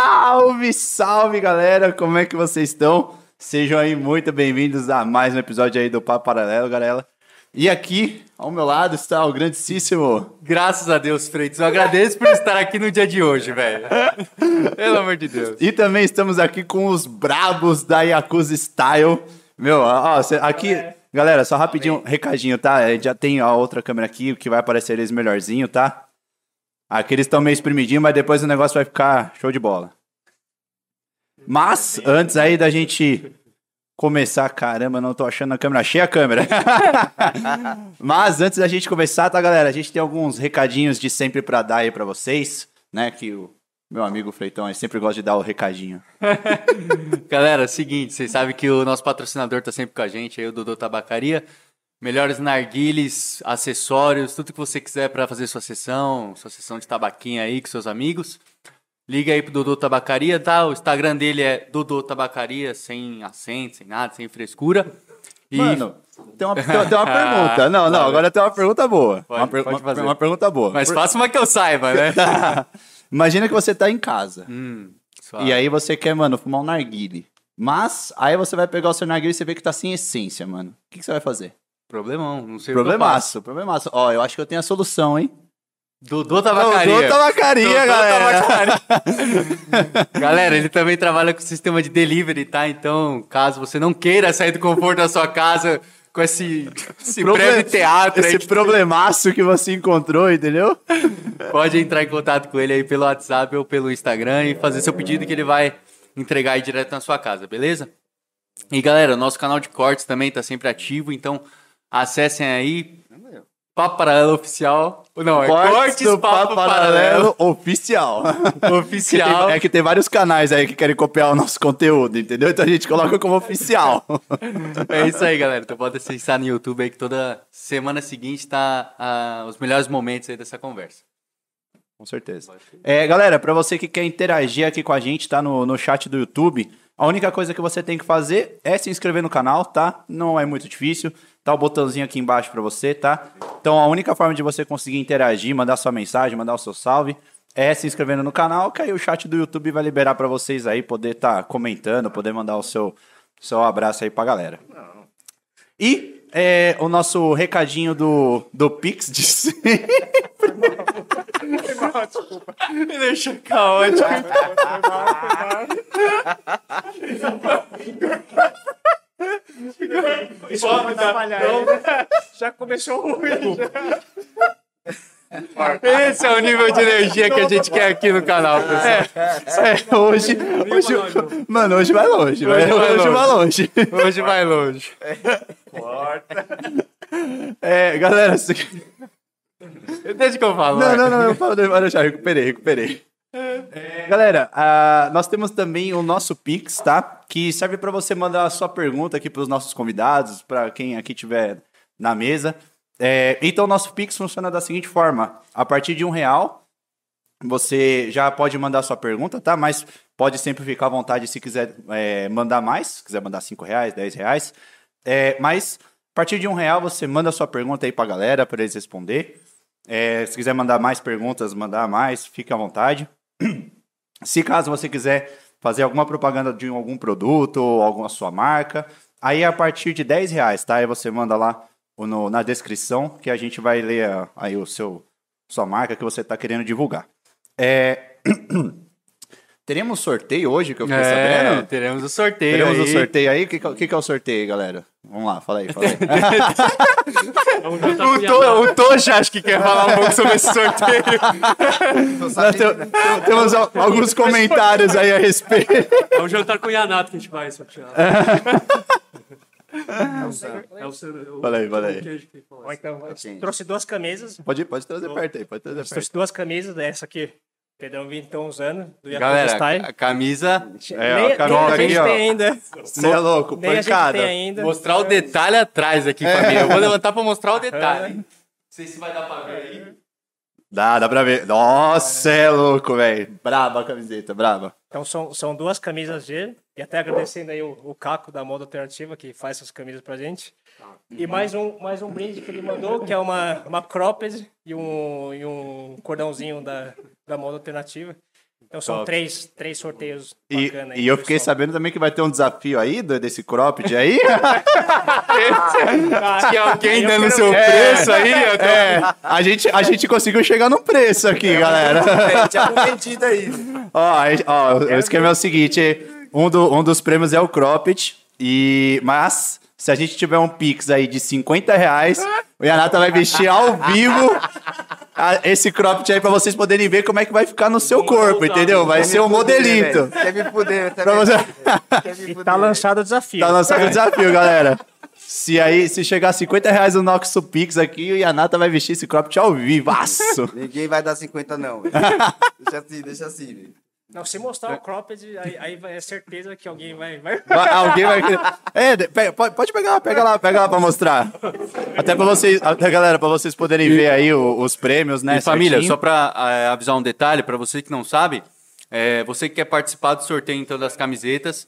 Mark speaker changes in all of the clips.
Speaker 1: Salve, salve galera, como é que vocês estão? Sejam aí muito bem-vindos a mais um episódio aí do Papo Paralelo, galera. E aqui, ao meu lado, está o grandíssimo.
Speaker 2: Graças a Deus, Freitas. Eu agradeço por estar aqui no dia de hoje, velho. Pelo amor de Deus.
Speaker 1: E também estamos aqui com os brabos da Yakuza Style. Meu, ó, ó, cê- aqui. Galera, só rapidinho, recadinho, tá? É, Já tem a outra câmera aqui que vai aparecer eles melhorzinho, tá? Aqui eles estão meio espremidinhos, mas depois o negócio vai ficar show de bola. Mas, antes aí da gente começar, caramba, não tô achando a câmera. Achei a câmera. Mas antes da gente começar, tá, galera? A gente tem alguns recadinhos de sempre pra dar aí pra vocês, né? Que o meu amigo Freitão ele sempre gosta de dar o recadinho.
Speaker 2: Galera, seguinte, vocês sabem que o nosso patrocinador tá sempre com a gente, aí o Dodô Tabacaria. Melhores narguiles, acessórios, tudo que você quiser para fazer sua sessão, sua sessão de tabaquinha aí com seus amigos. Liga aí pro Dodô Tabacaria, tá? O Instagram dele é Dodô Tabacaria, sem acento, sem nada, sem frescura. E
Speaker 1: Mano, tem uma, tem uma- tem uma pergunta. Não, não, agora tem uma pergunta boa.
Speaker 2: Ah, Pode-
Speaker 1: uma, per-
Speaker 2: pode
Speaker 1: uma-
Speaker 2: fazer.
Speaker 1: uma pergunta boa.
Speaker 2: Mas
Speaker 1: Por-
Speaker 2: faça uma que eu saiba, né?
Speaker 1: Imagina que você tá em casa.
Speaker 2: Hum, só-
Speaker 1: E aí você quer, mano, fumar um narguile. Mas aí você vai pegar o seu narguile e você vê que tá sem essência, mano. O que, que você vai fazer?
Speaker 2: Problemão, não sei o que eu faço.
Speaker 1: Problemaço, problemaço. Ó, eu acho que eu tenho a solução, hein?
Speaker 2: Dodô Tabacaria.
Speaker 1: Dodô Tabacaria,
Speaker 2: Dodô
Speaker 1: galera.
Speaker 2: Tabacaria. galera, ele também trabalha com sistema de delivery, tá? Então, caso você não queira sair do conforto da sua casa com esse, esse breve teatro aí,
Speaker 1: Esse
Speaker 2: que
Speaker 1: problemaço que você encontrou, entendeu?
Speaker 2: pode entrar em contato com ele aí pelo WhatsApp ou pelo Instagram e fazer seu pedido que ele vai entregar aí direto na sua casa, beleza? E galera, o nosso canal de cortes também tá sempre ativo, então acessem aí. Papo Paralelo Oficial. Não, é Cortes,
Speaker 1: do
Speaker 2: Papo, Paralelo,
Speaker 1: Oficial. Que tem-
Speaker 2: Oficial.
Speaker 1: é que tem vários canais aí que querem copiar o nosso conteúdo, entendeu? Então a gente coloca como oficial.
Speaker 2: É isso aí, galera. Então pode acessar no YouTube aí que toda semana seguinte tá ah, os melhores momentos aí dessa conversa.
Speaker 1: Com certeza. É, galera, pra você que quer interagir aqui com a gente, tá no, no chat do YouTube, a única coisa que você tem que fazer é se inscrever no canal, tá? Não é muito difícil. Tá o botãozinho aqui embaixo pra você, tá? Então a única forma de você conseguir interagir, mandar sua mensagem, mandar o seu salve, é se inscrevendo no canal, que aí o chat do YouTube vai liberar pra vocês aí poder tá comentando, poder mandar o seu, seu abraço aí pra galera. E é, o nosso recadinho do, do Pix de sempre.
Speaker 2: Me deixa caótico.
Speaker 3: Já começou ruim.
Speaker 2: Esse é o nível de energia que a gente quer aqui no canal, pessoal.
Speaker 1: É, hoje, hoje, mano, hoje vai longe, vai- hoje,
Speaker 2: vai longe.
Speaker 1: vai longe.
Speaker 2: Hoje vai longe.
Speaker 1: É, galera, se-
Speaker 2: Deixa que eu falo.
Speaker 1: não,
Speaker 2: vai.
Speaker 1: não, não, não, fala, vai deixar, recuperei, recuperei. É, galera, ah, nós temos também o nosso Pix, tá? Que serve pra você mandar a sua pergunta aqui pros nossos convidados, pra quem aqui tiver na mesa. É, então, o nosso Pix funciona da seguinte forma: a partir de um real, Você já pode mandar sua pergunta, tá? Mas pode sempre ficar à vontade se quiser é, mandar mais, se quiser mandar 5 reais, 10 reais. É, mas a partir de um real você manda sua pergunta aí pra galera, pra eles responder. É, se quiser mandar mais perguntas, mandar mais, fique à vontade. Se caso você quiser fazer alguma propaganda de algum produto ou alguma sua marca, aí é a partir de 10 reais, tá? Aí você manda lá no- na descrição que a gente vai ler ah, aí o seu sua marca que você está querendo divulgar. É, Teremos sorteio hoje que eu fiquei
Speaker 2: É,
Speaker 1: sabendo?
Speaker 2: teremos o sorteio.
Speaker 1: Teremos o
Speaker 2: aí.
Speaker 1: sorteio aí? O que, que é o- que que é o sorteio aí, galera? Vamos lá, fala aí, fala aí.
Speaker 3: É um
Speaker 2: O, to, o Tocha acho que quer falar um pouco sobre esse sorteio.
Speaker 1: Nós tem- tem- temos al- alguns comentários aí a respeito.
Speaker 3: É um jantar com o Yanato que a gente vai sortear. É o seu.
Speaker 1: Fala aí, fala aí.
Speaker 4: Então, eu trouxe duas camisas.
Speaker 1: Pode, pode trazer perto aí, pode trazer perto.
Speaker 4: Trouxe duas camisas dessa aqui. Pedrão Vintão usando, do Yakuza
Speaker 2: Galera, a
Speaker 4: Style.
Speaker 2: camisa.
Speaker 1: É, ó,
Speaker 4: nem,
Speaker 1: a
Speaker 4: nem
Speaker 1: camisa
Speaker 4: a gente
Speaker 1: aqui, ó.
Speaker 4: tem ainda.
Speaker 1: Você é louco,
Speaker 4: Nem a gente tem
Speaker 1: pancada.
Speaker 4: ainda. É.
Speaker 2: Mostrar o detalhe atrás aqui,
Speaker 1: É.
Speaker 2: família. Eu vou levantar pra mostrar o detalhe. Não sei se vai dar pra ver aí.
Speaker 1: Dá, dá pra ver. Nossa, é louco, velho. Braba a camiseta, braba.
Speaker 4: Então são, são duas camisas dele. E até agradecendo aí o, o Caco da Moda Alternativa, que faz essas camisas pra gente. E mais um, mais um brinde que ele mandou, que é uma, uma cropped e um, e um cordãozinho da, da Moda Alternativa. Então são
Speaker 1: Top.
Speaker 4: três, três sorteios
Speaker 1: E,
Speaker 4: bacanas aí.
Speaker 1: e eu
Speaker 4: pro
Speaker 1: fiquei
Speaker 4: pessoal.
Speaker 1: sabendo também que vai ter um desafio aí do- desse cropped aí.
Speaker 2: Se alguém
Speaker 4: Ah, eu
Speaker 2: dando
Speaker 4: quero
Speaker 2: seu
Speaker 4: ver.
Speaker 2: um preço aí, eu tô-
Speaker 1: É, a gente, a gente conseguiu chegar num preço aqui,
Speaker 5: É um
Speaker 1: galera.
Speaker 5: Tinha prometido é um aí. um
Speaker 1: Ó, aí- ó, o esquema é o seguinte: um, do- um dos prêmios é o Cropped, e, mas se a gente tiver um Pix aí de 50 reais, o Yanata vai vestir ao vivo a- esse Cropped aí pra vocês poderem ver como é que vai ficar no seu corpo, entendeu? Vai ser um modelito.
Speaker 5: Quer me fuder, tá
Speaker 1: Pra você...
Speaker 5: Quer me
Speaker 4: E tá lançado o desafio.
Speaker 1: tá lançando o desafio, galera. Se aí, se chegar 50 reais no nosso Pix aqui, o Yanata vai vestir esse Cropped ao vivaço.
Speaker 5: Ninguém vai dar 50, não. velho. deixa assim, deixa assim. velho.
Speaker 4: Não, se mostrar o cropped, aí, aí vai- é certeza que alguém vai... vai...
Speaker 1: Vai- alguém vai querer. É, de- pega- pode, pode pegar, pega lá, pega lá pra mostrar. Até pra vocês, até galera, pra vocês poderem ver aí o- os prêmios, né?
Speaker 2: E família,
Speaker 1: certinho.
Speaker 2: só pra eh, avisar um detalhe, pra você que não sabe, eh, você que quer participar do sorteio então das camisetas,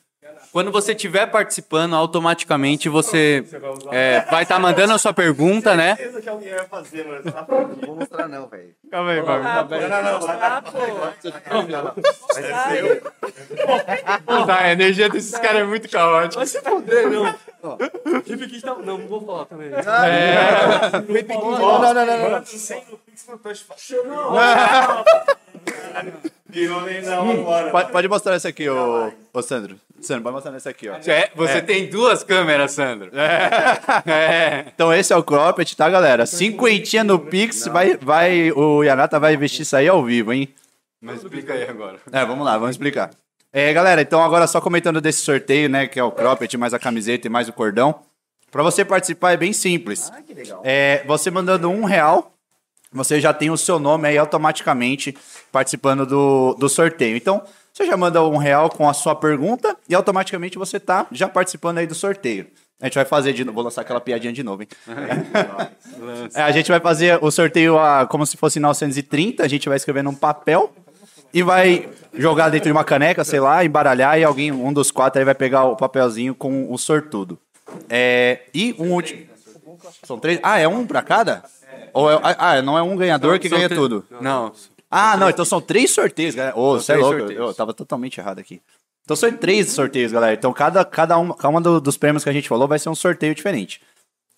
Speaker 2: quando você estiver participando, automaticamente você eh, vai estar mandando a sua pergunta, né?
Speaker 5: Não vou mostrar, não, velho.
Speaker 2: Calma aí,
Speaker 4: Ah, pô, ah, pô.
Speaker 1: Tá,
Speaker 2: A energia desses caras é muito caótica.
Speaker 3: Vai se fuder, não. Ripe Kid tá... Não, não vou falar também.
Speaker 5: Não, não, não, não. não.
Speaker 1: Hum, Pode, pode mostrar essa aqui, ô, ô Sandro. Sandro, pode mostrar nessa aqui, ó.
Speaker 2: É,
Speaker 1: É.
Speaker 2: você tem duas câmeras, Sandro. É.
Speaker 1: Então esse é o cropped, tá, galera? Cinquentinha no Pix, vai, vai, o Yanata vai vestir isso aí ao vivo, hein?
Speaker 2: Mas explica aí agora.
Speaker 1: É, vamos lá, vamos explicar. É, galera, então agora só comentando desse sorteio, né, que é o cropped, mais a camiseta e mais o cordão. Pra você participar é bem simples.
Speaker 5: Ah, que legal.
Speaker 1: É, você mandando um real, você já tem o seu nome aí automaticamente participando do, do sorteio. Então, você já manda um real com a sua pergunta e automaticamente você tá já participando aí do sorteio. A gente vai fazer de novo. Vou lançar aquela piadinha de novo, hein? É, a gente vai fazer o sorteio ah, como se fosse em 1930. A gente vai escrever num papel e vai jogar dentro de uma caneca, sei lá, embaralhar e alguém, um dos quatro aí vai pegar o papelzinho com o sortudo. É, e um último. São três? Ah, é um pra cada? Ou é- ah, não é um ganhador que ganha tudo.
Speaker 2: Não.
Speaker 1: Ah, não, então são três sorteios, galera. Ô, você é
Speaker 2: três
Speaker 1: louco, eu-
Speaker 2: sorteios.
Speaker 1: eu tava totalmente errado aqui. Então são três sorteios, galera. Então cada, cada um, cada um do- dos prêmios que a gente falou vai ser um sorteio diferente.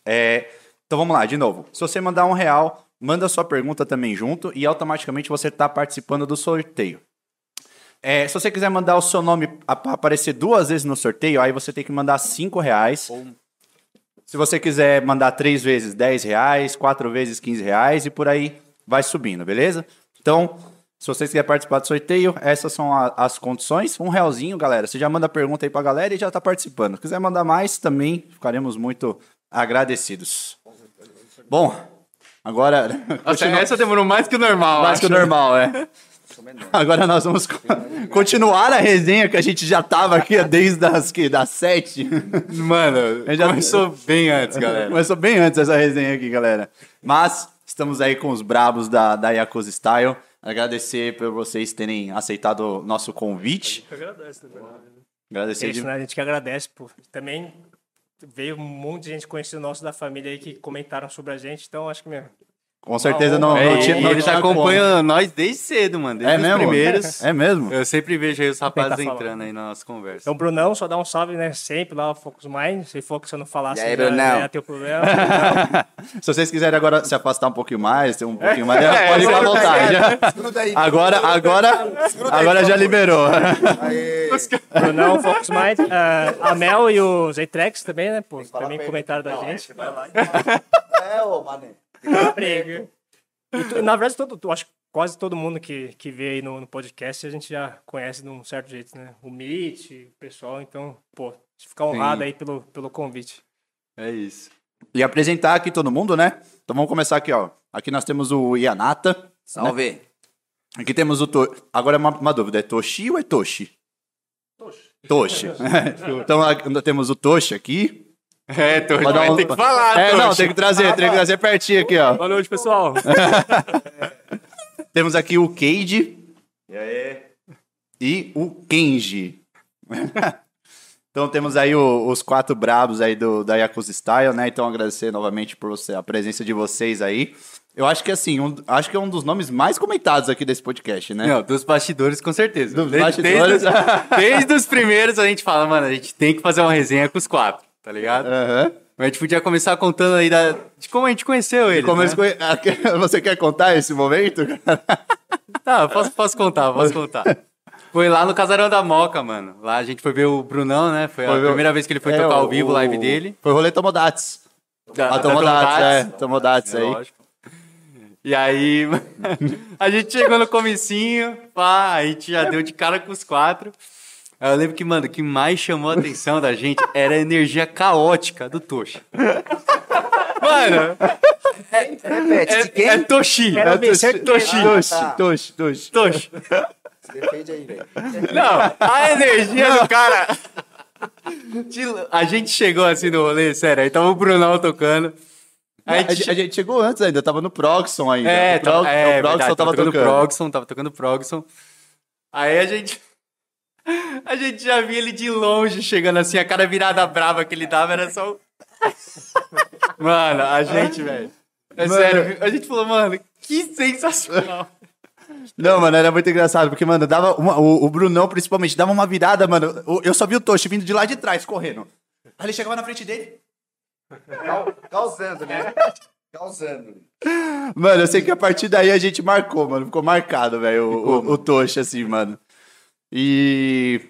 Speaker 1: É, então vamos lá, de novo. Se você mandar um real, manda sua pergunta também junto e automaticamente você tá participando do sorteio. É, se você quiser mandar o seu nome a- pra aparecer duas vezes no sorteio, aí você tem que mandar cinco reais. Se você quiser mandar três vezes 10 reais, quatro vezes 15 reais e por aí vai subindo, beleza? Então, se vocês quiserem participar do sorteio, essas são a- as condições. Um realzinho, galera. Você já manda pergunta aí pra galera e já tá participando. Se quiser mandar mais também, ficaremos muito agradecidos. Bom, agora. continua-
Speaker 2: essa demorou mais que o normal.
Speaker 1: mais que o normal, é. Agora nós vamos co- continuar a resenha que a gente já tava aqui desde as que das sete.
Speaker 2: Mano,
Speaker 1: Eu já-
Speaker 2: começou bem antes, galera.
Speaker 1: Começou bem antes essa resenha aqui, galera. Mas estamos aí com os brabos da, da Yakuza Style. Agradecer por vocês terem aceitado o nosso convite.
Speaker 3: Agradece
Speaker 4: né,
Speaker 3: também.
Speaker 4: É
Speaker 1: Agradecer
Speaker 4: isso,
Speaker 1: de...
Speaker 4: né? A gente que agradece, pô. Também veio um monte de gente conhecida nossa da família aí que comentaram sobre a gente, então acho que meu,
Speaker 1: Com certeza não, não,
Speaker 2: É,
Speaker 1: tinha,
Speaker 2: e
Speaker 1: não
Speaker 2: eles
Speaker 1: tinha
Speaker 2: acompanham nós desde cedo, mano.
Speaker 1: como.
Speaker 2: Desde
Speaker 1: É
Speaker 2: os
Speaker 1: mesmo?
Speaker 2: primeiros.
Speaker 1: É mesmo?
Speaker 2: Eu sempre vejo aí os rapazes
Speaker 4: Tentar falar.
Speaker 2: entrando aí na nossa conversa.
Speaker 4: Então, Brunão, só dá um salve, né? Sempre lá, Focus Mind. Se for que você não falasse,
Speaker 5: E aí,
Speaker 4: já-
Speaker 5: Brunão?
Speaker 4: já ia ter o problema.
Speaker 1: Se vocês quiserem agora se afastar um pouquinho mais, ter um pouquinho mais,
Speaker 2: É,
Speaker 1: pode ficar à vontade.
Speaker 5: Desgruda aí.
Speaker 1: Agora, agora, agora já liberou.
Speaker 5: Aê.
Speaker 4: Brunão, Focus Mind. ah, a Mel e o Zaytrex também, né? Pô,
Speaker 5: falar
Speaker 4: também
Speaker 5: pra ele.
Speaker 4: comentaram da gente.
Speaker 5: É, ô, mané.
Speaker 4: Prego. E tu- na verdade, todo, eu acho que quase todo mundo que, que vê aí no, no podcast a gente já conhece de um certo jeito, né? O Meet, o pessoal. Então, pô, ficar honrado aí pelo, pelo convite.
Speaker 2: É isso.
Speaker 1: E apresentar aqui todo mundo, né? Então vamos começar aqui, ó. Aqui nós temos o Yanata.
Speaker 5: Salve.
Speaker 1: Aqui temos o. To... Agora é uma, uma dúvida: é Toshi ou é Toshi? Toshi. então a- nós temos o Toshi aqui.
Speaker 2: É, tô,
Speaker 1: Vai dar
Speaker 2: vai
Speaker 1: um-
Speaker 2: ter que falar,
Speaker 1: É, não,
Speaker 2: trouxa.
Speaker 1: tem que trazer, tem que trazer pertinho aqui, ó.
Speaker 3: Boa noite, pessoal.
Speaker 1: Temos aqui o Cade. E o Kenji. então temos aí o- os quatro brabos aí do, da Yakuza Style, né? Então agradecer novamente por você, a presença de vocês aí. Eu acho que assim, um- acho que é um dos nomes mais comentados aqui desse podcast, né?
Speaker 2: Não, dos bastidores, com certeza.
Speaker 1: Dos
Speaker 2: Desde-
Speaker 1: bastidores.
Speaker 2: Desde, desde os primeiros a gente fala, mano, a gente tem que fazer uma resenha com os quatro, tá ligado?
Speaker 1: Aham.
Speaker 2: Mas a gente podia começar contando aí da- de como a gente conheceu ele.
Speaker 1: Como
Speaker 2: né?
Speaker 1: eles conhe- Você quer contar esse momento, cara?
Speaker 2: Tá, eu posso, posso contar, posso contar. Foi lá no Casarão da Moca, mano. Lá a gente foi ver o Brunão, né? Foi, a
Speaker 1: ver o-
Speaker 2: primeira vez que ele foi
Speaker 1: É,
Speaker 2: tocar
Speaker 1: o-
Speaker 2: ao vivo o live dele.
Speaker 1: Foi o rolê Tomodates.
Speaker 2: Da,
Speaker 1: Ah,
Speaker 2: da
Speaker 1: Tomodates, é.
Speaker 2: Tomodates.
Speaker 1: Tomodates
Speaker 2: É,
Speaker 1: aí.
Speaker 2: lógico. E aí, a gente chegou no comecinho, pá, a gente já deu de cara com os quatro. Aí eu lembro que, mano, o que mais chamou a atenção da gente era a energia caótica do Toshi. Mano,
Speaker 5: É, Repete, de
Speaker 2: é,
Speaker 5: quem?
Speaker 2: é Toshi.
Speaker 4: Era
Speaker 2: É é,
Speaker 4: bem certo que-
Speaker 2: Toshi.
Speaker 1: Toshi,
Speaker 5: tá.
Speaker 1: Toshi, Toshi.
Speaker 2: Toshi.
Speaker 5: Defende aí, velho.
Speaker 2: Não, a energia do cara. De- A gente chegou assim no rolê, sério, aí tava o Brunão tocando.
Speaker 1: A,
Speaker 2: Aí
Speaker 1: gente- a gente chegou antes ainda, tava no Proxon ainda.
Speaker 2: É,
Speaker 1: o Proxon,
Speaker 2: tava, é,
Speaker 1: o Proxon
Speaker 2: verdade,
Speaker 1: tava
Speaker 2: tocando
Speaker 1: tocando.
Speaker 2: Proxon, tava tocando Proxon. Aí a gente. A gente já via ele de longe chegando assim, a cara virada brava que ele dava era só. o- Mano, a gente, velho. É sério, a gente falou, mano, que sensacional.
Speaker 1: Não, mano, era muito engraçado, porque, mano, dava uma- o, o Brunão, principalmente, dava uma virada, mano. o- eu só vi o Toshi vindo de lá de trás, correndo. Aí ele chegava na frente dele.
Speaker 5: Cal- Causando, né? Causando.
Speaker 1: Mano, eu sei que a partir daí a gente marcou, mano. Ficou marcado, velho, o, o, o Toshi, assim, mano. E.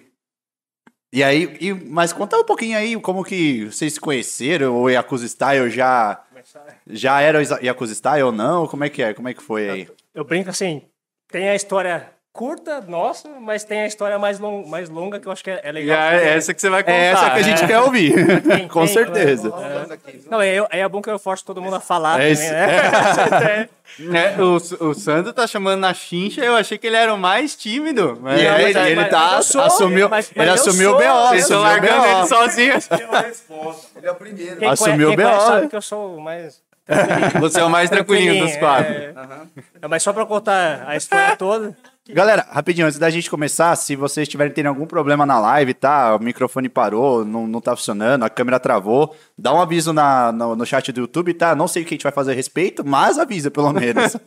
Speaker 1: E aí, e- mas conta um pouquinho aí como que vocês se conheceram, o Yakuza Style já. Já era o Isa- Yakuza Style ou não? Como é que é? Como é que foi aí?
Speaker 4: Eu brinco assim, tem a história curta nossa, mas tem a história mais, lon- mais longa que eu acho que é, é
Speaker 2: E
Speaker 4: legal.
Speaker 2: é essa que você vai contar.
Speaker 1: É essa que a
Speaker 2: né?
Speaker 1: gente quer ouvir.
Speaker 4: Quem-
Speaker 1: Com
Speaker 4: quem-
Speaker 1: certeza.
Speaker 5: Causando aqui, viu?
Speaker 4: Não, aí eu- aí é, bom que eu forço todo mundo a falar
Speaker 1: É
Speaker 4: também,
Speaker 1: isso.
Speaker 4: né?
Speaker 2: Né, o, o Sandro tá chamando na chincha, eu achei que ele era o mais tímido. Mas
Speaker 1: E ele,
Speaker 2: mas aí-
Speaker 1: ele
Speaker 4: mas-
Speaker 1: tá,
Speaker 4: mas eu sou,
Speaker 1: assumiu,
Speaker 4: mas- mas
Speaker 1: ele
Speaker 4: eu
Speaker 1: assumiu o
Speaker 4: sou,
Speaker 1: BO,
Speaker 2: Vocês
Speaker 1: assumiu
Speaker 2: estão
Speaker 1: o
Speaker 2: largando ele
Speaker 1: BO.
Speaker 2: sozinho.
Speaker 5: Ele é o primeiro.
Speaker 4: Quem
Speaker 1: Assumiu
Speaker 4: conhe- quem
Speaker 1: o BO,
Speaker 4: conhece
Speaker 1: né?
Speaker 4: sabe que eu sou o mais...
Speaker 2: Você é o mais tranquilinho dos quatro.
Speaker 4: é. É, Mas só pra contar a história toda...
Speaker 1: Galera, rapidinho, antes da gente começar, se vocês tiverem tendo algum problema na live, tá? O microfone parou, não, não tá funcionando, a câmera travou, dá um aviso na, no, no chat do YouTube, tá? Não sei o que a gente vai fazer a respeito, mas avisa pelo menos.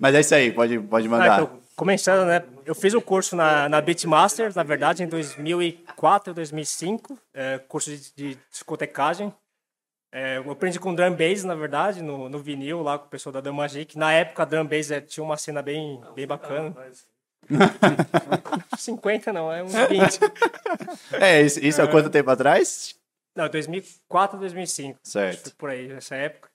Speaker 1: mas é isso aí, pode, pode
Speaker 4: Ah,
Speaker 1: mandar.
Speaker 4: então, começando, né? Eu fiz o curso na, na Beatmasters, na verdade, em 2004, 2005, é, curso de, de discotecagem. É, eu aprendi com drum bass, na verdade, no, no vinil lá com o pessoal da Damagic. Na época, drum bass é, tinha uma cena bem, bem bacana. 50 não, é uns 20.
Speaker 1: É, isso, isso há quanto tempo atrás?
Speaker 4: Não, 2004, 2005
Speaker 1: Certo.
Speaker 4: por aí nessa época.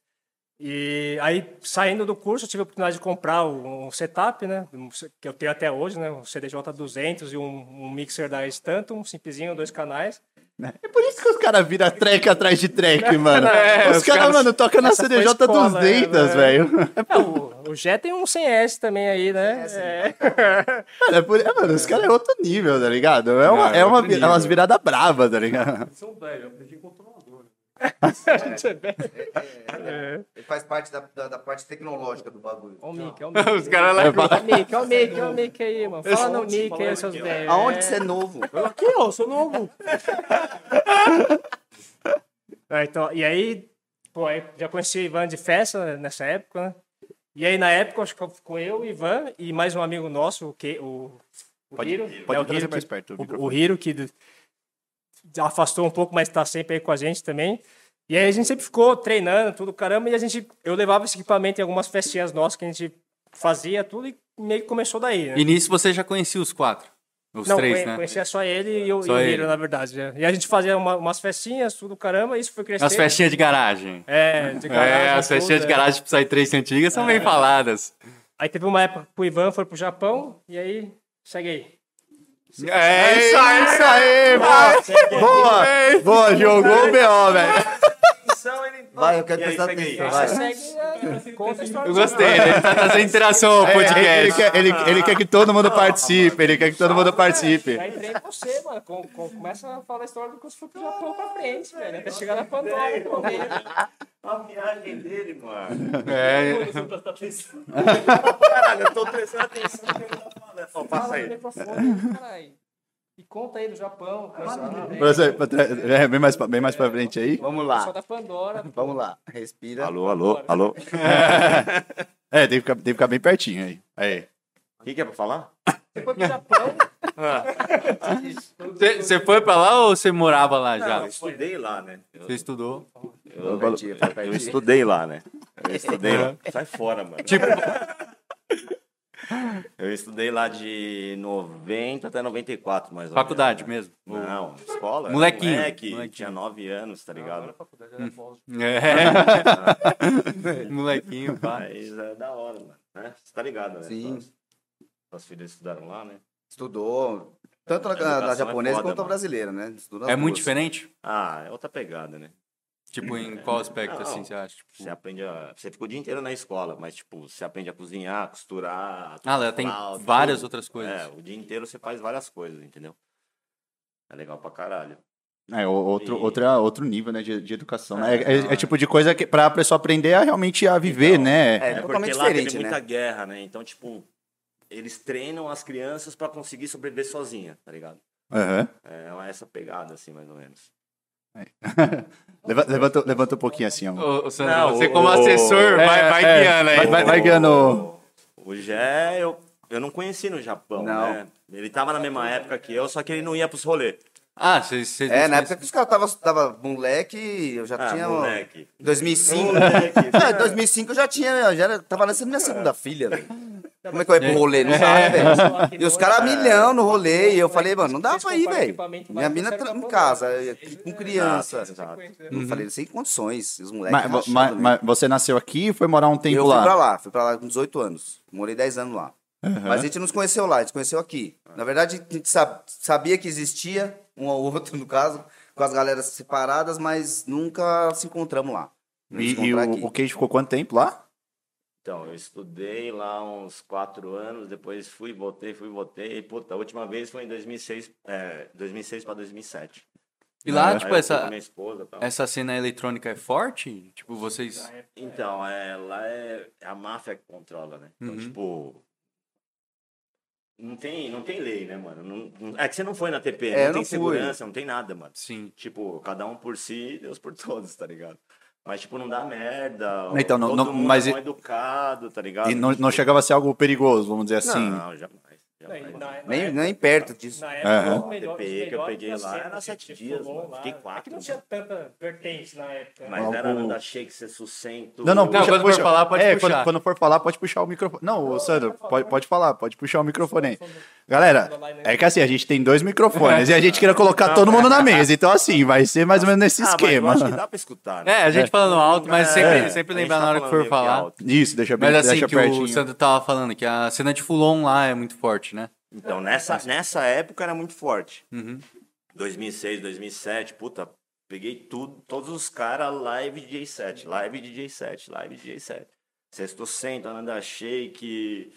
Speaker 4: E aí, saindo do curso, eu tive a oportunidade de comprar um um setup, né? um se- Que eu tenho até hoje, né? Um CDJ 200 e um, um mixer da Stanton, um simplesinho, dois canais.
Speaker 1: É por isso que os caras viram track atrás de track, mano.
Speaker 2: É,
Speaker 1: os
Speaker 2: os
Speaker 1: caras,
Speaker 2: caras-
Speaker 1: mano, tocam na
Speaker 4: Essa foi
Speaker 1: CDJ
Speaker 4: escola,
Speaker 1: 200,
Speaker 4: né,
Speaker 1: velho.
Speaker 4: É, o, o Jé tem um 100S também aí, né? É.
Speaker 1: Cara, é por- é, mano, os caras é outro nível, tá ligado? É, uma, é, uma, é umas viradas bravas, tá ligado?
Speaker 3: São velho, eu aprendi com o controlador.
Speaker 4: É
Speaker 5: Ele faz parte da, da, da parte tecnológica do bagulho.
Speaker 4: Ó o mic, ó o mic.
Speaker 2: Os caras lá.
Speaker 4: Ó o mic, ó o mic, ó o mic aí, mano. Fala no mic aí, seus velhos.
Speaker 5: Aonde você é novo?
Speaker 3: Aqui, ó, eu sou novo.
Speaker 4: É, então, e aí, pô, aí já conheci o Ivan de festa nessa época, né? E aí, na época, acho que ficou eu, o Ivan e mais um amigo nosso, o, que, o, o Hiro.
Speaker 1: pode
Speaker 4: é, o
Speaker 1: trazer
Speaker 4: Hiro
Speaker 1: mais
Speaker 4: que-
Speaker 1: perto o
Speaker 4: o- O
Speaker 1: microfone.
Speaker 4: Hiro, que d- afastou um pouco, mas tá sempre aí com a gente também. E aí, a gente sempre ficou treinando, tudo caramba, e a gente, eu levava esse equipamento em algumas festinhas nossas que a gente fazia tudo e meio que começou daí, né?
Speaker 2: E nisso você já conhecia os quatro. Os
Speaker 4: Não,
Speaker 2: três,
Speaker 4: conhe-
Speaker 2: né?
Speaker 4: conhecia só ele e o,
Speaker 2: Só
Speaker 4: e o
Speaker 2: ele.
Speaker 4: Hiro, na verdade. né? E a gente fazia uma- umas festinhas, tudo caramba, e isso foi crescendo.
Speaker 2: As festinhas de garagem.
Speaker 4: É, de garagem.
Speaker 2: É, as
Speaker 4: tudo,
Speaker 2: festinhas de
Speaker 4: é.
Speaker 2: garagem pro Psy 3 antigas são bem faladas.
Speaker 4: Aí teve uma época que o Ivan foi pro Japão, e aí, segue aí.
Speaker 2: É
Speaker 1: isso aí,
Speaker 2: isso aí.
Speaker 1: isso aí, boa! Boa, boa, jogou o BO, velho.
Speaker 5: Vai, eu quero prestar atenção. Vai.
Speaker 4: segue, né? conta a história.
Speaker 2: Eu gostei, né? ele tá trazendo interação
Speaker 1: É,
Speaker 2: ao
Speaker 6: É,
Speaker 1: Ele, ele
Speaker 2: podcast.
Speaker 1: quer, ele- ele quer que todo mundo participe, ele quer que todo mundo
Speaker 2: né?
Speaker 1: participe.
Speaker 4: Já entrei com você, mano. Com- com- começa a falar a história do que você foi pro Japão pra frente, velho. Até chegar na Pandora. no né? meio.
Speaker 3: tá A viagem dele, mano.
Speaker 2: É,
Speaker 3: Você não presta atenção. Caralho, eu tô prestando atenção no que ele tá falando. Ó,
Speaker 4: Fala
Speaker 3: passa
Speaker 4: no
Speaker 3: aí.
Speaker 4: microfone, caralho. E conta aí do Japão.
Speaker 1: Por exemplo, pra trás- É, bem mais, pra- bem mais pra frente aí.
Speaker 5: Vamos
Speaker 4: né? Só
Speaker 5: lá.
Speaker 4: da Pandora.
Speaker 5: Vamos lá. Respira.
Speaker 1: Alô, alô, alô. É, tem que ficar, tem que ficar bem pertinho aí. Aí.
Speaker 5: O que, que é pra falar?
Speaker 4: Você foi pro Japão.
Speaker 2: Você foi pra lá ou você morava lá já?
Speaker 6: Eu estudei lá, né? Eu,
Speaker 2: Você estudou?
Speaker 5: Eu, perdi, eu perdi.
Speaker 6: eu estudei lá, né? Eu estudei lá. Sai fora, mano.
Speaker 2: Tipo,
Speaker 6: Eu estudei lá de 90 até 94, mais ou
Speaker 2: faculdade
Speaker 6: menos.
Speaker 2: mesmo.
Speaker 6: Não, escola.
Speaker 2: Molequinho,
Speaker 6: Moleque,
Speaker 2: molequinho.
Speaker 6: Tinha 9 anos, tá ligado?
Speaker 2: É. Molequinho, pá.
Speaker 6: Mas é da hora, mano. Né? Você tá ligado, né?
Speaker 5: Sim.
Speaker 6: Suas, suas filhas estudaram lá, né?
Speaker 5: Estudou. Tanto na,
Speaker 6: Educação
Speaker 5: na
Speaker 6: é
Speaker 5: japonesa
Speaker 6: foda,
Speaker 5: quanto na
Speaker 6: mano.
Speaker 5: brasileira, né? Estudou as
Speaker 2: É muito
Speaker 5: duas.
Speaker 2: diferente?
Speaker 6: Ah, é outra pegada, né?
Speaker 2: Tipo, em qual aspecto, assim, você acha? Tipo,
Speaker 6: Você aprende a... Você fica o dia inteiro na escola, mas, tipo, você aprende a cozinhar, a costurar... a
Speaker 2: Ah,
Speaker 6: tocar
Speaker 2: ela tem
Speaker 6: flauta,
Speaker 2: várias
Speaker 6: tudo.
Speaker 2: outras coisas.
Speaker 6: É, o dia inteiro você faz várias coisas, entendeu? É legal pra caralho.
Speaker 1: É, o- outro,
Speaker 6: E-
Speaker 1: outra, outro nível né, de, de educação. né? É,
Speaker 6: É,
Speaker 1: é-
Speaker 6: não,
Speaker 1: é
Speaker 6: é.
Speaker 1: tipo de coisa que, pra pessoa aprender a realmente a viver, né?
Speaker 5: É,
Speaker 6: É porque
Speaker 5: totalmente
Speaker 6: lá teve
Speaker 5: diferente, né?
Speaker 6: muita guerra, né? Então, tipo, eles treinam as crianças pra conseguir sobreviver sozinha, tá ligado?
Speaker 1: Aham.
Speaker 6: É essa pegada, assim, mais ou menos.
Speaker 1: Leva- levanta, levanta um pouquinho assim, ó.
Speaker 2: Ô, ô, Sandro,
Speaker 6: Não,
Speaker 2: você
Speaker 6: o-
Speaker 2: como
Speaker 6: o-
Speaker 2: assessor, vai,
Speaker 1: É,
Speaker 2: vai
Speaker 1: é,
Speaker 2: guiando aí.
Speaker 1: Vai, vai, vai guiando.
Speaker 6: O Gé, eu, eu não conheci no Japão,
Speaker 5: Não.
Speaker 6: né? Ele tava na mesma época que eu, só que ele não ia pros rolês.
Speaker 2: Ah, vocês... vocês
Speaker 5: É,
Speaker 2: não
Speaker 5: na
Speaker 2: se
Speaker 5: época que os caras tava, tava moleque, eu já
Speaker 6: Ah,
Speaker 5: tinha. um
Speaker 6: moleque.
Speaker 5: 2005.
Speaker 6: Moleque.
Speaker 5: Ah, em 2005 eu já tinha, eu já era- tava nascendo minha segunda filha, velho. Como é que eu ia pro rolê? Não
Speaker 6: É.
Speaker 5: dá, né, velho? E os caras milhão no rolê. E eu falei, mano, não dá pra ir, velho. Minha mina tá em casa, com
Speaker 6: Ah,
Speaker 5: criança.
Speaker 6: Exato, exato.
Speaker 5: Eu falei, sem condições. Os moleques.
Speaker 1: Mas,
Speaker 5: rachando, né?"
Speaker 1: mas-
Speaker 5: velho.
Speaker 1: mas você nasceu aqui e foi morar um tempo
Speaker 5: eu
Speaker 1: lá?
Speaker 5: fui pra lá, fui pra lá com 18 anos. Morei 10 anos lá. Mas a gente não se conheceu lá, a gente se conheceu aqui. Na verdade, a gente sab- sabia que existia, um ao outro, no caso, com as galeras separadas, mas nunca se encontramos lá. Vamos
Speaker 1: E,
Speaker 5: se
Speaker 1: e
Speaker 5: encontrar
Speaker 1: o,
Speaker 5: aqui.
Speaker 1: o Cage ficou quanto tempo lá?
Speaker 6: Então, eu estudei lá uns quatro anos, depois fui, voltei, fui, voltei. E, puta, a última vez foi em 2006, é, 2006 pra 2007.
Speaker 2: E lá,
Speaker 6: Aí
Speaker 2: tipo,
Speaker 6: eu fui
Speaker 2: essa,
Speaker 6: com minha esposa, e tal.
Speaker 2: essa cena eletrônica é forte? Tipo, vocês...
Speaker 6: Então, é, lá é é a máfia que controla, né? Então,
Speaker 2: Uhum.
Speaker 6: tipo. Não tem, não tem lei, né, mano? Não- não- é que você não foi na
Speaker 5: É, eu
Speaker 6: TP, não tem
Speaker 5: não fui.
Speaker 6: segurança, não tem nada, mano.
Speaker 2: Sim.
Speaker 6: Tipo, cada um por si, Deus por todos, tá ligado? Mas, tipo, não dá merda.
Speaker 1: Então, não-
Speaker 6: todo
Speaker 1: não-
Speaker 6: mundo
Speaker 1: mas
Speaker 6: é
Speaker 1: e-
Speaker 6: mó educado, tá ligado?
Speaker 1: E não, não chegava a ser algo perigoso, vamos dizer assim.
Speaker 6: Não, jamais. jamais.
Speaker 4: é.
Speaker 5: Nem, nem perto disso.
Speaker 4: Na
Speaker 1: Aham.
Speaker 4: época, o melhor,
Speaker 6: TPE
Speaker 4: os
Speaker 6: que eu
Speaker 4: melhores
Speaker 6: peguei lá
Speaker 4: da cena,
Speaker 6: era
Speaker 4: assim,
Speaker 6: sete
Speaker 4: tipo,
Speaker 6: dias,
Speaker 4: bom
Speaker 6: mano.
Speaker 4: lá.
Speaker 6: Fiquei
Speaker 4: É que
Speaker 6: quatro. né?
Speaker 4: não tinha tanta vertente na época.
Speaker 6: Mas
Speaker 1: Algo-
Speaker 6: era da Shake 600.
Speaker 1: Não, não,
Speaker 2: Não, quando for falar, pode
Speaker 1: É,
Speaker 2: puxar.
Speaker 1: Quando, quando for falar, pode puxar o microfone. Não, ô, Sandro, pode, pode falar, pode puxar o microfone aí. Galera, é que assim, a gente tem dois microfones e a gente queria colocar todo mundo na mesa. Então, assim, vai ser mais ou menos nesse
Speaker 6: Ah, mas
Speaker 1: esquema.
Speaker 6: eu acho que dá pra escutar, né? É,
Speaker 2: É, a gente falando alto, mas sempre, sempre
Speaker 6: A gente
Speaker 2: lembrar
Speaker 6: tá
Speaker 2: na hora que
Speaker 6: falando
Speaker 2: for
Speaker 6: meio
Speaker 2: falar.
Speaker 6: alto.
Speaker 1: Isso, deixa, bem,
Speaker 2: Mas assim,
Speaker 1: deixa
Speaker 2: que
Speaker 1: pertinho.
Speaker 2: o Sandro tava falando, que a cena de Fulon lá é muito forte, né?
Speaker 6: Então, nessa, nessa época era muito forte.
Speaker 2: Uhum.
Speaker 6: 2006, 2007, puta, peguei tudo, todos os caras live DJ 7, live DJ 7, live DJ 7. Sexto Cento, Ananda Shake,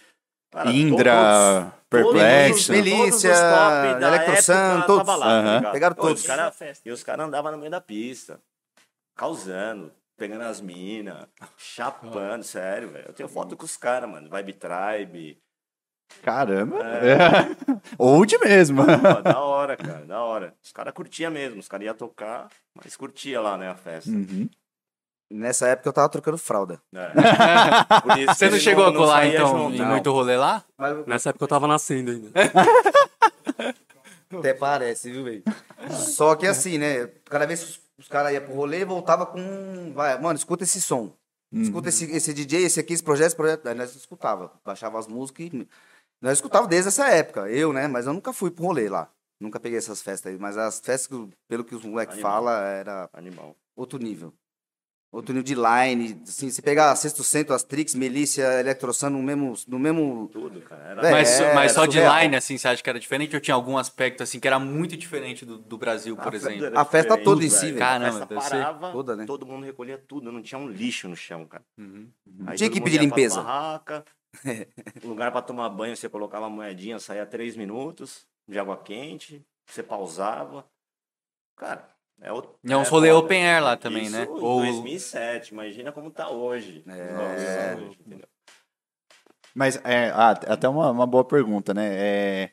Speaker 6: cara,
Speaker 1: Indra,
Speaker 6: todos-
Speaker 1: Perplex.
Speaker 6: todos os- todos os
Speaker 5: Milícia,
Speaker 6: top da
Speaker 5: Electro
Speaker 6: época
Speaker 5: Sun,
Speaker 6: tava
Speaker 5: todos.
Speaker 6: lá, tá
Speaker 1: Aham.
Speaker 6: ligado?
Speaker 5: Pegaram
Speaker 6: Pô,
Speaker 5: todos.
Speaker 6: os cara-
Speaker 4: Festa.
Speaker 6: e os caras andavam no meio da pista, causando, pegando as minas,
Speaker 2: Ah.
Speaker 6: chapando, sério, velho. Eu tenho
Speaker 2: Tá
Speaker 6: foto com os caras, mano, Vibe Tribe,
Speaker 1: Caramba. É. Old mesmo.
Speaker 6: Pô, da hora, cara, da hora. Os caras curtiam mesmo, os caras iam tocar, mas curtia lá, né, a festa.
Speaker 2: Hum.
Speaker 1: Uhum.
Speaker 5: Nessa época eu tava trocando fralda.
Speaker 6: É. Por isso
Speaker 2: Você
Speaker 6: que
Speaker 2: não
Speaker 6: ele
Speaker 2: chegou a colar,
Speaker 6: saía
Speaker 2: então,
Speaker 6: junto,
Speaker 2: em
Speaker 6: não.
Speaker 2: muito rolê lá?
Speaker 3: Nessa época eu tava nascendo ainda.
Speaker 5: Até parece, viu, velho? Só que assim, né? Cada vez que os, os caras iam pro rolê, voltava com. um, Vai, mano, escuta esse som. Escuta esse, esse DJ, esse aqui, esse projeto, esse projeto. Aí nós escutava, baixava as músicas e. Nós escutava desde essa época, eu, né? Mas eu nunca fui pro rolê lá. Nunca peguei essas festas aí. Mas as festas, que eu- pelo que os moleques
Speaker 6: Animal.
Speaker 5: falam, era
Speaker 6: Animal.
Speaker 5: outro nível. Outro nível de line. Assim, você pegar Sexto Centro, Astrix, Melícia, Electrosan no mesmo, no mesmo.
Speaker 6: Tudo, cara. Era...
Speaker 5: É,
Speaker 2: mas, mas só de
Speaker 5: surreal.
Speaker 2: line, assim, você acha que era diferente? Ou tinha algum aspecto, assim, que era muito diferente do, do Brasil,
Speaker 6: Ah,
Speaker 2: por exemplo? Uhum.
Speaker 6: era
Speaker 5: a festa
Speaker 6: diferente,
Speaker 5: toda em si,
Speaker 6: velho.
Speaker 5: velho.
Speaker 6: A
Speaker 2: Caramba,
Speaker 6: festa
Speaker 2: deve ser
Speaker 6: parava,
Speaker 5: toda, né?
Speaker 6: todo mundo recolhia tudo, não tinha um lixo no chão, cara.
Speaker 2: Uhum.
Speaker 6: Aí
Speaker 5: Tinha
Speaker 6: todo
Speaker 5: equipe
Speaker 6: mundo
Speaker 5: de
Speaker 6: ia pra
Speaker 5: limpeza.
Speaker 6: Barraca, lugar pra tomar banho, você colocava a moedinha, saía três minutos de água quente, você pausava. Cara, é outro.
Speaker 2: E é uns rolê
Speaker 6: foda.
Speaker 2: open air lá também,
Speaker 6: Isso
Speaker 2: né?
Speaker 6: Em
Speaker 2: Ou
Speaker 6: 2007, imagina como tá hoje.
Speaker 5: É.
Speaker 6: Nossa, hoje, entendeu?
Speaker 1: Mas é, ah, até uma, uma boa pergunta, né? É,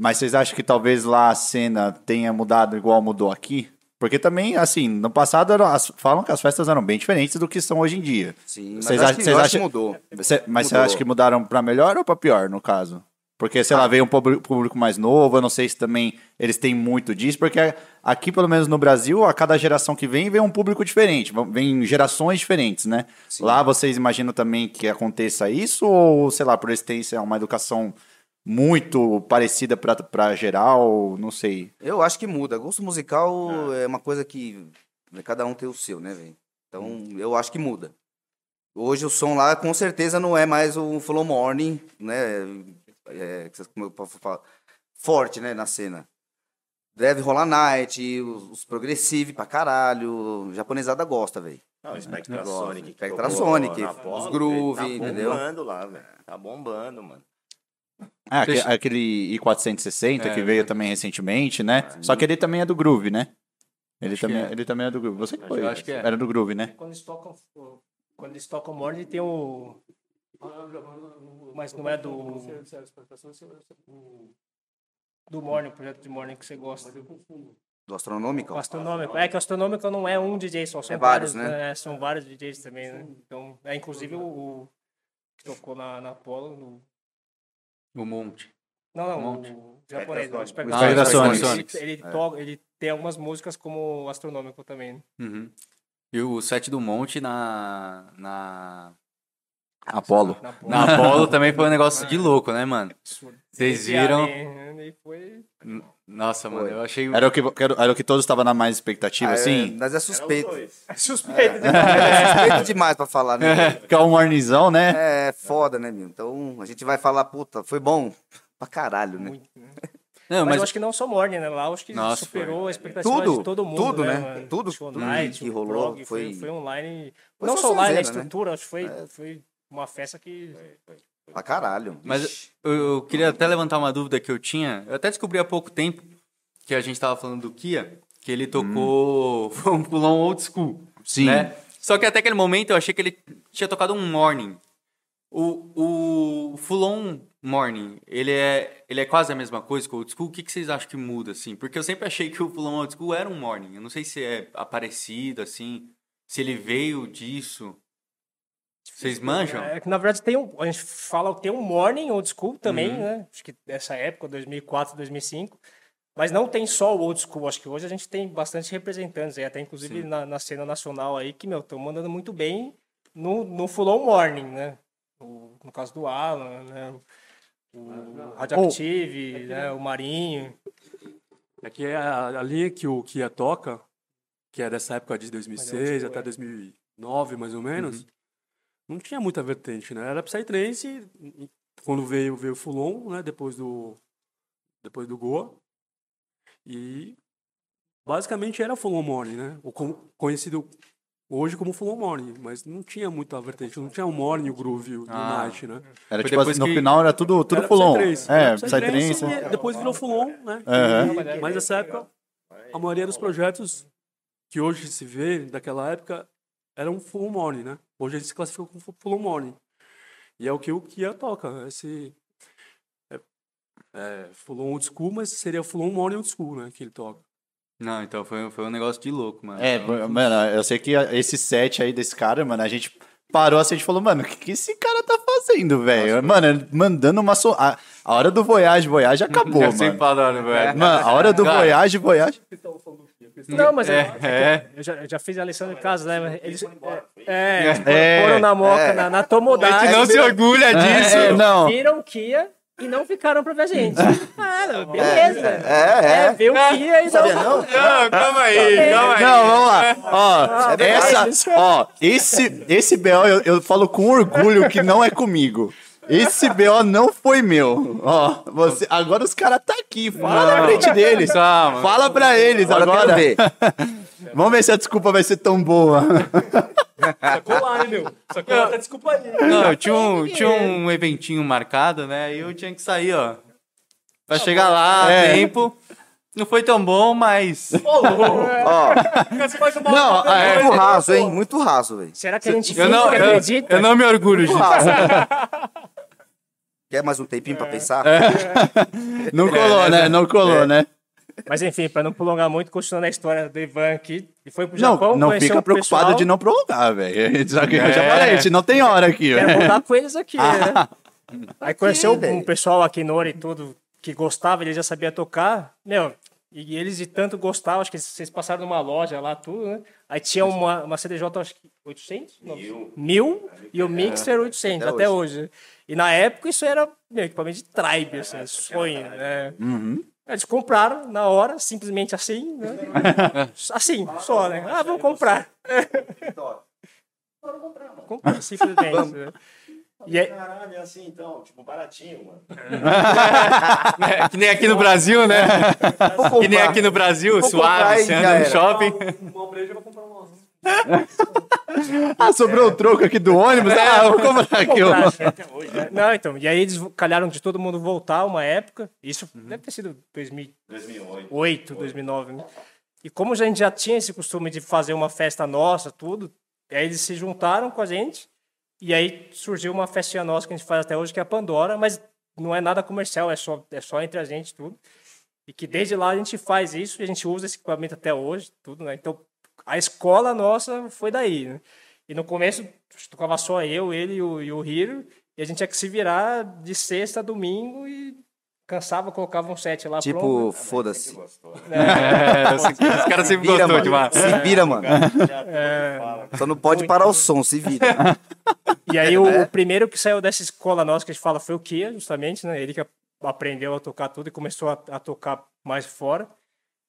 Speaker 1: Mas vocês acham que talvez lá a cena tenha mudado igual mudou aqui? Porque também, assim, no passado eram- as- falam que as festas eram bem diferentes do que são hoje em dia.
Speaker 5: Sim, mas
Speaker 1: Vocês
Speaker 5: acho
Speaker 1: acham-
Speaker 5: que,
Speaker 1: vocês
Speaker 5: eu acho
Speaker 1: acham-
Speaker 5: que mudou.
Speaker 1: Cê- mas você
Speaker 5: Mudou.
Speaker 1: acha que mudaram pra melhor ou pra pior, no caso? Porque, sei lá, veio um pub- público mais novo, eu não sei se também eles têm muito disso, porque aqui, pelo menos no Brasil, a cada geração que vem, vem um público diferente, vão- vem gerações diferentes, né? Lá vocês imaginam também que aconteça isso, ou, sei lá, por eles terem sei lá, uma educação muito parecida pra, pra geral, não sei.
Speaker 5: Eu acho que muda. Gosto musical é, uma coisa que né, cada um tem o seu, né, velho? Então, eu acho que muda. Hoje o som lá com certeza não é mais o Flow Morning, né? É, que vocês- como eu posso falar, forte, né, na cena. Deve rolar night, os, os progressive pra caralho. Japonesada gosta, velho.
Speaker 6: Não, Spectra
Speaker 5: É, Negócio,
Speaker 6: Sonic. que
Speaker 5: Spectra
Speaker 6: tocou
Speaker 5: Sonic,
Speaker 6: na
Speaker 5: os
Speaker 6: Apollo,
Speaker 5: groove,
Speaker 6: tá
Speaker 5: entendeu?
Speaker 6: bombando lá, velho. Tá bombando, mano.
Speaker 1: Ah, aque-
Speaker 2: Deixa-
Speaker 1: aquele I460
Speaker 2: É, Ah,
Speaker 1: que veio também recentemente, né? Só que ele também é do Groove, né? Ele,
Speaker 2: Acho que
Speaker 1: também,
Speaker 2: é.
Speaker 1: ele também é do Groove. Você que
Speaker 6: Eu
Speaker 1: foi.
Speaker 2: acho que é.
Speaker 1: Era do Groove, né?
Speaker 4: Quando eles tocam, quando eles tocam Morning, tem o. Mas não é do. Do Morning, o projeto de Morning que você gosta.
Speaker 5: Do Astronomical.
Speaker 4: O Astronômico. É que o Astronômico não é um DJ só, são
Speaker 5: É vários,
Speaker 4: né? São vários DJs também, né? Então, é inclusive o, o que tocou na, na Apollo. no-
Speaker 2: Um monte.
Speaker 4: Não, não,
Speaker 2: Monte.
Speaker 4: o japonês.
Speaker 5: É,
Speaker 4: não, o Spectra
Speaker 1: Ah, Spectra
Speaker 4: Sonic.
Speaker 2: Sonic.
Speaker 4: Ele, ele toca, ele tem algumas músicas como o Astronômico também. né?
Speaker 2: Uhum. E o set do monte na. na.
Speaker 5: Ah,
Speaker 1: Apolo.
Speaker 4: Na Apollo.
Speaker 2: Na Apollo também foi um negócio de louco, né, mano? Vocês viram.
Speaker 4: né, E foi...
Speaker 2: Nossa, mano, eu achei. um-
Speaker 1: Era o que, era o que todos estavam na mais expectativa,
Speaker 5: Ah, é,
Speaker 1: assim.
Speaker 5: mas é
Speaker 6: Era os
Speaker 5: suspeito.
Speaker 6: dois.
Speaker 4: Suspeito, né?
Speaker 5: É suspeito demais pra falar, né? velho?
Speaker 1: Porque é um mornizão, né?
Speaker 5: É foda, né, meu? Então a gente vai falar, puta, foi bom pra caralho, né?
Speaker 2: Não,
Speaker 4: Mas,
Speaker 2: mas,
Speaker 4: eu acho que não só Morning, né? Lá eu acho que
Speaker 2: Nossa,
Speaker 4: superou a expectativa
Speaker 5: Tudo,
Speaker 4: de todo mundo.
Speaker 5: tudo, né?
Speaker 4: mano?
Speaker 5: Tudo,
Speaker 4: Show
Speaker 5: tudo
Speaker 4: night,
Speaker 5: que
Speaker 4: o
Speaker 5: rolou
Speaker 4: prog,
Speaker 5: foi-
Speaker 4: foi, foi online.
Speaker 5: Foi
Speaker 4: não
Speaker 5: só
Speaker 4: só online, a
Speaker 5: sonzeira, né? É.
Speaker 4: estrutura, acho que foi, foi uma festa que.
Speaker 5: Pra caralho.
Speaker 2: Mas eu, eu queria até levantar uma dúvida que eu tinha. Eu até descobri há pouco tempo que a gente tava falando do Kia, que ele tocou. Foi um pulão old school.
Speaker 1: Hum. Sim.
Speaker 2: né? Só que até aquele momento eu achei que ele tinha tocado um morning. O, o Fulon Morning, ele é, ele é quase a mesma coisa que o Old School. O que, que vocês acham que muda, assim? Porque eu sempre achei que o Fulon Old School era um Morning. Eu não sei se é aparecido, assim, se ele veio disso. Vocês manjam?
Speaker 4: É, que, na verdade, tem um, a gente fala que tem um Morning Old School
Speaker 1: Uhum.
Speaker 4: também, né? Acho que dessa época, 2004, 2005. Mas não tem só o Old School. Acho que hoje a gente tem bastante representantes aí, até inclusive na, na cena nacional aí, que, meu, estão mandando muito bem no, no Full On Morning, né? O- no caso do Alan, né? O Radioactive, né? o Marinho.
Speaker 3: É que é a, a linha que o Kia toca, que é dessa época de 2006
Speaker 4: tipo,
Speaker 3: até
Speaker 4: é. Uhum.
Speaker 3: 2009, mais ou menos, não tinha muita vertente, né? Era Psytrance, e- e quando veio, veio o Fulon, né? Depois do, depois do Goa. E basicamente era Fulon Morning, né? O con- conhecido hoje como Fulon Morning, mas não tinha muita vertente. Não tinha o Morning, o Groove, o
Speaker 2: Ah.
Speaker 3: Night, né?
Speaker 1: Era
Speaker 2: Foi
Speaker 1: tipo
Speaker 2: depois
Speaker 1: assim, no
Speaker 2: que-
Speaker 1: final era tudo, tudo
Speaker 3: Era
Speaker 1: fulon.
Speaker 3: Psytrance,
Speaker 1: É,
Speaker 3: era
Speaker 1: Psytrance.
Speaker 3: e Depois virou Fulon, né?
Speaker 1: Aham.
Speaker 3: E- mas nessa época, a maioria dos projetos que hoje se vê, daquela época, eram Full Morning, né? Hoje eles se classificam como fu- Full Morning. E é o que o Kia toca, esse... É, é Full On Old School, mas seria Full On Morning Old School, né? Que ele toca.
Speaker 2: Não, então foi, foi um negócio de louco, mano.
Speaker 1: É, mano, eu sei que esse set aí desse cara, mano, a gente parou assim, a gente falou, mano, o que, que esse cara tá fazendo, velho? Mano, ele mandando uma... So... A, a hora do Voyage, Voyage acabou,
Speaker 2: eu
Speaker 1: mano.
Speaker 2: sempre adoro, né, velho.
Speaker 1: Mano, a hora do
Speaker 2: Cara.
Speaker 1: Voyage, Voyage...
Speaker 4: Não, mas eu-
Speaker 2: É, é.
Speaker 4: Eu, já, eu já fiz a lição de casa, né? mas Eles, é, é,
Speaker 1: É. tipo,
Speaker 4: foram na moca, na, na
Speaker 2: A gente
Speaker 4: Tomodai.
Speaker 5: É,
Speaker 2: não se orgulha disso.
Speaker 1: É, não.
Speaker 4: viram Kia e não ficaram pra ver a gente. ah, beleza.
Speaker 5: É, é.
Speaker 4: É, ver o Kia e não.
Speaker 2: Não, é calma aí, calma aí.
Speaker 1: Não, vamos lá. Ó,
Speaker 2: é
Speaker 1: essa, ó, esse, esse BO eu, eu falo com orgulho que não é comigo. Esse BO não foi meu. Ó, você, agora os caras tá aqui. Fala na frente deles.
Speaker 2: Calma.
Speaker 1: Fala pra eles
Speaker 5: Agora eu quero
Speaker 1: agora.
Speaker 5: ver.
Speaker 1: Vamos ver se a desculpa vai ser tão boa.
Speaker 4: Sacou lá, né, meu? Sacou lá, tá desculpa aí.
Speaker 2: Não, eu tinha um, tinha um eventinho marcado, né? E eu tinha que sair, ó. Pra chegar lá a
Speaker 1: É.
Speaker 2: tempo. Não foi tão bom, mas.
Speaker 4: assim, um
Speaker 1: Não, é,
Speaker 5: Muito raso, hein? Muito raso, velho.
Speaker 4: Será que a gente
Speaker 2: Eu não,
Speaker 4: finge que
Speaker 2: eu,
Speaker 4: acredita?
Speaker 2: eu não me orgulho disso.
Speaker 5: Quer mais um tempinho
Speaker 2: É.
Speaker 5: pra pensar?
Speaker 1: Não colou, né? Não colou, né?
Speaker 4: Mas enfim, pra não prolongar muito, continuando a história do Ivan aqui, ele foi pro Japão,
Speaker 1: Não, não
Speaker 4: conheceu
Speaker 1: fica
Speaker 4: um
Speaker 1: preocupado
Speaker 4: pessoal,
Speaker 1: de não prolongar, velho. Já que eu já falei, a gente não tem hora aqui,
Speaker 4: Quero
Speaker 1: velho.
Speaker 4: voltar com eles aqui,
Speaker 1: Ah.
Speaker 4: né? Aí conheceu
Speaker 5: velho.
Speaker 4: um pessoal aqui no e tudo que gostava, ele já sabia tocar. Meu, e eles de tanto gostavam, acho que vocês passaram numa loja lá, tudo, né? Aí tinha uma, uma CDJ, acho que 800? Mil. Mil e o Mixer 800, até,
Speaker 5: Até
Speaker 4: hoje. né? E na época isso era meu, equipamento de tribe, assim, sonho, né? Eles compraram na hora, simplesmente assim, né? assim, só, né? Ah, vamos comprar. Comprar, simplesmente. né? E aí,
Speaker 6: Caralho, é assim então, tipo, baratinho, mano.
Speaker 2: É, que nem aqui no Brasil, né?
Speaker 5: Vou
Speaker 2: Que nem
Speaker 5: comprar.
Speaker 2: aqui no Brasil,
Speaker 5: Vou comprar
Speaker 2: suave,
Speaker 5: e
Speaker 2: você
Speaker 5: já
Speaker 2: anda no
Speaker 5: era.
Speaker 2: shopping.
Speaker 1: Ah, sobrou o troco aqui do ônibus. Ah, vou comprar aqui, ó.
Speaker 4: Comprar, gente. Não, então, e aí eles calharam de todo mundo voltar uma época. Isso deve ter sido 2008,
Speaker 6: 2008.
Speaker 4: 2009, né? E como a gente já tinha esse costume de fazer uma festa nossa, tudo, e aí eles se juntaram com a gente. E aí surgiu uma festinha nossa que a gente faz até hoje, que é a Pandora, mas não é nada comercial, é só, é só entre a gente tudo. E que desde lá a gente faz isso e a gente usa esse equipamento até hoje, tudo, né? Então, a escola nossa foi daí, né? E no começo tocava só eu, ele e o, e o Hiro, e a gente tinha que se virar de sexta a domingo e cansava, colocava um set lá pronto. né?
Speaker 5: Tipo, foda-se.
Speaker 2: É, os os caras sempre
Speaker 5: Vira,
Speaker 2: gostou
Speaker 5: mano.
Speaker 2: demais.
Speaker 5: Se vira, mano.
Speaker 6: É.
Speaker 5: Só não pode parar o som, se vira.
Speaker 4: E aí o,
Speaker 5: Né?
Speaker 4: o primeiro que saiu dessa escola nossa que a gente fala foi o Kia, justamente, né? Ele que a- aprendeu a tocar tudo e começou a, a tocar mais fora.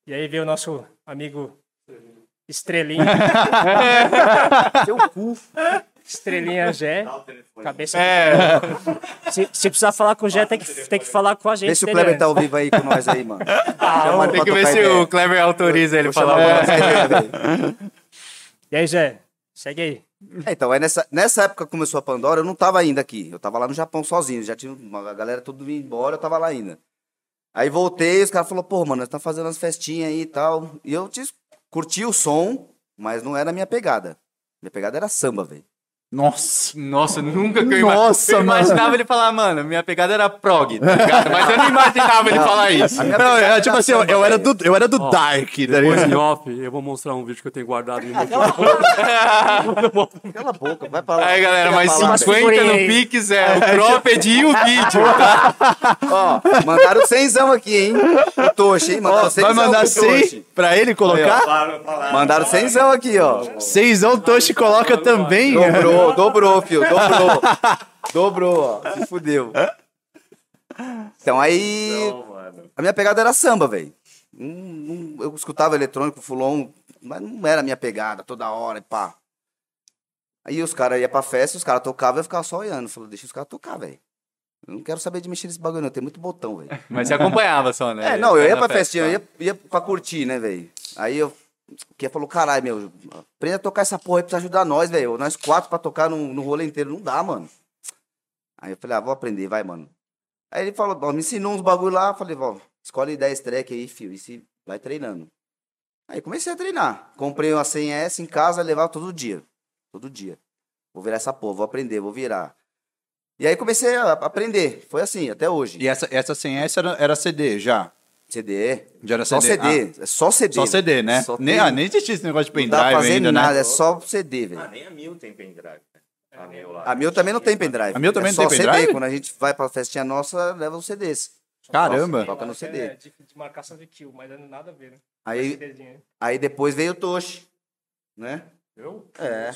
Speaker 4: E aí veio o nosso amigo Estrelinha. Seu cu. Estrelinha Gé, cabeça. Se, se precisar falar com o Gé, tem que, tem que falar com a gente. né,
Speaker 5: Vê se o
Speaker 4: dele
Speaker 5: Kleber tá ao
Speaker 4: antes.
Speaker 5: vivo aí com nós aí, mano. Chama ele
Speaker 2: Tem
Speaker 5: pra
Speaker 2: que ver
Speaker 5: tocar
Speaker 2: se
Speaker 5: ideia.
Speaker 2: o Clever autoriza ele
Speaker 5: Vou
Speaker 2: falar
Speaker 5: chamar
Speaker 2: alguma
Speaker 5: pra nós aí, velho.
Speaker 4: E aí, Gé, segue aí.
Speaker 5: É, então, aí nessa, nessa época que começou a Pandora, eu não tava ainda aqui. Eu tava lá no Japão sozinho. Já tinha uma a galera tudo indo embora, eu tava lá ainda. Aí voltei, os caras falaram, pô, mano, nós tá fazendo as festinhas aí e tal. E eu te, curti o som, mas não era a minha pegada. Minha pegada era samba, velho.
Speaker 1: Nossa.
Speaker 2: Nossa, nunca que eu, ima-
Speaker 1: Nossa,
Speaker 2: eu
Speaker 1: mano.
Speaker 2: imaginava ele falar, mano, minha pegada era prog, tá ligado? Mas eu não imaginava ele falar isso.
Speaker 1: Não, é tipo assim, eu, eu era do, eu era do Dark, tá
Speaker 3: Depois em
Speaker 1: ligado?
Speaker 3: off, eu vou mostrar um vídeo que eu tenho guardado em meu
Speaker 5: Cala a boca, vai pra lá.
Speaker 2: Aí, galera,
Speaker 5: Fica
Speaker 2: mais
Speaker 5: pra lá, velho.
Speaker 2: 50 no Pix é o Cropped e o vídeo, tá?
Speaker 5: Ó, mandaram cenzão aqui, hein? O Tocha, hein? Mandaram
Speaker 1: Vai
Speaker 5: cenzão
Speaker 1: mandar
Speaker 5: pro Tocha.
Speaker 1: 100 pra ele colocar?
Speaker 6: Falaram, falaram.
Speaker 5: Mandaram cenzão aqui, ó.
Speaker 1: Seisão Toshi coloca também. né?
Speaker 5: Dobrou, dobrou, fio, dobrou. dobrou, ó. Se fudeu. Então aí.
Speaker 6: Não, mano.
Speaker 5: A minha pegada era samba, velho. Hum, hum, Eu escutava eletrônico, fulon, mas não era a minha pegada toda hora e pá. Aí os caras iam pra festa, os caras tocavam e eu ficava só olhando. Falei, deixa os caras tocar, velho. Eu não quero saber de mexer nesse bagulho, não. Tem muito botão, velho.
Speaker 2: Mas você acompanhava só, né?
Speaker 5: É, não, eu ia
Speaker 2: Na
Speaker 5: pra festinha, eu
Speaker 2: tá?
Speaker 5: ia, ia pra curtir, né, velho? Aí eu. Que falou, caralho, meu, aprenda a tocar essa porra aí pra ajudar nós, velho. Nós quatro pra tocar no, no rolê inteiro, não dá, mano. Aí eu falei, ah, vou aprender, vai, mano. Aí ele falou, ó, me ensinou uns bagulho lá, falei, ó, escolhe 10 track aí, filho, e se vai treinando. Aí comecei a treinar. Comprei uma 100S em casa, levava todo dia. Todo dia. Vou virar essa porra, vou aprender, vou virar. E aí comecei a aprender. Foi assim, até hoje.
Speaker 1: E essa, essa sem S era, era CD já.
Speaker 5: CD.
Speaker 1: Já era
Speaker 5: Só
Speaker 1: CD.
Speaker 5: CD. É só CD.
Speaker 1: Ah. Só CD, né?
Speaker 5: Só
Speaker 1: nem,
Speaker 5: tem-
Speaker 1: ah, nem existia esse negócio de
Speaker 5: Não dá pra
Speaker 1: pendrive
Speaker 5: fazer
Speaker 1: ainda,
Speaker 5: nada,
Speaker 1: né?
Speaker 5: é só CD, velho.
Speaker 6: Ah, nem a Mil tem pendrive. né?
Speaker 4: É.
Speaker 6: A Mil lá.
Speaker 5: A Mil também não tem pendrive.
Speaker 1: A Mil também
Speaker 5: é
Speaker 1: não tem
Speaker 5: só CD.
Speaker 1: pendrive?
Speaker 5: Quando a gente vai pra festinha nossa, leva os CDs.
Speaker 1: Caramba.
Speaker 5: Toca no
Speaker 4: É,
Speaker 5: CD.
Speaker 4: de, de marcação de kill, mas não nada a ver, né?
Speaker 5: Aí,
Speaker 4: CDzinho.
Speaker 5: aí depois veio o Toshi, né?
Speaker 3: Eu?
Speaker 5: É.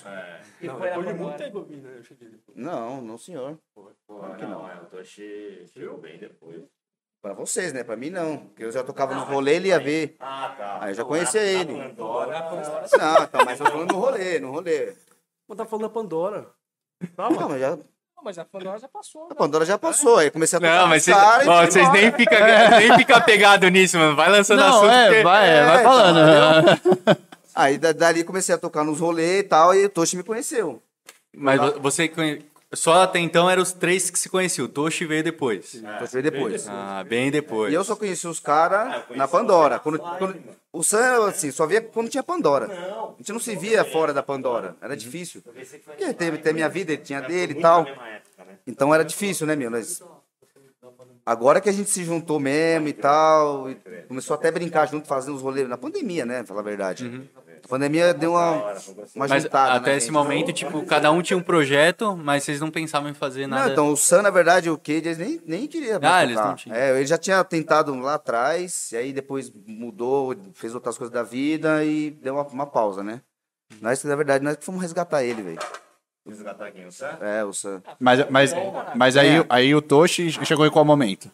Speaker 4: E
Speaker 3: Não,
Speaker 4: foi na
Speaker 3: depois de
Speaker 4: Pandora.
Speaker 3: muito tempo eu vi, né? Eu cheguei.
Speaker 5: Não, não senhor.
Speaker 6: Pô, não, é, o Toshi chegou bem depois.
Speaker 5: Pra vocês, né? Pra mim não. Porque eu já tocava no rolê, ele ia ver.
Speaker 6: Ah, tá.
Speaker 5: Aí eu já conhecia ele.
Speaker 6: Pandora.
Speaker 5: Não, então, mas eu tô falando no rolê, no rolê.
Speaker 3: Mas tá falando da Pandora.
Speaker 5: Não, mas já, a
Speaker 4: Não, mas a Pandora já passou. né?
Speaker 5: Pandora já passou. Aí eu comecei a tocar
Speaker 2: Não,
Speaker 5: com
Speaker 2: mas
Speaker 5: os
Speaker 2: vocês,
Speaker 5: caras e
Speaker 2: ó,
Speaker 5: fui
Speaker 2: vocês
Speaker 5: embora.
Speaker 2: nem ficam nem fica pegado nisso, mano. Vai lançando
Speaker 1: Não,
Speaker 2: assunto.
Speaker 1: é,
Speaker 2: porque-
Speaker 1: vai, é, vai
Speaker 5: É,
Speaker 1: falando. né?
Speaker 5: Aí da- dali comecei a tocar nos rolês e tal, e o Toshi me conheceu.
Speaker 2: Mas vo- você conhe- só até então eram os três que se conheciam. O Toshi veio depois.
Speaker 5: Toshi veio depois.
Speaker 2: Ah, bem depois.
Speaker 5: E eu só conheci os caras na Pandora. Quando, quando- o Sam, assim, só via quando tinha Pandora. A gente não se via fora da Pandora. Era difícil. Porque teve, teve minha vida, ele tinha dele e tal.
Speaker 6: Mesma época, né?
Speaker 5: Então era difícil, né, meu? Nós Agora que a gente se juntou mesmo e tal, e começou até a brincar junto, fazendo os rolês na pandemia, né? Falar a verdade. A pandemia deu uma, uma
Speaker 2: Uhum. Mas
Speaker 5: juntada.
Speaker 2: até
Speaker 5: né,
Speaker 2: esse
Speaker 5: gente?
Speaker 2: momento, tipo, cada um tinha um projeto, mas vocês não pensavam em fazer nada.
Speaker 5: Não, então, o Sam, na verdade, o Cade, eles nem, nem queriam. mais
Speaker 2: Ah, eles
Speaker 5: tocar.
Speaker 2: não tinham.
Speaker 5: É, ele já tinha tentado lá atrás, e aí depois mudou, fez outras coisas da vida e deu uma, uma pausa, né? Nós, que, na verdade, nós que fomos resgatar ele, velho.
Speaker 6: Resgatar quem? O Sam? Ah,
Speaker 5: É, o Sam.
Speaker 1: Mas, mas, mas aí,
Speaker 5: É.
Speaker 1: aí o Toshi chegou em qual momento?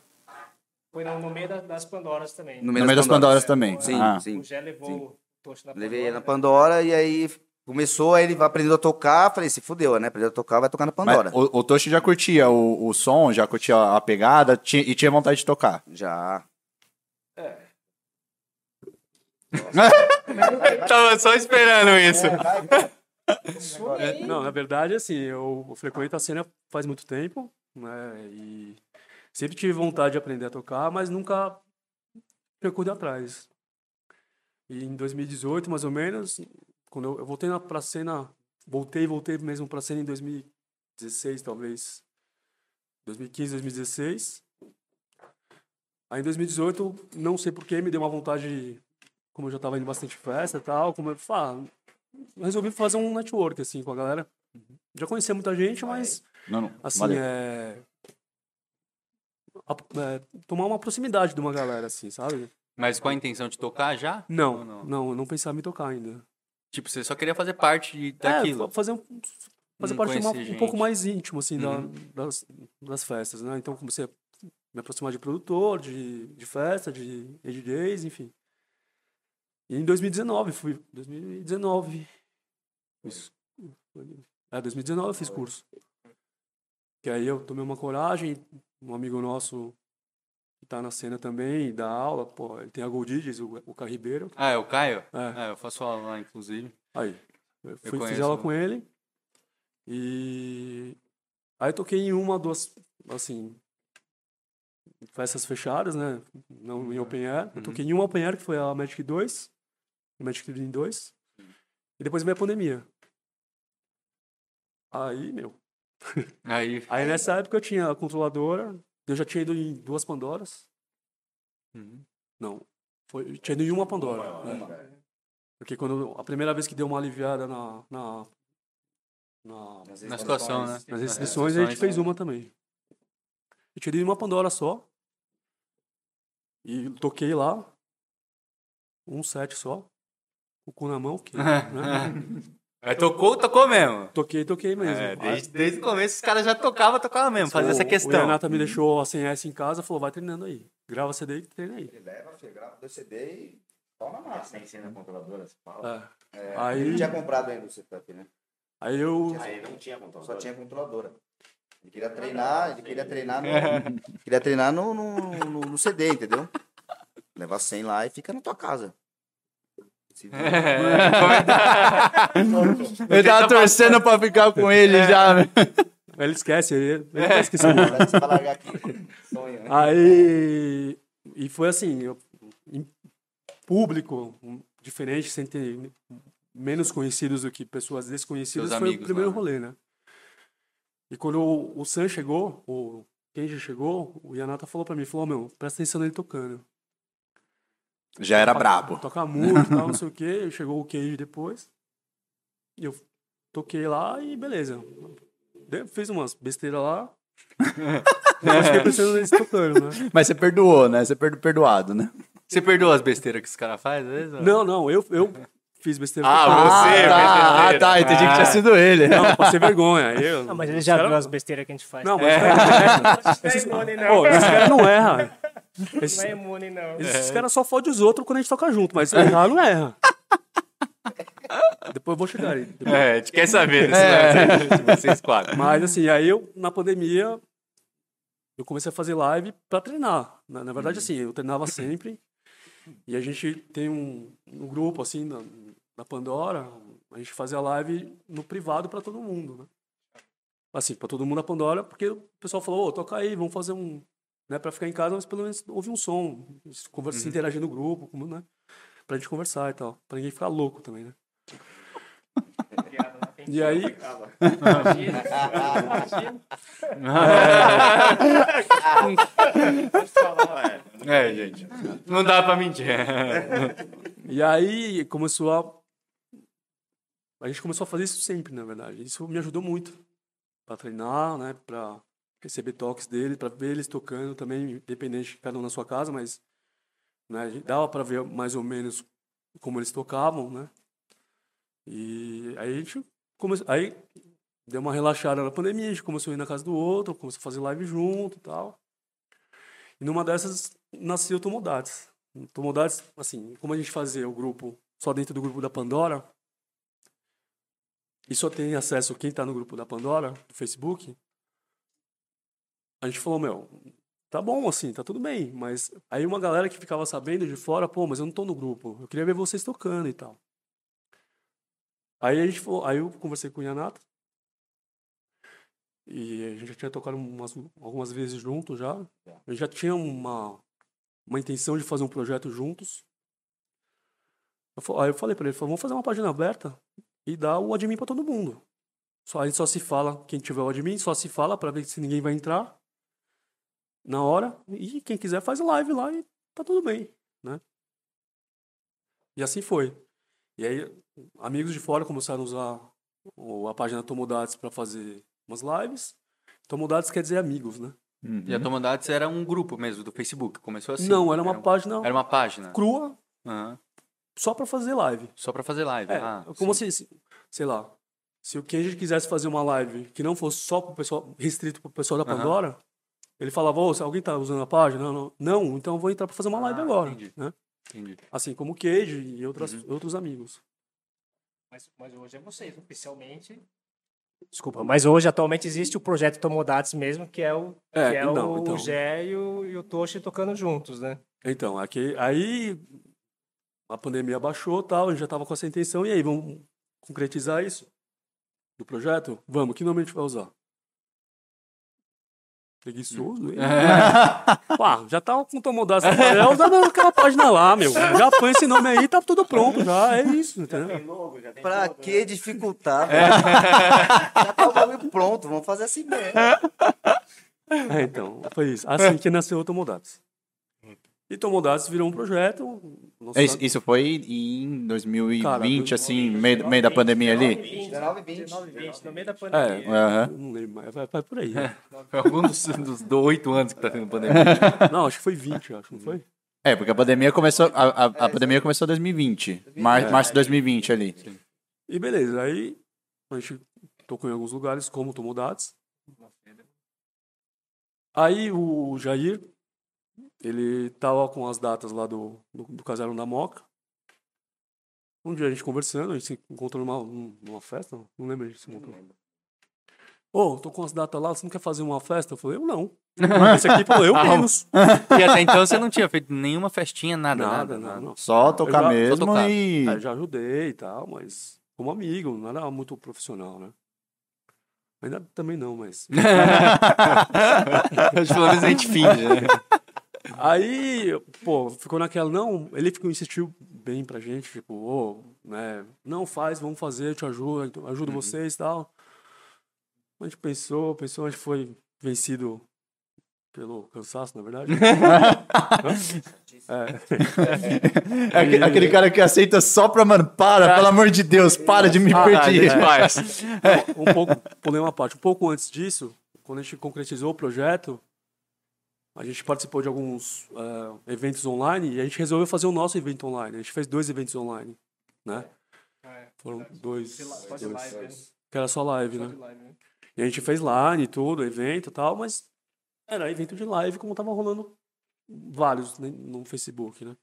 Speaker 4: Foi no, no meio da- das Pandoras também.
Speaker 1: No meio das Pandoras também.
Speaker 5: Sim,
Speaker 1: Ah.
Speaker 5: sim.
Speaker 4: O Gé levou
Speaker 5: sim.
Speaker 4: o Tocho na Pandora.
Speaker 5: Levei ele na Pandora e aí começou, aí ele aprendeu a tocar, falei, se fudeu, né? Aprendeu a tocar, vai tocar na
Speaker 1: Mas
Speaker 5: Pandora.
Speaker 1: o, o Toshi já curtia o, o som, já curtia a pegada ti- e tinha vontade de tocar.
Speaker 5: Já.
Speaker 2: Tava só esperando isso.
Speaker 3: Não, na verdade, assim, eu eu frequento a cena faz muito tempo, né? E sempre tive vontade de aprender a tocar, mas nunca percorri atrás. E em 2018, mais ou menos, quando eu, eu voltei na, pra cena, voltei, voltei mesmo pra cena em 2016, talvez. 2015, 2016. Aí em 2018, não sei porquê, me deu uma vontade, como eu já tava indo bastante festa e tal, como eu ah, falo, resolvi fazer um network, assim, com a galera. Já conhecia muita gente, mas,
Speaker 1: Não, não.
Speaker 3: assim,
Speaker 1: valeu.
Speaker 3: é... a- é, Tomar uma proximidade de uma galera, assim, sabe?
Speaker 2: Mas com a intenção de tocar já? não?
Speaker 3: Não, não, não, eu não pensava em me tocar ainda.
Speaker 2: Tipo, você só queria fazer parte de- daquilo.
Speaker 3: É, fa- fazer um, fazer
Speaker 2: Não
Speaker 3: parte de uma-
Speaker 2: conhecer
Speaker 3: um pouco
Speaker 2: gente.
Speaker 3: mais íntimo, assim, da-
Speaker 2: Uhum.
Speaker 3: das, das festas, né? Então comecei a me aproximar de produtor, de, de festa, de DJs, enfim. E em 2019, fui. 2019. Fiz, é, 2019 eu fiz curso. Que aí eu tomei uma coragem, um amigo nosso que tá na cena também, dá aula, pô, ele tem a Gold DJs, o, o Caio Ribeiro.
Speaker 2: Ah, é o Caio?
Speaker 3: É.
Speaker 2: Ah, eu faço aula lá, inclusive.
Speaker 3: Aí. Eu fui, fiz
Speaker 2: conheço,
Speaker 3: ela
Speaker 2: né?
Speaker 3: com ele. E. Aí eu toquei em uma, duas. Assim. Festas fechadas, né? Não em open air. Eu toquei em uma open air, que foi a Magic 2. Magic Dream 2. E depois veio a pandemia. Aí, meu.
Speaker 2: Aí,
Speaker 3: Aí nessa época eu tinha a controladora. Eu já tinha ido em duas Pandoras.
Speaker 2: Uhum.
Speaker 3: Não. Foi, eu tinha ido em uma Pandora. né? Porque quando a primeira vez que deu uma aliviada na- na na,
Speaker 2: na situação, né?
Speaker 3: nas restrições, a gente fez uma também. Eu tirei uma Pandora só. E toquei lá. Um set só. O cu na mão. Que, né?
Speaker 2: É, tocou, tocou mesmo.
Speaker 3: Toquei, toquei mesmo.
Speaker 2: É,
Speaker 3: Aí,
Speaker 2: desde, desde o começo os caras já tocavam, tocavam mesmo, fazia essa
Speaker 3: O
Speaker 2: questão.
Speaker 3: Renata me deixou a 100S em casa falou, vai treinando aí. Grava CD e treina aí.
Speaker 5: Leva, filho, grava dois CD e pau na massa.
Speaker 6: Sem cena controladora, você fala.
Speaker 2: Ah,
Speaker 3: É. Aí-
Speaker 5: Eu não tinha comprado ainda o setup, né?
Speaker 3: Aí eu...
Speaker 6: Aí não tinha
Speaker 5: Só
Speaker 6: controladora.
Speaker 5: tinha controladora. Ele queria treinar, ele queria treinar no, queria treinar no, no, no- no CD, entendeu? Leva 100 lá e fica na tua casa. Se vira.
Speaker 1: Eu tava torcendo pra ficar com ele
Speaker 2: É.
Speaker 1: já. né?
Speaker 3: Ele esquece. Ele, ele tá esquecendo.
Speaker 5: Você vai largar aqui. Sonho, né?
Speaker 3: Ah, Aí. E foi assim, eu, em público, um, diferente, sem ter menos conhecidos do que pessoas desconhecidas,
Speaker 2: Seus
Speaker 3: foi o
Speaker 2: amigos
Speaker 3: primeiro
Speaker 2: lá, né?
Speaker 3: rolê, né? E quando o, o Sam chegou, o Kenji chegou, o Yanata falou pra mim, falou, "Ô, meu, presta atenção nele tocando.
Speaker 1: Já
Speaker 2: Tá
Speaker 1: era brabo.
Speaker 3: Toca muito, tal, não sei o quê. Chegou o Kenji depois. E eu toquei lá e beleza. De- Fiz umas besteiras lá. Eu fiquei pensando neles tocando, né?
Speaker 1: Mas você perdoou, né? Você perdo, perdoado, né?
Speaker 2: Você perdoa as besteiras que os caras fazem, às vezes? ou
Speaker 3: Não, não, eu, eu fiz besteira.
Speaker 2: Ah, você,
Speaker 1: tá, ah,
Speaker 2: besteira.
Speaker 1: tá. Entendi que tinha sido ele.
Speaker 3: Não, passei vergonha. Eu...
Speaker 4: Ah, mas ele já
Speaker 3: Cara-
Speaker 4: viu as besteiras que a gente faz.
Speaker 3: Não, mas é- esse cara não erra. Pô,
Speaker 4: Não é imune, não.
Speaker 3: esse cara não erra.
Speaker 4: Não
Speaker 3: Esses,
Speaker 4: é imune, não.
Speaker 3: esses caras só fodem os outros quando a gente toca junto, mas errar não erra. Depois eu vou chegar aí. Depois- É.
Speaker 2: É, a gente quer saber desse lance aí, de vocês quatro.
Speaker 3: Mas assim, aí eu, na pandemia, eu comecei a fazer live pra treinar. Na, na
Speaker 2: Uhum.
Speaker 3: verdade, assim, eu treinava sempre. E a gente tem um, um grupo, assim, na, na Pandora, a gente fazia live no privado pra todo mundo, né? Assim, pra todo mundo na Pandora, porque o pessoal falou, ô, toca aí, vamos fazer um... Né, pra ficar em casa, mas pelo menos ouvir um som, se, conversa, se interagir no grupo, como,
Speaker 4: é-
Speaker 3: né? Pra gente conversar e tal. Pra ninguém ficar louco também, né? E aí,
Speaker 2: É, gente. Não dá pra mentir.
Speaker 3: E aí começou a. A gente começou a fazer isso sempre, na verdade. Isso me ajudou muito. Pra treinar, né? Pra receber toques deles, pra ver eles tocando também, independente de cada um na sua casa, mas. Né, a gente dava pra ver mais ou menos como eles tocavam, né? E aí a gente começou. Aí deu uma relaxada na pandemia, a gente começou a ir na casa do outro, começou a fazer live junto e tal. E numa dessas nasceu Tomodates. Tomodates, assim, como a gente fazia o grupo só dentro do grupo da Pandora, e só tem acesso quem tá no grupo da Pandora, do Facebook, a gente falou, meu, tá bom assim, tá tudo bem, mas aí uma galera que ficava sabendo de fora, pô, mas eu não tô no grupo, eu queria ver vocês tocando e tal. Aí a gente falou, aí eu conversei com o Yanato, e a gente já tinha tocado umas, algumas vezes junto já. A gente já tinha uma, uma intenção de fazer um projeto juntos. Eu fa- aí eu falei pra ele, falou, vamos fazer uma página aberta e dar o admin pra todo mundo. Só, a gente só se fala, quem tiver o admin, só se fala pra ver se ninguém vai entrar na hora. E quem quiser faz live lá e tá tudo bem, né? E assim foi. E aí, amigos de fora começaram a usar o- a página Tomodates pra fazer umas lives. Tomodates quer dizer amigos, né?
Speaker 2: E a Tomodates era um grupo mesmo do Facebook. Começou assim.
Speaker 3: Não, era uma
Speaker 2: um-
Speaker 3: página
Speaker 2: Era uma página.
Speaker 3: crua
Speaker 2: Aham.
Speaker 3: só pra fazer live.
Speaker 2: Só pra fazer live.
Speaker 3: É,
Speaker 2: ah,
Speaker 3: como
Speaker 2: sim.
Speaker 3: se, se- sei lá, se o Kenji quisesse fazer uma live que não fosse só pro pessoal, restrito pro pessoal da
Speaker 2: Aham.
Speaker 3: Pandora, ele falava, ô, se alguém tá usando a página? Não, não, Não, então eu vou entrar pra fazer uma live
Speaker 2: Ah,
Speaker 3: agora.
Speaker 2: entendi. Uhum.
Speaker 3: né?
Speaker 2: Entendi.
Speaker 3: Assim como o Cage e outras, outros amigos.
Speaker 4: Mas, mas hoje é vocês, oficialmente. Desculpa, mas hoje atualmente existe o projeto Tomodates mesmo, que é o,
Speaker 3: É,
Speaker 4: que é
Speaker 3: então,
Speaker 4: o,
Speaker 3: então.
Speaker 4: o Gé e o, e o Toshi tocando juntos, né?
Speaker 3: Então, aqui, aí a pandemia baixou tal, a gente já tava com essa intenção, e aí, vamos concretizar isso? Do projeto? Vamos, que nome a gente vai usar? Preguiçoso,
Speaker 1: É.
Speaker 3: hein? Pá, já tava com tomodaço no papel, já dá aquela página lá, meu. Já põe esse nome aí, tá tudo pronto já, é isso, entendeu?
Speaker 5: Pra que dificultar, velho? Já tá o bagulho pronto, vamos fazer assim mesmo.
Speaker 3: É, então, foi isso. Assim que nasceu o Tomodates. E Tomodates virou um projeto. nosso-
Speaker 1: É, Isso, isso foi em 2020,
Speaker 3: Cara, dois-
Speaker 1: assim, meio, meio da pandemia ali?
Speaker 5: 19 20.
Speaker 4: 20, né? no meio da
Speaker 3: É,
Speaker 4: pandemia.
Speaker 1: Aham.
Speaker 3: eu não lembro, mas vai, vai por aí. né?
Speaker 2: Foi algum dos, dos do- oito anos que tá tendo pandemia.
Speaker 3: Não, acho que foi 20, acho, não foi?
Speaker 1: É, porque a pandemia começou. A, a, a pandemia começou em 2020. Mar, março de 2020 ali.
Speaker 3: E beleza, aí a gente tocou em alguns lugares, como Tomodates. Aí o Jair, ele tava com as datas lá do, do, do casarão da Moca. Um dia a gente conversando, a gente se encontrou numa, num- numa festa, não lembro a gente se encontrou. Ô, tô com as datas lá, você não quer fazer uma festa? Eu falei, eu não. Esse aqui falou, eu menos.
Speaker 2: E até então você não tinha feito nenhuma festinha, nada, nada.
Speaker 3: Nada, não, não.
Speaker 1: Só tocar
Speaker 3: já- só
Speaker 1: mesmo
Speaker 2: tocar.
Speaker 1: e.
Speaker 3: Aí já ajudei e tal, mas como amigo, não era muito profissional, né? Ainda também não, mas.
Speaker 2: Pelo menos a gente finge, né?
Speaker 3: Aí, pô, ficou naquela, não, ele ficou, insistiu bem pra gente, tipo, ô, né, não faz, vamos fazer, eu te ajudo, então, ajudo vocês e tal. A gente pensou, pensou, a gente foi vencido pelo cansaço, na verdade.
Speaker 1: É aque- aquele cara que aceita só pra, mano, para, pelo amor de Deus, para de me perder.
Speaker 2: faz.
Speaker 3: um pouco, pulei uma parte. Um pouco antes disso, quando a gente concretizou o projeto, a gente participou de alguns eh, eventos online e a gente resolveu fazer o nosso evento online. A gente fez dois eventos online, né? Foram dois,
Speaker 4: Pode
Speaker 3: dois.
Speaker 4: live, né?
Speaker 3: Que era só live, né?
Speaker 4: Pode live, né?
Speaker 3: E a gente fez line e tudo, evento e tal, mas era evento de live, como tava rolando vários né, no Facebook, né?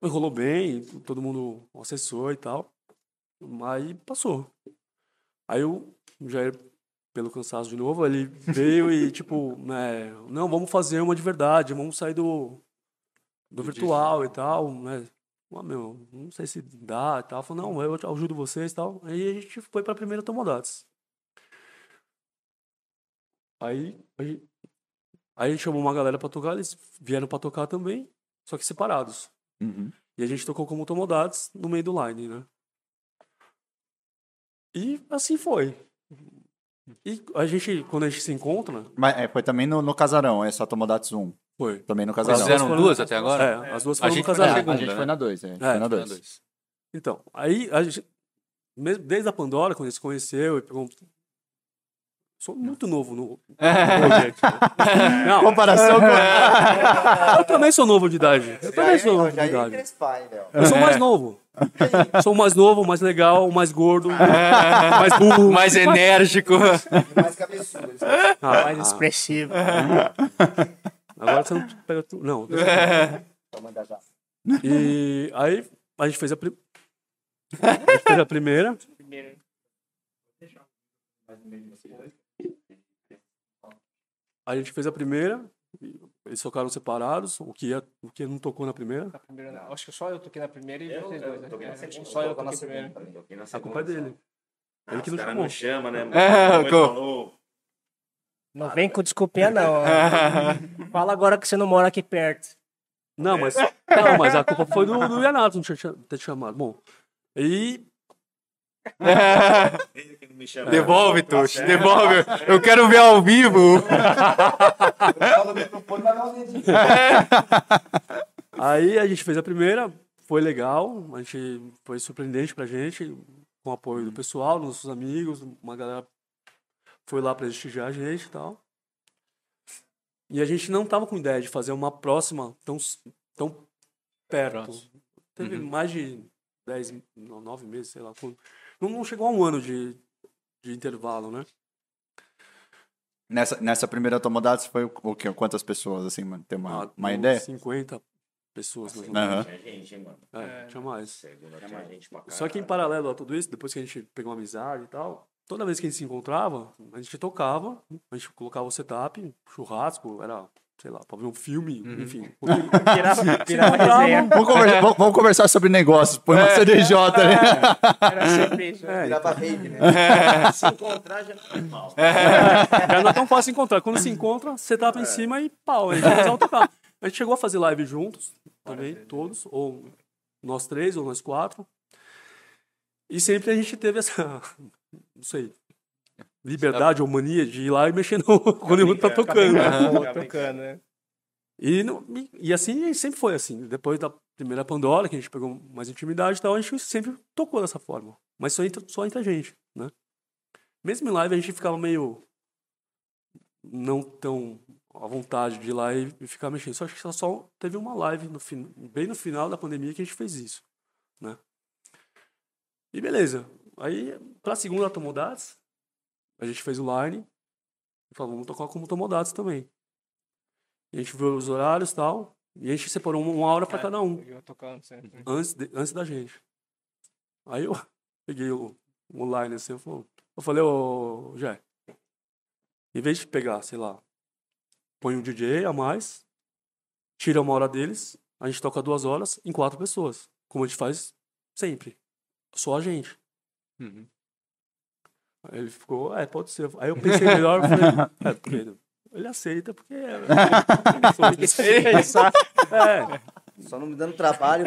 Speaker 3: Mas rolou bem, todo mundo acessou e tal. Aí passou. Aí o Jair, pelo cansaço de novo, ele veio e tipo, né, não, vamos fazer uma de verdade, vamos sair do, do virtual e tal, né? Ah, meu, não sei se dá e tal. Falou, não, eu te- ajudo vocês e tal. Aí a gente foi pra primeira Tomodates. Aí a gente, aí a gente chamou uma galera pra tocar, eles vieram pra tocar também, só que separados.
Speaker 2: Uhum.
Speaker 3: E a gente tocou como Tomodates no meio do line, né? E assim foi. E a gente, quando a gente se encontra,
Speaker 1: Mas é, foi também no, no Casarão, é essa Tomodates 1.
Speaker 3: foi.
Speaker 1: Também no
Speaker 2: Vocês
Speaker 1: Casarão.
Speaker 3: Mas é-
Speaker 2: fizeram duas até agora?
Speaker 3: É, as duas
Speaker 2: A
Speaker 3: foram
Speaker 2: gente
Speaker 3: no
Speaker 2: foi na
Speaker 1: É,
Speaker 3: casamento.
Speaker 1: a
Speaker 2: segunda,
Speaker 1: gente
Speaker 2: né?
Speaker 1: foi na 2, é. a gente
Speaker 3: É,
Speaker 1: foi na
Speaker 2: Foi na
Speaker 1: 2.
Speaker 2: dois.
Speaker 3: Então, aí a gente, mesmo desde a Pandora, quando a gente se conheceu, e pegou. um, Sou muito novo no no projeto. Não,
Speaker 1: Comparação com...
Speaker 3: eu também sou novo de idade. Eu também sou novo de idade.
Speaker 5: crespar, hein, velho.
Speaker 3: Eu sou mais novo. Sou mais novo, mais legal, mais gordo, mais burro.
Speaker 2: Mais enérgico.
Speaker 5: E mais cabeçudo. eles-
Speaker 3: Ah,
Speaker 4: Mais expressivo.
Speaker 3: agora você não pega tudo. Não.
Speaker 5: Pra mandar já.
Speaker 3: E aí a gente fez a, pri... a gente fez a primeira. A gente fez a primeira. e Eles tocaram separados, o que, ia- o que não tocou na primeira.
Speaker 4: Na primeira, não. Acho que só eu toquei na primeira e vocês dois, né?
Speaker 6: toquei na
Speaker 4: É,
Speaker 6: segunda,
Speaker 4: Só eu
Speaker 5: Toca na
Speaker 4: toquei primeiro.
Speaker 5: segunda também.
Speaker 6: Toquei na
Speaker 3: A culpa é
Speaker 6: segunda só.
Speaker 3: dele.
Speaker 6: Ah,
Speaker 3: Ele que
Speaker 6: os
Speaker 3: não
Speaker 6: cara
Speaker 3: chamou.
Speaker 6: não chama, né?
Speaker 2: É,
Speaker 6: Mas
Speaker 2: co-
Speaker 6: falou,
Speaker 4: Não vem com desculpinha, não. ó. Fala agora que você não mora aqui perto.
Speaker 3: Não, mas, não, mas a culpa foi do, do Renato não tinha cha- ter te chamado. Bom, e
Speaker 6: ele que não me
Speaker 3: É.
Speaker 6: chama.
Speaker 2: Devolve, Tosh, devolve. Eu quero ver ao vivo.
Speaker 5: Fala do microfone, vai dar um dedinho.
Speaker 3: Aí a gente fez a primeira, foi legal, a gente foi surpreendente pra gente, com o apoio
Speaker 1: Uhum.
Speaker 3: do pessoal, dos nossos amigos, uma galera foi lá prestigiar a gente e tal. E a gente não tava com ideia de fazer uma próxima tão, s- tão perto.
Speaker 2: Próximo.
Speaker 3: Teve
Speaker 1: Uhum.
Speaker 3: mais de 10, não, 9 meses, sei lá. quanto. Não, não chegou a um ano de, de intervalo, né?
Speaker 1: Nessa, nessa primeira Tomodates foi o- o quê? Quantas pessoas, assim, mano? Tem uma,
Speaker 3: Ah,
Speaker 1: uma
Speaker 3: uns
Speaker 1: ideia? Assim, né?
Speaker 3: 50 pessoas, mais ou menos.
Speaker 1: Aham.
Speaker 6: Tinha gente, hein, mano.
Speaker 3: É, tinha mais.
Speaker 6: Segunda tinha gente pra caralho.
Speaker 3: Só que em paralelo a tudo isso, depois que a gente pegou amizade e tal, toda vez que a gente se encontrava, a gente tocava, a gente colocava o setup, churrasco, era, sei lá, pra ver um filme, enfim.
Speaker 4: Pirava, pirava
Speaker 3: Não,
Speaker 4: resenha.
Speaker 1: Vamos conversar, vamos- vamos conversar sobre negócios. Põe
Speaker 2: É.
Speaker 1: uma CDJ ali.
Speaker 4: Era sempre isso.
Speaker 3: É,
Speaker 5: Virar pra rave, né? Se encontrar, já não é mal.
Speaker 3: já não é tão fácil encontrar. Quando se encontra, setup em cima e pau, a gente começava a tocar. A gente chegou a fazer live juntos, também, todos, ou nós três, ou nós quatro. E sempre a gente teve essa, não sei, liberdade ou mania de ir lá e mexer no... quando o outro tá tocando.
Speaker 4: Boa, tocando, né?
Speaker 3: E, não- e, e assim e sempre foi assim. Depois da primeira Pandora, que a gente pegou mais intimidade e tal, a gente sempre tocou dessa forma. Mas só entre, só entre a gente, né? Mesmo em live, a gente ficava meio. não tão à vontade de ir lá e, e ficar mexendo. Só acho que só, só teve uma live no fin- bem no final da pandemia que a gente fez isso, né? E beleza. Aí, pra segunda Tomodates, a gente fez o line e falou, vamos tocar como Tomodates também. E a gente viu os horários e tal. E a gente separou uma, uma hora pra cada um,
Speaker 4: Eu tocando sempre.
Speaker 3: antes, de- antes da gente. Aí eu peguei o, o line assim, eu falei, eu falei, ô Jé, em vez de pegar, sei lá, põe um DJ a mais, tira uma hora deles, a gente toca duas horas em quatro pessoas, como a gente faz sempre. Só a gente. Aí ele ficou, é, pode ser. Aí eu pensei melhor, eu falei, é, porque ele aceita, porque é. é.
Speaker 5: Só não me dando trabalho.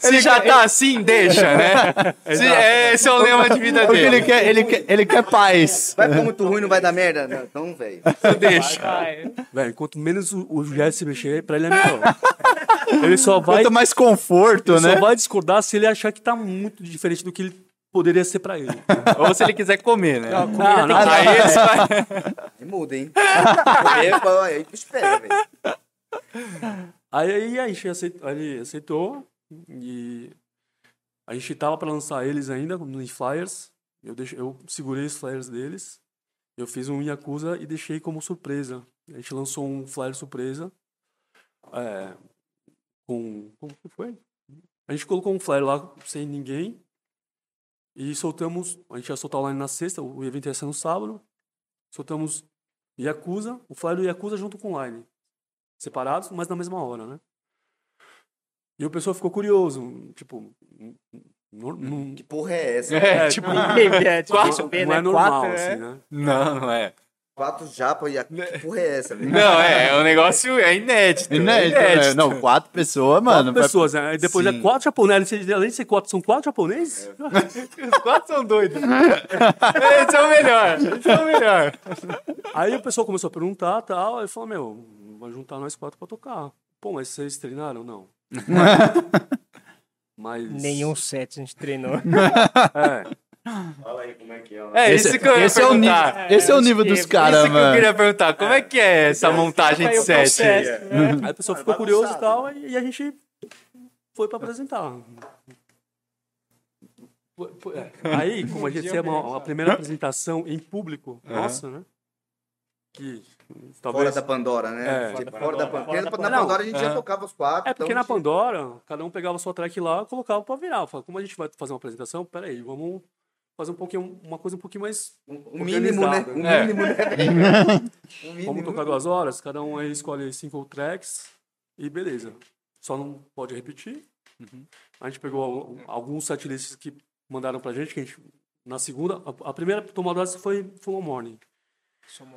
Speaker 2: Se já tá assim, deixa, né? Se- é, esse é o lema de vida
Speaker 1: Porque ele
Speaker 2: dele.
Speaker 1: quer, ele, quer, ele quer paz.
Speaker 5: Vai ficar muito ruim, não vai dar merda? Não, então, velho.
Speaker 2: Deixa.
Speaker 3: Velho, quanto menos o, o Jess se mexer, pra ele é melhor. Ele só vai,
Speaker 1: Quanto mais conforto,
Speaker 3: ele
Speaker 1: né?
Speaker 3: só vai discordar se ele achar que tá muito diferente do que ele poderia ser pra ele.
Speaker 2: Ou se ele quiser comer, né?
Speaker 3: Não, não,
Speaker 2: Aí ele vai-
Speaker 5: Aí muda, hein? Epa, Aí tu espera, velho.
Speaker 3: Aí, aí a gente aceitou, ele aceitou e a gente tava pra lançar eles ainda nos flyers. Eu, deixei, eu segurei os flyers deles. Eu fiz um Yakuza e deixei como surpresa. A gente lançou um flyer surpresa. É, com. Como que foi? A gente colocou um flyer lá sem ninguém. E soltamos. A gente ia soltar online na sexta, o evento ia ser no sábado. Soltamos Yakuza, o flyer do Yakuza junto com o online separados, mas na mesma hora, né? E o pessoal ficou curioso, tipo, n- n- nor- não,
Speaker 5: Que porra é essa?
Speaker 2: É, tipo,
Speaker 4: É, tipo,
Speaker 2: quatro-
Speaker 4: B,
Speaker 3: não
Speaker 4: né?
Speaker 3: é normal
Speaker 4: Quatro,
Speaker 3: assim,
Speaker 4: né?
Speaker 3: né?
Speaker 2: não, não é.
Speaker 5: Quatro japa e a... Que porra é essa, velho?
Speaker 2: Não, é, é um negócio é inédito.
Speaker 1: Inédito, né? Não, quatro pessoas,
Speaker 3: Quatro
Speaker 1: mano. Ah, vai-
Speaker 3: pessoas, né? Aí depois
Speaker 1: Sim.
Speaker 3: é quatro japoneses. Vocês- Além de ser quatro, são quatro japoneses?
Speaker 4: É.
Speaker 2: Os quatro são doidos. Esse é o melhor. Esse é o melhor.
Speaker 3: Aí o pessoal começou a perguntar tal. Aí falou: Meu, vai juntar nós quatro pra tocar. Pô, mas vocês treinaram? Não. mas.
Speaker 4: Nenhum set a gente treinou.
Speaker 3: É.
Speaker 6: Fala aí como é que é. lá.
Speaker 2: É
Speaker 1: Esse,
Speaker 2: isso que eu ia
Speaker 1: esse é o nível,
Speaker 2: perguntar.
Speaker 1: esse é o
Speaker 4: eu
Speaker 1: nível
Speaker 4: esqueci.
Speaker 1: dos caras,
Speaker 2: isso que eu
Speaker 1: mano.
Speaker 2: queria perguntar. Como é que é essa montagem de
Speaker 4: Aí o
Speaker 2: set? aí?
Speaker 4: processo, né?
Speaker 3: Aí o pessoal ficou curioso e tal.
Speaker 5: né?
Speaker 3: E e a gente foi pra apresentar. Foi- foi- é. Aí, como a gente tem uma, a primeira apresentação em público, nossa, né? Que
Speaker 5: Fora
Speaker 3: talvez.
Speaker 5: da Pandora, né?
Speaker 3: É.
Speaker 5: Tipo, Fora da Pandora.
Speaker 4: Fora da
Speaker 5: Porque na
Speaker 4: Pandora.
Speaker 5: Pandora a gente já tocava os quatro.
Speaker 3: É porque
Speaker 5: então
Speaker 3: na
Speaker 5: a gente-
Speaker 3: Pandora, cada um pegava a sua track lá e colocava pra virar. Falava, como a gente vai fazer uma apresentação? Peraí, vamos fazer um pouquinho, uma coisa um pouquinho mais.
Speaker 5: O mínimo, né?
Speaker 3: organizada,
Speaker 5: O
Speaker 2: É.
Speaker 5: mínimo, né? O
Speaker 3: Vamos
Speaker 5: mínimo.
Speaker 3: tocar duas horas, cada um aí escolhe cinco tracks e beleza. Só não pode repetir. A gente pegou al- alguns setlists que mandaram pra gente, que a gente, na segunda, a, a primeira Tomodates foi Full On Morning.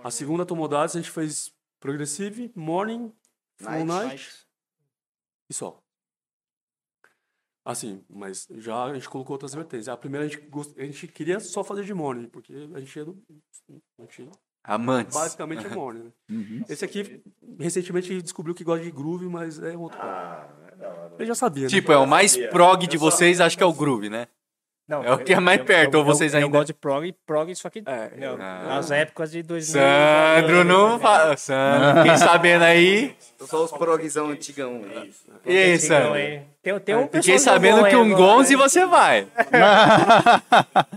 Speaker 3: A segunda Tomodates a gente fez Progressive, Morning, Full On
Speaker 5: Night.
Speaker 3: Night, e só. Assim, mas já a gente colocou outras vertentes. A primeira a gente, gost- a gente queria só fazer de Morning, porque a gente é do... A gente
Speaker 2: Amantes.
Speaker 3: basicamente é Morning, né? Esse aqui, recentemente, descobriu que gosta de groove, mas é um outro cara.
Speaker 6: Ah, é da hora.
Speaker 3: Ele já sabia, né?
Speaker 2: Tipo, é o mais
Speaker 6: Eu
Speaker 2: prog de
Speaker 6: só-
Speaker 2: vocês, acho que é o groove, né?
Speaker 4: Não,
Speaker 2: É o que é mais perto, ou vocês
Speaker 4: eu,
Speaker 2: ainda- Ah.
Speaker 4: Eu gosto de prog, prog só que
Speaker 3: É,
Speaker 4: não, nas épocas de 2000...
Speaker 2: Sandro,
Speaker 4: né?
Speaker 2: não fala. Sandro, quem sabendo aí.
Speaker 5: Só os progzão antigão. né?
Speaker 2: E aí,
Speaker 4: Não,
Speaker 2: Sandro?
Speaker 4: é. Tem, tem um
Speaker 2: Fiquei
Speaker 4: pessoal
Speaker 2: sabendo
Speaker 4: bom
Speaker 2: que
Speaker 4: aí
Speaker 2: um
Speaker 4: agora,
Speaker 2: Gonze
Speaker 4: né?
Speaker 2: você vai.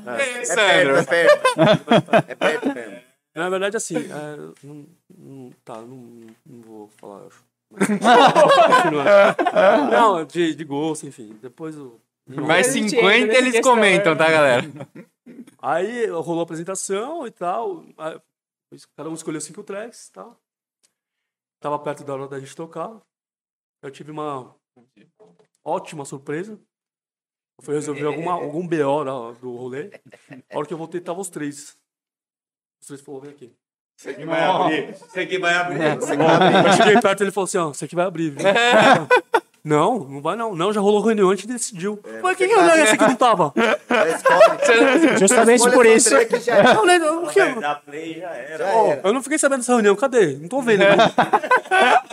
Speaker 2: E aí,
Speaker 5: É
Speaker 2: Sandro?
Speaker 5: perto. É perto mesmo.
Speaker 3: Na verdade, assim, é, não, não- tá, não, não vou falar, eu acho. Mas- não, é de, de gosto, enfim. Depois o.
Speaker 2: Mais
Speaker 4: Mas a gente
Speaker 2: 50
Speaker 4: entra nessa
Speaker 2: eles
Speaker 4: questão,
Speaker 2: comentam,
Speaker 4: né?
Speaker 2: tá, galera?
Speaker 3: Aí rolou a apresentação e tal. aí Cada um escolheu cinco tracks e tal. Tava perto da hora da gente tocar. Eu tive uma ótima surpresa. Eu fui resolver alguma, algum BO da- do rolê. A hora que eu voltei, tava os três. Os três falaram, vem aqui.
Speaker 6: Isso aqui vai abrir. Isso aqui vai
Speaker 3: É.
Speaker 6: abrir. Isso aqui-
Speaker 3: Eu cheguei perto ele falou assim, ó, isso aqui vai abrir, viu? Não, não vai não. Não, já rolou reunião, a gente decidiu. Mas quem que eu esse aqui não tava?
Speaker 5: A escola-
Speaker 4: Justamente
Speaker 5: escolha
Speaker 4: por
Speaker 5: só
Speaker 4: isso.
Speaker 5: três que já é.
Speaker 3: Não, né, não, o quê?
Speaker 6: Vai dar play já era.
Speaker 5: Já era.
Speaker 3: Eu não fiquei sabendo dessa reunião, cadê? Não tô vendo.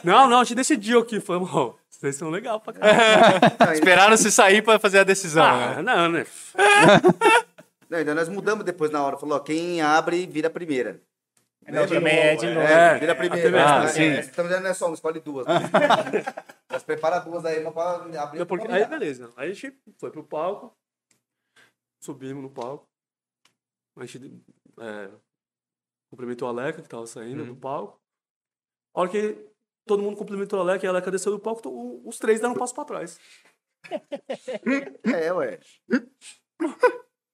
Speaker 3: Não, não, a gente decidiu aqui. Falei, ó, vocês são legal pra caralho.
Speaker 2: Esperaram se sair pra fazer a decisão, né?
Speaker 3: Ah, não, né?
Speaker 5: Não, ainda nós mudamos depois na hora. Falou, ó, quem abre, vira a primeira. Né?
Speaker 4: Não, também é de novo.
Speaker 5: É, vira a primeira.
Speaker 2: Ah,
Speaker 5: né?
Speaker 2: sim.
Speaker 5: Então já não é só uma, escolhe duas. Nós prepara duas aí, uma pra abrir.
Speaker 3: Não,
Speaker 5: outra
Speaker 3: porque-
Speaker 5: pra
Speaker 3: aí
Speaker 5: virar.
Speaker 3: beleza. Aí a gente foi pro palco, subimos no palco. A gente é, cumprimentou a Leca, que tava saindo do palco. A hora que todo mundo cumprimentou a Leca e a Leca desceu do palco, to- o- os três deram um passo pra trás.
Speaker 5: É, ué.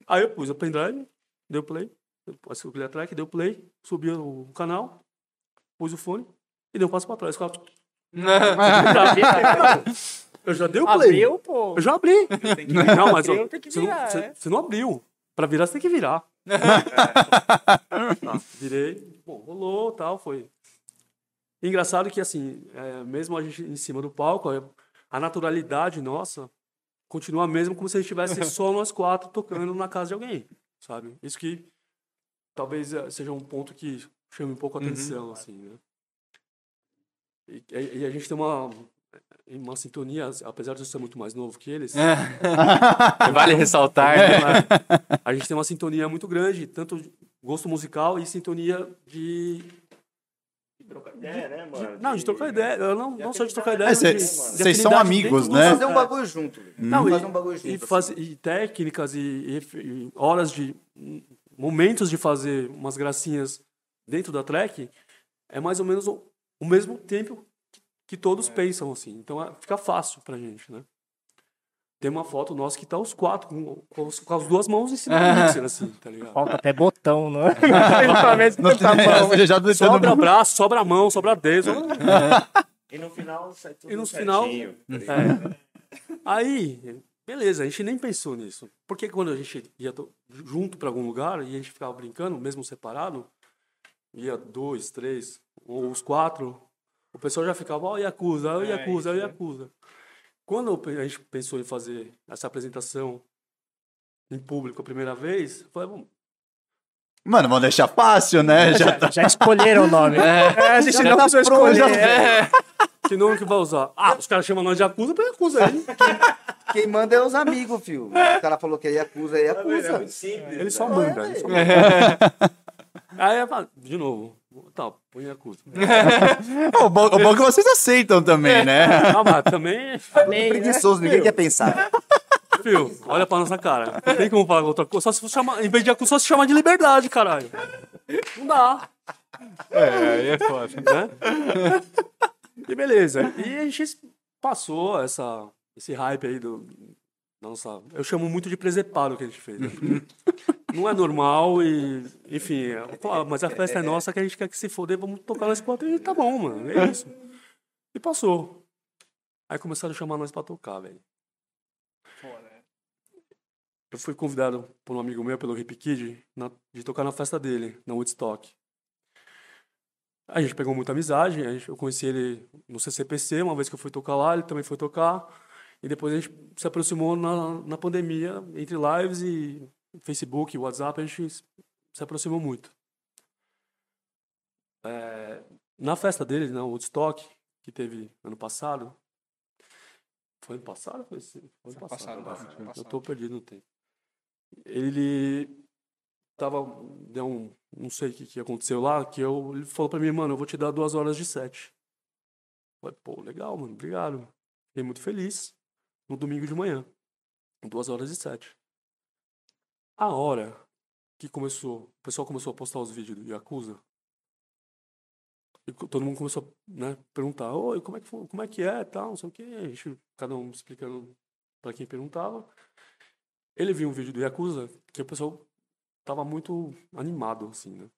Speaker 3: Aí eu pus o pendrive, deu play, eu assinei a track, deu play, subi o canal, pus o fone e deu um passo pra trás. Ficava- Eu já dei o play.
Speaker 4: Abriu, pô.
Speaker 3: Eu já abri. Não, mas
Speaker 4: Abriu,
Speaker 3: ó,
Speaker 4: tem que
Speaker 3: você,
Speaker 4: virar,
Speaker 3: não, você-
Speaker 4: é.
Speaker 3: você não abriu. Pra virar, você tem que virar. Tá, virei. Bom, rolou tal, foi. Engraçado que, assim, é, mesmo a gente em cima do palco, é, a naturalidade nossa continua mesmo como se a gente estivesse só nós quatro tocando na casa de alguém, sabe? Isso que talvez é, seja um ponto que chame um pouco a atenção, assim, né? E, e- e a gente tem uma, uma sintonia, apesar de eu ser muito mais novo que eles,
Speaker 2: Vale ressaltar,
Speaker 1: É.
Speaker 2: né?
Speaker 3: né? A gente tem uma sintonia muito grande, tanto de gosto musical e sintonia de.
Speaker 6: É, né, mano?
Speaker 3: Não, de trocar ideia. Eu não, não só de trocar ideia.
Speaker 1: É,
Speaker 3: mas
Speaker 1: cê-
Speaker 3: de-
Speaker 1: Vocês são
Speaker 3: afinidade
Speaker 1: amigos,
Speaker 3: dentro do-
Speaker 5: Vamos
Speaker 1: né?
Speaker 5: fazer um bagulho junto. velho.
Speaker 3: Não,
Speaker 5: Vamos
Speaker 3: e,
Speaker 5: fazer um bagulho
Speaker 3: e,
Speaker 5: junto.
Speaker 3: faz- e técnicas e, e f- e horas de. momentos de fazer umas gracinhas dentro da track é mais ou menos o, o mesmo tempo que todos pensam, assim. Então é- fica fácil pra gente, né? Tem uma foto nossa que tá os quatro, com, com os- com as duas mãos em cima do mixer, assim, tá ligado?
Speaker 4: Falta até botão, né? Equipamento
Speaker 1: Não
Speaker 4: não
Speaker 1: tem
Speaker 4: tá bom.
Speaker 1: essa, já tô tentando-
Speaker 3: Sobra braço, sobra mão, sobra dedo.
Speaker 5: É.
Speaker 3: sobra-
Speaker 6: E no final sai tudo
Speaker 3: E no final-
Speaker 6: certinho.
Speaker 3: É. Aí, beleza, a gente nem pensou nisso. Porque quando a gente ia to- junto pra algum lugar e a gente ficava brincando, mesmo separado, ia dois, três, ou os quatro, o pessoal já ficava, ó, Yakuza, ó,
Speaker 4: É,
Speaker 3: Yakuza, ó,
Speaker 4: isso, né?
Speaker 3: Yakuza. Quando eu pe- a gente pensou em fazer essa apresentação em público a primeira vez, eu falei, "Bom,
Speaker 1: Mano, vão deixar fácil, né? Já tá.
Speaker 4: Já escolheram o nome. É, a gente
Speaker 2: tá
Speaker 4: não precisou escolher. É.
Speaker 3: que nome que vai usar? Ah, os caras chamam nós de Yakuza, pra Yakuza aí.
Speaker 5: Quem manda é os amigos, filho. O cara falou que é Yakuza, é
Speaker 6: É
Speaker 5: Yakuza.
Speaker 6: muito simples.
Speaker 3: Ele só
Speaker 6: né?
Speaker 3: manda. ele só manda. Aí eu falo, de novo, tá, põe Yakuza.
Speaker 1: o, bom, o bom é que vocês aceitam também, né?
Speaker 3: Ah, mas também,
Speaker 5: Preguiçoso, ninguém quer pensar.
Speaker 3: filho, olha pra nossa cara. Não tem como falar outra coisa. Só se for chamar, em vez de Yakuza, só se chamar de liberdade, caralho. Não dá. né? E beleza. E a gente passou essa, esse hype aí do. da Nossa, eu chamo muito de presepado que a gente fez. né? Não é normal e. Enfim, é, pô, mas a festa é nossa que a gente quer que se foder, vamos tocar nós quatro e tá bom, mano. É isso. E passou. Aí começaram a chamar nós pra tocar, velho. Eu fui convidado por um amigo meu, pelo Hip Kid, na- de tocar na festa dele, na Woodstock. A gente pegou muita amizade, a gente- eu conheci ele no CCPC, uma vez que eu fui tocar lá, ele também foi tocar. E depois a gente se aproximou na, na pandemia, entre lives e Facebook, WhatsApp, a gente se se aproximou muito. Eh, na festa dele, na Woodstock, que teve ano passado, foi ano passado? ou Foi, esse- foi ano passado. né? Eu tô perdido no tempo. Ele tava deu um não sei o que, que aconteceu lá que eu ele falou pra mim mano eu vou te dar duas horas de set falei, pô legal mano obrigado fiquei muito feliz no domingo de manhã duas horas de set a hora que começou o pessoal começou a postar os vídeos do Yakuza e co- todo mundo começou a né, perguntar oi como é que foi, como é que é tal não sei o que a gente cada um explicando pra quem perguntava ele viu um vídeo do Yakuza que o pessoal tava muito animado, assim, né?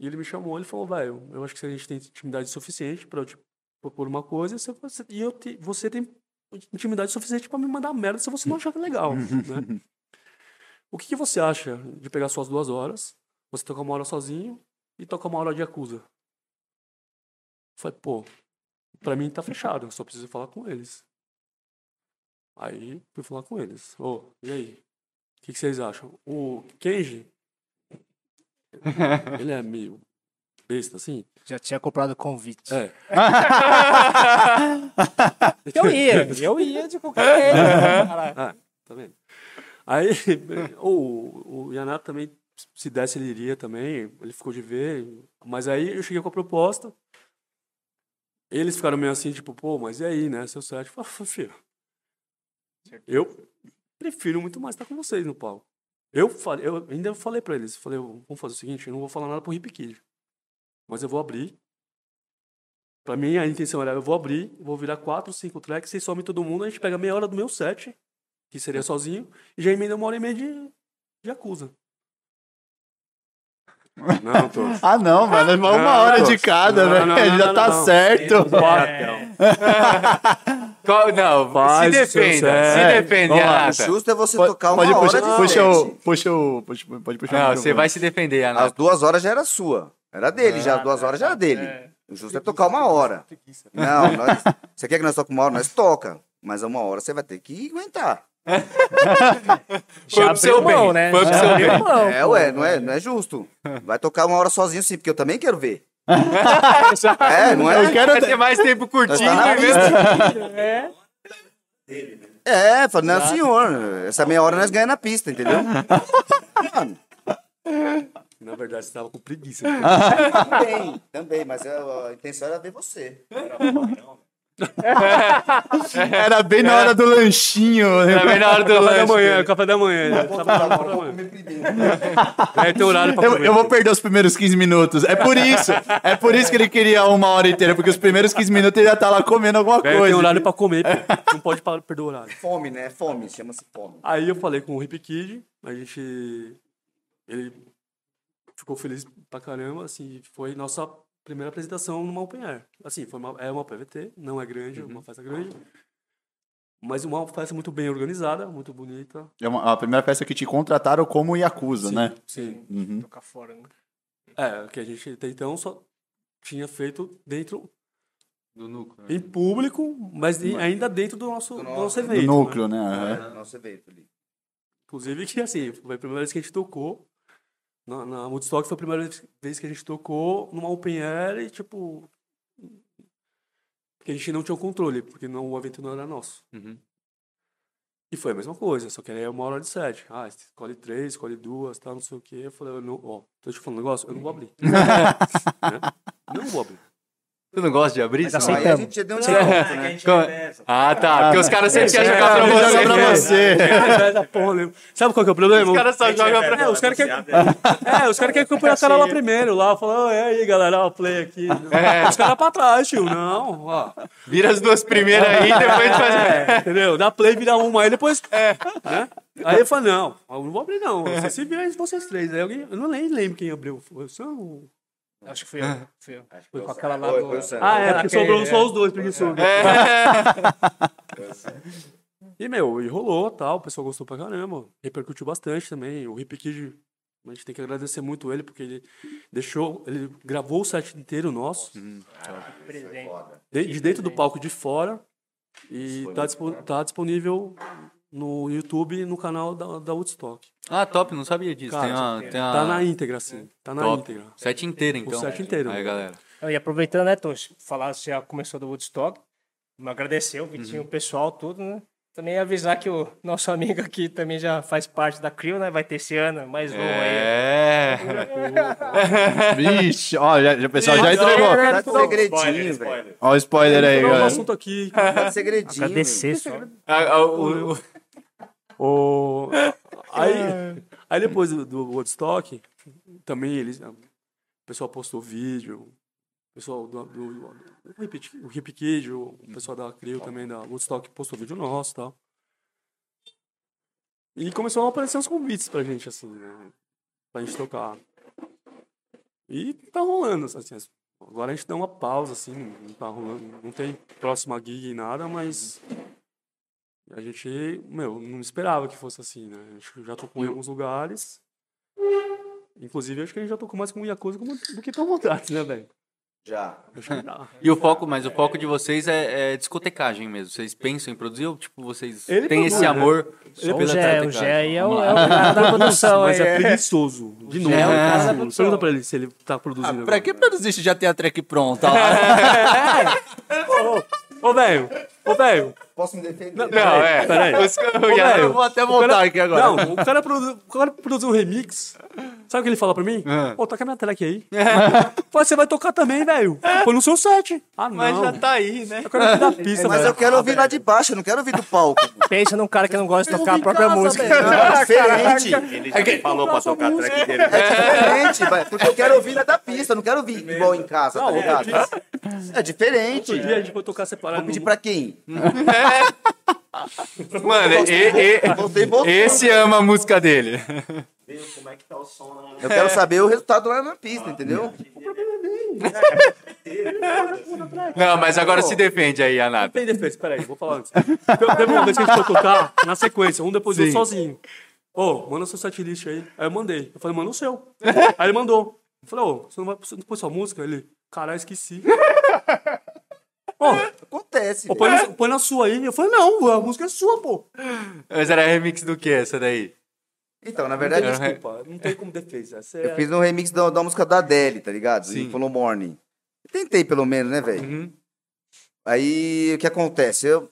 Speaker 3: E ele me chamou, ele falou, velho, eu acho que a gente tem intimidade suficiente pra eu te propor uma coisa e você- você, e eu te- você tem intimidade suficiente pra me mandar merda se você não achar é legal, né? O que, que você acha de pegar suas duas horas, você tocar uma hora sozinho e tocar uma hora de acusa? Eu falei, pô, pra mim tá fechado, eu só preciso falar com eles. Aí fui falar com eles. Ô, e aí? O que, que vocês acham? O Kenji, ele é meio besta, assim?
Speaker 4: Já tinha comprado convite.
Speaker 3: É.
Speaker 4: Eu ia, eu ia de qualquer jeito. né, Caralho.
Speaker 3: Ah, tá vendo? Aí, o, o Yanato também, se desse, ele iria também. Ele ficou de ver. Mas aí eu cheguei com a proposta. Eles ficaram meio assim, tipo, pô, mas e aí, né? Seu set? Eu falei, "Ah, filho, eu prefiro muito mais estar com vocês no palco. Eu, falei, eu ainda falei pra eles, falei, "Ó, vamos fazer o seguinte, eu não vou falar nada pro Hip Kid. Mas eu vou abrir. Pra mim, a intenção era, eu vou abrir, vou virar quatro, cinco tracks, vocês somem todo mundo, a gente pega meia hora do meu set, que seria sozinho, e já emenda uma hora e meia de, de acusa. Não, tô.
Speaker 1: Ah, não, mano. Uma
Speaker 3: Não,
Speaker 1: hora
Speaker 3: não,
Speaker 1: de cada,
Speaker 3: não,
Speaker 1: velho.
Speaker 3: não, não,
Speaker 1: Já
Speaker 3: não,
Speaker 1: tá
Speaker 3: não.
Speaker 1: certo.
Speaker 4: É.
Speaker 2: Qual- não,
Speaker 3: Faz
Speaker 2: se
Speaker 3: o seu
Speaker 2: defenda. Se
Speaker 3: set.
Speaker 2: defenda,
Speaker 1: Vamos lá,
Speaker 5: O
Speaker 2: Renata.
Speaker 5: justo é você
Speaker 1: Pode-
Speaker 5: tocar uma
Speaker 1: pode
Speaker 5: hora
Speaker 1: puxar,
Speaker 5: de
Speaker 1: puxa,
Speaker 5: frente.
Speaker 1: o, puxa o. puxa- Pode puxar o
Speaker 2: Não,
Speaker 1: microfone.
Speaker 2: Ah, você vai se defender,
Speaker 5: As
Speaker 2: Renata.
Speaker 5: duas horas já era sua. Era dele, já. Duas horas já era dele. O justo é tocar uma hora. Não, nós- você quer que nós toque uma hora? Nós toca. Mas uma hora você vai ter que aguentar.
Speaker 2: Foi
Speaker 4: Já
Speaker 2: pro seu
Speaker 4: abriu mão,
Speaker 2: Tá bem.
Speaker 4: né?
Speaker 2: Foi pro
Speaker 4: Já
Speaker 2: seu
Speaker 4: abriu
Speaker 2: bem.
Speaker 4: mão.
Speaker 5: é, ué, não é, não é justo. Vai tocar uma hora sozinho sim, porque eu também quero ver. é, não é?
Speaker 1: Eu quero.
Speaker 2: Vai ter mais tempo curtindo.
Speaker 5: Tá na
Speaker 2: né?
Speaker 5: pista.
Speaker 4: É.
Speaker 5: né? É, falando, não, senhor, essa meia hora nós ganhamos na pista, entendeu?
Speaker 3: Na verdade, você tava com preguiça.
Speaker 5: Também, também, mas a, a intenção era ver você.
Speaker 1: Era bem na hora do lanchinho. né?
Speaker 2: Também na hora do
Speaker 3: Café da
Speaker 2: lanche.
Speaker 3: manhã, café da manhã. né? Café da manhã. É, tem horário pra
Speaker 1: Eu,
Speaker 3: comer.
Speaker 1: eu vou perder os primeiros 15 minutos. É por isso. É por isso que ele queria uma hora inteira, porque os primeiros 15 minutos ele já tá lá comendo alguma
Speaker 2: um
Speaker 3: É, tem
Speaker 1: coisa.
Speaker 3: horário pra comer, pô. Não pode pa- perder o horário.
Speaker 5: Fome, né? Fome, chama-se fome.
Speaker 3: Aí eu falei com o Hip Kid, a gente. Ele ficou feliz pra caramba, assim, foi nossa primeira apresentação numa Open Air. Assim, foi uma, é uma PVT, não é grande, é
Speaker 1: Uhum.
Speaker 3: uma festa grande. Mas uma festa muito bem organizada, muito bonita.
Speaker 1: É uma- a primeira peça que te contrataram como Yakuza, né?
Speaker 3: Sim.
Speaker 4: Tocar fora, né?
Speaker 3: É, o que a gente até então só tinha feito dentro,
Speaker 2: Do núcleo.
Speaker 3: em público, mas e ainda dentro do nosso, do
Speaker 5: Do
Speaker 3: nosso
Speaker 5: nosso- do
Speaker 1: Do
Speaker 3: evento. né?
Speaker 1: núcleo, né? Aham.
Speaker 5: Nosso evento ali.
Speaker 3: Inclusive que, assim, foi a primeira vez que a gente tocou. Na, na Woodstock foi a primeira vez- vez que a gente tocou numa open air e, tipo... Que a gente não tinha o controle, porque não, o evento não era nosso.
Speaker 2: Uhum.
Speaker 3: E foi a mesma coisa, só que aí é uma hora de sete. Ah, você escolhe três, escolhe duas, tal, não sei o quê. Eu falei, eu não, ó, tô te falando um negócio, eu não vou abrir. Né? Não vou abrir.
Speaker 2: Tu não gosta de abrir?
Speaker 4: Mas
Speaker 2: isso?
Speaker 4: aceita-
Speaker 1: assim,
Speaker 5: Aí
Speaker 1: é.
Speaker 5: a gente já deu um
Speaker 4: É.
Speaker 5: desconto, né?
Speaker 2: Como-
Speaker 6: é
Speaker 2: Ah, tá. Porque os caras sempre querem jogar pra
Speaker 1: é,
Speaker 2: você.
Speaker 1: joga pra você.
Speaker 3: Essa porra nenhuma. Sabe qual que é o problema?
Speaker 2: Os caras só jogam pra
Speaker 3: É, os caras querem é, os caras querem acompanhar o cara lá primeiro, lá. Falar, "Ô, e aí, galera, ó, play aqui. Os caras pra trás, tio. Não, ó.
Speaker 2: Vira as duas primeiras aí e depois faz.
Speaker 3: É, entendeu? Dá play, vira uma aí, depois. né? Aí eu falo, não, eu não vou abrir, não. Vocês se virem vocês três. Aí alguém, eu não nem lembro quem abriu. Foi um. o Sam ou-
Speaker 4: Acho que fui eu. Fui eu.
Speaker 5: Foi
Speaker 4: com aquela lá
Speaker 5: Foi,
Speaker 4: do-
Speaker 5: foi o Sandro.
Speaker 3: Ah, é, porque
Speaker 4: aquele,
Speaker 3: sobrou
Speaker 4: é.
Speaker 3: só os dois preguiçosos. E, meu, e rolou, tal, o pessoal gostou pra caramba, repercutiu bastante também, o Hip Kid, a gente tem que agradecer muito ele, porque ele deixou, ele gravou o set inteiro nosso,
Speaker 4: Presente.
Speaker 3: de, de dentro do palco e de fora, e tá, dispo- tá disponível no YouTube, no canal da, da Woodstock.
Speaker 2: Ah, top, não sabia disso.
Speaker 3: Cara,
Speaker 2: tem uma, tem uma...
Speaker 3: Tá na íntegra, assim, tá na
Speaker 2: Ah. top.
Speaker 3: íntegra.
Speaker 2: Sete inteira, então.
Speaker 3: set inteiro.
Speaker 2: Aí, galera.
Speaker 4: E aproveitando, né, Tosh, falar se já começou do Woodstock, me agradecer o
Speaker 2: Uhum.
Speaker 4: Vitinho, o pessoal, tudo, né? Também avisar que o nosso amigo aqui também já faz parte da Crew, né? Vai ter esse ano, mais um aí.
Speaker 2: É.
Speaker 1: Vixe, ó, já, já, o pessoal já
Speaker 2: Ixi,
Speaker 1: entregou.
Speaker 4: um
Speaker 5: Tá
Speaker 3: um
Speaker 5: de
Speaker 6: Spoiler,
Speaker 5: segredinho, velho.
Speaker 6: spoiler.
Speaker 1: Ó, o spoiler aí,
Speaker 3: Então, o
Speaker 1: galera.
Speaker 3: assunto aqui,
Speaker 5: Tá de segredinho.
Speaker 4: Agradecer só.
Speaker 2: Ah, ah, o- o-
Speaker 3: O... Aí, aí depois do, do Woodstock, também eles. O pessoal postou vídeo. O pessoal do, do, do, o Hip- o Hip Kid, o pessoal da Crio também, da Woodstock, postou vídeo nosso e tal. E começou a aparecer uns convites pra gente, assim, né? Pra gente tocar. E tá rolando, assim. as- Agora a gente dá uma pausa, assim, não tá rolando. Não tem próxima gig e nada, mas. A gente, meu, não esperava que fosse assim, né? Acho que já tocou em alguns lugares. Inclusive, acho que a gente já tocou mais com Yakuza como- do que pelo vontade, né, velho?
Speaker 5: Já.
Speaker 3: Acho que dá.
Speaker 2: E o foco, mas o foco de vocês é, é discotecagem mesmo. Vocês pensam em produzir ou, tipo, vocês
Speaker 3: Ele
Speaker 2: têm esse
Speaker 3: produz, né?
Speaker 2: amor
Speaker 4: Só o
Speaker 2: pela
Speaker 4: Gé, o
Speaker 2: discotecagem?
Speaker 4: Gé aí é o, é o cara da produção.
Speaker 3: Mas
Speaker 4: aí,
Speaker 3: é
Speaker 4: é.
Speaker 3: preguiçoso. De novo.
Speaker 4: É, o
Speaker 3: cara,
Speaker 4: cara da
Speaker 3: Pergunta
Speaker 4: produção.
Speaker 3: pra ele se ele tá produzindo.
Speaker 1: Pra
Speaker 3: agora.
Speaker 1: que produzir se já tem a track pronta? Ó,
Speaker 3: Ô, velho! Ô, velho!
Speaker 5: Posso me defender?
Speaker 2: Não, é.
Speaker 3: Peraí.
Speaker 2: Os caras-
Speaker 3: Ô,
Speaker 2: galera,
Speaker 3: velho,
Speaker 1: eu vou até voltar aqui agora.
Speaker 3: Não, o cara, produ... o cara produziu um remix. Sabe o que ele fala pra mim? Pô, toca minha track aí. Pô, você vai tocar também, velho. Foi no seu set. Ah, não.
Speaker 2: Mas já tá aí, né?
Speaker 3: Eu quero da pista,
Speaker 5: Mas
Speaker 3: velho.
Speaker 5: eu quero ouvir lá de baixo, eu não quero ouvir do palco.
Speaker 4: Pensa num cara que não gosta de tocar a
Speaker 3: ouvi em
Speaker 4: própria
Speaker 3: casa,
Speaker 4: música.
Speaker 3: velho.
Speaker 5: É diferente.
Speaker 6: Ele
Speaker 4: É
Speaker 6: já me falou pra tocar a track dele.
Speaker 5: É diferente, vai. Porque eu quero ouvir lá da pista, eu não quero ouvir igual em casa, tá
Speaker 3: Não, outro
Speaker 5: ligado?
Speaker 3: dia,
Speaker 5: É diferente.
Speaker 3: outro dia a gente vai tocar separado.
Speaker 5: Vou pedir
Speaker 3: no-
Speaker 5: pra quem?
Speaker 2: Mano, e- e-
Speaker 5: Você voltou.
Speaker 2: esse ama a música dele.
Speaker 6: Viu Como é que tá o som lá?
Speaker 5: Eu
Speaker 3: É.
Speaker 5: quero saber o resultado lá na pista, entendeu?
Speaker 2: Não, mas agora se defende aí, Anata.
Speaker 3: Tem defesa, peraí, vou falar antes. Te- Teve uma vez que a gente foi tocar, na sequência, um depois do outro sozinho. Ô, manda seu setlist aí. Aí eu mandei. Eu falei, manda o seu. Aí ele mandou. Eu falei, ô, você não vai você não pôs sua música? Ele, caralho, esqueci. Ô,
Speaker 5: Acontece.
Speaker 3: ô, põe, na- põe na sua aí. Eu falei, não, a música é sua, pô.
Speaker 2: Mas era remix do que essa daí?
Speaker 5: Então, na verdade,
Speaker 2: Não tem-
Speaker 3: Desculpa, não tem como defesa. Essa
Speaker 5: eu
Speaker 3: é...
Speaker 5: fiz um remix da, da música da Adele, tá ligado? Sim. Falou Morning. Tentei, pelo menos, né, velho?
Speaker 2: Uhum.
Speaker 5: Aí, o que acontece? Eu...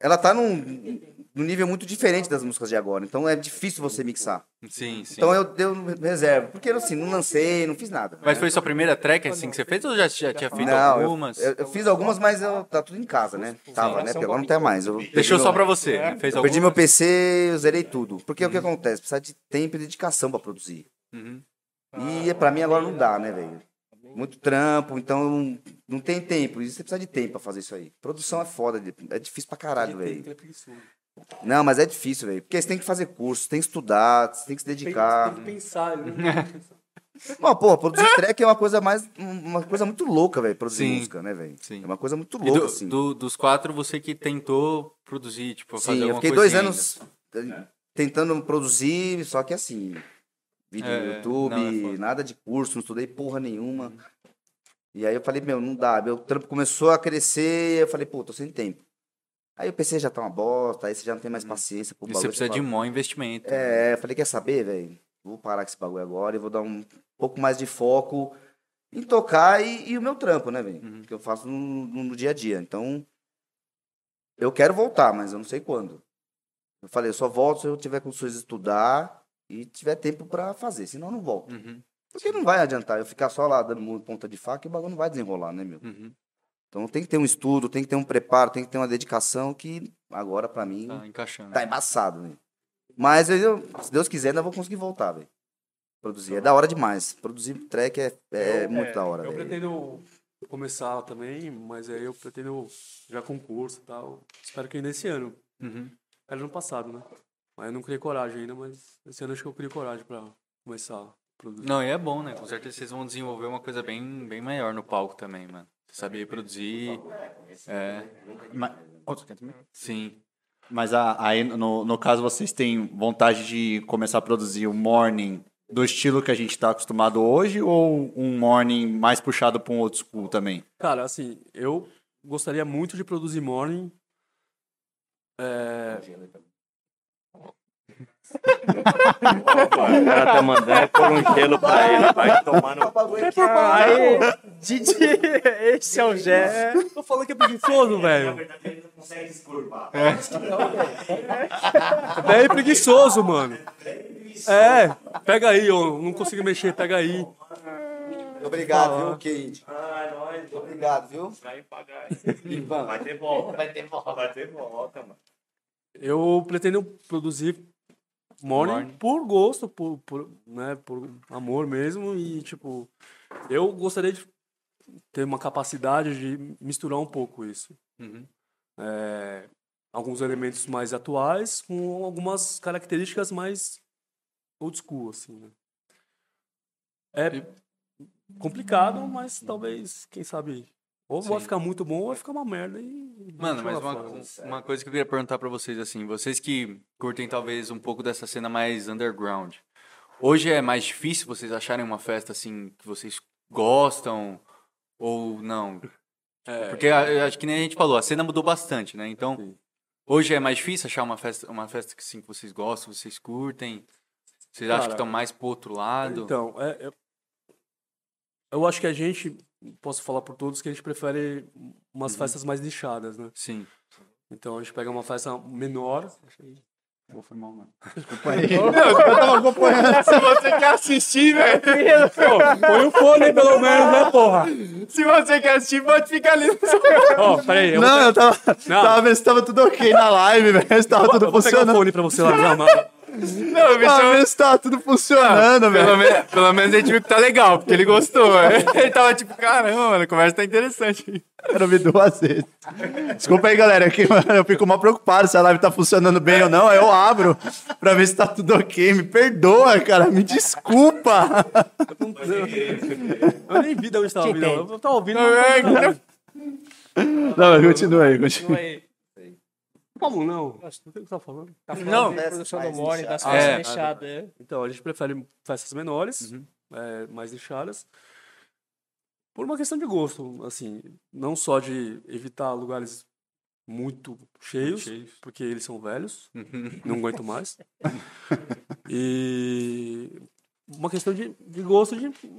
Speaker 5: Ela tá num, num nível muito diferente das músicas de agora, então é difícil você mixar.
Speaker 2: Sim, sim.
Speaker 5: Então eu dei um reserva. Porque assim, não lancei, não fiz nada.
Speaker 2: Mas foi sua primeira track assim que você fez ou já, já tinha feito
Speaker 5: não, eu-
Speaker 2: algumas?
Speaker 5: Eu, eu fiz algumas, mas eu, tá tudo em casa, né? Tava, né? Porque agora não tem mais. Eu
Speaker 2: Deixou
Speaker 5: perdi
Speaker 2: só
Speaker 5: meu-
Speaker 2: pra você, né? Fez
Speaker 5: Eu perdi
Speaker 2: algumas?
Speaker 5: meu PC, eu zerei tudo. Porque o que acontece? Precisa de tempo e dedicação pra produzir.
Speaker 2: Uhum.
Speaker 5: E é, pra mim agora não dá, né, velho? Muito trampo, então não tem tempo. E você precisa de tempo pra fazer isso aí. Produção é foda, é difícil pra caralho, velho.
Speaker 3: Ele é preguiçoso.
Speaker 5: Não, mas é difícil, velho. Porque você tem que fazer curso, tem que estudar, você tem que se
Speaker 3: Tem,
Speaker 5: dedicar.
Speaker 3: tem que pensar. né? ele não tem que pensar.
Speaker 5: Não, pô, produzir track é uma coisa mais. Uma coisa muito louca, velho, produzir
Speaker 2: Sim.
Speaker 5: música, né, velho?
Speaker 2: Sim.
Speaker 5: É uma coisa muito
Speaker 2: E
Speaker 5: louca,
Speaker 2: do,
Speaker 5: assim.
Speaker 2: do- dos quatro, você que tentou produzir, tipo, fazer
Speaker 5: Sim, eu
Speaker 2: alguma
Speaker 5: fiquei dois
Speaker 2: coisinha
Speaker 5: anos eh, tentando produzir, só que assim. vídeo
Speaker 2: É,
Speaker 5: no
Speaker 2: é.
Speaker 5: YouTube,
Speaker 2: Não, é foda.
Speaker 5: nada de curso, não estudei porra nenhuma. E aí eu falei, meu, não dá. Meu trampo começou a crescer, eu falei, pô, tô sem tempo. Aí o PC já tá uma bosta, aí você já não tem mais paciência pro
Speaker 2: Uhum. E
Speaker 5: bagulho,
Speaker 2: você precisa de
Speaker 5: fala,
Speaker 2: um bom investimento.
Speaker 5: É, eu falei, quer saber, velho? Vou parar com esse bagulho agora e vou dar um pouco mais de foco em tocar e, e o meu trampo, né, velho? Que eu faço no, no- no dia a dia. Então, eu quero voltar, mas eu não sei quando. Eu falei, eu só volto se eu tiver condições de estudar e tiver tempo pra fazer, senão eu não volto.
Speaker 2: Uhum,
Speaker 5: Porque não vai adiantar eu ficar só lá dando ponta de faca e o bagulho não vai desenrolar, né, meu?
Speaker 2: uhum.
Speaker 5: Então tem que ter um estudo, tem que ter um preparo, tem que ter uma dedicação que agora, pra mim,
Speaker 2: Tá encaixando.
Speaker 5: Tá embaçado, né? Mas eu- eu, se Deus quiser, ainda vou conseguir voltar, velho. Produzir. É da hora demais. Produzir track é, é
Speaker 3: Eu-
Speaker 5: muito da hora,
Speaker 3: Eu
Speaker 5: velho.
Speaker 3: pretendo começar também, mas aí eu pretendo já concurso e tal. Espero que ainda esse ano.
Speaker 2: Uhum.
Speaker 3: Era no passado, né? Mas eu não criei coragem ainda, mas esse ano acho que eu criei coragem pra começar a produzir.
Speaker 2: Não, e é bom, né? Com certeza vocês vão desenvolver uma coisa bem, bem maior no palco também, mano. Saber produzir. É,
Speaker 1: Mas,
Speaker 2: sim.
Speaker 1: mas a- aí, no, no caso, vocês têm vontade de começar a produzir o morning do estilo que a gente tá acostumado hoje ou um morning mais puxado pra um old school também?
Speaker 3: Cara, assim, eu gostaria muito de produzir morning. É...
Speaker 6: O cara tá mandando por um gelo pra ele,
Speaker 4: Tá
Speaker 6: vai tomar no cu.
Speaker 4: Aí, Didi, esse é o Gé.
Speaker 3: Tô falando que é preguiçoso, velho. Velho É preguiçoso, mano. É, pega aí, ó. Não consigo mexer, pega aí.
Speaker 5: Obrigado, viu, Kate? Obrigado, viu?
Speaker 4: É.
Speaker 6: Vai ter volta. Vai ter volta. Vai ter volta, mano.
Speaker 3: Eu pretendo produzir morning,
Speaker 2: Morning.
Speaker 3: por gosto, por, por, né, por amor mesmo. E, tipo, eu gostaria de ter uma capacidade de misturar um pouco isso.
Speaker 2: Uhum.
Speaker 3: É, alguns elementos mais atuais com algumas características mais old school, assim, né? É complicado, mas talvez, quem sabe, ou vai
Speaker 2: Sim.
Speaker 3: ficar muito bom ou vai ficar uma merda e...
Speaker 2: Mano, mas
Speaker 3: joga
Speaker 2: uma,
Speaker 3: fora. né.
Speaker 2: uma coisa que eu queria perguntar pra vocês, assim, vocês que curtem talvez um pouco dessa cena mais underground, hoje é mais difícil vocês acharem uma festa, assim, que vocês gostam ou não?
Speaker 1: É.
Speaker 2: Porque a- eu acho que nem a gente falou, a cena mudou bastante, né? Então,
Speaker 3: Sim.
Speaker 2: hoje é mais difícil achar uma festa, uma festa que, assim, que vocês gostam, vocês curtem, vocês acham que
Speaker 3: Cara,
Speaker 2: estão mais pro outro lado?
Speaker 3: Então, é, eu, eu acho que a gente, posso falar por todos, que a gente prefere umas festas mais lixadas, né?
Speaker 2: Sim.
Speaker 3: Então a gente pega uma festa menor.
Speaker 1: um
Speaker 3: Pô, põe o fone pelo menos, né, porra?
Speaker 1: Se você quer assistir, pode ficar ali.
Speaker 3: Ó, peraí, eu
Speaker 1: Não, eu tava,
Speaker 3: É Não.
Speaker 1: tava vendo se tava tudo ok na live, velho. Se tava tudo
Speaker 3: vou pegar o
Speaker 1: funcionando.
Speaker 3: fone então. pra você lá. Não, mas-
Speaker 1: Não, eu tava vendo se tava tudo funcionando, velho.
Speaker 2: menos, pelo menos a gente viu que tá legal, porque ele gostou. Ele tava tipo, caramba, mano, a conversa tá interessante.
Speaker 1: Quero ver duas vezes. Desculpa aí, galera. Que, mano, eu fico mal preocupado se a live tá funcionando bem ou não. Aí Eu abro pra ver se tá tudo ok. Me perdoa, cara. Me desculpa.
Speaker 3: eu nem vi de onde tava
Speaker 4: Te
Speaker 3: ouvindo.
Speaker 4: entendo.
Speaker 3: Eu tava ouvindo. mas Não, tava ouvindo.
Speaker 1: Não, mas continua aí, continua.
Speaker 3: Como não?
Speaker 4: Nossa,
Speaker 3: O que você tá falando?
Speaker 4: Tá falando
Speaker 2: Não.
Speaker 4: de produção do
Speaker 5: Mais
Speaker 4: Morning, das
Speaker 2: inchado. É.
Speaker 4: festas fechadas. é.
Speaker 3: Então, a gente prefere festas menores,
Speaker 2: Uhum.
Speaker 3: é, mais lixadas, por uma questão de gosto, assim, não só de evitar lugares muito cheios, porque eles são velhos,
Speaker 2: Uhum.
Speaker 3: não aguento mais. e uma questão de, de gosto de, de,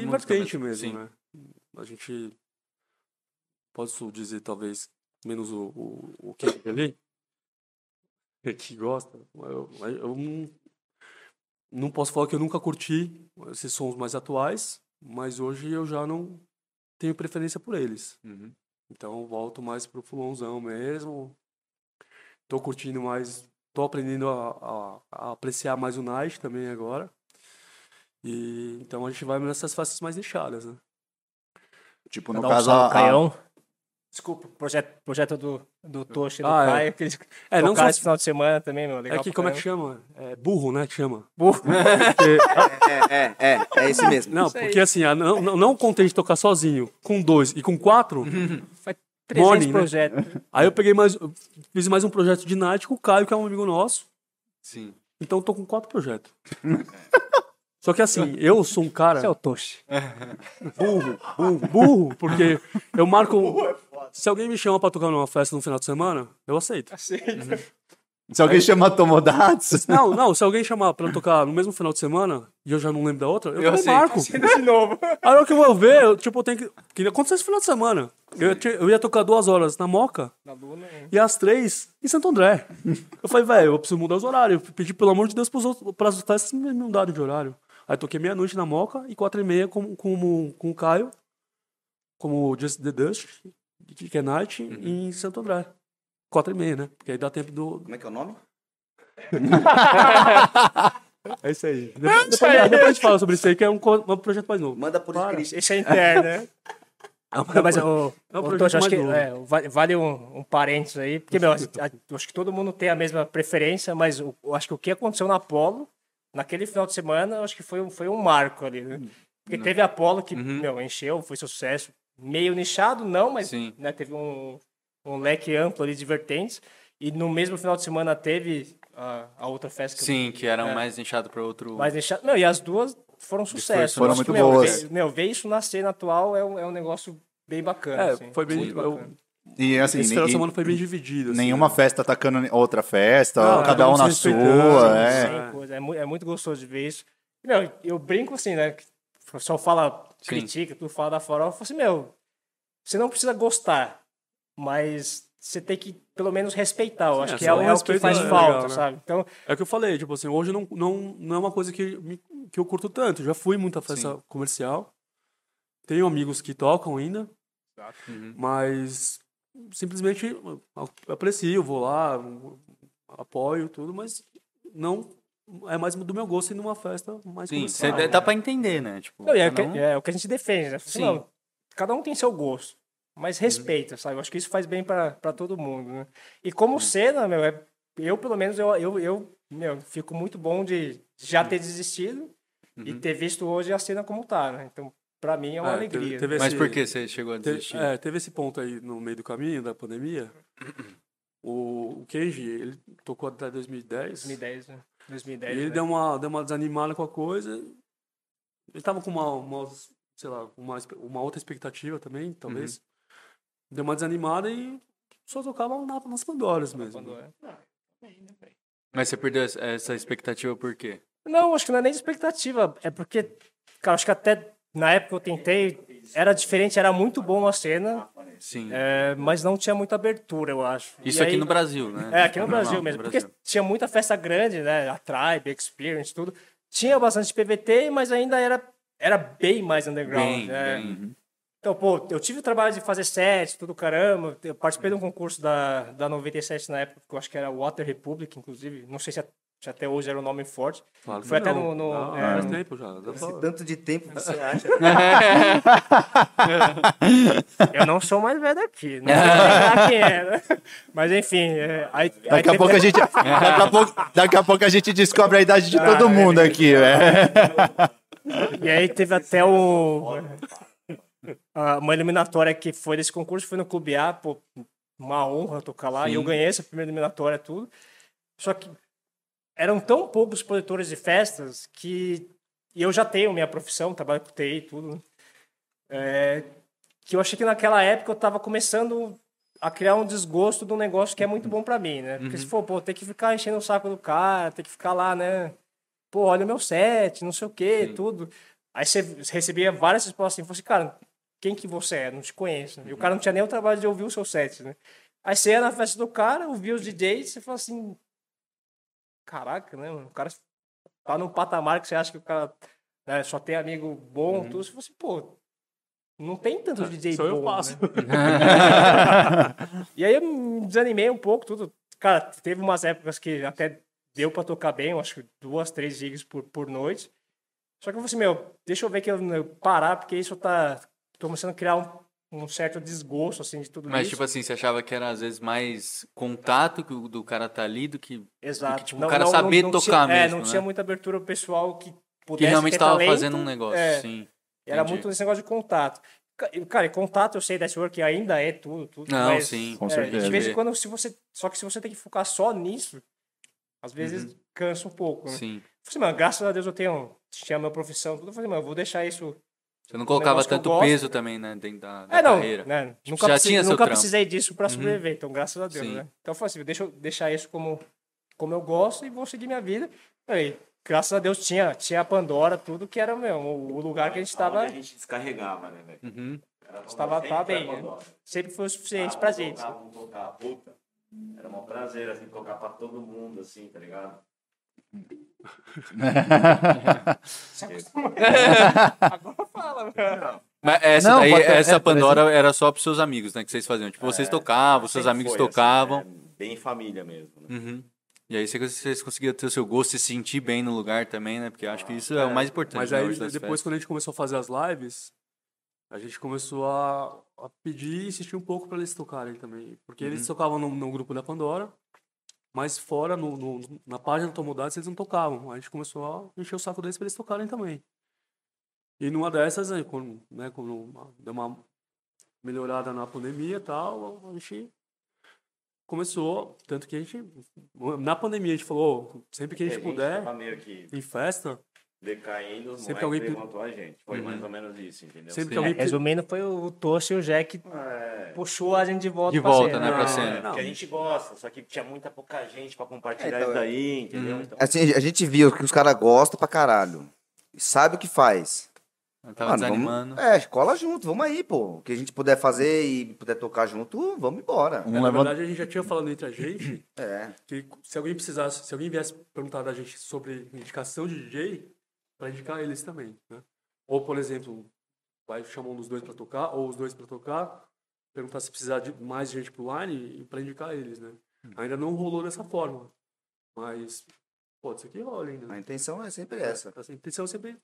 Speaker 2: De música
Speaker 3: vertente
Speaker 2: mesmo, sim.
Speaker 3: mesmo, né? A gente posso dizer talvez menos o o, o que ali que gosta. Eu, eu não- não posso falar que eu nunca curti esses sons mais atuais, mas hoje eu já não tenho preferência por eles.
Speaker 2: Uhum.
Speaker 3: Então eu volto mais pro fulãozão mesmo. Tô curtindo mais, tô aprendendo a, a- a apreciar mais o Night também agora. E então a gente vai nessas faces mais deixadas, né?
Speaker 1: Tipo,
Speaker 4: Pra
Speaker 1: no
Speaker 4: dar um
Speaker 1: caso,
Speaker 4: salve,
Speaker 1: a- a,
Speaker 4: Caião. Desculpa, projeto, projeto do, do Tocha e do
Speaker 3: Ah, é.
Speaker 4: Caio, que eles
Speaker 3: É, não
Speaker 4: tocaram
Speaker 3: só
Speaker 4: esse final de semana também, meu. Legal
Speaker 3: é que
Speaker 4: pra
Speaker 3: como é que
Speaker 4: caramba.
Speaker 3: chama? É burro, né, que chama?
Speaker 5: É, é, é. É esse mesmo.
Speaker 3: Não, porque assim, a- não, não, não contente tocar sozinho, com dois e com quatro,
Speaker 4: Uhum. Faz
Speaker 3: Morning,
Speaker 4: 300
Speaker 3: né?
Speaker 4: projetos.
Speaker 3: aí eu peguei mais, eu fiz mais um projeto de night com o Caio, que é um amigo nosso.
Speaker 2: Sim.
Speaker 3: Então eu tô com quatro projetos. Só que assim, eu sou um cara.
Speaker 4: Esse é o Toshi.
Speaker 3: burro, burro, burro, porque eu marco. um, Se alguém me chama pra tocar numa festa no final de semana, eu aceito.
Speaker 1: Se alguém chama Tomodatsu,
Speaker 3: Não, não, se alguém chamar pra eu tocar no mesmo final de semana e eu já não lembro da outra, eu,
Speaker 2: Eu
Speaker 3: também
Speaker 2: aceito.
Speaker 3: marco.
Speaker 4: De novo.
Speaker 3: A hora que eu vou ver, eu, tipo, eu tenho que. Que aconteceu esse final de semana. Eu, tinha- eu ia tocar duas horas na é. Moca e às três em Santo André. Eu falei, velho, eu preciso mudar os horários. Eu Pedi, pelo amor de Deus, pros outros, pras festas me mudarem de horário. Aí toquei meia-noite na Moca e quatro e meia com, com, com o Caio, como Just the Dust, que é Night, em Santo André. Quatro e meia, né? Porque aí dá tempo do.
Speaker 5: Como é que é o nome?
Speaker 3: É isso aí. Depois, depois- depois a gente fala sobre isso aí, que é um, co- um projeto mais novo.
Speaker 5: Manda por
Speaker 3: Para.
Speaker 5: escrito.
Speaker 4: Esse é interno, né? Não, mas o,
Speaker 3: É um
Speaker 4: o
Speaker 3: projeto
Speaker 4: Tocha, acho
Speaker 3: mais
Speaker 4: que
Speaker 3: novo.
Speaker 4: é, va- vale um, um parênteses aí, porque, meu, a- a- acho que todo mundo tem a mesma preferência, mas o- eu acho que o que aconteceu na Apollo, naquele final de semana, eu acho que foi, um- foi um marco ali, né?
Speaker 2: Hum,
Speaker 4: Porque teve a Apollo que,
Speaker 2: Uhum.
Speaker 4: meu, encheu, foi sucesso, meio nichado, não, mas
Speaker 2: Sim.
Speaker 4: né, teve um, um leque amplo ali de vertentes, e no mesmo final de semana teve a, a outra festa que eu né?
Speaker 2: Sim, que um eram mais inchado pra outro.
Speaker 4: É. mas deixar. Não, e as duas foram sucesso.
Speaker 1: foram
Speaker 4: Eu acho que,
Speaker 1: muito
Speaker 4: meu,
Speaker 1: boas.
Speaker 4: Ver, meu, ver isso na cena atual é um, é um negócio bem bacana.
Speaker 3: É,
Speaker 4: assim.
Speaker 3: foi bem.
Speaker 4: Muito
Speaker 3: eu-
Speaker 4: bacana.
Speaker 1: e assim,
Speaker 3: Esse final de
Speaker 1: ninguém-
Speaker 3: semana foi bem dividido. assim,
Speaker 1: nenhuma
Speaker 3: né?
Speaker 1: festa atacando ni- outra festa,
Speaker 3: Não,
Speaker 1: cada
Speaker 3: todo
Speaker 1: um
Speaker 3: mundo
Speaker 1: na
Speaker 3: se respeitando,
Speaker 1: sua,
Speaker 3: né?
Speaker 1: é.
Speaker 3: Sim.
Speaker 4: Sem coisa, é mu- é muito gostoso de ver isso. Meu, eu brinco assim, né? que O pessoal fala,
Speaker 2: Sim.
Speaker 4: critica, tu fala da farofa. Eu falo assim, meu, você não precisa gostar, mas você tem que pelo menos respeitar. Eu acho
Speaker 3: é,
Speaker 4: que
Speaker 3: só
Speaker 4: é,
Speaker 3: o
Speaker 4: o- é o que
Speaker 3: respeito
Speaker 4: faz
Speaker 3: é legal,
Speaker 4: falta,
Speaker 3: né?
Speaker 4: sabe? Então,
Speaker 3: É o que eu falei, tipo assim, hoje não, não, não é uma coisa que, me- que eu curto tanto. Já fui em muita festa comercial. Tenho amigos que tocam ainda. Mas simplesmente eu aprecio, vou lá, apoio tudo, mas não é mais do meu gosto ir numa festa mais
Speaker 2: Sim,
Speaker 3: comercial. É,
Speaker 2: cê- dá pra entender, né? Tipo,
Speaker 4: Não, e é, o que,
Speaker 2: cada um-
Speaker 4: é o que a gente defende, né?
Speaker 2: Sim. Uhum.
Speaker 4: Não, cada um tem seu gosto, mas respeita, sabe? Eu acho que isso faz bem pra pra todo mundo, né? E como cena, meu, é- eu pelo menos, eu, eu, eu meu, fico muito bom de já
Speaker 2: Hum.
Speaker 4: ter desistido e
Speaker 2: Uhum.
Speaker 4: ter visto hoje a cena como tá, né? Então, pra mim é uma
Speaker 2: Ah,
Speaker 3: É, teve-
Speaker 4: alegria.
Speaker 3: teve
Speaker 2: Mas
Speaker 3: esse-
Speaker 2: por que você chegou a
Speaker 3: Te-
Speaker 2: desistir?
Speaker 3: é, teve esse ponto aí no meio do caminho da pandemia. O, o Kenji, ele tocou até 2010.
Speaker 4: 2010, né? 2010,
Speaker 3: E ele
Speaker 4: né?
Speaker 2: um
Speaker 3: deu uma, deu uma desanimada com a coisa. Ele tava com uma, uma sei lá, uma, espe- uma outra expectativa também,
Speaker 4: Uhum.
Speaker 3: talvez. Deu uma desanimada e só tocava na, nas Pandoras mesmo.
Speaker 4: Quando é.
Speaker 2: Mas você perdeu essa- essa expectativa por quê?
Speaker 4: Não, acho que não é nem de expectativa. É porque, cara, acho que até na época eu tentei, era diferente, era muito bom a cena,
Speaker 2: Sim.
Speaker 4: é, mas não tinha muita abertura, eu acho.
Speaker 2: Isso
Speaker 4: E
Speaker 2: aqui
Speaker 4: aí-
Speaker 2: no Brasil, né?
Speaker 4: É, aqui no
Speaker 2: Normal,
Speaker 4: Brasil mesmo. Porque assim, tinha muita festa grande, né? A Tribe, Experience, tudo. Tinha bastante PVT, mas ainda era, era bem mais underground.
Speaker 2: Bem,
Speaker 4: né?
Speaker 2: bem.
Speaker 4: Então, pô, eu tive o trabalho de fazer sets, tudo caramba. Eu participei de um concurso da, da 97 na época, que eu acho que era Water Republic, inclusive. Não sei se, a- se até hoje era um nome forte.
Speaker 3: Claro que
Speaker 4: Foi até
Speaker 3: não.
Speaker 4: no- no-
Speaker 3: Ah,
Speaker 4: é,
Speaker 3: faz
Speaker 4: no-
Speaker 3: tempo já. dá pra-
Speaker 5: Esse tanto de tempo que você acha.
Speaker 4: Eu não sou mais velho daqui, né? não sei lembrar quem era. Mas enfim, é, aí, aí
Speaker 1: Daqui a
Speaker 4: teve-
Speaker 1: pouco a gente, daqui a pouco, daqui a pouco a gente descobre a idade de todo mundo aqui, né? velho.
Speaker 4: E aí teve até o. a- uma eliminatória que foi desse concurso, foi no Clube A, pô, uma honra tocar lá. E eu ganhei essa primeira eliminatória, tudo. Só que eram tão poucos produtores de festas que. E eu já tenho minha profissão, trabalho com TI e tudo. né? É, que eu achei que naquela época eu tava começando a criar um desgosto de um negócio que é muito bom pra mim, né? Porque se for, pô, tem que ficar enchendo o saco do cara, tem que ficar lá, né? pô, olha o meu set, não sei o quê, tudo. Aí você recebia várias respostas assim, falou assim, cara, quem que você é? Não te conheço. E o cara não tinha nem o trabalho de ouvir o seu set, né? Aí você ia na festa do cara, ouvia os DJs, você falou assim, caraca, né, mano? O cara tá num patamar que você acha que o cara né, só tem amigo bom, tudo. Você falou assim, pô, não tem tanto DJ
Speaker 3: Uhum. Ah, Só
Speaker 4: bom,
Speaker 3: eu faço.
Speaker 4: né? E aí eu me desanimei um pouco, tudo. Cara, teve umas épocas que até deu pra tocar bem, eu acho que duas, três gigs por, por noite. Só que eu falei assim, meu, deixa eu ver que eu, eu parar, porque isso tá. tô começando a criar um, um certo desgosto, assim, de tudo
Speaker 2: Mas,
Speaker 4: isso.
Speaker 2: tipo assim, você achava que era às vezes mais contato que o do cara tá ali do que.
Speaker 4: Exato.
Speaker 2: que, tipo, o cara saber tocar
Speaker 4: tinha, É,
Speaker 2: mesmo,
Speaker 4: não
Speaker 2: né?
Speaker 4: tinha muita abertura pro pessoal que pudesse
Speaker 2: Que realmente
Speaker 4: ter
Speaker 2: tava
Speaker 4: talento,
Speaker 2: fazendo um negócio,
Speaker 4: é.
Speaker 2: sim.
Speaker 4: Era
Speaker 2: Entendi.
Speaker 4: muito nesse negócio de contato. Ca- e, Cara, e contato eu sei, network ainda é tudo, tudo.
Speaker 2: Não,
Speaker 4: mas,
Speaker 2: sim.
Speaker 1: Com
Speaker 4: é,
Speaker 1: certeza.
Speaker 4: De vez em quando, se você, só que se você tem que focar só nisso, às vezes cansa um pouco. Né?
Speaker 2: Uhum. Sim.
Speaker 4: Falei assim, mano, graças a Deus eu tenho tinha a minha profissão, tudo. Eu falei, mas eu vou deixar isso.
Speaker 2: Você não colocava
Speaker 4: negócio que eu
Speaker 2: tanto
Speaker 4: gosto.
Speaker 2: peso também, né? Dentro da, da
Speaker 4: é, não,
Speaker 2: carreira.
Speaker 4: né?
Speaker 2: Tipo,
Speaker 4: Nunca,
Speaker 2: já
Speaker 4: precisei,
Speaker 2: tinha seu
Speaker 4: nunca
Speaker 2: trampo. Uhum.
Speaker 4: precisei disso pra sobreviver, então graças a Deus,
Speaker 2: Sim.
Speaker 4: né? Então eu falei assim, deixa eu deixar isso como, como eu gosto e vou seguir minha vida. Aí, graças a Deus tinha, tinha a Pandora, tudo que era meu, o, o lugar É que a gente estava,
Speaker 6: A gente descarregava, né, velho?
Speaker 4: estava tava bem, né? Sempre foi o suficiente pra gente.
Speaker 6: Tocar, vamos um tocar, puta. Era um prazer, assim, tocar pra todo mundo, assim, tá ligado?
Speaker 4: Agora fala, mano.
Speaker 2: Mas essa
Speaker 1: Não,
Speaker 2: daí,
Speaker 1: pode- é,
Speaker 2: essa
Speaker 1: é,
Speaker 2: Pandora era só pros seus amigos, né? Que vocês faziam. Tipo, vocês
Speaker 4: Ah,
Speaker 2: tocavam, seus
Speaker 6: Sempre
Speaker 2: amigos
Speaker 6: foi, assim,
Speaker 2: tocavam.
Speaker 6: é, bem família mesmo. né?
Speaker 2: E aí vocês- vocês conseguiam ter o seu gosto e se sentir bem no lugar também, né? Porque eu acho que isso é, o mais importante.
Speaker 3: Mas
Speaker 2: né,
Speaker 3: aí,
Speaker 2: hoje das
Speaker 3: depois,
Speaker 2: festas.
Speaker 3: quando a gente começou a fazer as lives, a gente começou a, a pedir e insistir um pouco pra eles tocarem também. Porque
Speaker 2: Uhum.
Speaker 3: eles tocavam no, no grupo da Pandora, mas fora, no, no- na página do Tomodates, eles não tocavam. A gente começou a encher o saco deles pra eles tocarem também. E numa dessas, aí, quando, né, quando uma- deu uma melhorada na pandemia e tal, a gente começou, tanto que a gente, na pandemia a gente falou, "Ô, sempre que a gente puder,
Speaker 6: É,
Speaker 2: né?
Speaker 6: tava meio que
Speaker 3: em festa,
Speaker 6: decaindo, os
Speaker 3: Sempre
Speaker 6: moleques
Speaker 3: alguém pe-
Speaker 6: levantou a gente. Foi mais ou menos isso, entendeu?
Speaker 3: sempre
Speaker 2: É, Sim.
Speaker 3: que
Speaker 4: Então,
Speaker 3: alguém...
Speaker 4: Resumindo, foi o Tosso e o Jack
Speaker 6: É,
Speaker 4: puxou a gente de volta
Speaker 2: De
Speaker 4: pra
Speaker 2: volta,
Speaker 4: cena. É.
Speaker 2: né? Pra
Speaker 3: Não,
Speaker 2: cena.
Speaker 6: Porque a gente gosta, só que tinha muita pouca gente pra compartilhar
Speaker 5: É, então,
Speaker 6: isso daí,
Speaker 3: Uhum.
Speaker 6: entendeu? Então,
Speaker 5: Assim, a gente viu que os caras gostam pra caralho. E sabe o que faz.
Speaker 2: Eu tava
Speaker 5: Mano, vamos-
Speaker 2: desanimando.
Speaker 5: É, cola junto, vamos aí, pô. O que a gente puder fazer e puder tocar junto, vamos embora.
Speaker 1: Um
Speaker 3: É, na
Speaker 1: levanta-
Speaker 3: verdade, a gente já tinha falado entre a gente
Speaker 5: É.
Speaker 3: que se alguém precisasse, se alguém viesse perguntar da gente sobre indicação de DJ, para indicar eles também, né? Ou, por exemplo, vai chamar um dos dois para tocar, ou os dois para tocar, perguntar se precisar de mais gente pro line e para indicar eles, né? Ainda não rolou dessa forma, mas pode ser que role ainda.
Speaker 5: A intenção é sempre essa.
Speaker 3: A intenção é sempre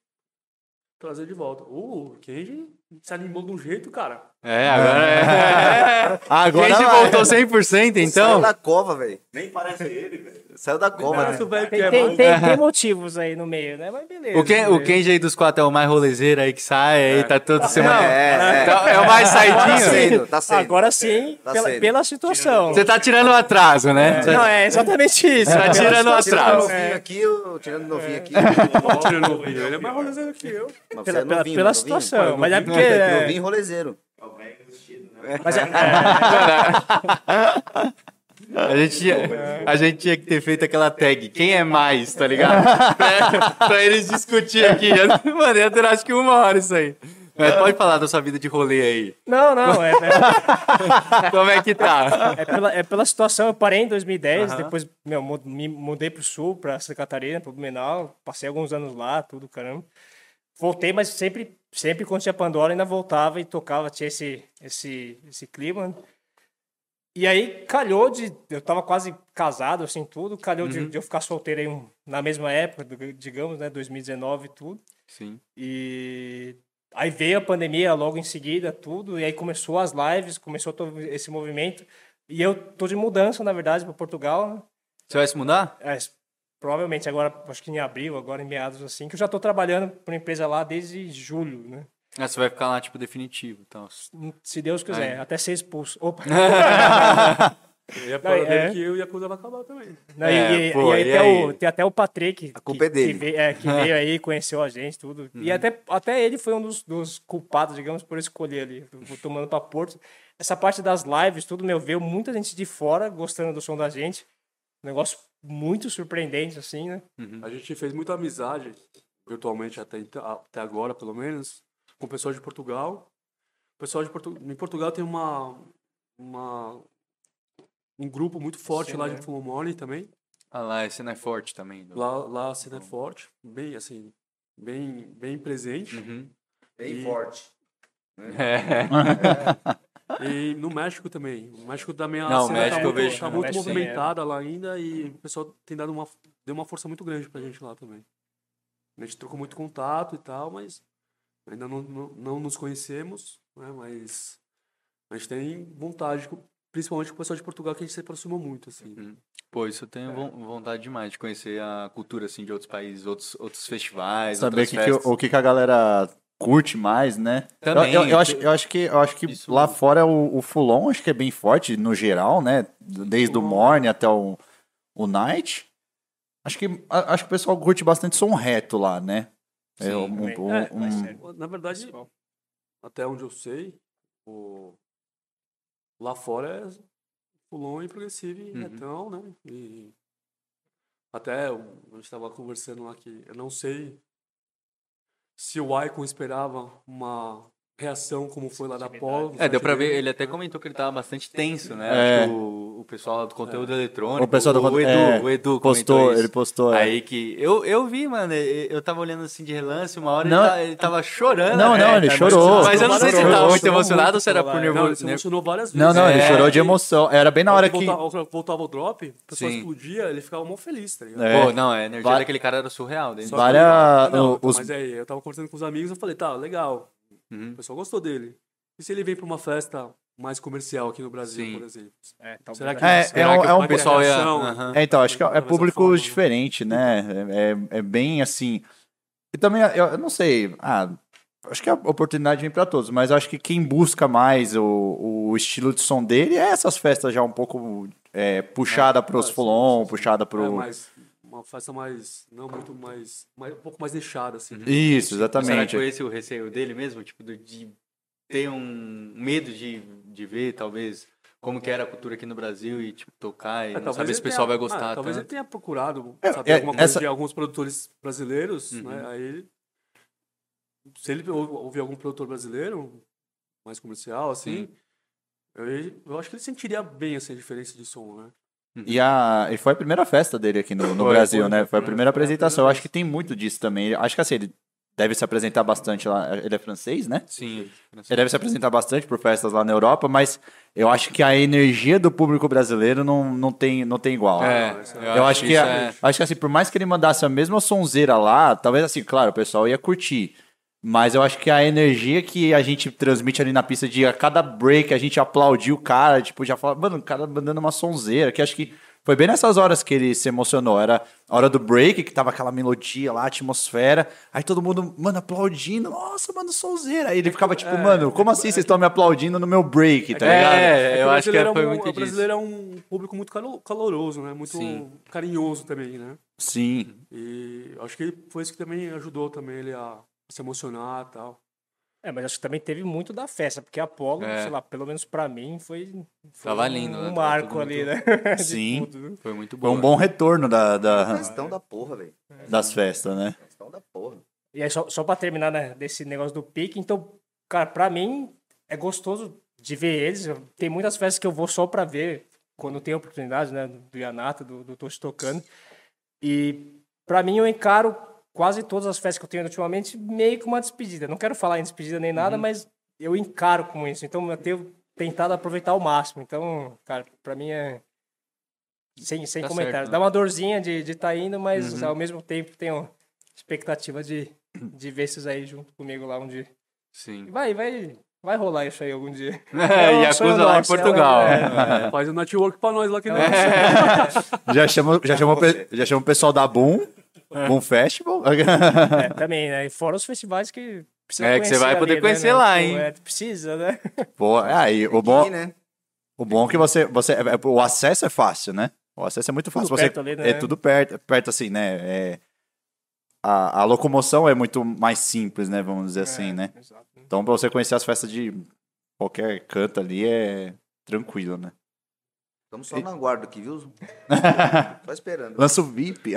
Speaker 3: trazer de volta. Uh, o Kenji se animou de um jeito, cara.
Speaker 2: É, agora é.
Speaker 1: Agora
Speaker 2: a gente
Speaker 1: vai.
Speaker 2: voltou 100%,
Speaker 5: Saiu
Speaker 2: então.
Speaker 5: da cova, velho.
Speaker 6: nem parece ele, velho.
Speaker 5: Saiu da cova, né?
Speaker 3: Nossa, o velho
Speaker 4: Tem,
Speaker 3: quer
Speaker 4: tem,
Speaker 3: mais.
Speaker 4: tem, tem motivos aí no meio, né? Mas beleza.
Speaker 2: O, Ken, o Kenji aí dos quatro é o mais rolezeiro aí que sai, aí tá toda semana.
Speaker 5: é, é.
Speaker 2: Tá- é o mais
Speaker 5: Tá
Speaker 2: saidinho.
Speaker 5: sendo, tá sendo.
Speaker 4: Agora sim,
Speaker 5: Tá
Speaker 4: pela,
Speaker 5: sendo.
Speaker 4: pela situação.
Speaker 2: é Você tá tirando o atraso, né?
Speaker 4: Não, é exatamente isso.
Speaker 2: Tá
Speaker 4: Pela
Speaker 2: tirando o
Speaker 4: situação.
Speaker 2: atraso.
Speaker 4: É.
Speaker 5: Tirando novinho aqui, eu- tirando novinho aqui.
Speaker 3: Tirando o vídeo, ele é mais rolezeiro que eu.
Speaker 5: Mas você é
Speaker 4: Pela, pela,
Speaker 5: novinho,
Speaker 4: pela
Speaker 5: novinho.
Speaker 4: situação. Mas é porque. é,
Speaker 5: Novinho rolezeiro.
Speaker 6: É o velho vestido, né?
Speaker 4: mas é, é,
Speaker 2: A gente, tinha, a gente tinha que ter feito aquela tag, quem é mais, tá ligado? pra, pra eles discutir aqui. Mano, ia durar acho que uma hora isso aí. Mas pode falar da sua vida de rolê aí.
Speaker 4: não, não. É,
Speaker 2: Como é que tá?
Speaker 4: é, é pela, é pela situação. Eu parei em 2010, depois meu, mu- me mudei pro sul, pra Santa Catarina, pro Blumenau. Passei alguns anos lá, tudo, caramba. Voltei, mas sempre, sempre quando tinha Pandora, ainda voltava e tocava, tinha esse, esse, esse clima. né? E aí calhou de. Eu tava quase casado, assim, tudo. Calhou de, de eu ficar solteiro aí um- na mesma época, do- digamos, né? 2019 e tudo.
Speaker 2: Sim.
Speaker 4: E aí veio a pandemia logo em seguida, tudo, e aí começou as lives, começou todo esse movimento. E eu tô de mudança, na verdade, para Portugal. né?
Speaker 2: Você vai se mudar?
Speaker 4: É, s- provavelmente agora, acho que em abril, agora em meados assim, que eu já tô trabalhando para empresa lá desde julho, né?
Speaker 2: Ah, você vai ficar lá, tipo, definitivo. Então.
Speaker 4: Se Deus quiser, até ser expulso. Opa!
Speaker 3: E a
Speaker 4: Não,
Speaker 3: parada
Speaker 4: é.
Speaker 3: é que eu e a coisa vai acabar também.
Speaker 4: Não, e-
Speaker 2: É,
Speaker 4: e,
Speaker 2: pô,
Speaker 4: e aí
Speaker 2: e
Speaker 4: tem,
Speaker 2: aí?
Speaker 4: O, tem até o Patrick. que-
Speaker 5: culpa é dele.
Speaker 4: Que veio, é, que veio aí, conheceu a gente, tudo. E
Speaker 2: Uhum.
Speaker 4: até, até ele foi um dos, dos culpados, digamos, por escolher ali, o tomando pra Porto. Essa parte das lives, tudo, meu, veio muita gente de fora gostando do som da gente. Um negócio muito surpreendente, assim, né?
Speaker 3: A gente fez muita amizade, virtualmente até, então- até agora, pelo menos, com o pessoal de Portugal. O pessoal de Portu... em Portugal tem uma, uma- um grupo muito forte
Speaker 4: Sim,
Speaker 3: lá
Speaker 4: né?
Speaker 3: de Full Morning também.
Speaker 2: Ah lá, esse não é forte também. do-
Speaker 3: Lá, lá a cena é forte, bem assim, bem, bem presente.
Speaker 2: Uhum.
Speaker 5: Bem
Speaker 3: E-
Speaker 5: forte.
Speaker 2: É.
Speaker 3: E no México também. O México também a
Speaker 2: Não, o
Speaker 3: cena
Speaker 2: México
Speaker 3: tá
Speaker 2: eu
Speaker 3: muito,
Speaker 2: vejo-
Speaker 3: tá
Speaker 2: o
Speaker 3: muito
Speaker 4: México tem, é.
Speaker 3: movimentada lá ainda e o pessoal tem dado uma, deu uma força muito grande pra gente lá também. A gente trocou muito contato e tal, mas ainda não, não, não nos conhecemos, né? Mas a gente tem vontade, com- principalmente com o pessoal de Portugal, que a gente se aproxima muito, assim.
Speaker 2: Uhum. Pô, isso eu tenho von- vontade demais de conhecer a cultura, assim, de outros países, outros, outros festivais,
Speaker 1: Saber
Speaker 2: outras
Speaker 1: que que
Speaker 2: festas.
Speaker 1: o o que, que a galera curte mais, né? Eu-
Speaker 2: Também,
Speaker 1: Eu, eu, acho,
Speaker 2: tem-
Speaker 1: eu acho que, eu acho que
Speaker 2: Isso-
Speaker 1: lá fora é o, o Fulon acho que é bem forte no geral, né? Desde o Morning até o, o Night. Acho que, a- acho que o pessoal curte bastante som reto lá, né? É um- um-
Speaker 4: também.
Speaker 1: um-
Speaker 4: É, vai
Speaker 1: um-
Speaker 4: ser.
Speaker 3: Na verdade,
Speaker 4: Principal.
Speaker 3: até onde eu sei, o... lá fora é fulon e progressivo
Speaker 1: Uhum.
Speaker 3: e retão, né? E até o- a gente estava conversando lá que eu não sei se o Icon esperava uma reação como foi lá da Polo.
Speaker 2: É, deu pra ver, ele até comentou que ele tava bastante tenso, né?
Speaker 1: É.
Speaker 2: Acho que o, o pessoal do
Speaker 3: É.
Speaker 2: conteúdo eletrônico,
Speaker 1: O pessoal do
Speaker 2: o
Speaker 1: conteúdo-
Speaker 2: Edu,
Speaker 1: é,
Speaker 2: o Edu
Speaker 1: postou,
Speaker 2: comentou isso.
Speaker 1: ele postou, é.
Speaker 2: Aí que eu, eu vi, mano, e- eu tava olhando assim de relance, uma hora
Speaker 1: Não.
Speaker 2: ele, tava, ele tava chorando.
Speaker 1: Não,
Speaker 2: né?
Speaker 1: não, ele chorou.
Speaker 2: Mas eu não sei se ele
Speaker 1: Chorou,
Speaker 2: tava muito
Speaker 1: chorou
Speaker 2: emocionado ou se era por
Speaker 3: Não, ele
Speaker 2: nervoso.
Speaker 3: se emocionou várias vezes.
Speaker 1: Não, não, ele
Speaker 2: É.
Speaker 1: chorou de emoção. Era bem na hora que.
Speaker 3: Voltava, voltava o drop, o pessoal
Speaker 2: Sim.
Speaker 3: explodia, ele ficava mó feliz, tá ligado?
Speaker 1: É.
Speaker 2: Pô, não, a energia
Speaker 1: Va-
Speaker 2: daquele cara era surreal. Dele.
Speaker 3: Só
Speaker 1: Vale
Speaker 3: que,
Speaker 1: a-
Speaker 3: não,
Speaker 1: o-
Speaker 3: então,
Speaker 1: os- Uhum.
Speaker 3: Mas aí, eu tava conversando com os amigos, eu falei, tá, legal. O pessoal gostou dele. E se ele vem pra uma festa mais comercial aqui no Brasil,
Speaker 2: Sim.
Speaker 3: por exemplo?
Speaker 4: É, talvez
Speaker 3: Será que
Speaker 4: vai-
Speaker 1: É,
Speaker 2: Será
Speaker 1: um-
Speaker 2: que
Speaker 1: é um
Speaker 2: o pessoal ia...
Speaker 3: reação?
Speaker 2: Aham.
Speaker 1: É, então, acho que é- é
Speaker 3: Dessa
Speaker 1: público
Speaker 3: forma, né?
Speaker 1: diferente, né? É, é- é bem assim. E também, eu, eu não sei. Ah, acho que a oportunidade vem pra todos, mas eu acho que quem busca mais o, o estilo de som dele é essas festas já um pouco é, puxada pros Fulon, puxada pro.
Speaker 3: É, mas uma festa mais, não muito mais, mais um pouco mais deixada, assim.
Speaker 1: Isso,
Speaker 2: Será que
Speaker 1: exatamente.
Speaker 2: foi esse o receio dele mesmo? Tipo, do- de ter um medo de, de ver, talvez, como que era a cultura aqui no Brasil e, tipo, tocar e
Speaker 3: É,
Speaker 2: não saber
Speaker 3: ele
Speaker 2: se o pessoal
Speaker 3: tenha-
Speaker 2: vai gostar.
Speaker 3: ah, talvez ele
Speaker 2: tanto.
Speaker 3: tenha procurado
Speaker 1: É,
Speaker 3: saber
Speaker 1: é,
Speaker 3: alguma coisa
Speaker 1: essa-
Speaker 3: de alguns produtores brasileiros,
Speaker 2: Uhum.
Speaker 3: né? Aí ele- se ele ou- ouvir algum produtor brasileiro mais comercial, assim, eu, eu acho que ele sentiria bem essa diferença de som, né?
Speaker 1: E, a, e foi a primeira festa dele aqui no, no
Speaker 2: Foi,
Speaker 1: Brasil,
Speaker 2: foi.
Speaker 1: né? Foi a primeira
Speaker 3: Foi, foi a primeira
Speaker 1: apresentação. Eu acho
Speaker 3: vez.
Speaker 1: que tem muito disso também. Eu Acho que assim, ele deve se apresentar bastante lá. Ele é francês, né?
Speaker 2: Sim. é
Speaker 1: Ele deve se apresentar bastante por festas lá na Europa, mas eu acho que a energia do público brasileiro não, não, tem, não tem igual.
Speaker 2: É,
Speaker 1: Eu, acho, que,
Speaker 2: isso é-
Speaker 1: a- acho que assim, por mais que ele mandasse a mesma sonzeira lá, talvez assim, claro, o pessoal ia curtir. Mas eu acho que a energia que a gente transmite ali na pista de a cada break a gente aplaudiu o cara, tipo, já fala, mano, o cara mandando uma sonzeira, que acho que foi bem nessas horas que ele se emocionou. Era a hora do break, que tava aquela melodia lá, a atmosfera. Aí todo mundo, mano, aplaudindo. Nossa, mano, sonzeira. Aí ele ficava tipo, mano, como assim vocês estão me aplaudindo no meu break, tá
Speaker 2: É,
Speaker 1: ligado?
Speaker 2: é,
Speaker 3: que
Speaker 2: eu
Speaker 3: o
Speaker 2: acho que
Speaker 3: brasileiro é
Speaker 2: foi
Speaker 3: um-
Speaker 2: muito
Speaker 3: O
Speaker 2: disso.
Speaker 3: brasileiro é um público muito calo- caloroso, né? Muito
Speaker 2: Sim.
Speaker 3: carinhoso também, né?
Speaker 1: Sim.
Speaker 3: E acho que foi isso que também ajudou também ele a se emocionar e tal.
Speaker 4: É, mas acho que também teve muito da festa, porque a Apolo,
Speaker 2: É.
Speaker 4: sei lá, pelo menos pra mim, foi, foi
Speaker 2: Tava
Speaker 4: um,
Speaker 2: lindo, né?
Speaker 4: um
Speaker 2: Tava
Speaker 4: marco
Speaker 2: tudo
Speaker 4: ali, né? De
Speaker 1: Sim.
Speaker 4: tudo, né?
Speaker 2: Foi muito
Speaker 1: Foi
Speaker 2: bom.
Speaker 1: um bom retorno da, da-
Speaker 5: Questão da porra, velho.
Speaker 1: das festas, né?
Speaker 5: Questão da porra.
Speaker 4: E aí, só, só pra terminar né, desse negócio do pique, então, cara, pra mim é gostoso de ver eles. Eu- Tem muitas festas que eu vou só pra ver, quando tem oportunidade, né? Do Yanata, do, do Toshi tocando. E pra mim eu encaro quase todas as festas que eu tenho ultimamente meio que uma despedida. Não quero falar em despedida nem nada,
Speaker 2: Uhum.
Speaker 4: mas eu encaro com isso. Então eu tenho tentado aproveitar ao máximo. Então, cara, pra mim é. Sem, sem
Speaker 2: Tá
Speaker 4: comentários.
Speaker 2: certo, né? Uhum.
Speaker 4: Dá uma dorzinha de estar tá indo, mas ao mesmo tempo tenho expectativa de, de ver esses aí junto comigo lá um dia. E
Speaker 2: Sim.
Speaker 4: Vai, vai, vai rolar isso aí algum dia.
Speaker 2: É, e
Speaker 4: sonho
Speaker 2: acusa lá em
Speaker 4: nosso,
Speaker 2: Portugal.
Speaker 3: É, faz um network pra nós lá
Speaker 2: É.
Speaker 3: que não.
Speaker 1: Já chamou, já chamou, pe- já chamou o pessoal da Boom, Boom Festival.
Speaker 4: É, também, né? E Fora os festivais que precisa
Speaker 2: É, que você
Speaker 4: conhecer
Speaker 2: vai
Speaker 4: ali,
Speaker 2: poder
Speaker 4: né,
Speaker 2: conhecer
Speaker 4: né?
Speaker 2: lá,
Speaker 4: Tipo,
Speaker 2: hein?
Speaker 4: é, precisa, né?
Speaker 1: Pô, é aí, o bom,
Speaker 5: E, né?
Speaker 1: o bom é que você, você, é, o acesso é fácil, né? O acesso é muito fácil.
Speaker 4: Tudo
Speaker 1: Você-
Speaker 4: perto ali, né?
Speaker 1: É tudo perto, perto assim, né? É, a, a locomoção é muito mais simples, né? Vamos dizer assim, né?
Speaker 4: É, Exato.
Speaker 1: Então, pra você conhecer as festas de qualquer canto ali é tranquilo, né?
Speaker 5: Estamos só no aguardo aqui, viu? Só esperando.
Speaker 1: Lança o VIP.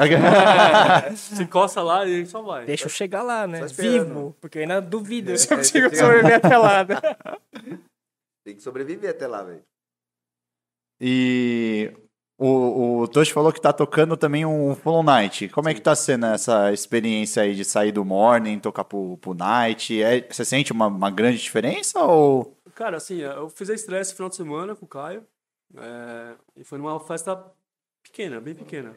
Speaker 3: Se encosta lá e só vai.
Speaker 4: Deixa eu chegar lá, né?
Speaker 5: Só esperando.
Speaker 4: Vivo, porque eu ainda duvido se
Speaker 5: É,
Speaker 4: eu consigo
Speaker 5: tem-
Speaker 4: sobreviver até lá, né?
Speaker 5: Tem que sobreviver até lá, velho.
Speaker 1: E o, o Toshi falou que tá tocando também um Full On Night. Como é que tá sendo essa experiência aí de sair do morning, tocar pro, pro night? É- você sente uma, uma grande diferença ou.
Speaker 3: Cara, assim, eu fiz a estresse final de semana com o Caio. é, e foi numa festa pequena, bem pequena.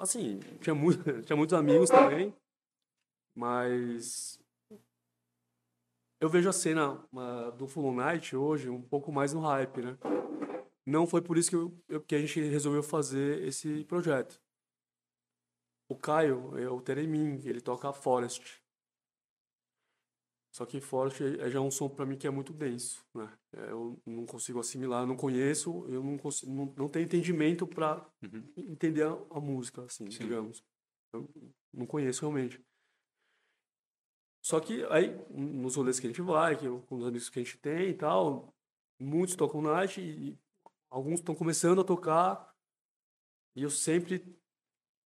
Speaker 3: Assim, tinha, mu tinha muitos amigos também. Mas. Eu vejo a cena ah, do Full On Night hoje um pouco mais no hype, né? Não foi por isso que, eu, eu- que a gente resolveu fazer esse projeto. O Caio é o Teremin, ele toca Forest. Só que Forest é é já um som pra mim que é muito denso, né? É, Eu não consigo assimilar, eu não conheço, eu não consigo, não, não tenho entendimento pra entender a, a música, assim, digamos. Eu não conheço realmente. Só que aí, nos rolês que a gente vai, que eu- com os amigos que a gente tem e tal, muitos tocam night e alguns estão começando a tocar. E eu sempre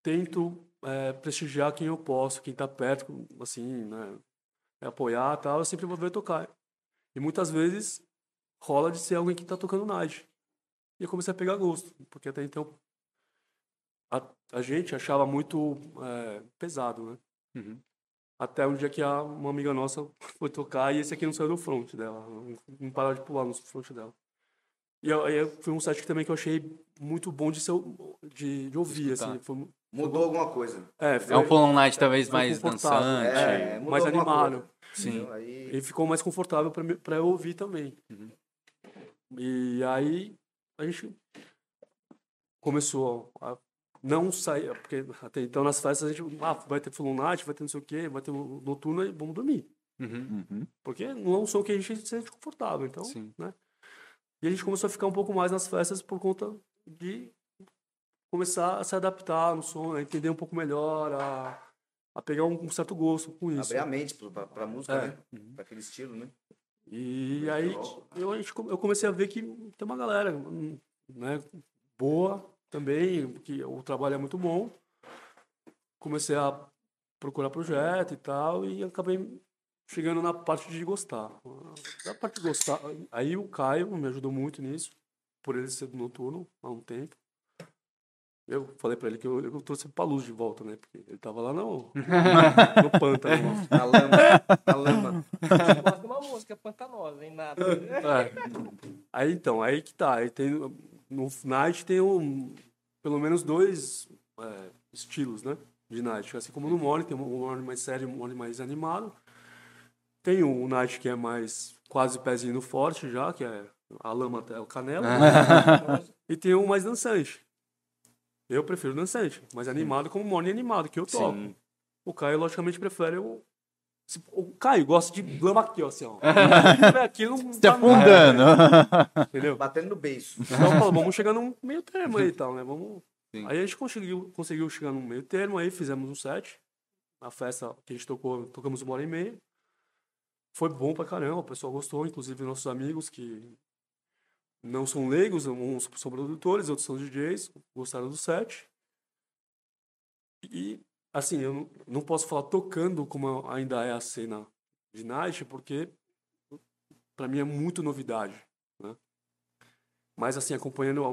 Speaker 3: tento eh, prestigiar quem eu posso, quem tá perto, assim, né? Apoiar e tal, eu sempre vou ver tocar. E muitas vezes rola de ser alguém que tá tocando night. E eu comecei a pegar gosto, porque até então a, a gente achava muito eh, pesado, né? Até um dia que a, uma amiga nossa foi tocar e esse aqui não saiu do front dela. Não, não parava de pular no front dela. E eu, eu, foi um site que também que eu achei muito bom de, ser, de, de ouvir,
Speaker 2: Escutar.
Speaker 3: assim. Foi,
Speaker 5: Mudou alguma coisa.
Speaker 3: é,
Speaker 2: É um
Speaker 3: foi,
Speaker 2: Full Night talvez
Speaker 3: É
Speaker 2: mais
Speaker 3: confortável,
Speaker 2: dançante.
Speaker 5: É, mudou
Speaker 3: mais
Speaker 5: alguma
Speaker 3: animado.
Speaker 5: coisa.
Speaker 2: Sim.
Speaker 5: Entendeu? Aí-
Speaker 3: E ficou mais confortável pra mim- pra eu ouvir também. E aí a gente começou a não sair, porque até então nas festas a gente ah, vai ter full night, vai ter não sei o quê, vai ter o noturno e vamos dormir.
Speaker 2: Uhum,
Speaker 3: Porque não é um som que a gente se sente confortável, então,
Speaker 2: Sim.
Speaker 3: né? E a gente começou a ficar um pouco mais nas festas por conta de começar a se adaptar no som, a entender um pouco melhor, a, a pegar um, um certo gosto com isso.
Speaker 5: Abrir a mente pro- pra, pra música,
Speaker 3: É.
Speaker 5: né? Pra aquele estilo, né?
Speaker 3: E aí eu, a gente come- eu comecei a ver que tem uma galera hum, né, boa também, que o trabalho é muito bom. Comecei a procurar projeto e tal, e acabei chegando na parte de gostar. Da parte de gostar, aí o Caio me ajudou muito nisso, por ele ser noturno há um tempo. Eu falei pra ele que eu, eu trouxe pra luz de volta, né? Porque ele tava lá no, no pântano. lá.
Speaker 5: Na lama. na lama.
Speaker 4: Eu gosto de uma música pantanosa, hein? Nada.
Speaker 3: É. Aí então, aí que tá. Aí tem, no Night tem um, pelo menos dois é, estilos, né? De Night. Assim como no Morning, tem um Morning mais sério e um Morning mais animado. Tem o Night que é mais quase pezinho no forte já, que é a lama até o canelo. e tem o mais dançante. Eu prefiro dançante, mas animado como Morning animado, que eu toco. O Caio, logicamente, prefere o. se- O Caio gosta de lama aqui, ó, assim, ó. aqui não.
Speaker 1: Se afundando.
Speaker 3: Entendeu?
Speaker 5: Batendo no beiço.
Speaker 3: Então, eu falo, vamos chegar num meio termo aí e tal, né? Vamos... Aí a gente conseguiu, conseguiu chegar num meio termo, aí fizemos um set. Na festa que a gente tocou, tocamos uma hora e meia. Foi bom pra caramba, o pessoal gostou, inclusive nossos amigos que não são leigos, uns são produtores, outros são DJs, gostaram do set. E, assim, eu não- não posso falar tocando como ainda é a cena de Night, porque pra mim é muito novidade. Mas assim, acompanhando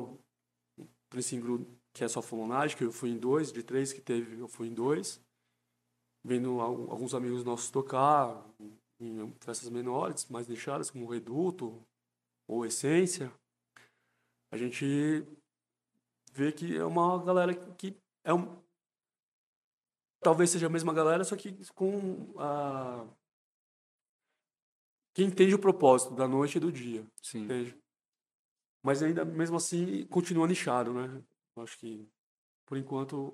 Speaker 3: o Prince Gru, que é só Fulonage, que eu fui em dois, de três que teve, eu fui em dois. Vendo al- alguns amigos nossos tocar em festas menores, mais deixadas, como Reduto ou Essência. A gente vê que é uma galera que é um... Talvez seja a mesma galera, só que com a... Que entende o propósito da noite e do dia.
Speaker 2: Sim.
Speaker 3: Entende? Mas ainda, mesmo assim, continua nichado, né? Eu Acho que, por enquanto,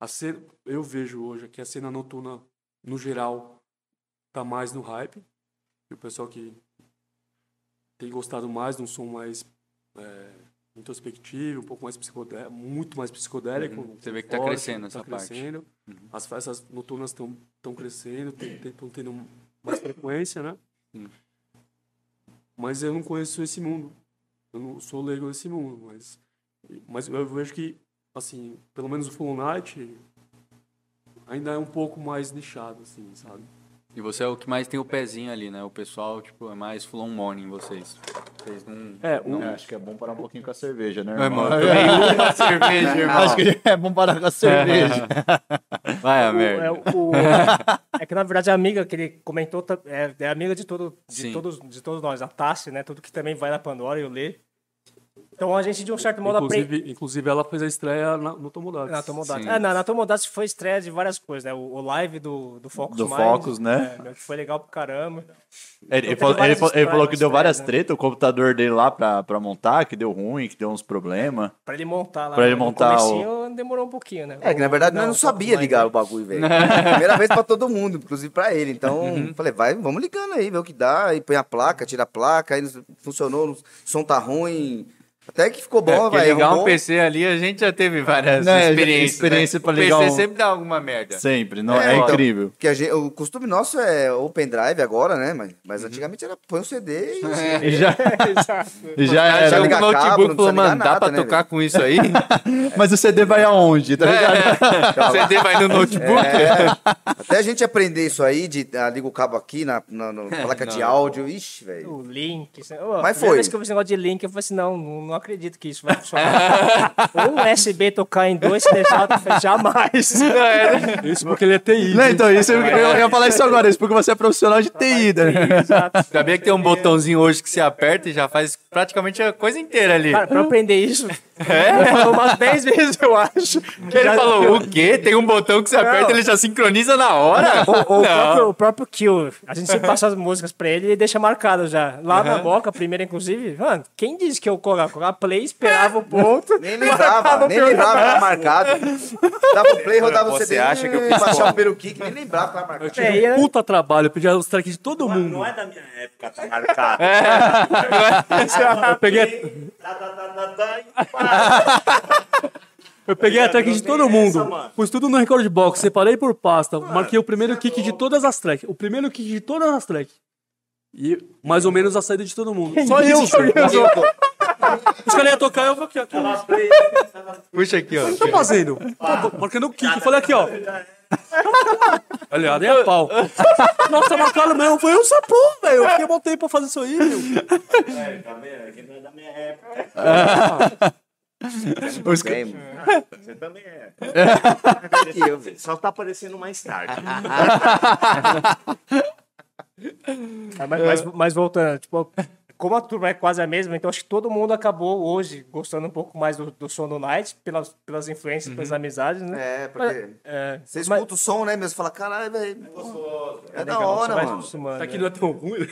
Speaker 3: a cena, eu vejo hoje que a cena noturna, no geral, tá mais no hype. E o pessoal que tem gostado mais de um som mais é, introspectivo, um pouco mais psicodélico, muito mais psicodélico.
Speaker 2: Uhum. Você vê que tá
Speaker 3: forte,
Speaker 2: crescendo essa
Speaker 3: tá
Speaker 2: parte. Uhum.
Speaker 3: crescendo. As festas noturnas estão crescendo, estão tendo mais frequência, né?
Speaker 2: Uhum.
Speaker 3: mas eu não conheço esse mundo. Eu não sou leigo nesse mundo, mas mas eu vejo que assim, pelo menos o Full Night ainda é um pouco mais nichado assim, sabe?
Speaker 2: E você é o que mais tem o pezinho ali, né? O pessoal, tipo, é mais full on morning em vocês. Vocês Uhum. não.
Speaker 3: É, o
Speaker 1: É, acho que é bom parar um pouquinho com a cerveja, né,
Speaker 2: Vai,
Speaker 1: irmão?
Speaker 2: É, mano, eu tomei uma cerveja, irmão.
Speaker 1: Acho que é bom parar com a cerveja.
Speaker 2: Vai, a
Speaker 4: O- é,
Speaker 2: Ah, merda.
Speaker 4: o- é que na verdade a amiga que ele comentou tá- é, é amiga de, todo, de,
Speaker 2: Sim.
Speaker 4: todos, de todos nós, a Tassi, né? Tudo que também vai na Pandora e eu leio. Então a gente, de um certo modo, aprende.
Speaker 3: inclusive, inclusive ela fez a estreia na, no Tomodachi.
Speaker 4: Na Tomodachi.
Speaker 2: Sim.
Speaker 4: Ah, na, na Tomodachi foi estreia de várias coisas, né? O, o live do, do Focus
Speaker 1: Do
Speaker 4: Mind,
Speaker 1: Focus, né?
Speaker 4: é, meu, que foi legal pra caramba.
Speaker 1: Ele, ele
Speaker 4: Então,
Speaker 1: falou, ele
Speaker 4: tem várias
Speaker 1: falou- ele falou que
Speaker 4: histórias,
Speaker 1: deu várias
Speaker 4: né?
Speaker 1: tretas, o computador dele lá pra, pra montar, que deu ruim, que deu uns problemas.
Speaker 4: Pra ele montar lá.
Speaker 1: Pra ele
Speaker 4: no
Speaker 1: montar o-
Speaker 4: comecinho, demorou um pouquinho, né?
Speaker 5: É, que na verdade nós não
Speaker 4: o Focus
Speaker 5: sabia
Speaker 4: Mind,
Speaker 5: ligar
Speaker 4: né?
Speaker 5: o bagulho, velho. Primeira vez pra todo mundo, inclusive pra ele. Então, falei, vai, vamos ligando aí, vê o que dá. Aí põe a placa, tira a placa, aí não- funcionou, o som tá ruim. Até que ficou
Speaker 2: É,
Speaker 5: bom,
Speaker 2: porque
Speaker 5: vai.
Speaker 2: ligar um
Speaker 5: arrumou.
Speaker 2: PC ali, a gente já teve várias
Speaker 1: Não, é,
Speaker 2: experiências.
Speaker 1: experiência
Speaker 2: né?
Speaker 1: pra
Speaker 2: o
Speaker 1: ligar
Speaker 2: PC
Speaker 1: um-
Speaker 2: sempre dá alguma merda.
Speaker 1: Sempre, não,
Speaker 5: É,
Speaker 1: é,
Speaker 5: então.
Speaker 1: incrível.
Speaker 5: Porque a gente- o costume nosso é open drive agora, né? Mas, mas antigamente era põe o CD e. assim.
Speaker 1: E já,
Speaker 4: Exato.
Speaker 1: e já
Speaker 2: Cara,
Speaker 1: era. né?
Speaker 5: precisa
Speaker 2: chega
Speaker 5: ligar
Speaker 2: com o notebook
Speaker 5: cabo, não
Speaker 2: e falou,
Speaker 5: precisa
Speaker 2: mano,
Speaker 5: ligar
Speaker 2: dá
Speaker 5: nada,
Speaker 2: pra
Speaker 5: né,
Speaker 2: tocar com isso aí?
Speaker 1: Mas o CD vai aonde, tá ligado?
Speaker 2: É. O CD vai no notebook.
Speaker 5: Até a gente aprender isso aí, de ah, liga o cabo aqui na, na- na placa de áudio. Ixi, velho.
Speaker 4: O link. isso- é, Ô, a
Speaker 5: Mas
Speaker 4: primeira
Speaker 5: foi.
Speaker 4: vez que eu vi esse negócio de link, eu falei assim, não, não, não acredito que isso vai funcionar. um USB tocar em dois TJ, jamais.
Speaker 3: Isso porque ele é TI.
Speaker 1: Não, então, isso eu, eu, eu ia falar isso agora, isso porque você é profissional de TI, né?
Speaker 4: Exato.
Speaker 2: Ainda bem que
Speaker 5: É.
Speaker 2: tem um botãozinho hoje que você aperta e já faz praticamente a coisa inteira ali.
Speaker 4: Cara, pra eu aprender isso, é? falou umas 10 vezes, eu acho.
Speaker 2: Que ele falou, o quê? Tem um botão que você aperta e ele já sincroniza na hora?
Speaker 4: O, o próprio, o próprio Kill, a gente sempre passa as músicas pra ele e deixa marcado já. Lá na boca, a primeira inclusive, mano, quem disse que eu colocava? Colocava play, esperava o ponto.
Speaker 5: Nem lembrava, nem lembrava que tava marcado. Dava o play, rodava o
Speaker 6: Você
Speaker 5: CD.
Speaker 6: acha que eu
Speaker 5: e
Speaker 6: fiz
Speaker 5: baixava
Speaker 6: como?
Speaker 5: o primeiro kick, nem lembrava que tava marcado.
Speaker 4: É, e era-
Speaker 3: um Puta trabalho, eu pedi os tracks de todo
Speaker 6: Não,
Speaker 3: mundo.
Speaker 6: é da minha época, tá marcado.
Speaker 3: É. Eu peguei,
Speaker 6: Tá, tá, tá, tá, tá,
Speaker 3: eu peguei a track de todo mundo. Pus tudo no record box, separei por pasta, marquei o
Speaker 6: é
Speaker 3: primeiro kick de todas as tracks. O primeiro kick de todas as tracks. E mais ou menos a saída de todo mundo. Só eu, sei. Os caras iam tocar, eu vou aqui, ó. O que eu
Speaker 2: Puxa aqui, ó.
Speaker 3: tô fazendo?
Speaker 6: Ah,
Speaker 3: Tô marcando o kick. Falei aqui, ó. Olha, nem a pau. Nossa, marcaram mesmo. Foi um sapão, velho. Eu fiquei bom tempo pra fazer isso aí, meu.
Speaker 6: tá vendo? Aqui não é da minha época.
Speaker 1: Os ca-
Speaker 5: Bem,
Speaker 6: Você também é. Só tá aparecendo mais tarde.
Speaker 4: Ah, Mas,
Speaker 5: é.
Speaker 4: mas, mas voltando, tipo, como a turma é quase a mesma, então acho que todo mundo acabou hoje gostando um pouco mais do, do som do Night, pelas, pelas influências, pelas amizades, né?
Speaker 5: É, porque
Speaker 4: É,
Speaker 5: você
Speaker 4: mas-
Speaker 5: escuta o som, né? Mesmo, fala, caralho, velho. É, da
Speaker 4: legal, você
Speaker 5: hora,
Speaker 4: vai se
Speaker 5: mano.
Speaker 4: acostumando,
Speaker 3: Aqui
Speaker 4: né?
Speaker 3: não é tão ruim.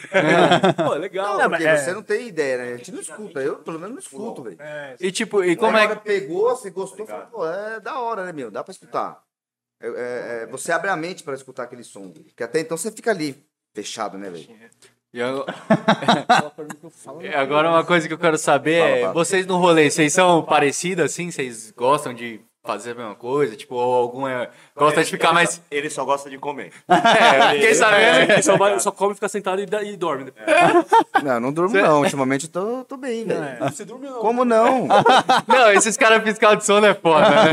Speaker 3: Pô, legal.
Speaker 5: Não, porque
Speaker 4: mas é.
Speaker 5: você não tem ideia, né? A gente não escuta. Eu, pelo menos, não escuto, velho.
Speaker 2: E tipo, e como
Speaker 5: Aí
Speaker 2: é
Speaker 5: agora
Speaker 2: que.
Speaker 5: pegou, você gostou, falou, pô, é da hora, né, meu? Dá pra escutar. É, é, é, você abre a mente pra escutar aquele som. Porque até então você fica ali, fechado, né, velho?
Speaker 2: E eu- E Agora uma coisa que eu quero saber
Speaker 5: Fala,
Speaker 2: é,
Speaker 5: fala.
Speaker 2: vocês no rolê, vocês são parecidos assim? Vocês gostam de fazer a mesma coisa? Tipo, ou algum é... gosta de ficar mais...
Speaker 6: Ele só gosta de comer.
Speaker 2: É, eu fiquei sabendo que...
Speaker 3: Só, vai- só come, fica sentado e, dá- e dorme.
Speaker 5: Não, não durmo, não. Ultimamente eu tô, tô bem, velho.
Speaker 3: Você dorme não.
Speaker 5: Como não?
Speaker 2: Não, esses caras fiscal de sono é foda, né?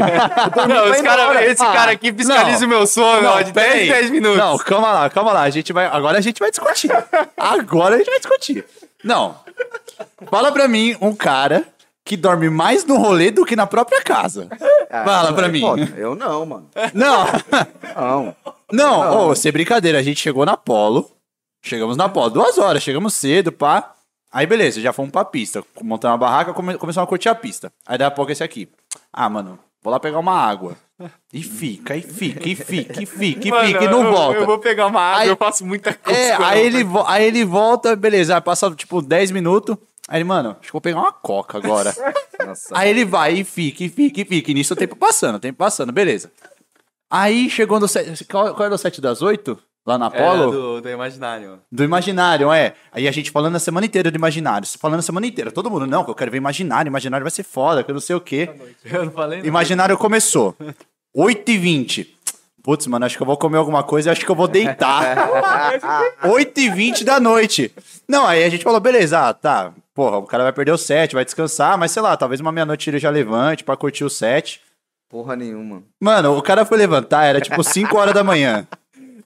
Speaker 2: Não, os
Speaker 5: bem na
Speaker 2: cara-
Speaker 5: hora.
Speaker 2: esse cara aqui fiscaliza o meu sono ó, de 10 em 10 minutos.
Speaker 1: Não, calma lá, calma lá. A gente vai, agora a gente vai discutir. Agora a gente vai discutir. Não. Fala pra mim um cara que dorme mais no rolê do que na própria casa.
Speaker 5: Ah,
Speaker 1: Fala pra
Speaker 5: aí
Speaker 1: mim.
Speaker 5: pode. Eu não, mano.
Speaker 1: Não,
Speaker 5: Não.
Speaker 1: não. Ô, sem brincadeira, a gente chegou na Polo. Chegamos na Polo, duas horas, chegamos cedo, pá. Aí beleza, já fomos pra pista. Montamos uma barraca, come, começamos a curtir a pista. Aí daqui a pouco esse aqui. Ah, mano, vou lá pegar uma água. E fica, e fica, e fica, e fica, e
Speaker 2: Mano,
Speaker 1: fica, e não
Speaker 2: eu-
Speaker 1: volta.
Speaker 2: Eu vou pegar uma água,
Speaker 1: Aí-
Speaker 2: eu faço muita coisa.
Speaker 1: É, aí ele, vo- aí ele volta, beleza, aí passa tipo 10 minutos. Aí ele, mano, acho que vou pegar uma coca agora.
Speaker 5: Nossa.
Speaker 1: aí ele vai e fica, e fica, e fica. E nisso o tempo passando, o tempo passando, beleza. Aí chegou no set. Qual, qual era o set das 8? Lá na Apolo?
Speaker 2: Polo?
Speaker 1: do...
Speaker 2: É, Do, do imaginário.
Speaker 1: Imaginário, é. Aí a gente falando a semana inteira do Imaginário. Falando a semana inteira. Todo mundo, não, que eu quero ver Imaginário, Imaginário vai ser foda, que eu não sei o quê.
Speaker 2: Eu não falei nada.
Speaker 1: Imaginário começou. 8h20. Putz, mano, acho que eu vou comer alguma coisa e acho que eu vou deitar. 8h20 da noite. Não, aí a gente falou, beleza, ah, tá. Porra, o cara vai perder o set, vai descansar, mas sei lá, talvez uma meia-noite ele já levante pra curtir o set.
Speaker 5: Porra nenhuma.
Speaker 1: Mano, o cara foi levantar, era tipo 5 horas da manhã.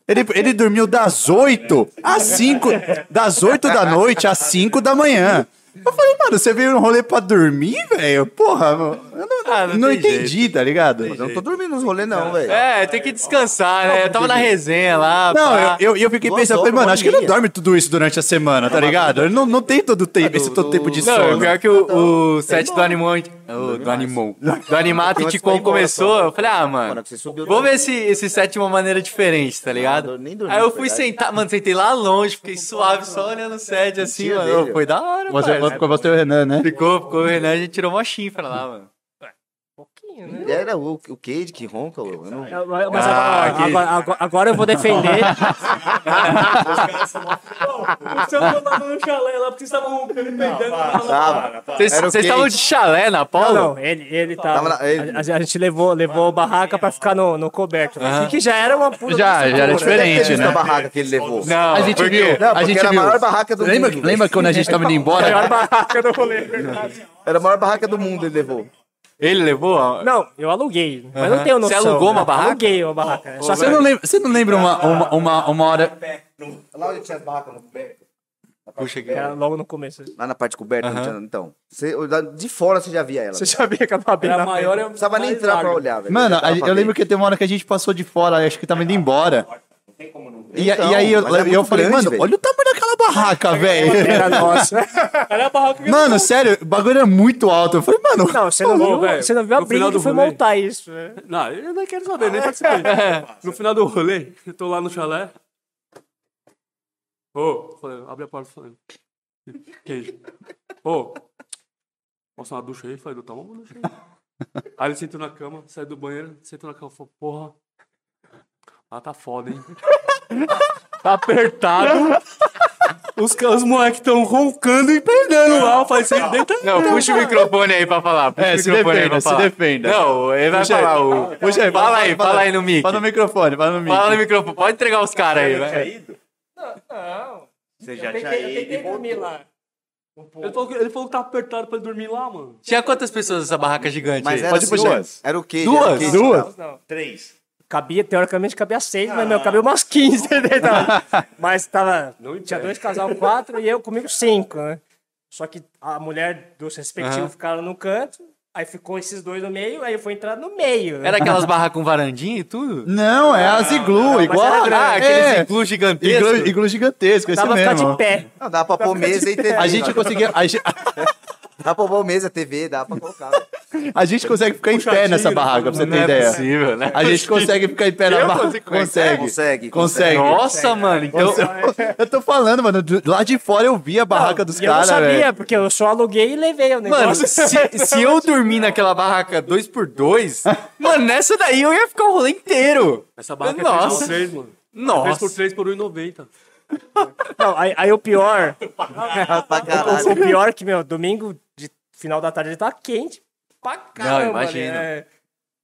Speaker 1: Ele, ele dormiu das 8 às 5. Das 8 da noite às 5 da manhã. Eu falei, mano, você veio no rolê pra dormir, velho? Porra, eu não,
Speaker 2: Ah, não
Speaker 1: não
Speaker 2: tem
Speaker 1: entendi, tá ligado?
Speaker 5: Mas eu não tô dormindo nos rolês, não, velho.
Speaker 2: É, tem que descansar, né? Eu tava na resenha lá.
Speaker 1: Não,
Speaker 2: pá.
Speaker 1: eu, eu, eu fiquei
Speaker 5: Duas
Speaker 1: pensando, falei,
Speaker 5: horas,
Speaker 1: mano,
Speaker 5: uma
Speaker 1: acho que ele não
Speaker 5: horinha.
Speaker 1: dorme tudo isso durante a semana, tá ligado? Ele não, não tem todo o tempo, esse todo tempo de
Speaker 2: Não, é
Speaker 1: sono.
Speaker 2: pior que o, o set do Animon. o do Animon. Do Animato
Speaker 5: Tem
Speaker 2: Ticom
Speaker 5: umas
Speaker 2: começou. Eu falei, ah, mano.
Speaker 5: Mano, é que você subiu-
Speaker 2: Vou ver esse, esse set de uma maneira diferente, tá ligado?
Speaker 5: Não, nem dormi,
Speaker 2: Aí eu
Speaker 5: na
Speaker 2: fui
Speaker 5: verdade.
Speaker 2: sentar, mano, sentei lá longe, fiquei suave, só olhando o set assim,
Speaker 5: Mentira
Speaker 2: mano.
Speaker 5: dele,
Speaker 2: Foi da hora,
Speaker 7: é-
Speaker 1: Você
Speaker 2: parça.
Speaker 1: com você e o Renan, né?
Speaker 2: Ficou, ficou, o Renan, a gente tirou uma chifra lá, mano.
Speaker 4: ronquinho, né?
Speaker 5: Era o, o Cade que ronca, eu não...
Speaker 4: É, Mas agora, agora, agora- agora eu vou defender.
Speaker 3: O seu tava no chalé lá porque vocês estavam roncando e peidando.
Speaker 5: Tava,
Speaker 2: Vocês
Speaker 5: Tá. Era o
Speaker 2: vocês
Speaker 5: quê?
Speaker 2: estavam de chalé na
Speaker 4: Não,
Speaker 2: Polo?
Speaker 4: não, ele, ele tava.
Speaker 5: Tava lá, ele.
Speaker 4: A, a gente levou, levou a barraca pra ficar no, no coberto. E Que já era uma pura.
Speaker 2: Já, já era
Speaker 5: Você deve ter
Speaker 2: diferente,
Speaker 5: visto
Speaker 2: né?
Speaker 5: a barraca que ele levou.
Speaker 2: Não,
Speaker 7: A gente
Speaker 2: porque-
Speaker 7: viu.
Speaker 5: Não,
Speaker 7: a
Speaker 5: porque
Speaker 7: gente
Speaker 5: era a
Speaker 7: viu.
Speaker 5: maior barraca do
Speaker 7: lembra,
Speaker 5: mundo.
Speaker 7: lembra quando a gente tava indo embora?
Speaker 4: barraca do rolê.
Speaker 5: Era a maior barraca do mundo ele levou.
Speaker 1: Ele levou? ó,
Speaker 4: Não, eu aluguei. Mas não tenho noção.
Speaker 2: alugou uma
Speaker 4: né?
Speaker 2: barraca?
Speaker 4: Aluguei uma barraca. Só
Speaker 7: Você não lembra, você não lembra uma, uma, uma, uma hora.
Speaker 5: Lá onde tinha as barracas no coberto?
Speaker 2: Puxa, aqui.
Speaker 4: era logo no começo.
Speaker 5: Lá na parte coberta, não tinha- então. Você, lá de fora você já via ela.
Speaker 4: Você
Speaker 5: Não
Speaker 4: já via que ela
Speaker 3: Era
Speaker 4: na
Speaker 3: maior, é eu
Speaker 5: precisava nem entrar pra olhar, velho.
Speaker 1: Mano,
Speaker 5: Já
Speaker 1: a-
Speaker 5: dava pra
Speaker 1: eu lembro
Speaker 5: ver.
Speaker 1: que teve uma hora que a gente passou de fora, acho que tava indo embora. E, a-
Speaker 5: Então,
Speaker 1: e aí eu,
Speaker 5: mas era
Speaker 1: eu
Speaker 5: muito
Speaker 1: falei,
Speaker 5: grande,
Speaker 1: mano,
Speaker 5: velho.
Speaker 1: olha o tamanho daquela
Speaker 4: é
Speaker 1: barraca, velho.
Speaker 3: É,
Speaker 4: Era nossa.
Speaker 3: Olha a barraca que
Speaker 1: Mano, sério, o bagulho era muito alto. Eu falei, mano,
Speaker 4: Não, você não
Speaker 3: Ô,
Speaker 4: viu,
Speaker 3: velho,
Speaker 4: você não viu a
Speaker 3: no final
Speaker 4: briga que
Speaker 3: do
Speaker 4: foi
Speaker 3: rolê.
Speaker 4: montar isso. né?
Speaker 3: Não, eu nem quero saber, nem participei.
Speaker 4: É.
Speaker 3: No final do rolê, eu tô lá no chalé. Ô, falei, abre a porta, falei. Queijo. Ô, posso uma ducha aí? Falei, toma uma ducha aí. Aí ele sentou na cama, saiu do banheiro, sentou na cama, falou, porra. Ah, tá foda, hein? Tá apertado. Os, ca- os moleques tão roncando e perdendo lá. Eu falei, você deita aí.
Speaker 2: Não, puxa o microfone aí pra falar. Puxa
Speaker 1: É,
Speaker 2: o
Speaker 1: se
Speaker 2: microfone aí
Speaker 1: defenda,
Speaker 2: pra
Speaker 1: se
Speaker 2: falar.
Speaker 1: defenda.
Speaker 2: Não, ele vai
Speaker 1: Puxa aí.
Speaker 2: falar o.
Speaker 1: Puxa aí,
Speaker 2: fala aí, fala aí no mic.
Speaker 1: Fala no microfone, fala no mic.
Speaker 2: Fala no microfone, pode entregar os caras aí, vai.
Speaker 6: ido?
Speaker 4: Não,
Speaker 6: Você já tinha ido e voltou.
Speaker 4: lá.
Speaker 3: Ele falou, que- ele falou que tá apertado pra ele dormir lá, mano.
Speaker 2: Tinha quantas pessoas nessa barraca gigante
Speaker 5: Mas
Speaker 2: aí?
Speaker 5: era
Speaker 1: Pode
Speaker 5: assim,
Speaker 1: puxar.
Speaker 5: duas. Era o quê?
Speaker 1: Duas?
Speaker 5: Era o quê?
Speaker 1: Duas?
Speaker 6: Três.
Speaker 4: Cabia, teoricamente, cabia seis, mas meu, cabia umas 15, entendeu? Mas tava. tinha dois casal quatro e eu comigo cinco, né? Só que a mulher dos respectivos ficaram no canto, aí ficou esses dois no meio, aí eu fui entrar no meio. né?
Speaker 2: Era aquelas barracas com varandinha e tudo?
Speaker 1: Não, é as iglu,
Speaker 4: Ah, era
Speaker 1: igual.
Speaker 4: grande.
Speaker 2: Ah, aqueles
Speaker 1: é,
Speaker 2: iglu gigantescos.
Speaker 1: iglu, iglu gigantesco, esse
Speaker 4: Dava pra ficar de
Speaker 1: mesmo.
Speaker 4: pé.
Speaker 5: Não, dá pra pôr mesa e TV.
Speaker 1: A gente conseguia. A gente,
Speaker 5: Dá pra pôr mesa, TV, dá pra colocar.
Speaker 1: a gente consegue ficar em pé nessa barraca, pra você ter
Speaker 2: Não é
Speaker 1: ideia.
Speaker 2: possível, né?
Speaker 1: A gente consegue ficar em pé na barraca. Consegue.
Speaker 5: É, Consegue,
Speaker 1: Consegue.
Speaker 2: Nossa, mano, então.
Speaker 1: Eu tô falando, mano, do- lá de fora eu vi a barraca dos
Speaker 4: E eu não
Speaker 1: caras,
Speaker 4: sabia,
Speaker 1: velho.
Speaker 4: porque eu só aluguei e levei o negócio.
Speaker 2: Mano, se, se eu dormir naquela barraca 2x2, mano, nessa daí eu ia ficar o rolê inteiro.
Speaker 3: Essa barraca
Speaker 2: Nossa.
Speaker 3: é 3x3, mano.
Speaker 2: Nossa.
Speaker 3: 3x3 por 1,90.
Speaker 4: Não, aí, aí o pior,
Speaker 5: pra
Speaker 4: o, o
Speaker 5: caralho.
Speaker 4: pior é que, meu, domingo, de final da tarde, ele tava quente pra caramba. né?
Speaker 2: imagino.
Speaker 4: É.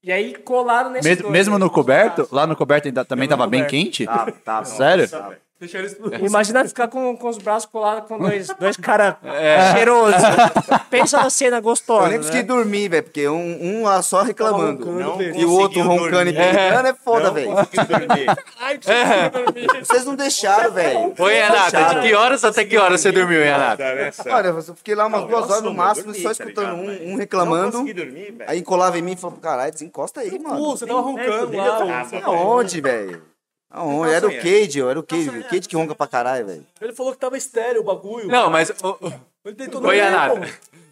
Speaker 4: E aí colaram né? nesse
Speaker 1: Mes- Mesmo no coberto, lá no coberto ainda também tava bem
Speaker 4: coberto.
Speaker 1: quente.
Speaker 5: Tá, tá.
Speaker 1: Sério?
Speaker 3: Deixa eles pro
Speaker 4: Imagina ficar com, com os braços colados com dois, dois caras cheirosos. Pensa na cena
Speaker 5: Eu
Speaker 4: gostosa.
Speaker 5: nem consegui
Speaker 4: né?
Speaker 5: dormir, velho, porque um, um lá só reclamando.
Speaker 6: Não
Speaker 5: E o outro roncando e gritando é foda, velho.
Speaker 4: Ai, que é. dormir.
Speaker 5: Vocês não deixaram, velho.
Speaker 2: Oi, Renata, de que horas até que horas você dormiu, hein, Renata?
Speaker 5: Olha, eu fiquei lá umas
Speaker 6: tá. Não,
Speaker 5: duas
Speaker 6: eu
Speaker 5: horas no
Speaker 6: assumo,
Speaker 5: máximo,
Speaker 6: eu dormi,
Speaker 5: só
Speaker 6: tá
Speaker 5: escutando
Speaker 6: ligado, mas
Speaker 5: um, um
Speaker 6: Não
Speaker 5: reclamando.
Speaker 6: consegui dormir, velho.
Speaker 5: aí colava em mim e falava, caralho, desencosta aí, mano.
Speaker 3: Você tava roncando lá.
Speaker 6: Nossa,
Speaker 5: Aonde, velho? Aonde? Era o
Speaker 6: sonhando.
Speaker 5: Cade, ó, era o Cade. O Cade que ronca pra caralho, velho.
Speaker 3: Ele falou que tava estéreo o bagulho.
Speaker 2: Não, mas. ô, ô,
Speaker 3: Ele tentou
Speaker 2: Oi, Renata.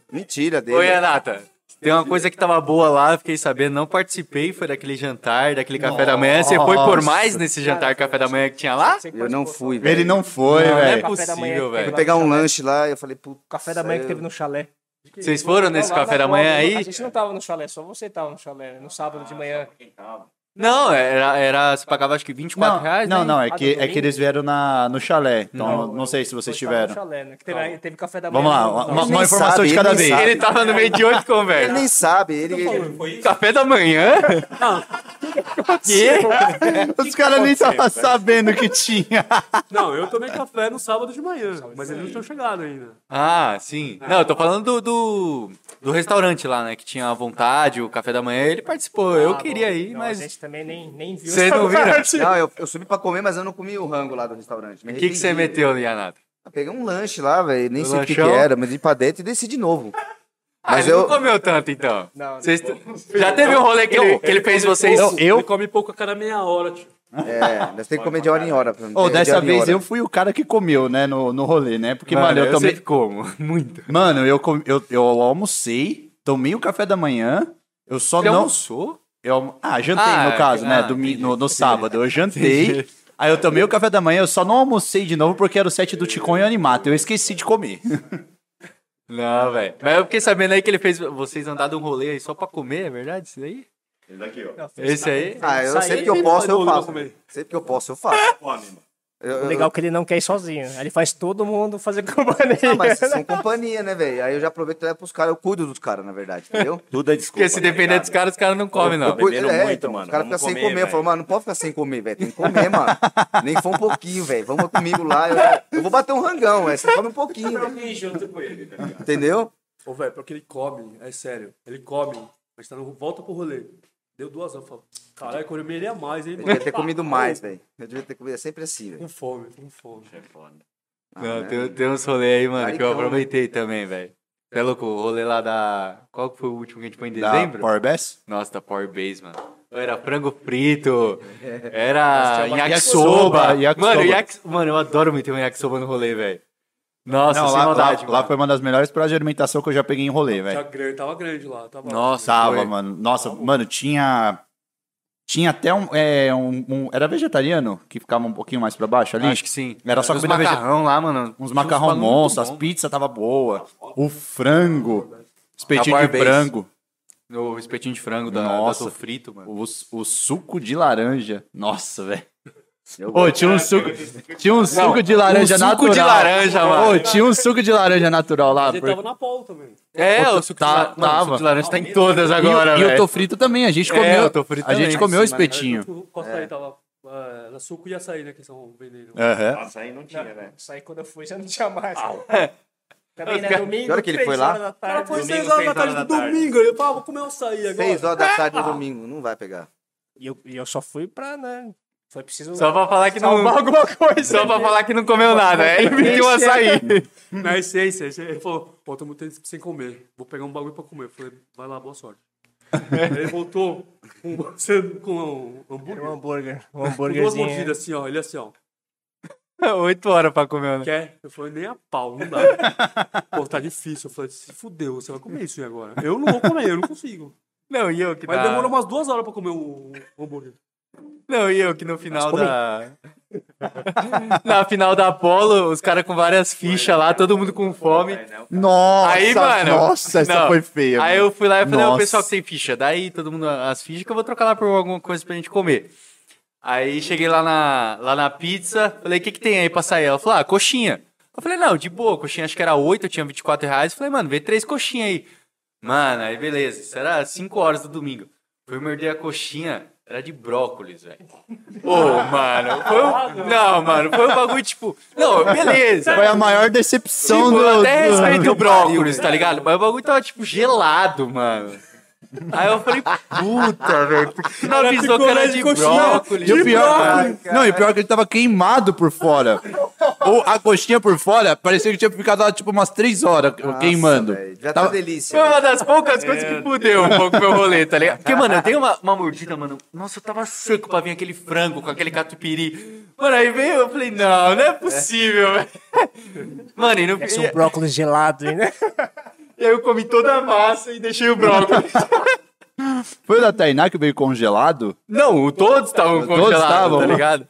Speaker 5: Mentira dele.
Speaker 2: Oi, Renata. Tem uma coisa que tava boa lá, eu fiquei sabendo, não participei, foi daquele jantar, daquele café da manhã. Você foi por mais nesse jantar café da manhã que tinha lá?
Speaker 5: Eu não fui, velho.
Speaker 1: Ele não né? foi,
Speaker 2: Não é
Speaker 1: velho.
Speaker 2: possível,
Speaker 5: Fui
Speaker 2: velho.
Speaker 5: pegar um lanche lá e eu falei, puta.
Speaker 4: Café da manhã que teve no chalé.
Speaker 2: Vocês foram nesse café da manhã
Speaker 4: A
Speaker 2: aí?
Speaker 4: gente não tava no chalé, só você tava no chalé, né? no sábado de manhã.
Speaker 2: Não, era, era você pagava acho que 24
Speaker 1: Não,
Speaker 2: reais.
Speaker 1: não,
Speaker 2: né?
Speaker 1: não, é
Speaker 4: Ah,
Speaker 1: que,
Speaker 4: do
Speaker 1: é que eles vieram na, no chalé. Então, não, sei se vocês
Speaker 4: Você tava no
Speaker 1: tiveram.
Speaker 4: chalé, né? Que teve, teve café da manhã.
Speaker 1: Vamos lá,
Speaker 4: no-
Speaker 1: uma,
Speaker 4: no-
Speaker 1: uma
Speaker 5: nem
Speaker 1: informação
Speaker 5: sabe,
Speaker 1: de
Speaker 5: ele
Speaker 1: cada
Speaker 5: nem
Speaker 1: vez.
Speaker 5: sabe.
Speaker 2: Ele tava no meio de oito
Speaker 5: Ele
Speaker 2: conversas.
Speaker 5: nem sabe, ele. ele-
Speaker 2: Café da manhã? Que?
Speaker 1: Os caras nem estavam sabendo que tinha.
Speaker 3: Não, eu tomei café no sábado de manhã, mas eles não tinham chegado ainda.
Speaker 2: Ah, sim. Não, eu tô falando do, do, do restaurante lá, né? Que tinha à vontade, o café da manhã, ele participou. eu queria ir,
Speaker 4: Ah, Não, A
Speaker 2: mas.
Speaker 4: gente também nem, nem viu.
Speaker 2: Vocês
Speaker 4: essa
Speaker 2: não viram?
Speaker 4: parte.
Speaker 5: Não, eu, eu subi pra comer, mas eu não comi o rango lá do restaurante.
Speaker 2: O que, que você meteu, Yanato?
Speaker 5: Peguei um lanche lá, velho. Nem
Speaker 2: Um
Speaker 5: sei o que, que
Speaker 2: lanchão?
Speaker 5: era, mas ir pra dentro e desci de novo.
Speaker 2: Ah,
Speaker 5: Mas
Speaker 2: ele
Speaker 5: eu-
Speaker 2: não comeu tanto, então.
Speaker 4: Não, não.
Speaker 2: Vocês- Já teve um rolê que ele, que ele fez vocês.
Speaker 3: Ele come Então, pouco a cada meia hora, tio.
Speaker 5: É, nós temos que comer de hora em hora. pra não
Speaker 1: Ou
Speaker 5: ter- de
Speaker 1: dessa
Speaker 5: hora em
Speaker 1: vez
Speaker 5: hora.
Speaker 1: eu fui o cara que comeu, né, no, no rolê, né? Porque, mano, eu tomei.
Speaker 2: sei como. Muito.
Speaker 1: Mano, eu, com- eu, eu almocei, tomei o café da manhã, eu só
Speaker 2: Ele
Speaker 1: não.
Speaker 2: almoçou?
Speaker 1: Eu, almo- ah, jantei
Speaker 2: Ah,
Speaker 1: no caso, né?
Speaker 2: ah,
Speaker 1: domi-
Speaker 2: entendi.
Speaker 1: no, no sábado. Eu jantei. Aí eu tomei o café da manhã, eu só não almocei de novo porque era o set do Ticon e o Animato. Eu esqueci de comer.
Speaker 2: Não, velho. Mas eu fiquei sabendo aí que ele fez vocês andaram um rolê aí só pra comer, é verdade? Isso daí?
Speaker 6: Esse daqui, ó.
Speaker 2: Esse aí?
Speaker 5: Ah, eu
Speaker 4: Isso
Speaker 5: sempre
Speaker 4: aí
Speaker 5: que eu
Speaker 4: ele
Speaker 5: posso,
Speaker 4: faz
Speaker 5: eu
Speaker 4: bolo pra
Speaker 5: faço.
Speaker 4: comer.
Speaker 5: Sempre que eu posso, eu faço.
Speaker 6: Come, mano.
Speaker 5: Eu,
Speaker 4: O
Speaker 5: eu-
Speaker 4: legal é que ele não quer ir sozinho. né? Ele faz todo mundo fazer companhia.
Speaker 5: Ah, mas são companhia, né, velho? Aí eu já aproveito e levo pros caras, eu cuido dos caras, na verdade, entendeu?
Speaker 6: Tudo é desculpa.
Speaker 2: Porque se depender dos caras, os caras não comem, não.
Speaker 5: Eu cuido- é, então,
Speaker 6: bebendo muito, mano.
Speaker 5: Os caras ficam
Speaker 6: Vamos
Speaker 5: sem
Speaker 6: comer,
Speaker 5: comer. Eu falo,
Speaker 6: velho.
Speaker 5: mano, não pode ficar sem comer, velho. Tem que comer, mano. Nem que for um pouquinho, velho. Vamos comigo lá. Eu, eu vou bater um rangão, velho. Você come um pouquinho, velho.
Speaker 6: junto com ele, tá ligado?
Speaker 5: Entendeu?
Speaker 3: Ô, velho, porque ele come, é sério. Ele come, mas tá no... volta pro rolê. Deu duas horas, eu falo, caralho, eu comeria mais, hein,
Speaker 5: Eu
Speaker 3: mano.
Speaker 5: devia ter comido mais, velho. Eu devia ter comido. É sempre assim, velho.
Speaker 3: Com fome, com fome.
Speaker 5: Ah,
Speaker 2: Não,
Speaker 5: né?
Speaker 2: tem, tem uns rolês aí, mano, que eu
Speaker 5: Caricão, né?
Speaker 2: aproveitei também, velho. Você é louco? O rolê lá da. Qual que foi o último que a gente foi em
Speaker 1: Da
Speaker 2: dezembro?
Speaker 1: Power Bass?
Speaker 2: Nossa, da Power Base, mano. Era frango frito,
Speaker 1: tinha
Speaker 2: era
Speaker 1: uma
Speaker 2: yakisoba.
Speaker 1: yakisoba, yakisoba.
Speaker 2: Mano, yaki... mano, eu adoro meter um yakisoba no rolê, velho. Nossa, sem
Speaker 1: lá,
Speaker 2: maldade,
Speaker 1: lá, lá
Speaker 2: mano.
Speaker 1: foi uma das melhores praças de alimentação que eu já peguei em rolê,
Speaker 3: Tá
Speaker 1: velho.
Speaker 3: grande, tava grande lá, tava.
Speaker 2: Nossa,
Speaker 1: Tava,
Speaker 2: foi.
Speaker 1: mano. Nossa, mano, tinha. Tinha até um, é, um- um- Era vegetariano que ficava um pouquinho mais pra baixo ali?
Speaker 2: Acho que sim.
Speaker 1: Era só
Speaker 2: Uns
Speaker 1: comida vegetal.
Speaker 2: macarrão lá, mano.
Speaker 1: Uns macarrão
Speaker 2: bagulho muito
Speaker 1: monstro, as
Speaker 2: bom.
Speaker 1: pizzas tava boa. O frango. Espetinho
Speaker 2: A
Speaker 1: de
Speaker 2: Power Base.
Speaker 1: frango.
Speaker 2: O espetinho de frango da, da
Speaker 1: Nossa.
Speaker 2: sofrito, mano.
Speaker 1: O, o suco de laranja. Nossa, velho.
Speaker 5: Eu
Speaker 1: Ô, tinha um suco, tinha um suco de laranja
Speaker 2: um suco
Speaker 1: natural.
Speaker 2: de laranja, mano.
Speaker 1: Ô, tinha um suco de laranja natural lá.
Speaker 3: Ele
Speaker 1: porque-
Speaker 3: tava na pau também.
Speaker 2: É,
Speaker 1: Puta,
Speaker 2: o suco
Speaker 1: tá-
Speaker 2: de laranja. Mano, o suco
Speaker 1: tava.
Speaker 2: de laranja tá em todas
Speaker 1: E o-
Speaker 2: agora,
Speaker 1: e,
Speaker 2: velho.
Speaker 1: o tô frito também, a gente
Speaker 2: É,
Speaker 1: comeu.
Speaker 2: o Tô Frito
Speaker 1: a gente
Speaker 2: também.
Speaker 1: comeu o
Speaker 2: Sim, mas
Speaker 1: espetinho.
Speaker 3: O Costa
Speaker 5: É.
Speaker 3: aí tava. eh, Era suco e açaí, né? Que são vendendo.
Speaker 6: É.
Speaker 1: Aham.
Speaker 6: Açaí não tinha, né?
Speaker 4: Isso aí quando eu fui já não tinha mais.
Speaker 2: Ah,
Speaker 4: Também, né? Domingo,
Speaker 5: Que hora que ele
Speaker 4: três
Speaker 5: foi lá?
Speaker 4: horas da
Speaker 3: Cara,
Speaker 4: tarde.
Speaker 3: foi
Speaker 6: Domingo,
Speaker 3: 6 horas da
Speaker 6: seis
Speaker 3: tarde do
Speaker 6: horas da tarde.
Speaker 3: domingo. Eu falei, ah, vou comer um açaí agora.
Speaker 5: 6 horas
Speaker 6: É.
Speaker 5: da tarde no domingo. Não vai pegar.
Speaker 4: E eu, e eu só fui pra, né? Foi preciso
Speaker 2: Só pra falar que não.
Speaker 4: salvar alguma coisa.
Speaker 2: Só pra falar que não comeu nada. Aí ele pediu um açaí.
Speaker 3: Na essência, é, ele falou, pô, tô muito tempo sem comer. Vou pegar um bagulho pra comer. Eu falei, vai lá, boa sorte. Aí ele voltou com, com um
Speaker 4: Um
Speaker 3: hambúrguer.
Speaker 4: hambúrguer.
Speaker 3: Com
Speaker 4: Um
Speaker 3: duas
Speaker 4: hambúrguerzinho.
Speaker 3: mordidas assim, ó. Ele assim, ó.
Speaker 2: Oito horas pra comer, né?
Speaker 3: Quer? Eu falei, nem a pau, não dá. Pô, tá difícil. Eu falei, se fudeu, você vai comer isso aí agora. Eu não vou comer, eu não consigo.
Speaker 2: Não, e eu que
Speaker 3: Mas
Speaker 4: Ah.
Speaker 2: na-
Speaker 3: demorou umas duas horas pra comer o o hambúrguer.
Speaker 2: Não, e eu que no final da. na final da Apollo, os caras com várias fichas lá, todo mundo com fome.
Speaker 1: Nossa,
Speaker 2: Aí, mano.
Speaker 1: nossa, essa
Speaker 2: não.
Speaker 1: foi feia.
Speaker 2: Aí
Speaker 1: mano.
Speaker 2: eu fui lá e falei, ó,
Speaker 1: Nossa.
Speaker 2: pessoal que tem ficha. Daí todo mundo as fichas que eu vou trocar lá por alguma coisa pra gente comer. Aí cheguei lá na, lá na pizza, falei, o que, que tem aí pra sair? Ela falou, ah, coxinha. Eu falei, não, de boa, coxinha acho que era 8, eu tinha 24 reais. Falei, mano, vê três coxinhas aí. Mano, aí beleza, isso era 5 horas do domingo. Fui morder a coxinha, era de brócolis, velho. Ô, mano, foi um... Não, mano, foi um bagulho tipo. Não, beleza.
Speaker 1: Foi a maior decepção
Speaker 2: Tipo,
Speaker 1: do.
Speaker 2: eu até
Speaker 1: do-
Speaker 2: respeito o
Speaker 1: do-
Speaker 2: brócolis, tá ligado? Mas o bagulho tava, tipo, gelado, mano. Aí eu falei, puta, velho. por que Não avisou que era de brócolis.
Speaker 1: E o pior, não, e o pior é que ele tava queimado por fora. Ou a coxinha por fora, parecia que tinha ficado lá tipo umas três horas queimando.
Speaker 5: Nossa, velho, Já tá
Speaker 1: Tava-
Speaker 5: delícia.
Speaker 6: Ah.
Speaker 2: Foi uma das poucas coisas que fudeu um pouco meu rolê, tá ligado? Porque, mano, eu dei uma, uma mordida, mano. Nossa, eu tava seco pra vir aquele frango com aquele catupiry. Mano, aí veio, eu falei, não, não é possível, velho. Mano, e, não,
Speaker 4: Esse é um brócolis gelado, hein, né?
Speaker 2: e aí eu comi toda a massa e deixei o brócolis.
Speaker 1: Foi o da Tainá que veio congelado?
Speaker 2: Não, o- todos estavam congelados,
Speaker 1: estavam.
Speaker 2: tá ligado?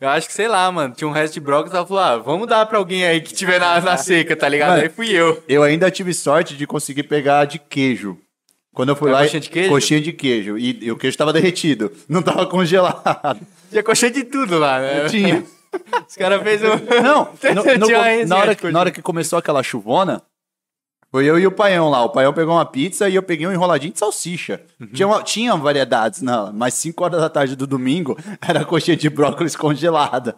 Speaker 2: Eu acho que, sei lá, mano, tinha um resto de brócolis, ela falou, ah, vamos dar pra alguém aí que tiver na, na seca, tá ligado?
Speaker 1: Mano,
Speaker 2: aí fui eu.
Speaker 1: Eu ainda tive sorte de conseguir pegar a de queijo. Quando eu fui
Speaker 2: A
Speaker 1: lá.
Speaker 2: coxinha de queijo?
Speaker 1: Coxinha de queijo. E, e o queijo tava derretido. Não tava congelado.
Speaker 2: Tinha coxinha de tudo lá, né?
Speaker 1: Tinha.
Speaker 2: Os caras fez um...
Speaker 1: Não, no- no-
Speaker 2: Tinha uma
Speaker 1: na, hora, que-
Speaker 2: coxinha.
Speaker 1: na hora que começou aquela chuvona, foi eu e o paião lá. O paião pegou uma pizza e eu peguei um enroladinho de salsicha.
Speaker 2: Uhum.
Speaker 1: Tinha, uma- tinha variedades, não, mas 5 horas da tarde do domingo era coxinha de brócolis congelada.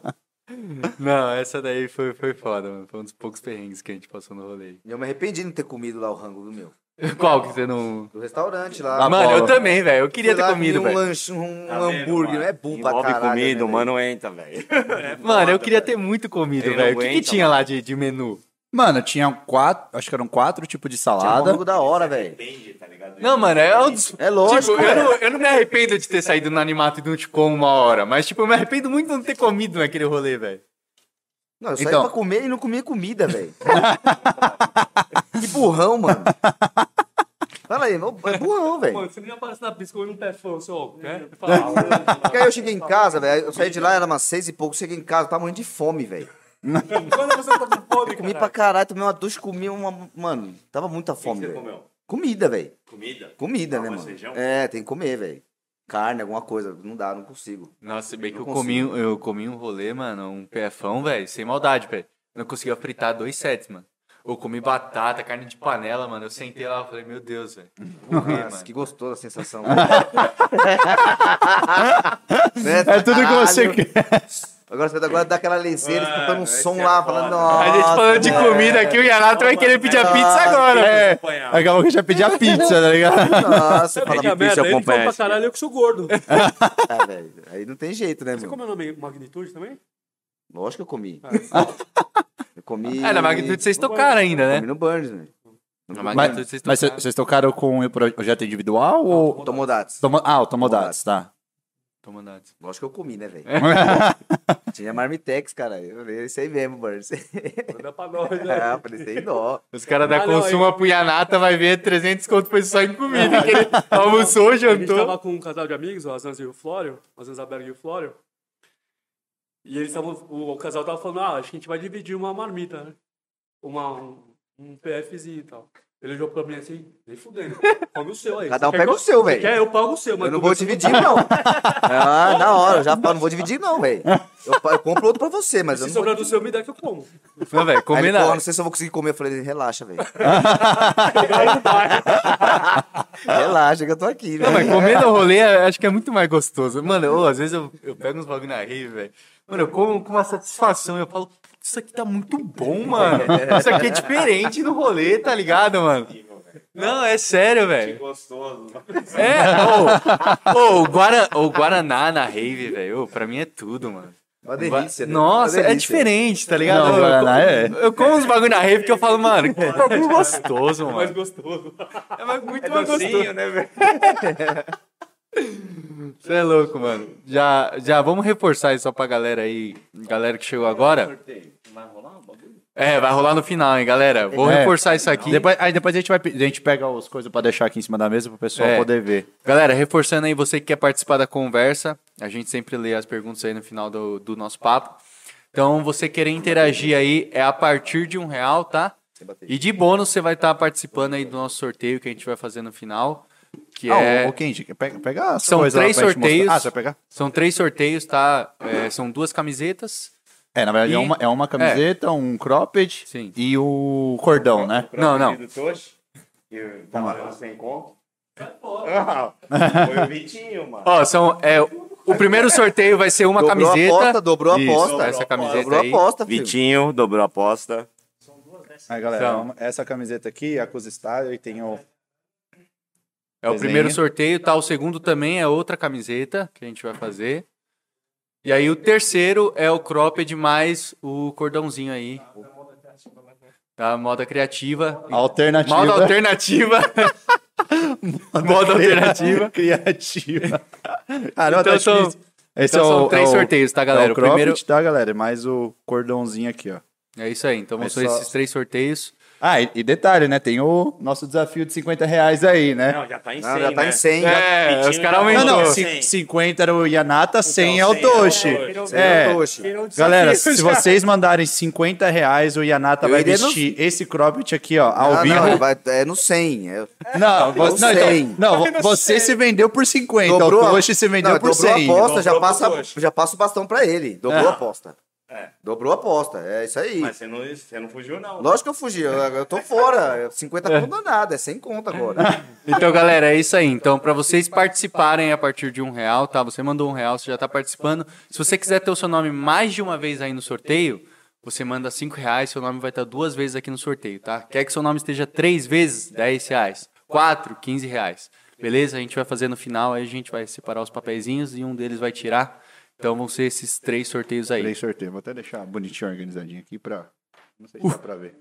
Speaker 2: Não, essa daí foi, foi foda, mano. Foi um dos poucos perrengues que a gente passou no rolê.
Speaker 5: Eu me arrependi de não ter comido lá o rango do meu.
Speaker 2: Qual que você não...
Speaker 5: Do restaurante lá.
Speaker 1: Lá
Speaker 2: mano,
Speaker 1: bola.
Speaker 2: eu também, velho. Eu queria
Speaker 5: Sei lá,
Speaker 2: ter comido,
Speaker 5: comi um
Speaker 2: velho.
Speaker 5: lanche, um hambúrguer.
Speaker 6: Tá mano?
Speaker 5: É burro pra
Speaker 6: Envolve
Speaker 5: caralho. né,
Speaker 6: comida,
Speaker 5: velho?
Speaker 6: o mano entra, velho.
Speaker 2: Mano, eu queria ter muito comido,
Speaker 6: Ele não
Speaker 2: velho. O que que,
Speaker 6: aguenta,
Speaker 2: tinha lá de, de menu?
Speaker 1: Mano, tinha quatro, acho que eram quatro tipos de
Speaker 5: Tinha um
Speaker 1: salada.
Speaker 5: rango da hora, velho.
Speaker 6: Depende, tá ligado?
Speaker 2: Não, mano, é um dos...
Speaker 5: É lógico,
Speaker 2: Tipo, eu, não, eu não me arrependo de ter saído no Animato e do Ticom uma hora, mas, tipo, eu me arrependo muito de não ter comido naquele rolê, velho.
Speaker 5: Não, eu saí
Speaker 1: Então.
Speaker 5: pra comer e não comia comida, velho. que burrão, mano. Fala aí, meu- é burrão, velho.
Speaker 3: Mano, você nem aparece na pista comendo um pé fã, você, ó, quer? Eu falei, ah,
Speaker 5: Porque aí eu cheguei em casa, velho. Eu saí de lá, era umas seis e pouco. Cheguei em casa, tava morrendo de fome, velho.
Speaker 3: Quando você tá com fome,
Speaker 5: Comi
Speaker 3: cara?
Speaker 5: pra caralho, tomei uma ducha, comi uma. Mano, tava muita
Speaker 6: O que
Speaker 5: fome,
Speaker 6: que você
Speaker 5: velho.
Speaker 6: comeu?
Speaker 5: Comida, velho.
Speaker 6: Comida?
Speaker 5: Comida, né,
Speaker 6: Arroz,
Speaker 5: mano?
Speaker 6: feijão?
Speaker 5: É, tem que comer, velho. Carne, alguma coisa. Não dá, não consigo.
Speaker 2: Nossa, bem que
Speaker 5: Não
Speaker 2: eu comi, um- eu comi um rolê, mano, um PFão, velho, sem maldade, velho. Não conseguia fritar dois sets, mano. Eu comi batata, carne de panela, mano. Eu sentei lá e falei, meu Deus, velho. Vou morrer,
Speaker 5: Nossa,
Speaker 2: mano.
Speaker 5: que gostosa a sensação. Né?
Speaker 1: É tudo que você
Speaker 5: Caralho.
Speaker 1: quer.
Speaker 5: Agora você agora dá aquela lenceira,
Speaker 6: Mano,
Speaker 5: escutando um
Speaker 6: esse
Speaker 5: som
Speaker 6: é
Speaker 5: lá,
Speaker 6: foda.
Speaker 5: falando,
Speaker 6: A
Speaker 5: nossa. né,
Speaker 2: A gente falando de comida aqui, o Yanato vai querer pedir a pizza agora,
Speaker 1: É,
Speaker 2: velho.
Speaker 6: Acompanhar.
Speaker 1: daqui a pouco eu já pedi a pizza, tá ligado?
Speaker 5: Nossa, fala
Speaker 3: Puta merda, ele que come pra caralho, eu que sou gordo. Você
Speaker 5: Ah, velho, aí não tem jeito, né, mano?
Speaker 3: comeu na me- magnitude também?
Speaker 5: Lógico que eu comi.
Speaker 3: Ah,
Speaker 5: Eu comi.
Speaker 2: É, na magnitude vocês tocaram ainda,
Speaker 5: Comi
Speaker 2: né?
Speaker 5: no Burns, velho.
Speaker 2: Na
Speaker 1: Mas,
Speaker 2: magnitude vocês
Speaker 1: mas
Speaker 2: tocaram.
Speaker 1: vocês tocaram com o projeto individual ou.
Speaker 5: Tomodates.
Speaker 1: Tomo- Ah, o Tomodates, tá.
Speaker 2: Toma nada.
Speaker 5: Lógico que eu comi, né, velho? Tinha Marmitex, cara. Eu falei, "É isso aí mesmo, Burns.
Speaker 3: manda pra nós, né?
Speaker 5: ah, falei, sem dó.
Speaker 2: Os caras da
Speaker 3: Ah, não,
Speaker 2: Consuma pro Yanata vai ver 300 conto foi só em comida. que ele almoçou,
Speaker 3: A gente
Speaker 2: jantou.
Speaker 3: tava com um casal de amigos, ó, a Zanzi e o Flório, a Zanzaberg e o Flório. E eles estavam, o, o casal tava falando, ah, acho que a gente vai dividir uma marmita, né? Uma, um, um PFzinho e tal. Ele olhou pra mim assim, nem fudendo, come o seu aí. Você
Speaker 5: Cada um
Speaker 3: quer
Speaker 5: pega
Speaker 3: que
Speaker 5: o seu,
Speaker 3: você
Speaker 5: velho.
Speaker 3: Quer, eu pago o seu, mas
Speaker 5: Eu não
Speaker 3: come
Speaker 5: vou
Speaker 3: o seu.
Speaker 5: dividir, não. Ah, na hora, eu já falo, não vou dividir, não, velho. Eu, pa- eu compro outro pra você, mas eu
Speaker 3: Se
Speaker 5: não vou.
Speaker 3: sobrar do seu, me dá que eu como.
Speaker 2: Não, velho,
Speaker 5: Aí
Speaker 2: comer
Speaker 5: ele falou,
Speaker 2: nada.
Speaker 5: não sei se eu vou conseguir comer. Eu falei, relaxa, velho. relaxa que eu tô aqui,
Speaker 2: Não, mas
Speaker 5: velho.
Speaker 2: comer no rolê eu acho que é muito mais gostoso. Mano, ô, às vezes eu, eu pego uns bagulho na rave, velho. Mano, eu como com uma satisfação. Eu falo, "Putz, isso aqui tá muito
Speaker 5: É.
Speaker 2: bom, mano. Isso aqui é diferente no rolê, tá ligado, mano? Não, é sério, velho.
Speaker 6: Gostoso.
Speaker 2: É, ô, ô, o, Guara- o Guaraná na rave, velho. ô, Pra mim é tudo, mano.
Speaker 5: Uma delícia, né?
Speaker 2: Nossa,
Speaker 5: Uma
Speaker 2: é
Speaker 5: delícia.
Speaker 2: diferente, tá ligado?
Speaker 1: Não,
Speaker 2: eu,
Speaker 1: Guaraná
Speaker 2: como,
Speaker 1: é.
Speaker 2: eu como uns bagulho na rave que eu falo, mano, que bagulho gostoso, mano.
Speaker 3: Mais gostoso.
Speaker 2: É mais- muito mais gostoso.
Speaker 6: Docinho, né, velho?
Speaker 2: Você é louco, mano. Já, já vamos reforçar isso só pra galera aí, galera que chegou agora. É, vai rolar no final, hein, galera. Vou
Speaker 1: É.
Speaker 2: reforçar isso aqui.
Speaker 1: Depois, aí depois a gente, vai, pe- a gente pega as coisas pra deixar aqui em cima da mesa pro pessoal
Speaker 2: É.
Speaker 1: poder ver.
Speaker 2: Galera, reforçando aí, você que quer participar da conversa, a gente sempre lê as perguntas aí no final do, do nosso papo. Então, você querer interagir aí é a partir de um real, tá? E de bônus você vai estar participando aí do nosso sorteio que a gente vai fazer no final, que
Speaker 1: Ah,
Speaker 2: é...
Speaker 1: o, o Kenji, pega, pega as
Speaker 2: São
Speaker 1: coisas lá
Speaker 2: três
Speaker 1: pra gente mostrar.
Speaker 2: sorteios.
Speaker 1: Ah, você vai pegar?
Speaker 2: São três sorteios, tá? É, são duas camisetas.
Speaker 1: É, na verdade
Speaker 2: E-
Speaker 1: é, uma, é uma camiseta, um cropped
Speaker 2: Sim.
Speaker 1: e o cordão, né?
Speaker 2: Não, não.
Speaker 6: Do Toshi, que tava lá sem conto. Ah, Foi o Vitinho, mano.
Speaker 2: Ó, são. É, o primeiro sorteio vai ser uma
Speaker 5: Dobrou
Speaker 2: camiseta.
Speaker 5: a aposta, dobrou a
Speaker 2: Isso,
Speaker 5: aposta.
Speaker 2: essa camiseta
Speaker 5: Dobrou a
Speaker 2: aí.
Speaker 5: aposta, filho.
Speaker 6: Vitinho dobrou a aposta.
Speaker 1: Aí, galera, é
Speaker 2: Então.
Speaker 1: uma- essa camiseta aqui, a Cus Style, e tem o...
Speaker 2: É o
Speaker 1: Desenha.
Speaker 2: primeiro sorteio, tá? O segundo também é outra camiseta que a gente vai fazer. E aí o terceiro é o cropped mais o cordãozinho aí. Da moda criativa.
Speaker 1: Alternativa.
Speaker 2: Moda alternativa. moda alternativa.
Speaker 1: Criativa. Ah, não,
Speaker 2: Então
Speaker 1: tá
Speaker 2: são-
Speaker 1: difícil. Esse é
Speaker 2: então são três
Speaker 1: o-
Speaker 2: sorteios, tá, galera?
Speaker 1: É
Speaker 2: O
Speaker 1: o cropped,
Speaker 2: primeiro-
Speaker 1: tá, galera? Mais o cordãozinho aqui, ó.
Speaker 2: É isso aí. Então
Speaker 1: Mas
Speaker 2: são
Speaker 1: só-
Speaker 2: esses três sorteios.
Speaker 1: Ah, e, e detalhe, né? Tem o nosso desafio de 50 reais aí, né?
Speaker 6: Não, já tá em 100,
Speaker 5: Não, já tá
Speaker 6: né?
Speaker 5: em 100. já.
Speaker 2: É, os caras
Speaker 1: Não,
Speaker 2: aumentou.
Speaker 1: não,
Speaker 6: Então,
Speaker 1: cin-
Speaker 6: cem.
Speaker 1: 50 era o Yanata, 100 é o
Speaker 6: cem é o
Speaker 1: Toshi.
Speaker 6: Toshi.
Speaker 1: É.
Speaker 5: Oxe.
Speaker 1: Galera, se vocês mandarem 50 reais, o Yanata
Speaker 5: Eu
Speaker 1: vai
Speaker 5: iria no-
Speaker 1: vestir esse cropped aqui, ó, ao
Speaker 5: Ah,
Speaker 1: vivo.
Speaker 5: não, vai, é no 100. É,
Speaker 1: Não, você, não,
Speaker 5: cem.
Speaker 1: então- não, você se vendeu por 50,
Speaker 5: dobrou
Speaker 1: o
Speaker 5: a-
Speaker 1: Toshi se vendeu
Speaker 5: não,
Speaker 1: por
Speaker 5: dobrou
Speaker 1: 100.
Speaker 5: a aposta, já
Speaker 6: Dobrou pro
Speaker 5: passa,
Speaker 6: Toshi.
Speaker 5: já passa o bastão pra ele. Dobrou
Speaker 1: Ah.
Speaker 5: a aposta. Dobrou a aposta, é isso aí.
Speaker 6: Mas você não, você não fugiu, não.
Speaker 5: Lógico que eu fugi, eu, eu tô fora. 50 conto não é nada, é 100 conto agora.
Speaker 2: Então, galera, é isso aí. Então, para vocês participarem a partir de um real, tá? Você mandou um real, você já tá participando. Se você quiser ter o seu nome mais de uma vez aí no sorteio, você manda cinco reais, seu nome vai estar duas vezes aqui no sorteio, tá? Quer que seu nome esteja três vezes? Dez reais. Quatro, quinze reais. Beleza? A gente vai fazer no final, aí a gente vai separar os papeizinhos e um deles vai tirar. Então, vão ser esses três sorteios aí.
Speaker 1: Três sorteios, vou até deixar bonitinho organizadinho aqui pra... Não sei se dá pra ver.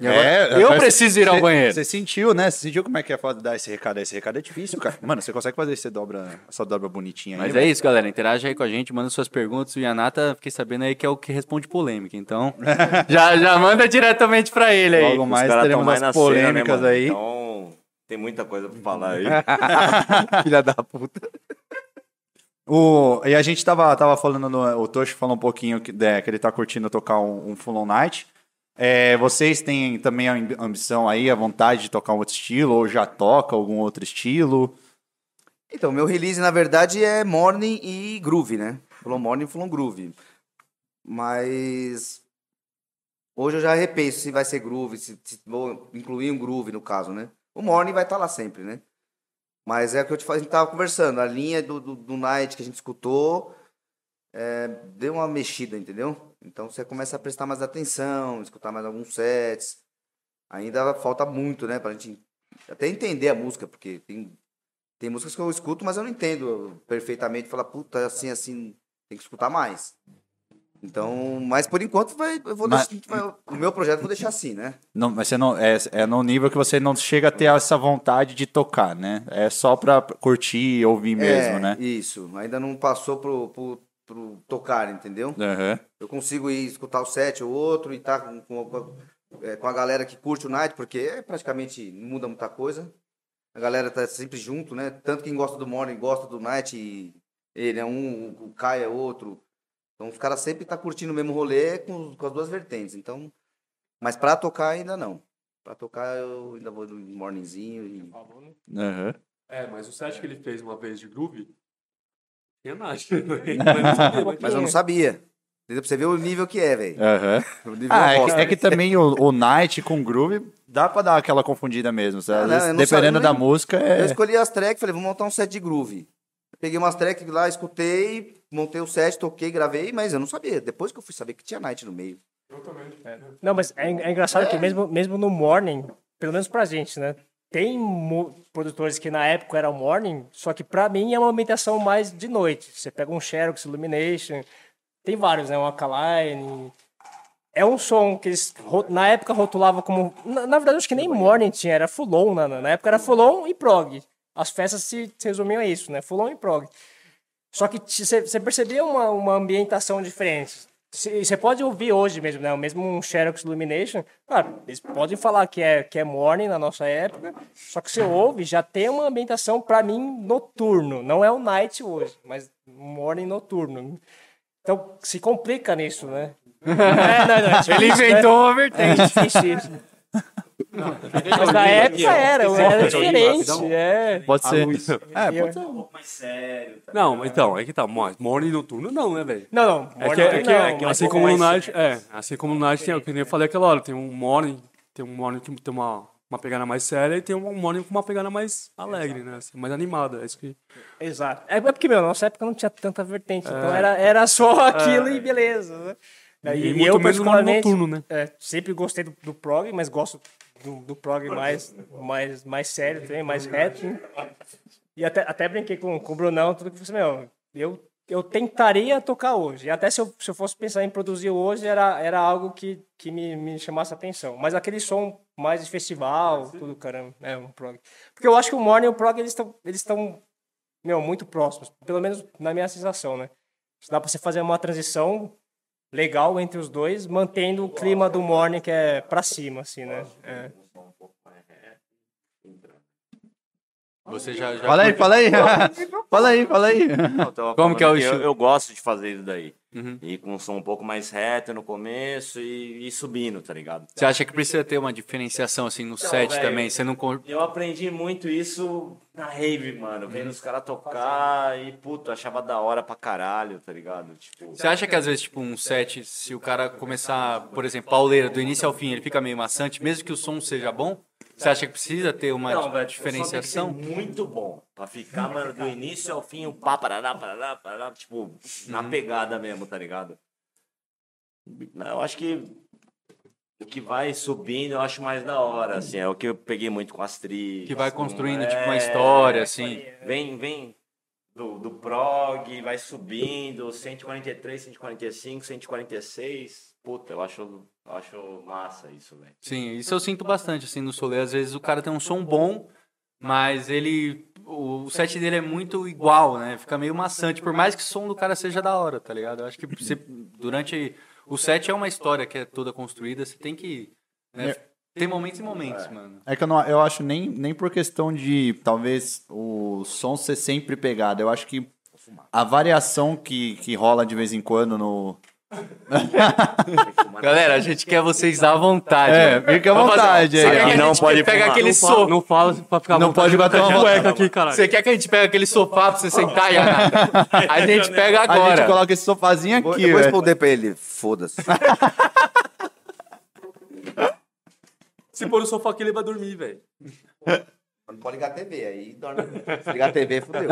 Speaker 1: É,
Speaker 2: eu preciso ir ao banheiro.
Speaker 1: Você sentiu, né? Você sentiu como é que é foda dar esse recado? Esse recado é difícil, cara. Mano, você consegue fazer essa dobra, essa dobra bonitinha aí?
Speaker 2: Mas é isso, galera. Interage aí com a gente, manda suas perguntas. O Yanata, fiquei sabendo aí que é o que responde polêmica. Então, já, já manda diretamente pra ele aí.
Speaker 1: Logo mais
Speaker 6: caras tão
Speaker 1: teremos as
Speaker 6: na cena, né,
Speaker 1: polêmicas
Speaker 6: mano?
Speaker 1: aí.
Speaker 6: Então, tem muita coisa pra falar aí.
Speaker 5: Filha da puta.
Speaker 1: O, e a gente tava, tava falando, no, o Tocho falou um pouquinho que, né, que ele tá curtindo tocar um, um Full On Night. É, vocês têm também a ambi- ambição aí, a vontade de tocar um outro estilo, ou já toca algum outro estilo?
Speaker 5: Então, meu release, na verdade, é Morning e Groove, né? Falou Morning, falou Groove. Mas... Hoje eu já repenso se vai ser Groove, se, se vou incluir um Groove, no caso, né? O Morning vai estar lá sempre, né? Mas é o que eu te falei, a gente tava conversando. A linha do, do, do Night que a gente escutou é, deu uma mexida, entendeu? Então você começa a prestar mais atenção, escutar mais alguns sets. Ainda falta muito, né? Pra gente até entender a música, porque tem, tem músicas que eu escuto, mas eu não entendo perfeitamente. Falar, puta, assim, assim, tem que escutar mais. Então, mas por enquanto vai, eu vou
Speaker 1: Mas-
Speaker 5: deixar- vai- o meu projeto eu vou deixar assim, né?
Speaker 1: Não, mas você não, é, é no nível que você não chega a ter essa vontade de tocar, né? É só pra curtir e ouvir mesmo,
Speaker 5: É,
Speaker 1: né?
Speaker 5: Isso, ainda não passou pro, pro, pro tocar, entendeu?
Speaker 1: Aham.
Speaker 5: Eu consigo ir escutar o set ou outro e tá com, com, com a- é, com a galera que curte o Night, porque é praticamente não muda muita coisa. A galera tá sempre junto, né? Tanto quem gosta do Morning gosta do Night, e ele é um, o- o Kai é outro. Então os caras sempre tá curtindo o mesmo rolê com, com as duas vertentes. Então, mas pra tocar ainda não. Pra tocar eu ainda vou no morningzinho e
Speaker 1: aham.
Speaker 3: É, mas o set que ele fez uma vez de groove. Tinha nada. Mas não sabia, mas
Speaker 5: Mas eu não sabia. Entendeu? Pra você ver o nível que é, velho.
Speaker 1: Aham.
Speaker 5: O nível
Speaker 1: Ah, é
Speaker 5: é
Speaker 1: que,
Speaker 5: bosta.
Speaker 1: é que também o, o Night com Groove dá pra dar aquela confundida mesmo. sabe?
Speaker 5: Ah,
Speaker 1: Às
Speaker 5: não,
Speaker 1: vezes,
Speaker 5: eu não
Speaker 1: dependendo
Speaker 5: sabia,
Speaker 1: da
Speaker 5: né?
Speaker 1: música,
Speaker 5: Eu
Speaker 1: é.
Speaker 5: escolhi as tracks, falei, vou montar um set de groove. Peguei umas tracks lá, escutei, montei o set, toquei, gravei, mas eu não sabia. Depois que eu fui saber que tinha Night no meio.
Speaker 4: Não, mas é, en- é engraçado que mesmo, mesmo no Morning, pelo menos pra gente, né? Tem mu- produtores que na época era o Morning, só que pra mim é uma ambientação mais de noite. Você pega um Xerox, Illumination, tem vários, né? Um Alkaline. É um som que eles ro- na época rotulavam como. Na, na verdade, acho que nem Morning tinha, era Full On, né? Na época era Full On e Prog. As festas se se resumiam a isso, né? Full On e Prog. Só que você percebia uma, uma ambientação diferente. Você pode ouvir hoje mesmo, né? O mesmo um Xerox Illumination. Claro, eles podem falar que é, que é morning na nossa época, só que você ouve, já tem uma ambientação, pra mim, noturno. Não é o night hoje, mas morning noturno. Então, se complica nisso, né? É, não, não, é difícil,
Speaker 2: Ele
Speaker 4: né?
Speaker 2: inventou uma
Speaker 4: É
Speaker 2: vertente.
Speaker 4: difícil isso. Mas na época era, era diferente. É.
Speaker 1: Pode ser. É,
Speaker 4: Eu-
Speaker 1: pode ser.
Speaker 3: Não, então, é que tá. mo- Morning noturno não, né, velho?
Speaker 4: Não, não.
Speaker 3: É
Speaker 4: morning
Speaker 3: que, é que- é
Speaker 4: não,
Speaker 3: que
Speaker 4: mas
Speaker 3: assim como no
Speaker 4: mas-
Speaker 3: Night, é, assim como no Night tem, que nem eu falei aquela hora, tem um morning, tem um morning que tem uma, uma pegada mais séria e tem um morning com uma pegada mais alegre, né? assim, mais animada. É isso que.
Speaker 4: Exato. É é porque, meu, na nossa época não tinha tanta vertente. Então era, era só aquilo e beleza. né?
Speaker 3: É. E muito menos no noturno, né?
Speaker 4: é, sempre gostei do, do prog, mas gosto do, do prog mais, mais, mais sério também, mais reto. né? E até, até brinquei com, com o Brunão, tudo que eu falei, meu, eu, eu tentaria tocar hoje. E até se eu, se eu fosse pensar em produzir hoje, era, era algo que, que me, me chamasse a atenção. Mas aquele som mais de festival, tudo, caramba, é um prog. Porque eu acho que o Morning e o prog, eles estão, eles estão, meu, muito próximos. Pelo menos na minha sensação, né? Dá pra você fazer uma transição legal entre os dois, mantendo o clima do Morning, que é pra cima, assim, né? É.
Speaker 2: Você já, já
Speaker 1: Fala aí, fala aí. fala aí, fala aí.
Speaker 6: Não, eu tava
Speaker 2: Como que é
Speaker 6: falando
Speaker 2: o
Speaker 6: eu,
Speaker 2: estilo?
Speaker 6: eu gosto de fazer isso daí. Ir com um som um pouco mais reto no começo e, e subindo, tá ligado?
Speaker 2: Você acha que precisa ter uma diferenciação assim no set
Speaker 6: velho.
Speaker 2: também? Você não. con-
Speaker 6: Eu aprendi muito isso na rave, mano. Vendo os caras tocar e, puto, achava da hora pra caralho, tá ligado? Tipo,
Speaker 2: Você acha que às vezes, tipo, um set, se o cara começar, por exemplo, pauleira, do início ao fim, ele fica meio maçante, mesmo que o som seja bom? Você acha que precisa ter uma
Speaker 6: Não, velho, o som
Speaker 2: diferenciação?
Speaker 6: tem que ser muito bom. Pra ficar, mano, do início ao fim, o pá, parará, parará, parará, tipo,
Speaker 2: Uhum.
Speaker 6: na pegada mesmo, tá ligado? Não, Eu acho que o que vai subindo, eu acho mais da hora, assim. É o que eu peguei muito com as trilhas.
Speaker 2: Que vai
Speaker 6: com-
Speaker 2: construindo, tipo,
Speaker 6: é,
Speaker 2: uma história, assim.
Speaker 6: Vem, vem do, do prog, vai subindo, 143, 145, 146. Puta, eu acho, eu acho massa isso, velho.
Speaker 2: Sim, isso eu sinto bastante, assim, no Solê. Às vezes o cara tem um som bom, mas ele. O set dele é muito igual, né? Fica meio maçante, por mais que o som do cara seja da hora, tá ligado? Eu acho que você, durante. O set é uma história que é toda construída, você tem que. Né, tem momentos e momentos, mano.
Speaker 1: É que eu, não, eu acho nem, nem por questão de talvez o som ser sempre pegado. Eu acho que
Speaker 5: fumar.
Speaker 1: A variação que, que rola de vez em quando no.
Speaker 2: Galera, a gente quer vocês à vontade.
Speaker 1: É,
Speaker 2: né?
Speaker 1: fica à
Speaker 2: Vamos fazer-
Speaker 1: vontade
Speaker 2: Você
Speaker 1: aí,
Speaker 2: quer
Speaker 1: ó.
Speaker 2: que a
Speaker 6: Não
Speaker 2: gente
Speaker 6: pode
Speaker 2: pegue
Speaker 6: fumar.
Speaker 2: aquele
Speaker 3: Não, fala,
Speaker 2: sofá.
Speaker 3: não fala pra ficar à
Speaker 1: Não
Speaker 3: vontade
Speaker 1: pode
Speaker 3: de
Speaker 1: bater
Speaker 3: ficar
Speaker 1: uma
Speaker 3: de
Speaker 1: bola.
Speaker 3: cueca aqui, caralho.
Speaker 2: Você quer que a gente pegue aquele sofá pra você sentar, Então, Yanata? A gente pega
Speaker 1: A gente
Speaker 2: agora.
Speaker 1: coloca esse sofazinho
Speaker 5: Vou,
Speaker 1: aqui,
Speaker 5: eu vou
Speaker 1: velho.
Speaker 5: responder pra ele, foda-se.
Speaker 3: Se pôr no sofá aqui, ele vai dormir, velho.
Speaker 5: Não pode ligar a TV, aí dorme. Se ligar a TV, fodeu.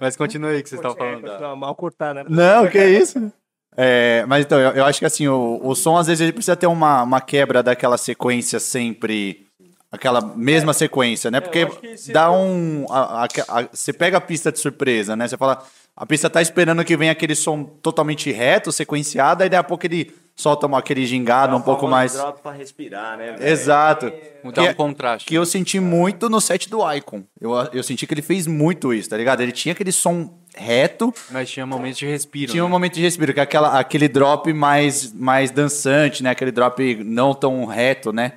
Speaker 2: Mas continua aí que vocês estavam
Speaker 4: É,
Speaker 2: falando. da-
Speaker 4: continuar mal cortar, né?
Speaker 1: Não, que isso? É, mas então, eu, eu acho que assim, o, o som às vezes ele precisa ter uma, uma quebra daquela sequência sempre. Aquela mesma sequência, né? Porque
Speaker 3: É. acho que se-
Speaker 1: dá um. a- a- a- Você pega a pista de surpresa, né? Você fala. A pista tá esperando que venha aquele som totalmente reto, sequenciado, aí daí a pouco ele solta uma, aquele gingado um pouco mais.
Speaker 6: Drop pra respirar, né?
Speaker 3: é,
Speaker 6: velho?
Speaker 1: Exato.
Speaker 2: Dá um
Speaker 1: Que- é
Speaker 2: contraste.
Speaker 1: que eu senti muito no set do Icon. Eu, eu senti que ele fez muito isso, tá ligado? Ele tinha aquele som reto,
Speaker 2: Mas tinha momentos de respiro.
Speaker 1: tinha um
Speaker 2: né?
Speaker 1: momento de respiro, que é aquela, aquele drop mais, mais dançante, né? Aquele drop não tão reto, né?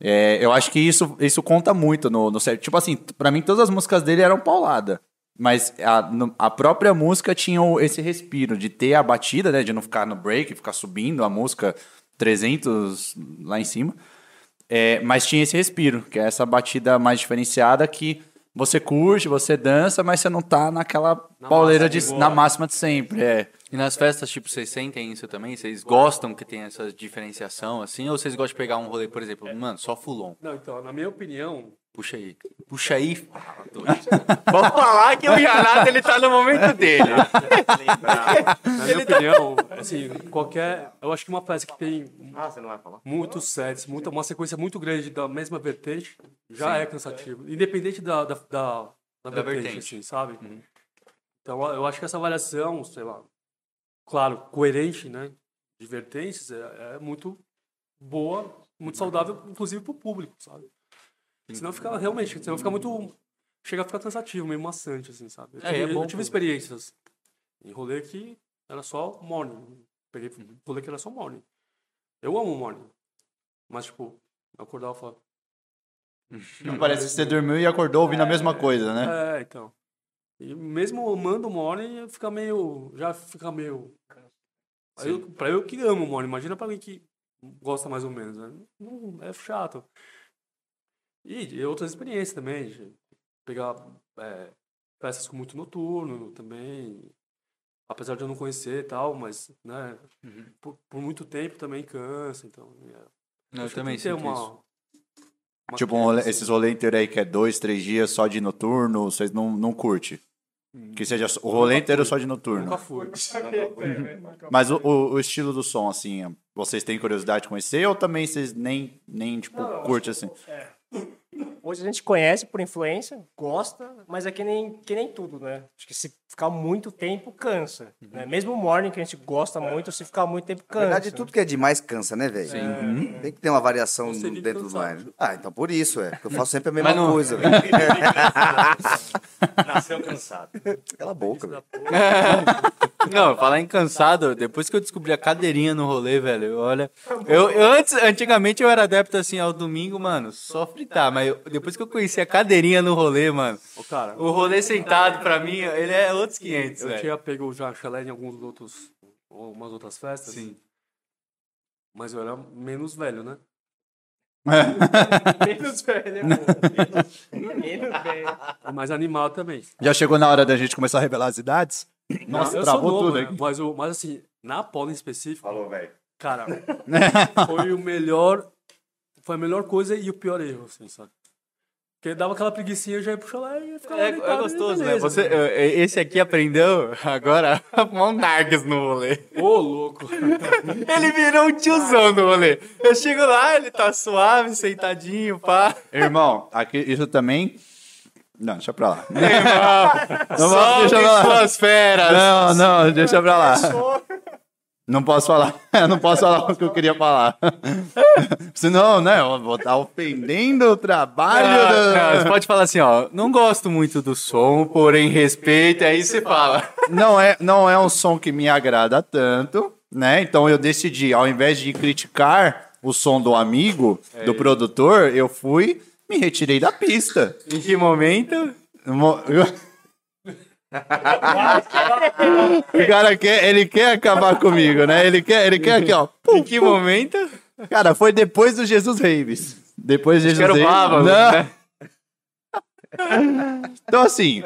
Speaker 1: É, eu acho que isso, isso conta muito no, no set. Tipo assim, pra mim todas as músicas dele eram paulada. Mas a, no- a própria música tinha o- esse respiro de ter a batida, né? De não ficar no break, ficar subindo a música 300 lá em cima. É, mas tinha esse respiro, que é essa batida mais diferenciada que você curte, você dança, mas você não tá naquela pauleira de, na máxima de sempre. É.
Speaker 2: E nas festas, tipo, vocês sentem isso também? Vocês gostam que tem essa diferenciação, assim? Ou vocês gostam de pegar um rolê, por exemplo, mano, só fulon?
Speaker 3: Não, então, na minha opinião,
Speaker 2: Puxa aí. Puxa aí. fala, dois. Vamos falar que o Yanato, ele tá no momento dele.
Speaker 3: na minha opinião, assim, qualquer. Eu acho que uma festa que tem
Speaker 6: Ah, você não vai falar?
Speaker 3: muitos sets, muita, uma sequência muito grande da mesma vertente, já é cansativo. Independente da, da, da, da vertente,
Speaker 2: vertente. Uhum.
Speaker 3: assim, sabe? Então, eu acho que essa avaliação, sei lá, claro, coerente, né? De vertentes é, é muito boa, muito saudável, inclusive pro público, sabe? Senão fica realmente, senão fica muito. Chega a ficar cansativo, meio maçante, assim, sabe? Eu
Speaker 2: É,
Speaker 3: tive,
Speaker 2: é bom
Speaker 3: eu tive
Speaker 2: pro-
Speaker 3: experiências em rolê que era só morning. Peguei rolê que era só morning. Eu amo morning. Mas, tipo, eu acordava e falava,
Speaker 1: Não parece que você dormiu e acordou ouvindo a mesma coisa, né?
Speaker 2: Ah.
Speaker 3: é, então. E mesmo amando o Morning, fica meio. Já fica meio. Aí eu, pra eu que amo o Morning, imagina pra alguém que gosta mais ou menos. Né? Não, é chato. E de outras experiências também, de pegar é, peças com muito noturno também. Apesar de eu não conhecer e tal, mas, né, por, por muito tempo também cansa, então. é.
Speaker 2: Uhum. Não, eu
Speaker 3: Acho que
Speaker 2: também
Speaker 3: tem que ter
Speaker 2: sinto isso.
Speaker 3: uma
Speaker 1: Tipo, um rolê-
Speaker 3: quebra, assim.
Speaker 1: esses rolê inteiro aí que é dois, três dias só de noturno, vocês não, não curte. Que seja só- o rolê inteiro só de noturno.
Speaker 3: Hum. Nunca fui.
Speaker 1: Mas o, o- o estilo do som, assim, vocês têm curiosidade de conhecer ou também vocês nem, nem tipo, curte assim?
Speaker 4: Hoje a gente conhece por influência, gosta, mas é que nem, que nem tudo, né? Acho que se ficar muito tempo, cansa.
Speaker 2: Uhum.
Speaker 4: Né? Mesmo o morning, que a gente gosta muito, se ficar muito tempo,
Speaker 5: Na
Speaker 4: cansa.
Speaker 5: verdade, tudo que é demais cansa, né, velho? Uhum. Tem que ter uma variação
Speaker 3: Você vive
Speaker 5: dentro do
Speaker 3: cansado.
Speaker 5: line. Ah, então por isso, é. Porque eu faço sempre a mesma
Speaker 2: Mas não-
Speaker 5: coisa, velho. É.
Speaker 6: Nasceu cansado.
Speaker 5: Cala a boca, velho.
Speaker 2: Não, falar em cansado, depois que eu descobri a cadeirinha no rolê, velho, eu, olha. Eu, eu antes, antigamente eu era adepto assim ao domingo, mano, só fritar, mas eu- depois que eu conheci a cadeirinha no rolê, mano,
Speaker 3: Ô, cara,
Speaker 2: o rolê sentado pra mim, ele é outros 500,
Speaker 3: Eu
Speaker 2: velho.
Speaker 3: tinha pego já chalé em alguns outros, algumas outras festas.
Speaker 2: Sim.
Speaker 3: Mas eu era menos velho, né?
Speaker 4: Menos velho. né? Menos velho.
Speaker 3: E mais animado também.
Speaker 1: Já chegou na hora da gente começar a revelar as idades? Nossa,
Speaker 3: eu sou
Speaker 1: travou
Speaker 3: novo,
Speaker 1: tudo
Speaker 3: né?
Speaker 1: aqui.
Speaker 3: Mas, o- mas assim, na Paula em específico,
Speaker 6: Falou, velho.
Speaker 3: cara, foi o melhor. Foi a melhor coisa e o pior erro, assim, sabe? Porque dava aquela preguicinha, eu já ia pro chalé e ficava
Speaker 2: É, é
Speaker 3: deitado, e
Speaker 2: gostoso, né?
Speaker 3: beleza.
Speaker 2: Você, eh, esse aqui aprendeu agora a fumar um Nargas no rolê.
Speaker 3: Ô, louco.
Speaker 2: Ele virou um tiozão no rolê. Eu chego lá, ele tá suave, sentadinho, pá.
Speaker 1: Irmão, aqui, isso também. Não, deixa pra lá. Não, posso
Speaker 2: Soltem
Speaker 1: deixar pra lá.
Speaker 2: suas feras.
Speaker 1: Não, não, deixa pra lá. Não posso falar. Eu não posso falar o que eu queria falar. Senão, né, eu vou estar ofendendo o trabalho do-
Speaker 2: Ah, não, você pode falar assim, ó, não gosto muito do som, porém respeito, aí você fala.
Speaker 1: não é, não é um som que me agrada tanto, né? Então eu decidi, ao invés de criticar o som do amigo,
Speaker 2: É
Speaker 1: do produtor, eu fui, me retirei da pista.
Speaker 2: Em que momento?
Speaker 1: Mo- O cara quer, ele quer acabar comigo, né? Ele quer, ele quer aqui, ó.
Speaker 2: Em que momento?
Speaker 1: Cara, foi depois do Jesus Reis. Depois do Jesus
Speaker 2: Quero
Speaker 1: Reis.
Speaker 2: baba,
Speaker 1: Não.
Speaker 2: né?
Speaker 1: Então, assim,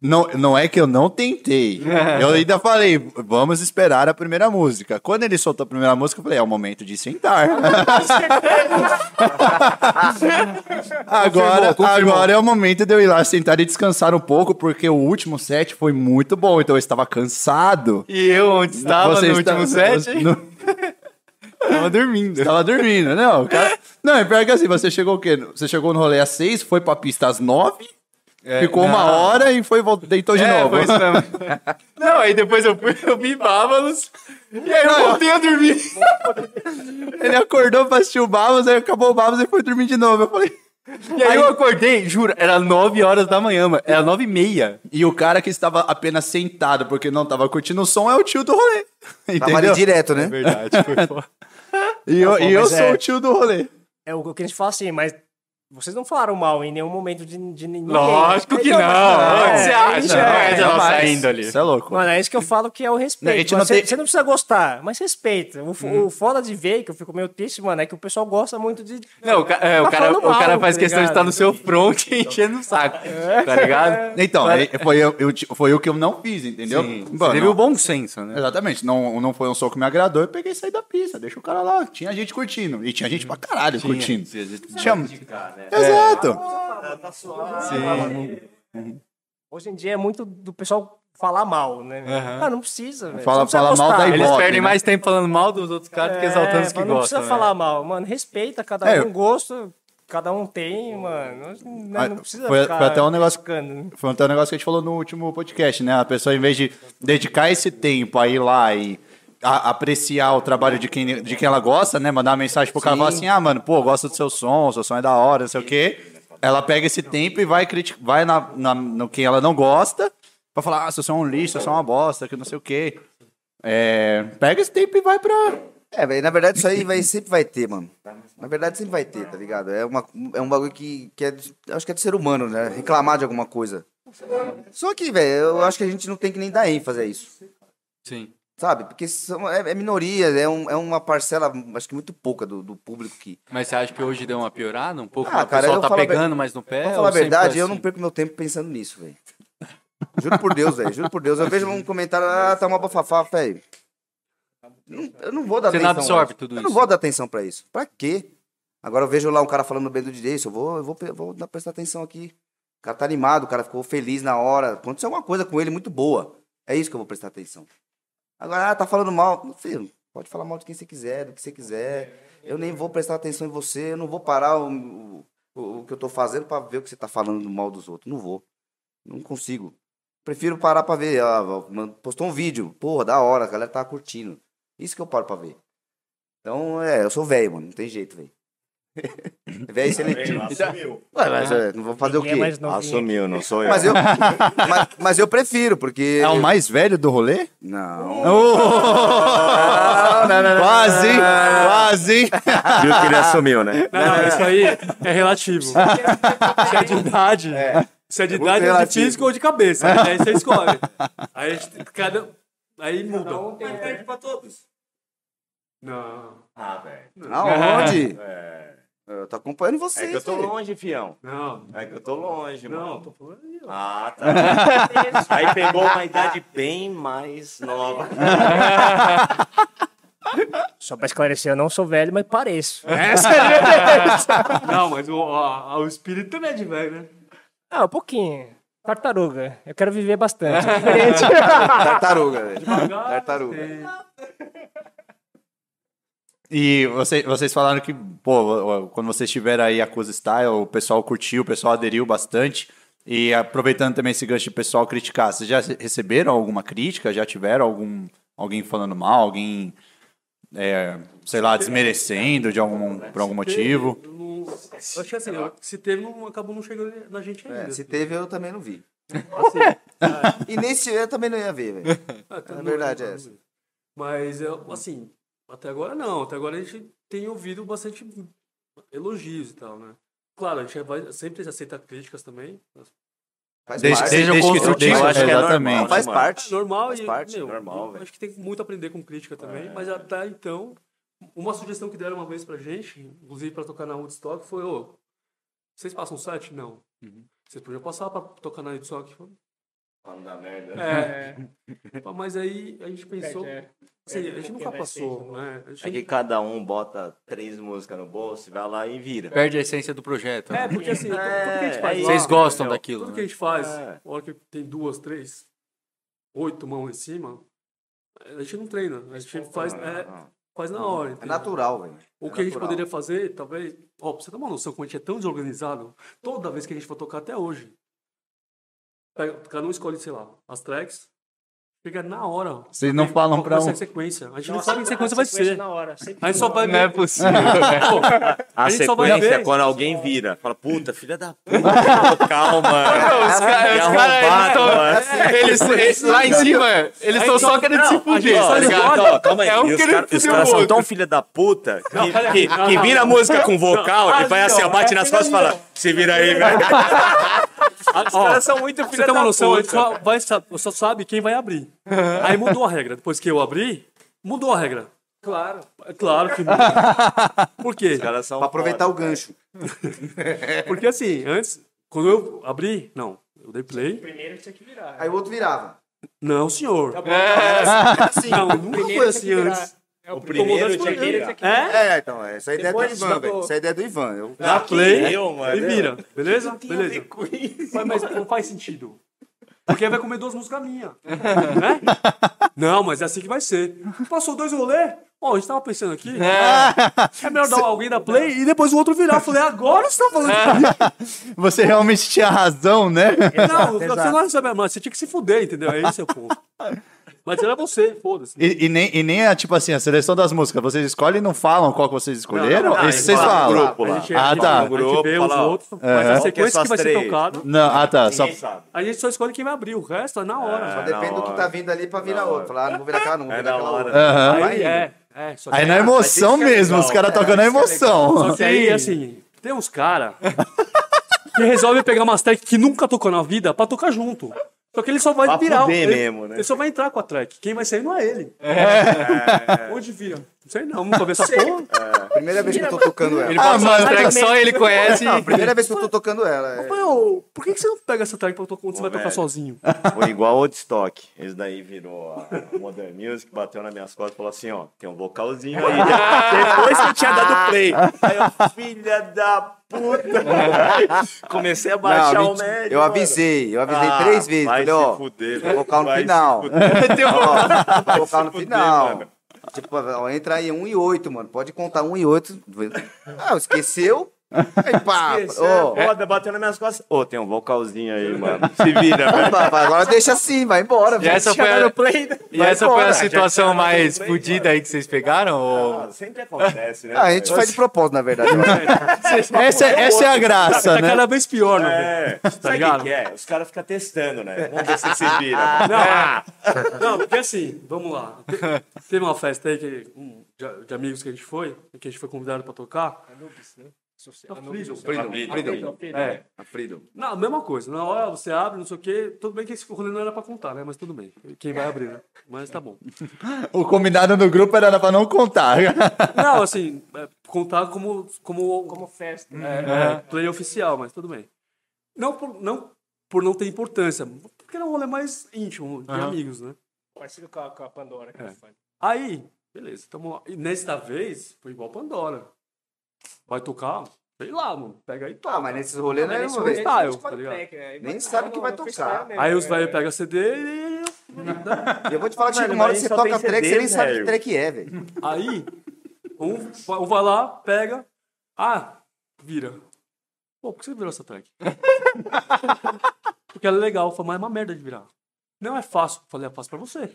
Speaker 1: não, não é que eu não tentei. Eu ainda falei, vamos esperar a primeira música. Quando ele soltou a primeira música, eu falei, é o momento de sentar. agora, agora é o momento de eu ir lá sentar e descansar um pouco, porque o último set foi muito bom, então eu estava cansado.
Speaker 2: E eu onde estava
Speaker 1: Você
Speaker 2: no
Speaker 1: está-
Speaker 2: último set?
Speaker 1: no-
Speaker 2: Tava dormindo.
Speaker 1: Tava dormindo, não. o cara- Não, é pior que assim, você chegou o quê? Você chegou no rolê às seis, foi pra pista às nove, ficou uma hora e foi vol- deitou de
Speaker 2: É,
Speaker 1: novo.
Speaker 2: foi isso mesmo. Não, aí depois eu fui, eu vi Bábalos. E aí eu voltei a dormir.
Speaker 1: Ele acordou pra assistir o Babas, aí acabou o Babas e foi dormir de novo. Eu falei.
Speaker 2: E aí eu acordei, juro, era 9 horas da manhã, mano. Era 9 e meia.
Speaker 1: E o cara que estava apenas sentado porque não estava curtindo o som é o tio do rolê.
Speaker 5: Tava ali
Speaker 1: Entendeu?
Speaker 5: direto, né?
Speaker 2: Verdade, foi foda.
Speaker 1: E eu,
Speaker 4: Não, pô,
Speaker 1: e eu
Speaker 4: mas
Speaker 1: sou
Speaker 4: é-
Speaker 1: o tio do rolê.
Speaker 4: É o que a gente fala assim, mas vocês não falaram mal em nenhum momento de, de ninguém.
Speaker 2: Lógico que
Speaker 4: Então,
Speaker 2: não.
Speaker 4: mas-
Speaker 2: O que você
Speaker 4: é,
Speaker 2: acha?
Speaker 4: isso
Speaker 2: Não
Speaker 4: é.
Speaker 2: é da nossa
Speaker 1: Jamais.
Speaker 2: índole.
Speaker 1: Isso é louco.
Speaker 4: Mano, é isso que eu falo que é o respeito.
Speaker 1: a gente
Speaker 4: Mano,
Speaker 1: não
Speaker 4: Você
Speaker 1: tem- Uhum.
Speaker 4: você não precisa gostar, mas respeita. O, fo- o foda de ver, que eu fico meio triste, mano, é que o pessoal gosta muito de.
Speaker 2: Não, o, ca- é, o
Speaker 4: Tá
Speaker 2: cara,
Speaker 4: falando
Speaker 2: o cara
Speaker 4: mal,
Speaker 2: faz
Speaker 4: tá
Speaker 2: questão de
Speaker 4: ligado?
Speaker 2: estar no seu front e enchendo o saco. Tá ligado?
Speaker 1: Então, aí foi, eu, eu ti- foi o que eu não fiz, entendeu? Bom,
Speaker 2: Você teve
Speaker 1: não-
Speaker 2: o bom senso, né?
Speaker 1: Exatamente, não, não foi um som que me agradou, eu peguei e saí da pista, deixa o cara lá, tinha gente curtindo, e tinha gente pra caralho curtindo. Tinha... Exato.
Speaker 4: Hoje em dia é muito do pessoal falar mal, né? Ah, não precisa. velho.
Speaker 1: Uhum. Fala-
Speaker 4: Você não precisa
Speaker 1: fala mal
Speaker 4: gostar.
Speaker 1: da
Speaker 2: Eles
Speaker 1: Ibope,
Speaker 2: perdem
Speaker 1: né?
Speaker 2: mais tempo falando mal dos outros caras do que exaltando os que
Speaker 4: É, mas
Speaker 2: gostam.
Speaker 4: Não precisa
Speaker 2: né?
Speaker 4: falar mal, mano. Respeita, cada um
Speaker 1: É, eu-
Speaker 4: um gosto, cada um tem, mano. Não,
Speaker 1: Ah,
Speaker 4: não precisa
Speaker 1: foi-
Speaker 4: ficar
Speaker 1: foi até um negócio-
Speaker 4: criticando.
Speaker 1: Foi até um negócio que a gente falou no último podcast, né? A pessoa, em vez de dedicar esse tempo a ir lá e a- apreciar o trabalho de quem, de quem ela gosta, né? Mandar uma mensagem pro cara e falar assim, ah, mano, pô, eu gosto do seu som, seu som é da hora, não sei o quê. Ela pega esse tempo e vai, criti- vai na, na- no quem ela não gosta pra falar, ah, seu som é um lixo, seu som é uma bosta, que não sei o quê. É, pega esse tempo e vai pra...
Speaker 5: É, velho, na verdade isso aí vai, sempre vai ter, mano. Na verdade sempre vai ter, tá ligado? É, uma, é um bagulho que, que é, do- acho que é do ser humano, né? Reclamar de alguma coisa. Só que, velho, eu acho que a gente não tem que nem dar ênfase a isso,
Speaker 2: Sim.
Speaker 5: sabe? Porque são, é, é minoria, é, um- é uma parcela, acho que muito pouca do, do público que...
Speaker 2: Mas você acha que hoje deu uma piorada um pouco?
Speaker 5: Ah,
Speaker 2: o
Speaker 5: cara,
Speaker 2: pessoal
Speaker 5: eu
Speaker 2: tá
Speaker 5: falo a ver-
Speaker 2: pegando mais no pé?
Speaker 5: Pra
Speaker 2: ou
Speaker 5: falar
Speaker 2: sempre
Speaker 5: a
Speaker 2: foi
Speaker 5: verdade, eu
Speaker 2: assim?
Speaker 5: não perco meu tempo pensando nisso, velho. Juro por Deus, velho, juro por Deus. Eu vejo um comentário, ah, tá uma bafafá, velho. Não- Eu não vou dar
Speaker 2: Você não
Speaker 5: atenção.
Speaker 2: absorve
Speaker 5: velho.
Speaker 2: tudo
Speaker 5: Eu
Speaker 2: isso.
Speaker 5: não vou dar atenção pra isso. Pra quê? Agora eu vejo lá um cara falando bem do direito, eu vou, eu vou, pe- vou dar- prestar atenção aqui. O cara tá animado, o cara ficou feliz na hora. Aconteceu alguma coisa com ele muito boa. É isso que eu vou prestar atenção. Agora, ah, tá falando mal. Filho, pode falar mal de quem você quiser, do que você quiser. Eu nem vou prestar atenção em você, eu não vou parar o, o, o que eu tô fazendo pra ver o que você tá falando mal dos outros. Não vou. Não consigo. Prefiro parar pra ver. Ah, man- postou um vídeo. Porra, da hora, a galera tá curtindo. Isso que eu paro pra ver. Então, é, eu sou velho, mano. Não tem jeito, velho. velho seletivo. Ué, mas é, não vou fazer o
Speaker 4: Ninguém é
Speaker 5: quê?
Speaker 4: mais
Speaker 5: Ah,
Speaker 4: novinho.
Speaker 6: Assumiu, não sou eu.
Speaker 5: Mas eu, mas, mas eu prefiro, porque.
Speaker 1: É o mais velho do rolê? Ah,
Speaker 5: Não.
Speaker 1: Quase, quase.
Speaker 6: Viu que ele assumiu, né?
Speaker 3: Não, não, isso aí é relativo. Se é de idade, se é de idade, é de
Speaker 5: relativo.
Speaker 3: físico ou de cabeça. né? Aí você escolhe. Aí, a gente- cada, um, aí muda.
Speaker 4: um
Speaker 6: Perde pra todos.
Speaker 3: Não,
Speaker 6: Ah, velho.
Speaker 5: Aonde? Eu tô acompanhando
Speaker 6: É
Speaker 5: vocês.
Speaker 6: que eu tô
Speaker 5: velho.
Speaker 6: longe, fião.
Speaker 3: não,
Speaker 6: É que eu tô longe,
Speaker 3: não.
Speaker 6: mano.
Speaker 3: Tô falando
Speaker 6: Ah, tá. Aí pegou uma idade bem mais nova.
Speaker 4: Só pra esclarecer, eu não sou velho, mas pareço.
Speaker 1: É.
Speaker 5: É
Speaker 3: Não, mas o, a- o espírito também é de velho, né?
Speaker 4: Ah, um pouquinho. Tartaruga. Eu quero viver bastante.
Speaker 5: Tartaruga, velho. Tartaruga.
Speaker 1: E você- vocês falaram que, pô, quando vocês tiveram aí a Coisa Style, o pessoal curtiu, o pessoal aderiu bastante. E aproveitando também esse gancho de pessoal criticar, vocês já receberam alguma crítica? Já tiveram algum alguém falando mal, alguém, é, sei lá, desmerecendo de algum, por algum motivo?
Speaker 3: Eu não- um- eu acho que assim, eu- se teve, não, acabou não chegando na gente ainda. assim. é.
Speaker 5: É, se teve, eu também não vi. E nem se eu também não ia ver, velho.
Speaker 3: Ah, tá,
Speaker 5: Na
Speaker 3: não,
Speaker 5: verdade,
Speaker 3: não,
Speaker 5: é
Speaker 3: não.
Speaker 5: essa.
Speaker 3: Mas, eu, assim, até agora não. Até agora a gente tem ouvido bastante elogios e tal, né? Claro, a gente vai- sempre aceita críticas também. mas
Speaker 5: Faz
Speaker 1: Desde-
Speaker 5: parte.
Speaker 1: desde- desde que-
Speaker 6: Eu acho que é
Speaker 1: Exatamente.
Speaker 6: normal,
Speaker 5: Não, faz
Speaker 6: né, mano?
Speaker 5: parte.
Speaker 3: É normal
Speaker 5: Faz
Speaker 3: e,
Speaker 5: parte, É.
Speaker 3: meu,
Speaker 6: normal,
Speaker 3: eu
Speaker 6: velho.
Speaker 3: acho que tem muito a aprender com crítica também, mas até então, uma sugestão que deram uma vez pra gente, inclusive pra tocar na Woodstock, foi, ô, vocês passam site? Não.
Speaker 5: Uhum.
Speaker 3: Vocês podiam passar pra tocar na Woodstock?
Speaker 6: Pra não dar merda.
Speaker 3: É. mas aí a gente pensou,
Speaker 4: é.
Speaker 3: assim,
Speaker 4: É,
Speaker 3: a gente
Speaker 4: porque
Speaker 3: nunca
Speaker 4: vai
Speaker 3: passou, né? A gente
Speaker 6: É que cada um bota três músicas no bolso, vai lá e vira.
Speaker 2: Perde a essência do projeto.
Speaker 3: É,
Speaker 2: né?
Speaker 3: porque assim, tudo que a gente
Speaker 6: É,
Speaker 3: faz
Speaker 6: é
Speaker 3: lá,
Speaker 2: Vocês gostam
Speaker 6: entendeu?
Speaker 2: daquilo.
Speaker 3: Tudo
Speaker 2: né?
Speaker 3: que a gente faz,
Speaker 6: É.
Speaker 3: a hora que tem duas, três, oito mãos em cima, a gente não treina. A gente faz, é, faz na hora.
Speaker 5: É
Speaker 3: entendeu?
Speaker 5: natural, velho.
Speaker 3: O
Speaker 5: É
Speaker 3: que a gente
Speaker 5: natural.
Speaker 3: poderia fazer, talvez. Ó, pra você ter uma noção como a gente é tão desorganizado, toda vez que a gente for tocar até hoje, pega- cada um escolhe, sei lá, as tracks, chega na hora.
Speaker 7: Vocês não falam pra
Speaker 3: Essa
Speaker 7: um.
Speaker 3: sequência. A gente não
Speaker 4: Nossa,
Speaker 3: sabe em que sequência vai
Speaker 4: sequência
Speaker 3: ser.
Speaker 4: Na hora. sempre
Speaker 3: A gente só vai
Speaker 2: Não é
Speaker 3: ver.
Speaker 2: possível.
Speaker 6: A
Speaker 3: gente só vai
Speaker 6: sequência
Speaker 3: ver-
Speaker 6: é quando alguém vira. Fala, puta, filha da puta, calma.
Speaker 2: Os caras,
Speaker 6: Que arrombado, mano.
Speaker 2: eles, eles- lá em cima, eles estão só querendo se fuder,
Speaker 6: Ó,
Speaker 2: tá
Speaker 6: os
Speaker 2: ligado?
Speaker 6: caras- ó, calma aí.
Speaker 2: É um
Speaker 6: e os
Speaker 2: querendo
Speaker 6: caras os
Speaker 2: fuder o
Speaker 6: caras são
Speaker 2: outro.
Speaker 6: tão filha da puta que,
Speaker 3: pera aí.
Speaker 6: que, que vira a música com vocal e vai assim, ó, bate nas costas e fala: se vira aí, velho.
Speaker 3: Os caras são muito filha Você tem uma noção, a gente só, vai, sa- só sabe quem vai abrir. Aí mudou a regra. Depois que eu abri, mudou a regra. Claro. É claro que muda. Por quê?
Speaker 6: Os caras são.
Speaker 5: Pra aproveitar
Speaker 6: foda.
Speaker 5: o gancho.
Speaker 3: Porque assim, antes, quando eu abri, não, eu dei play.
Speaker 4: Primeiro tinha que virar.
Speaker 5: Aí o outro virava.
Speaker 3: Não, senhor.
Speaker 5: Assim,
Speaker 3: Não, nunca foi assim antes.
Speaker 6: O primeiro tinha que
Speaker 4: Primeiro tinha
Speaker 6: virar.
Speaker 4: que
Speaker 3: É?
Speaker 5: É, então, é. Essa é a ideia
Speaker 4: Depois
Speaker 5: do Ivan,
Speaker 4: da-
Speaker 5: velho. Essa é a ideia do Ivan. Eu...
Speaker 3: Dá play
Speaker 6: eu, mano,
Speaker 3: e
Speaker 6: eu.
Speaker 3: vira. Beleza? Beleza. Mas, mas não faz sentido. Porque aí vai comer duas músicas minhas. Né? Não, mas é assim que vai ser. Passou dois rolê. Ó, a gente tava pensando aqui. É, melhor dar alguém da play e depois o outro virar. Eu falei, agora você tá falando comigo?
Speaker 7: Você realmente tinha razão, né?
Speaker 3: Não, você não recebe a mão. Você tinha que se fuder, entendeu? É esse é o ponto. Mas era você, foda-se.
Speaker 7: E, e nem, e nem é tipo assim, a seleção das músicas. Vocês escolhem e não falam qual que vocês escolheram?
Speaker 3: Não, não, não,
Speaker 7: Isso
Speaker 3: aí
Speaker 7: vocês
Speaker 6: fala no
Speaker 7: falam.
Speaker 6: grupo lá.
Speaker 3: A gente,
Speaker 7: Ah,
Speaker 3: a gente,
Speaker 7: tá.
Speaker 3: A gente
Speaker 6: Grupo,
Speaker 3: vê os
Speaker 6: fala, ó.
Speaker 3: outros, mas a
Speaker 6: Qual que é
Speaker 3: sequência que
Speaker 6: suas
Speaker 3: vai ser
Speaker 6: três?
Speaker 3: tocada,
Speaker 7: Não, ah tá. Só...
Speaker 6: Ninguém sabe.
Speaker 3: a gente só escolhe quem vai abrir, o resto é na
Speaker 5: Só
Speaker 3: hora.
Speaker 6: É, na
Speaker 5: depende do que
Speaker 6: hora.
Speaker 5: tá vindo ali pra virar
Speaker 6: Na
Speaker 5: outro. Falar, ah, não vou virar aquela, não vou
Speaker 6: É
Speaker 5: virar
Speaker 6: na
Speaker 5: aquela outra.
Speaker 6: hora.
Speaker 7: Aham.
Speaker 3: Aí é, é, só que
Speaker 7: Aí na emoção
Speaker 6: Mas isso que é
Speaker 7: mesmo,
Speaker 6: legal.
Speaker 7: os caras tocando a emoção.
Speaker 3: Só que aí, assim, tem uns caras que resolvem pegar umas tracks que nunca tocou na vida pra tocar junto. Só que ele só vai
Speaker 6: Pra
Speaker 3: virar.
Speaker 6: fuder
Speaker 3: ele,
Speaker 6: mesmo, né?
Speaker 3: ele só vai entrar com a track. Quem vai sair não é ele.
Speaker 5: É.
Speaker 3: Onde vira? Não sei não, nunca vi essa porra.
Speaker 5: Primeira vez que eu tô tocando ela.
Speaker 2: Ah, mano, track só ele conhece.
Speaker 5: Não, primeira vez que eu tô tocando ela. é-
Speaker 3: Meu, por que, que você não pega essa track pra tocar quando você
Speaker 6: Ô,
Speaker 3: vai tocar
Speaker 6: velho.
Speaker 3: sozinho?
Speaker 6: Foi igual ao Woodstock. Esse daí virou a Modern Music, bateu nas minhas costas e falou assim, ó, tem um vocalzinho aí. Depois que eu tinha dado play. Aí eu, filha da puta. Comecei a baixar
Speaker 5: Não,
Speaker 6: o
Speaker 5: menti-
Speaker 6: médio.
Speaker 5: eu
Speaker 6: mano.
Speaker 5: avisei, eu avisei
Speaker 6: Ah,
Speaker 5: três vezes.
Speaker 6: Vai
Speaker 5: Falei, ó,
Speaker 6: se fuder.
Speaker 5: vou colocar no
Speaker 6: vai se
Speaker 5: final.
Speaker 6: fuder.
Speaker 5: ó, vou colocar no
Speaker 6: fuder,
Speaker 5: final.
Speaker 6: mano.
Speaker 5: Tipo, ó, entra aí 1 e 8, mano. Pode contar 1 e 8. Ah, esqueceu? Aí pá, ó.
Speaker 6: é Foda, bateu nas minhas costas. Ô, tem um vocalzinho aí, mano. Se vira, velho.
Speaker 5: Vai, vai, Agora deixa assim, vai embora.
Speaker 2: E
Speaker 5: velho.
Speaker 2: essa foi a, e
Speaker 5: né? Vai
Speaker 1: assim,
Speaker 2: essa foi
Speaker 5: embora.
Speaker 2: a situação mais
Speaker 7: tá
Speaker 2: fodida aí que vocês pegaram? Ou...
Speaker 6: Ah, Sempre acontece, né?
Speaker 5: Ah, a gente faz de propósito, na verdade. né?
Speaker 7: Essa, é- essa é a graça,
Speaker 3: Tá
Speaker 7: né?
Speaker 3: cada vez pior, né? velho?
Speaker 6: É, sabe o
Speaker 3: ligado? Ah,
Speaker 6: que que é? Os caras ficam testando, né? Vamos ver se se vira.
Speaker 3: Não, é. não, porque assim, vamos lá. Te- Teve uma festa aí que, um, de, de amigos que a gente foi, que a gente foi convidado pra tocar.
Speaker 4: Anubis, né? Social-
Speaker 3: Não, Freedom.
Speaker 6: tá
Speaker 4: Freedom, Freedom.
Speaker 3: É. Não, mesma coisa. Na hora você abre, não sei o quê. Tudo bem que esse rolê não era pra contar, né? Mas tudo bem. Quem vai abrir, né? Mas tá bom.
Speaker 7: né? O combinado no grupo era pra não contar.
Speaker 3: Não, assim, é, contar como, como,
Speaker 4: Como festa.
Speaker 3: é, play oficial, mas tudo bem. Não por não, por não ter importância, porque era um rolê mais íntimo, de amigos, né?
Speaker 4: Parecido com a, com a Pandora que a gente faz.
Speaker 3: Aí, beleza, tamo lá. E nesta vez, foi igual Pandora. Vai tocar, sei lá, mano. Pega aí e toca.
Speaker 5: Ah, mas nesses rolês não é
Speaker 4: Mas
Speaker 5: uma
Speaker 4: esse-
Speaker 5: vez.
Speaker 3: rolê- freestyle,
Speaker 4: esse- esse
Speaker 3: tá ligado?
Speaker 4: track, né?
Speaker 5: Nem
Speaker 4: Mas
Speaker 5: sabe o que
Speaker 4: no-
Speaker 5: vai
Speaker 4: no
Speaker 5: tocar.
Speaker 4: freestyle mesmo,
Speaker 3: Aí os
Speaker 4: é.
Speaker 3: velhos pegam CD e.
Speaker 5: Eu vou te falar que chega
Speaker 6: Velho,
Speaker 5: uma hora
Speaker 6: mas
Speaker 5: que você
Speaker 6: só
Speaker 5: toca
Speaker 6: tem
Speaker 5: track, você
Speaker 6: CD,
Speaker 5: nem sabe que
Speaker 6: velho.
Speaker 5: track é, velho.
Speaker 3: Aí, um, va- um vai lá, pega. Ah, vira. Pô, por que você virou essa track? Porque ela é legal. Eu falei, mas é uma merda de virar. Não é fácil. Eu falei, é fácil pra você.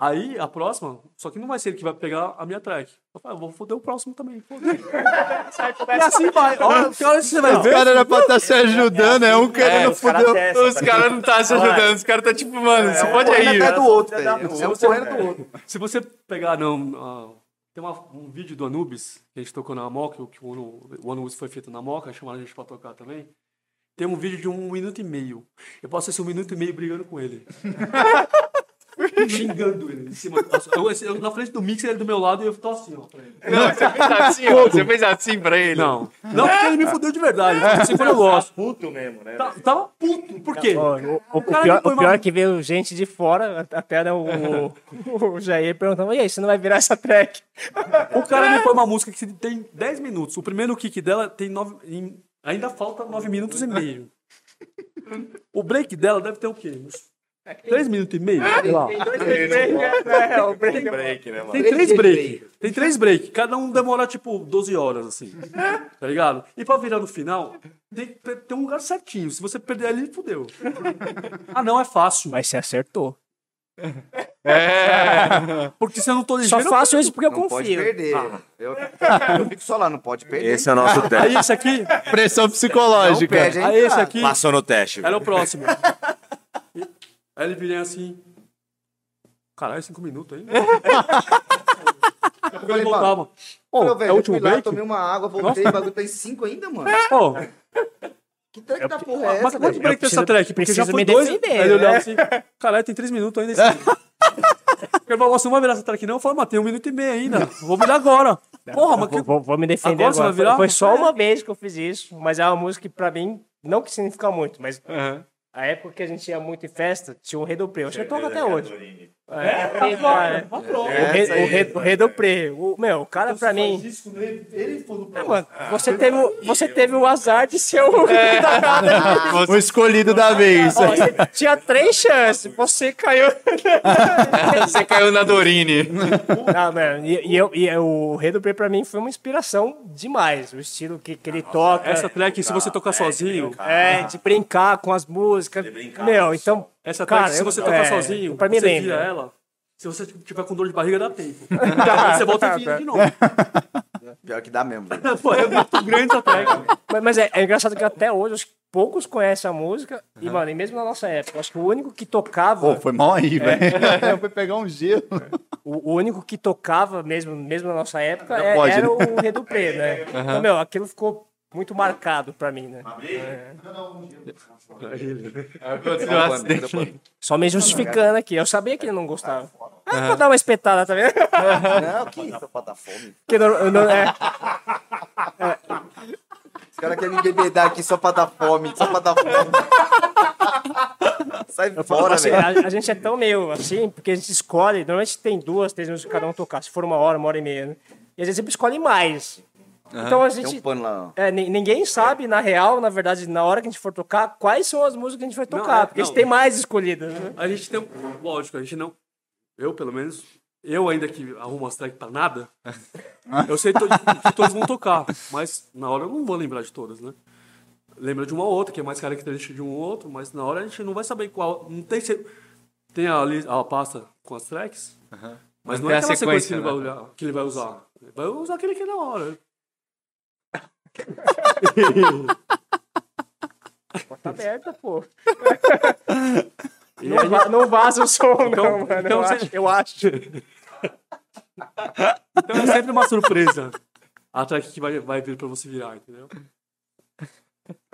Speaker 3: Aí, a próxima, só que não vai ser ele que vai pegar a minha track. Eu falei, eu vou foder o próximo também. foda-se. e assim vai. Olha, que hora você vai
Speaker 7: O
Speaker 3: ver.
Speaker 7: cara era pra estar se ajudando, é um
Speaker 6: É,
Speaker 7: querendo
Speaker 6: os caras
Speaker 7: fuder.
Speaker 6: testam,
Speaker 2: Os
Speaker 6: tá
Speaker 2: caras não tá se ajudando, os caras tá tipo, mano, você pode aí.
Speaker 5: Correndo até é do outro,
Speaker 6: Filha da
Speaker 5: velho.
Speaker 6: puta,
Speaker 5: É um correndo do outro.
Speaker 3: Se você pegar, não. ah, tem uma- um vídeo do Anubis, que a gente tocou na Moca, que o, o Anubis foi feito na Moca, chamaram a gente pra tocar também. Tem um vídeo de um minuto e meio. Eu posso esse um minuto e meio brigando com ele. Xingando ele. Em cima, eu, eu- eu na frente do mixer, ele do meu lado e eu tô assim, ó. pra ele.
Speaker 2: Você fez assim, ó, você fez assim pra ele.
Speaker 3: Não. Não, porque ele me fudeu de verdade. Assim foi o negócio.
Speaker 6: Puto mesmo, né?
Speaker 3: Tá- Tava puto. Por quê?
Speaker 4: Ó, o, o- o
Speaker 3: cara
Speaker 4: pior,
Speaker 3: me põe
Speaker 4: o pior
Speaker 3: uma-
Speaker 4: é que veio gente de fora, a- até né, o, o, o Jair perguntando, e aí, você não vai virar essa track?
Speaker 3: O cara me põe uma música que tem 10 minutos. O primeiro kick dela tem 9. Ainda falta 9 minutos e meio. O break dela deve ter o quê? Uns 3 minutos e meio? Sei lá.
Speaker 6: Tem break, né, mano?
Speaker 3: Tem três break. Tem três break. Cada um demora tipo 12 horas, assim. Tá ligado? E pra virar no final, tem que pe- ter um lugar certinho. Se você perder ali, fudeu. Ah, não, é fácil.
Speaker 4: Mas você acertou.
Speaker 3: Porque se eu não tô
Speaker 4: Só
Speaker 3: ligeiro.
Speaker 4: faço isso porque eu
Speaker 5: Não pode
Speaker 4: confio.
Speaker 5: perder. Eu, eu fico só lá, não pode perder.
Speaker 6: Esse é o nosso teste.
Speaker 3: Aí esse aqui,
Speaker 7: Pressão
Speaker 5: não
Speaker 7: psicológica.
Speaker 5: perde, hein,
Speaker 3: aí Ah, esse
Speaker 4: tá?
Speaker 5: cara?
Speaker 3: aqui
Speaker 6: Passou no teste.
Speaker 3: era
Speaker 6: velho.
Speaker 3: o próximo. E- Aí ele viria assim. Caralho, cinco minutos ainda.
Speaker 5: Eu
Speaker 3: Ele
Speaker 5: falei, mano,
Speaker 3: voltava. Ô,
Speaker 5: Não,
Speaker 3: é
Speaker 5: velho,
Speaker 3: o
Speaker 5: eu
Speaker 3: último
Speaker 5: fui lá,
Speaker 3: break?
Speaker 5: tomei uma água, voltei, o bagulho tá em 5 ainda, mano.
Speaker 4: um
Speaker 3: Ô,
Speaker 5: Que treco da porra é
Speaker 3: mas
Speaker 5: essa,
Speaker 3: quanto
Speaker 5: velho?
Speaker 3: break tem essa
Speaker 4: preciso-
Speaker 3: track? Porque já
Speaker 4: preciso
Speaker 3: foi
Speaker 4: me
Speaker 3: dois.
Speaker 4: defender,
Speaker 3: Aí ele olhava
Speaker 4: né?
Speaker 3: assim, caralho, tem três minutos ainda. Esse... Ele falou, você não vai virar essa track não? Eu falo, mas tem um minuto e meio ainda. Vou virar agora. Porra, mas
Speaker 4: Vou,
Speaker 3: que...
Speaker 4: vou- vou me defender
Speaker 3: Agora você
Speaker 4: agora.
Speaker 3: vai virar? É.
Speaker 4: Foi só uma vez que eu fiz isso, mas é uma música que pra mim, não que significa muito, mas a época que a gente ia muito em festa, tinha o Redopré. Eu acho que eu toco até hoje. É, cara, o Re- o Re- o Redopré. O- Meu, o cara pra mim... É, mano, você teve, o- você teve o azar de ser o.
Speaker 3: É.
Speaker 7: O escolhido da vez.
Speaker 4: Ó, você tinha três chances, você caiu.
Speaker 2: Você caiu na Dorine.
Speaker 4: Ah, mano, e, e eu, e eu- o Redo Play pra mim foi uma inspiração demais. O estilo que, que ele toca.
Speaker 3: Essa track, se você tocar sozinho,
Speaker 4: É, de brincar com as músicas.
Speaker 6: brincar.
Speaker 4: Meu, então.
Speaker 3: essa track,
Speaker 4: cara,
Speaker 3: se
Speaker 4: eu-
Speaker 3: você tocar
Speaker 4: é, né?
Speaker 3: sozinho,
Speaker 4: Pra mim
Speaker 3: você vira é.
Speaker 4: lembra.
Speaker 3: ela. Se você tiver com dor de barriga, dá tempo. Aí você volta e
Speaker 4: Tá,
Speaker 3: vira de novo.
Speaker 5: Pior que dá mesmo, velho.
Speaker 3: Pô, é muito grande essa track.
Speaker 4: Mas, mas é, é engraçado que até hoje acho que poucos conhecem a música. E, mano, e mesmo na nossa época, acho que o único que tocava.
Speaker 7: Pô, foi mal aí, velho. É. Eu fui pegar um gelo.
Speaker 4: O, o único que tocava mesmo, mesmo na nossa época
Speaker 7: Não
Speaker 4: é-
Speaker 7: pode,
Speaker 4: era
Speaker 7: né?
Speaker 4: o Redupré, né? Então, meu, aquilo ficou muito marcado pra mim, né?
Speaker 2: Aconteceu um acidente.
Speaker 4: Só me justificando aqui. Eu sabia que ele não gostava. Ah, vou dar uma espetada também.
Speaker 5: Não, que isso, pra dar fome.
Speaker 4: Porque não- não- é,
Speaker 5: Os caras querem me bebedar aqui só pra dar fome, só pra dar fome. Sai fora,
Speaker 4: assim,
Speaker 5: velho.
Speaker 4: a, a gente é tão meio assim, porque a gente escolhe. Normalmente tem duas, três minutos que cada um tocar. Se for uma hora, uma hora e meia. Né? E a gente sempre escolhe mais. Então a
Speaker 5: Tem um
Speaker 4: gente.
Speaker 5: pano lá, ó.
Speaker 4: é, ni- ninguém sabe, na real, na verdade, na hora que a gente for tocar, quais são as músicas que a gente vai
Speaker 3: Não,
Speaker 4: tocar.
Speaker 3: é,
Speaker 4: porque a
Speaker 3: não.
Speaker 4: gente tem mais escolhidas. Né?
Speaker 3: A gente tem um... Lógico, a gente não... Eu, pelo menos, eu ainda que arrumo as tracks pra nada, eu sei to- que todas vão tocar. Mas na hora eu não vou lembrar de todas, né? Lembra de uma ou outra, que é mais característica de um ou outro, mas na hora a gente não vai saber qual... Não tem... cer- Tem ali a pasta com as tracks, mas não
Speaker 2: tem
Speaker 3: é
Speaker 2: a
Speaker 3: aquela sequência, que,
Speaker 2: sequência,
Speaker 3: ele vai olhar, que ele vai usar. Ele vai usar aquele que é na hora.
Speaker 4: Tá aberta, pô.
Speaker 3: E
Speaker 4: Não,
Speaker 3: aí-
Speaker 4: va- não vaza o som,
Speaker 3: Então-
Speaker 4: não, mano.
Speaker 3: então
Speaker 4: eu,
Speaker 3: você-
Speaker 4: acho, eu acho.
Speaker 3: Então é sempre uma surpresa. A track que vai, vai vir pra você virar, entendeu?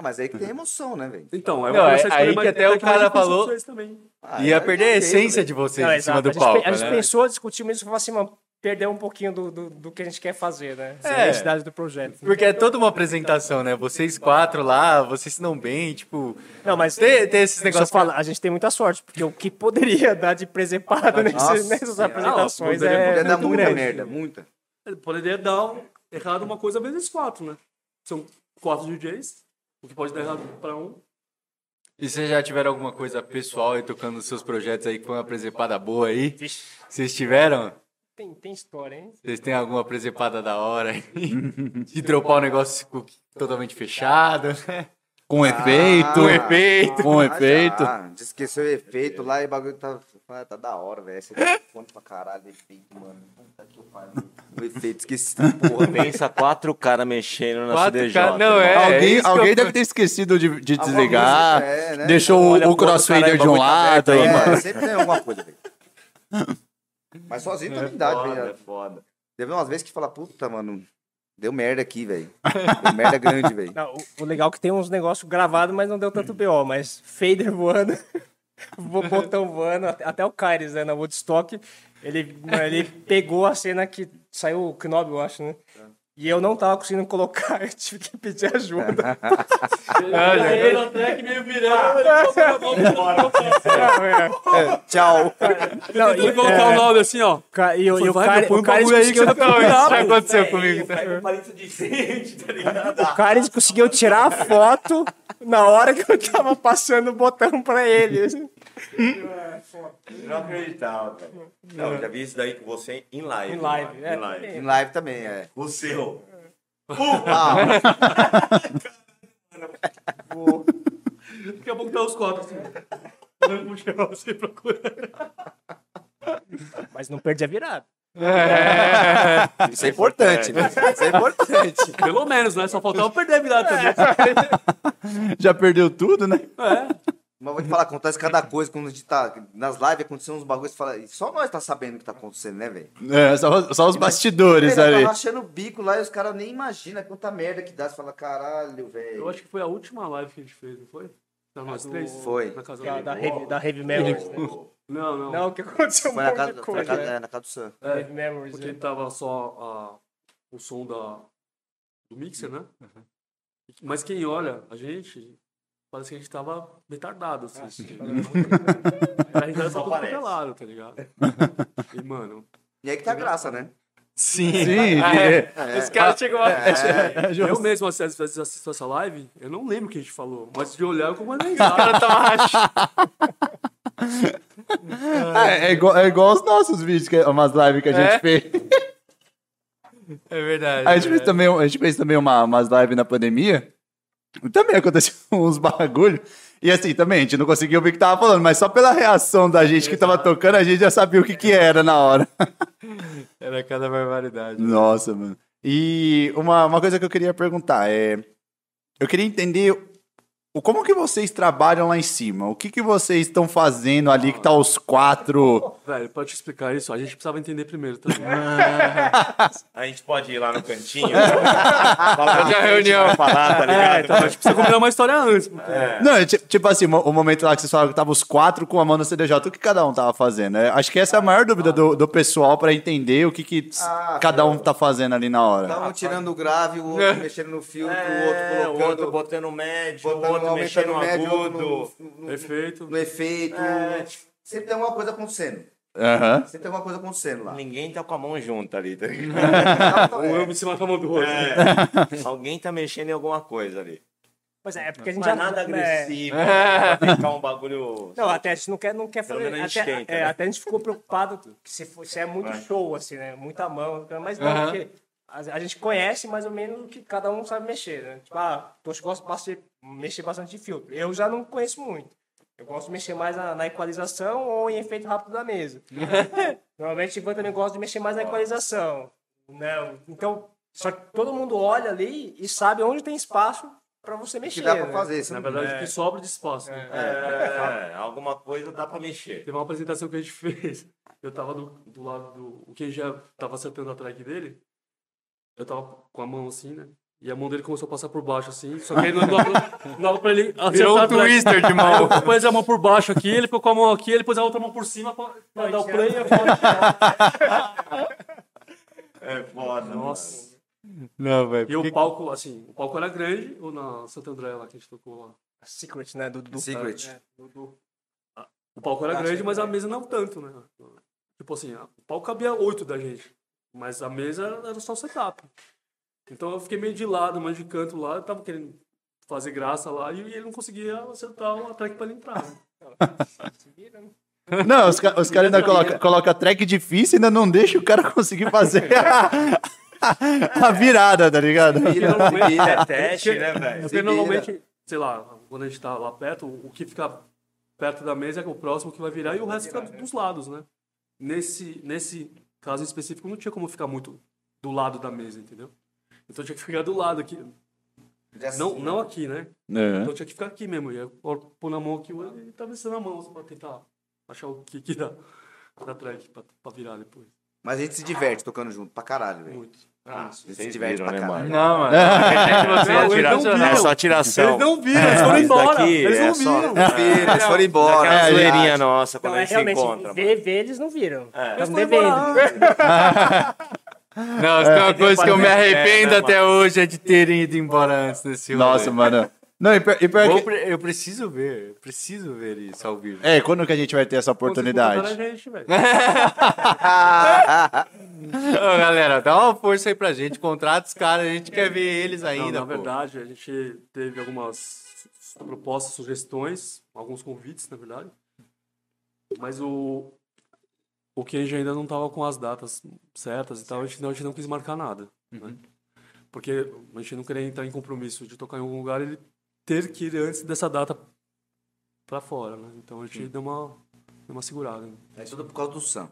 Speaker 5: Mas aí que tem emoção, né, velho?
Speaker 3: Então, é
Speaker 2: Não,
Speaker 3: coisa
Speaker 2: é-
Speaker 3: escolher
Speaker 2: aí
Speaker 3: mais-
Speaker 2: que até o
Speaker 3: track mais
Speaker 2: cara
Speaker 3: difícil
Speaker 2: falou-
Speaker 3: pra vocês também.
Speaker 5: Ah,
Speaker 2: Ia
Speaker 5: aí
Speaker 2: perder a
Speaker 5: tem,
Speaker 2: essência de vocês
Speaker 4: Não,
Speaker 2: em cima
Speaker 4: é, exato.
Speaker 2: do
Speaker 4: a gente, pe-
Speaker 2: palco.
Speaker 4: a gente
Speaker 2: né?
Speaker 4: pensou, discutimos isso e falou assim, mano, perdeu um pouquinho do, do, do que a gente quer fazer, né? Essa é. a identidade do projeto.
Speaker 2: Porque é toda uma apresentação, né? Vocês quatro lá, vocês se dão bem, tipo.
Speaker 4: Não, mas
Speaker 2: Tem, tem esses
Speaker 4: deixa eu
Speaker 5: é
Speaker 2: negócios.
Speaker 4: falar, a gente tem muita sorte, porque o que poderia dar de presepada nesses- nessas apresentações
Speaker 3: poderia-
Speaker 4: é
Speaker 5: Podia dar
Speaker 4: muito
Speaker 5: muita
Speaker 4: grande.
Speaker 5: merda, muita.
Speaker 3: Ele poderia dar um- errado uma coisa vezes quatro, né? São quatro DJs, o que pode dar errado pra um.
Speaker 2: E vocês já tiveram alguma coisa pessoal aí tocando nos seus projetos aí que foi uma presepada boa aí?
Speaker 4: Vixe,
Speaker 2: Vocês tiveram?
Speaker 4: tem, tem história, hein?
Speaker 2: Vocês têm alguma presepada da hora aí? De dropar o negócio com- totalmente fechado, né?
Speaker 7: Ah, Com efeito. é,
Speaker 2: Com efeito.
Speaker 7: Com
Speaker 1: Um
Speaker 5: Ah,
Speaker 7: efeito.
Speaker 5: já. Diz que Esqueceu o efeito lá e o bagulho tá, ah, tá da hora, velho. Você tá fone pra caralho, efeito, mano. Puta que pariu. O efeito, esqueci essa porra, velho.
Speaker 6: Pensa quatro caras mexendo
Speaker 5: tá,
Speaker 6: na
Speaker 2: Quatro
Speaker 6: CDJ.
Speaker 2: caras- não, é.
Speaker 7: alguém
Speaker 2: isso que
Speaker 7: alguém
Speaker 2: eu-
Speaker 7: deve ter esquecido de, de desligar.
Speaker 5: música, é, né?
Speaker 7: Deixou o,
Speaker 6: Olha pro
Speaker 7: o
Speaker 6: outro,
Speaker 7: crossfader
Speaker 6: caralho,
Speaker 7: de um
Speaker 6: bagulho tá
Speaker 7: lado.
Speaker 6: aberto aí,
Speaker 5: É,
Speaker 6: mano.
Speaker 5: sempre tem alguma coisa, velho. Mas sozinho também dá, tá
Speaker 6: Foda, é
Speaker 5: velho.
Speaker 6: foda.
Speaker 5: Teve umas vezes que fala, puta, mano. Deu merda aqui, velho. Deu merda grande, velho.
Speaker 4: Não, o, o legal é que tem uns negócios gravados, mas não deu tanto BO, mas fader voando, bo- botão voando, até- até o Kyries, né, na Woodstock, ele, ele pegou a cena que saiu o Knob, eu acho, né?
Speaker 5: É.
Speaker 4: E eu não tava conseguindo colocar, eu tive que pedir ajuda.
Speaker 3: Jogando a track meio virado.
Speaker 4: Não, é.
Speaker 5: Tchau.
Speaker 4: Não,
Speaker 3: Ele
Speaker 4: e-
Speaker 3: colocar o
Speaker 4: é.
Speaker 3: nome assim, ó.
Speaker 4: Ca- E, o- e o
Speaker 3: Vai,
Speaker 4: cara,
Speaker 3: meu, põe
Speaker 4: o
Speaker 3: um
Speaker 4: cara
Speaker 3: bagulho aí que
Speaker 4: conseguiu,
Speaker 3: você tá
Speaker 2: Isso já aconteceu comigo. tá?
Speaker 6: Pega um palito de gente, tá ligado?
Speaker 4: o cara ele conseguiu tirar a foto na hora que eu tava passando o botão pra ele.
Speaker 6: Não acreditava, velho. Não, eu já vi isso daí com você em live.
Speaker 4: Em live, é.
Speaker 6: Em live.
Speaker 5: Em live também, é.
Speaker 6: O seu.
Speaker 5: Ah,
Speaker 3: Daqui a pouco tá os copos. assim. Não puxa você procurando.
Speaker 4: Mas não perdi a virada.
Speaker 5: isso é importante. né? Isso é importante.
Speaker 3: Pelo menos, né? Só faltava perder a virada também.
Speaker 1: Já perdeu tudo, né?
Speaker 5: Mas vou te falar, acontece cada coisa quando a gente tá. Nas lives aconteceu uns bagulhos, você fala. "E Só nós tá sabendo o que tá acontecendo, né, velho?
Speaker 1: É, só, só os bastidores
Speaker 5: Ele
Speaker 1: ali.
Speaker 5: tá rachando o bico lá e os caras nem imaginam quanta merda que dá. Você fala, caralho, velho.
Speaker 3: Eu acho que foi a última live que a gente fez, não foi? Da nós três?
Speaker 5: Foi.
Speaker 3: Na casa
Speaker 4: Da,
Speaker 3: da
Speaker 4: é da, Heavy, da Heavy Memories. né?
Speaker 3: Não, não.
Speaker 4: Não, que aconteceu um
Speaker 5: Foi na
Speaker 4: monte
Speaker 5: casa,
Speaker 4: de
Speaker 5: foi
Speaker 4: coisa.
Speaker 5: na casa,
Speaker 4: né?
Speaker 5: é, na casa do Sam.
Speaker 4: Heavy Memories.
Speaker 3: Porque
Speaker 4: né?
Speaker 3: ele tava só a- o som da, do mixer, né? Mas quem olha a gente, parece que a gente tava retardado. Assim, tipo, a gente tava
Speaker 6: Só
Speaker 3: só todo
Speaker 6: parece.
Speaker 3: pelado, tá ligado? E, mano,
Speaker 5: E aí que tá a graça, né?
Speaker 1: Sim, sim. é.
Speaker 2: Esse cara chegou a...
Speaker 5: É.
Speaker 2: é,
Speaker 3: eu mesmo, assim, às vezes assisto essa live, eu não lembro o que a gente falou, mas de olhar eu como
Speaker 2: O cara
Speaker 4: tá-
Speaker 2: tava rachando.
Speaker 1: É, é igual, é igual os nossos vídeos, que, umas lives que a gente
Speaker 2: É?
Speaker 1: fez.
Speaker 2: É verdade.
Speaker 1: A gente fez também, a gente fez também uma, umas lives na pandemia. Também aconteceu uns bagulho. E assim, também, a gente não conseguiu ver o que tava falando, mas só pela reação da gente que tava tocando, a gente já sabia o que que era na hora.
Speaker 2: Era cada barbaridade. né?
Speaker 1: Nossa, mano. E uma, uma coisa que eu queria perguntar é. Eu queria entender o, como que vocês trabalham lá em cima. O que, que vocês estão fazendo ali que tá os quatro.
Speaker 3: Velho, pra te explicar isso, a gente precisava entender primeiro também. Tá?
Speaker 6: A gente pode ir lá no cantinho. Falar
Speaker 2: Já reunião.
Speaker 6: falar,
Speaker 3: é,
Speaker 6: tá
Speaker 3: então
Speaker 6: ligado?
Speaker 3: a gente precisa combinar uma história antes. porque-
Speaker 1: Não, é ti- tipo assim, mo- o momento lá que vocês falaram que tava os quatro com a mão no CDJ, o que cada um tava fazendo? É, Acho que essa é a maior dúvida do, do pessoal pra entender o que, que s-
Speaker 5: Ah,
Speaker 1: cada um tá fazendo ali na hora.
Speaker 5: Tá um tirando o grave, o outro mexendo no filtro,
Speaker 6: É,
Speaker 5: o
Speaker 6: o
Speaker 5: outro colocando.
Speaker 6: outro botando médio, o
Speaker 5: botando-
Speaker 6: outro
Speaker 5: aumentando
Speaker 6: mexendo no
Speaker 5: o médio, o outro
Speaker 6: agudo.
Speaker 5: no- no- no-
Speaker 3: Perfeito.
Speaker 5: no efeito. Sempre tem alguma coisa acontecendo.
Speaker 1: Aham.
Speaker 5: Sempre tem alguma coisa acontecendo lá.
Speaker 6: Ninguém tá com a mão junta ali, tá ligado?
Speaker 3: Um eu me cima da mão do outro.
Speaker 6: É, alguém tá mexendo em alguma coisa ali.
Speaker 4: Pois é, é porque a gente já.
Speaker 6: Não é nada
Speaker 4: né,
Speaker 6: agressivo. É. Pra ficar um bagulho.
Speaker 4: Não, até a gente não quer, não quer
Speaker 6: Pelo
Speaker 4: fazer.
Speaker 6: menos a gente
Speaker 4: Até,
Speaker 6: tenta,
Speaker 4: é,
Speaker 6: né?
Speaker 4: até a gente ficou preocupado que se, for- se é muito show, assim, né? Muita mão. Mas não, porque a, a gente conhece mais ou menos o que cada um sabe mexer, né? Tipo, ah, Tocho gosta bastante, mexer bastante de filtro. Eu já não conheço muito. Eu gosto de mexer mais na, na equalização ou em efeito rápido da mesa. Normalmente o Ivan também gosta de mexer mais na equalização. Não. Então, só que todo mundo olha ali e sabe onde tem espaço para você mexer.
Speaker 5: que dá pra
Speaker 4: né?
Speaker 5: fazer. Você
Speaker 3: Na
Speaker 5: não-
Speaker 3: verdade, o que sobra de espaço. né?
Speaker 6: É, alguma coisa dá pra mexer.
Speaker 3: Teve uma apresentação que a gente fez. Eu tava do, do lado do. O que já tava acertando a track dele. Eu tava com a mão assim, né? E a mão dele começou a passar por baixo, assim. Só que aí não dava pra- não dava pra ele acertar
Speaker 2: Virou
Speaker 3: a
Speaker 2: um
Speaker 3: track.
Speaker 2: twister de
Speaker 3: Aí
Speaker 2: mão.
Speaker 3: eu pus a mão por baixo aqui, ele ficou com a mão aqui, ele pôs a outra mão por cima pra, pra dar o play. Eu falei,
Speaker 6: É foda. Nossa.
Speaker 3: nossa.
Speaker 2: Não, velho.
Speaker 3: E o palco, assim, o palco era grande, ou na Santo André lá que a gente tocou lá.
Speaker 4: Secret, né? Do, do
Speaker 5: Secret.
Speaker 4: É, do- do-
Speaker 3: O palco
Speaker 4: Ah,
Speaker 3: era grande,
Speaker 4: sim.
Speaker 3: mas a mesa não tanto, né? Tipo assim, a- o palco cabia oito da gente, mas a mesa era só o setup. Então eu fiquei meio de lado, mas de canto lá, eu tava querendo fazer graça lá e ele não conseguia acertar uma track pra ele entrar. né?
Speaker 1: Não, os, ca- os caras ainda colocam coloca track difícil e ainda não deixa o cara conseguir fazer a, a virada, tá ligado?
Speaker 3: Porque normalmente,
Speaker 6: É teste, né, velho?
Speaker 3: porque normalmente, sei lá, quando a gente tá lá perto, o que fica perto da mesa é o próximo que vai virar e o resto fica dos lados, né? Nesse, nesse caso específico, não tinha como ficar muito do lado da mesa, entendeu? Então tinha que ficar do lado aqui.
Speaker 5: Já
Speaker 3: Não,
Speaker 5: se-
Speaker 3: não aqui, né?
Speaker 1: É.
Speaker 3: Então tinha que ficar aqui mesmo. E aí, pôr na mão aqui, tá assim, ele tava ensinando a mão só pra tentar achar o que que dá da track pra, pra virar depois.
Speaker 5: Mas a gente se diverte tocando junto pra caralho, velho.
Speaker 3: Muito.
Speaker 6: Ah, vocês
Speaker 5: divertem
Speaker 6: viram,
Speaker 5: pra
Speaker 6: né,
Speaker 5: caralho.
Speaker 6: mano?
Speaker 2: Não, mano.
Speaker 3: Não, eles não viram.
Speaker 6: É só tiração.
Speaker 3: Eles não viram, eles foram
Speaker 6: Isso
Speaker 3: embora.
Speaker 6: daqui
Speaker 3: Eles
Speaker 6: é
Speaker 3: não
Speaker 6: só-
Speaker 3: viram.
Speaker 5: Filho, eles foram embora.
Speaker 6: Aquela
Speaker 5: é,
Speaker 6: zoeirinha
Speaker 5: verdade.
Speaker 6: nossa quando
Speaker 4: Não, é
Speaker 6: a gente se
Speaker 4: realmente,
Speaker 6: encontra. mano.
Speaker 4: ver, ver eles não viram. É.
Speaker 3: Eles
Speaker 4: Não
Speaker 3: foram embora.
Speaker 4: deveriam.
Speaker 2: Não, se tem uma coisa que eu me
Speaker 6: É, né,
Speaker 2: arrependo
Speaker 6: mano?
Speaker 2: até hoje é de terem ido embora antes desse rolê.
Speaker 7: Nossa, mano. Não, e pior, e pior
Speaker 2: Vou
Speaker 7: que-
Speaker 2: pre- Eu preciso ver, eu preciso ver isso ao vivo.
Speaker 7: É, quando que a gente vai ter essa
Speaker 3: Contaram
Speaker 7: oportunidade?
Speaker 3: a gente, velho.
Speaker 2: Ô, galera, dá uma força aí pra gente, contrata os caras, a gente quer ver eles
Speaker 3: Não,
Speaker 2: ainda,
Speaker 3: na
Speaker 2: pô.
Speaker 3: verdade, a gente teve algumas propostas, sugestões, alguns convites, na verdade. Mas o o que a gente ainda não estava com as datas certas e tal, a gente não, a gente não quis marcar nada, né?
Speaker 2: Uhum.
Speaker 3: Porque a gente não queria entrar em compromisso de tocar em algum lugar e ele ter que ir antes dessa data para fora, né? Então a gente deu uma deu uma segurada. né?
Speaker 5: É tudo por causa do Sam.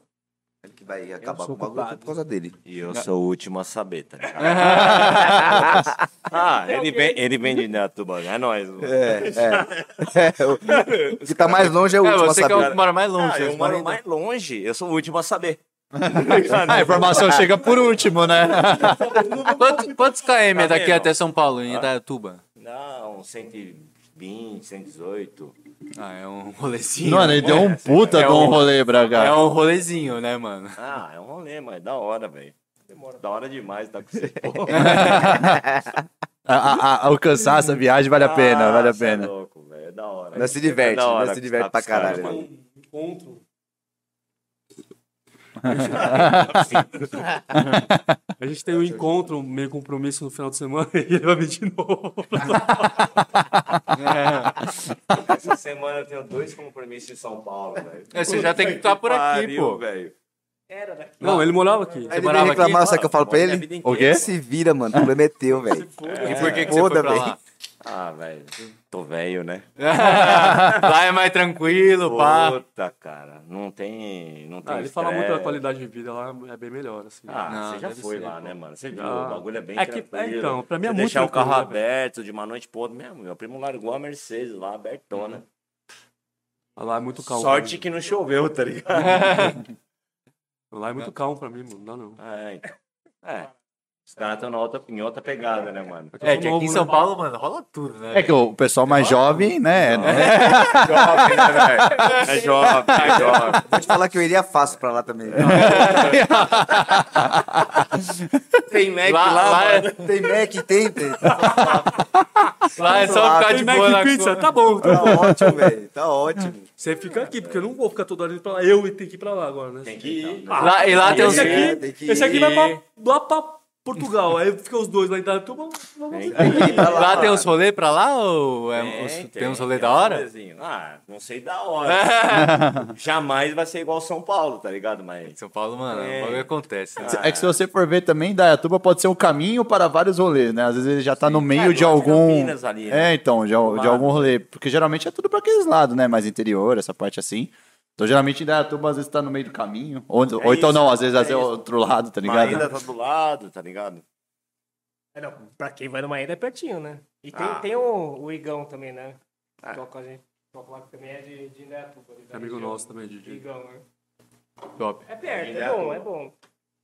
Speaker 5: Ele que vai acabar com
Speaker 4: sou
Speaker 5: o bagulho tudo
Speaker 4: culpado.
Speaker 5: por causa dele.
Speaker 6: E eu sou o último a saber, tá ligado?
Speaker 5: É.
Speaker 6: ah, ele vem, ele vem de Indaiatuba, é nóis. Mano.
Speaker 5: É, é. o que tá mais longe é o
Speaker 2: É,
Speaker 5: último a
Speaker 2: você que é o
Speaker 5: saber.
Speaker 2: que mora mais longe.
Speaker 6: Ah,
Speaker 2: vocês
Speaker 6: eu
Speaker 2: moram
Speaker 6: moro mais longe, eu sou o último a saber. Tá é
Speaker 7: A informação chega por último, né?
Speaker 2: em- Quantos, quantos KM é
Speaker 6: Tá
Speaker 2: daqui
Speaker 6: vendo?
Speaker 2: até São Paulo, em Itaiatuba?
Speaker 6: Não, 120, 118.
Speaker 2: Ah, é um rolezinho.
Speaker 7: Mano, ele deu um puta
Speaker 2: É
Speaker 7: de um
Speaker 2: um-
Speaker 7: rolê,
Speaker 2: É
Speaker 7: Braga.
Speaker 2: um rolezinho, né, mano?
Speaker 6: Ah, é um rolê, mas é da hora, velho. Da hora demais, tá com você.
Speaker 5: É
Speaker 7: A- a- a- Alcançar essa viagem vale a pena, vale a pena.
Speaker 6: louco, velho, Ah, é da hora.
Speaker 5: Nós se diverte,
Speaker 6: É da hora
Speaker 5: nós se diverte
Speaker 6: tá
Speaker 5: pra
Speaker 6: com os caras,
Speaker 5: caralho. né?
Speaker 6: mano.
Speaker 5: velho.
Speaker 3: Um encontro. A gente tem um encontro, meio compromisso no final de semana e ele vai vir de novo.
Speaker 6: Essa semana eu tenho dois compromissos em São Paulo, velho.
Speaker 2: É, Você já tem que estar por aqui,
Speaker 6: Pariu,
Speaker 2: pô.
Speaker 6: velho.
Speaker 3: Não, ele morava aqui.
Speaker 5: Aí Ele vem
Speaker 2: morava aqui?
Speaker 5: reclamar, sabe o que eu falo pra
Speaker 6: Minha vida
Speaker 5: ele?
Speaker 6: inteira.
Speaker 7: O quê?
Speaker 5: Se vira, mano, o problema é teu, velho.
Speaker 2: E por que, que você
Speaker 5: Foda,
Speaker 2: foi pra
Speaker 5: velho.
Speaker 2: lá?
Speaker 6: Ah, velho. Tô velho, né?
Speaker 2: lá é mais tranquilo, pá.
Speaker 6: Puta, cara. Não tem. Não tem
Speaker 3: Ah, ele fala
Speaker 6: estresse.
Speaker 3: muito
Speaker 2: É.
Speaker 3: da qualidade de vida lá, é bem melhor, assim.
Speaker 6: Ah,
Speaker 2: Não,
Speaker 6: você já
Speaker 2: deve
Speaker 6: foi
Speaker 2: ser,
Speaker 6: lá,
Speaker 2: pô.
Speaker 6: né, mano? Você viu,
Speaker 3: Ah.
Speaker 6: o bagulho é bem
Speaker 3: É que- é,
Speaker 6: tranquilo.
Speaker 3: então, pra mim é
Speaker 6: Você
Speaker 3: muito
Speaker 6: deixar o carro
Speaker 3: tranquilo, né,
Speaker 6: aberto de uma noite pro outro mesmo. Meu primo largou a Mercedes lá, abertona.
Speaker 3: Lá é muito calmo.
Speaker 6: Sorte que não choveu, tá ligado?
Speaker 3: Pra mim. Lá é muito calmo pra mim, mano. Não, dá, não.
Speaker 6: é, então. É. Os caras estão outra, em outra pegada, né, mano?
Speaker 3: Eu tô
Speaker 2: É que
Speaker 3: novo,
Speaker 2: aqui em
Speaker 3: né?
Speaker 2: São Paulo, mano, rola tudo, né?
Speaker 7: É que o pessoal mais jovem, né? né?
Speaker 6: né, É jovem, é jovem.
Speaker 5: Vou te falar que eu iria fácil pra lá também.
Speaker 6: Tem Mac
Speaker 2: Lá- lá é-
Speaker 5: Tem Mac, tem, tem. Tá
Speaker 2: Lá é só ficar de
Speaker 3: Tem
Speaker 2: boa
Speaker 3: Mac
Speaker 2: na
Speaker 3: e pizza,
Speaker 2: co-
Speaker 3: tá bom.
Speaker 5: Tá ótimo, velho. Tá ótimo.
Speaker 3: Você fica aqui, porque eu não vou ficar toda hora indo pra lá. Eu tenho que ir pra lá agora, né?
Speaker 6: Tem que ir.
Speaker 2: Lá, e lá tem uns...
Speaker 3: Ah, Esse
Speaker 5: É,
Speaker 3: aqui,
Speaker 5: tem que
Speaker 3: esse aqui
Speaker 2: ir.
Speaker 3: vai pra, lá pra Portugal. Aí fica os dois lá em Datuba.
Speaker 6: Tem que ir.
Speaker 5: Tá
Speaker 2: Lá, tem uns rolê pra lá ou é uns- tem, uns rolê da hora?
Speaker 6: rolezinho. Ah, não sei da hora. Jamais vai ser igual São Paulo, tá ligado? Mas.
Speaker 2: São Paulo, mano,
Speaker 6: Tem.
Speaker 2: o bagulho acontece. né?
Speaker 7: É que se você for ver também, Dayatuba pode ser um caminho para vários rolês, né? Às vezes ele já tá no meio de
Speaker 6: É, lá de
Speaker 7: algum.
Speaker 6: Campinas ali, né?
Speaker 2: tá
Speaker 7: É, então, de, al- de algum rolê. Porque geralmente é tudo pra aqueles lados, né? Mais interior, essa parte assim. Então, geralmente, Dayatuba às vezes tá no meio do caminho. Ou, ou então
Speaker 6: isso,
Speaker 7: não, às vezes
Speaker 6: é
Speaker 7: é,
Speaker 6: isso.
Speaker 7: outro lado, tá
Speaker 6: Mas
Speaker 7: ligado?
Speaker 6: ainda tá do lado, tá ligado?
Speaker 4: É, não, pra quem vai numa ida é pertinho, né? E tem,
Speaker 6: Ah.
Speaker 4: tem o, o Igão também, né? Que Toca com a gente. Toca lá que também é de, de Indaiatuba. ali da
Speaker 3: Amigo
Speaker 4: região.
Speaker 3: nosso também, DJ.
Speaker 4: Igão, né?
Speaker 2: Top.
Speaker 4: É perto, é
Speaker 6: Indaiatuba.
Speaker 4: bom, é bom.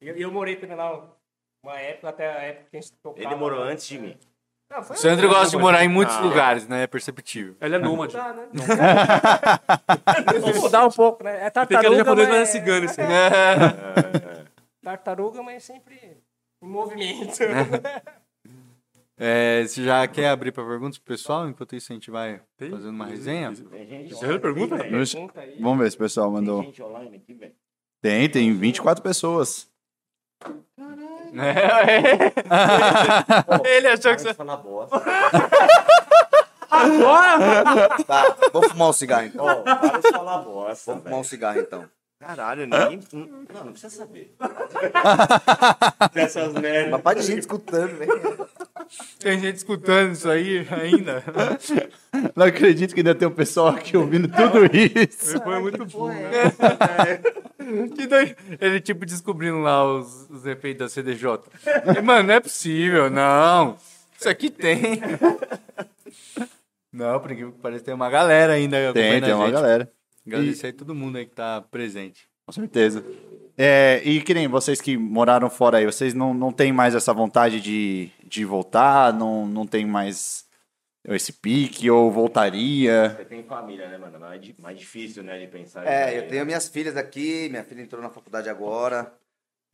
Speaker 4: E eu, eu morei também lá uma época, até a época que a gente tocava.
Speaker 6: Ele morou
Speaker 4: lá.
Speaker 6: antes de mim.
Speaker 4: Ah, foi
Speaker 2: O Sandro gosta de morar em muitos
Speaker 6: Ah.
Speaker 2: lugares, né? É perceptível.
Speaker 3: Ele é nômade.
Speaker 4: mudar, né? Vou mudar um pouco, né? É
Speaker 3: Pecado
Speaker 4: tartaruga,
Speaker 3: japonês, mas é
Speaker 4: mas
Speaker 3: cigano isso aí.
Speaker 2: É.
Speaker 4: Tartaruga, mas é sempre em movimento.
Speaker 2: É, você já quer abrir pra perguntas pro pessoal? Enquanto isso, a gente vai
Speaker 3: Tem?
Speaker 2: fazendo uma resenha.
Speaker 6: Tem gente,
Speaker 3: Você pergunta?
Speaker 7: Nos-
Speaker 4: Pergunta aí.
Speaker 7: Vamos ver se o pessoal
Speaker 6: tem
Speaker 7: mandou.
Speaker 6: gente online aqui, velho.
Speaker 7: Tem, tem 24 pessoas.
Speaker 2: Ele achou que
Speaker 6: Para
Speaker 2: você...
Speaker 6: de falar bosta.
Speaker 5: Tá, vou fumar um cigarro então.
Speaker 6: Ó, para de falar bosta,
Speaker 5: Vou fumar um
Speaker 6: velho.
Speaker 5: cigarro então.
Speaker 6: Caralho, ninguém... Não, não precisa saber. Dessas merdas.
Speaker 5: Uma parte de gente escutando, velho.
Speaker 2: Tem gente escutando isso aí ainda.
Speaker 7: Não acredito que ainda tem um pessoal aqui ouvindo tudo isso.
Speaker 3: Foi muito bom. né?
Speaker 2: Que doido. Ele, tipo, descobrindo lá os, os efeitos da CDJ. E, mano, não é possível, não. Isso aqui tem. Não, por incrível que pareça, tem uma galera ainda
Speaker 7: Tem,
Speaker 2: acompanhando
Speaker 7: tem
Speaker 2: a
Speaker 7: uma
Speaker 2: gente.
Speaker 7: galera.
Speaker 2: Agradecer aí todo mundo aí que tá presente.
Speaker 7: Com certeza. É, e que nem vocês que moraram fora aí, vocês não, não têm mais essa vontade de, de voltar? Não, não tem mais esse pique? Ou voltaria?
Speaker 6: Você tem família, né, mano? Mais, di- mais difícil, né, de pensar.
Speaker 5: É,
Speaker 6: em-
Speaker 5: eu tenho minhas filhas aqui, minha filha entrou na faculdade agora.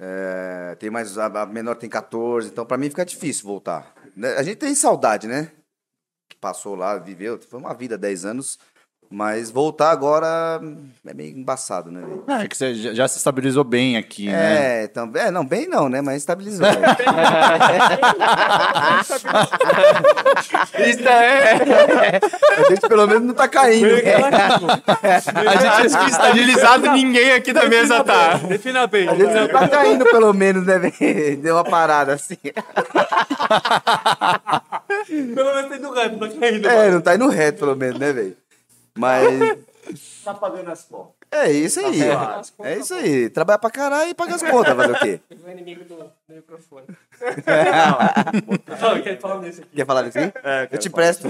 Speaker 5: É, tem mais a, a menor tem 14, então pra mim fica difícil voltar. Né, A gente tem saudade, né? Que passou lá, viveu, foi uma vida 10 anos, mas voltar agora hum, é meio embaçado, né? velho?
Speaker 7: É, que você já já se estabilizou bem aqui, né?
Speaker 5: É, também, é, não, bem não, né? Mas estabilizou. velho.
Speaker 7: é
Speaker 5: a gente pelo menos não tá caindo.
Speaker 3: é.
Speaker 2: A gente que estabilizado, ninguém aqui da mesa tá.
Speaker 3: Defina bem.
Speaker 5: A gente não tá caindo pelo menos, né? velho? Deu uma parada assim.
Speaker 3: Pelo menos tem do rap, não tá caindo.
Speaker 5: É, não tá indo reto pelo menos, né, velho? Mas
Speaker 6: Tá pagando as contas.
Speaker 5: É isso aí. É isso aí. Trabalhar pra caralho e pagar as contas. Fazer o quê?
Speaker 4: O um inimigo do, do microfone.
Speaker 3: Não, eu quero falar nisso aqui.
Speaker 5: Quer falar disso aí?
Speaker 6: É,
Speaker 5: Eu te presto.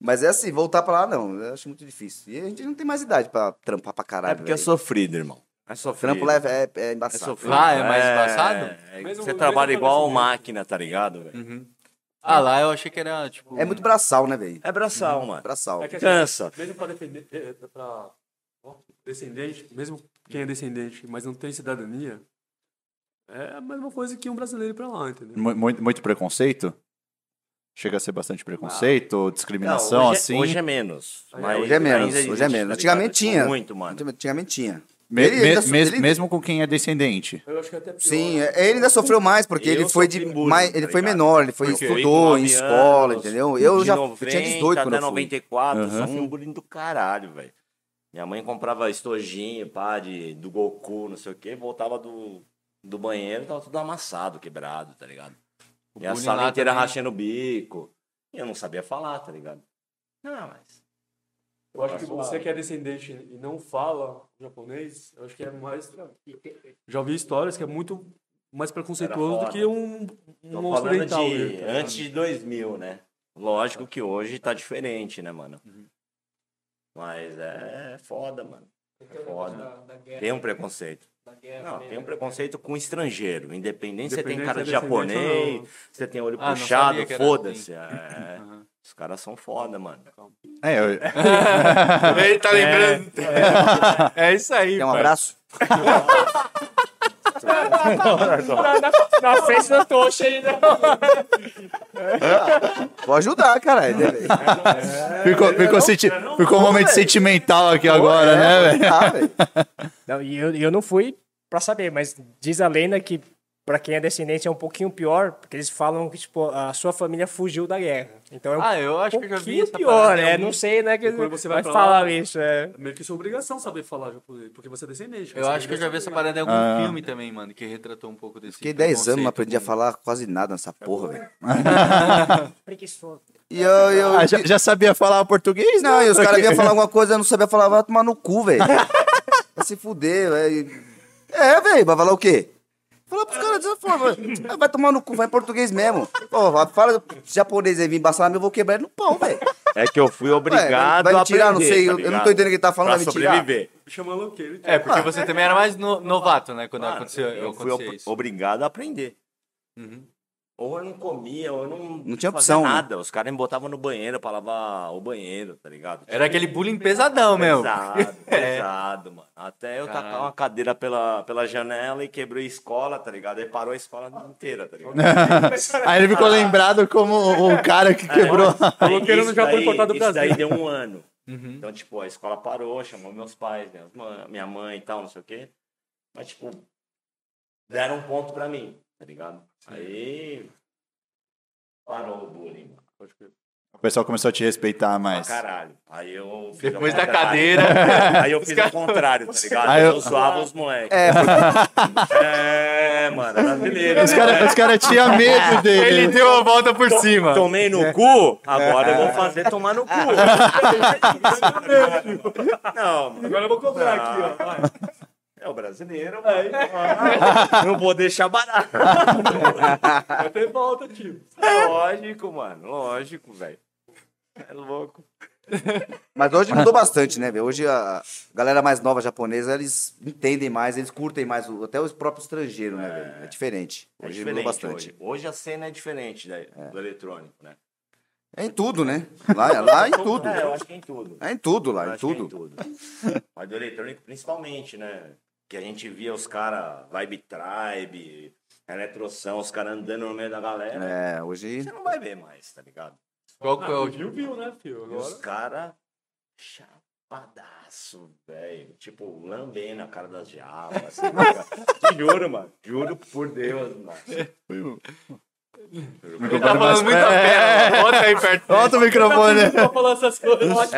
Speaker 5: Mas é assim, voltar pra lá não. Eu acho muito difícil. E a gente não tem mais idade pra trampar pra caralho.
Speaker 6: É porque é
Speaker 5: velho.
Speaker 6: sofrido, irmão. É sofrido.
Speaker 5: Trampo lá é, é, é
Speaker 6: É
Speaker 5: embaçado.
Speaker 6: sofrido.
Speaker 2: Ah, é mais embaçado?
Speaker 6: é-
Speaker 3: Mas
Speaker 6: você
Speaker 3: o-
Speaker 6: trabalha
Speaker 3: mas o-
Speaker 6: igual máquina, tá ligado, velho?
Speaker 2: Ah, lá eu achei que era, tipo...
Speaker 5: É muito braçal, né, velho?
Speaker 6: É braçal, mano.
Speaker 5: Braçal.
Speaker 3: É que assim,
Speaker 6: Cansa.
Speaker 3: Mesmo pra defender, eh, eh, pra ó, descendente, mesmo quem é descendente, mas não tem cidadania, é a mesma coisa que um brasileiro ir pra lá, entendeu?
Speaker 7: Mu- Muito, muito preconceito? Chega a ser bastante preconceito, ou discriminação,
Speaker 6: hoje, é-
Speaker 7: assim?
Speaker 6: hoje é menos.
Speaker 3: Aí,
Speaker 6: Mas
Speaker 5: Hoje é menos,
Speaker 6: ainda
Speaker 5: hoje é
Speaker 6: existe,
Speaker 5: menos.
Speaker 6: tá
Speaker 5: Antigamente
Speaker 6: ligado? Tipo,
Speaker 5: tinha.
Speaker 6: Muito, mano.
Speaker 5: Antigamente tinha.
Speaker 7: Me-
Speaker 5: Ele
Speaker 7: me-
Speaker 5: ainda-
Speaker 7: mes-
Speaker 5: ele-
Speaker 7: Mesmo com quem é descendente.
Speaker 3: Eu acho que é até pior.
Speaker 5: Sim, é- ele ainda sofreu mais, porque
Speaker 6: Eu
Speaker 5: ele foi de
Speaker 6: sofri bullying,
Speaker 5: mais,
Speaker 6: tá
Speaker 5: ele foi
Speaker 6: ligado?
Speaker 5: menor, ele foi,
Speaker 6: Porque eu fui
Speaker 5: estudou
Speaker 6: com
Speaker 5: em
Speaker 6: 9
Speaker 5: escola,
Speaker 6: anos,
Speaker 5: entendeu? Eu
Speaker 6: de
Speaker 5: já
Speaker 6: 90
Speaker 5: eu tinha 18 quando
Speaker 6: até
Speaker 5: eu fui.
Speaker 6: 94, sofri um bullying do caralho, velho. Minha mãe comprava estojinho, pá, de, do Goku, não sei o quê, voltava do, do banheiro, tava tudo amassado, quebrado, tá ligado? E a
Speaker 2: bullying
Speaker 6: sala
Speaker 2: lá
Speaker 6: inteira
Speaker 2: também.
Speaker 6: rachando o bico. E eu não sabia falar, tá ligado? Não, mas...
Speaker 3: Eu acho que você que é descendente e não fala japonês, eu acho que é mais. Já ouvi histórias que é muito mais preconceituoso
Speaker 6: Era
Speaker 3: do
Speaker 6: foda.
Speaker 3: que um,
Speaker 6: Tô
Speaker 3: um
Speaker 6: falando
Speaker 3: ocidental.
Speaker 6: de
Speaker 3: né, tá ligado?
Speaker 6: antes de 2000, né? Lógico que hoje tá diferente, né, mano?
Speaker 3: Uhum.
Speaker 6: Mas é foda, mano. É foda. Tem um preconceito. Não, tem um preconceito com estrangeiro. Independente se você tem
Speaker 3: Independente se
Speaker 6: cara de
Speaker 3: é descendente ou
Speaker 6: japonês,
Speaker 3: não.
Speaker 6: você tem olho
Speaker 2: Ah, não
Speaker 6: puxado,
Speaker 2: sabia que era
Speaker 6: foda-se.
Speaker 3: assim.
Speaker 6: É, Os caras são foda, mano.
Speaker 7: É, eu-
Speaker 2: Ele tá lembrando. É, isso aí,
Speaker 5: Quer um abraço?
Speaker 4: Na, na, na frente da tocha ainda.
Speaker 5: Vou ajudar, caralho. né, velho?
Speaker 7: ficou, ficou, senti- ficou um momento sentimental aqui agora, né, velho?
Speaker 5: Ah, velho.
Speaker 4: Não, e eu, e eu não fui pra saber, mas diz a lenda que pra quem é descendente é um pouquinho pior, porque eles falam que tipo, a sua família fugiu da guerra. Então é um
Speaker 2: Ah, eu acho que eu já vi
Speaker 4: pouquinho
Speaker 2: essa
Speaker 4: pior,
Speaker 2: parada em
Speaker 4: é,
Speaker 2: algum-
Speaker 4: não sei, né, que
Speaker 3: E quando você vai pra lá-
Speaker 4: falar isso, é.
Speaker 3: É meio que sua obrigação saber falar japonês, porque você é descendente.
Speaker 2: Eu
Speaker 3: você
Speaker 2: acho que eu já vi essa parada em algum filme também, mano, que retratou um pouco desse
Speaker 5: Fiquei 10 anos, não
Speaker 2: preconceito
Speaker 5: aprendi a
Speaker 2: com-
Speaker 5: falar quase nada nessa
Speaker 6: É
Speaker 5: porra,
Speaker 6: né?
Speaker 5: velho.
Speaker 4: Preguiçoso.
Speaker 5: E eu, eu,
Speaker 7: Ah, já, já sabia falar português? né?
Speaker 5: Não, e os caras vinham falar alguma coisa, eu não sabia falar, vai tomar no cu, velho. Vai se fuder, velho. É, velho, vai falar o quê? Falar pros caras dessa forma. "Ah, Vai tomar no cu, vai em português mesmo. Pô, vai- fala japonês aí, vim embaçar, eu vou quebrar ele no pau, velho.
Speaker 6: É que eu fui obrigado
Speaker 5: vai me
Speaker 6: a
Speaker 5: tirar, não
Speaker 6: aprender,
Speaker 5: sei, eu-
Speaker 6: tá
Speaker 5: eu não tô
Speaker 6: ligado?
Speaker 5: entendendo o que ele tá falando,
Speaker 6: pra
Speaker 5: vai me tirar.
Speaker 6: sobreviver.
Speaker 3: Chama louqueiro.
Speaker 2: É, porque você também era mais no- novato, né, quando
Speaker 6: Mano,
Speaker 2: aconteceu,
Speaker 6: eu fui
Speaker 2: aconteceu
Speaker 6: ob-
Speaker 2: isso.
Speaker 6: obrigado a aprender.
Speaker 2: Uhum.
Speaker 6: Ou eu não comia, ou eu não,
Speaker 5: Não tinha
Speaker 6: fazia
Speaker 5: opção, né?
Speaker 6: nada. Os caras me botavam no banheiro pra lavar o banheiro, tá ligado? Tipo,
Speaker 2: Era aquele bullying pesadão, meu. É.
Speaker 6: Pesado, pesado, mano. Até eu tacar
Speaker 2: Caralho.
Speaker 6: uma cadeira pela, pela janela e quebrou a escola, tá ligado? Aí parou a escola inteira, tá ligado?
Speaker 7: Aí ele ficou lembrado como o o cara
Speaker 6: É,
Speaker 7: que quebrou.
Speaker 6: Aí
Speaker 3: Coloqueiro
Speaker 6: isso
Speaker 3: no Japão
Speaker 6: daí-
Speaker 3: importado do
Speaker 6: isso
Speaker 3: Brasil.
Speaker 6: daí deu um ano. Então, tipo, a escola parou, chamou meus pais, né? Ma- minha mãe e tal, não sei o quê. Mas, tipo, deram um ponto pra mim, tá ligado? Aí parou o bullying, mano. Pode crer.
Speaker 7: O pessoal começou a te respeitar
Speaker 6: Pra
Speaker 7: mais.
Speaker 6: caralho. Aí eu fiz
Speaker 2: Depois
Speaker 6: ao
Speaker 2: da
Speaker 6: contrário.
Speaker 2: cadeira.
Speaker 6: Aí eu fiz o contrário, tá ligado?
Speaker 7: Aí
Speaker 6: eu...
Speaker 7: eu-
Speaker 6: zoava os moleques.
Speaker 5: É, porque
Speaker 6: É, mano, brasileiro. né,
Speaker 7: Os caras os cara tinham medo
Speaker 2: Ele
Speaker 7: dele.
Speaker 2: deu a volta por cima.
Speaker 6: Tomei no cu, agora eu vou fazer tomar no cu. Não, mano.
Speaker 3: Agora eu vou cobrar aqui, ó. vai.
Speaker 6: É o brasileiro, mano. Ah, Não vou deixar barato.
Speaker 3: Vai ter volta, tio.
Speaker 6: Lógico, mano. Lógico, velho. É louco.
Speaker 5: Mas hoje mudou bastante, né? velho? Hoje a galera mais nova japonesa, eles entendem mais, eles curtem mais, o- até os próprios estrangeiros, né, velho? É diferente.
Speaker 6: É
Speaker 5: Hoje
Speaker 6: diferente
Speaker 5: mudou bastante.
Speaker 6: Hoje. Hoje a cena é diferente da- do eletrônico, né?
Speaker 5: É em tudo, né? Lá, lá é em tudo.
Speaker 6: É, eu acho que é em tudo.
Speaker 5: É em tudo
Speaker 6: Eu
Speaker 5: lá, em
Speaker 6: acho que é
Speaker 5: tudo.
Speaker 6: Mas do eletrônico principalmente, né? Que a gente via os caras, Vibe Tribe, Eletroção, os caras andando no meio da galera.
Speaker 5: É, hoje.
Speaker 6: Você não vai ver mais, tá ligado?
Speaker 2: Qual que é
Speaker 3: Ah,
Speaker 2: o
Speaker 3: viu, viu, né, filho?
Speaker 6: E os
Speaker 3: Agora.
Speaker 6: caras chapadaço, velho. Tipo, lambendo a cara das diabas. Assim, tá ligado? juro, mano. Juro por Deus, mano.
Speaker 2: Ele tá falando muito a pé, bota aí perto.
Speaker 7: Bota o microfone.
Speaker 3: Só tá falar tá essas coisas.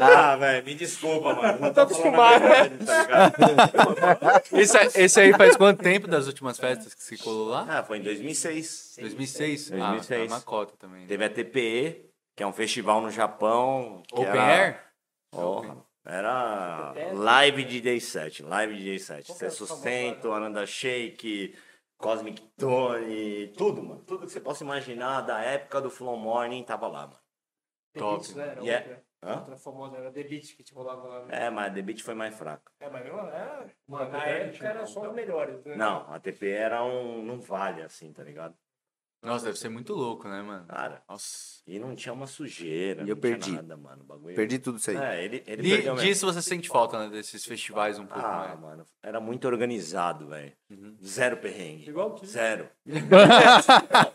Speaker 6: Ah, velho, me desculpa, mano. Não tô acostumado. Tá ligado?
Speaker 2: Esse, é, esse aí faz quanto tempo das últimas festas que se colou lá?
Speaker 6: Ah, foi em 2006.
Speaker 2: 2006? Ah,
Speaker 6: 2006.
Speaker 2: tá uma cota também. Né?
Speaker 6: Teve a TPE, que é um festival no Japão. que
Speaker 2: Open
Speaker 6: era-
Speaker 2: Air?
Speaker 6: Porra, Era live de day 7, live de day 7. Você sustento, Ananda Shake, Cosmic Tone, tudo, mano. Tudo que você possa imaginar da época do Flow Morning tava lá, mano.
Speaker 2: Top.
Speaker 4: Beats, né? Era
Speaker 6: Yeah.
Speaker 4: outra,
Speaker 6: Hã?
Speaker 4: outra famosa, era The Beat que te rolava lá. né?
Speaker 6: É, mas a The Beat foi mais fraca.
Speaker 4: É, mas mesmo lá, mano, é tipo, na época era só os melhores, né?
Speaker 6: Não, a TPE era um. Não vale assim, tá ligado?
Speaker 2: Nossa, deve ser muito louco, né, mano?
Speaker 6: Cara,
Speaker 2: Nossa.
Speaker 6: e não tinha uma sujeira,
Speaker 5: E
Speaker 6: não
Speaker 5: eu perdi.
Speaker 6: tinha nada, mano. O bagulho.
Speaker 5: Perdi tudo isso aí.
Speaker 6: É, ele, ele
Speaker 2: Di-
Speaker 6: perdeu mesmo.
Speaker 2: disso você sente falta, né? Desses festivais um pouco
Speaker 6: Ah,
Speaker 2: mais.
Speaker 6: mano, era muito organizado, velho. Zero perrengue.
Speaker 3: Igual aqui.
Speaker 6: Zero.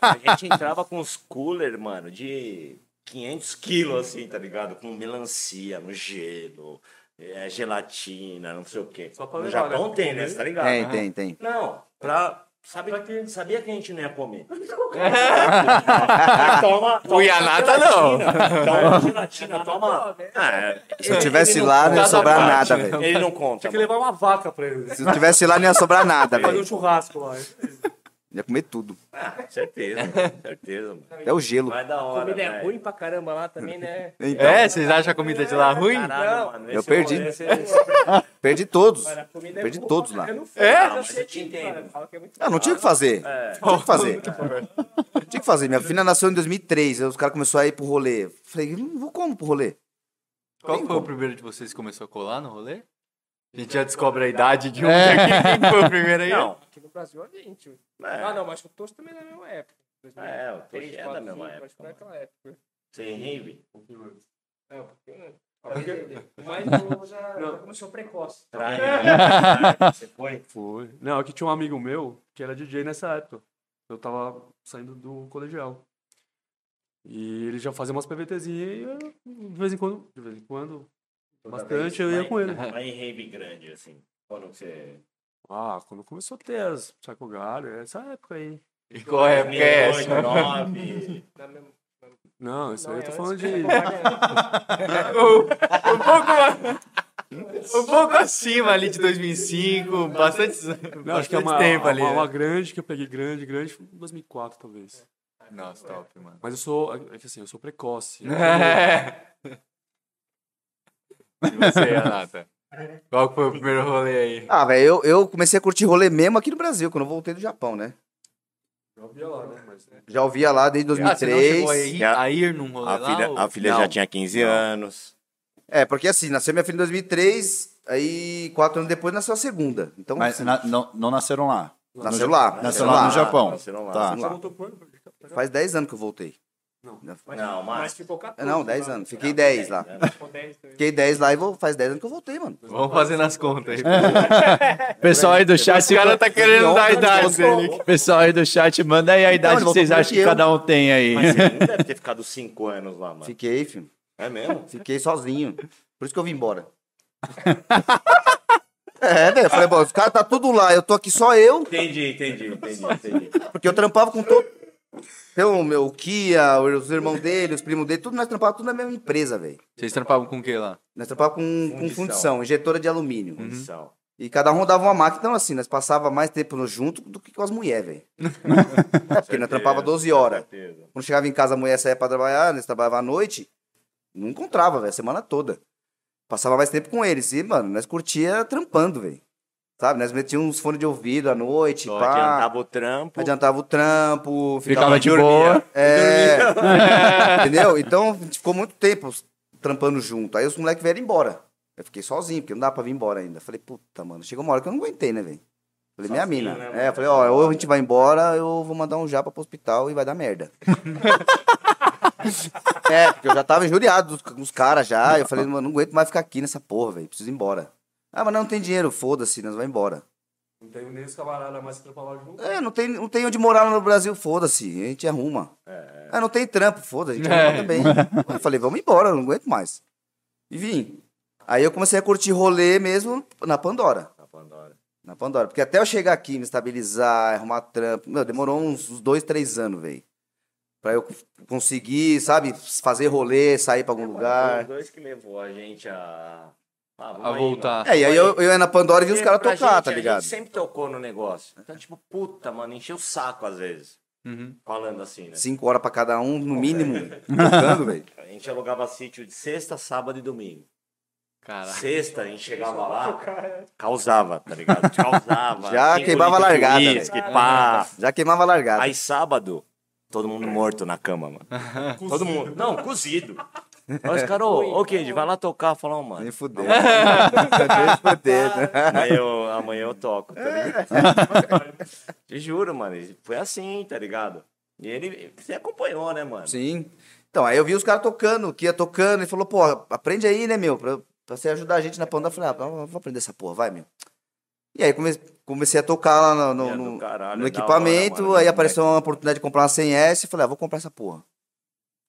Speaker 6: a gente entrava com os cooler, mano, de 500 quilos, assim, tá ligado? Com melancia no gelo, eh, gelatina, não sei o quê.
Speaker 3: Só pra
Speaker 6: no
Speaker 3: levar,
Speaker 6: Japão
Speaker 3: né?
Speaker 6: tem, né? Você tá ligado?
Speaker 5: É, Tem, tem, tem.
Speaker 6: Não, pra... Sabe, Sabia que a gente não ia comer. Mas toma, toma
Speaker 2: O Yanata
Speaker 6: gelatina,
Speaker 2: não.
Speaker 6: Toma gelatina, toma...
Speaker 3: né?
Speaker 6: Ah, é,
Speaker 5: Se eu tivesse lá, não ia sobrar nada, velho.
Speaker 6: ele não conta.
Speaker 3: Tinha que
Speaker 6: mano.
Speaker 3: levar uma vaca pra ele.
Speaker 5: Se eu tivesse lá, não ia sobrar nada,
Speaker 3: Fazer um
Speaker 5: velho.
Speaker 3: churrasco lá.
Speaker 5: Ia comer tudo.
Speaker 6: Ah, certeza, mano, certeza, mano.
Speaker 5: Até o gelo.
Speaker 6: Mas da hora,
Speaker 4: Comida é
Speaker 6: velho.
Speaker 4: ruim pra caramba lá também, né?
Speaker 5: Então,
Speaker 2: É, vocês acham a comida de lá ruim?
Speaker 6: Caralho, mano,
Speaker 5: eu
Speaker 6: esse
Speaker 5: perdi.
Speaker 6: rolê-
Speaker 5: Perdi todos.
Speaker 4: Cara, a comida é
Speaker 5: Perdi
Speaker 4: boa
Speaker 5: todos
Speaker 4: pra
Speaker 5: lá.
Speaker 4: caramba,
Speaker 2: É?
Speaker 4: eu
Speaker 6: mas
Speaker 4: sei
Speaker 6: eu te
Speaker 4: disso,
Speaker 6: entendo.
Speaker 4: cara, Fala que é muito
Speaker 5: Ah, não tinha o que fazer.
Speaker 6: É.
Speaker 5: Tinha o que fazer. Tinha o que fazer. Minha filha nasceu em 2003. aí Os caras começaram a ir pro rolê. Falei, não vou como pro rolê?
Speaker 2: Qual foi o primeiro de vocês que começou a colar no rolê? A gente já descobre a idade de um aqui. Quem foi o primeiro aí?
Speaker 6: Não.
Speaker 4: aqui no Brasil é 20.
Speaker 6: É,
Speaker 4: Ah, não, mas o Tosto também é da mesma época.
Speaker 6: É, o Toast é da
Speaker 4: 2003, 2004,
Speaker 6: mesma época,
Speaker 4: acho que foi
Speaker 6: mano.
Speaker 4: aquela época.
Speaker 6: Sem rave.
Speaker 4: É, um pouquinho, né? Talvez ele. O mais novo já, já começou precoce.
Speaker 6: Você foi?
Speaker 3: Foi. Não, aqui tinha um amigo meu que era DJ nessa época. Eu tava saindo do colegial. E ele já fazia umas PVTzinhas e eu, de vez em quando, de vez em quando, bastante, eu ia com ele.
Speaker 6: Mas né? em rave grande, assim. Quando que você.
Speaker 3: Ah, quando começou a ter as Sacogalho, é essa época aí.
Speaker 2: E qual é? Porque é essa?
Speaker 6: 2009.
Speaker 4: Na mesma-
Speaker 3: Não, isso
Speaker 4: Não,
Speaker 3: aí
Speaker 4: é
Speaker 3: eu tô
Speaker 4: antes.
Speaker 3: falando de.
Speaker 2: Um pouco acima ali de 2005, bastante,
Speaker 3: Não, acho que é
Speaker 2: bastante
Speaker 3: É. uma,
Speaker 2: tempo
Speaker 3: uma,
Speaker 2: ali.
Speaker 3: uma
Speaker 2: né?
Speaker 3: grande que eu peguei, grande, grande, foi em 2004 talvez.
Speaker 2: Nossa, top, mano.
Speaker 3: Mas eu sou, é que assim, eu sou precoce.
Speaker 2: E você, Renata? Qual que foi o primeiro rolê aí?
Speaker 5: Ah, velho, eu, eu comecei a curtir rolê mesmo aqui no Brasil, quando eu voltei do Japão, né?
Speaker 3: Já ouvia lá, né? Mas, né?
Speaker 5: Já ouvia lá desde
Speaker 2: Ah, você não chegou
Speaker 5: 2003.
Speaker 2: a ir,
Speaker 6: A-
Speaker 2: a ir num rolê
Speaker 6: A
Speaker 2: lá?
Speaker 6: filha,
Speaker 2: ou-
Speaker 6: a filha já tinha 15 anos.
Speaker 5: É, porque assim, nasceu minha filha em 2003, aí quatro anos depois nasceu a segunda. Então,
Speaker 7: Mas
Speaker 5: assim,
Speaker 7: na- não, não nasceram lá.
Speaker 5: nasceu lá.
Speaker 7: Nasceu lá no Japão.
Speaker 6: Nasceram lá.
Speaker 7: Tá.
Speaker 5: Vamos lá.
Speaker 3: Voltou pro ano, pra cá, pra cá.
Speaker 5: Faz 10 anos que eu voltei. É,
Speaker 3: Não.
Speaker 6: Não,
Speaker 4: Mas
Speaker 6: mas.
Speaker 4: ficou 14.
Speaker 5: Não, 10 anos. Fiquei 10 lá.
Speaker 4: Ficou 10 também.
Speaker 5: Fiquei 10 lá e vou, faz 10 anos que eu voltei, mano.
Speaker 2: Vamos fazendo as contas aí.
Speaker 3: É.
Speaker 1: Pessoal aí do chat,
Speaker 2: Esse cara tá querendo dar a idade dele.
Speaker 1: pessoal aí do chat, manda aí a idade
Speaker 5: ele
Speaker 1: que vocês
Speaker 5: voltou
Speaker 1: acham que
Speaker 5: primeiro que
Speaker 1: cada um tem aí.
Speaker 6: Mas você não deve ter ficado 5 anos lá, mano.
Speaker 5: Fiquei, filho.
Speaker 6: É mesmo?
Speaker 5: Fiquei sozinho. Por isso que eu vim embora. é, velho. eu Falei, bom, os caras tá tudo lá, eu tô aqui só eu,
Speaker 6: Entendi, entendi, entendi, entendi.
Speaker 5: porque eu trampava com todo. Tem o meu Kia, os irmãos dele, os primos dele, tudo nós trampava tudo na mesma empresa, velho.
Speaker 2: Vocês trampavam com o que lá?
Speaker 5: Nós trampava com, com
Speaker 6: Fundição.
Speaker 5: fundição, injetora de alumínio.
Speaker 6: Condição.
Speaker 5: E cada um rodava uma máquina, então assim, nós passava mais tempo no junto do que com as mulheres, velho. é, porque nós trampava 12 horas.
Speaker 6: Certeza.
Speaker 5: Quando chegava em casa, a mulher saía pra trabalhar, nós trabalhava à noite, não encontrava, velho, a semana toda. Passava mais tempo com eles. E, mano, nós curtia trampando, velho. Sabe? Nós metíamos uns fones de ouvido à noite,
Speaker 6: Só
Speaker 5: pá. Adiantava,
Speaker 6: adiantava o trampo.
Speaker 5: o trampo,
Speaker 1: Ficava de
Speaker 5: dormia.
Speaker 1: boa.
Speaker 5: É, entendeu? Então, a gente ficou muito tempo trampando junto. Aí os moleques vieram embora. Eu fiquei sozinho, porque não dá pra vir embora ainda. Falei, puta, mano, chegou uma hora que eu não aguentei, né, velho? Falei, minha mina.
Speaker 6: né,
Speaker 5: é,
Speaker 6: mano?
Speaker 5: falei, ó, ou a gente vai embora, eu vou mandar um japa pro hospital e vai dar merda. é, porque eu já tava injuriado dos- com os caras já. Eu falei, mano, não aguento mais ficar aqui nessa porra, velho. Preciso ir embora. Ah, mas não tem dinheiro, foda-se, nós vamos embora.
Speaker 3: Não tenho nem os camaradas mais que trabalham junto.
Speaker 5: É, não tem, não tem onde morar no Brasil, foda-se, a gente arruma.
Speaker 6: É.
Speaker 5: Ah, não tem trampo, foda-se, a gente arruma também. Eu falei, vamos embora, eu não aguento mais. E vim. Aí eu comecei a curtir rolê mesmo na Pandora.
Speaker 6: Na Pandora.
Speaker 5: Na Pandora. Porque até eu chegar aqui, me estabilizar, arrumar trampo, meu, demorou uns, uns dois, três anos, velho. Pra eu conseguir, sabe, fazer rolê, sair pra algum
Speaker 6: Foi
Speaker 5: lugar.
Speaker 6: Os dois que levou a gente a. Ah, vamos
Speaker 2: A
Speaker 6: aí,
Speaker 2: voltar.
Speaker 5: É, e aí eu, eu ia na Pandora e vi os caras
Speaker 6: É, Pra
Speaker 5: tocar,
Speaker 6: gente,
Speaker 5: tá
Speaker 6: A
Speaker 5: ligado?
Speaker 6: gente sempre tocou no negócio. Então, tipo, puta, mano, encheu o saco às vezes.
Speaker 5: Uhum.
Speaker 6: Falando assim, né?
Speaker 5: Cinco horas pra cada um, no mínimo,
Speaker 6: é.
Speaker 5: tocando, velho.
Speaker 6: A gente alugava sítio de sexta, sábado e domingo.
Speaker 2: Cara,
Speaker 6: Sexta, a gente
Speaker 5: é
Speaker 6: chegava lá, causava, tá ligado? Causava.
Speaker 5: Já
Speaker 6: cinco
Speaker 5: queimava
Speaker 6: litros de
Speaker 5: largada, né?
Speaker 6: uísque, pá.
Speaker 5: Já queimava a largada.
Speaker 6: Aí sábado, todo mundo morto na cama, mano. todo mundo. Não, cozido. Aí os caras, ô, ô, Kid, vai lá tocar. Falar, "Ô, mano,
Speaker 5: Nem fudeu. Nem fudeu.
Speaker 6: amanhã eu, amanhã eu toco, tá ligado? Te juro, mano, foi assim, tá ligado? E ele, você acompanhou, né, mano?
Speaker 5: Sim. Então, aí eu vi os caras tocando, que ia tocando, e falou, pô, aprende aí, né, meu, pra, pra você ajudar a gente na panda. Eu falei, ah, vou vou aprender essa porra, vai, meu. E aí comecei, comecei a tocar lá no, no-
Speaker 6: É do
Speaker 5: no-
Speaker 6: caralho,
Speaker 5: no
Speaker 6: é da
Speaker 5: equipamento,
Speaker 6: hora, mano,
Speaker 5: aí
Speaker 6: né?
Speaker 5: apareceu uma oportunidade de comprar uma 100S, falei, ah, vou comprar essa porra.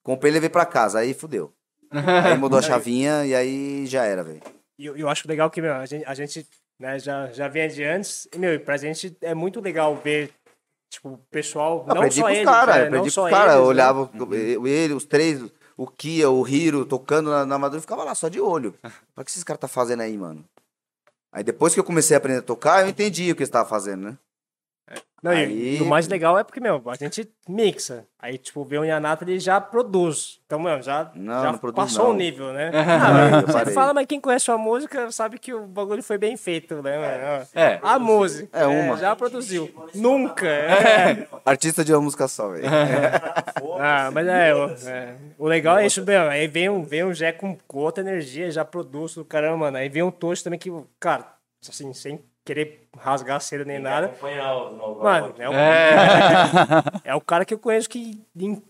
Speaker 5: Comprei e levei pra casa, aí fudeu. Aí mudou a chavinha e aí já era, velho.
Speaker 4: E eu, eu acho legal que meu, a gente, a gente né, já, já vinha de antes. E, meu, e pra gente é muito legal ver, tipo, o pessoal. Não
Speaker 5: Aprendi
Speaker 4: só
Speaker 5: com os
Speaker 4: eles,
Speaker 5: caras,
Speaker 4: né, não
Speaker 5: aprendi com
Speaker 4: só
Speaker 5: os caras.
Speaker 4: eles,
Speaker 5: Eu
Speaker 4: né?
Speaker 5: olhava o- ele, os três, o Kia, o Hiro, tocando na, na madrugada, eu ficava lá só de olho. Olha o que esses caras tá fazendo aí, mano. Aí depois que eu comecei a aprender a tocar, eu entendi o que eles estavam fazendo, né?
Speaker 4: Não, e-
Speaker 5: Aí-
Speaker 4: e o mais legal é porque, meu, a gente mixa. Aí, tipo, vê o Yanato, ele já produz. Então, meu, já,
Speaker 5: Não,
Speaker 4: já
Speaker 5: não produz,
Speaker 4: passou
Speaker 5: não.
Speaker 4: um nível, né?
Speaker 5: eu
Speaker 4: ah, mas você
Speaker 5: parei.
Speaker 4: fala, mas quem conhece sua música sabe que o bagulho foi bem feito, né? mano?
Speaker 2: É.
Speaker 3: Ah.
Speaker 4: A música.
Speaker 5: É uma.
Speaker 4: já produziu. Nunca. É.
Speaker 5: Artista de uma música só, velho.
Speaker 4: Ah, mas é, o, é. O legal é isso mesmo. Aí vem um, vem um Jé com, com outra energia, já produz do caramba, mano. Aí vem um Tocho também que, cara, assim, sem querer rasgar a cera nem nada.
Speaker 6: é Acompanhar o novo
Speaker 4: Mano, é o, é. o cara que eu conheço que em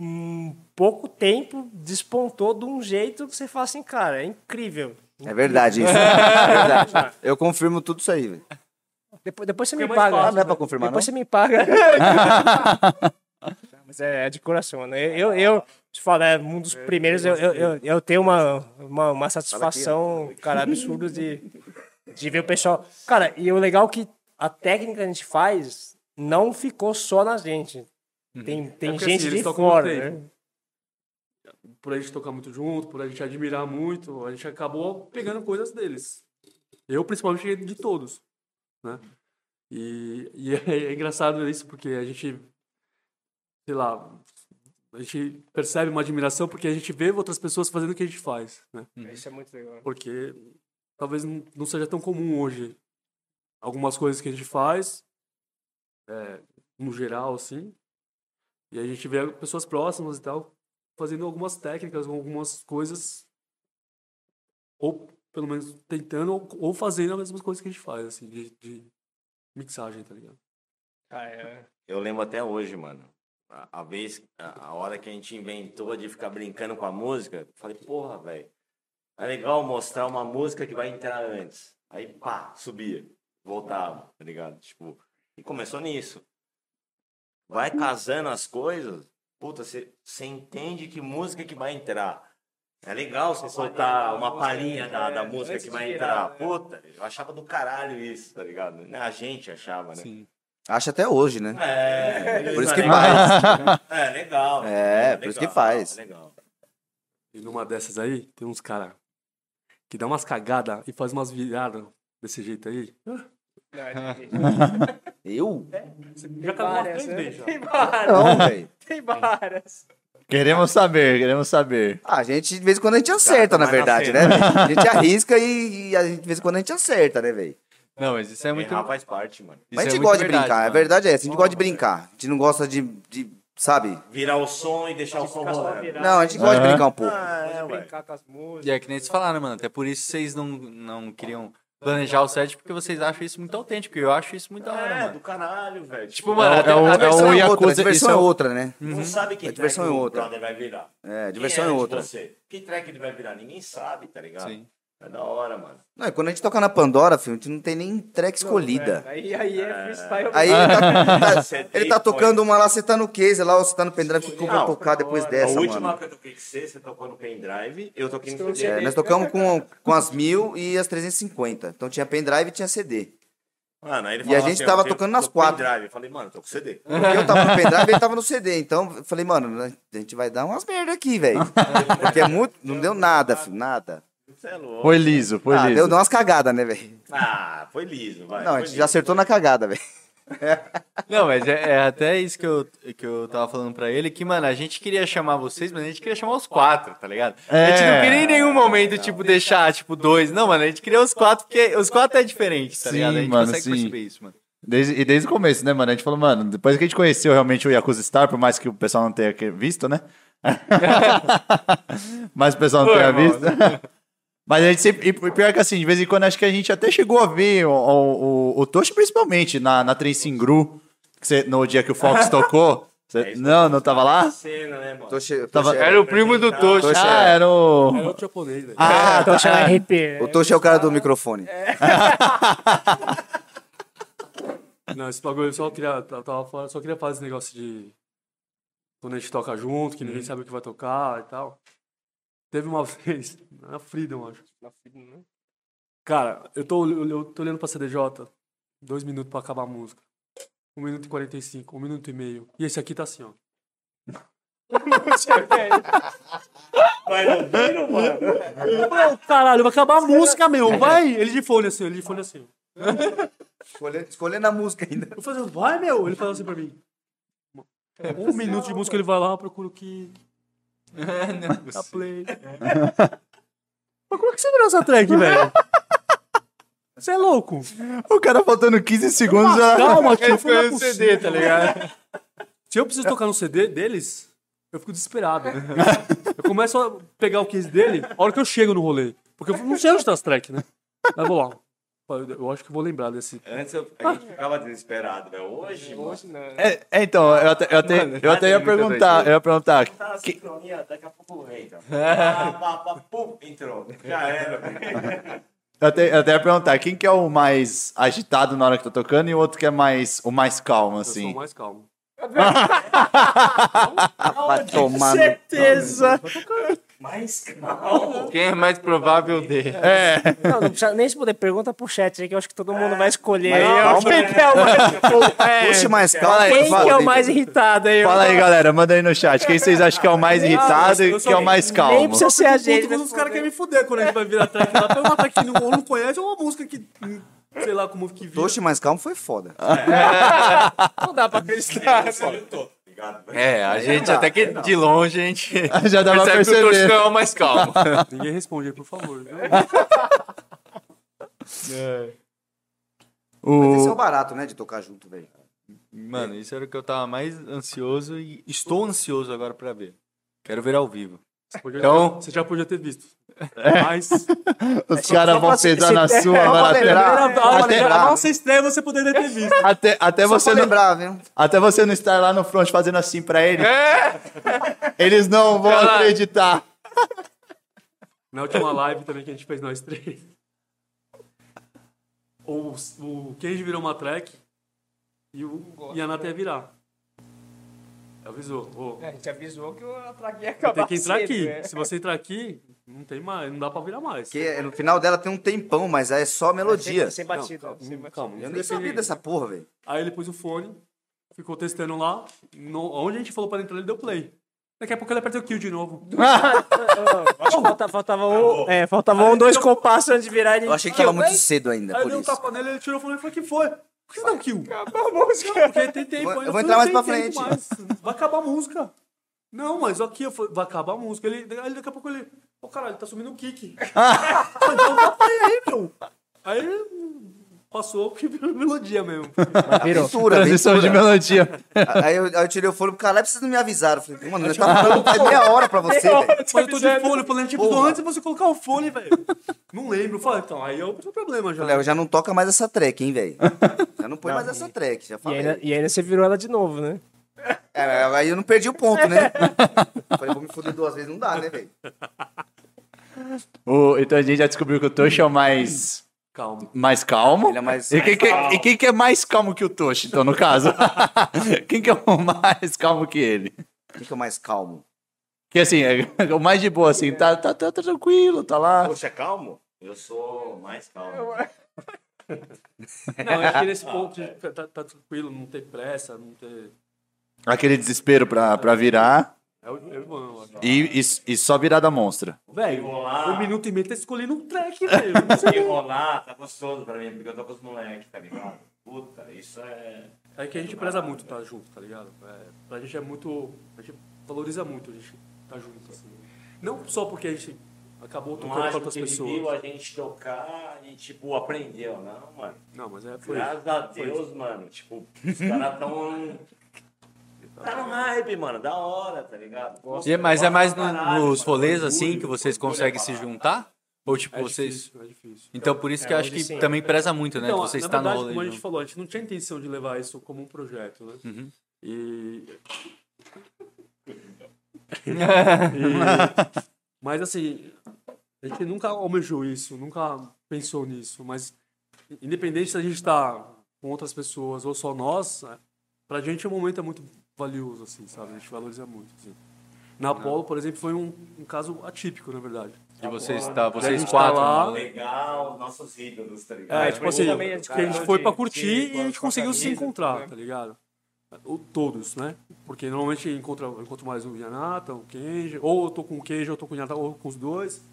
Speaker 4: um pouco tempo despontou de um jeito que você fala assim, cara, é incrível.
Speaker 5: É verdade isso. É verdade. Eu confirmo tudo isso aí, velho.
Speaker 4: Depois, depois você me
Speaker 3: mais
Speaker 4: paga.
Speaker 3: fácil,
Speaker 5: Ah, não é pra confirmar,
Speaker 4: Depois
Speaker 5: não?
Speaker 4: você me paga. Mas é, é de coração, né? Eu, eu, eu te falo, é um dos primeiros. Eu, eu, eu, eu tenho uma, uma, uma satisfação, cara, absurda de, de ver o pessoal. Cara, e o legal é que a técnica que a gente faz não ficou só na gente. Tem, tem
Speaker 3: É porque, assim,
Speaker 4: gente de
Speaker 3: eles tocam no
Speaker 4: fora,
Speaker 3: tempo.
Speaker 4: né?
Speaker 3: Por a gente tocar muito junto, por a gente admirar muito, a gente acabou pegando coisas deles. Eu, principalmente, cheguei de todos. Né? E, e é, engraçado isso, porque a gente, sei lá, a gente percebe uma admiração porque a gente vê outras pessoas fazendo o que a gente faz. Né?
Speaker 4: Isso é muito legal.
Speaker 3: porque talvez não não seja tão comum hoje algumas coisas que a gente faz é, no geral assim e a gente vê pessoas próximas e tal fazendo algumas técnicas ou algumas coisas ou pelo menos tentando ou, ou fazendo as mesmas coisas que a gente faz assim de, de mixagem tá ligado
Speaker 4: Ah, é.
Speaker 6: Eu lembro até hoje, mano. A, a vez, a, a hora que a gente inventou de ficar brincando com a música, falei, porra, velho, é legal mostrar uma música que vai entrar antes. Aí, pá, subia, voltava, tá ligado? Tipo, e começou nisso. Vai casando as coisas, puta, você entende que música que vai entrar. É legal você soltar uma é, palhinha da, da música que vai entrar. Puta, eu achava do caralho isso, tá ligado? A gente achava, né?
Speaker 5: Acha até hoje, né?
Speaker 6: É,
Speaker 5: Por isso que
Speaker 6: é
Speaker 5: faz.
Speaker 6: É, legal.
Speaker 5: É, por isso que faz.
Speaker 6: Legal.
Speaker 3: e numa dessas aí tem uns cara que dá umas cagadas e faz umas viradas desse jeito aí
Speaker 5: Eu?
Speaker 3: já cagou umas três vezes
Speaker 4: né?
Speaker 3: já.
Speaker 5: Não, velho.
Speaker 4: Tem várias.
Speaker 7: Queremos saber, queremos saber.
Speaker 5: Ah, a gente, de vez em quando, a gente acerta, na
Speaker 6: mas na
Speaker 5: verdade, né,
Speaker 6: cena.
Speaker 5: velho? A gente arrisca e, e a gente, de vez em quando a gente acerta, né, velho?
Speaker 2: não, mas isso é muito.
Speaker 6: Errar faz parte, mano.
Speaker 5: Mas
Speaker 2: isso
Speaker 5: a
Speaker 2: é
Speaker 5: gente
Speaker 2: muito
Speaker 5: gosta de
Speaker 2: verdade,
Speaker 5: brincar, a
Speaker 2: mano.
Speaker 5: verdade é essa, a gente gosta de brincar. A gente não gosta de, de sabe?
Speaker 6: Virar o som e deixar
Speaker 2: Tipo,
Speaker 6: o som
Speaker 4: Ficar só
Speaker 6: rolando.
Speaker 4: virado,
Speaker 5: Não, a gente gosta de brincar um pouco.
Speaker 6: Ah, é,
Speaker 4: gosta de
Speaker 6: ué.
Speaker 4: brincar com as músicas.
Speaker 2: E é que nem vocês falaram, mano. Até por isso vocês não, não queriam planejar o set porque vocês acham isso muito autêntico. E eu acho isso muito da hora,
Speaker 6: É,
Speaker 2: mano.
Speaker 6: do caralho, velho.
Speaker 2: Tipo, mano, uhum. até-
Speaker 5: a
Speaker 2: até-
Speaker 5: diversão é outra, a
Speaker 1: Yakuza-
Speaker 5: diversão
Speaker 1: isso é
Speaker 5: é
Speaker 1: o-
Speaker 5: outra, né?
Speaker 6: não sabe que
Speaker 5: A diversão
Speaker 6: track
Speaker 5: é
Speaker 6: o
Speaker 5: outra.
Speaker 6: brother vai virar.
Speaker 5: É, a
Speaker 6: Quem
Speaker 5: diversão é
Speaker 6: antes de
Speaker 5: outra.
Speaker 6: Você? Que track ele vai virar? Ninguém sabe, tá ligado?
Speaker 2: Sim.
Speaker 6: É da hora, mano.
Speaker 5: Não, e quando a gente toca na Pandora, filho, a gente não tem nem track escolhida.
Speaker 4: Aí, aí é freestyle.
Speaker 5: Aí ele tá,
Speaker 6: Você
Speaker 5: tá-
Speaker 6: tem
Speaker 5: ele tá
Speaker 6: que
Speaker 5: tocando uma lá, você tá no case lá, ou você tá no pendrive, o que que eu vou
Speaker 6: Não,
Speaker 5: tocar depois
Speaker 6: Ah, a
Speaker 5: dessa,
Speaker 6: última
Speaker 5: mano?
Speaker 6: que eu toquei com você, você tocou no pendrive, eu toquei no
Speaker 4: Estou
Speaker 6: CD.
Speaker 5: É, nós tocamos com, com as mil e as 350. Então tinha pendrive e tinha CD.
Speaker 6: Mano, aí ele
Speaker 5: E a
Speaker 6: falava
Speaker 5: gente
Speaker 6: assim,
Speaker 5: tava
Speaker 6: eu tenho-
Speaker 5: tocando nas
Speaker 6: tô com
Speaker 5: quatro.
Speaker 6: Pendrive. Eu falei, mano, tô com CD.
Speaker 2: Hum.
Speaker 5: Porque eu tava no pendrive e ele tava no CD. Então eu falei, mano, a gente vai dar umas merda aqui, velho. Porque é muito. Não deu nada, filho, nada.
Speaker 6: Você é louco.
Speaker 1: Foi liso, foi
Speaker 5: Ah,
Speaker 1: liso.
Speaker 5: deu deu umas cagadas, né, velho?
Speaker 6: Ah, foi liso, vai.
Speaker 5: Não, a
Speaker 6: foi
Speaker 5: gente
Speaker 6: liso.
Speaker 5: já acertou na cagada, velho.
Speaker 2: Não, mas é, é até isso que eu, que eu tava falando pra ele, que, mano, a gente queria chamar vocês, mas a gente queria chamar os quatro, tá ligado? A gente não
Speaker 1: É.
Speaker 2: queria em nenhum momento, tipo, deixar, tipo, dois. Não, mano, a gente queria os quatro, porque os quatro é diferente, tá
Speaker 1: Sim,
Speaker 2: ligado? A gente
Speaker 1: mano,
Speaker 2: consegue
Speaker 1: sim.
Speaker 2: perceber isso, mano.
Speaker 1: Desde- e desde o começo, né, mano? A gente falou, mano, depois que a gente conheceu realmente o Yakuza Star, por mais que o pessoal não tenha que- visto, né? Mas o pessoal não tenha visto. Mas a gente sempre. E pior que assim, de vez em quando acho que a gente até chegou a ver o, o, o- o Toshi, principalmente, na, na Trensingru, que você- no dia que o Fox tocou.
Speaker 2: É
Speaker 1: Você- não, não tava lá?
Speaker 6: Cena, né, mano?
Speaker 5: Tô che- tô
Speaker 1: Tava-
Speaker 5: che-
Speaker 2: Era o primo do Tocho.
Speaker 5: Tocha
Speaker 1: Ah,
Speaker 5: é-
Speaker 1: era
Speaker 3: É
Speaker 1: o.
Speaker 3: outro japonês, velho.
Speaker 1: Ah,
Speaker 4: Então
Speaker 1: tá.
Speaker 4: chama RP.
Speaker 5: O Toshi é o cara do microfone.
Speaker 3: Não, esse bagulho eu só queria, eu tava falando, só queria fazer esse negócio de. Quando a gente toca junto, que ninguém sabe o que vai tocar e tal. Teve uma vez, na Freedom, acho. Cara, eu tô, ol- eu tô olhando pra CDJ, dois minutos pra acabar a música. Um minuto e quarenta e cinco, um minuto e meio. E esse aqui tá assim, ó.
Speaker 6: Vai ouvindo, mano.
Speaker 3: Eu falei, "Ô, Caralho, vai acabar a música, meu, vai! Ele de fone assim, ele de fone assim.
Speaker 5: Escolhendo, escolhendo a música ainda.
Speaker 3: Eu falei, vai, meu! Ele falou assim pra mim. Um minuto de música, ele vai lá, procura o que. Tá play. Mas como é que você virou essa track, velho? Você é louco?
Speaker 1: O cara faltando 15 segundos já.
Speaker 3: Calma, tio. Ele foi no CD, tá ligado? Se eu preciso tocar no CD deles, eu fico desesperado. Eu começo a pegar o case dele a hora que eu chego no rolê. Porque eu não sei onde tá as tracks, né? Mas vou lá. Eu acho que eu vou lembrar desse.
Speaker 6: Antes eu, a gente ficava desesperado, né? Hoje, mano.
Speaker 1: É, é, então, eu até, eu até, eu até ia perguntar, eu ia perguntar.
Speaker 6: Tá na sincronia, daqui a pouco entra. Pá, pá, pá, pum, entrou. Já era, velho.
Speaker 1: Eu até, eu até ia perguntar, quem que é o mais agitado na hora que tá tocando e o outro que é mais, o mais calmo,
Speaker 3: Eu sou
Speaker 1: assim?
Speaker 3: mais calmo.
Speaker 5: Vai tomar no-
Speaker 2: Certeza!
Speaker 6: Mas calma.
Speaker 2: Quem é mais provável de?
Speaker 1: É,
Speaker 4: Não, não precisa nem responder. Pergunta pro chat aí que eu acho que todo mundo vai escolher.
Speaker 5: Mas
Speaker 4: aí,
Speaker 5: calma,
Speaker 4: ó, quem que é o mais,
Speaker 5: Puxe mais calma.
Speaker 4: quem
Speaker 5: fala
Speaker 4: que é o
Speaker 5: aí,
Speaker 4: mais
Speaker 5: Pedro.
Speaker 4: irritado aí?
Speaker 1: fala aí, galera, manda aí no chat. Quem vocês acham que é o mais irritado e que é o mais
Speaker 4: Nem
Speaker 1: calmo?
Speaker 4: precisa ser a
Speaker 3: Puto
Speaker 4: gente.
Speaker 3: quando
Speaker 4: né?
Speaker 3: os caras querem me fuder quando a gente vai virar track lá. Pega uma track que não, ou não conhece ou uma música que. hum, Sei lá como que vira.
Speaker 5: Toshi mais calmo foi foda.
Speaker 1: Ah,
Speaker 4: Não dá pra acreditar.
Speaker 6: Obrigado, velho.
Speaker 2: É, a gente até que de longe a gente
Speaker 1: Já dá pra
Speaker 2: percebe que o
Speaker 1: perceber.
Speaker 2: Tocho é o mais calmo.
Speaker 3: Ninguém responde aí, por favor. viu?
Speaker 5: Esse é
Speaker 1: O...
Speaker 5: o barato, né, de tocar junto, velho.
Speaker 2: Mano, isso era o que eu tava mais ansioso e estou ansioso agora pra ver. Quero ver ao vivo.
Speaker 3: Você podia-
Speaker 2: Então-
Speaker 3: Você já podia ter visto.
Speaker 1: É.
Speaker 3: Mas.
Speaker 1: Os caras vão pesar na
Speaker 7: é
Speaker 1: sua,
Speaker 5: Só
Speaker 1: mano,
Speaker 5: pra
Speaker 1: até,
Speaker 5: lembrar,
Speaker 3: Era
Speaker 5: só
Speaker 3: a
Speaker 5: pra
Speaker 3: hora, era né? a
Speaker 5: lembrar.
Speaker 3: nossa estreia você poderia ter visto.
Speaker 1: até, até,
Speaker 5: Só pra
Speaker 1: É você não,
Speaker 5: lembrar, viu?
Speaker 1: até você não estar lá no front fazendo assim pra eles.
Speaker 2: É?
Speaker 1: Eles não vão
Speaker 2: Caralho. Tá
Speaker 1: acreditar.
Speaker 3: Na última live também que a gente fez nós três. O, o Kenji virou uma track e, o, e a Nath ia virar. Avisou. ô,
Speaker 4: É, A gente avisou que eu atraguei a é.
Speaker 3: tem que entrar aqui. Se você entrar aqui, não tem mais, não dá pra virar mais.
Speaker 5: Porque no final dela tem um tempão, mas aí é só melodia.
Speaker 4: Sem
Speaker 3: Não,
Speaker 4: batida.
Speaker 3: calma,
Speaker 4: sem
Speaker 3: calma,
Speaker 4: batida.
Speaker 3: calma.
Speaker 5: Eu nem sabia dessa porra, velho.
Speaker 3: Aí ele pôs o fone, ficou testando lá. No- onde a gente falou pra ele entrar, ele deu play. Daqui a pouco ele aperta o kill de novo.
Speaker 4: Ah, Acho que falta- faltava um, é, faltava um, dois compassos antes de virar ele.
Speaker 5: Eu achei que tava muito cedo ainda,
Speaker 3: Aí eu
Speaker 5: por
Speaker 3: dei um
Speaker 5: isso.
Speaker 3: tapa nele, ele tirou o fone e falou: que foi? Por que você deu kill? Porque tem tempo
Speaker 5: Eu vou-
Speaker 3: ainda.
Speaker 5: eu vou
Speaker 3: falei,
Speaker 5: entrar
Speaker 3: "Não
Speaker 5: mais pra
Speaker 3: tem tempo
Speaker 5: frente."
Speaker 3: mais, Vai acabar a música. Não, mas aqui eu falei, vai acabar a música. Ele, aí daqui a pouco ele. Ô caralho, ele tá sumindo um kick. Eu falei, então dá play aí, meu. Aí. passou porque virou melodia mesmo.
Speaker 4: Mas virou.
Speaker 5: Pintura,
Speaker 7: Transição de
Speaker 5: pintura.
Speaker 7: melodia.
Speaker 5: Aí eu, aí eu tirei o fone pro caralho, vocês não me avisaram. Eu Falei, mano, nós tava falando faz meia hora pra você, velho.
Speaker 3: Mas eu tô de fone, eu falei, tipo, tô
Speaker 5: Porra.
Speaker 3: antes de você colocar o fone, velho. Não lembro. Eu falei, então, aí é outro problema já.
Speaker 5: Eu falei, Já não toca mais essa track, hein, velho? Já não põe mais essa track, já
Speaker 4: E
Speaker 5: falei.
Speaker 4: ainda, e ainda você virou ela de novo, né?
Speaker 5: É, aí eu não perdi o ponto, né? falei, vou me foder duas vezes, não dá, né, velho?
Speaker 7: O- então a gente já descobriu que o Toshi é o mais,
Speaker 3: Calma.
Speaker 6: né?
Speaker 7: mais calmo.
Speaker 5: Ele é mais-
Speaker 7: e, quem que, e quem que é mais calmo que o Toshi, então, no caso? quem que é o mais calmo que ele?
Speaker 5: O que, que é o mais calmo?
Speaker 7: Que assim, é o mais de boa, assim, tá, tá, tá tranquilo, tá lá.
Speaker 6: Poxa, é calmo? Eu sou mais calmo.
Speaker 3: Não, eu acho que nesse ponto tá, tá tranquilo, não ter pressa, não ter...
Speaker 7: Aquele desespero pra, pra virar
Speaker 3: É o é o irmão, eu acho.
Speaker 7: e, e, e só virada monstra.
Speaker 3: Velho,
Speaker 6: Enrolar.
Speaker 3: um minuto e meio tá escolhendo um track, velho. Não sei.
Speaker 6: Enrolar tá gostoso pra mim, porque eu tô com os moleques, tá ligado? Puta, isso é.
Speaker 3: É que a gente preza muito tá junto, tá ligado? É, pra gente é muito. A gente valoriza muito a gente tá junto, assim. Não só porque a gente acabou
Speaker 6: Não
Speaker 3: tocando pra
Speaker 6: acho
Speaker 3: outras
Speaker 6: que ele viu
Speaker 3: pessoas.
Speaker 6: a gente tocar e, tipo, aprendeu, não, mano.
Speaker 3: Não, mas é, foi.
Speaker 6: Graças a Deus, mano. Tipo, os caras tão. Tá no hype, mano. Da hora, tá ligado?
Speaker 2: E- mas é mais no-
Speaker 6: Caralho,
Speaker 2: nos
Speaker 6: mano.
Speaker 2: rolês assim que
Speaker 6: Orgulho,
Speaker 2: vocês
Speaker 6: orgulho é
Speaker 2: conseguem se
Speaker 6: falar.
Speaker 2: juntar? Ou tipo,
Speaker 3: É
Speaker 2: vocês.
Speaker 3: difícil, é difícil.
Speaker 2: Então por isso que
Speaker 4: É,
Speaker 2: eu acho
Speaker 4: hoje
Speaker 2: que
Speaker 4: sim.
Speaker 2: também preza muito, né?
Speaker 3: Então,
Speaker 2: que você
Speaker 3: na
Speaker 2: está no
Speaker 3: verdade,
Speaker 2: rolê.
Speaker 3: como a gente
Speaker 2: junto. Uhum.
Speaker 3: falou, a gente não tinha intenção de levar isso como um projeto, né? E... E- Mas assim, a gente nunca almejou isso, nunca pensou nisso, mas independente se a gente está com outras pessoas ou só nós, né, pra gente o momento é muito valioso, assim, sabe? A gente valoriza muito, assim. Na Apollo, por exemplo, foi um, um caso atípico, na verdade.
Speaker 2: De vocês, tá,
Speaker 3: a
Speaker 2: vocês
Speaker 3: gente tá
Speaker 2: quatro.
Speaker 3: lá,
Speaker 2: no rolê.
Speaker 6: Legal, nossos ídolos, tá ligado?
Speaker 3: É, tipo assim, que a gente foi pra curtir e a gente conseguiu se encontrar, tá ligado? Ou todos, né? Porque normalmente encontra, eu encontro mais o Yanata, o Kenji, ou eu tô com o Kenji, ou eu tô com o Yanata, ou com os dois.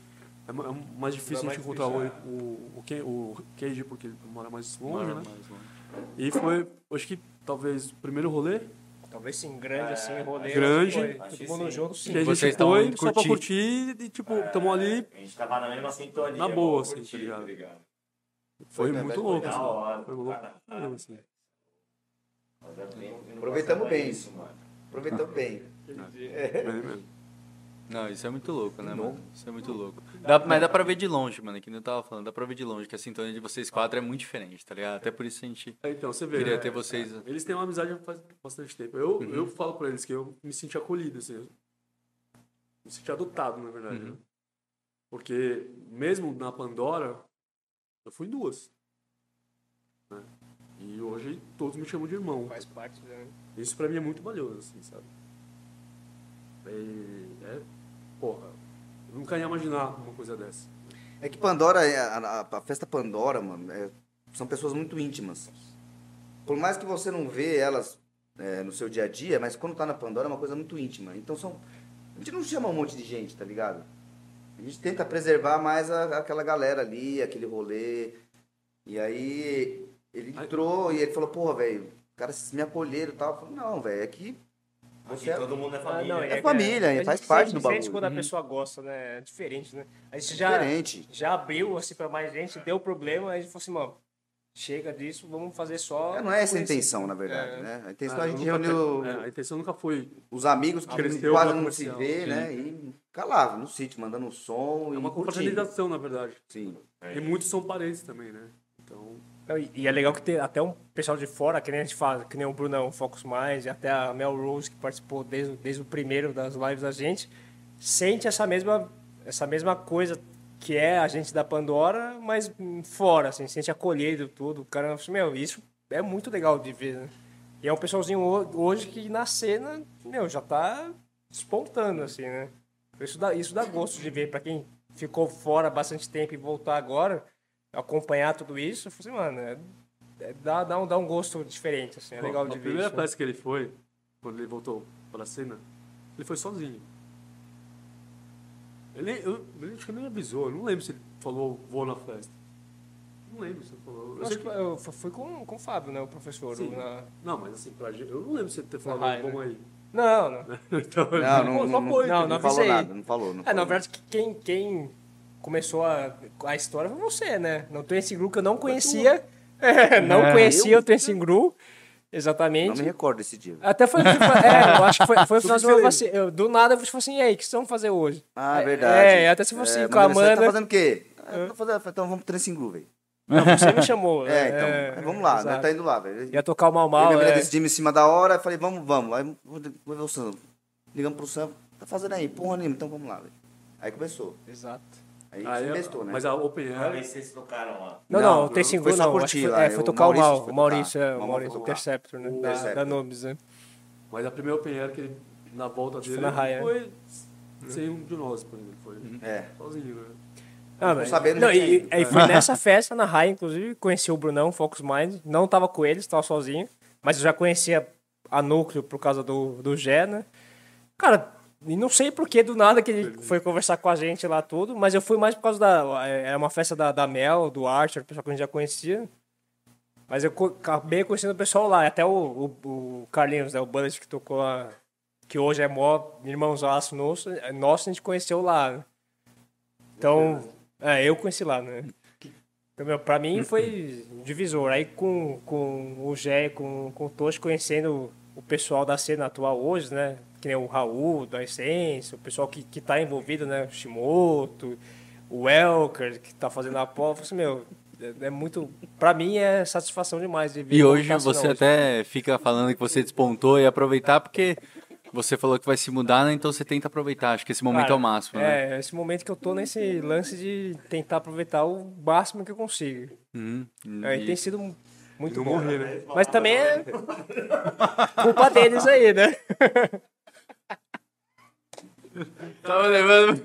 Speaker 3: É ma- é mais difícil a gente encontrar o, o, o, Ken- o Kenji, porque ele mora mais longe, né? E foi, acho que talvez o primeiro rolê
Speaker 4: Talvez sim, grande assim, rolê.
Speaker 3: grande.
Speaker 4: foi Todo mundo junto,
Speaker 3: que
Speaker 4: sim.
Speaker 3: a
Speaker 2: Vocês
Speaker 3: gente
Speaker 2: estavam
Speaker 3: foi
Speaker 2: indo
Speaker 3: só pra
Speaker 2: curtir.
Speaker 3: curtir e, tipo, tamo ali,
Speaker 6: A gente tava na mesma sintonia.
Speaker 3: Na boa,
Speaker 6: vamos
Speaker 3: assim, tá ligado?
Speaker 5: Foi,
Speaker 3: foi
Speaker 5: né,
Speaker 3: muito
Speaker 5: velho?
Speaker 3: louco,
Speaker 6: Da
Speaker 3: assim.
Speaker 6: hora.
Speaker 3: Foi louco, assim.
Speaker 6: Mas é bem- não
Speaker 5: Aproveitamos
Speaker 6: passava
Speaker 5: bem.
Speaker 6: isso, mano.
Speaker 5: Aproveitando bem.
Speaker 3: Bem mesmo.
Speaker 2: Não, isso é muito louco, né, mano? Isso é muito louco. Dá- mas dá pra ver de longe, mano, que nem eu tava falando. Dá pra ver de longe que a sintonia de vocês quatro é muito diferente, tá ligado? Até por isso a gente
Speaker 3: É, Então, você vê.
Speaker 2: queria
Speaker 3: né?
Speaker 2: ter vocês.
Speaker 3: Eles têm uma amizade faz bastante tempo. Eu,
Speaker 5: Uhum.
Speaker 3: eu falo pra eles que eu me senti acolhido, assim. eu Me senti adotado, na verdade.
Speaker 5: Uhum.
Speaker 3: né? Porque, mesmo na Pandora, eu fui em duas. né? E hoje todos me chamam de irmão.
Speaker 4: Faz parte, né?
Speaker 3: Isso pra mim é muito valioso, assim, sabe? E, é, porra, eu nunca ia imaginar uma coisa dessa.
Speaker 5: É que Pandora, é- a, a- a festa Pandora, mano, é- são pessoas muito íntimas. Por mais que você não vê elas é, no seu dia a dia, mas quando tá na Pandora é uma coisa muito íntima. Então são. A gente não chama um monte de gente, tá ligado? A gente tenta preservar mais a- aquela galera ali, aquele rolê. E aí ele entrou e ele falou, porra, velho, os caras me acolheram e tal. Eu falei, não, velho, é que
Speaker 6: Aqui todo mundo é
Speaker 4: Ah,
Speaker 6: família.
Speaker 4: não,
Speaker 5: É família,
Speaker 4: a
Speaker 5: faz
Speaker 4: gente
Speaker 5: parte
Speaker 4: sente-
Speaker 5: do
Speaker 4: sente
Speaker 5: bagulho.
Speaker 4: quando a pessoa gosta, né? É diferente, né? A gente
Speaker 5: é
Speaker 4: já,
Speaker 5: diferente.
Speaker 4: já abriu assim pra mais gente, deu problema, aí a gente falou assim, mano, chega disso, vamos fazer só.
Speaker 5: É, não é essa a
Speaker 4: conhecido.
Speaker 5: intenção, na verdade,
Speaker 4: É.
Speaker 5: né? A intenção
Speaker 3: Ah,
Speaker 5: é a
Speaker 3: eu
Speaker 5: gente
Speaker 3: nunca
Speaker 5: reuniu
Speaker 3: pe- é, a intenção nunca foi
Speaker 5: os amigos que
Speaker 3: Cresceu
Speaker 5: quase
Speaker 3: uma
Speaker 5: não se
Speaker 3: comercial,
Speaker 5: vê,
Speaker 3: sim.
Speaker 5: né? E calava no sítio, mandando um É som
Speaker 3: é
Speaker 5: e
Speaker 3: uma
Speaker 5: curtindo.
Speaker 3: confraternização, na verdade.
Speaker 5: Sim.
Speaker 3: E muitos são parentes também, né? Então,
Speaker 4: Não, e, e é legal que tem até um pessoal de fora, que nem a gente fala, que nem o Brunão, o Focus Mais, e até a Mel Rose, que participou desde, desde o primeiro das lives da gente, sente essa mesma, essa mesma coisa que é a gente da Pandora, mas hum, fora, assim, sente acolhido tudo. O cara fala assim, meu, isso é muito legal de ver, né? E é um pessoalzinho ho- hoje que na cena, meu, já tá espontando, assim, né? Isso dá, isso dá gosto de ver pra quem ficou fora bastante tempo e voltar agora, acompanhar tudo isso, eu falei assim, mano, é- é- dá, dá, um, dá um gosto diferente, assim, é
Speaker 3: Bom,
Speaker 4: legal
Speaker 3: na
Speaker 4: de ver
Speaker 3: primeira
Speaker 4: isso. né?
Speaker 3: peça que ele foi, quando ele voltou pra cena, ele foi sozinho. Ele, eu, ele acho que nem avisou, eu não lembro se ele falou vou na festa. Não lembro se ele falou. Eu
Speaker 4: Eu
Speaker 3: sei
Speaker 4: acho que eu fu- fui com, com o Fábio, né, o professor.
Speaker 3: Sim.
Speaker 4: o- na- né?
Speaker 3: que- Não, mas assim, pra gente, eu não lembro se ele ter falado
Speaker 4: raia,
Speaker 3: vamos aí.
Speaker 4: Não, não.
Speaker 3: Então,
Speaker 5: Não, não, não,
Speaker 4: foi,
Speaker 5: não,
Speaker 4: não, não
Speaker 5: falou
Speaker 4: avisei.
Speaker 5: nada, não falou. Não
Speaker 4: É, na
Speaker 5: falou.
Speaker 4: verdade, que quem, quem começou a, a história foi você, né? Não tem esse grupo que eu não conhecia, É, não conhecia o Tensing Gru, exatamente.
Speaker 5: Não me recordo desse dia.
Speaker 4: Até foi, tipo, é, eu acho que foi, foi o final de semana, eu falei assim, eu, do nada, eu falei assim, e aí, o que vocês vão fazer hoje?
Speaker 5: Ah,
Speaker 4: É,
Speaker 5: verdade.
Speaker 4: é, até se fosse com a
Speaker 5: mas você
Speaker 4: Amanda- É.
Speaker 5: Tá fazendo o quê? Ah, eu tô fazendo- Então vamos pro Transingu, velho.
Speaker 4: Não, você me chamou.
Speaker 5: É, então. vamos lá, né? Tá indo lá, velho.
Speaker 4: Ia tocar o Mal
Speaker 5: Eu
Speaker 4: Mal,
Speaker 5: lembrei
Speaker 4: é.
Speaker 5: desse time em cima da hora, falei, vamos, vamos. Aí vou vou ver o Sam. Ligamos pro Sam, tá fazendo aí? Porra nenhuma, então vamos lá, velho. Aí começou.
Speaker 4: Exato.
Speaker 5: Aí,
Speaker 3: Aí,
Speaker 5: investou, né?
Speaker 3: Mas a Open Air,
Speaker 6: Talvez vocês tocaram lá.
Speaker 4: Não,
Speaker 5: Não,
Speaker 4: não, o Tensing
Speaker 5: foi
Speaker 4: Gru
Speaker 5: só
Speaker 4: não.
Speaker 5: curtir
Speaker 4: acho que foi,
Speaker 5: lá,
Speaker 4: é, foi
Speaker 5: o
Speaker 4: tocar o
Speaker 5: Maurício
Speaker 4: Mal,
Speaker 5: foi
Speaker 4: o Maurício,
Speaker 5: tocar.
Speaker 4: é,
Speaker 5: O
Speaker 4: o
Speaker 5: Maurício
Speaker 4: Maurício,
Speaker 5: foi
Speaker 4: o
Speaker 5: tocar.
Speaker 4: Perceptor, né?
Speaker 5: O
Speaker 4: Da, da
Speaker 5: Perceptor.
Speaker 4: Nobis, né?
Speaker 3: mas a primeira Open Air que ele, na volta dele,
Speaker 4: na é. Uhum. raia.
Speaker 3: foi sem um de nós, por exemplo. Foi
Speaker 5: É.
Speaker 3: sozinho, né?
Speaker 4: Ah, mas-
Speaker 5: sabendo,
Speaker 4: não,
Speaker 5: já tinha
Speaker 4: e,
Speaker 5: ido.
Speaker 4: aí foi nessa festa, na Raia, inclusive, conheci o Brunão, Focus Mind. Não tava com eles, tava sozinho. Mas eu já conhecia a Núcleo por causa do, do Gé, né? Cara, e não sei por que do nada que ele foi conversar com a gente lá tudo, mas eu fui mais por causa da... é, Era uma festa da, da Mel, do Archer, o pessoal que a gente já conhecia. Mas eu co- acabei conhecendo o pessoal lá. Até o, o, o Carlinhos, né? O Bullet que tocou lá, que hoje é mó irmãozaço nosso. é Nosso a gente conheceu lá, né? Então, é, eu conheci lá, né? Então, meu, pra mim foi divisor. Aí com, com o Gé, com, com o Tocho, conhecendo o pessoal da cena atual hoje, né? Que nem o Raul, da Essência, o pessoal que, que tá envolvido, né? O Shimoto, o Elker, que tá fazendo a prova. Eu falei assim, meu, é, é muito... Pra mim é satisfação demais de ver
Speaker 2: E
Speaker 4: como
Speaker 2: hoje
Speaker 4: tá a cena
Speaker 2: você até fica falando que você despontou e aproveitar porque você falou que vai se mudar, né? Então você tenta aproveitar. Acho que esse momento
Speaker 4: Cara,
Speaker 2: é o máximo, né?
Speaker 4: É, esse momento que eu tô nesse lance de tentar aproveitar o máximo que eu consigo.
Speaker 2: Uhum.
Speaker 4: É, e
Speaker 2: E-
Speaker 4: tem sido mu- muito bom.
Speaker 3: Morrer, né?
Speaker 4: Mas também é culpa deles aí, né?
Speaker 2: Tava levando.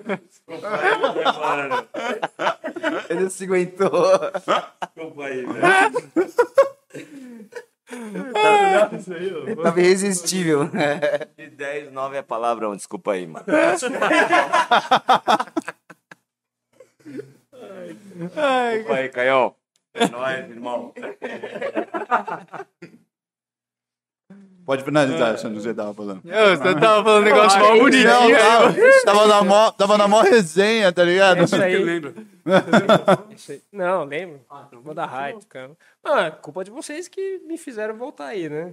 Speaker 5: Ele não se aguentou.
Speaker 6: Desculpa aí, velho.
Speaker 5: Tava irresistível.
Speaker 6: De 10, 9 é palavrão, desculpa aí, mano. desculpa aí, Caião. É nóis, irmão.
Speaker 7: Pode finalizar, se eu não sei o que tava falando.
Speaker 2: Eu, você tava falando um negócio mal bonitinho.
Speaker 7: Não,
Speaker 2: aí,
Speaker 7: tava, tava na mó, tava na mó resenha, tá ligado?
Speaker 4: É isso
Speaker 3: Quem
Speaker 4: aí.
Speaker 3: lembra?
Speaker 4: Isso aí. Não, lembro. Vou dar raiva, cara. Ah, é culpa de vocês que me fizeram voltar aí, né?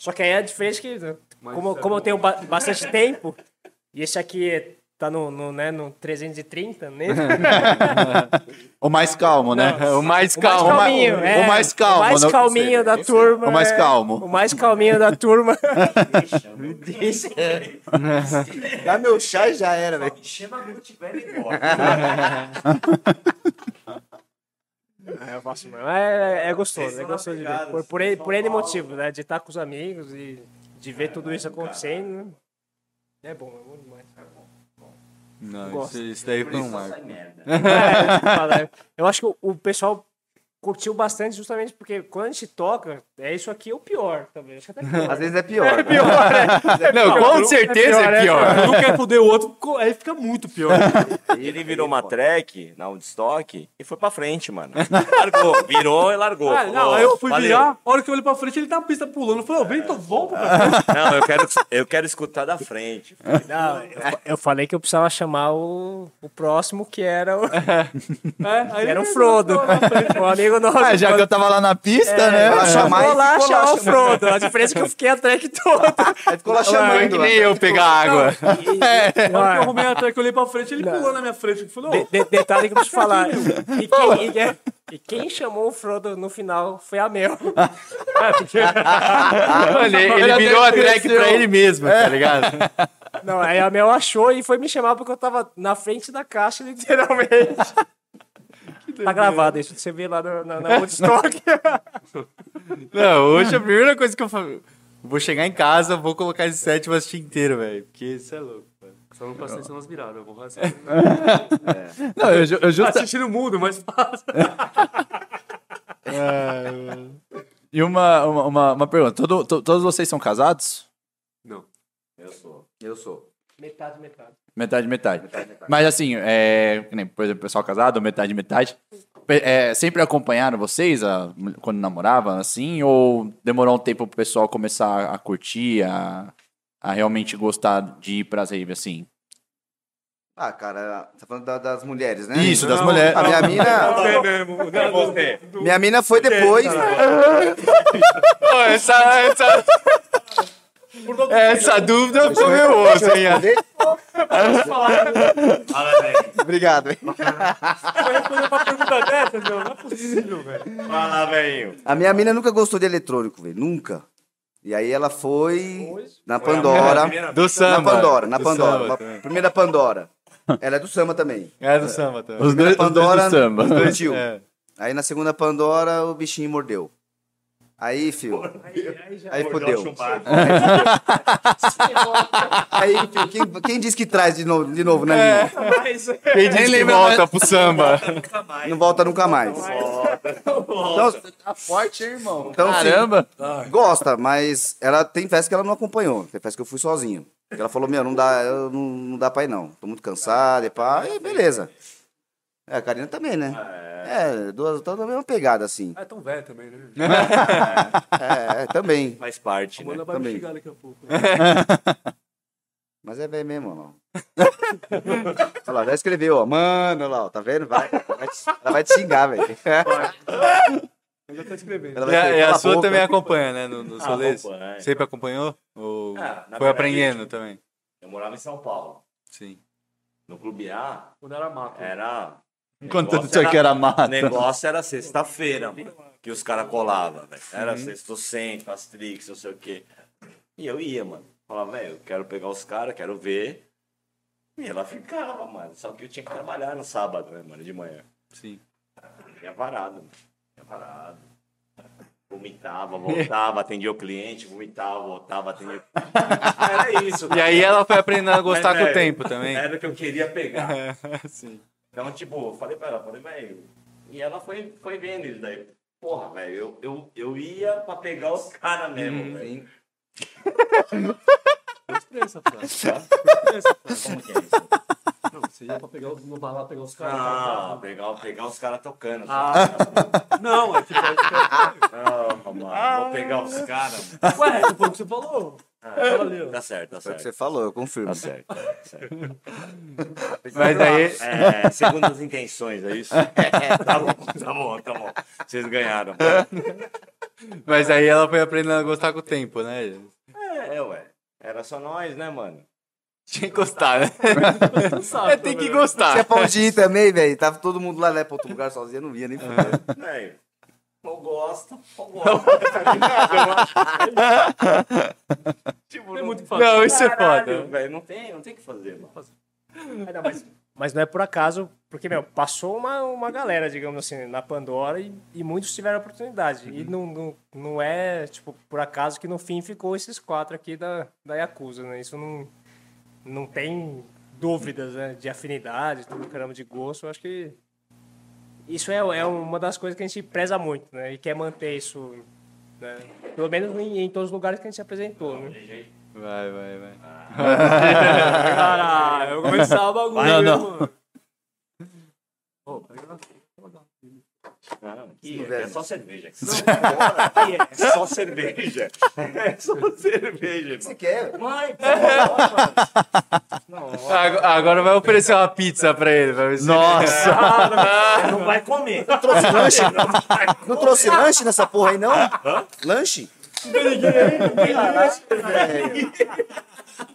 Speaker 4: Só que aí a diferença é que, né, como, como eu tenho ba- bastante tempo, e esse aqui é- tá no, no, né, no 330, né?
Speaker 7: O mais calmo, né?
Speaker 2: mano. O mais
Speaker 4: O mais
Speaker 2: calmo.
Speaker 4: calminho,
Speaker 7: o
Speaker 4: é.
Speaker 7: mais calmo,
Speaker 4: O mais
Speaker 7: não-
Speaker 4: calminho da turma.
Speaker 7: O mais
Speaker 4: é.
Speaker 7: calmo.
Speaker 4: O mais É, calminho da turma.
Speaker 5: Dá meu chá e já era, né? velho.
Speaker 6: Chama quando tiver embora.
Speaker 4: É, eu faço mesmo. É, é gostoso,
Speaker 6: Vocês
Speaker 4: é
Speaker 6: são
Speaker 4: gostoso de ver.
Speaker 6: navegados,
Speaker 4: Por, por, ele-
Speaker 6: São
Speaker 4: por ele
Speaker 6: Paulo.
Speaker 4: motivo, né? De estar com os amigos e de ver tudo isso acontecendo. né? É bom, é bom demais.
Speaker 2: Não,
Speaker 4: Gosto.
Speaker 2: isso, isso daí foi um marco.
Speaker 4: É, fala, eu acho que o, o pessoal curtiu bastante justamente porque quando a gente toca, é isso aqui é o pior também. Acho que até pior.
Speaker 5: Às vezes é pior.
Speaker 2: Não, com certeza é pior.
Speaker 3: Um quer foder o outro, co- aí fica muito pior.
Speaker 6: Ele virou uma track na Woodstock e foi pra frente, mano. Largou, virou e largou.
Speaker 3: Ah, não,
Speaker 6: Falou,
Speaker 3: aí eu fui
Speaker 6: "Valeu."
Speaker 3: virar, a hora que eu olhei pra frente, ele tá na pista pulando. Eu falei, ô, vem, tô, volta pra frente.
Speaker 6: Não, eu quero, eu quero escutar da frente.
Speaker 4: Eu falei que eu precisava chamar o, o próximo, que era o,
Speaker 3: É, aí
Speaker 4: era o
Speaker 3: ele-
Speaker 4: Frodo. o amigo nosso.
Speaker 7: Ah, já que eu tava lá na pista, né?
Speaker 5: Ela
Speaker 3: É.
Speaker 5: chamar
Speaker 4: Vou
Speaker 5: e
Speaker 4: lá
Speaker 5: ficou
Speaker 4: chamar o
Speaker 5: chamando.
Speaker 4: Frodo. A diferença é que eu fiquei a track toda.
Speaker 5: Aí ficou
Speaker 2: Não,
Speaker 5: lá
Speaker 2: é que
Speaker 5: chamando. né?
Speaker 2: nem eu pegar água.
Speaker 3: Na hora que eu arrumei a track, eu olhei pra frente, ele pulou na minha frente. Eu falei, ô,
Speaker 4: é um De- de- detalhe que eu preciso falar. E quem, e- é- e quem chamou o Frodo no final foi a Mel.
Speaker 2: Mano, ele, ele virou a track pra ele mesmo, tá ligado?
Speaker 4: Não, aí a Mel achou e foi me chamar porque eu tava na frente da caixa, literalmente. Tá gravado isso, você vê lá na, na, na Woodstock.
Speaker 7: É.
Speaker 2: Não, hoje a primeira coisa que eu falo. Vou chegar em casa, vou colocar esse set e vou assistir inteiro, velho. Porque isso é louco.
Speaker 3: Só não passei se nós viraram, eu vou assim.
Speaker 7: Não, eu, ju- eu justa-
Speaker 3: Tá Assistindo o mundo, mas fácil.
Speaker 7: E uma, uma, uma- uma pergunta. Todo- to- todos vocês são casados?
Speaker 6: Eu sou.
Speaker 5: Eu sou.
Speaker 4: Metade, metade.
Speaker 7: Metade, metade. Mas assim, é, que nem, por exemplo, pessoal casado, metade, metade. Pe- é, sempre acompanharam vocês a- quando namoravam, assim? Ou demorou um tempo pro pessoal começar a curtir, a, a realmente gostar de ir pras raves, assim?
Speaker 5: Ah, cara, tá falando da- das mulheres, né?
Speaker 7: Isso, das mulheres.
Speaker 5: A minha mina,
Speaker 3: Você mesmo. né, do- do-
Speaker 5: minha mina foi depois.
Speaker 2: tá essa, essa... essa dúvida foi
Speaker 5: é
Speaker 2: meu osso, hein?
Speaker 5: Obrigado. hein?
Speaker 3: Vai responder uma pergunta dessas, meu? Não é possível, velho.
Speaker 6: Fala, velhinho.
Speaker 5: A minha mina nunca gostou de eletrônico, velho. Nunca. E aí ela foi na
Speaker 6: Foi a
Speaker 5: Pandora.
Speaker 6: primeira
Speaker 2: Do
Speaker 5: Na
Speaker 2: samba.
Speaker 5: Pandora, na
Speaker 2: Do
Speaker 5: Pandora.
Speaker 2: samba
Speaker 5: na
Speaker 2: também.
Speaker 5: Primeira Pandora. Ela é do samba também.
Speaker 2: É do samba também.
Speaker 7: Os dois, os dois
Speaker 5: Pandora
Speaker 7: do samba.
Speaker 5: partiu.
Speaker 2: É.
Speaker 5: Aí na segunda Pandora o bichinho mordeu. Aí, filho. Aí
Speaker 6: Gordão
Speaker 5: fodeu.
Speaker 6: chumbado.
Speaker 5: Aí, filho, quem, quem disse que traz de novo, de novo né, na minha?
Speaker 4: é
Speaker 2: Quem diz que volta pro samba?
Speaker 5: Não volta nunca mais. Então,
Speaker 7: Tá forte, hein, irmão?
Speaker 5: então assim,
Speaker 7: Caramba!
Speaker 5: gosta, mas ela tem festa que ela não acompanhou. Tem festa que eu fui sozinho. Ela falou, meu, não dá, eu não, não dá pra ir, não. Tô muito cansada e pá. E beleza. É, a Karina também, né? É, duas todas na mesma pegada, assim.
Speaker 3: Ah, é tão velho também, né?
Speaker 5: É, é, também.
Speaker 6: Faz parte, né?
Speaker 3: Manda vai me
Speaker 5: também.
Speaker 3: xingar daqui a pouco.
Speaker 5: Mas é velho mesmo, ó. lá. Olha lá, já escreveu, ó. Mano, olha lá, ó, tá vendo? Vai, vai te- ela vai te xingar, velho.
Speaker 3: Eu já tô escrevendo.
Speaker 5: Ela vai
Speaker 2: E a,
Speaker 5: escrever,
Speaker 2: e é, a
Speaker 5: "Cala
Speaker 2: sua
Speaker 5: boca".
Speaker 2: também acompanha, né? No, nos
Speaker 6: Ah,
Speaker 2: rolês?
Speaker 6: acompanha.
Speaker 2: Sempre acompanhou? Ou
Speaker 6: Ah, na
Speaker 2: foi
Speaker 6: verdade,
Speaker 2: aprendendo
Speaker 6: eu-
Speaker 2: também?
Speaker 6: Eu morava em São Paulo.
Speaker 2: Sim.
Speaker 6: No Clube A,
Speaker 3: Quando era mato.
Speaker 6: era...
Speaker 7: Enquanto
Speaker 6: negócio
Speaker 7: isso aqui era mata.
Speaker 6: O negócio era sexta-feira, mano, que os caras colavam, velho. Era sextocentro, astrix, não sei o quê. E eu ia, mano. Falava, velho, eu quero pegar os caras, quero ver. E ela ficava, mano. Só que eu tinha que trabalhar no sábado, né, mano, de manhã.
Speaker 2: Sim.
Speaker 6: Ia varado, mano. Ia varado. Vomitava, voltava, atendia o cliente, vomitava, voltava, atendia o cliente. Era isso.
Speaker 2: E aí ela foi aprendendo a gostar
Speaker 6: Mas,
Speaker 2: com o
Speaker 6: velho,
Speaker 2: tempo também. É,
Speaker 6: Era o que eu queria pegar.
Speaker 2: Sim.
Speaker 6: Então, tipo, eu falei pra ela, falei, velho. E ela foi, foi vendo isso daí. Porra, velho, eu, eu, eu ia pra pegar os caras mesmo,
Speaker 2: Uhum.
Speaker 6: velho. Como que é isso?
Speaker 3: Não, você ia pra pegar os, no bar lá pegar os caras.
Speaker 6: Ah, pegar, pegar os caras tocando.
Speaker 5: Ah.
Speaker 3: Não, é tipo... é tipo-
Speaker 6: Não, mano, vou pegar os
Speaker 5: Ah.
Speaker 6: caras.
Speaker 3: Ué, é, foi o que você falou. Fala ali, ó.
Speaker 6: Tá certo, tá
Speaker 5: Tá Foi o que
Speaker 6: certo.
Speaker 5: você falou, eu confirmo.
Speaker 6: Tá certo, tá certo.
Speaker 2: Mas daí.
Speaker 6: É, segundo as intenções, é isso? Tá bom, tá bom, tá bom. Vocês ganharam.
Speaker 2: Mas aí ela foi aprendendo a gostar com o tempo, né?
Speaker 6: É, é, ué. Era só nós, né, mano?
Speaker 2: Tinha que gostar, né?
Speaker 3: Tu sabe,
Speaker 2: Tem que
Speaker 3: né?
Speaker 5: Você é
Speaker 2: gostar.
Speaker 5: pão de ir também, velho. Tava todo mundo lá, né? Pra outro lugar sozinho, eu não via nem fudendo.
Speaker 6: Velho, eu gosto, eu gosto.
Speaker 3: Não Tem muito o que fazer.
Speaker 2: Não, isso é
Speaker 6: Caralho,
Speaker 2: foda.
Speaker 6: velho, não tem, não tem o que fazer, mano.
Speaker 4: Mas não é por acaso, porque, meu, passou uma, uma galera, digamos assim, na Pandora e, e muitos tiveram oportunidade. E não, não, não é, tipo, por acaso que no fim ficou esses quatro aqui da, da Yakuza, né? Isso não, não tem dúvidas, né? De afinidade, tudo caramba, de gosto. Eu acho que isso é, é uma das coisas que a gente preza muito, né? E quer manter isso, né? Pelo menos em, em todos os lugares que a gente se apresentou, né?
Speaker 2: Vai, vai, vai.
Speaker 3: Caralho, Ah, eu começava o bagulho,
Speaker 7: Não, não.
Speaker 3: mano.
Speaker 6: Não, aqui é, é só cerveja. Aqui é só cerveja. É só cerveja,
Speaker 5: Você
Speaker 6: irmão.
Speaker 5: quer?
Speaker 6: Vai, vai,
Speaker 2: Ag- Agora vai oferecer uma pizza pra ele. Pra ver se Nossa!
Speaker 6: vai. Não vai comer.
Speaker 5: Trouxe lanche? Não trouxe lanche nessa porra aí, não? Lanche? Velho,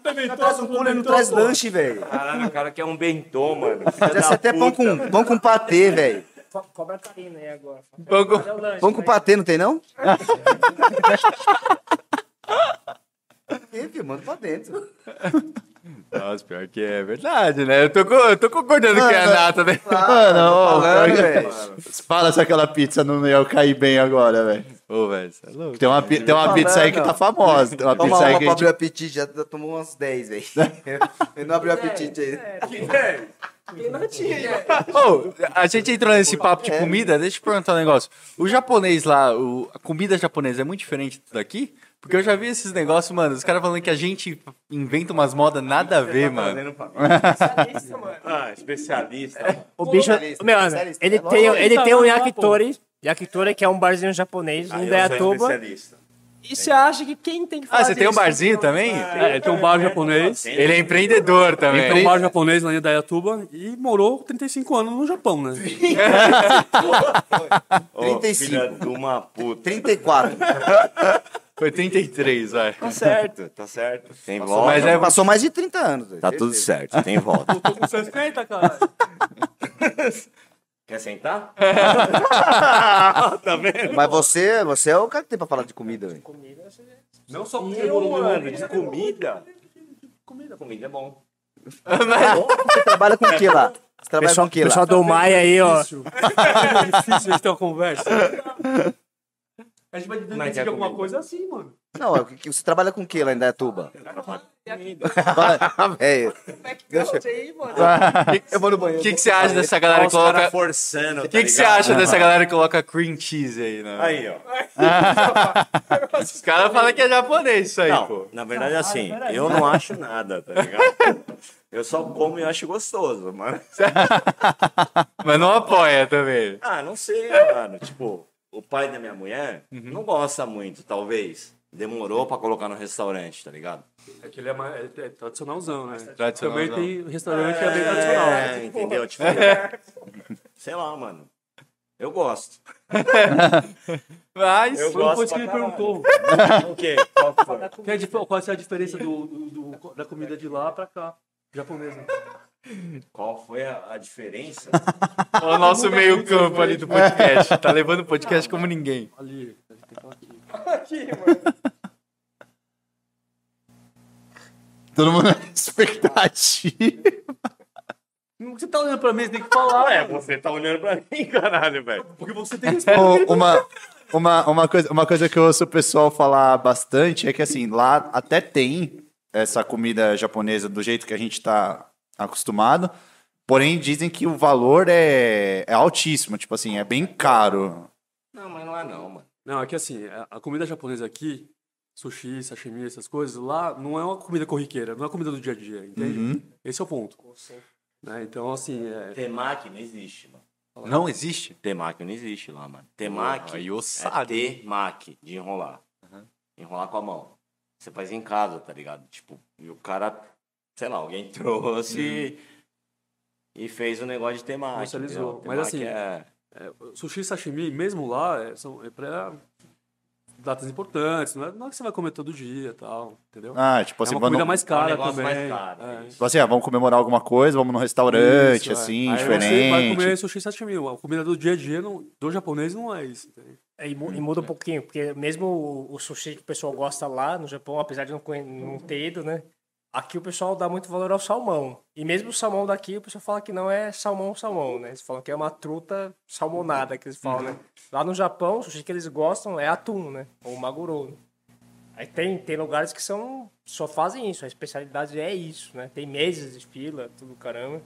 Speaker 3: Também
Speaker 5: Traz um cooler e não traz lanche, velho.
Speaker 6: Caralho, o cara quer um bentô, mano.
Speaker 5: Já sei até pão com, pão com patê, velho.
Speaker 4: Co- Cobra a Karina aí agora.
Speaker 2: Pouco...
Speaker 4: Cadê o lanche?
Speaker 5: Pão com patê não tem, não? Tem, filho, manda pra dentro.
Speaker 2: Nossa, pior que é verdade, né? Eu tô, co- eu tô concordando que é a nata, né?
Speaker 7: Mano, ô,
Speaker 5: Falando,
Speaker 2: é.
Speaker 7: pior
Speaker 5: velho.
Speaker 7: que- fala se aquela pizza não ia cair bem agora, velho.
Speaker 2: Ô, velho, você é louco.
Speaker 7: Tem uma, pi- tem uma pizza aí que tá famosa. Tem uma
Speaker 5: Toma
Speaker 7: pizza aí
Speaker 5: uma
Speaker 7: que
Speaker 5: pra
Speaker 7: a gente...
Speaker 5: abrir o apetite, já tomou umas 10, velho. Eu não abriu o apetite ainda.
Speaker 2: Ô, a gente entrou nesse papo de comida, deixa eu te perguntar um negócio. O japonês lá, o- a comida japonesa é muito diferente daqui? Porque eu já vi esses negócios, mano, os caras falando que a gente inventa umas modas nada a ver, mano.
Speaker 6: Ah, especialista.
Speaker 2: É,
Speaker 4: O bicho.
Speaker 5: Jornalista,
Speaker 4: Meu,
Speaker 5: jornalista.
Speaker 4: ele
Speaker 5: Logo
Speaker 4: tem,
Speaker 5: aí,
Speaker 8: Então,
Speaker 4: ele
Speaker 3: tá
Speaker 4: tem um
Speaker 3: lá, pô.
Speaker 4: yakitori. Yakitori, que é um barzinho japonês
Speaker 6: Ah,
Speaker 4: em
Speaker 6: eu sou
Speaker 2: né?
Speaker 4: Dayatuba.
Speaker 6: especialista.
Speaker 8: E você acha que quem tem que falar
Speaker 2: Ah, você tem um
Speaker 8: disso?
Speaker 2: barzinho também?
Speaker 3: É, tem um bar japonês.
Speaker 2: Ele é empreendedor também.
Speaker 3: Tem um bar japonês lá em Dayatuba e morou 35 anos no Japão, né?
Speaker 5: 35.
Speaker 6: Filha de uma puta.
Speaker 5: 34.
Speaker 2: Foi 33, vai.
Speaker 6: Tá certo, tá certo. Tem volta.
Speaker 2: Mas é,
Speaker 5: Passou mais de 30 anos. velho.
Speaker 6: Tá tudo certo, tem volta.
Speaker 3: Tô com 60, cara.
Speaker 6: Quer sentar?
Speaker 5: Mas você, você é o cara que tem pra falar de comida, velho.
Speaker 3: Não só porque
Speaker 6: Eu, mano, de comida. Comida, comida é bom.
Speaker 5: Você trabalha com o que lá? Você trabalha
Speaker 4: Pessoal,
Speaker 5: com o que lá?
Speaker 4: pessoal tá-
Speaker 8: Tá
Speaker 4: do Maia aí, ó.
Speaker 3: difícil a gente ter uma conversa. A gente vai
Speaker 6: Mas é
Speaker 3: decidir alguma
Speaker 6: comigo.
Speaker 3: coisa assim, mano.
Speaker 5: Não, é o que- que- você trabalha com o que lá em Dayatuba? é, eu vou no
Speaker 2: o
Speaker 5: banheiro.
Speaker 2: que, que você acha dessa galera que
Speaker 6: Os
Speaker 2: coloca...
Speaker 6: caras forçando, tá
Speaker 2: O que, que você acha dessa galera que coloca cream cheese aí, né?
Speaker 6: Aí, ó.
Speaker 2: Os caras falam que é japonês isso aí,
Speaker 6: Não,
Speaker 2: pô.
Speaker 6: na verdade, assim, eu não acho nada, tá ligado? Eu só como e acho gostoso, mano.
Speaker 2: Mas não apoia também.
Speaker 6: Ah, não sei,
Speaker 3: É.
Speaker 6: mano. Tipo, o pai da minha mulher
Speaker 3: Uhum.
Speaker 6: não gosta muito, talvez. Demorou pra colocar no restaurante, tá ligado?
Speaker 3: É que ele é, mais, é, é tradicionalzão, né?
Speaker 2: Tradicionalzão.
Speaker 3: Também tem restaurante que é bem tradicional. né?
Speaker 6: É, entendeu? Tipo, sei lá, mano. Eu gosto.
Speaker 2: Mas...
Speaker 6: Eu
Speaker 3: Foi uma
Speaker 6: gosto
Speaker 3: coisa que
Speaker 6: pra
Speaker 3: ele
Speaker 6: caralho.
Speaker 3: perguntou.
Speaker 6: O quê? Qual que foi?
Speaker 3: Que é a dif- qual é a diferença do, do- do- da comida de lá pra cá? Japonesa.
Speaker 6: Qual foi a, a diferença?
Speaker 2: Olha o nosso meio campo ali do podcast. Tá levando o podcast como ninguém.
Speaker 3: Ali. tem que falar aqui.
Speaker 7: Todo mundo na expectativa.
Speaker 3: Você tá olhando pra mim, você tem que falar.
Speaker 6: É, você tá olhando pra mim, caralho, velho.
Speaker 3: Porque você tem respeito.
Speaker 7: Ô, uma, uma, uma, coisa, uma coisa que eu ouço o pessoal falar bastante é que, assim, lá até tem essa comida japonesa do jeito que a gente tá acostumado, porém dizem que o valor é, é altíssimo, tipo assim, é bem caro.
Speaker 6: Não, mas não é não, mano.
Speaker 3: Não, é que assim, a- a comida japonesa aqui, sushi, sashimi, essas coisas, lá não é uma comida corriqueira, não é comida do dia a dia, entende? Esse é o ponto. Né, Então, assim, é,
Speaker 6: Temaki não existe, mano.
Speaker 2: Não existe?
Speaker 6: Temaki não existe lá, mano. Temaki
Speaker 2: Aí
Speaker 6: é
Speaker 2: ossado.
Speaker 6: temaki, de enrolar. Enrolar com a mão. Você faz em casa, tá ligado? Tipo, e o cara, sei lá, alguém trouxe e fez um negócio de temaki.
Speaker 3: Comercializou.
Speaker 6: entendeu?
Speaker 3: Mas
Speaker 6: Temaki
Speaker 3: assim,
Speaker 6: é...
Speaker 3: sushi e sashimi, mesmo lá, é, são, é pra datas importantes, não é, não é que você vai comer todo dia e tal, entendeu?
Speaker 7: Ah, tipo
Speaker 3: é
Speaker 7: assim,
Speaker 3: uma
Speaker 7: vamos,
Speaker 3: comida mais
Speaker 6: é um
Speaker 3: cara
Speaker 6: negócio
Speaker 3: também.
Speaker 6: mais caro.
Speaker 3: é.
Speaker 6: isso.
Speaker 7: tipo assim, ah, vamos comemorar alguma coisa, vamos num restaurante,
Speaker 3: Isso, é.
Speaker 7: assim,
Speaker 3: Aí Você vai
Speaker 7: diferente.
Speaker 3: comer sushi e sashimi, a comida do dia a dia não- do japonês não é isso, entende?
Speaker 4: É, E, mu- e muda um pouquinho, porque mesmo o, o sushi que o pessoal gosta lá no Japão, apesar de não, conhe- não ter ido, né? Aqui o pessoal dá muito valor ao salmão. E mesmo o salmão daqui, o pessoal fala que não é salmão, salmão, né? Eles falam que é uma truta salmonada, que eles falam, né? Lá no Japão, o sushi que eles gostam é atum, né? Ou maguro. né? Aí tem, tem lugares que são só fazem isso, a especialidade é isso, né? Tem meses de fila, tudo caramba.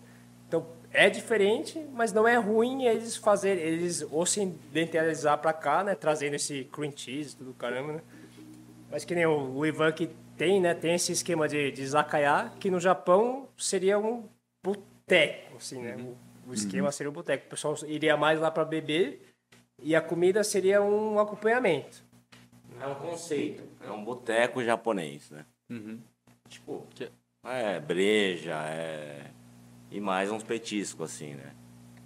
Speaker 4: Então é diferente, mas não é ruim eles fazer eles ocidentalizar para cá, né? Trazendo esse cream cheese, tudo caramba, né? Mas que nem o, o Ivan que tem, né? Tem esse esquema de, de izakaya, que no Japão seria um boteco, assim, né? O, o esquema seria um boteco. O pessoal iria mais lá para beber e a comida seria um acompanhamento.
Speaker 6: É um conceito. É um boteco japonês, né? Tipo, é breja, é... E mais uns petiscos, assim, né?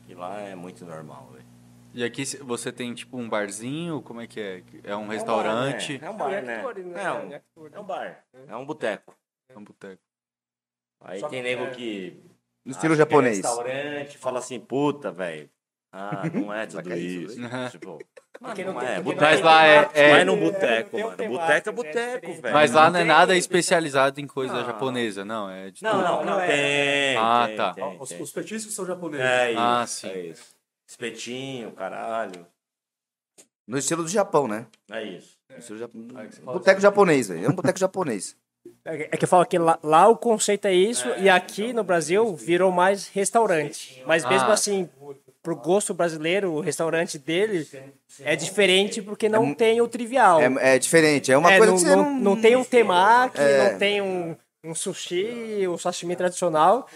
Speaker 6: Que lá é muito normal, velho.
Speaker 2: E aqui c- você tem tipo um barzinho, como é que é? É um
Speaker 6: É um bar, né?
Speaker 2: restaurante,
Speaker 6: É um bar, né?
Speaker 4: Yakitori, né?
Speaker 6: É um,
Speaker 4: Yakitori.
Speaker 6: é um bar. É um boteco.
Speaker 2: é um boteco.
Speaker 6: Aí
Speaker 4: Só
Speaker 6: tem
Speaker 4: que-
Speaker 6: nego
Speaker 4: é.
Speaker 6: que.
Speaker 5: No estilo
Speaker 6: acha que é
Speaker 5: japonês.
Speaker 6: restaurante, fala assim, puta, velho. Ah, não é tudo isso. Tipo, mas
Speaker 4: Porque não
Speaker 6: não
Speaker 4: tem-
Speaker 6: é.
Speaker 4: porque
Speaker 6: Boteco,
Speaker 4: não
Speaker 2: Mas lá é- é-
Speaker 6: Vai no
Speaker 4: não tem
Speaker 6: boteco,
Speaker 4: um
Speaker 6: mano.
Speaker 4: temático,
Speaker 6: Boteco é
Speaker 4: né?
Speaker 6: boteco,
Speaker 4: Diferente.
Speaker 6: velho.
Speaker 2: Mas lá não é
Speaker 4: tem-
Speaker 2: nada especializado em coisa japonesa, não. É de
Speaker 6: Não,
Speaker 2: tudo.
Speaker 6: não, não. Tem.
Speaker 2: Ah,
Speaker 6: tem,
Speaker 2: tá.
Speaker 6: tem,
Speaker 3: Os,
Speaker 6: tem.
Speaker 3: os petiscos são japoneses.
Speaker 6: É isso.
Speaker 2: Ah, sim.
Speaker 6: sim. É isso. Espetinho, caralho.
Speaker 5: No estilo do Japão, né?
Speaker 6: É isso.
Speaker 5: No estilo Japão.
Speaker 3: fala
Speaker 5: Boteco japonês, velho. É um boteco japonês.
Speaker 4: É que eu falo que lá, lá o conceito é isso, e aqui no Brasil virou mais restaurante. Mas mesmo
Speaker 2: Ah.
Speaker 4: assim, pro gosto brasileiro, o restaurante dele é diferente porque não tem o trivial.
Speaker 5: É, é diferente. É uma
Speaker 4: É,
Speaker 5: coisa
Speaker 4: não,
Speaker 5: que você
Speaker 4: não-
Speaker 5: não...
Speaker 4: não tem um temaki,
Speaker 5: É.
Speaker 4: não tem um, um sushi, o sashimi tradicional.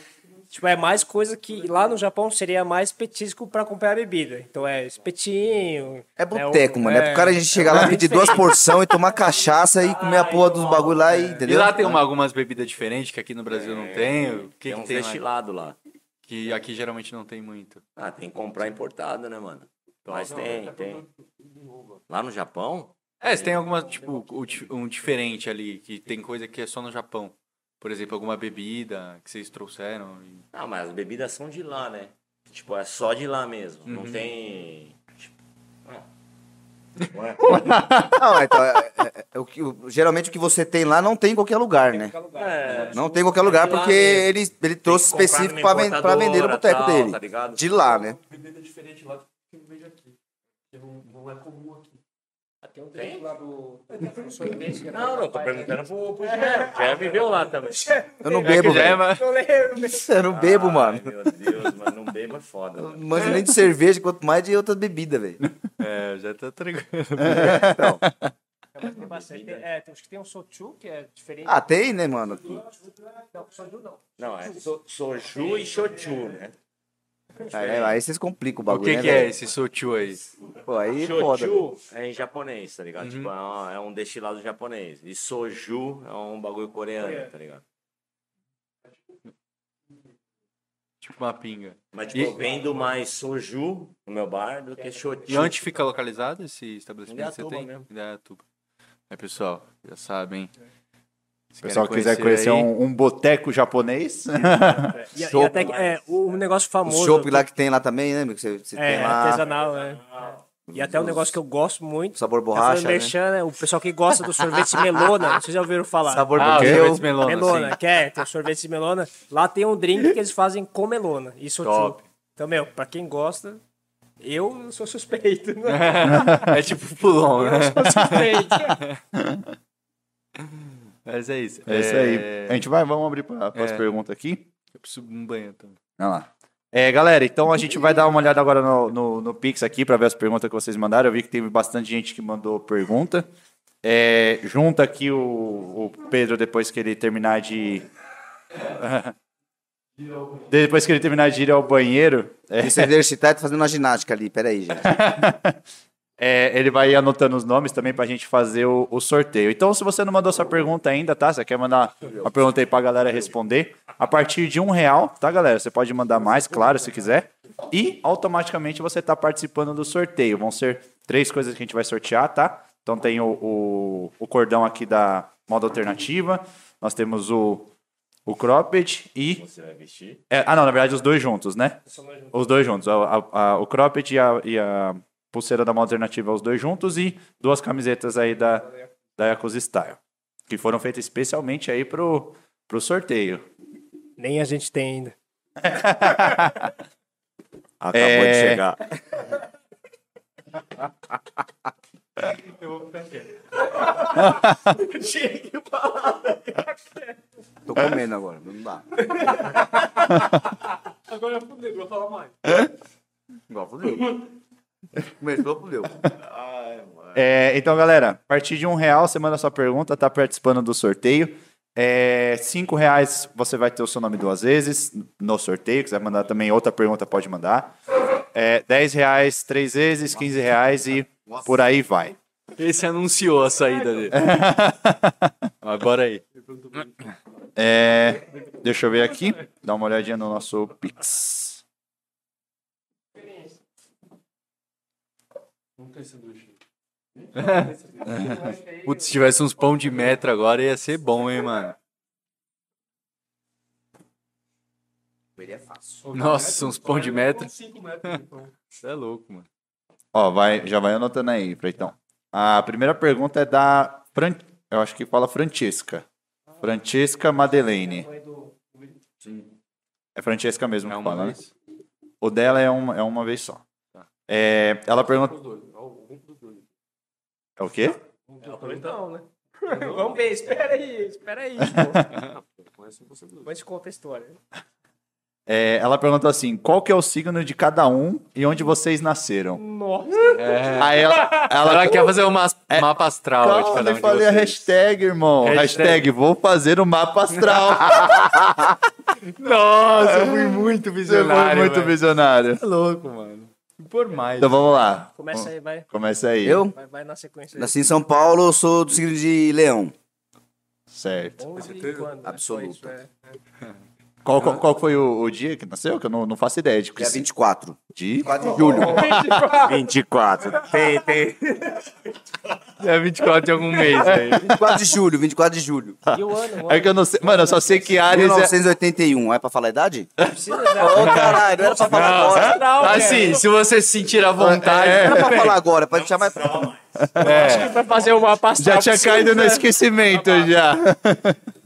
Speaker 4: Tipo, é mais coisa que lá no Japão seria mais petisco pra acompanhar a bebida. Então é espetinho.
Speaker 5: É
Speaker 4: o-
Speaker 5: boteco, mano. É, pro cara a gente chegar lá,
Speaker 4: é
Speaker 5: pedir duas
Speaker 4: diferente.
Speaker 5: porções e tomar cachaça e comer a porra dos bagulho lá, e,
Speaker 2: E
Speaker 5: entendeu?
Speaker 2: lá tem uma- algumas bebidas diferentes que aqui no Brasil não tem. O que,
Speaker 6: tem
Speaker 2: que
Speaker 6: uns
Speaker 2: É, tem lá?
Speaker 6: destilados lá.
Speaker 2: Que aqui geralmente não tem muito.
Speaker 6: Ah, tem que comprar importado, né, mano? Mas tem, tem. Lá no Japão?
Speaker 2: É, se tem alguma, tipo, o di- um diferente ali, que tem coisa que é só no Japão. Por exemplo, alguma bebida que vocês trouxeram. e-
Speaker 6: Ah, mas as bebidas são de lá, né? Tipo, é só de lá mesmo. Não tem. tipo, ah.
Speaker 5: é? Não, então, é- é- é o que- o- geralmente o que você tem lá não tem em qualquer lugar, né?
Speaker 6: É,
Speaker 5: Não tem em qualquer lugar,
Speaker 6: lá
Speaker 5: porque
Speaker 6: mesmo.
Speaker 5: ele, ele trouxe
Speaker 6: comprar
Speaker 5: específico
Speaker 6: numa
Speaker 5: pra, ven- pra vender no
Speaker 6: importadora,
Speaker 5: boteco
Speaker 6: tal,
Speaker 5: dele.
Speaker 6: tá ligado?
Speaker 5: de lá, né?
Speaker 3: Bebida é diferente lá do que eu vejo aqui. Que não, não é comum aqui.
Speaker 4: Tem um
Speaker 6: drink
Speaker 4: lá do.
Speaker 6: Não, não, tô perguntando pro, pro Jeff. Jeff É, viveu lá tá? também.
Speaker 5: Eu
Speaker 4: É
Speaker 5: não bebo, velho.
Speaker 4: Não lembro.
Speaker 5: Eu não
Speaker 6: Ah.
Speaker 5: bebo, mano.
Speaker 6: Ai, meu Deus, mano, não bebo é foda.
Speaker 5: Eu
Speaker 6: mano.
Speaker 5: não manjo nem de cerveja, quanto mais de outra bebida, velho.
Speaker 2: É, já tá tranquilo.
Speaker 4: Tem bastante. É, tem- acho que tem um sochu que é diferente.
Speaker 5: Ah, tem, né, mano?
Speaker 4: Não, soju não.
Speaker 6: Não, é so, soju e shochu, né?
Speaker 5: Aí, aí vocês complicam o
Speaker 2: O
Speaker 5: bagulho,
Speaker 2: que,
Speaker 5: né,
Speaker 2: que é
Speaker 5: velho?
Speaker 2: esse sochu aí?
Speaker 5: Pô, aí é foda. velho.
Speaker 6: Shochu é em japonês, tá ligado?
Speaker 5: Uhum.
Speaker 6: Tipo, é um, é um destilado japonês. E soju é um bagulho coreano, tá ligado?
Speaker 2: Tipo uma pinga.
Speaker 6: Mas tipo, eu vendo mais soju no meu bar do
Speaker 5: É.
Speaker 6: que shochu.
Speaker 2: E onde fica localizado esse estabelecimento que você
Speaker 6: Indaiatuba
Speaker 2: tem?
Speaker 6: mesmo.
Speaker 2: Indaiatuba. É, pessoal, já sabem. Se
Speaker 1: pessoal
Speaker 2: querem
Speaker 1: quiser conhecer
Speaker 2: aí,
Speaker 1: um, um boteco japonês,
Speaker 4: E, e até que, é, o um negócio
Speaker 5: O
Speaker 4: famoso.
Speaker 5: chopp lá que tem lá também, né, amigo? Você, você
Speaker 4: É,
Speaker 5: tem lá
Speaker 4: artesanal, né? E até um negócio que eu gosto muito.
Speaker 5: sabor
Speaker 4: é
Speaker 5: borracha,
Speaker 4: fazer
Speaker 5: né?
Speaker 4: merchan, né? O pessoal que gosta do sorvete melona, vocês já ouviram falar.
Speaker 5: sabor
Speaker 2: Ah, o
Speaker 5: buqueu.
Speaker 2: sorvete melona,
Speaker 4: melona,
Speaker 2: sim.
Speaker 4: que é, tem o sorvete de melona. Lá tem um drink que eles fazem com melona. Isso eu
Speaker 2: Top.
Speaker 4: Então, meu, pra quem gosta, eu sou suspeito. Né?
Speaker 2: É tipo pulão, né?
Speaker 4: suspeito.
Speaker 2: Mas é isso.
Speaker 1: é isso aí. A gente vai, vamos abrir para as
Speaker 2: É.
Speaker 1: perguntas aqui.
Speaker 2: Eu preciso de um banheiro também.
Speaker 1: Olha lá. É, galera, então a gente vai dar uma olhada agora no, no, no Pix aqui para ver as perguntas que vocês mandaram. Eu vi que teve bastante gente que mandou pergunta. É, junta aqui o, o Pedro depois que ele terminar de. depois que ele terminar de ir ao banheiro. É,
Speaker 5: Esse exercitar e tá fazendo uma ginástica ali, peraí, gente.
Speaker 1: É, ele vai anotando os nomes também pra gente fazer o, o sorteio. Então, se você não mandou sua pergunta ainda, tá? Você quer mandar uma pergunta aí pra galera responder? A partir de um real, tá, galera? Você pode mandar mais, claro, se quiser. E automaticamente você tá participando do sorteio. Vão ser três coisas que a gente vai sortear, tá? Então tem o, o, o cordão aqui da moda alternativa. Nós temos o, o cropped e
Speaker 6: Você vai vestir?
Speaker 1: é, ah, não, na verdade, os dois juntos, né? Os dois juntos. a- a- a- o cropped e a, e a pulseira da moda alternativa, os dois juntos, e duas camisetas aí da, da Yakuza Style. Que foram feitas especialmente aí pro, pro sorteio.
Speaker 4: Nem a gente tem ainda.
Speaker 6: Acabou de
Speaker 5: É.
Speaker 6: chegar.
Speaker 5: Tô comendo agora, não dá.
Speaker 3: Agora eu fudeu, vou falar mais.
Speaker 5: Igual fudeu. Começou, fudeu.
Speaker 1: É, então, galera, a partir de um real, você manda sua pergunta, tá participando do sorteio. É, cinco reais você vai ter o seu nome duas vezes no sorteio. Quiser mandar também outra pergunta, pode mandar. É, dez reais três vezes, quinze reais e por aí vai.
Speaker 2: Esse anunciou a saída dele. Agora aí.
Speaker 1: É, deixa eu ver aqui, dar uma olhadinha no nosso Pix.
Speaker 2: Putz, se tivesse uns pão de metro agora ia ser bom, hein, mano. Nossa, uns pão de metro.
Speaker 3: 5 metros de pão.
Speaker 2: Você é louco, mano.
Speaker 1: Ó, vai, já vai anotando aí, Freitão. A primeira pergunta é da. Fran... Eu acho que fala Francesca. Francesca Madeleine. É Francesca mesmo
Speaker 2: É
Speaker 1: que
Speaker 2: uma
Speaker 1: fala, né?
Speaker 2: vez.
Speaker 1: O dela é uma, é uma vez só. É, ela
Speaker 2: um
Speaker 1: pergunta. É o quê?
Speaker 4: Não, né? Vamos ver, espera aí, espera aí. pô. Vou te contar a história.
Speaker 1: É, ela perguntou assim: qual que é o signo de cada um e onde vocês nasceram?
Speaker 4: Nossa,
Speaker 2: É.
Speaker 1: Aí ela, ela É.
Speaker 2: Ela quer fazer um mas- mapa astral
Speaker 1: Calma,
Speaker 2: de cada um
Speaker 1: eu
Speaker 2: de
Speaker 1: falei a
Speaker 2: vocês.
Speaker 1: hashtag, irmão. Hashtag.
Speaker 2: Hashtag.
Speaker 1: vou fazer o mapa astral.
Speaker 2: Nossa, eu fui muito
Speaker 1: Você foi
Speaker 2: visionário.
Speaker 1: muito
Speaker 2: velho.
Speaker 1: visionário.
Speaker 2: É louco, mano. Por mais.
Speaker 1: Então vamos lá.
Speaker 4: Começa aí, vai.
Speaker 1: Começa aí.
Speaker 5: Eu
Speaker 4: Vai, vai na sequência. aí.
Speaker 5: nasci em São Paulo, sou do signo de Leão.
Speaker 1: Certo.
Speaker 4: Onde e
Speaker 3: certeza?
Speaker 4: quando, né? Só
Speaker 5: Absoluta.
Speaker 4: isso, é.
Speaker 1: Qual, qual, qual foi o, o dia que nasceu? Que eu não, não faço ideia. De,
Speaker 5: Dia 24.
Speaker 1: de...
Speaker 5: 4 de julho.
Speaker 6: 24. Tem, tem.
Speaker 2: É 24 de algum mês aí.
Speaker 5: 24 de julho, 24 de julho.
Speaker 4: E o ano, o
Speaker 1: É
Speaker 4: ano.
Speaker 1: que eu não sei. Mano, eu só sei que Ares é.
Speaker 5: 1981. É pra falar a idade? Ô,
Speaker 4: Precisa, né?
Speaker 5: caralho, não era pra falar agora.
Speaker 4: Não,
Speaker 2: Assim, se você se sentir à vontade.
Speaker 5: Não era pra falar agora, pra deixar mais pra.
Speaker 4: Pra fazer uma pasta
Speaker 1: Já tinha caído no esquecimento já.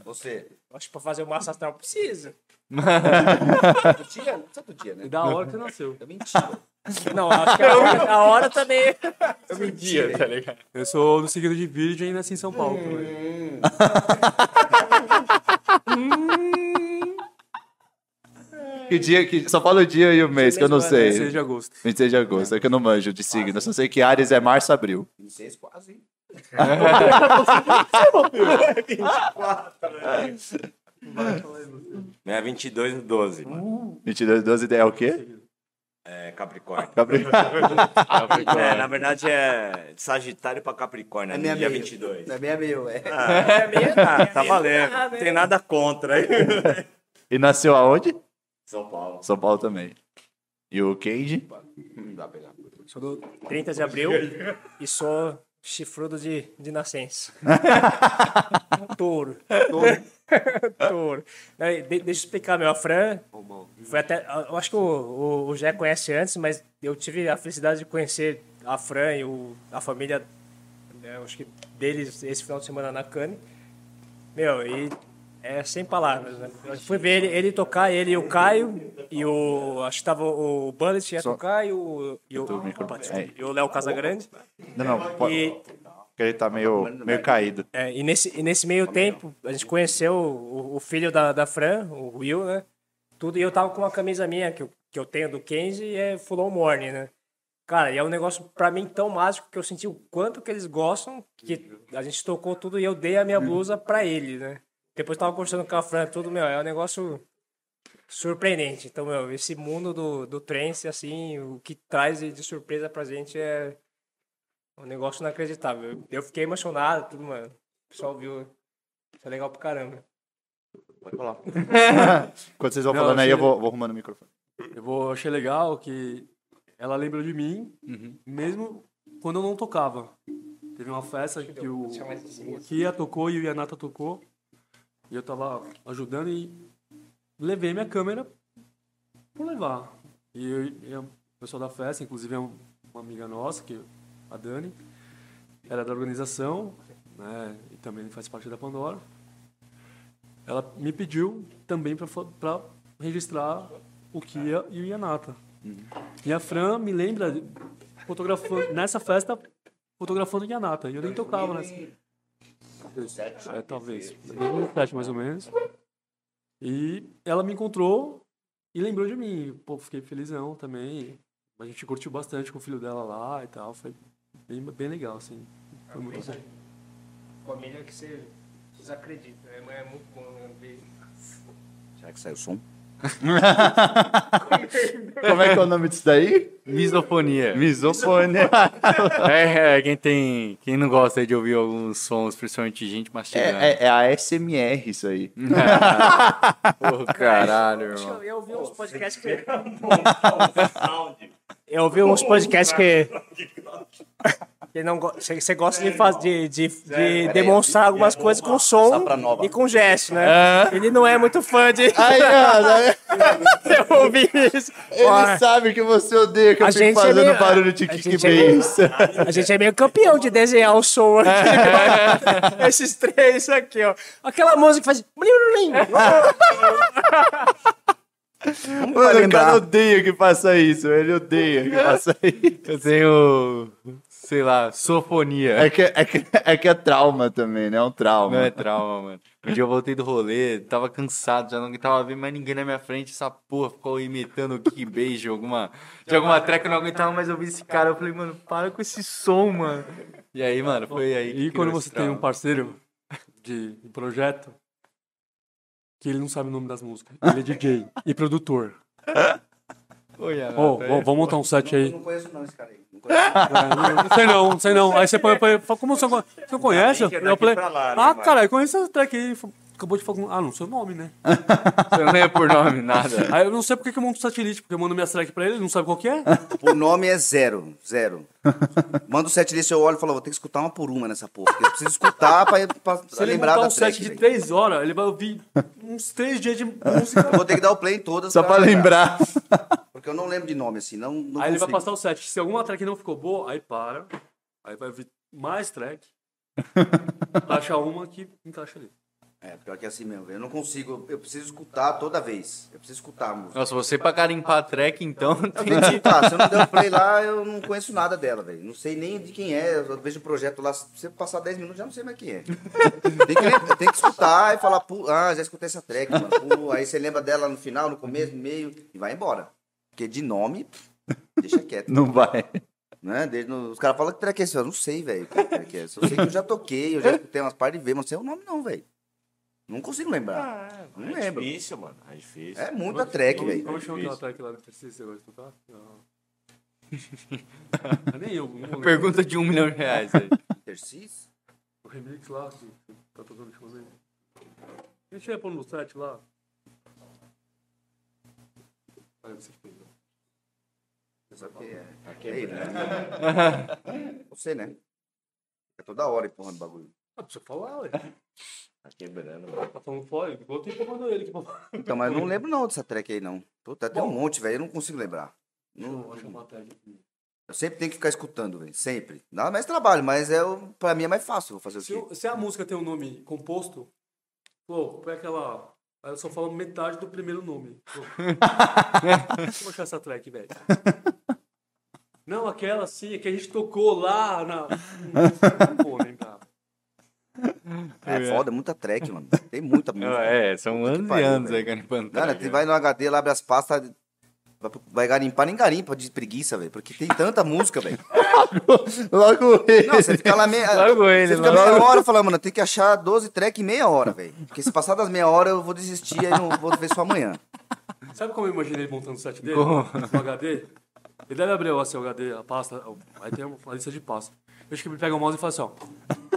Speaker 5: Você.
Speaker 4: Acho que pra fazer o massa astral precisa.
Speaker 5: Todo dia? Todo dia, né?
Speaker 3: Da hora que você nasceu.
Speaker 5: É mentira.
Speaker 4: Não, acho que a hora, a hora também. é
Speaker 3: Eu sou do seguido de Virgem e nasci em São Paulo. também.
Speaker 1: Que dia que. Só fala o dia e o mês, que eu não sei.
Speaker 3: 16 de agosto.
Speaker 1: 26 de agosto, é que eu não manjo de signo. Eu só sei que Ares é março, abril.
Speaker 5: 26, quase. hein?
Speaker 6: Minha 22 no 12, mano.
Speaker 1: 22, 12 é o quê?
Speaker 6: É Capricórnio.
Speaker 1: Abril.
Speaker 6: É, na verdade é de Sagitário pra Capricórnio.
Speaker 5: É
Speaker 6: É
Speaker 5: minha
Speaker 6: minha dia
Speaker 5: meia.
Speaker 6: 22.
Speaker 5: É meia meio, é.
Speaker 6: Ah, tá valendo. Não tem nada contra aí.
Speaker 1: E nasceu aonde?
Speaker 6: São Paulo.
Speaker 1: São Paulo também. E o Kenji?
Speaker 4: Sou do 30 de abril e sou chifrudo de, de nascença. Touro. Touro. Aí, de- deixa eu explicar, meu. A Fran foi até. Eu acho que o, o, o Jé conhece antes, mas eu tive a felicidade de conhecer a Fran e o, a família, né, eu acho que deles, esse final de semana na Cane. Meu, e é sem palavras, né? Eu fui ver ele, ele tocar, ele e o Caio, e o. Acho que tava o Bullet ia tocar e o. E o, opa, desculpa,
Speaker 1: aí.
Speaker 4: e o Léo Casagrande.
Speaker 1: Não, não, pode.
Speaker 4: E,
Speaker 1: Porque ele tá meio, meio caído.
Speaker 4: é, e, nesse, e nesse meio tempo, a gente conheceu o, o filho da, da Fran, o Will, né? Tudo, e eu tava com uma camisa minha que eu, que eu tenho do Kenzie e é Full On Morning, né? Cara, e é um negócio pra mim tão mágico que eu senti o quanto que eles gostam, que a gente tocou tudo e eu dei a minha blusa pra ele, né? Depois eu tava conversando com a Fran, tudo, meu, é um negócio surpreendente. Então, meu, esse mundo do, do trance, assim, o que traz de de surpresa pra gente é um negócio inacreditável. Eu fiquei emocionado, tudo, mano. O pessoal viu. Isso é legal pra caramba.
Speaker 1: Enquanto vocês vão
Speaker 3: Não,
Speaker 1: falando aí,
Speaker 3: achei-
Speaker 1: eu vou, vou arrumando o microfone.
Speaker 3: Eu vou, achei legal que ela lembrou de mim,
Speaker 1: Uhum.
Speaker 3: mesmo quando eu não tocava. Teve uma festa que, o,
Speaker 4: é assim, né?
Speaker 3: o Kia tocou e o Yanata tocou. E eu tava ajudando e levei minha câmera por levar. E eu, eu- o pessoal da festa, inclusive é um- uma amiga nossa, que a Dani, ela é da organização, né, e também faz parte da Pandora. Ela me pediu também para registrar o Kia e o Yanata. E a Fran me lembra de- fotografando nessa festa fotografando o Yanata. E eu nem tocava nessa. É, talvez. 2007 mais ou menos. E ela me encontrou e lembrou de mim. Pô, fiquei felizão também. A gente curtiu bastante com o filho dela lá e tal. Foi bem, bem legal, assim. Foi muito bom.
Speaker 4: Família que você desacredita, né? Mas é muito bom né? ver.
Speaker 5: Será que saiu o som?
Speaker 1: Como é que é o nome disso daí?
Speaker 2: Misofonia.
Speaker 1: Misofone.
Speaker 2: É, é, quem tem. Quem não gosta aí de ouvir alguns sons, principalmente de gente mastigando.
Speaker 1: É, é, é a SMR isso aí.
Speaker 4: Hum.
Speaker 2: Pô, caralho, irmão.
Speaker 4: Eu, eu ouvi uns podcasts que. Eu ouvi uns podcasts que. que não go- Você você gosta de, faz... de, de, de demonstrar algumas coisas com som
Speaker 5: Safra nova.
Speaker 4: e com gesto, né? Ele não é tá muito fã de.
Speaker 1: Aí, ó, né?
Speaker 4: eu ouvi isso. Ó,
Speaker 1: ele sabe que você odeia que eu
Speaker 4: A
Speaker 1: fico
Speaker 4: gente é
Speaker 1: fazendo
Speaker 4: meio-
Speaker 1: barulho de
Speaker 4: a
Speaker 1: kick
Speaker 4: gente é meio-
Speaker 1: bass.
Speaker 4: A gente é meio campeão de desenhar o som aqui. Esses três aqui, ó. Aquela música que faz.
Speaker 1: Mano, o cara
Speaker 5: lembrar.
Speaker 1: odeia que faça isso. Ele odeia que faça isso.
Speaker 2: Eu tenho. Sei lá, sofonia.
Speaker 1: É que é, que, é que é trauma também, né? É um trauma.
Speaker 2: Não é trauma, mano. Um dia eu voltei do rolê, tava cansado, já não tava vendo mais ninguém na minha frente. Essa porra ficou imitando o kick bass de alguma, de alguma track, eu não aguentava mais ouvir esse cara. Eu falei, mano, para com esse som, mano. E aí, mano, foi aí. que
Speaker 3: E quando um
Speaker 2: criou esse
Speaker 3: você tem um
Speaker 2: trauma.
Speaker 3: parceiro de de projeto, que ele não sabe o nome das músicas. Ele é DJ e produtor. Ô,
Speaker 2: é
Speaker 3: vamos- vamos montar um set aí.
Speaker 5: Não conheço não esse cara aí. Não
Speaker 3: Não sei não, não sei não. Aí você põe, põe fala, como você não conhece? Você não conhece?
Speaker 6: Ainda bem que é
Speaker 3: Eu falei,
Speaker 6: daqui pra lá, né,
Speaker 3: ah,
Speaker 6: mano?
Speaker 3: caralho, conhece essa track aí. Acabou de falar, ah, não sei o nome, né?
Speaker 2: Você não lembra por nome, nada.
Speaker 3: Aí eu não sei porque que eu monto satélite, porque eu mando minha track pra ele, ele não sabe qual que é.
Speaker 5: O nome é zero, zero. Manda o set list, eu olho e falo, vou ter que escutar uma por uma nessa porra. Porque eu preciso escutar pra, pra-
Speaker 3: Se
Speaker 5: pra
Speaker 3: ele
Speaker 5: lembrar
Speaker 3: montar
Speaker 5: da
Speaker 3: um set
Speaker 5: track.
Speaker 3: de
Speaker 5: velho.
Speaker 3: 3 horas, ele vai ouvir uns 3 dias de
Speaker 5: Eu
Speaker 3: música.
Speaker 5: vou ter que dar o play em todas.
Speaker 7: Só pra lembrar.
Speaker 5: Porque eu não lembro de nome, assim, não, não
Speaker 3: Aí ele vai
Speaker 5: consigo.
Speaker 3: passar o set. Se alguma track não ficou boa, aí para. Aí vai vir mais track. Acha uma que encaixa ali.
Speaker 5: É, pior que é assim mesmo. Eu não consigo, eu preciso escutar toda vez. Eu preciso escutar a música.
Speaker 2: Nossa, você pra carimpar a track, então.
Speaker 5: Eu tenho que escutar. Tá, Se eu não der o play lá, eu não conheço nada dela, velho. Não sei nem de quem é. Eu vejo o projeto lá, se eu passar 10 minutos, já não sei mais quem é. Tem que, lem- tem que escutar e falar, pô, ah, já escutei essa track, mano. Pô, aí você lembra dela no final, no começo, no meio, e vai embora. Porque de nome, pff, deixa quieto.
Speaker 7: Não vai.
Speaker 5: Né? Desde no- Os caras falam que track é essa. Eu não sei, velho, que track é essa. Eu sei que eu já toquei, eu já escutei umas partes de ver, mas não sei o nome não, velho. Não consigo lembrar. não
Speaker 6: é
Speaker 5: lembro.
Speaker 6: difícil, mano. É difícil.
Speaker 5: É muita
Speaker 3: Ah,
Speaker 5: track,
Speaker 3: Como-
Speaker 5: velho.
Speaker 3: Como chama aquela
Speaker 6: Difícil.
Speaker 3: track lá do exercício que você gosta de escutar? Não. Ah, Nem eu. não lembro.
Speaker 2: Pergunta de um milhão de reais. aí.
Speaker 5: Exercício?
Speaker 3: O remix lá que que tá tocando ultimamente. Deixa eu pôr no site lá. Aí você fez, né?
Speaker 5: Sabe que é? É ele, né? Você, né? É toda hora empurrando o bagulho.
Speaker 3: Ah, precisa falar, ué.
Speaker 6: Tá quebrando, mano.
Speaker 3: Tá falando fora, igual tem comando ele. Que...
Speaker 5: Então, mas eu não lembro não dessa track aí, não. Puta, tem um monte, velho. Eu não consigo lembrar. Não-
Speaker 3: Deixa eu matar ele aqui.
Speaker 5: eu sempre tenho que ficar escutando, velho. Sempre. Dá mais trabalho, mas é, o- pra mim é mais fácil eu fazer o
Speaker 3: Se,
Speaker 5: quê?
Speaker 3: o- se a música tem um nome composto, pô, põe aquela. Aí eu só falo metade do primeiro nome. Pô. Deixa eu achar essa track, velho. Não, aquela sim, que a gente tocou lá na. Não vou lembrar.
Speaker 5: É foda, é muita track, mano. Tem muita música.
Speaker 2: É, são
Speaker 5: Puta que
Speaker 2: 11
Speaker 5: pariu,
Speaker 2: anos
Speaker 5: velho.
Speaker 2: aí carimpando.
Speaker 5: Cara,
Speaker 2: track,
Speaker 5: tu vai no HD lá, abre as pastas, vai, pro- vai garimpar, nem garimpa de preguiça, velho. Porque tem tanta música, velho.
Speaker 7: Logo ele.
Speaker 5: Não, você fica lá meia.
Speaker 2: Logo ele,
Speaker 5: você fica
Speaker 2: logo.
Speaker 5: meia hora falando, mano, tem que achar 12 track em meia hora, velho. Porque se passar das meia hora, eu vou desistir e não vou ver só amanhã.
Speaker 3: Sabe como eu imaginei ele montando o set dele? O HD? Ele deve abrir o seu HD, a pasta, aí tem uma lista de pasta. Eu acho que ele pega o mouse e fala assim, ó.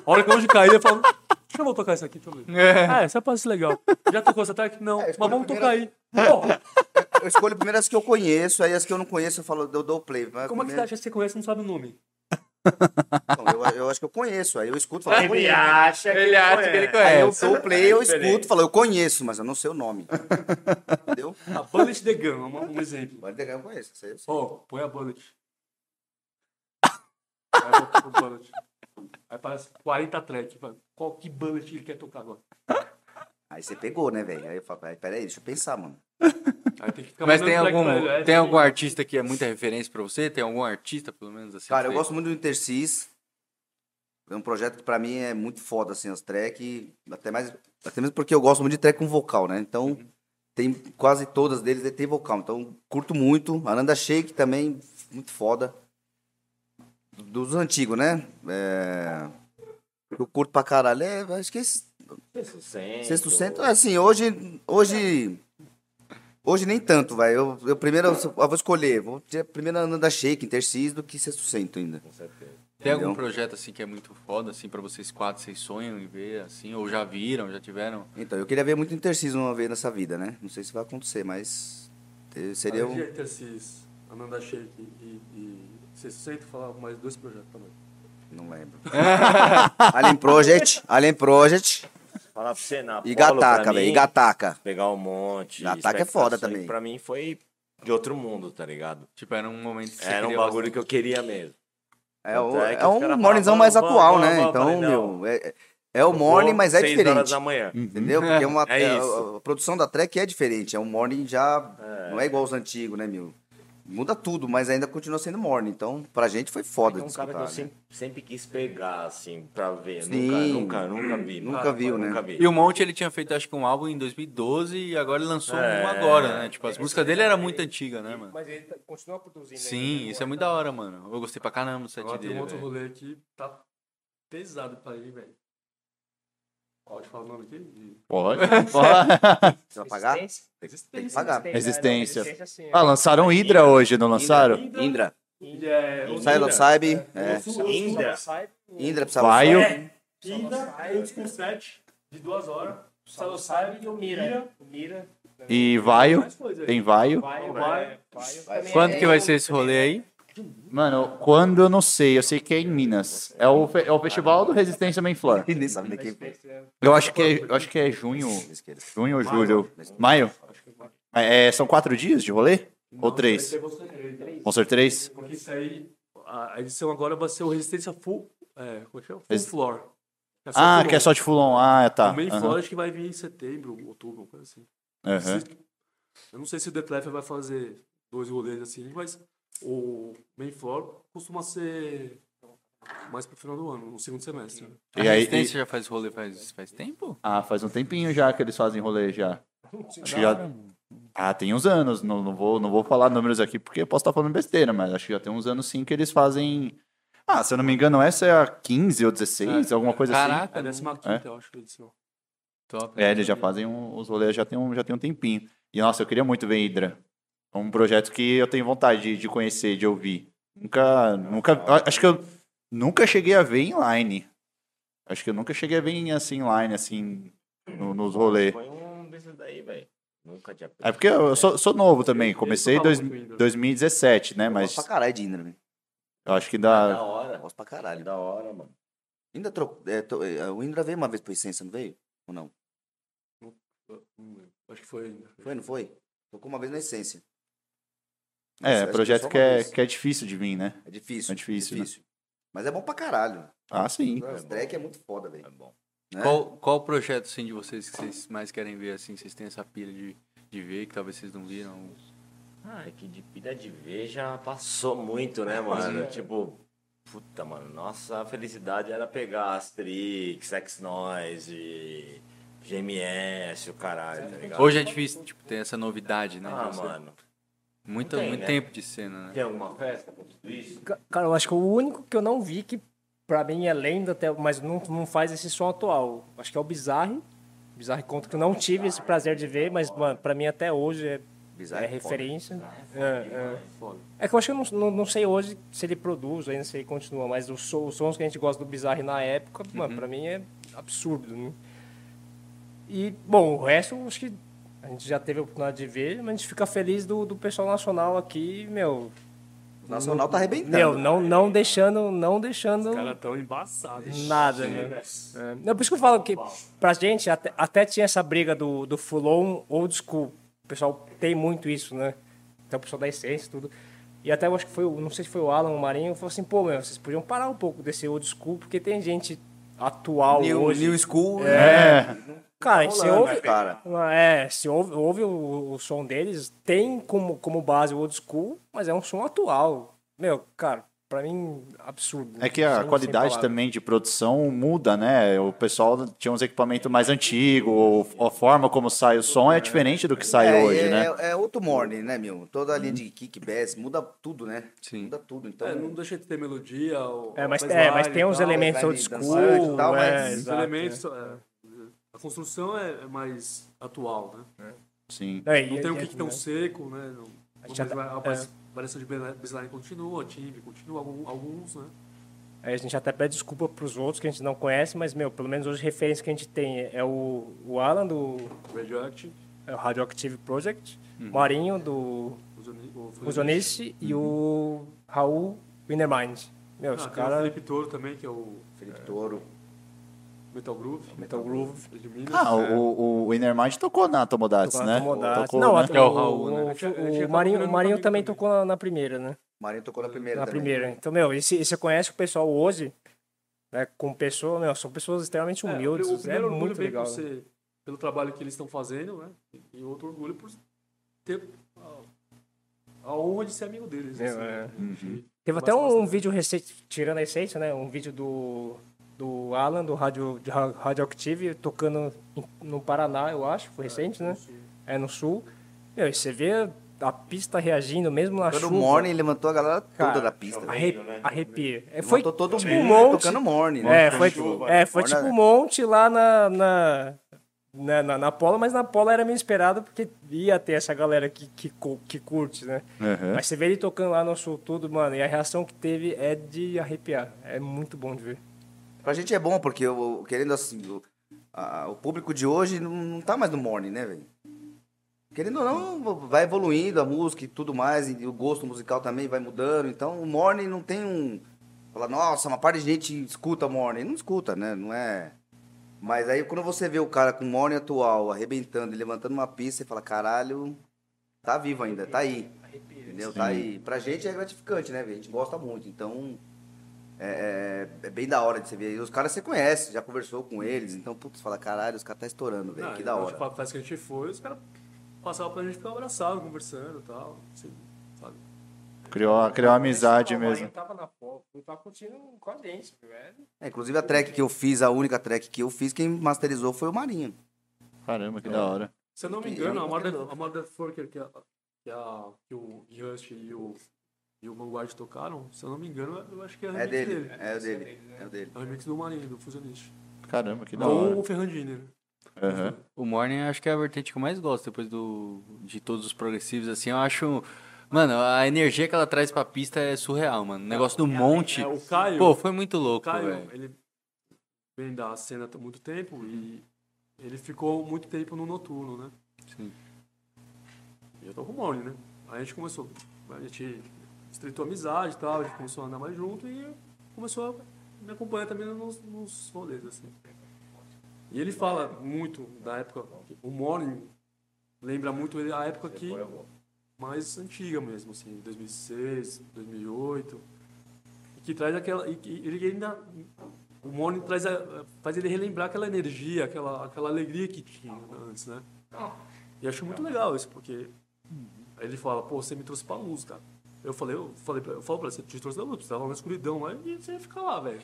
Speaker 3: A hora que eu vou de cair, ele fala, deixa eu vou tocar isso aqui, deixa eu ver.
Speaker 2: É.
Speaker 3: Ah, essa pasta é legal. Já tocou essa track? Não, mas
Speaker 5: escolhe
Speaker 3: vamos
Speaker 5: a
Speaker 3: tocar aí. Porra,
Speaker 5: Eu escolho primeiro as que eu conheço, aí as que eu não conheço, eu falo, eu dou o play.
Speaker 3: como é
Speaker 5: Mas
Speaker 3: que você
Speaker 5: primeiro-
Speaker 3: acha que você conhece e não sabe o nome?
Speaker 5: Não, eu, eu acho que eu conheço, aí eu escuto, falo, eu
Speaker 6: Ele
Speaker 5: conheço.
Speaker 6: acha que
Speaker 2: Ele acha que ele
Speaker 5: Aí eu
Speaker 2: conhece.
Speaker 5: dou o play, eu
Speaker 6: É diferente.
Speaker 5: escuto, falo, eu conheço, mas eu não sei o nome. Entendeu?
Speaker 3: A Bullet the Gun, um, um exemplo.
Speaker 5: Mas eu conheço, isso aí eu sei.
Speaker 3: Ó, põe a Bullet. Aí eu toco Bullet. Aí parece 40 track. mano. Qual que Bullet ele quer tocar agora?
Speaker 5: Aí você pegou, né, velho? Aí eu falo, "Pera- peraí, deixa eu pensar, mano.
Speaker 3: Aí tem que ficar
Speaker 2: Mas
Speaker 3: mandando
Speaker 2: tem
Speaker 3: track
Speaker 2: algum,
Speaker 3: pra ele, é,
Speaker 2: tem algum
Speaker 3: assim.
Speaker 2: artista que é muita referência pra você? Tem algum artista, pelo menos, assim?
Speaker 5: Cara, eu
Speaker 2: que você-
Speaker 5: gosto muito do Intercis. É um projeto que pra mim é muito foda, assim, as tracks. Até, mais, até mesmo porque eu gosto muito de track com vocal, né? Então, tem quase todas deles tem vocal. Então, curto muito. Ananda Shake também, muito foda. Dos antigos, né? É... Eu curto pra caralho. É, acho que esses
Speaker 6: Sexto centro.
Speaker 5: Sexto centro, assim, hoje. Hoje. Hoje nem tanto, vai. Eu, eu primeiro eu vou escolher. Vou tirar primeiro a Ananda Shake, Intercis, do que sexto centro ainda.
Speaker 2: Tem algum
Speaker 5: Entendeu?
Speaker 2: projeto, assim, que é muito foda, assim, pra vocês quatro, vocês sonham em ver, assim? Ou já viram, já tiveram?
Speaker 5: Então, eu queria ver muito Intercis uma vez nessa vida, né? Não sei se vai acontecer, mas. te- Seria
Speaker 3: Além
Speaker 5: um.
Speaker 3: de Tercis, Ananda Shake e, e Sexto Centro, falar mais dois projetos também.
Speaker 5: Não lembro. Alien Project, Alien Project
Speaker 6: Falar pra você, na
Speaker 5: e
Speaker 6: Apollo, pra
Speaker 5: Gataca,
Speaker 6: mim,
Speaker 5: velho. E Gataca.
Speaker 6: Pegar um monte.
Speaker 5: Gataca é
Speaker 6: expectação,
Speaker 5: foda
Speaker 6: que
Speaker 5: também.
Speaker 6: Pra mim foi de outro mundo, tá ligado?
Speaker 2: Tipo, era um momento que você
Speaker 6: Era um
Speaker 2: queria
Speaker 6: bagulho
Speaker 2: bastante.
Speaker 6: que eu queria mesmo.
Speaker 5: É, o,
Speaker 6: Tanto é que
Speaker 5: é
Speaker 6: os caras
Speaker 5: um
Speaker 6: falam,
Speaker 5: morningzão
Speaker 6: "Vamos,
Speaker 5: mais
Speaker 6: vamos,
Speaker 5: atual,
Speaker 6: vamos,
Speaker 5: né?
Speaker 6: vamos".
Speaker 5: Então,
Speaker 6: Falei, "Não,
Speaker 5: meu. É, é o morning, mas é
Speaker 6: Seis horas
Speaker 5: diferente.
Speaker 6: da manhã.
Speaker 5: Entendeu? Porque é uma,
Speaker 6: É
Speaker 5: é,
Speaker 6: isso.
Speaker 5: a, a produção da track é diferente. É um morning já. Não é igual os antigos, né, meu? Muda tudo, mas ainda continua sendo morning. Então, pra gente foi foda
Speaker 6: É um
Speaker 5: de
Speaker 6: cara
Speaker 5: escutar,
Speaker 6: que eu
Speaker 5: né?
Speaker 6: sempre, sempre quis pegar, assim, pra ver.
Speaker 5: Sim.
Speaker 6: Nunca, nunca, nunca vi.
Speaker 5: Nunca
Speaker 6: cara,
Speaker 5: viu, né?
Speaker 6: Nunca vi.
Speaker 2: E o Monte, ele tinha feito, acho que um álbum em 2012 e agora ele lançou
Speaker 6: É.
Speaker 2: um agora, né? Tipo, as músicas dele eram muito antigas, né, mano?
Speaker 4: Mas ele tá- continua produzindo. ainda,
Speaker 2: Sim,
Speaker 4: né?
Speaker 2: isso é muito da hora, mano. Eu gostei pra
Speaker 1: é.
Speaker 2: caramba do set
Speaker 3: Agora tem
Speaker 2: dele,
Speaker 3: um outro
Speaker 2: velho.
Speaker 3: rolê que tá pesado pra ele, velho. Pode falar o nome dele?
Speaker 1: Pode.
Speaker 5: Você vai pagar?
Speaker 4: Resistência. né?
Speaker 5: Tem que pagar.
Speaker 1: Resistência.
Speaker 4: Resistência. sim, é.
Speaker 1: Ah, lançaram Hydra hoje, não lançaram?
Speaker 5: Indra.
Speaker 4: Índia é-
Speaker 3: um
Speaker 5: Silo Saib. É.
Speaker 6: Indra.
Speaker 5: Indra precisa
Speaker 1: Vai o.
Speaker 4: Pinda, 1,7 de 2 horas. O Salossaib e o Mira. O Mira.
Speaker 1: E Vaio. Tem um, né? Vaio.
Speaker 4: Vai, vai, vai.
Speaker 2: Quando que vai ser esse rolê aí?
Speaker 1: Mano, quando eu não sei, eu sei que é em Minas. É o, fe- é o Festival do Resistência Main Flor.
Speaker 5: Nem sabe nem quem foi.
Speaker 1: Eu acho que é, eu acho que é junho. Junho ou julho? Maio? É, é, são quatro dias de rolê? Ou três? Vão ser três?
Speaker 3: né? Porque isso aí, a edição agora vai ser o Resistência Full, é, como é que chama? Full
Speaker 1: Res-
Speaker 3: Floor. É só
Speaker 1: Ah,
Speaker 3: full
Speaker 1: que é
Speaker 3: floor.
Speaker 1: só de fulon. Ah, tá.
Speaker 3: O Main
Speaker 1: Aham,
Speaker 3: Floor acho que vai vir em setembro, outubro, uma coisa assim.
Speaker 1: aham.
Speaker 3: Eu não sei se o The Clef vai fazer dois rolês assim, mas o Main Floor costuma ser mais pro final do ano, no segundo semestre. né?
Speaker 2: A
Speaker 1: E aí-
Speaker 2: Resistência já faz rolê faz, faz tempo?
Speaker 1: Ah, faz um tempinho já que eles fazem rolê já. Acho que já. Ah, tem uns anos. Não, não, vou, não vou falar números aqui porque eu posso estar falando besteira, mas acho que já tem uns anos sim que eles fazem. Ah, se eu não me engano, essa é a 15 ou 16, alguma coisa assim.
Speaker 3: É
Speaker 2: Caraca,
Speaker 3: a décima quinta, eu acho, edição.
Speaker 2: top. né?
Speaker 1: É, eles já fazem um, os rolês já tem, um, já tem um tempinho. E nossa, eu queria muito ver Hydra. É um projeto que eu tenho vontade de, de conhecer, de ouvir. Nunca. nunca a- acho que eu nunca cheguei a ver em line. Acho que eu nunca cheguei a ver em, assim, em line, assim, no- nos rolês.
Speaker 6: Foi um desses daí, velho. Nunca tinha
Speaker 1: É porque eu sou, sou novo também. Comecei em
Speaker 3: tocava
Speaker 1: dois-
Speaker 3: muito ainda.
Speaker 1: 2017, né?
Speaker 5: Eu
Speaker 1: Mas
Speaker 5: gosto pra caralho de Indra, velho.
Speaker 1: eu acho que
Speaker 6: Da
Speaker 1: dá.
Speaker 5: Eu
Speaker 6: hora.
Speaker 5: Gosto pra caralho.
Speaker 6: Da hora, mano.
Speaker 5: Ainda trocou. é, to- é, o Indra veio uma vez pro Essência, não veio? Ou não?
Speaker 3: Hum, eu Acho que foi ainda.
Speaker 5: Foi, não foi? Tocou uma vez na Essência.
Speaker 1: É,
Speaker 5: Acho que só
Speaker 1: projeto
Speaker 5: uma
Speaker 1: que é,
Speaker 5: vez.
Speaker 1: que é difícil de vir, né?
Speaker 5: É difícil.
Speaker 1: É difícil, né?
Speaker 5: Mas é bom pra caralho.
Speaker 1: Ah, sim.
Speaker 5: Os Drake é muito foda, velho.
Speaker 6: É bom.
Speaker 5: Né?
Speaker 2: Qual, qual o projeto assim, de vocês que vocês mais querem ver, assim, vocês têm essa pilha de, de ver, que talvez vocês não viram?
Speaker 6: Ah, é que de pilha de ver já passou muito, né,
Speaker 5: É.
Speaker 6: mano? Tipo, puta, mano, nossa felicidade era pegar Asterix, X-Noise, GMS, o caralho, tá ligado?
Speaker 2: Hoje é difícil, tipo, ter essa novidade,
Speaker 5: é
Speaker 2: né?
Speaker 6: Ah,
Speaker 2: Você-
Speaker 6: mano,
Speaker 2: Muito,
Speaker 6: não tem,
Speaker 2: muito
Speaker 6: né?
Speaker 2: tempo de cena, né?
Speaker 6: tem alguma festa com tudo isso?
Speaker 4: Ca- Cara, eu acho que é o único que eu não vi que pra mim é lenda, até, mas não, não faz esse som atual. Acho que é o Bizarre. Bizarre conta que eu não tive esse prazer de ver, mas mano, pra mim até hoje é,
Speaker 5: Bizarre
Speaker 4: é
Speaker 5: é foda.
Speaker 4: referência. É, é. É que eu acho que eu não, não, não sei hoje se ele produz, ainda se ele continua, mas os, so- os sons que a gente gosta do Bizarre na época,
Speaker 5: Uhum.
Speaker 4: mano, pra mim é absurdo, né? E, bom, o resto, eu acho que a gente já teve a oportunidade de ver, mas a gente fica feliz do, do pessoal nacional aqui, meu,
Speaker 5: O Nacional tá arrebentando.
Speaker 4: meu, não, não deixando, não deixando
Speaker 3: Cara, Tá tão embaçado.
Speaker 4: nada, né? É. Não, por isso que eu falo que pra gente até, até tinha essa briga do, do full on old school. O pessoal tem muito isso, né? Então o pessoal da essência e tudo. E até eu acho que foi, o- não sei se foi o Alan ou o Marinho, falou assim, pô, meu, vocês podiam parar um pouco desse old school, porque tem gente atual
Speaker 5: New,
Speaker 4: É, hoje.
Speaker 5: New School.
Speaker 2: né?
Speaker 1: É.
Speaker 4: Cara, se ouve,
Speaker 5: cara.
Speaker 4: é, se ouve, ouve o, o som deles, tem como, como base o old school, mas é um som atual. Meu, cara, pra mim, absurdo.
Speaker 1: É que a
Speaker 4: Sem- sem
Speaker 1: qualidade
Speaker 4: palavras.
Speaker 1: também de produção muda, né? O pessoal tinha uns equipamentos mais antigos, ou a forma como sai o som é diferente do que sai
Speaker 5: é,
Speaker 1: hoje,
Speaker 5: é,
Speaker 1: né?
Speaker 5: é- é outro morning, né, meu? Toda a linha de kick, bass, muda tudo, né?
Speaker 2: Sim.
Speaker 5: Muda tudo. Então,
Speaker 3: É, não deixa de ter melodia. o-
Speaker 4: É, mas,
Speaker 3: o
Speaker 4: é,
Speaker 3: baseline
Speaker 4: mas tem
Speaker 3: e
Speaker 4: uns
Speaker 3: tal.
Speaker 4: elementos old
Speaker 5: baseline
Speaker 4: school,
Speaker 5: dançante e tal, mas
Speaker 4: é,
Speaker 5: os
Speaker 3: Os
Speaker 4: exato,
Speaker 3: elementos. é, a construção é, é mais atual, né?
Speaker 1: Sim.
Speaker 4: é.
Speaker 3: Não
Speaker 4: e-
Speaker 3: tem o
Speaker 4: e-
Speaker 3: kick tão seco, né? Não,
Speaker 4: A gente já tá-
Speaker 3: a bas- variação de baseline- baseline continua, timbre continua, algum- alguns, né?
Speaker 4: Aí É, a gente até pede desculpa pros outros que a gente não conhece, mas, meu, pelo menos hoje a referência que a gente tem é- é o, o Alan, do
Speaker 3: Radioactive,
Speaker 4: é o Radioactive Project,
Speaker 3: Uhum.
Speaker 4: Marinho, do
Speaker 3: Ozoni-
Speaker 4: Fusonice, e o Raul Wintermind. Meu, os
Speaker 3: Uhum. Ah, tem o
Speaker 4: caras...
Speaker 3: Felipe Toro também, que é o
Speaker 5: Felipe Toro.
Speaker 3: Metal Groove.
Speaker 4: Metal Groove.
Speaker 3: Ele de Minas.
Speaker 1: Ah,
Speaker 3: É.
Speaker 1: o, o Innermind tocou na Tomodates,
Speaker 4: Tocou
Speaker 1: né?
Speaker 4: na Tomodates.
Speaker 1: Tocou,
Speaker 4: Não,
Speaker 1: né?
Speaker 4: até
Speaker 2: É o
Speaker 4: o-
Speaker 2: Raul, né?
Speaker 4: o-
Speaker 3: Eu tinha- eu
Speaker 4: o
Speaker 3: tinha tocado
Speaker 4: Marinho,
Speaker 3: no
Speaker 4: o Marinho
Speaker 3: caminho
Speaker 4: também
Speaker 3: também.
Speaker 4: tocou na, na primeira, né?
Speaker 5: Marinho tocou na primeira
Speaker 4: Na
Speaker 5: também.
Speaker 4: primeira. Então, meu, e se- e você conhece o pessoal hoje, né, com pessoa, meu, são pessoas extremamente
Speaker 3: É,
Speaker 4: humildes,
Speaker 3: o
Speaker 4: é
Speaker 3: primeiro orgulho
Speaker 4: muito
Speaker 3: vem
Speaker 4: legal.
Speaker 3: por
Speaker 4: né?
Speaker 3: ser- pelo trabalho que eles estão fazendo, né? E- E outro orgulho por ter a, a honra de ser amigo deles.
Speaker 4: É,
Speaker 3: assim,
Speaker 4: é.
Speaker 3: né?
Speaker 5: Uhum.
Speaker 3: De-
Speaker 4: Teve até
Speaker 3: Basta-
Speaker 4: um
Speaker 3: basta-
Speaker 4: vídeo recente, tirando a essência, né? Um vídeo do, do Alan, do Radio, de Ra- Radioactive, tocando em- no Paraná, eu acho, foi recente, né? É, no Sul. É, Meu, e você vê a pista reagindo, mesmo na
Speaker 5: Tocando
Speaker 4: chuva.
Speaker 5: morning, levantou a galera
Speaker 4: Cara,
Speaker 5: toda da pista.
Speaker 4: Arre...
Speaker 6: né?
Speaker 4: Arrepia. É, foi
Speaker 5: Levantou todo
Speaker 4: tipo
Speaker 5: mundo
Speaker 4: um monte.
Speaker 5: tocando morning. né?
Speaker 4: É, foi, é, foi tipo um monte lá na, na, né, na, na, na Polo, mas na Polo era meio esperado porque ia ter essa galera que, que, cu- que curte, né? Mas você vê ele tocando lá no sul tudo, mano, e a reação que teve é de arrepiar. É muito bom de ver.
Speaker 5: Pra gente é bom, porque o- o- querendo assim, o, a- o público de hoje não, não tá mais no morning, né, velho? Querendo ou não, vai evoluindo a música e tudo mais, e o gosto musical também vai mudando. Então o morning não tem um. Fala, nossa, uma parte de gente escuta morning. Não escuta, né? Não é. Mas aí quando você vê o cara com morning atual, arrebentando e levantando uma pista, você fala, caralho, tá vivo ainda, tá aí. Entendeu? Tá aí. Pra gente é gratificante, né, velho? A gente gosta muito, então. É, é- é bem da hora de você ver. E os caras você conhece, já conversou com eles, então, putz, fala, caralho, os caras tá estourando, velho.
Speaker 3: Não, é
Speaker 5: Que da
Speaker 3: Ah, eu
Speaker 5: hora.
Speaker 3: falo, Parece que a gente foi, os caras passavam pra gente ficar abraçado, conversando e tal. assim, sabe?
Speaker 7: Criou, criou uma amizade mesmo.
Speaker 4: Eu tava na Polo, eu tava curtindo com a gente,
Speaker 5: É, inclusive a track que eu fiz, a única track que eu fiz, quem masterizou foi o Marinho.
Speaker 7: Caramba, que da hora.
Speaker 3: Se eu não me engano, a Mother, a Mother Forker que, a, que, a, que o Rust e o, e o Manguard tocaram, se eu não me engano, eu acho que é a
Speaker 5: É
Speaker 3: remix
Speaker 5: dele, é o dele, é o dele.
Speaker 3: É o remix do Marinho, do Fusionist.
Speaker 7: Caramba, que da
Speaker 3: Com
Speaker 7: hora.
Speaker 3: o Ferrandini, né?
Speaker 7: Aham.
Speaker 2: O Morning acho que é a vertente que eu mais gosto depois do de todos os progressivos assim. Eu acho, mano, a energia que ela traz pra pista é surreal, mano. O negócio do monte.
Speaker 7: Tipo,
Speaker 3: É, o Caio,
Speaker 2: Pô, foi muito
Speaker 3: o
Speaker 2: louco,
Speaker 3: Caio
Speaker 2: velho.
Speaker 3: ele vem da cena há muito tempo e ele ficou muito tempo no noturno, né?
Speaker 2: Sim.
Speaker 3: E eu tô com o Morning, né? Aí a gente começou, a gente estreitou amizade e tal, a gente começou a andar mais junto e começou a me acompanhar também nos, nos rolês, assim. E ele fala muito da época, o Morning lembra muito ele a época que mais antiga mesmo, assim, 2006, 2008, e que traz aquela, e, que ele ainda, o Morning traz, a- faz ele relembrar aquela energia, aquela, aquela alegria que tinha antes, né? E acho muito legal isso, porque aí ele fala, pô, você me trouxe pra luz, cara. Eu falei, eu falei, pra- eu falo pra ele, você te trouxe da luz, você tava lá na escuridão lá e você ia ficar lá, velho.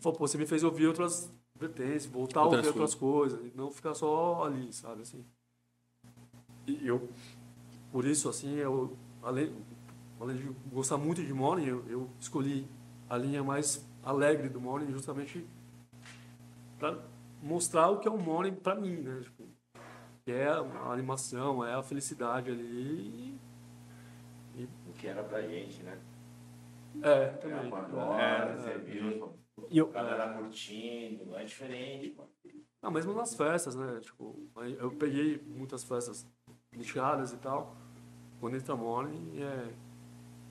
Speaker 3: Falou, pô, você me fez ouvir outras vertentes, voltar a ouvir
Speaker 2: Outras
Speaker 3: outras coisas, e não ficar só ali, sabe, assim. E eu, por isso, assim, eu, além, além de gostar muito de Morning, eu, eu escolhi a linha mais alegre do Morning justamente pra mostrar o que é o Morning pra mim, né, tipo, que é a animação, é a felicidade ali.
Speaker 6: O que era pra gente, né?
Speaker 3: É, também.
Speaker 5: É,
Speaker 6: Agora, você viu?
Speaker 4: E eu-
Speaker 6: A galera tá curtindo, é diferente, mano.
Speaker 3: Ah, mesmo nas festas, né? Tipo, aí eu peguei muitas festas lixadas e tal. Quando entra morning, é...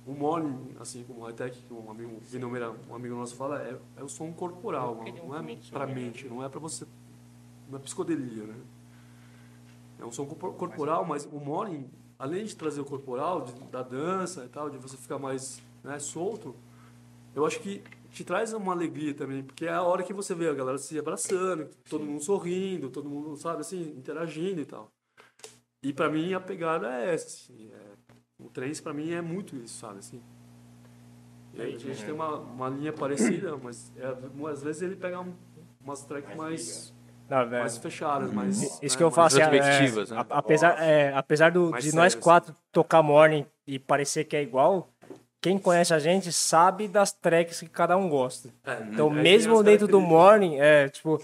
Speaker 3: O morning, assim como o high-tech, que um amigo, Vinomeira, um amigo nosso fala, é, é o som corporal, mano. não é pra mente, não é pra você... Não é psicodelia, né? É um som corpo- corporal, mas é o morning, além de trazer o corporal, de, da dança e tal, de você ficar mais né, solto, eu acho que te traz uma alegria também, porque é a hora que você vê a galera se abraçando, todo mundo sorrindo, todo mundo, sabe, assim, interagindo e tal. E pra mim a pegada é essa, assim, é- o 3 pra mim é muito isso, sabe, assim. E aí, a gente tem uma, uma linha parecida, mas é, às vezes ele pega um, umas tracks mais,
Speaker 4: Não, velho.
Speaker 3: mais fechadas, mais...
Speaker 4: É. Isso
Speaker 3: né,
Speaker 4: que eu
Speaker 3: mais-
Speaker 4: falo assim, é,
Speaker 2: retrospectivas, né?
Speaker 4: a- apesar, é, apesar do,
Speaker 3: Mais
Speaker 4: de nós
Speaker 3: sérias.
Speaker 4: quatro tocar Morning e parecer que é igual, quem conhece a gente sabe das tracks que cada um gosta.
Speaker 3: É,
Speaker 4: Então,
Speaker 3: aí tem
Speaker 4: mesmo
Speaker 3: as
Speaker 4: dentro do
Speaker 3: características.
Speaker 4: Morning, é, tipo,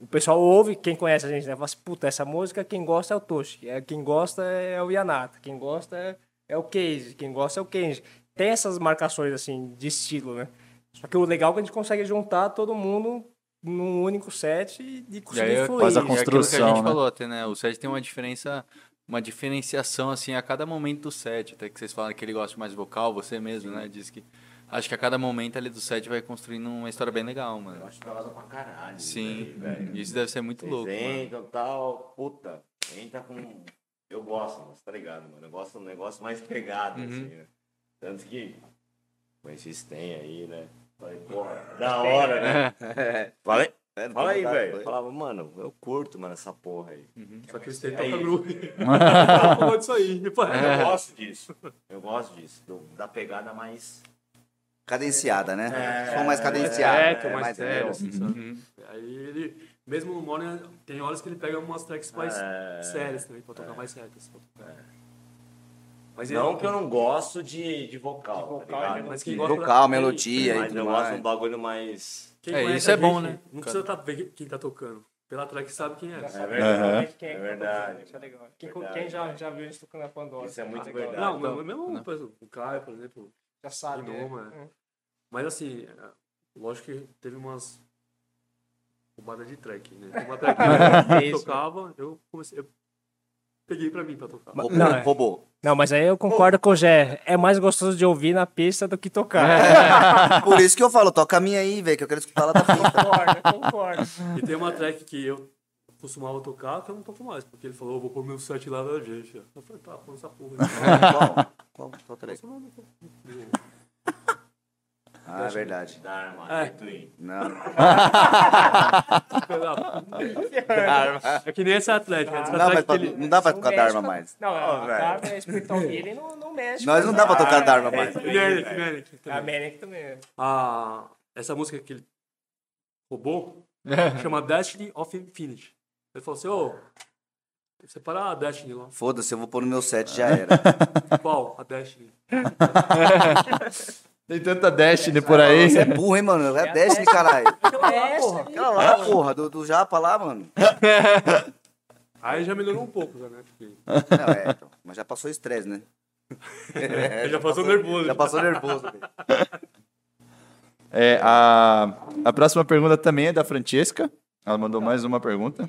Speaker 4: o pessoal ouve, quem conhece a gente, né? Fala assim, puta, essa música quem gosta é o Toshi, é, quem gosta é o Yanata, quem gosta é, é o Case, quem gosta é o Kenji. Tem essas marcações, assim, de estilo, né? Só que o legal é que a gente consegue juntar todo mundo num único set e, e
Speaker 2: E aí
Speaker 4: conseguir
Speaker 2: é
Speaker 4: fluir.
Speaker 7: faz a
Speaker 2: aquilo que a
Speaker 7: construção,
Speaker 2: gente
Speaker 7: né?
Speaker 2: falou até, né? O set tem uma diferença, uma diferenciação assim a cada momento do set, até que vocês falam que ele gosta mais vocal, você mesmo, né? Diz que acho que a cada momento ali do set vai construindo uma história bem legal,
Speaker 6: Eu
Speaker 2: mano.
Speaker 6: acho que ela pra caralho. né,
Speaker 2: Sim.
Speaker 6: velho.
Speaker 2: Isso deve ser muito louco. né? mano.
Speaker 6: Desenho, tal, puta. Entra com. Eu gosto, mano, você tá ligado, mano? Eu gosto de um negócio mais pegado,
Speaker 2: Uhum.
Speaker 6: assim, né? Tanto que. Conheci esse tem aí, né? Falei, porra, da hora, né? Falei. é, Fala aí, velho. Eu Falava, mano, eu curto, mano, essa porra aí.
Speaker 3: Só que eles têm toca groove. Ela falou disso aí. Tipo, é.
Speaker 6: Eu gosto disso. Eu gosto disso. do- da pegada mais.
Speaker 5: Cadenciada, né? Som mais cadenciado.
Speaker 3: É, que é mais sério,
Speaker 5: entendeu?
Speaker 3: assim, sabe? Aí ele, mesmo no Morning, tem horas que ele pega umas tracks mais sérias também, pra tocar mais certas. assim. Mas
Speaker 2: é
Speaker 3: ele-
Speaker 2: um
Speaker 6: Não que eu não gosto de, de vocal,
Speaker 3: vocal,
Speaker 6: tá ligado?
Speaker 3: né? Mas
Speaker 6: Mas,
Speaker 3: quem gosta-
Speaker 5: Vocal, melodia e
Speaker 6: eu
Speaker 5: tudo
Speaker 6: gosto de
Speaker 5: mais.
Speaker 6: um bagulho mais...
Speaker 3: quem
Speaker 2: É,
Speaker 3: conhece
Speaker 2: isso
Speaker 3: a
Speaker 2: é bom, né?
Speaker 3: Não precisa tá ver quem tá tocando. Pela track sabe quem é.
Speaker 6: É verdade.
Speaker 4: Quem
Speaker 6: É verdade.
Speaker 4: Isso é legal. Quem,
Speaker 6: Verdade.
Speaker 4: quem já, já viu eles tocando a Pandora? tá
Speaker 6: Isso é muito
Speaker 4: legal.
Speaker 6: verdade.
Speaker 3: Não,
Speaker 2: Não,
Speaker 3: mas mesmo
Speaker 2: não.
Speaker 3: por exemplo, o Caio, por exemplo.
Speaker 4: Já sabe. né?
Speaker 3: Inoma, é. Mas assim, é, lógico que teve umas roubadas de track, né? Uma track que eu tocava, eu comecei. Eu peguei pra mim pra tocar.
Speaker 5: Robô,
Speaker 4: Não, é.
Speaker 5: robô.
Speaker 4: Não, mas aí eu concordo com o Gé. É mais gostoso de ouvir na pista do que tocar.
Speaker 5: Por isso que eu falo, toca a minha aí, velho, que eu quero escutar ela tá da pista.
Speaker 4: Concordo, concordo.
Speaker 3: E tem uma track que eu costumava tocar que eu não toco mais, porque ele falou, eu vou pôr meu set lá da gente. ó." Eu falei, tá, põe essa porra aí.
Speaker 5: Qual, qual track?
Speaker 3: Não, não, não.
Speaker 5: Ah, é verdade.
Speaker 6: Dharma,
Speaker 3: É.
Speaker 6: Twin.
Speaker 5: Não,
Speaker 3: É que nem essa atlética. Essa
Speaker 5: não, mas
Speaker 3: atlética
Speaker 5: pra-
Speaker 3: ele...
Speaker 5: Ah, não dá pra
Speaker 4: Não
Speaker 5: tocar
Speaker 4: mexe
Speaker 5: Dharma
Speaker 4: com-
Speaker 5: mais.
Speaker 4: Não, a
Speaker 6: velho.
Speaker 4: Dharma é espiritual healing não, não mexe.
Speaker 5: Nós não dá pra tocar Dharma mais.
Speaker 6: é.
Speaker 3: Manic, Manic
Speaker 4: A
Speaker 3: também.
Speaker 4: Manic também.
Speaker 3: Ah, essa música que ele roubou chama Destiny of Infinity. Ele falou assim, ô, separa a Destiny lá.
Speaker 5: Foda-se, eu vou pôr no meu set, já era.
Speaker 3: Qual? A Destiny.
Speaker 7: Tem tanta Destiny por aí.
Speaker 5: Você é burro, hein, mano? É a Destiny, caralho.
Speaker 4: É,
Speaker 5: Aquela lá, porra, do, do Japa lá, mano.
Speaker 3: Aí já melhorou um pouco, já, né? Porque
Speaker 5: Não, é, então, mas já passou estresse, né?
Speaker 3: já passou nervoso.
Speaker 5: Já passou nervoso. velho.
Speaker 7: É, a, a próxima pergunta também é da Francesca. Ela mandou mais uma pergunta.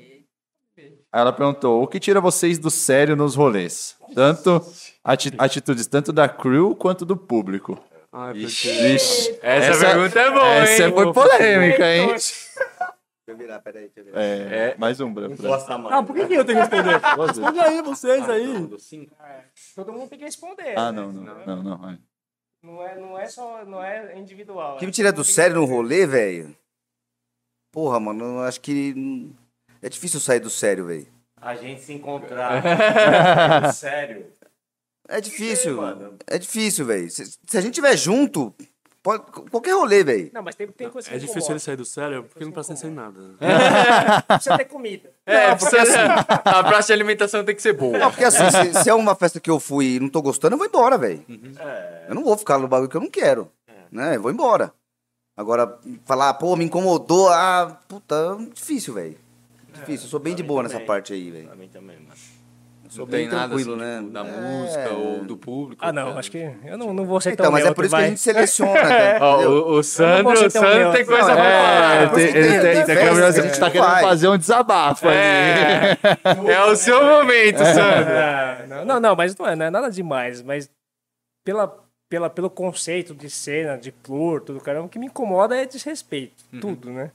Speaker 7: Ela perguntou: o que tira vocês do sério nos rolês? Tanto ati- atitudes, tanto da crew quanto do público.
Speaker 3: Ah, é porque...
Speaker 7: Ixi,
Speaker 2: Essa, pergunta é boa,
Speaker 7: essa
Speaker 2: hein?
Speaker 7: foi polêmica, hein?
Speaker 5: Deixa eu virar, peraí, deixa eu virar.
Speaker 7: É, mais um branco. pra-
Speaker 6: Gosta Tá mais.
Speaker 3: Ah, por que, que eu tenho que responder? Responde aí vocês aí.
Speaker 4: Todo mundo tem que responder.
Speaker 7: Ah,
Speaker 4: né?
Speaker 7: não, não, não, não. é.
Speaker 4: Não é, não é só, não é individual.
Speaker 5: O que
Speaker 4: é
Speaker 5: me tira
Speaker 4: todo
Speaker 5: do
Speaker 4: mundo tem
Speaker 5: sério
Speaker 4: que-
Speaker 5: no rolê, velho? Porra, mano, eu acho que. hum, É difícil sair do sério, velho.
Speaker 6: A gente se É. encontrar. Sério.
Speaker 5: É difícil.
Speaker 6: mano.
Speaker 5: É difícil, velho. Se, se a gente tiver junto, pode- qualquer rolê, velho.
Speaker 4: Não, mas tem, tem coisa que
Speaker 3: É difícil ele
Speaker 4: incomoda.
Speaker 3: sair do sério porque não presta atenção em nada. né?
Speaker 4: Precisa ter comida.
Speaker 2: É, porque a praça de alimentação tem que ser boa.
Speaker 5: Não, porque assim, se, se é uma festa que eu fui e não tô gostando, eu vou embora, velho. Eu não vou ficar no bagulho que eu não quero. Né? Eu vou embora. Agora, falar, pô, me incomodou, ah, puta, difícil, velho. Difícil, eu sou bem de
Speaker 6: mim
Speaker 5: boa nessa
Speaker 6: também. Então,
Speaker 5: parte aí, velho.
Speaker 6: Pra mim também, mano.
Speaker 5: Eu sou
Speaker 2: Não tem
Speaker 5: bem
Speaker 2: nada assim,
Speaker 5: tranquilo, né?
Speaker 2: tipo, da
Speaker 5: É.
Speaker 2: música ou do público.
Speaker 4: Ah, não, acho que eu não, não vou ser tão
Speaker 5: Então, mas é
Speaker 4: neutro,
Speaker 5: por isso que a
Speaker 4: vai.
Speaker 5: gente seleciona, cara.
Speaker 2: Ó,
Speaker 5: entendeu?
Speaker 2: o, o Sandro,
Speaker 4: posso
Speaker 2: o
Speaker 4: ter um
Speaker 2: Sandro
Speaker 4: meu.
Speaker 2: tem coisa
Speaker 5: Não,
Speaker 2: pra falar.
Speaker 7: É, tem, ele tem, tem,
Speaker 5: Tem
Speaker 7: que-
Speaker 5: festa,
Speaker 7: a gente tá
Speaker 5: né?
Speaker 7: querendo
Speaker 5: Vai.
Speaker 7: fazer um desabafo ali.
Speaker 2: É, é o seu momento, Sandro.
Speaker 4: Ah, não, não, não, mas não é, não é nada demais, mas pela, pela, pelo conceito de cena, de plur, tudo caramba, o que me incomoda é desrespeito,
Speaker 3: Uhum.
Speaker 4: tudo, né?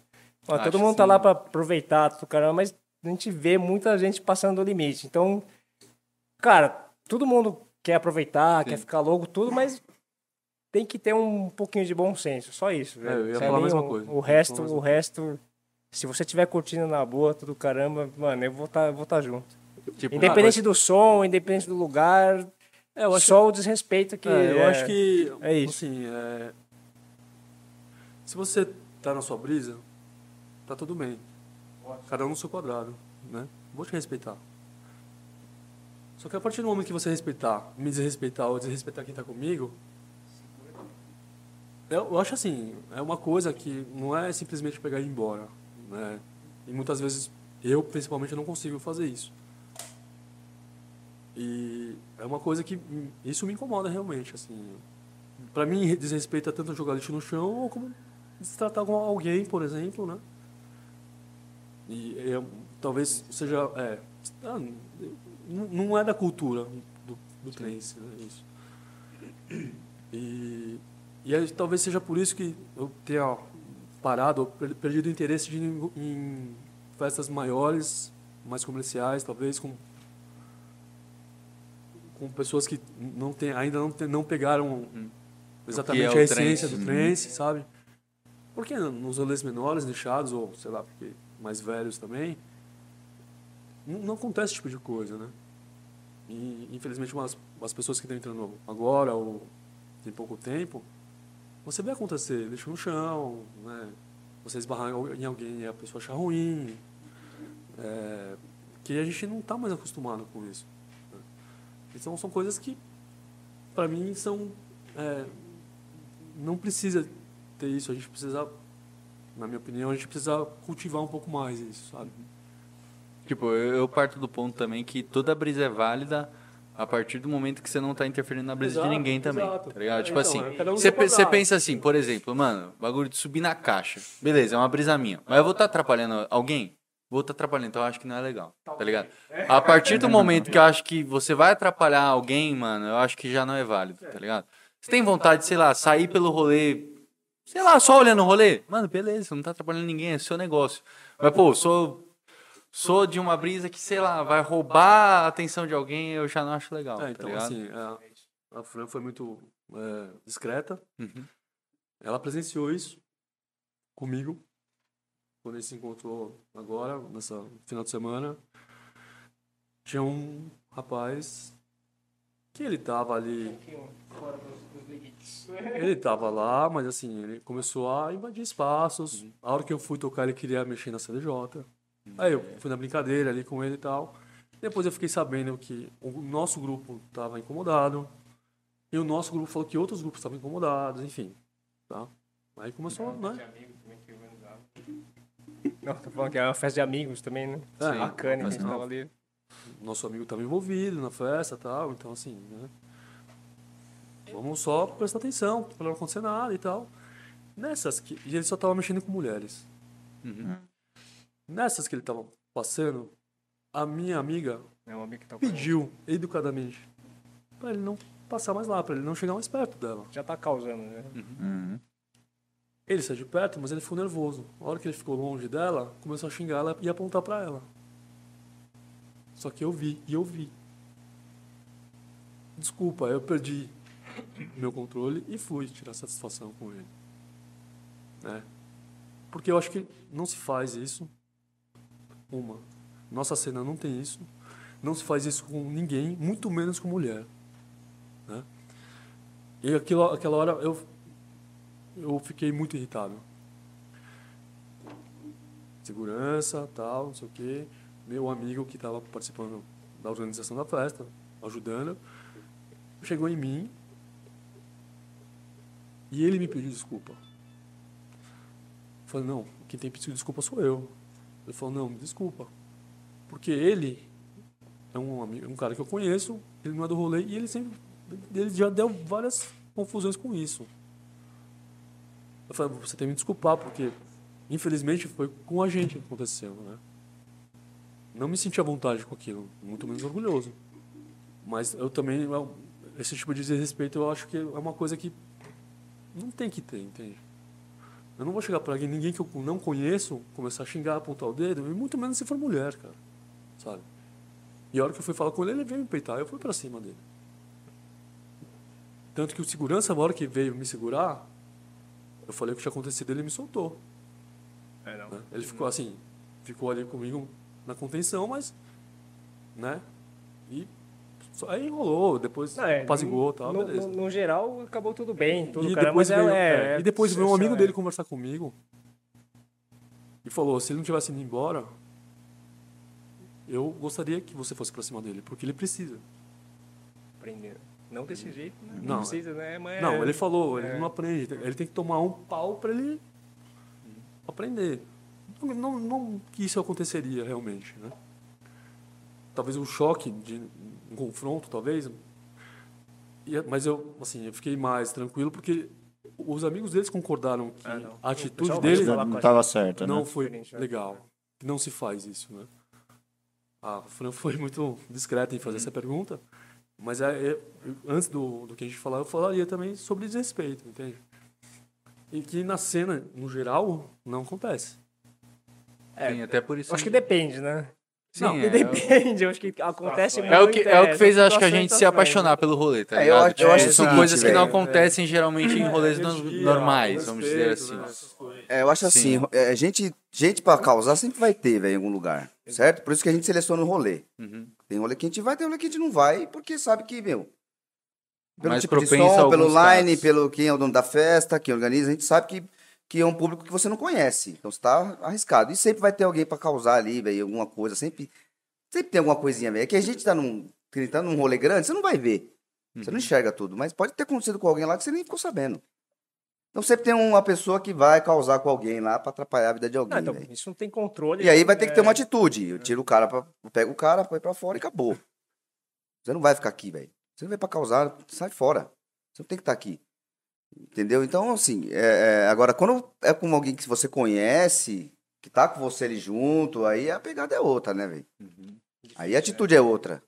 Speaker 4: Ó,
Speaker 2: Acho
Speaker 4: todo mundo tá
Speaker 2: sim.
Speaker 4: lá pra aproveitar, tudo caramba, mas a gente vê muita gente passando do limite. Então, cara, todo mundo quer aproveitar, quer ficar louco, tudo, mas tem que ter um pouquinho de bom senso, só isso. velho.
Speaker 3: É, eu ia
Speaker 4: Pra
Speaker 3: falar a
Speaker 4: mim,
Speaker 3: mesma
Speaker 4: o-
Speaker 3: coisa.
Speaker 4: O
Speaker 3: Eu ia
Speaker 4: resto,
Speaker 3: falar a
Speaker 4: o
Speaker 3: mesma
Speaker 4: resto, se você tiver curtindo na boa, tudo caramba, mano, eu vou tá, vou tá junto.
Speaker 2: Tipo,
Speaker 4: Independente do som, independente do lugar, é, eu acho só o desrespeito que.
Speaker 3: É, eu
Speaker 4: é,
Speaker 3: acho que.
Speaker 4: é isso.
Speaker 3: Assim, é, Se você tá na sua brisa, tá tudo bem. Cada um no seu quadrado, né? Vou te respeitar. Só que a partir do momento que você respeitar, me desrespeitar ou desrespeitar quem tá comigo. Eu, eu acho assim, é uma coisa que não é simplesmente pegar e ir embora, né? E muitas vezes eu, principalmente, não consigo fazer isso. E é uma coisa que hum, isso me incomoda realmente, assim. Para mim desrespeita tanto jogar lixo no chão ou como destratar algum- alguém, por exemplo, né? E é, talvez seja é, ah, n- não é da cultura do, do trance, né, isso. E, e aí, talvez seja por isso que eu tenha parado, ou per- perdido o interesse de ir em, em festas maiores, mais comerciais, talvez com com pessoas que não tem, ainda não, tem- não pegaram exatamente
Speaker 2: Hum. O que é o
Speaker 3: a essência
Speaker 2: trance. Uhum.
Speaker 3: do trance, sabe? Porque nos rolês menores, deixados, ou sei lá, porque mais velhos também, não, não acontece esse tipo de coisa, né? E, infelizmente, umas, as pessoas que estão entrando agora ou tem pouco tempo, você vê acontecer, deixa no chão, né? Você esbarrar em al- em alguém e a pessoa achar ruim. tá É, que a gente não está mais acostumado com isso. né? Então são coisas que pra mim, são. é, não precisa ter isso, a gente precisa. Na minha opinião, a gente precisa cultivar um pouco mais isso, sabe?
Speaker 2: Tipo, eu eu parto do ponto também que toda brisa é válida a partir do momento que você não tá interferindo na brisa
Speaker 3: Exato,
Speaker 2: de ninguém também,
Speaker 3: exato.
Speaker 2: tá ligado?
Speaker 3: É,
Speaker 2: tipo
Speaker 3: então, é
Speaker 2: assim,
Speaker 3: cada um no
Speaker 2: você
Speaker 3: seu
Speaker 2: pe- você
Speaker 3: quadrado.
Speaker 2: pensa assim, por exemplo, mano, bagulho de subir na caixa. Beleza, é uma brisa minha. Mas eu vou estar atrapalhando alguém? Vou estar atrapalhando, então eu acho que não é legal, tá ligado?
Speaker 3: É.
Speaker 2: A partir do momento que eu acho que você vai atrapalhar alguém, mano, eu acho que já não é válido, tá ligado? Você tem vontade, sei lá, sair pelo rolê sei lá, só olhando o rolê. Mano, beleza, não tá atrapalhando ninguém, é seu negócio. Mas, pô, sou. Sou de uma brisa que, sei lá, vai roubar a atenção de alguém, eu já não acho legal.
Speaker 3: É,
Speaker 2: tá
Speaker 3: então,
Speaker 2: ligado?
Speaker 3: assim, a, a Fran foi muito é, discreta.
Speaker 2: Uhum.
Speaker 3: Ela presenciou isso comigo quando a gente se encontrou agora, nessa final de semana. Tinha um rapaz que ele tava ali. Ele tava lá, mas assim, ele começou a invadir espaços.
Speaker 2: Uhum.
Speaker 3: A hora que eu fui tocar, ele queria mexer na CDJ. Aí eu fui na brincadeira ali com ele e tal. Depois eu fiquei sabendo que o nosso grupo estava incomodado. E o nosso grupo falou que outros grupos estavam incomodados, enfim. Tá? Aí começou, né?
Speaker 4: Não, tô falando que é uma festa de amigos também, né?
Speaker 3: É,
Speaker 4: Sim, bacana, que
Speaker 3: mas
Speaker 4: a gente
Speaker 3: não.
Speaker 4: tava ali.
Speaker 3: Nosso amigo estava envolvido na festa e tal, então assim, né? Vamos só prestar atenção, para não acontecer nada e tal. Nessas que. E ele só estava mexendo com mulheres. Hum. Nessas que ele estava passando, a minha amiga
Speaker 4: É um amigo que tá
Speaker 3: pediu educadamente para ele não passar mais lá, para ele não chegar mais perto dela.
Speaker 4: Já tá causando, né?
Speaker 2: Hum.
Speaker 3: Ele saiu de perto, mas ele ficou nervoso. A hora que ele ficou longe dela, começou a xingar ela e apontar pra ela. Só que eu vi, e eu vi. Desculpa, eu perdi meu controle e fui tirar satisfação com ele. Né? Porque eu acho que não se faz isso. Uma. Nossa cena não tem isso. Não se faz isso com ninguém, muito menos com mulher. Né? E aquilo, aquela hora eu eu fiquei muito irritado. Segurança, tal, não sei o quê. Meu amigo que estava participando da organização da festa, ajudando, chegou em mim e ele me pediu desculpa. Eu falei, não, quem tem que pedir desculpa sou eu. Ele falou, não, desculpa. Porque ele é um, amigo, um cara que eu conheço, ele não é do rolê e ele sempre ele já deu várias confusões com isso. Eu falei, você tem que me desculpar, porque infelizmente foi com a gente que aconteceu, né? Não me senti à vontade com aquilo, muito menos orgulhoso. Mas eu também, eu- esse tipo de desrespeito eu acho que é uma coisa que não tem que ter, entende? Eu não vou chegar pra alguém- ninguém que eu não conheço, começar a xingar, apontar o dedo, e muito menos se for mulher, cara, sabe? E a hora que eu fui falar com ele, ele veio me peitar, eu fui pra cima dele. Tanto que o segurança, na hora que veio me segurar, eu falei o que tinha acontecido, ele me soltou.
Speaker 4: É, não.
Speaker 3: né? Ele ficou assim, ficou ali comigo na contenção, mas, né? E só- aí enrolou, depois
Speaker 4: Não, é,
Speaker 3: apazigou e tal,
Speaker 4: no,
Speaker 3: beleza.
Speaker 4: no, no geral, acabou tudo bem, tudo
Speaker 3: e,
Speaker 4: cara,
Speaker 3: depois
Speaker 4: mas
Speaker 3: veio,
Speaker 4: é,
Speaker 3: é, e depois veio um amigo
Speaker 4: é-
Speaker 3: dele conversar comigo e falou, se ele não tivesse ido embora, eu gostaria que você fosse pra cima dele, porque ele precisa.
Speaker 4: Aprender. Não desse jeito, né? Não,
Speaker 3: Não,
Speaker 4: precisa, né? Mas
Speaker 3: Não, ele falou, ele
Speaker 4: é.
Speaker 3: não aprende. Ele tem que tomar um pau pra ele aprender. Não, não, não que isso aconteceria realmente, né? Talvez um choque de um confronto, talvez. E é- mas eu, assim, eu fiquei mais tranquilo porque os amigos deles concordaram que
Speaker 4: Ah, não.
Speaker 3: a atitude
Speaker 4: pessoal vai
Speaker 3: dele
Speaker 4: falar com
Speaker 7: Não
Speaker 4: a
Speaker 7: tava certo, né?
Speaker 2: é
Speaker 3: não foi
Speaker 4: Diferente, né?
Speaker 3: legal. Não se faz isso, né? A Fran foi muito discreta em fazer
Speaker 2: Uhum.
Speaker 3: essa pergunta, mas é- é- antes do, do que a gente falar, eu falaria também sobre desrespeito, entende? E que na cena, no geral, não acontece.
Speaker 2: Sim, até por isso.
Speaker 4: Acho
Speaker 3: assim.
Speaker 4: que depende, né?
Speaker 2: Sim,
Speaker 4: não,
Speaker 2: é,
Speaker 4: depende, eu acho que acontece muito.
Speaker 2: é o que, é o que fez, acho que a
Speaker 4: situações
Speaker 2: gente se
Speaker 4: nacionais, né?
Speaker 2: apaixonar pelo rolê, tá
Speaker 5: É, eu
Speaker 2: ligado?
Speaker 5: acho- eu acho
Speaker 2: Tipo,
Speaker 5: o
Speaker 2: são
Speaker 5: seguinte,
Speaker 2: coisas que não
Speaker 5: velho.
Speaker 2: acontecem geralmente em rolês no-
Speaker 3: É, Energia,
Speaker 2: normais, vamos dizer assim.
Speaker 3: respeito, né?
Speaker 5: É, eu acho assim, ro- é, gente, gente pra causar sempre vai ter, velho, em algum lugar, certo? Por isso que a gente seleciona o rolê. Tem rolê que a gente vai, tem rolê que a gente não vai, porque sabe que, meu, pelo
Speaker 2: Mais
Speaker 5: tipo de
Speaker 2: propenso a
Speaker 5: som, pelo
Speaker 2: alguns
Speaker 5: line,
Speaker 2: casos.
Speaker 5: pelo quem é o dono da festa, quem organiza, a gente sabe que, que é um público que você não conhece. Então você tá arriscado. E sempre vai ter alguém pra causar ali, velho, alguma coisa. Sempre, sempre tem alguma coisinha, velho. É que a gente tá num, que tá num rolê grande, você não vai ver.
Speaker 2: Uhum.
Speaker 5: Você não enxerga tudo, mas pode ter acontecido com alguém lá que você nem ficou sabendo. Então sempre tem uma pessoa que vai causar com alguém lá pra atrapalhar a vida de alguém,
Speaker 4: Não, então,
Speaker 5: velho.
Speaker 4: isso não tem controle.
Speaker 5: E aí vai ter que ter
Speaker 4: é,
Speaker 5: uma atitude. Eu tiro o cara, pra, eu pego o cara, põe pra fora e acabou. Você não vai ficar aqui, velho. Você não veio pra causar, sai fora. Você não tem que estar aqui. Entendeu? Então, assim, é- é, agora, quando é com alguém que você conhece, que tá com você ali junto, aí a pegada é outra, né, velho?
Speaker 4: Uhum. né?
Speaker 5: Aí a atitude é outra.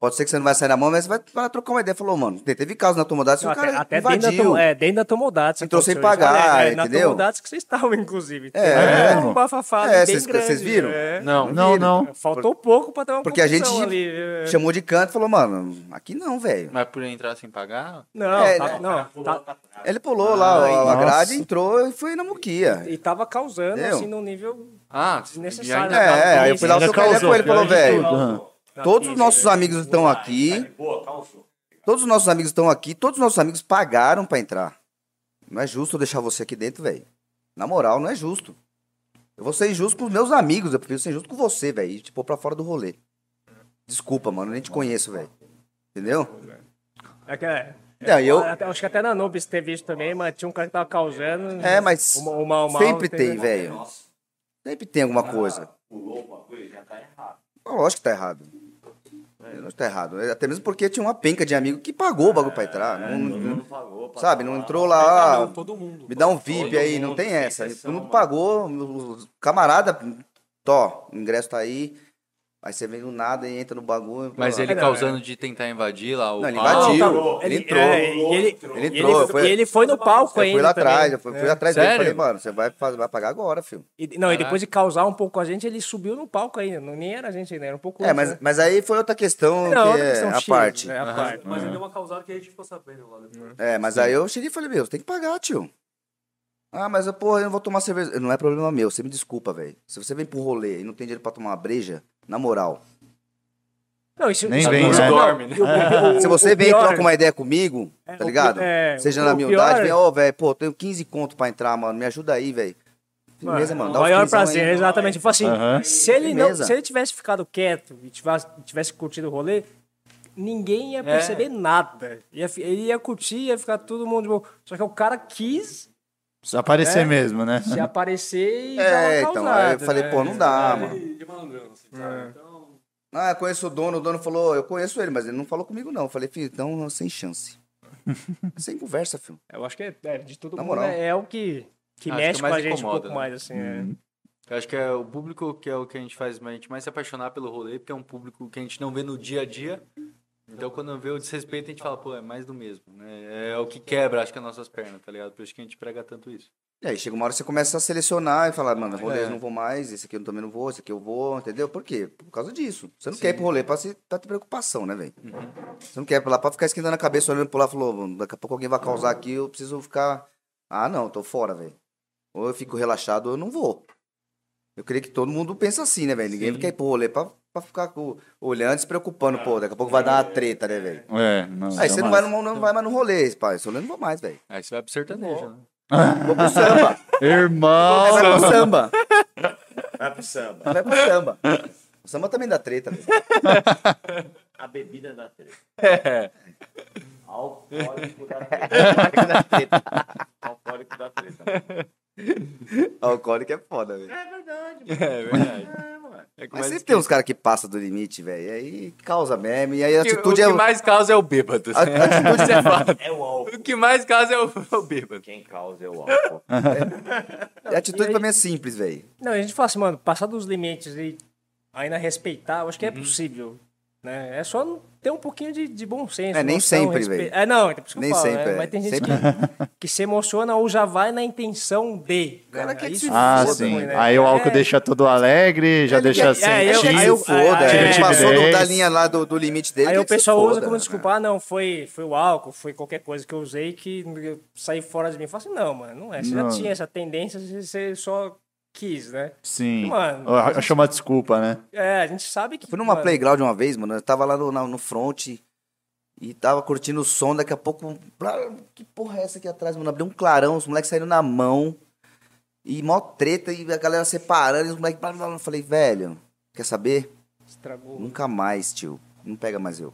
Speaker 5: Pode ser que você não vai sair na mão, mas você vai, vai trocar uma ideia. Falou, mano, te- teve caso na Tomodachi,
Speaker 4: Não,
Speaker 5: o
Speaker 4: até
Speaker 5: cara
Speaker 4: até dentro, da
Speaker 5: invadiu.
Speaker 4: tom, é, dentro da Tomodato.
Speaker 5: Entrou sem pagar,
Speaker 4: é, Na
Speaker 5: entendeu?
Speaker 4: Tomodato que vocês estavam, inclusive.
Speaker 5: É,
Speaker 4: Era
Speaker 5: é.
Speaker 4: um bafafá
Speaker 5: É,
Speaker 4: bem
Speaker 5: vocês-
Speaker 4: grande,
Speaker 5: vocês viram?
Speaker 4: é.
Speaker 2: Não.
Speaker 5: Não, não.
Speaker 4: Faltou um pouco pra ter uma
Speaker 5: Porque a gente
Speaker 4: confusão ali. é.
Speaker 5: Chamou de canto e falou, mano, aqui não, velho.
Speaker 2: Mas por entrar sem pagar?
Speaker 4: Não,
Speaker 5: É,
Speaker 4: tá- não, tá-
Speaker 5: Ele pulou lá, a- a
Speaker 7: Nossa.
Speaker 5: grade entrou e foi na muquia.
Speaker 4: e tava causando,
Speaker 5: né? Entendeu?
Speaker 4: assim, num nível
Speaker 2: Ah,
Speaker 4: Desnecessário.
Speaker 2: e ainda tava
Speaker 5: É,
Speaker 4: com
Speaker 5: aí eu
Speaker 4: isso,
Speaker 5: fui lá
Speaker 4: ainda
Speaker 5: trocar ideia
Speaker 7: causou,
Speaker 5: com ele falou,
Speaker 7: pior de
Speaker 5: velho,
Speaker 7: tudo.
Speaker 5: todos os nossos amigos estão aqui, todos os nossos amigos estão aqui, todos os nossos amigos pagaram pra entrar. Não é justo eu deixar você aqui dentro, velho. Na moral, não é justo. Eu vou ser injusto com os meus amigos, eu prefiro ser injusto com você, velho, e te pôr pra fora do rolê. Desculpa, mano, eu nem te conheço, velho. Entendeu?
Speaker 4: É que, é,
Speaker 5: Não, Ah, eu,
Speaker 4: até- acho que até na Nubis teve isso também, mas tinha um cara que tava causando.
Speaker 5: É, mas
Speaker 4: o ma- o mal- o mal
Speaker 5: sempre
Speaker 4: teve-
Speaker 5: tem, velho. Sempre tem alguma Ah, coisa. Pulou alguma coisa, já tá errado. Lógico que tá errado. Lógico que tá errado. Até mesmo porque tinha uma penca de amigo que pagou o bagulho pra entrar. É, Não- não- sabe, não entrou lá. ah,
Speaker 3: Todo mundo.
Speaker 5: Me dá um VIP aí, não tem essa. Todo mundo pagou, os camarada, tó, o ingresso tá aí. Aí você vem do nada e entra no bagulho. "Ah,
Speaker 2: Mas ele
Speaker 4: não,
Speaker 2: causando de tentar invadir lá o
Speaker 5: é, Não, ele
Speaker 2: palco.
Speaker 5: invadiu.
Speaker 4: Não, tá-
Speaker 5: Ele
Speaker 4: ele,
Speaker 5: entrou.
Speaker 4: é, e ele,
Speaker 5: Ele
Speaker 4: ele
Speaker 5: entrou,
Speaker 4: entrou.
Speaker 5: foi-
Speaker 4: e ele foi no palco
Speaker 5: Eu
Speaker 4: ainda.
Speaker 5: fui lá
Speaker 4: também. É.
Speaker 5: atrás, eu fui, fui atrás dele e
Speaker 2: Sério?
Speaker 5: falei, mano, você vai, fa- vai pagar agora, filho.
Speaker 4: E- não, e depois de causar um pouco com a gente, ele subiu no palco ainda. Não, nem era a gente ainda, era um pouco.
Speaker 5: É, mas, mas aí foi outra
Speaker 4: Não,
Speaker 5: questão que
Speaker 4: outra
Speaker 5: é
Speaker 4: questão
Speaker 5: a
Speaker 4: X,
Speaker 5: parte.
Speaker 4: É, a parte.
Speaker 3: Mas ele deu uma causada que a gente ficou sabendo lá depois.
Speaker 5: É, mas aí eu cheguei e falei, meu, você tem que pagar, tio. Ah, mas eu, porra, eu não vou tomar cerveja. Não é problema meu, você me desculpa, velho. Se você vem pro rolê e não tem dinheiro pra tomar uma breja, na moral.
Speaker 4: Não, é isso,
Speaker 7: Nem
Speaker 4: isso-
Speaker 7: vem,
Speaker 4: isso-
Speaker 7: né?
Speaker 2: Dorme, né?
Speaker 4: e o- o- o-
Speaker 5: Se
Speaker 4: Ah, o
Speaker 5: você vem e
Speaker 4: pior-
Speaker 5: troca uma ideia comigo, tá
Speaker 4: o
Speaker 5: ligado?
Speaker 4: pi- é,
Speaker 5: Seja
Speaker 4: o-
Speaker 5: na
Speaker 4: o
Speaker 5: humildade,
Speaker 4: pior-
Speaker 5: vem, ó, velho, pô, eu tenho 15 conto pra entrar, mano, me ajuda aí, velho. Firmeza, mano. dá
Speaker 4: o
Speaker 5: uns
Speaker 4: maior
Speaker 5: 15 aí.
Speaker 4: prazer, exatamente. Tipo assim,
Speaker 7: Aham.
Speaker 4: se, ele não,
Speaker 5: Firmeza.
Speaker 4: se ele tivesse ficado quieto e tivesse, tivesse curtido o rolê, ninguém
Speaker 5: É.
Speaker 4: ia perceber nada. Ia, fi- ele ia curtir, ia ficar todo mundo de boa. Só que o cara quis
Speaker 7: Precisa aparecer mesmo, né?
Speaker 4: se aparecer e
Speaker 5: É,
Speaker 4: dar uma
Speaker 5: então,
Speaker 4: causada,
Speaker 5: aí eu falei,
Speaker 4: né? É.
Speaker 5: pô, não dá, mano.
Speaker 3: E É, de malandrão, assim, sabe? Então,
Speaker 5: Ah, eu conheço o dono, o dono falou, eu conheço ele, mas ele não falou comigo, não. Eu falei, filho, então sem chance. sem conversa, filho.
Speaker 4: Eu acho que é, é, de todo
Speaker 5: Na
Speaker 4: mundo
Speaker 5: moral. Ah,
Speaker 4: é, é o que, que
Speaker 2: Acho
Speaker 4: mexe
Speaker 2: que
Speaker 4: com
Speaker 2: mais
Speaker 4: a gente
Speaker 2: incomoda,
Speaker 4: um pouco
Speaker 2: né?
Speaker 4: mais, assim.
Speaker 7: Hum.
Speaker 4: é.
Speaker 2: Eu acho que é o público que é o que a gente faz a gente mais se apaixonar pelo rolê, porque é um público que a gente não vê no dia a dia. Então, quando vê o desrespeito, a gente fala, pô, é mais do mesmo. Né? É o que quebra, acho que, as nossas pernas, tá ligado? Por isso que a gente prega tanto isso.
Speaker 5: E aí chega uma hora que você começa a selecionar e falar, mano, rolê eu não vou mais, esse aqui eu também não vou, esse aqui eu vou, entendeu? Por quê? Por causa disso. Você não quer ir pro rolê pra, se, pra ter preocupação, né, velho? Você não quer ir pra lá pra ficar esquentando a cabeça, olhando pro lá, falou, "Mano, daqui a pouco alguém vai causar aqui, eu preciso ficar. Ah, não, tô fora, velho. Ou eu fico relaxado ou eu não vou. Eu creio que todo mundo pensa assim, né, velho? Ninguém quer ir pro rolê pra, pra ficar co- olhando e se preocupando, pô, daqui a pouco vai dar uma treta, né, velho?
Speaker 7: É, não.
Speaker 5: Aí você não vai, no, não vai mais no rolê, pai. Esse rolê eu não vou mais, velho.
Speaker 2: Aí você Ah, vai pro sertanejo, né?
Speaker 5: Vou pro samba.
Speaker 7: Irmão!
Speaker 5: Vai pro samba.
Speaker 6: Vai pro samba.
Speaker 5: Vai pro samba. O samba também dá treta. né? velho.
Speaker 6: A bebida da treta. Alcoólico da treta.
Speaker 5: Dá treta.
Speaker 6: Alcoólico da treta.
Speaker 5: Alcoólico é foda, velho.
Speaker 2: É verdade. É que
Speaker 5: Mas
Speaker 2: mais-
Speaker 5: sempre tem uns caras que passam do limite, velho. E aí causa meme. E aí a
Speaker 2: o que- o
Speaker 5: atitude
Speaker 2: que
Speaker 5: é.
Speaker 2: mais causa é o bêbado.
Speaker 5: A, a atitude é.
Speaker 6: É o álcool.
Speaker 2: O que mais causa é o, é o bêbado.
Speaker 6: Quem causa é o álcool.
Speaker 5: A atitude pra mim é simples, velho.
Speaker 4: Não, a gente fala assim, mano, passar dos limites e ainda respeitar, eu acho que
Speaker 5: Uhum.
Speaker 4: é possível. Né? É só não ter um pouquinho de, de bom senso.
Speaker 5: É, nem sempre,
Speaker 4: respe-
Speaker 5: velho.
Speaker 4: É, não, é por isso que
Speaker 5: Nem
Speaker 4: eu falo,
Speaker 5: sempre,
Speaker 4: né?
Speaker 5: é.
Speaker 4: Mas tem gente
Speaker 5: Sempre.
Speaker 4: Que, que se emociona ou já vai na intenção de.
Speaker 5: Cara,
Speaker 4: né?
Speaker 5: que
Speaker 4: Isso
Speaker 5: se
Speaker 7: Ah,
Speaker 5: Foda,
Speaker 7: sim.
Speaker 4: ruim, né?
Speaker 7: Aí o álcool
Speaker 4: É,
Speaker 7: deixa todo alegre, já deixa assim. sem
Speaker 4: é, eu-
Speaker 7: X.
Speaker 4: aí
Speaker 5: Aí
Speaker 4: eu-
Speaker 5: o foda,
Speaker 4: é,
Speaker 5: ele
Speaker 4: é,
Speaker 5: passou do-
Speaker 7: é.
Speaker 5: da linha lá do, do limite dele.
Speaker 4: Aí
Speaker 5: tem
Speaker 4: o
Speaker 5: que ser
Speaker 4: pessoal
Speaker 5: foda,
Speaker 4: usa como
Speaker 5: né?
Speaker 4: desculpa, ah, não, foi, foi o álcool, foi qualquer coisa que eu usei que eu saí fora de mim. Eu falo assim, não, mano, não é. Você
Speaker 7: Não.
Speaker 4: já tinha essa tendência, você- você só quis, né?
Speaker 7: Sim.
Speaker 4: Mano.
Speaker 7: Eu- Achou uma desculpa, né?
Speaker 4: É, a gente sabe que.
Speaker 5: Eu fui numa
Speaker 4: mano,
Speaker 5: playground uma vez, mano. Eu tava lá no, na- no front e tava curtindo o som. Daqui a pouco. blá, Que porra é essa aqui atrás, mano? Abriu um clarão, os moleques saíram na mão. E mó treta, e a galera separando, e os moleques. blá, blá, blá. Eu falei, velho, quer saber? Hum.
Speaker 4: Estragou.
Speaker 5: Nunca mais, tio. Não pega mais eu.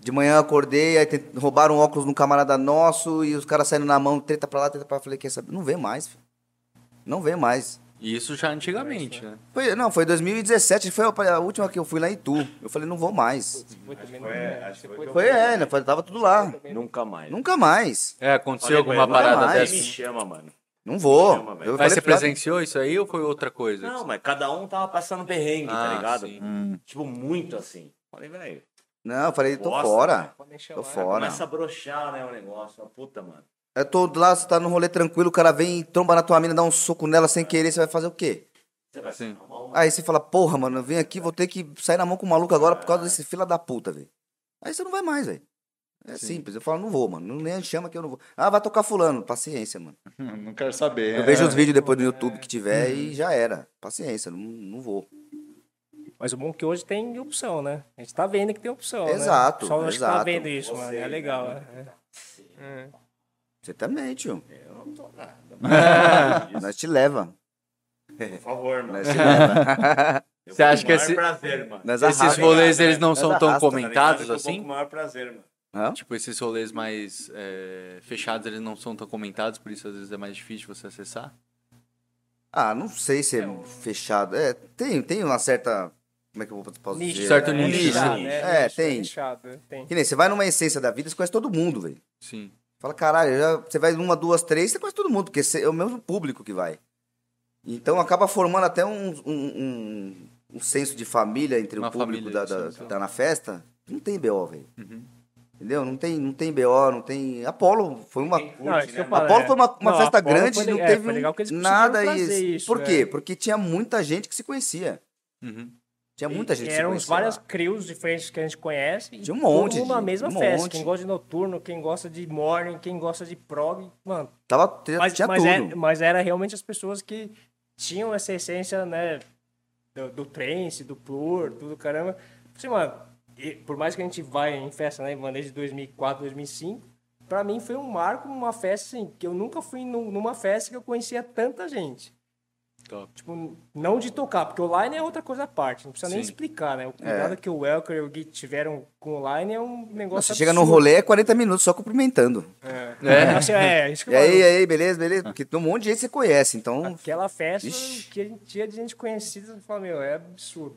Speaker 5: De manhã eu acordei, aí tent- roubaram um óculos num camarada nosso e os caras saindo na mão, treta pra lá, treta pra lá. Falei, quer saber? Não vê mais, filho. Não vê mais.
Speaker 2: E isso já antigamente, né?
Speaker 5: Foi, não, foi 2017, foi a a última que eu fui lá em Tu. Eu falei, não vou mais.
Speaker 4: tipo,
Speaker 5: Foi, é, né? Foi- tava tudo lá.
Speaker 6: Nunca mais.
Speaker 5: Nunca mais.
Speaker 2: É, aconteceu
Speaker 6: Falei com
Speaker 2: alguma
Speaker 6: ele, nunca
Speaker 2: parada
Speaker 5: mais.
Speaker 6: Me
Speaker 2: dessa.
Speaker 6: chama, mano.
Speaker 5: Não vou.
Speaker 6: Chama, velho.
Speaker 5: Eu
Speaker 2: Mas
Speaker 5: falei
Speaker 2: você
Speaker 5: pra-
Speaker 2: presenciou isso aí ou foi outra coisa?
Speaker 6: Não, mas cada um tava passando perrengue,
Speaker 2: Ah,
Speaker 6: tá ligado?
Speaker 2: sim.
Speaker 6: Tipo, muito assim. Falei, velho,
Speaker 5: Não, eu falei, tô
Speaker 6: Bosta,
Speaker 5: fora.
Speaker 4: Podem
Speaker 5: Tô
Speaker 4: chamar. né?
Speaker 5: fora.
Speaker 6: começa a broxar, né, o negócio. Fala, Puta, mano.
Speaker 5: Eu tô lá, você tá no rolê tranquilo, o cara vem, tromba na tua mina, dá um soco nela sem querer, você vai fazer o quê?
Speaker 6: Você vai
Speaker 2: Sim.
Speaker 6: arrumar um-
Speaker 5: Aí você fala, porra, mano, eu vim aqui, vou ter que sair na mão com o maluco agora por causa desse fila da puta, velho. Aí você não vai mais, velho. É simples. Eu falo, não vou, mano. Não nem chama que eu não vou. Ah, vai tocar fulano. Paciência, mano.
Speaker 7: Hum, Não quero
Speaker 1: É,
Speaker 7: saber.
Speaker 5: Eu vejo os vídeos depois no YouTube que tiver e já era. Paciência, não, não vou.
Speaker 4: Mas o bom é que hoje tem opção, né? A gente tá vendo que tem opção.
Speaker 5: Exato,
Speaker 4: Né? Só acho que tá
Speaker 5: exato.
Speaker 4: vendo isso, mano.
Speaker 6: Você,
Speaker 4: É legal, né?
Speaker 5: Você também, tio. Nós te leva.
Speaker 6: Por favor, mano.
Speaker 5: Nós te leva.
Speaker 6: Eu
Speaker 2: Você
Speaker 6: vou
Speaker 2: acha
Speaker 6: com
Speaker 2: que
Speaker 6: o maior
Speaker 2: esse-
Speaker 6: Prazer, mano.
Speaker 5: Nós
Speaker 2: Esses
Speaker 5: arrasta.
Speaker 2: rolês,
Speaker 6: né?
Speaker 2: eles não são tão
Speaker 5: arrasta, tá
Speaker 6: Tá ligado? Eu
Speaker 2: comentados
Speaker 6: vou
Speaker 2: assim?
Speaker 6: Com o maior prazer, mano.
Speaker 5: Hã?
Speaker 2: Tipo, esses rolês mais é, fechados, eles não são tão comentados, por isso às vezes é mais difícil você acessar.
Speaker 5: Ah, não sei se é fechado. É, tem, tem uma certa. Como é que eu vou- posso
Speaker 4: Nicho,
Speaker 5: dizer?
Speaker 2: Certo
Speaker 4: né?
Speaker 2: nicho,
Speaker 4: Nichado,
Speaker 2: né?
Speaker 5: É,
Speaker 4: Nicho,
Speaker 5: tem.
Speaker 4: nichado, né? Tem.
Speaker 5: Que nem você vai numa essência da vida, você conhece todo mundo, velho.
Speaker 2: Sim.
Speaker 5: Fala, caralho, já- você vai numa, duas, três, você conhece todo mundo, porque você- é o mesmo público que vai. Então acaba formando até um, um, um- um senso de família entre
Speaker 2: Uma
Speaker 5: o público
Speaker 2: família,
Speaker 5: da-
Speaker 2: sim, então. Uhum.
Speaker 5: da-
Speaker 2: sim.
Speaker 5: que tá na festa. Não tem BO, velho. Entendeu? Não tem, não tem BO, não tem. Apolo foi uma.
Speaker 4: Não, é isso que eu falo,
Speaker 5: Apolo
Speaker 4: é.
Speaker 5: foi uma, uma
Speaker 4: Não,
Speaker 5: festa
Speaker 4: Apolo
Speaker 5: grande,
Speaker 4: foi
Speaker 5: não
Speaker 4: le- é,
Speaker 5: teve
Speaker 4: foi legal que eles conseguiram
Speaker 5: nada
Speaker 4: trazer
Speaker 5: isso.
Speaker 4: isso,
Speaker 5: Por
Speaker 4: é.
Speaker 5: quê? Porque tinha muita gente que se conhecia.
Speaker 2: Uhum.
Speaker 5: Tinha muita
Speaker 4: E
Speaker 5: gente que se
Speaker 4: Eram
Speaker 5: conhecia.
Speaker 4: várias
Speaker 5: lá.
Speaker 4: crews diferentes que a gente conhece. e
Speaker 5: De um monte,
Speaker 4: Todo mundo na
Speaker 5: de-
Speaker 4: mesma
Speaker 5: um
Speaker 4: festa.
Speaker 5: monte.
Speaker 4: Quem gosta de noturno, quem gosta de morning, quem gosta de prog. Mano,
Speaker 5: Tava, tinha,
Speaker 4: mas,
Speaker 5: tinha
Speaker 4: mas,
Speaker 5: tudo.
Speaker 4: é- mas era realmente as pessoas que tinham essa essência, né? Do, do trance, do plur, tudo caramba. Assim, mano, e por mais que a gente vá em festa, né? Mano, desde 2004, 2005, pra mim foi um marco, uma festa, assim, que eu nunca fui num- numa festa que eu conhecia tanta gente.
Speaker 2: Top.
Speaker 4: Tipo, não de tocar, porque o Line é outra coisa à parte, não precisa nem
Speaker 2: Sim.
Speaker 4: explicar, né? O
Speaker 5: É.
Speaker 4: cuidado que o Welker e o Gui tiveram com o Line é um
Speaker 5: Não,
Speaker 4: negócio
Speaker 5: Você chega no
Speaker 4: absurdo.
Speaker 5: rolê, é 40 minutos só cumprimentando.
Speaker 4: É, assim, é, isso que
Speaker 5: E
Speaker 4: eu falo.
Speaker 5: aí, e aí, beleza, beleza? Porque tem um monte de gente que você conhece, então.
Speaker 4: Aquela festa
Speaker 5: Ixi.
Speaker 4: que a gente tinha de gente conhecida, eu falo, meu, é absurdo.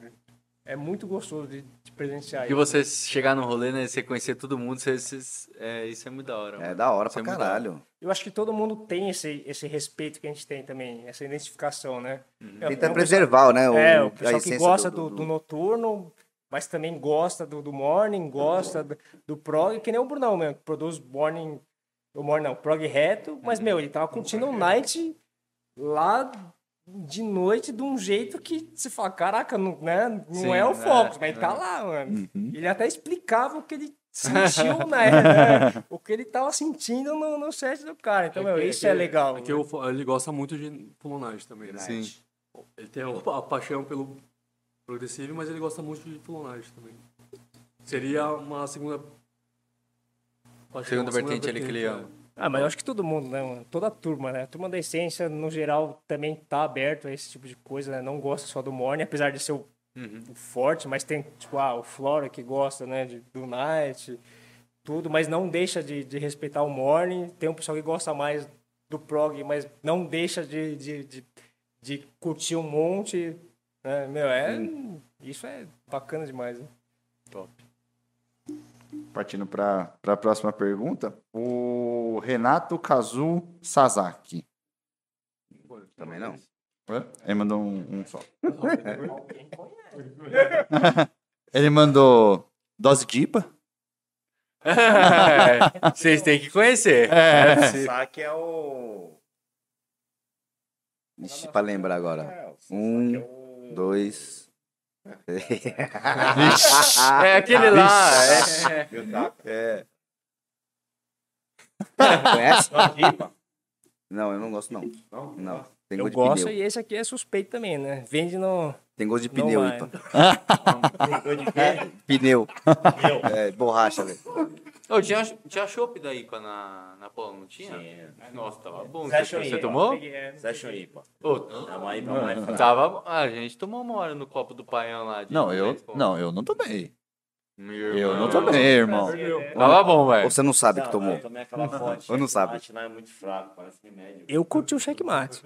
Speaker 4: É muito gostoso de, de presenciar
Speaker 2: E
Speaker 4: isso.
Speaker 2: você chegar no rolê, né? Você conhecer todo mundo, você, você- é, isso é muito da hora.
Speaker 5: É
Speaker 2: mano.
Speaker 5: da hora
Speaker 2: Isso
Speaker 5: pra
Speaker 2: é muito da hora.
Speaker 5: caralho.
Speaker 4: Eu acho que todo mundo tem esse, esse respeito que a gente tem também, essa identificação, né?
Speaker 2: Uhum.
Speaker 4: É,
Speaker 5: Tenta
Speaker 4: é um
Speaker 5: preservar, né?
Speaker 4: pessoal- é, o
Speaker 5: a
Speaker 4: pessoal que
Speaker 5: essência
Speaker 4: gosta do, do noturno, mas também gosta do, do morning, gosta do, do prog, que nem o Brunão mesmo, que produz morning, o morning não, prog reto, mas, meu, ele tava curtindo um night lá de noite de um jeito que você fala, caraca, não, né, não
Speaker 2: Sim,
Speaker 4: é o
Speaker 2: é,
Speaker 4: foco, mas ele tá lá, mano. Ele até explicava o que ele sentiu, né, né, o que ele tava sentindo no, no set do cara. Então, meu, isso é legal.
Speaker 3: Aqui eu fo- ele gosta muito de Fulonage também, né?
Speaker 2: Sim.
Speaker 3: Ele tem a, a paixão pelo progressivo, mas ele gosta muito de Fulonage também. Seria uma segunda... paixão,
Speaker 2: Segunda
Speaker 3: uma
Speaker 2: vertente ali que ele ama.
Speaker 3: é.
Speaker 4: Ah, mas eu acho que todo mundo, né, mano? Toda a turma, né? A turma da essência, no geral, também tá aberto a esse tipo de coisa, né? Não gosta só do Morning, apesar de ser o, o forte, mas tem, tipo, ah, o Flora que gosta, né? de- do Night, tudo, mas não deixa de, de respeitar o Morning. Tem um pessoal que gosta mais do prog, mas não deixa de, de, de, de curtir um monte, né? Meu, é... Isso é bacana demais, né?
Speaker 7: É, Partindo para a próxima pergunta, o Renato Kazu Sasaki.
Speaker 5: Também não.
Speaker 7: Hã? Ele mandou um, um só. Ele mandou dose dipa.
Speaker 2: Vocês têm que conhecer.
Speaker 6: Saque é o.
Speaker 5: Ixi, pra lembrar agora.
Speaker 6: É, o
Speaker 5: Um,
Speaker 6: o-
Speaker 5: dois.
Speaker 2: É aquele lá. é- é.
Speaker 5: Uhum. Tá, Conhece? Não, eu não gosto, não. Não? Tem
Speaker 4: Eu
Speaker 5: gosto de
Speaker 4: gosto
Speaker 5: pneu.
Speaker 4: e esse aqui é suspeito também, né? Vende no...
Speaker 5: Tem gosto de
Speaker 4: Não é.
Speaker 5: pneu,
Speaker 4: vai.
Speaker 5: Ipa. Pneu. É, borracha, velho.
Speaker 2: Ô, tinha, tinha chopp da IPA na, na Polo, não tinha?
Speaker 6: É,
Speaker 2: Nossa, tava bom.
Speaker 4: Zé
Speaker 2: Você, você
Speaker 4: Chorinho, ó,
Speaker 2: tomou?
Speaker 4: peguei, é.
Speaker 6: Zé Choripa.
Speaker 2: Ô, Tá
Speaker 6: É uma aí pra mais fraca.
Speaker 2: tava. A gente tomou uma hora no copo do paião lá. de-
Speaker 7: Não, eu
Speaker 2: de-
Speaker 7: não, eu não tomei.
Speaker 2: Eu
Speaker 1: não tomei, irmão. Tava bom, velho.
Speaker 5: Ou você É. não sabe que
Speaker 6: Não,
Speaker 5: tomou?
Speaker 6: eu tomei aquela fonte.
Speaker 5: Ou não sabe?
Speaker 6: Atina é muito fraco, parece remédio.
Speaker 4: Eu curti o checkmate.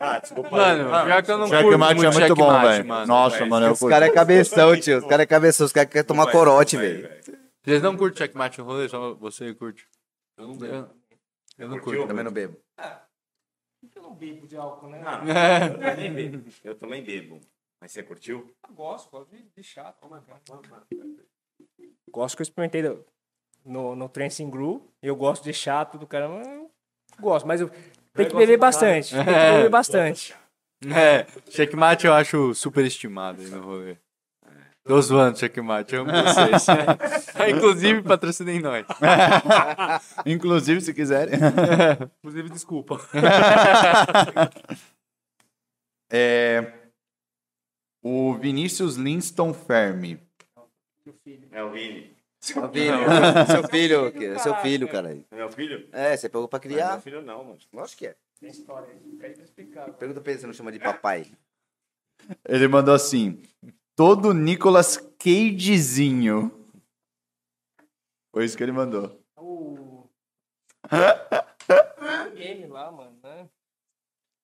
Speaker 6: Ah, desculpa.
Speaker 2: Mano, pior que eu não curto
Speaker 1: Checkmate é
Speaker 2: muito
Speaker 1: muito bom,
Speaker 2: checkmate,
Speaker 1: velho.
Speaker 2: mano.
Speaker 1: Nossa, mano, eu
Speaker 5: Os caras é cabeção, tio. Os caras é cabeção. Os caras querem tomar corote, velho.
Speaker 2: Vocês não curtem checkmate no rolê? Só você curte. Eu não bebo. Eu, não curto.
Speaker 5: Também não bebo.
Speaker 4: Eu não bebo de álcool, né?
Speaker 6: Ah,
Speaker 2: É.
Speaker 6: Eu também bebo. Eu também bebo. Mas você curtiu?
Speaker 4: gosto, gosto de, chato. Gosto que eu experimentei do- no, no Trancing Grew. Eu gosto de chato do caramba. eu Gosto, mas eu tem que beber bastante. Tem que beber bastante.
Speaker 2: É, checkmate eu acho super estimado aí no rolê. É. Tô zoando, checkmate. Eu amo vocês. Inclusive, patrocinem nós.
Speaker 1: Inclusive, se quiserem.
Speaker 3: Inclusive, desculpa.
Speaker 1: É, O Vinícius Linston Fermi.
Speaker 6: É o Vini.
Speaker 5: Seu filho. Seu filho, que- seu filho, cara.
Speaker 6: É meu filho?
Speaker 5: É, você pegou pra
Speaker 6: Não é meu
Speaker 5: criar.
Speaker 6: filho não, mano.
Speaker 5: Lógico que é.
Speaker 3: É
Speaker 5: Pergunta pra ele se não chama de papai.
Speaker 1: Ele mandou assim: todo Nicolas Cagezinho. Foi isso que ele mandou.
Speaker 4: O game lá, mano, né?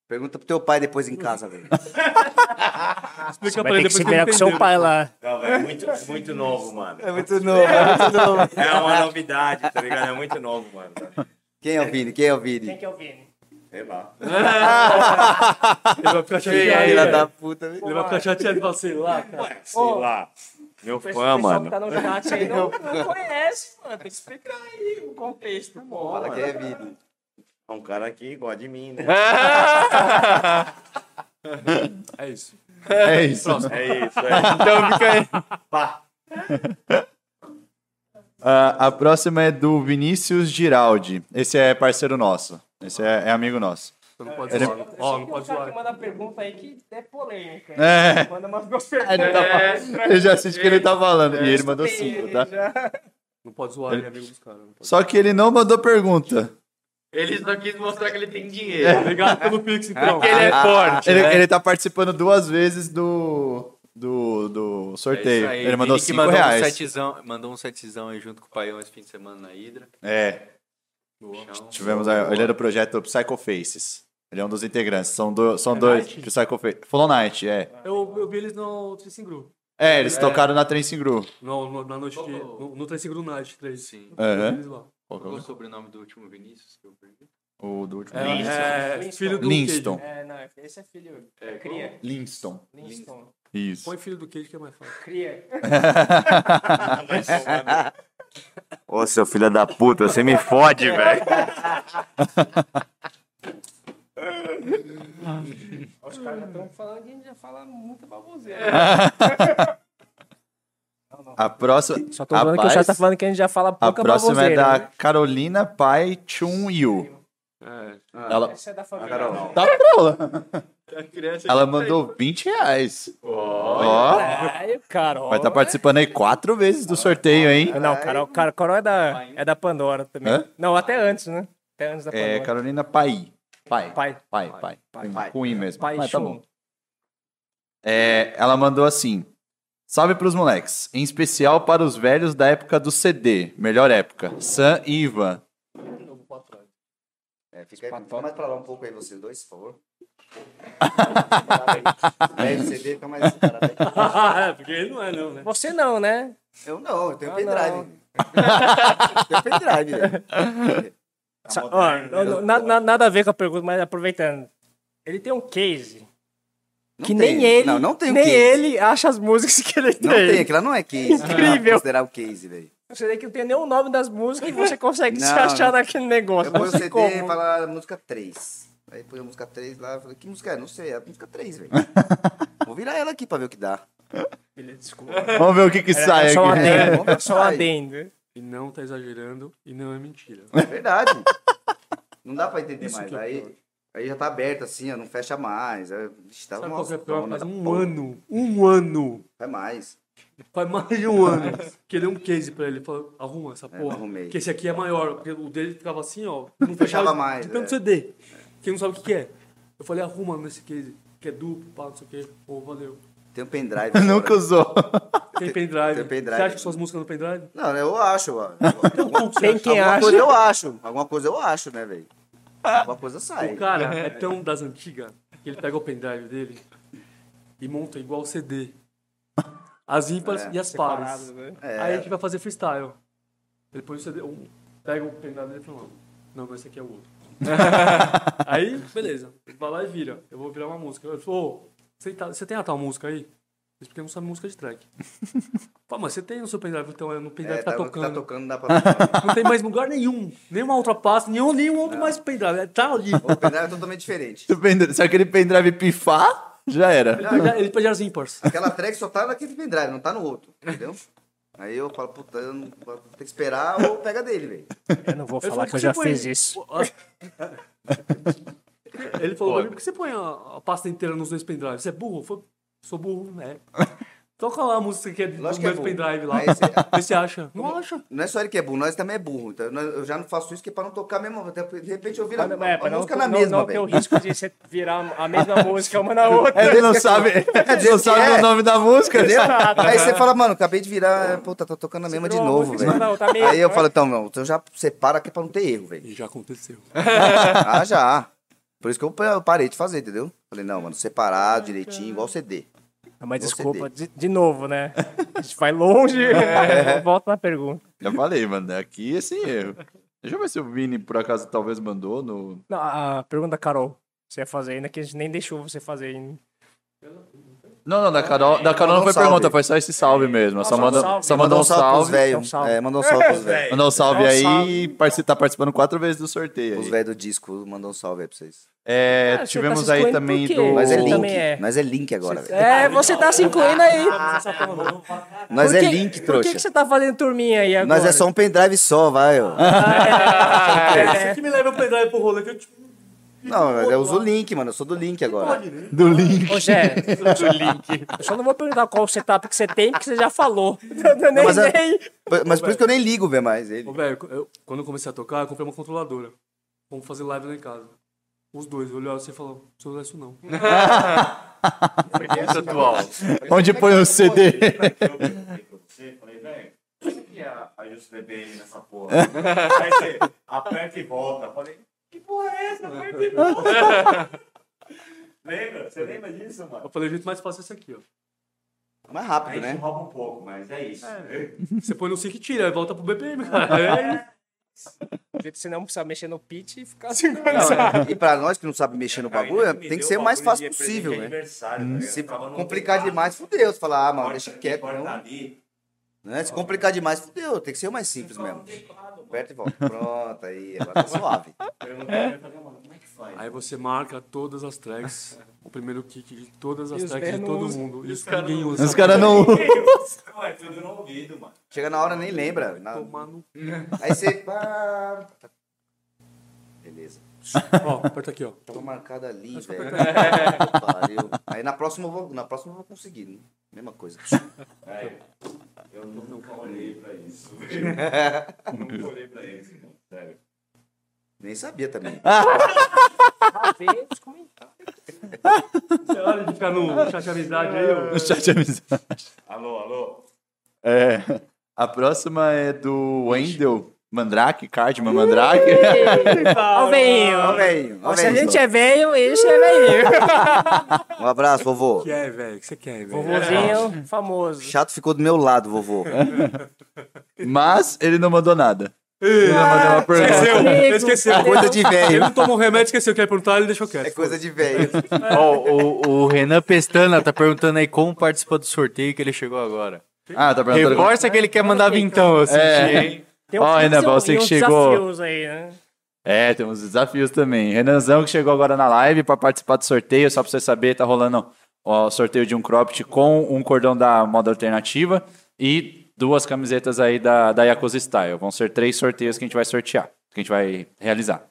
Speaker 5: Pergunta pro teu pai depois em casa, velho.
Speaker 3: Explica pra
Speaker 4: Ah, Vai
Speaker 3: ele
Speaker 4: ter que
Speaker 3: depois
Speaker 4: se
Speaker 3: que ele
Speaker 4: virar com seu
Speaker 3: entendeu.
Speaker 4: pai lá.
Speaker 6: Não, velho, é muito, muito novo, mano.
Speaker 5: muito novo, é muito novo.
Speaker 6: É uma novidade, tá ligado? É muito novo, mano.
Speaker 5: Quem é o Vini? Quem é o Vini?
Speaker 4: que é o Vini?
Speaker 6: Sei lá.
Speaker 3: Ele vai ficar chateado.
Speaker 5: Filha da puta, é velho.
Speaker 3: Ele vai ficar chateado e falar, sei lá, cara.
Speaker 6: Ué, sei lá. Meu fã, mano.
Speaker 4: tá no chat aí não, conhece, mano. Tem que explicar aí o contexto.
Speaker 5: Fala quem é Vini.
Speaker 6: É um cara que gosta de mim, né?
Speaker 3: É isso.
Speaker 1: É isso.
Speaker 6: É isso, é.
Speaker 2: Então fica aí.
Speaker 6: Pá.
Speaker 1: Ah, a próxima é do Vinícius Giraldi. Esse é parceiro nosso. Esse é, é amigo nosso.
Speaker 3: Você não pode zoar. Ó, não pode zoar.
Speaker 4: manda pergunta aí que é polêmica.
Speaker 1: É.
Speaker 4: Manda umas perguntas.
Speaker 1: Ele, tá fal- ele já assiste o que ele tá falando. E ele mandou cinco, tá?
Speaker 2: É.
Speaker 3: Não pode zoar, ele é amigo dos caras. não pode.
Speaker 1: Só que ele não mandou pergunta.
Speaker 2: Ele só quis mostrar que ele tem dinheiro. É
Speaker 3: Obrigado pelo Pix, então.
Speaker 2: Ele é forte.
Speaker 1: Ele,
Speaker 2: né?
Speaker 1: ele tá participando duas vezes do, do, do sorteio.
Speaker 2: É isso aí,
Speaker 1: ele mandou
Speaker 2: Vini que
Speaker 1: cinco
Speaker 2: mandou Um
Speaker 1: reais.
Speaker 2: setzão, mandou um setzão aí junto com o Paião esse fim de semana na Hidra.
Speaker 1: é,
Speaker 2: Chão.
Speaker 1: Tivemos a, ele é do projeto Psycho Faces. Ele é um dos integrantes. São, do, são dois. Psycho Faces. Full Night, é.
Speaker 2: tá.
Speaker 3: Eu, eu vi eles no Tracing Group.
Speaker 1: É, eles tocaram na Trancing Gru.
Speaker 3: No, no, na noite de...
Speaker 2: é
Speaker 3: No, no Tracing Group Night 3. Sim.
Speaker 1: Aham.
Speaker 3: Eles lá.
Speaker 2: Qual é o sobrenome do último Vinícius que eu perdi?
Speaker 1: O do último.
Speaker 3: É, é, filho do
Speaker 1: Linston.
Speaker 3: Cage.
Speaker 4: É, não, esse é filho. É, cria.
Speaker 1: Linston.
Speaker 4: Linston.
Speaker 1: Isso.
Speaker 3: Põe filho do Cage que é mais fácil.
Speaker 4: Cria.
Speaker 6: Ô, seu filho da puta, você me fode, velho.
Speaker 4: Os caras já estão falando que a gente já fala muita baboseira.
Speaker 1: A próxima.
Speaker 4: Só tô falando que o chat tá falando que a gente já fala
Speaker 1: A
Speaker 4: pouca
Speaker 1: próxima é
Speaker 4: baboseira. né?
Speaker 1: da Carolina Pai Chun Yu. Ela,
Speaker 4: Essa é da família.
Speaker 1: tá pronta. Ela mandou 20 reais. Ó.
Speaker 4: Ai, Carol.
Speaker 1: Vai tá estar participando aí quatro vezes do sorteio, hein?
Speaker 4: Não, Carol, Carol, Carol é, da, é da Pandora também.
Speaker 1: Hã?
Speaker 4: Não, até antes, né? Até antes da Pandora.
Speaker 1: É Carolina Pai. Pai.
Speaker 4: Pai.
Speaker 1: Pai, pai. Com-
Speaker 5: Pai.
Speaker 1: Com I mesmo.
Speaker 4: Pai
Speaker 1: Mas tá
Speaker 4: Chum.
Speaker 1: bom. É, ela mandou assim: Salve pros moleques, em especial para os velhos da época do CD, melhor época, Sam e Ivan.
Speaker 5: É, fica aí, fica mais pra lá um pouco aí, vocês dois, por favor. Aí o CD fica mais.
Speaker 3: é, porque ele não é não, né?
Speaker 4: Você não, né?
Speaker 5: Eu não, eu tenho
Speaker 4: Ah,
Speaker 5: pendrive. tenho pendrive. velho.
Speaker 1: Tá
Speaker 4: Só- ó,
Speaker 1: né?
Speaker 4: não- não- na- na- nada a ver com a pergunta, mas aproveitando. Ele tem um case
Speaker 5: Não
Speaker 4: que
Speaker 5: tem.
Speaker 4: nem ele,
Speaker 5: Não, não tem o
Speaker 4: nem
Speaker 5: case.
Speaker 4: ele acha as músicas que ele tem.
Speaker 5: Não tem, aquilo lá não é case. Não dá pra
Speaker 4: Incrível.
Speaker 5: considerar o case, velho.
Speaker 4: Você vê que não tem nem o nome das músicas e você consegue se
Speaker 5: Não,
Speaker 4: achar
Speaker 5: não.
Speaker 4: naquele negócio.
Speaker 5: Eu ponho
Speaker 4: não
Speaker 5: o
Speaker 4: sei
Speaker 5: CD e
Speaker 4: como.
Speaker 5: fala música 3. Aí põe a música 3 lá, eu falei, que música é? Não sei, é a música 3, velho. Vou virar ela aqui pra ver o que dá.
Speaker 2: é,
Speaker 4: Filha, desculpa.
Speaker 1: Vamos ver o que que
Speaker 4: Era-
Speaker 1: sai
Speaker 4: era só um
Speaker 1: aqui.
Speaker 5: É,
Speaker 4: adendo.
Speaker 5: vamos ver
Speaker 4: era só um
Speaker 5: se sai.
Speaker 4: adendo.
Speaker 3: E não tá exagerando, e não é mentira.
Speaker 5: É verdade. não dá pra entender mais.
Speaker 3: que é pior.
Speaker 5: Aí, aí já tá aberto assim, ó, não fecha mais. Aí, Vixe, tá
Speaker 3: Sabe qual que
Speaker 5: nossa,
Speaker 3: é pior?
Speaker 5: tá
Speaker 3: Faz
Speaker 5: uma-
Speaker 3: um ano, um ano,
Speaker 5: É mais.
Speaker 3: faz mais de um ano que ele deu um case pra ele. Falou, arruma essa porra.
Speaker 5: arrumei.
Speaker 3: que esse aqui é maior, porque o dele ficava assim, ó. Não fechava
Speaker 5: Fechava mais,
Speaker 3: De tanto
Speaker 5: é.
Speaker 3: CD. Quem não sabe o que, que é. Eu falei, arruma nesse case, que é duplo, pá, não sei o que. Pô, valeu.
Speaker 5: Tem um pendrive.
Speaker 1: Nunca
Speaker 5: agora.
Speaker 1: usou.
Speaker 3: Tem pendrive.
Speaker 5: Tem pendrive.
Speaker 3: Você acha que suas músicas no pendrive?
Speaker 5: Não, eu acho. ó.
Speaker 4: Tem quem
Speaker 5: Alguma
Speaker 4: acha.
Speaker 5: coisa eu acho. Alguma coisa eu acho, né, velho? Alguma coisa sai.
Speaker 3: O cara é tão das antigas que ele pega o pendrive dele e monta igual CD. As ímpares
Speaker 5: É,
Speaker 3: e as pares.
Speaker 4: Parado, né?
Speaker 3: Aí a gente vai fazer freestyle. Ele põe o CD, um, pega o pendrive dele e fala, não, mas esse aqui é o outro. aí, beleza. Vai lá e vira. Eu vou virar uma música. Ele falou, ô, você, tá- você tem a tal música aí? Isso porque não sabe música de track. Pô, mas você tem no seu pendrive, então é no pendrive
Speaker 5: É,
Speaker 3: que tá,
Speaker 5: tá, tá
Speaker 3: tocando.
Speaker 5: tocando, dá pra.
Speaker 3: Não tem mais lugar nenhum. Nenhuma outra pasta, nenhum, nenhum outro mais pendrive. É, Tá ali.
Speaker 5: o pendrive é totalmente diferente.
Speaker 1: Se o pendrive- Se aquele pendrive pifar, já era.
Speaker 3: Ele perde- Ele perde as ímpares.
Speaker 5: Aquela track só tá naquele pendrive, não tá no outro, entendeu? Aí eu falo, puta, eu não, vou ter que esperar ou pega dele, velho.
Speaker 4: Eu não vou
Speaker 3: Eu
Speaker 4: falar
Speaker 3: falo,
Speaker 4: que eu
Speaker 3: "Você
Speaker 4: já
Speaker 5: tipo
Speaker 3: põe-
Speaker 4: fiz isso.
Speaker 3: Ele falou pra mim, por que você põe a, a pasta inteira nos dois pendrives? Você é burro? Eu falei, sou burro, é. Toca lá a música que é do
Speaker 5: Lógico que é
Speaker 3: mesmo
Speaker 5: burro. é.
Speaker 3: pendrive lá.
Speaker 5: Aí você-
Speaker 3: Vê se acha. Não acha.
Speaker 5: Não é só ele que é burro, nós também é burro. Então nós- eu já não faço isso que é pra não tocar mesmo. até porque De repente eu viro a,
Speaker 4: Mas não- é,
Speaker 5: a
Speaker 4: pra não-
Speaker 5: música na
Speaker 4: não-
Speaker 5: mesma,
Speaker 4: Não tem o
Speaker 5: velho.
Speaker 4: risco de você virar a mesma música uma na outra.
Speaker 1: Ele não sabe, ele não
Speaker 4: É.
Speaker 5: É.
Speaker 1: sabe o nome da música.
Speaker 5: Entendeu? Aí você fala, mano, acabei de virar, é, puta, tô tocando a mesma de
Speaker 4: virou a
Speaker 5: novo,
Speaker 4: música,
Speaker 5: velho.
Speaker 4: não, tá mesmo,
Speaker 5: Aí eu
Speaker 4: né?
Speaker 5: falo, então, não, então já separa que é pra não ter erro, velho.
Speaker 3: E já aconteceu.
Speaker 5: Ah, já. Por isso que eu pa- eu parei de fazer, entendeu? Falei, não, mano, separar direitinho, igual CD.
Speaker 4: É, Mas
Speaker 5: Você
Speaker 4: desculpa, de, de novo, né? A gente vai longe,
Speaker 5: É.
Speaker 4: volta na pergunta.
Speaker 1: Já falei, mano, aqui é sem erro. Deixa eu ver se o Vini, por acaso, talvez mandou no...
Speaker 4: Não, a a pergunta da Carol, você ia fazer ainda, que a gente nem deixou você fazer ainda.
Speaker 1: Não, não, da Carol, da Carol não
Speaker 5: Mandou um
Speaker 1: foi
Speaker 5: salve.
Speaker 1: pergunta, foi só esse salve mesmo. Só
Speaker 4: só um
Speaker 1: mandou,
Speaker 4: salve.
Speaker 1: só mandou um
Speaker 5: pros
Speaker 1: salve.
Speaker 5: velho.
Speaker 4: um salve.
Speaker 5: É, mandou um salve pros velhos.
Speaker 1: Mandou um salve
Speaker 4: Dá um
Speaker 1: aí
Speaker 4: salve.
Speaker 1: e parci- tá participando quatro vezes do sorteio
Speaker 5: Os
Speaker 1: aí.
Speaker 5: velhos do disco, mandou um salve aí pra vocês.
Speaker 1: É,
Speaker 4: Ah, você
Speaker 1: tivemos
Speaker 4: tá se
Speaker 1: aí
Speaker 4: excluindo
Speaker 1: também
Speaker 4: por quê?
Speaker 1: do...
Speaker 5: Nós é
Speaker 4: Você
Speaker 5: link.
Speaker 4: também é.
Speaker 5: Nós é link agora, velho.
Speaker 4: É, você tá se incluindo Ah, aí.
Speaker 5: Ah,
Speaker 3: né?
Speaker 5: Nós
Speaker 4: Por
Speaker 5: é
Speaker 4: que-
Speaker 5: link,
Speaker 4: Por
Speaker 5: trouxa.
Speaker 4: que, que você tá fazendo turminha aí agora?
Speaker 5: Nós é só um pendrive só, vai. ó.
Speaker 3: Isso né? que me leva o pendrive pro rolê que eu te...
Speaker 5: Não, mas eu uso o link, mano. Eu sou do link agora.
Speaker 4: Ô, Jé, eu só não vou perguntar qual o setup que você tem, porque você já falou. Eu nem,
Speaker 5: mas é-
Speaker 4: nem-
Speaker 5: Mas por isso que eu nem ligo ver mais ele.
Speaker 3: Ô, velho, eu- quando eu comecei a tocar, eu comprei uma controladora. Vamos fazer live lá em casa. Os dois olharam assim e falaram, não precisa usar isso não.
Speaker 2: atual.
Speaker 1: Onde põe o CD?
Speaker 6: Eu perguntei pra você, falei, velho, o que é a Just DBM nessa porra? Aí você aperta e volta. Falei, que porra é essa? Aperta e volta. lembra? Você lembra disso, mano?
Speaker 3: Eu falei, o jeito mais fácil é esse aqui, ó.
Speaker 5: Mais
Speaker 6: A
Speaker 5: rápido,
Speaker 6: gente
Speaker 5: né?
Speaker 6: rouba um pouco, mas é isso.
Speaker 3: Você põe no sync e tira, aí volta pro BPM, cara. É
Speaker 4: Você não precisa mexer no pitch e ficar assim, sincronizado.
Speaker 5: é, E pra nós que não sabe mexer no bagulho, é, tem que ser né, o mais fácil possível, né?
Speaker 6: né?
Speaker 5: Se complicar demais, fudeu. Se falar, ah, mano, deixa quieto.
Speaker 6: Corta
Speaker 5: não,
Speaker 6: ali.
Speaker 5: Né? Se complicar demais, fudeu. Tem que ser o mais simples mesmo. Aperta e volta. Pronto, aí. Agora tá suave.
Speaker 3: Aí você marca todas as tracks, o primeiro kick de todas as
Speaker 4: os
Speaker 3: tracks
Speaker 4: velhos
Speaker 3: de
Speaker 4: não
Speaker 3: todo
Speaker 4: usam.
Speaker 3: mundo. E os caras ninguém usa.
Speaker 1: Os caras não...
Speaker 6: Não, é tudo no ouvido, mano.
Speaker 5: Chega na hora, nem lembra. Na-
Speaker 3: Tomar no
Speaker 5: Aí você... pá. Beleza.
Speaker 3: Ó, aperta aqui, ó.
Speaker 5: Tô marcado ali, velho. Pariu. Aí na próxima, eu vou, na próxima eu vou conseguir. né? Mesma coisa.
Speaker 6: Velho, eu nunca olhei pra isso. nunca olhei pra isso, mano. Sério.
Speaker 5: Nem sabia também.
Speaker 4: Ah, é,
Speaker 3: Você olha de ficar no chat de amizade aí, ó.
Speaker 1: No chat de amizade.
Speaker 6: Alô, alô?
Speaker 1: É. A próxima é do Wendel Mandrake, Cardman Mandrake.
Speaker 4: Ó, o veinho.
Speaker 5: Ó, velho. ó,
Speaker 4: Se a
Speaker 5: velho.
Speaker 4: gente é veio, isso é veio.
Speaker 5: Um abraço, vovô.
Speaker 3: que é, velho? O que você quer, velho?
Speaker 4: Vovozinho famoso.
Speaker 5: Chato ficou do meu lado, vovô.
Speaker 4: É
Speaker 1: Mas ele não mandou nada. Ele não mandou uma pergunta.
Speaker 4: Amigo,
Speaker 3: esqueci.
Speaker 5: Coisa de
Speaker 3: Ele
Speaker 5: velho.
Speaker 3: não tomou remédio, esqueceu que ia perguntar, ele deixou quieto.
Speaker 5: É coisa de velho.
Speaker 2: Ó, o, o Renan Pestana tá perguntando aí como participar do sorteio que ele chegou agora.
Speaker 1: Ah, tá perguntando.
Speaker 2: Reforça que ele quer mandar vintão, eu senti,
Speaker 1: É.
Speaker 2: hein?
Speaker 4: Tem uns
Speaker 1: Ó, Renan,
Speaker 4: desafios-
Speaker 1: pra você que
Speaker 4: uns
Speaker 1: chegou.
Speaker 4: desafios aí, né?
Speaker 1: É, temos desafios também. Renanzão, que chegou agora na live para participar do sorteio, só para você saber, tá rolando ó, o sorteio de um cropped com um cordão da moda alternativa e duas camisetas aí da, da Yakuza Style. Vão ser três sorteios que a gente vai sortear, que a gente vai realizar.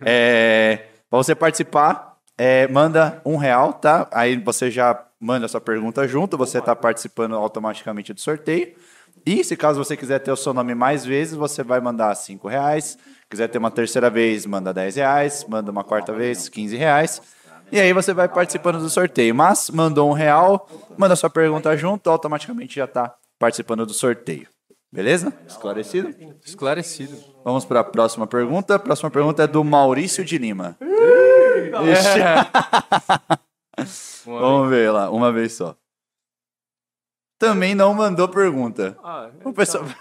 Speaker 1: É, para você participar, é, manda um real, tá? Aí você já manda sua pergunta junto, você tá participando automaticamente do sorteio. E se caso você quiser ter o seu nome mais vezes, você vai mandar cinco reais. Quiser ter uma terceira vez, manda 10 reais. Manda uma quarta vez, 15 reais. E aí você vai participando do sorteio. Mas mandou um real, manda sua pergunta junto, automaticamente já tá participando do sorteio. Beleza? Esclarecido?
Speaker 2: Esclarecido.
Speaker 1: Vamos para a próxima pergunta. A próxima pergunta é do Maurício de Lima. Ixi. Vamos ver lá, uma vez só. Também não mandou pergunta.
Speaker 3: Ah,
Speaker 1: O pessoal, o
Speaker 2: O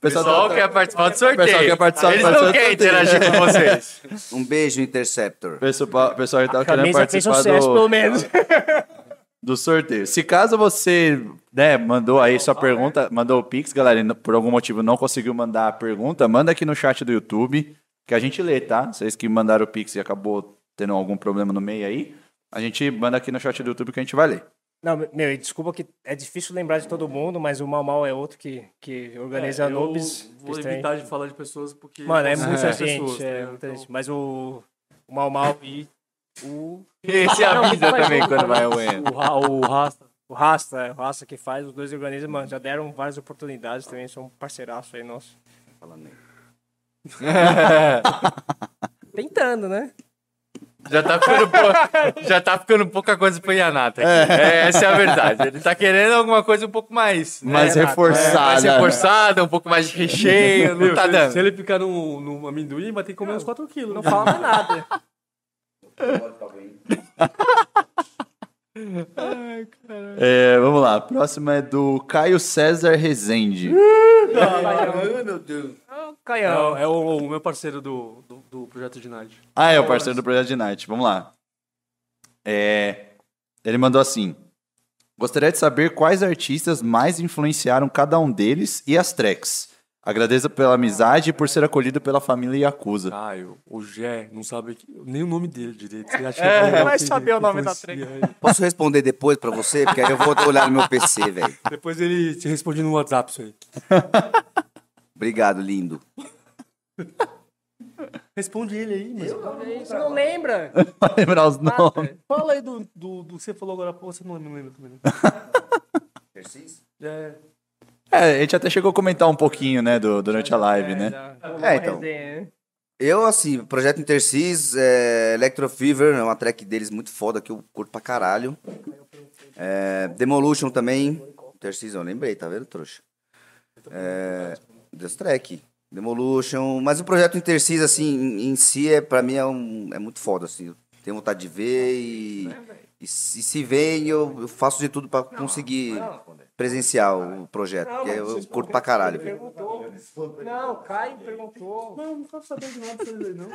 Speaker 1: pessoal,
Speaker 2: pessoal
Speaker 1: tá-
Speaker 2: quer participar do
Speaker 1: o pessoal
Speaker 2: sorteio.
Speaker 1: quer participar do
Speaker 2: Eles não
Speaker 1: sorteio.
Speaker 2: querem interagir com vocês.
Speaker 5: Um beijo, Interceptor.
Speaker 1: O pessoal, o pessoal que tava querendo
Speaker 4: Camisa fez
Speaker 1: participar
Speaker 4: sucesso, pelo
Speaker 1: do,
Speaker 4: menos.
Speaker 1: do sorteio. Se caso você né, mandou aí sua pergunta, mandou o Pix, galera, e não- por algum motivo não conseguiu mandar a pergunta, manda aqui no chat do YouTube, que a gente lê, tá? Vocês que mandaram o Pix e acabou tendo algum problema no meio aí, a gente manda aqui no chat do YouTube que a gente vai ler.
Speaker 4: Não, meu, e desculpa que é difícil lembrar de todo mundo, mas o Mal Mal é outro que, que organiza
Speaker 3: eu
Speaker 4: Anubis.
Speaker 3: Vou
Speaker 4: eles têm-
Speaker 3: evitar de falar de pessoas porque.
Speaker 4: é Mano, é
Speaker 3: são
Speaker 4: muita
Speaker 3: muitas
Speaker 4: gente,
Speaker 3: pessoas, tá
Speaker 4: é
Speaker 3: ligado?
Speaker 4: muita
Speaker 3: Então,
Speaker 4: gente. Mas o, o Mal Mal e o,
Speaker 2: Esse avisa também quando vai ao
Speaker 3: O, Ra- o Rasta.
Speaker 4: o Rasta, é, o Rasta que faz, os dois organizam, mano, já deram várias oportunidades também, são um parceiraço aí nosso. Tentando, né?
Speaker 2: Já tá ficando, pou- já tá ficando pouca coisa pro Yanata. aqui. É, essa é a verdade. Ele tá querendo alguma coisa um pouco mais. né?
Speaker 7: Mas
Speaker 2: Mais
Speaker 7: reforçada.
Speaker 2: reforçada, um pouco mais de recheio. Não tá
Speaker 3: se, se
Speaker 2: dando.
Speaker 3: ele ficar num, num amendoim, vai ter que comer uns 4 quilos. né?
Speaker 4: Não fala mais nada.
Speaker 1: É, vamos lá, a próxima é do Caio César Rezende.
Speaker 3: É,
Speaker 4: Caião.
Speaker 3: o- é o, o meu parceiro do, do, do projeto de Night.
Speaker 1: Ah, é o parceiro do Projeto de Night. Vamos lá. É, ele mandou assim: Gostaria de saber quais artistas mais influenciaram cada um deles e as tracks. Agradeço pela amizade e por ser acolhido pela família Yakuza.
Speaker 3: Caio, o Gé, não sabe que- nem o nome dele direito. Você acha
Speaker 4: É,
Speaker 3: que
Speaker 4: vai saber o nome da
Speaker 3: treta.
Speaker 5: Posso responder depois pra você? Porque aí eu vou olhar no meu PC, velho.
Speaker 3: Depois ele te responde no WhatsApp isso aí.
Speaker 5: Obrigado, lindo.
Speaker 3: Responde ele aí, mas.
Speaker 4: Você não lembra?
Speaker 1: Vai lembrar
Speaker 4: Ah.
Speaker 1: os nomes.
Speaker 3: Fala aí do, do, do que você falou agora, pô, você não me lembra
Speaker 4: né?
Speaker 3: também. É,
Speaker 1: É, a gente até chegou a comentar um pouquinho, né, do- durante a live, né?
Speaker 5: É, então. Eu, assim, Projeto Intercis, é, Electro Fever, é uma track deles muito foda que eu curto pra caralho. É, Demolution também. Intercis, eu lembrei, tá vendo, trouxa? É, das track. Demolution. Mas o projeto Intercis, assim, em, em si, é, pra mim é, um, é muito foda, assim. Eu tenho vontade de ver e. E se, se vem, eu, eu faço de tudo pra conseguir presenciar o projeto. Porque eu curto pra caralho. velho.
Speaker 4: Não, Caio perguntou.
Speaker 3: mas eu não quero saber de nada disso aí, não.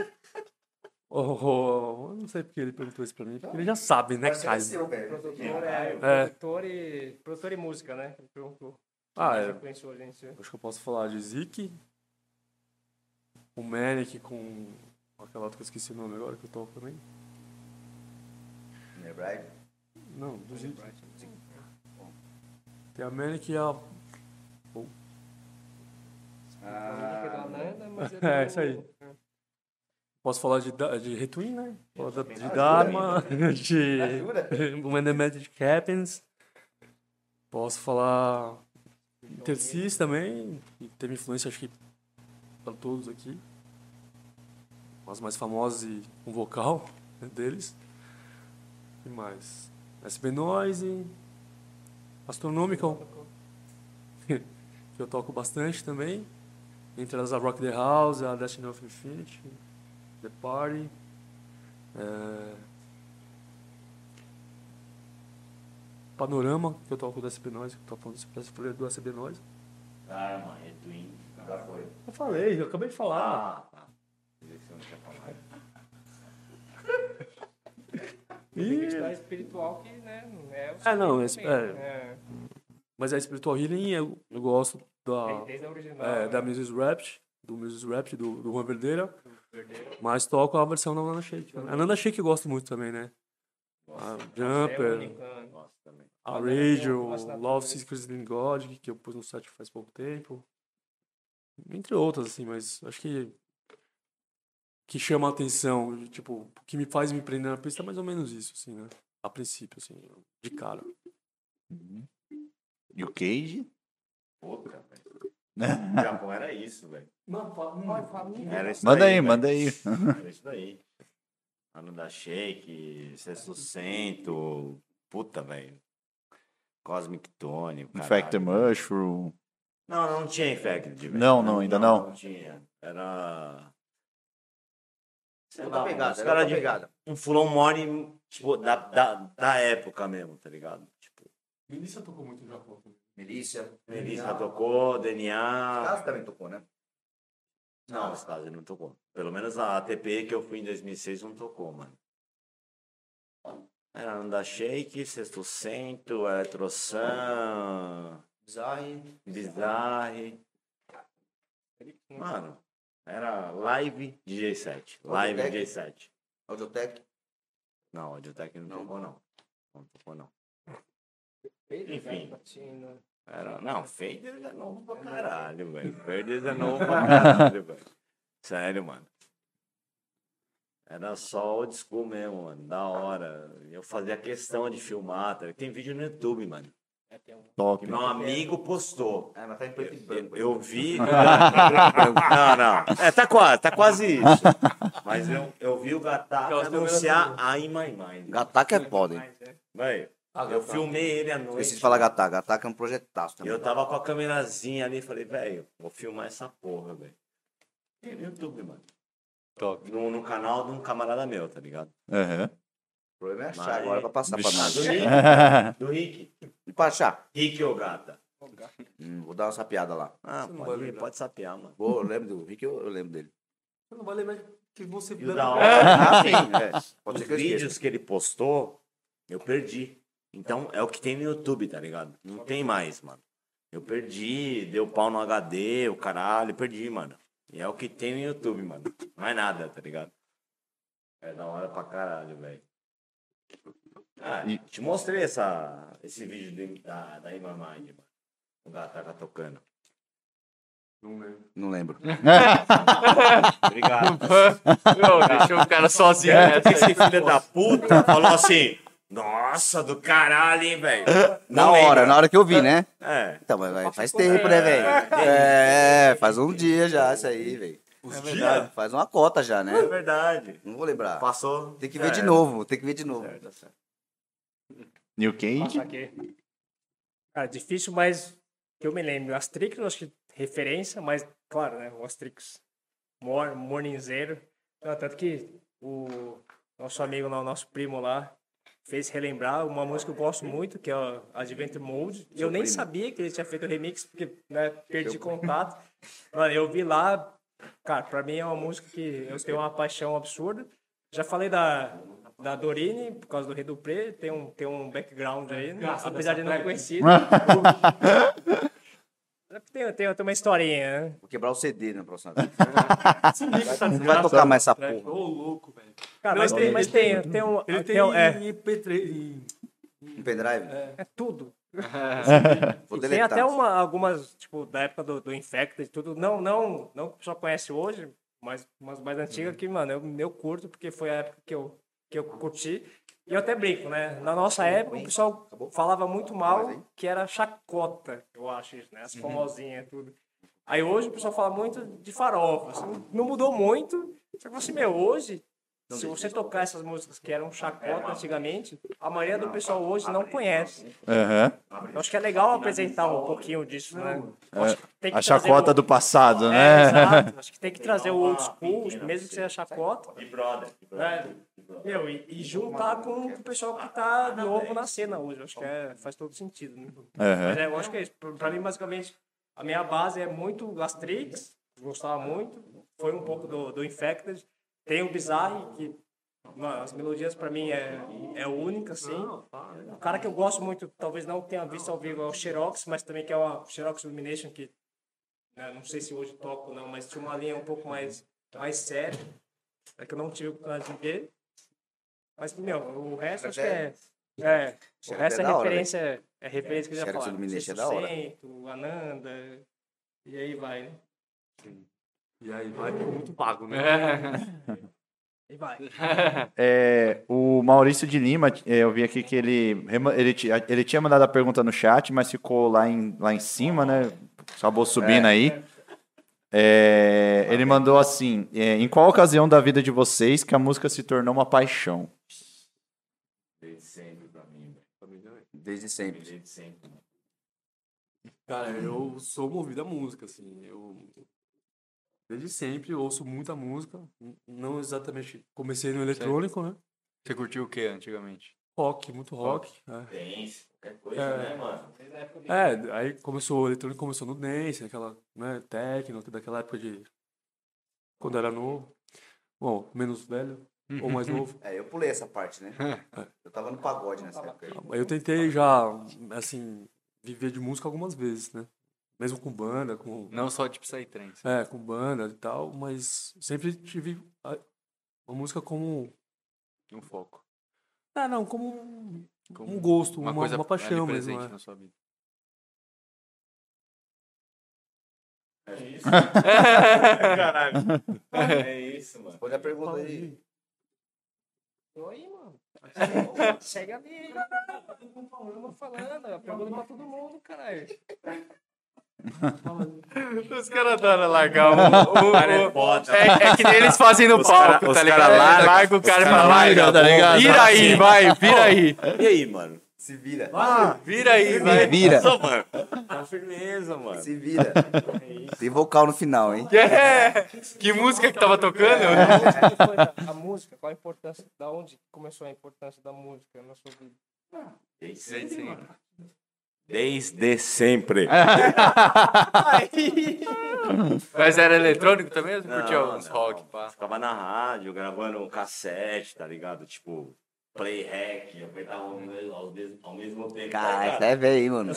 Speaker 3: Oh, oh, oh, eu não sei porque ele perguntou isso pra mim, porque ele já sabe, né,
Speaker 5: assim,
Speaker 3: Caio?
Speaker 4: Produtor, é,
Speaker 3: É.
Speaker 4: Produtor, e, produtor e música, né? Ele perguntou.
Speaker 3: Ah, é.
Speaker 4: Influenciou a gente. né?
Speaker 3: Acho que eu posso falar de Zik, o Manic com aquela outra que eu esqueci o nome agora que eu toco também. Não, do Zik. Tem a Manic e a. É, isso aí.
Speaker 4: um
Speaker 3: Posso falar de, Da- de Retwin, né? Falar da- de Dharma, de When the Magic Happens. Posso falar Intercis também, que teve influência, acho que, para todos aqui. As mais famosas e um vocal né, deles. E mais? SB Noise, Astronomical, que eu toco bastante também. Entre elas a Rock the House, a Destiny of Infinity, The Party. eh, Panorama, que eu toco do SB Noise, que eu toco do, do SB Noise.
Speaker 6: Karma, Redwin, é já foi.
Speaker 3: Eu falei, eu acabei de falar.
Speaker 6: Ah, tá.
Speaker 3: Ih,
Speaker 4: É espiritual que, né? não É, o
Speaker 3: Ah, não,
Speaker 4: espírito
Speaker 3: é-
Speaker 4: também, né?
Speaker 3: Mas a Spiritual Healing eu, eu gosto da,
Speaker 4: É, Desde a original.
Speaker 3: é,
Speaker 6: né?
Speaker 3: da Mrs. Rapt, do Mrs. Rapt, do, do Juan Verdeira. Mas toco a versão da Nana Shake. né? A Nana Shake eu gosto muito também, né? A
Speaker 6: é
Speaker 3: Jumper, a Rage, o Love Secrets in God, que eu pus no site faz pouco tempo. Entre outras, assim, mas acho que que chama a atenção, tipo, que me faz me prender na pista é mais ou menos isso, assim, né? A princípio, assim, de cara.
Speaker 1: E o Cage?
Speaker 6: Puta, velho. Japão era isso, velho.
Speaker 3: Não,
Speaker 6: Era isso
Speaker 1: Manda aí,
Speaker 6: daí,
Speaker 1: manda aí.
Speaker 6: velho. Era isso daí. Ano da Shake, Sexto Cento, puta, velho. Cosmic Tone, o
Speaker 7: Infected
Speaker 6: caralho.
Speaker 7: Mushroom.
Speaker 6: Não, não tinha Infected. velho.
Speaker 7: Não, não, ainda não.
Speaker 6: Não tinha. Era... Sei
Speaker 5: Outra
Speaker 6: lá,
Speaker 5: pegada,
Speaker 6: os
Speaker 5: tá era
Speaker 6: caras
Speaker 5: outra
Speaker 6: de
Speaker 5: pegada.
Speaker 6: um full on morning, tipo, da, da, da época mesmo, tá ligado? Tipo,
Speaker 3: Melissa tocou muito no Japão.
Speaker 5: Milícia.
Speaker 6: Melissa tocou,
Speaker 5: Casa
Speaker 6: DNA.
Speaker 5: também tocou, né?
Speaker 6: Não, os caras não tocou. Pelo menos a ATP que eu fui em 2006 não tocou, mano. Era Anda Shake, Sexto Cento, Eletrosan,
Speaker 5: Design.
Speaker 6: Bizarre. Mano, era live DJ 7. Live
Speaker 5: Audiotech?
Speaker 6: DJ 7.
Speaker 5: Audiotech.
Speaker 6: Não, Audiotech não,
Speaker 5: Não.
Speaker 6: tocou, não. Não tocou, não. Enfim. Era, não, Faders é novo pra caralho, velho. Faders é novo pra caralho, velho. Sério, mano. Era só old school mesmo, mano. Da hora. Eu fazia questão de filmar. tá ligado? Tem vídeo no YouTube, mano.
Speaker 7: Top.
Speaker 6: Que meu amigo postou.
Speaker 5: É, mas tá em preto e
Speaker 6: Eu,
Speaker 5: branco.
Speaker 6: eu vi. Não, não. É, tá quase, tá quase isso. Mas eu, eu vi o Gataca anunciar a Imai Mai.
Speaker 5: Gataca é foda, hein?
Speaker 6: Véi, eu filmei ele à noite.
Speaker 5: Esqueci de Ah, falar Gataca. Gataca é um projetaço
Speaker 6: E
Speaker 5: também.
Speaker 6: eu tava com a câmerazinha ali, falei, velho, vou filmar essa porra, velho. Tem no YouTube, mano.
Speaker 2: Top.
Speaker 6: No, no canal de um camarada meu, tá ligado?
Speaker 7: Aham.
Speaker 5: O problema é achar
Speaker 6: Mas-
Speaker 5: agora pra passar pra
Speaker 6: Ah, do
Speaker 5: nada.
Speaker 6: Rick, do Rick.
Speaker 5: E pra achar?
Speaker 6: Rick ou gata?
Speaker 5: Hum, vou dar uma sapiada lá.
Speaker 6: Ah,
Speaker 3: não vai
Speaker 6: pode, ir,
Speaker 3: lembrar.
Speaker 6: pode sapear, mano.
Speaker 5: Vou, eu lembro do Rick, eu, eu lembro dele.
Speaker 3: Você não vai lembrar que você
Speaker 6: E o da hora,
Speaker 5: Ah, sim. É. Pode
Speaker 6: os
Speaker 5: ser que eu esqueça.
Speaker 6: vídeos que ele postou, eu perdi. Então, é o que tem no YouTube, tá ligado? Não tem mais, mano. Eu perdi, deu pau no HD, o caralho, perdi, mano. E é o que tem no YouTube, mano. Não é nada, tá ligado? É da hora pra caralho, velho. Ah, te mostrei essa, esse vídeo do- da, da Ima Mind, mano. O Gataca tocando.
Speaker 5: Não lembro.
Speaker 6: Obrigado.
Speaker 2: Não, deixou o cara sozinho
Speaker 3: É.
Speaker 2: nessa
Speaker 6: Esse
Speaker 2: aí.
Speaker 6: filho da puta falou assim, nossa, do caralho, hein, velho.
Speaker 5: Na
Speaker 6: Não lembra.
Speaker 5: hora, na hora que eu vi, né?
Speaker 6: É.
Speaker 5: Então, mas mas faz tempo, né, velho? É, faz um dia já isso aí, velho.
Speaker 6: É
Speaker 5: Já
Speaker 6: verdade.
Speaker 5: Faz uma cota já, né?
Speaker 6: É verdade.
Speaker 5: Não vou lembrar.
Speaker 6: Passou.
Speaker 5: Tem que ver
Speaker 2: É.
Speaker 5: de novo, tem que ver de novo.
Speaker 7: New Cage.
Speaker 4: Saquei. Ah, difícil, mas que eu me lembro. Astrix, eu acho que referência, mas claro, né? O Astrix Mor Morning Zero. Ah, tanto que o nosso amigo lá, o nosso primo lá, fez relembrar uma música que eu gosto muito, que é o Adventure Mode. E eu nem sabia que ele tinha feito o remix, porque né, perdi contato. Mano, eu vi lá, cara, pra mim é uma música que eu tenho uma paixão absurda. Já falei da, da Dorine, por causa do Rei do Pre, tem um, tem um background aí, né? apesar
Speaker 3: tá
Speaker 4: de não conhecido. É tem, tem, tem uma historinha, né?
Speaker 5: Vou quebrar o CD na próxima vez. Não vai tocar mais essa porra.
Speaker 3: tá Ô, louco, velho.
Speaker 4: Cara, mas tem, mas tem, tem um.
Speaker 3: Ele tem
Speaker 4: um- é,
Speaker 3: em MP3. em-
Speaker 5: Um pendrive?
Speaker 4: é tudo.
Speaker 5: Vou
Speaker 4: E tem
Speaker 5: deletar.
Speaker 4: até uma, algumas, tipo, da época do, do Infected e tudo. Não, não, não que o pessoal conhece hoje, mas umas mais antigas que, mano, eu, eu curto, porque foi a época que eu, que eu curti. E eu até brinco, né? Na nossa época, o pessoal falava muito mal que era chacota, eu acho, isso, né? As famosinhas e tudo. Aí hoje o pessoal fala muito de farofa. assim, não mudou muito. Só que você, meu, hoje, se você tocar essas músicas que eram chacota antigamente, a maioria do pessoal hoje É, não conhece.
Speaker 7: Aham.
Speaker 4: Eu acho que é legal apresentar um pouquinho disso, né? Acho que
Speaker 1: É,
Speaker 4: tem que
Speaker 7: A
Speaker 4: trazer
Speaker 7: chacota
Speaker 4: o-
Speaker 7: do passado,
Speaker 4: É,
Speaker 7: né?
Speaker 4: exato. Acho que tem que trazer o old school, mesmo que seja chacota,
Speaker 6: E brother. tipo,
Speaker 2: É.
Speaker 4: né? Meu, e, e juntar com o pessoal que tá novo na cena hoje. Acho que é- faz todo sentido, né? Mas
Speaker 7: Aham.
Speaker 4: é, eu acho que é isso. Pra- Pra mim, basicamente, a minha base é muito Astrix, gostava muito. Foi um pouco do, do Infected. Tem o Bizarre, que mano, as melodias pra mim é, é única, assim. O cara que eu gosto muito, talvez não tenha visto ao vivo, é o Xerox, mas também que é uma Xerox Illumination, que né, não sei se hoje toco ou não, mas tinha uma linha um pouco mais, mais séria, é que eu não tive oportunidade de ver. Mas, meu, o resto acho que é... É, o
Speaker 5: Xerox
Speaker 4: resto
Speaker 5: é
Speaker 4: é
Speaker 5: da hora,
Speaker 4: referência é, é referência que eu já
Speaker 5: Xerox
Speaker 4: falaram.
Speaker 5: Illumination é da hora.
Speaker 4: 6%, Ananda, e aí vai, né?
Speaker 3: E aí, vai ficou muito pago, né?
Speaker 4: E vai.
Speaker 7: É, o Maurício de Lima, é, eu vi aqui que ele, rema- ele, ti- ele tinha mandado a pergunta no chat, mas ficou lá em, lá em cima, né? Acabou subindo aí.
Speaker 1: É, ele mandou assim: é, em qual ocasião da vida de vocês que a música se tornou uma paixão?
Speaker 6: Desde sempre pra mim, velho.
Speaker 5: Desde sempre.
Speaker 6: Desde sempre.
Speaker 3: Cara, eu sou movido à música, assim. Eu desde sempre eu ouço muita música. N- Não exatamente. Comecei no eletrônico, né?
Speaker 2: Você curtiu o que antigamente?
Speaker 3: Rock, muito rock. né?
Speaker 6: Dance, qualquer coisa,
Speaker 3: É.
Speaker 6: né, mano?
Speaker 3: É, aí começou o eletrônico, começou no dance, aquela, né, techno, daquela época de quando era novo. Bom, menos velho ou mais novo.
Speaker 5: É, eu pulei essa parte, né? Eu tava no pagode nessa época. aí.
Speaker 3: Eu tentei já, assim, viver de música algumas vezes, né? Mesmo com banda, com,
Speaker 2: Não só de Psytrance.
Speaker 3: é, com banda e tal, mas sempre tive a, a música como.
Speaker 2: Um foco.
Speaker 3: Ah, não, como um,
Speaker 2: Como
Speaker 3: um gosto, uma, uma, paixão
Speaker 2: ali
Speaker 3: mesmo.
Speaker 2: presente
Speaker 3: é.
Speaker 2: na sua vida.
Speaker 6: É isso. Caralho. É isso, mano.
Speaker 5: Olha a pergunta aí.
Speaker 4: Oi, mano. Chega- Chega ali, mano. Eu vou falando, eu pergunto pra todo mundo, caralho.
Speaker 2: Os caras dando a largar o.
Speaker 6: Cara, é foda.
Speaker 2: É, que nem eles tá fazem no
Speaker 6: Os cara- os cara larga-
Speaker 2: o cara
Speaker 6: cara larga tá a bomba.
Speaker 2: Vira aí, vai, vira aí.
Speaker 6: E aí, mano?
Speaker 5: Se vira.
Speaker 2: Vira aí, vai.
Speaker 1: Vira.
Speaker 6: Só, mano. Na firmeza, mano.
Speaker 5: Se vira. Tem vocal no final, hein?
Speaker 2: É. Que música que tava
Speaker 3: É,
Speaker 2: tocando?
Speaker 4: Onde que foi a- a música? Qual a importância? Da onde começou a importância da música na sua vida?
Speaker 6: Desde sempre. Desde sempre.
Speaker 2: É. Mas era eletrônico também? ou Você
Speaker 6: Não,
Speaker 2: curtia uns
Speaker 6: não.
Speaker 2: rock, pá?
Speaker 6: Ficava na rádio, gravando um cassete, tá ligado? Tipo, play hack, apertava ao mesmo, ao mesmo- ao mesmo tempo. tá
Speaker 5: Cara,
Speaker 6: ligado?
Speaker 5: isso é velho, hein, mano.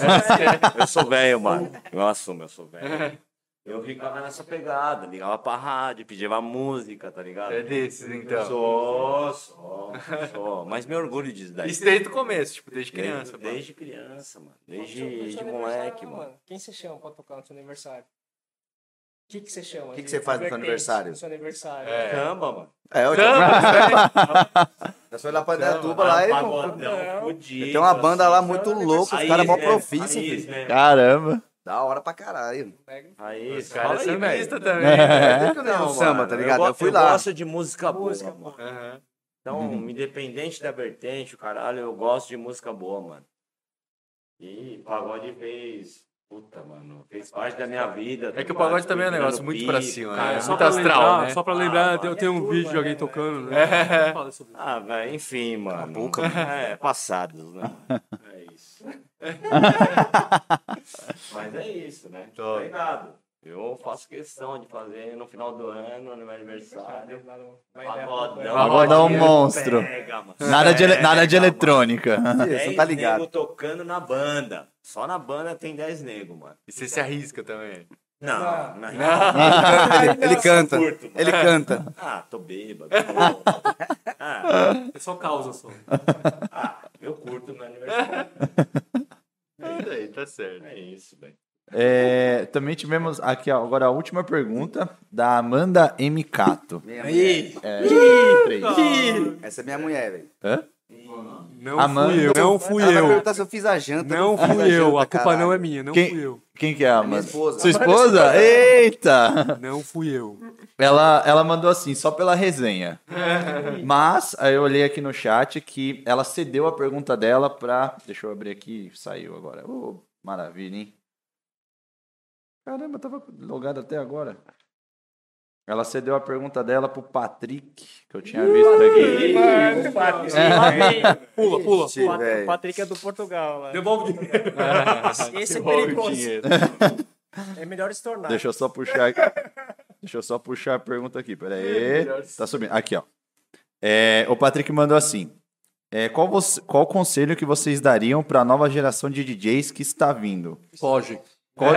Speaker 6: Eu sou velho, mano. Eu assumo, eu sou velho. Eu ficava nessa pegada, ligava pra rádio, pedia música, tá ligado?
Speaker 2: É desses, então.
Speaker 6: Sou, sou, sou. Mas me orgulho disso daí.
Speaker 2: Isso desde o começo, tipo, desde
Speaker 6: Desde-
Speaker 2: criança, pá.
Speaker 6: Desde criança, mano.
Speaker 4: No seu- no
Speaker 6: Desde
Speaker 4: seu
Speaker 6: de
Speaker 4: aniversário,
Speaker 6: moleque, mano.
Speaker 4: Quem você chama pra tocar no seu aniversário? O que, que você chama? O
Speaker 5: que que você faz no seu aniversário?
Speaker 4: No seu aniversário.
Speaker 6: Caramba, mano.
Speaker 5: É, eu
Speaker 2: Não,
Speaker 5: eu sou lá pra Datuba lá e
Speaker 6: Pagodão, fudido,
Speaker 5: tem uma banda lá
Speaker 6: assim.
Speaker 5: muito louca, os
Speaker 6: Aí,
Speaker 5: caras mó
Speaker 6: né?
Speaker 5: profícia,
Speaker 6: Aí,
Speaker 5: filho.
Speaker 6: né?
Speaker 1: Caramba.
Speaker 5: Da hora pra caralho.
Speaker 6: Aí,
Speaker 2: os caras
Speaker 6: fala aí,
Speaker 2: são
Speaker 6: velho.
Speaker 2: besta é também.
Speaker 1: É?
Speaker 2: né?
Speaker 5: Por que não, samba, tá ligado?
Speaker 6: go-
Speaker 5: Eu fui lá.
Speaker 6: gosto de música boa, mano.
Speaker 2: Aham.
Speaker 6: Então, independente da vertente, o caralho, eu gosto de música boa, mano. E pagode fez. Puta, mano. Fez parte da minha vida. tá
Speaker 2: É que o pagode também é um negócio muito pra cima, né?
Speaker 6: cara.
Speaker 2: É
Speaker 3: Só
Speaker 2: muito
Speaker 3: pra
Speaker 2: astral,
Speaker 3: lembrar,
Speaker 2: né? É.
Speaker 3: Só pra lembrar,
Speaker 6: Ah,
Speaker 3: tem- eu
Speaker 6: mano,
Speaker 3: tenho
Speaker 4: é
Speaker 3: um
Speaker 4: tudo,
Speaker 3: vídeo de
Speaker 4: né,
Speaker 3: alguém
Speaker 4: velho?
Speaker 3: tocando, né? Fala sobre isso.
Speaker 6: Ah, velho, enfim, mano. É, passados, né? É isso. Mas é isso, né?
Speaker 2: Tô.
Speaker 6: Obrigado. Eu faço questão de fazer no final do ano, no meu aniversário.
Speaker 4: Lá no- vai dar-
Speaker 6: Pagodão.
Speaker 1: Pagodão monstro.
Speaker 6: Pega, mano. É,
Speaker 1: Nada de, ele- nada de eletrônica.
Speaker 5: Filho,
Speaker 6: Dez
Speaker 5: Você tá ligado.
Speaker 6: nego tocando na banda. Só na banda tem 10 nego, mano.
Speaker 2: E você se arrisca também.
Speaker 6: Não, não.
Speaker 5: Ele, ele canta.
Speaker 6: Curto, mano.
Speaker 5: Ele canta.
Speaker 6: Ah, tô bêbado. tô- ah,
Speaker 3: É só causa só.
Speaker 6: eu curto meu aniversário.
Speaker 2: É isso aí, tá certo.
Speaker 6: É isso, velho.
Speaker 1: É, também tivemos aqui ó, agora a última pergunta da Amanda M. Cato. É,
Speaker 5: Minha mulher. Essa é minha mulher, velho.
Speaker 3: Não
Speaker 1: Amanda-
Speaker 3: fui eu. Não fui
Speaker 5: Ah, Ela vai
Speaker 3: eu.
Speaker 5: perguntar se eu fiz a janta.
Speaker 3: Não
Speaker 5: fiz
Speaker 3: fui eu.
Speaker 5: janta,
Speaker 3: A culpa não é
Speaker 5: caralho.
Speaker 3: minha. Não
Speaker 1: Quem-
Speaker 3: fui eu.
Speaker 1: Quem que é a Amanda?
Speaker 5: Minha esposa.
Speaker 1: Sua esposa? Eita!
Speaker 3: Não fui eu.
Speaker 1: Ela, ela mandou assim, só pela resenha. Mas, aí eu olhei aqui no chat que ela cedeu a pergunta dela pra. Deixa eu abrir aqui, saiu agora. Ô, maravilha, hein? Caramba, eu tava logado até agora. Ela cedeu a pergunta dela pro Patrick, que eu tinha visto aqui.
Speaker 4: É.
Speaker 3: Pula, pula.
Speaker 5: Ixi, velho.
Speaker 4: O Patrick é do Portugal. lá.
Speaker 3: Devolve.
Speaker 4: Esse é
Speaker 2: Devolve o
Speaker 4: perigoso.
Speaker 2: dinheiro.
Speaker 4: É melhor estornar.
Speaker 1: Deixa eu só puxar aqui. Deixa eu só puxar a pergunta aqui. Pera aí. Tá subindo. Aqui, ó. É, o Patrick mandou assim. é, qual, você- qual conselho que vocês dariam para a nova geração de DJs que está vindo?
Speaker 2: Foge.
Speaker 1: Qual,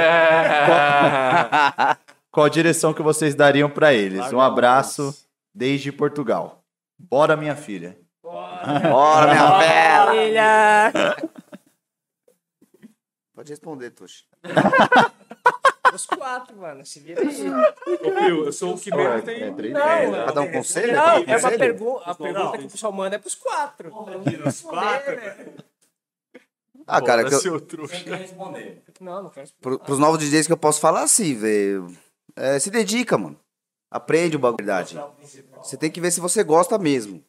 Speaker 1: qual a direção que vocês dariam para eles? Um abraço desde Portugal. Bora, minha filha.
Speaker 5: Bora, minha velha.
Speaker 4: Filha!
Speaker 5: Pode responder, Tuxi.
Speaker 4: Os quatro, mano. Se vira aí.
Speaker 3: Eu sou o que menos tem.
Speaker 4: é,
Speaker 5: Pra dar um conselho?
Speaker 4: Não,
Speaker 5: Pra dar
Speaker 4: é
Speaker 5: um
Speaker 4: uma
Speaker 5: conselho?
Speaker 4: pergunta. A pergunta que o pessoal manda é pros quatro. né? Os quatro?
Speaker 5: Ah, cara, que eu-
Speaker 6: Tem que responder.
Speaker 4: Não, não quero.
Speaker 5: pro, pros novos DJs que eu posso falar assim, velho. É, se dedica, mano. Aprende o bagulho. verdade. Você tem que ver se você gosta mesmo.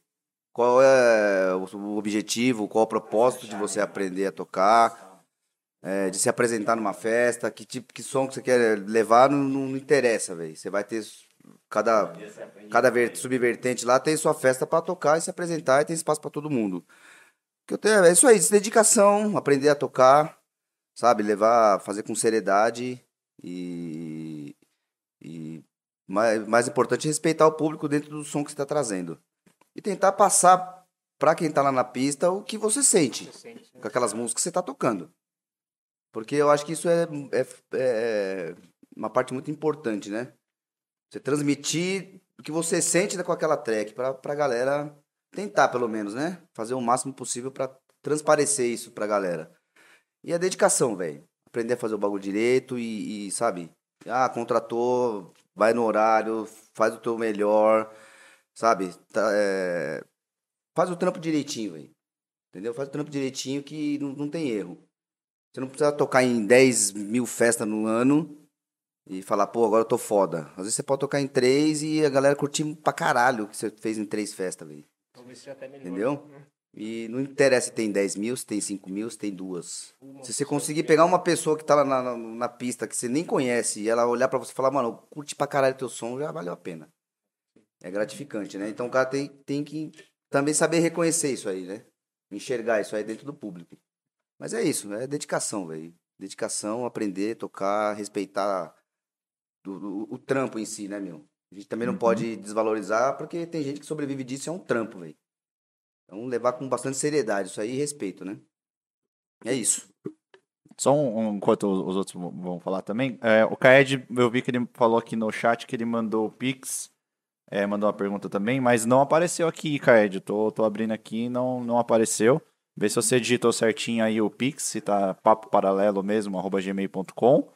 Speaker 5: Qual é o o objetivo, qual o propósito de você aprender a tocar, é, de se apresentar numa festa, que tipo, que som que você quer levar, não, não- não interessa, velho. Você vai ter s- cada cada ver- subvertente lá tem sua festa pra tocar e se apresentar e tem espaço pra todo mundo. O Que eu tenho é isso aí, dedicação, aprender a tocar, sabe, levar, fazer com seriedade e e mais, mais importante é respeitar o público dentro do som que você está trazendo. E tentar passar para quem tá lá na pista o que você sente com aquelas músicas que você tá tocando. Porque eu acho que isso é, é, é uma parte muito importante, né? Você transmitir o que você sente né, com aquela track para pra galera tentar, pelo menos, né? Fazer o máximo possível para transparecer isso pra galera. E a dedicação, velho. Aprender a fazer o bagulho direito e, e, sabe? Ah, contratou, vai no horário, faz o teu melhor, sabe? Tá, é, Faz o trampo direitinho, velho. Entendeu? Faz o trampo direitinho que não, não tem erro. Você não precisa tocar em 10 mil festas no ano e falar, pô, agora eu tô foda. Às vezes você pode tocar em três e a galera curtir pra caralho o que você fez em três festas, velho.
Speaker 4: Talvez seja até melhor.
Speaker 5: Entendeu? E não interessa se tem 10 mil, se tem 5 mil, se tem duas. Se você conseguir pegar uma pessoa que tá lá na, na- na pista que você nem conhece e ela olhar pra você e falar, mano, curte pra caralho teu som, já valeu a pena. É gratificante, né? Então o cara tem, tem que também saber reconhecer isso aí, né? Enxergar isso aí dentro do público. Mas é isso, é dedicação, velho. Dedicação, aprender, tocar, respeitar do- do- o trampo em si, né, meu? A gente também não pode desvalorizar, porque tem gente que sobrevive disso e é um trampo, velho. Então, levar com bastante seriedade isso aí e respeito, né? É isso.
Speaker 7: Só um, um- enquanto os outros vão- vão falar também. É, o Kaed, eu vi que ele falou aqui no chat que ele mandou o Pix, é, mandou uma pergunta também, mas não apareceu aqui, Kaed. Eu Tô, tô abrindo aqui e não, não apareceu. Vê se você digitou certinho aí o Pix, se tá papo paralelo mesmo, arroba gmail.com.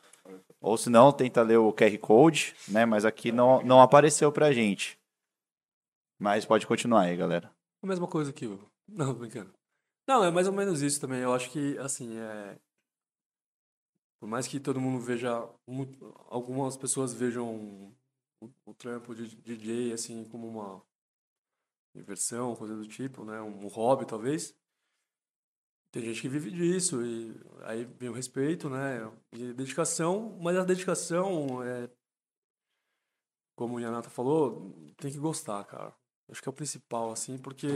Speaker 7: Ou se não, tenta ler o QR Code, né? Mas aqui não, não apareceu pra gente. Mas pode continuar aí, galera.
Speaker 3: A mesma coisa que o. Não, tô brincando. Não, é mais ou menos isso também. Eu acho que, assim, é. Por mais que todo mundo veja. mu- Algumas pessoas vejam o, o trampo de DJ, assim, como uma diversão, coisa do tipo, né? Um hobby, talvez. Tem gente que vive disso, e aí vem o respeito, né? E dedicação, mas a dedicação, é, como o Yanata falou, tem que gostar, cara. Acho que é o principal, assim, porque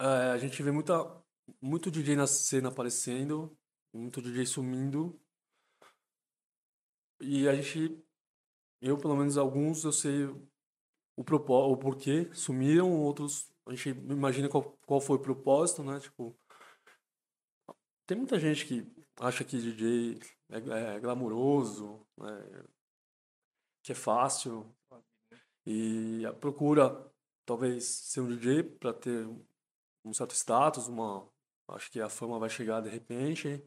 Speaker 3: é, a gente vê muita, muito DJ na cena aparecendo, muito DJ sumindo. E a gente, eu pelo menos alguns, eu sei o, propó o porquê sumiram, outros a gente imagina qual, qual foi o propósito, né? Tipo, tem muita gente que acha que DJ é, é glamuroso, né? que é fácil, e a- procura talvez ser um DJ para ter um certo status, uma acho que a fama vai chegar de repente.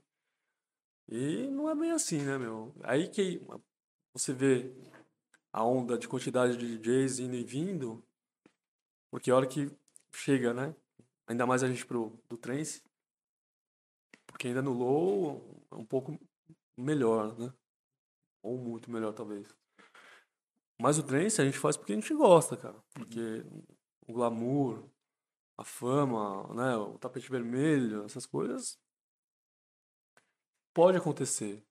Speaker 3: E não é bem assim, né, meu? Aí que você vê a onda de quantidade de DJs indo e vindo, porque a hora que chega, né? Ainda mais a gente pro do trance, porque ainda no low é um pouco melhor, né? Ou muito melhor talvez. Mas o trance a gente faz porque a gente gosta, cara. Porque o glamour, a fama, né, o tapete vermelho, essas coisas pode acontecer.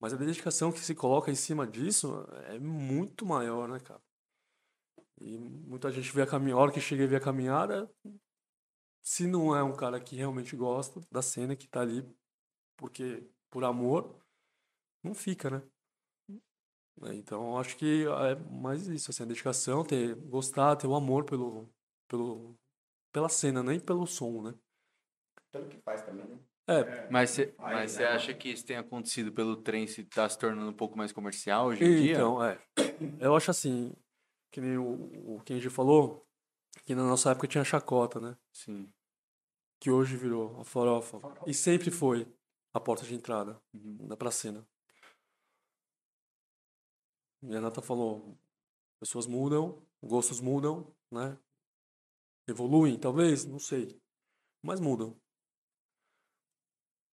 Speaker 3: Mas a dedicação que se coloca em cima disso é muito maior, né, cara? E muita gente vê a caminhada, a hora que chega e vê a caminhada, se não é um cara que realmente gosta da cena, que tá ali porque por amor, não fica, né? né? Então, eu acho que é mais isso, assim, a dedicação, ter, gostar, ter o amor pelo, pelo, pela cena, nem pelo som, né? Pelo que faz também, né?
Speaker 2: Mas você mas você acha que isso tem acontecido pelo trem se tá se tornando um pouco mais comercial hoje em dia?
Speaker 3: Então, é. Eu acho assim, que nem o, o Kenji falou, que na nossa época tinha chacota, né?
Speaker 2: Sim.
Speaker 3: que hoje virou a farofa. E sempre foi a porta de entrada da pracina. E a Nata falou, pessoas mudam, gostos mudam, né? Evoluem, talvez, não sei. Mas mudam.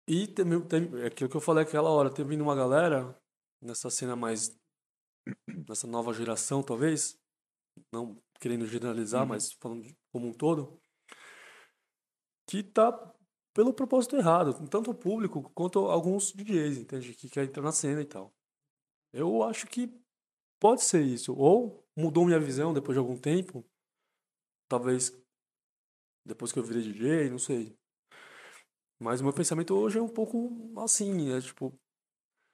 Speaker 3: E tem, tem, é aquilo que eu falei aquela hora, tem vindo uma galera nessa cena mais. nessa nova geração, talvez. Não querendo generalizar, mas falando de- como um todo. Que tá pelo propósito errado, tanto o público quanto alguns DJs, entende? Que quer entrar na cena e tal. Eu acho que pode ser isso. Ou mudou minha visão depois de algum tempo. Talvez depois que eu virei DJ, não sei. Mas o meu pensamento hoje é um pouco assim, é tipo.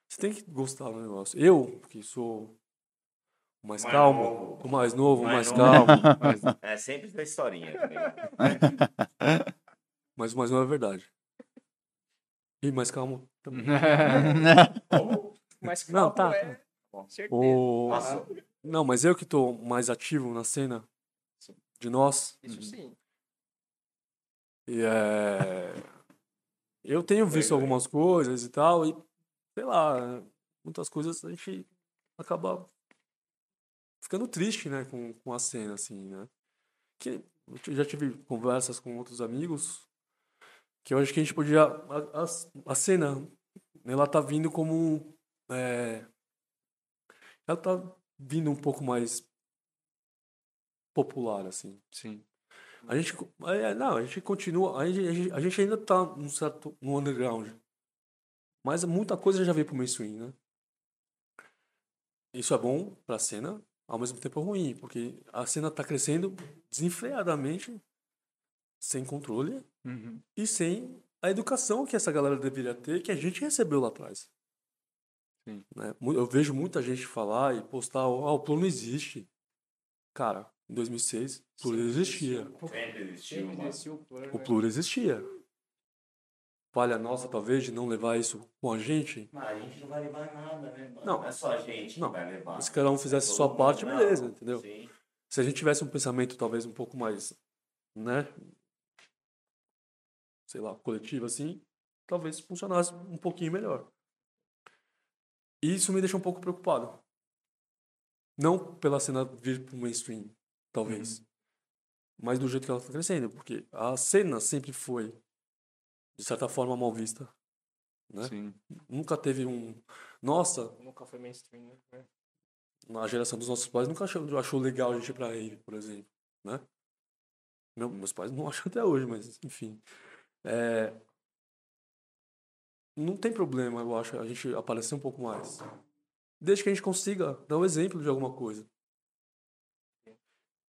Speaker 3: Você tem que gostar do negócio. Eu, que sou o mais,
Speaker 6: Mais
Speaker 3: calmo,
Speaker 6: novo.
Speaker 3: o mais novo,
Speaker 6: Mais
Speaker 3: o mais
Speaker 6: novo.
Speaker 3: calmo.
Speaker 6: É sempre da historinha. tá ligado?
Speaker 3: Mas o mais novo é verdade. E mais calmo também.
Speaker 6: Uhum.
Speaker 2: É,
Speaker 4: Mas
Speaker 3: Não,
Speaker 4: calma,
Speaker 3: tá.
Speaker 4: é. Certeza.
Speaker 3: O...
Speaker 6: Passou.
Speaker 3: Não, mas eu que tô mais ativo na cena de nós. Hum.
Speaker 4: Isso sim.
Speaker 3: E é... Eu tenho visto
Speaker 6: Legal.
Speaker 3: algumas coisas e tal, e sei lá, muitas coisas a gente acaba ficando triste, né, com, com a cena, assim, né? Que eu já tive conversas com outros amigos que eu acho que a gente podia. A, a, a cena, ela tá vindo como. um, É, ela tá vindo um pouco mais popular, assim.
Speaker 2: Sim.
Speaker 3: A gente, co- é, não, a gente continua, a gente, a gente- a gente ainda tá num certo, no underground. Mas muita coisa já veio pro mainstream, né? Isso é bom pra cena, ao mesmo tempo é ruim, porque a cena tá crescendo desenfreadamente, sem controle e sem a educação que essa galera deveria ter, que a gente recebeu lá atrás.
Speaker 2: Sim.
Speaker 3: Né? Mu- Eu vejo muita gente falar e postar, ah, o plano existe. Cara, em 2006, o plano existia.
Speaker 6: Sempre existiu,
Speaker 4: Sempre
Speaker 6: mano.
Speaker 4: existiu o plano,
Speaker 3: O
Speaker 4: né?
Speaker 3: pluro existia. Falha nossa, talvez, de não levar isso com a gente.
Speaker 6: Mas a gente não vai levar nada, né? Mano?
Speaker 3: Não.
Speaker 6: é só a gente
Speaker 3: Não.
Speaker 6: que vai levar.
Speaker 3: Se cada um fizesse
Speaker 6: Todo
Speaker 3: sua
Speaker 6: mundo
Speaker 3: parte,
Speaker 6: não.
Speaker 3: beleza, entendeu?
Speaker 6: Sim.
Speaker 3: Se a gente tivesse um pensamento talvez um pouco mais, né? Sei lá, coletivo assim, talvez funcionasse um pouquinho melhor. E isso me deixa um pouco preocupado. Não pela cena vir pro mainstream, talvez. Mas do jeito que ela tá crescendo, porque a cena sempre foi, de certa forma, mal vista. Né?
Speaker 2: Sim.
Speaker 3: Nunca teve um. Nossa,
Speaker 4: Nunca foi mainstream, né?
Speaker 3: a geração dos nossos pais nunca achou, achou legal a gente ir pra rave, por exemplo, né? Meu- meus pais não acham até hoje, mas enfim. É, Não tem problema, eu acho, a gente aparecer um pouco mais. Desde que a gente consiga dar o exemplo de alguma coisa.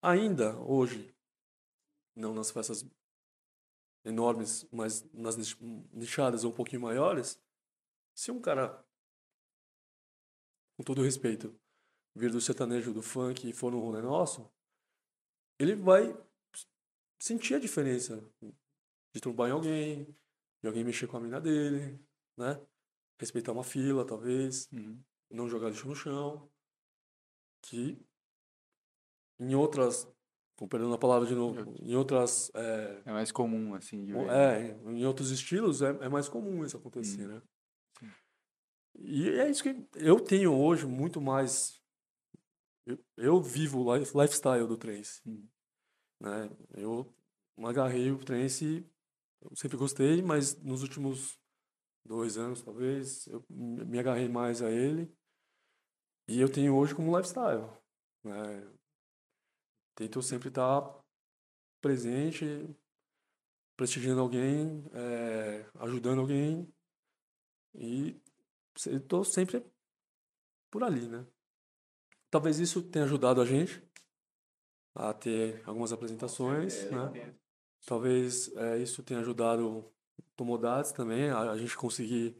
Speaker 3: Ainda hoje, não nas festas enormes, mas nas nich- nichadas ou um pouquinho maiores, se um cara, com todo respeito, vir do sertanejo, do funk e for no rolê nosso, ele vai sentir a diferença de trombar em alguém, de alguém mexer com a mina dele, né? Respeitar uma fila, talvez, não jogar lixo no chão, que em outras, com perdão a palavra de novo, em outras eh,
Speaker 2: É mais comum, assim, de ver.
Speaker 3: é, em outros estilos é, é mais comum isso acontecer, né? E é isso que eu tenho hoje muito mais. Eu, eu vivo o life- lifestyle do trance. Né? Eu agarrei o trance, eu sempre gostei, mas nos últimos dois anos, talvez, eu me me agarrei mais a ele. E eu tenho hoje como lifestyle. Né? Tento sempre estar presente, prestigiando alguém, eh, ajudando alguém. E se- eu tô sempre por ali, né? Talvez isso tenha ajudado a gente a ter algumas apresentações, né? Talvez eh, isso tenha ajudado o Tomodates também, a, a gente conseguir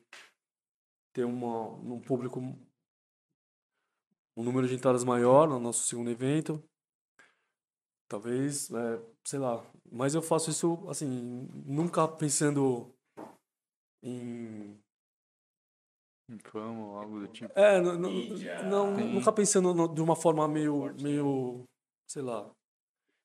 Speaker 3: ter uma, um público, um número de entradas maior no nosso segundo evento. Talvez, eh, sei lá. Mas eu faço isso, assim, nunca pensando em.
Speaker 2: Infamo ou algo do tipo.
Speaker 3: É, n- n-
Speaker 6: Mídia.
Speaker 3: não,
Speaker 2: Sim.
Speaker 3: nunca pensando no- de uma forma meio, meio. Sei lá.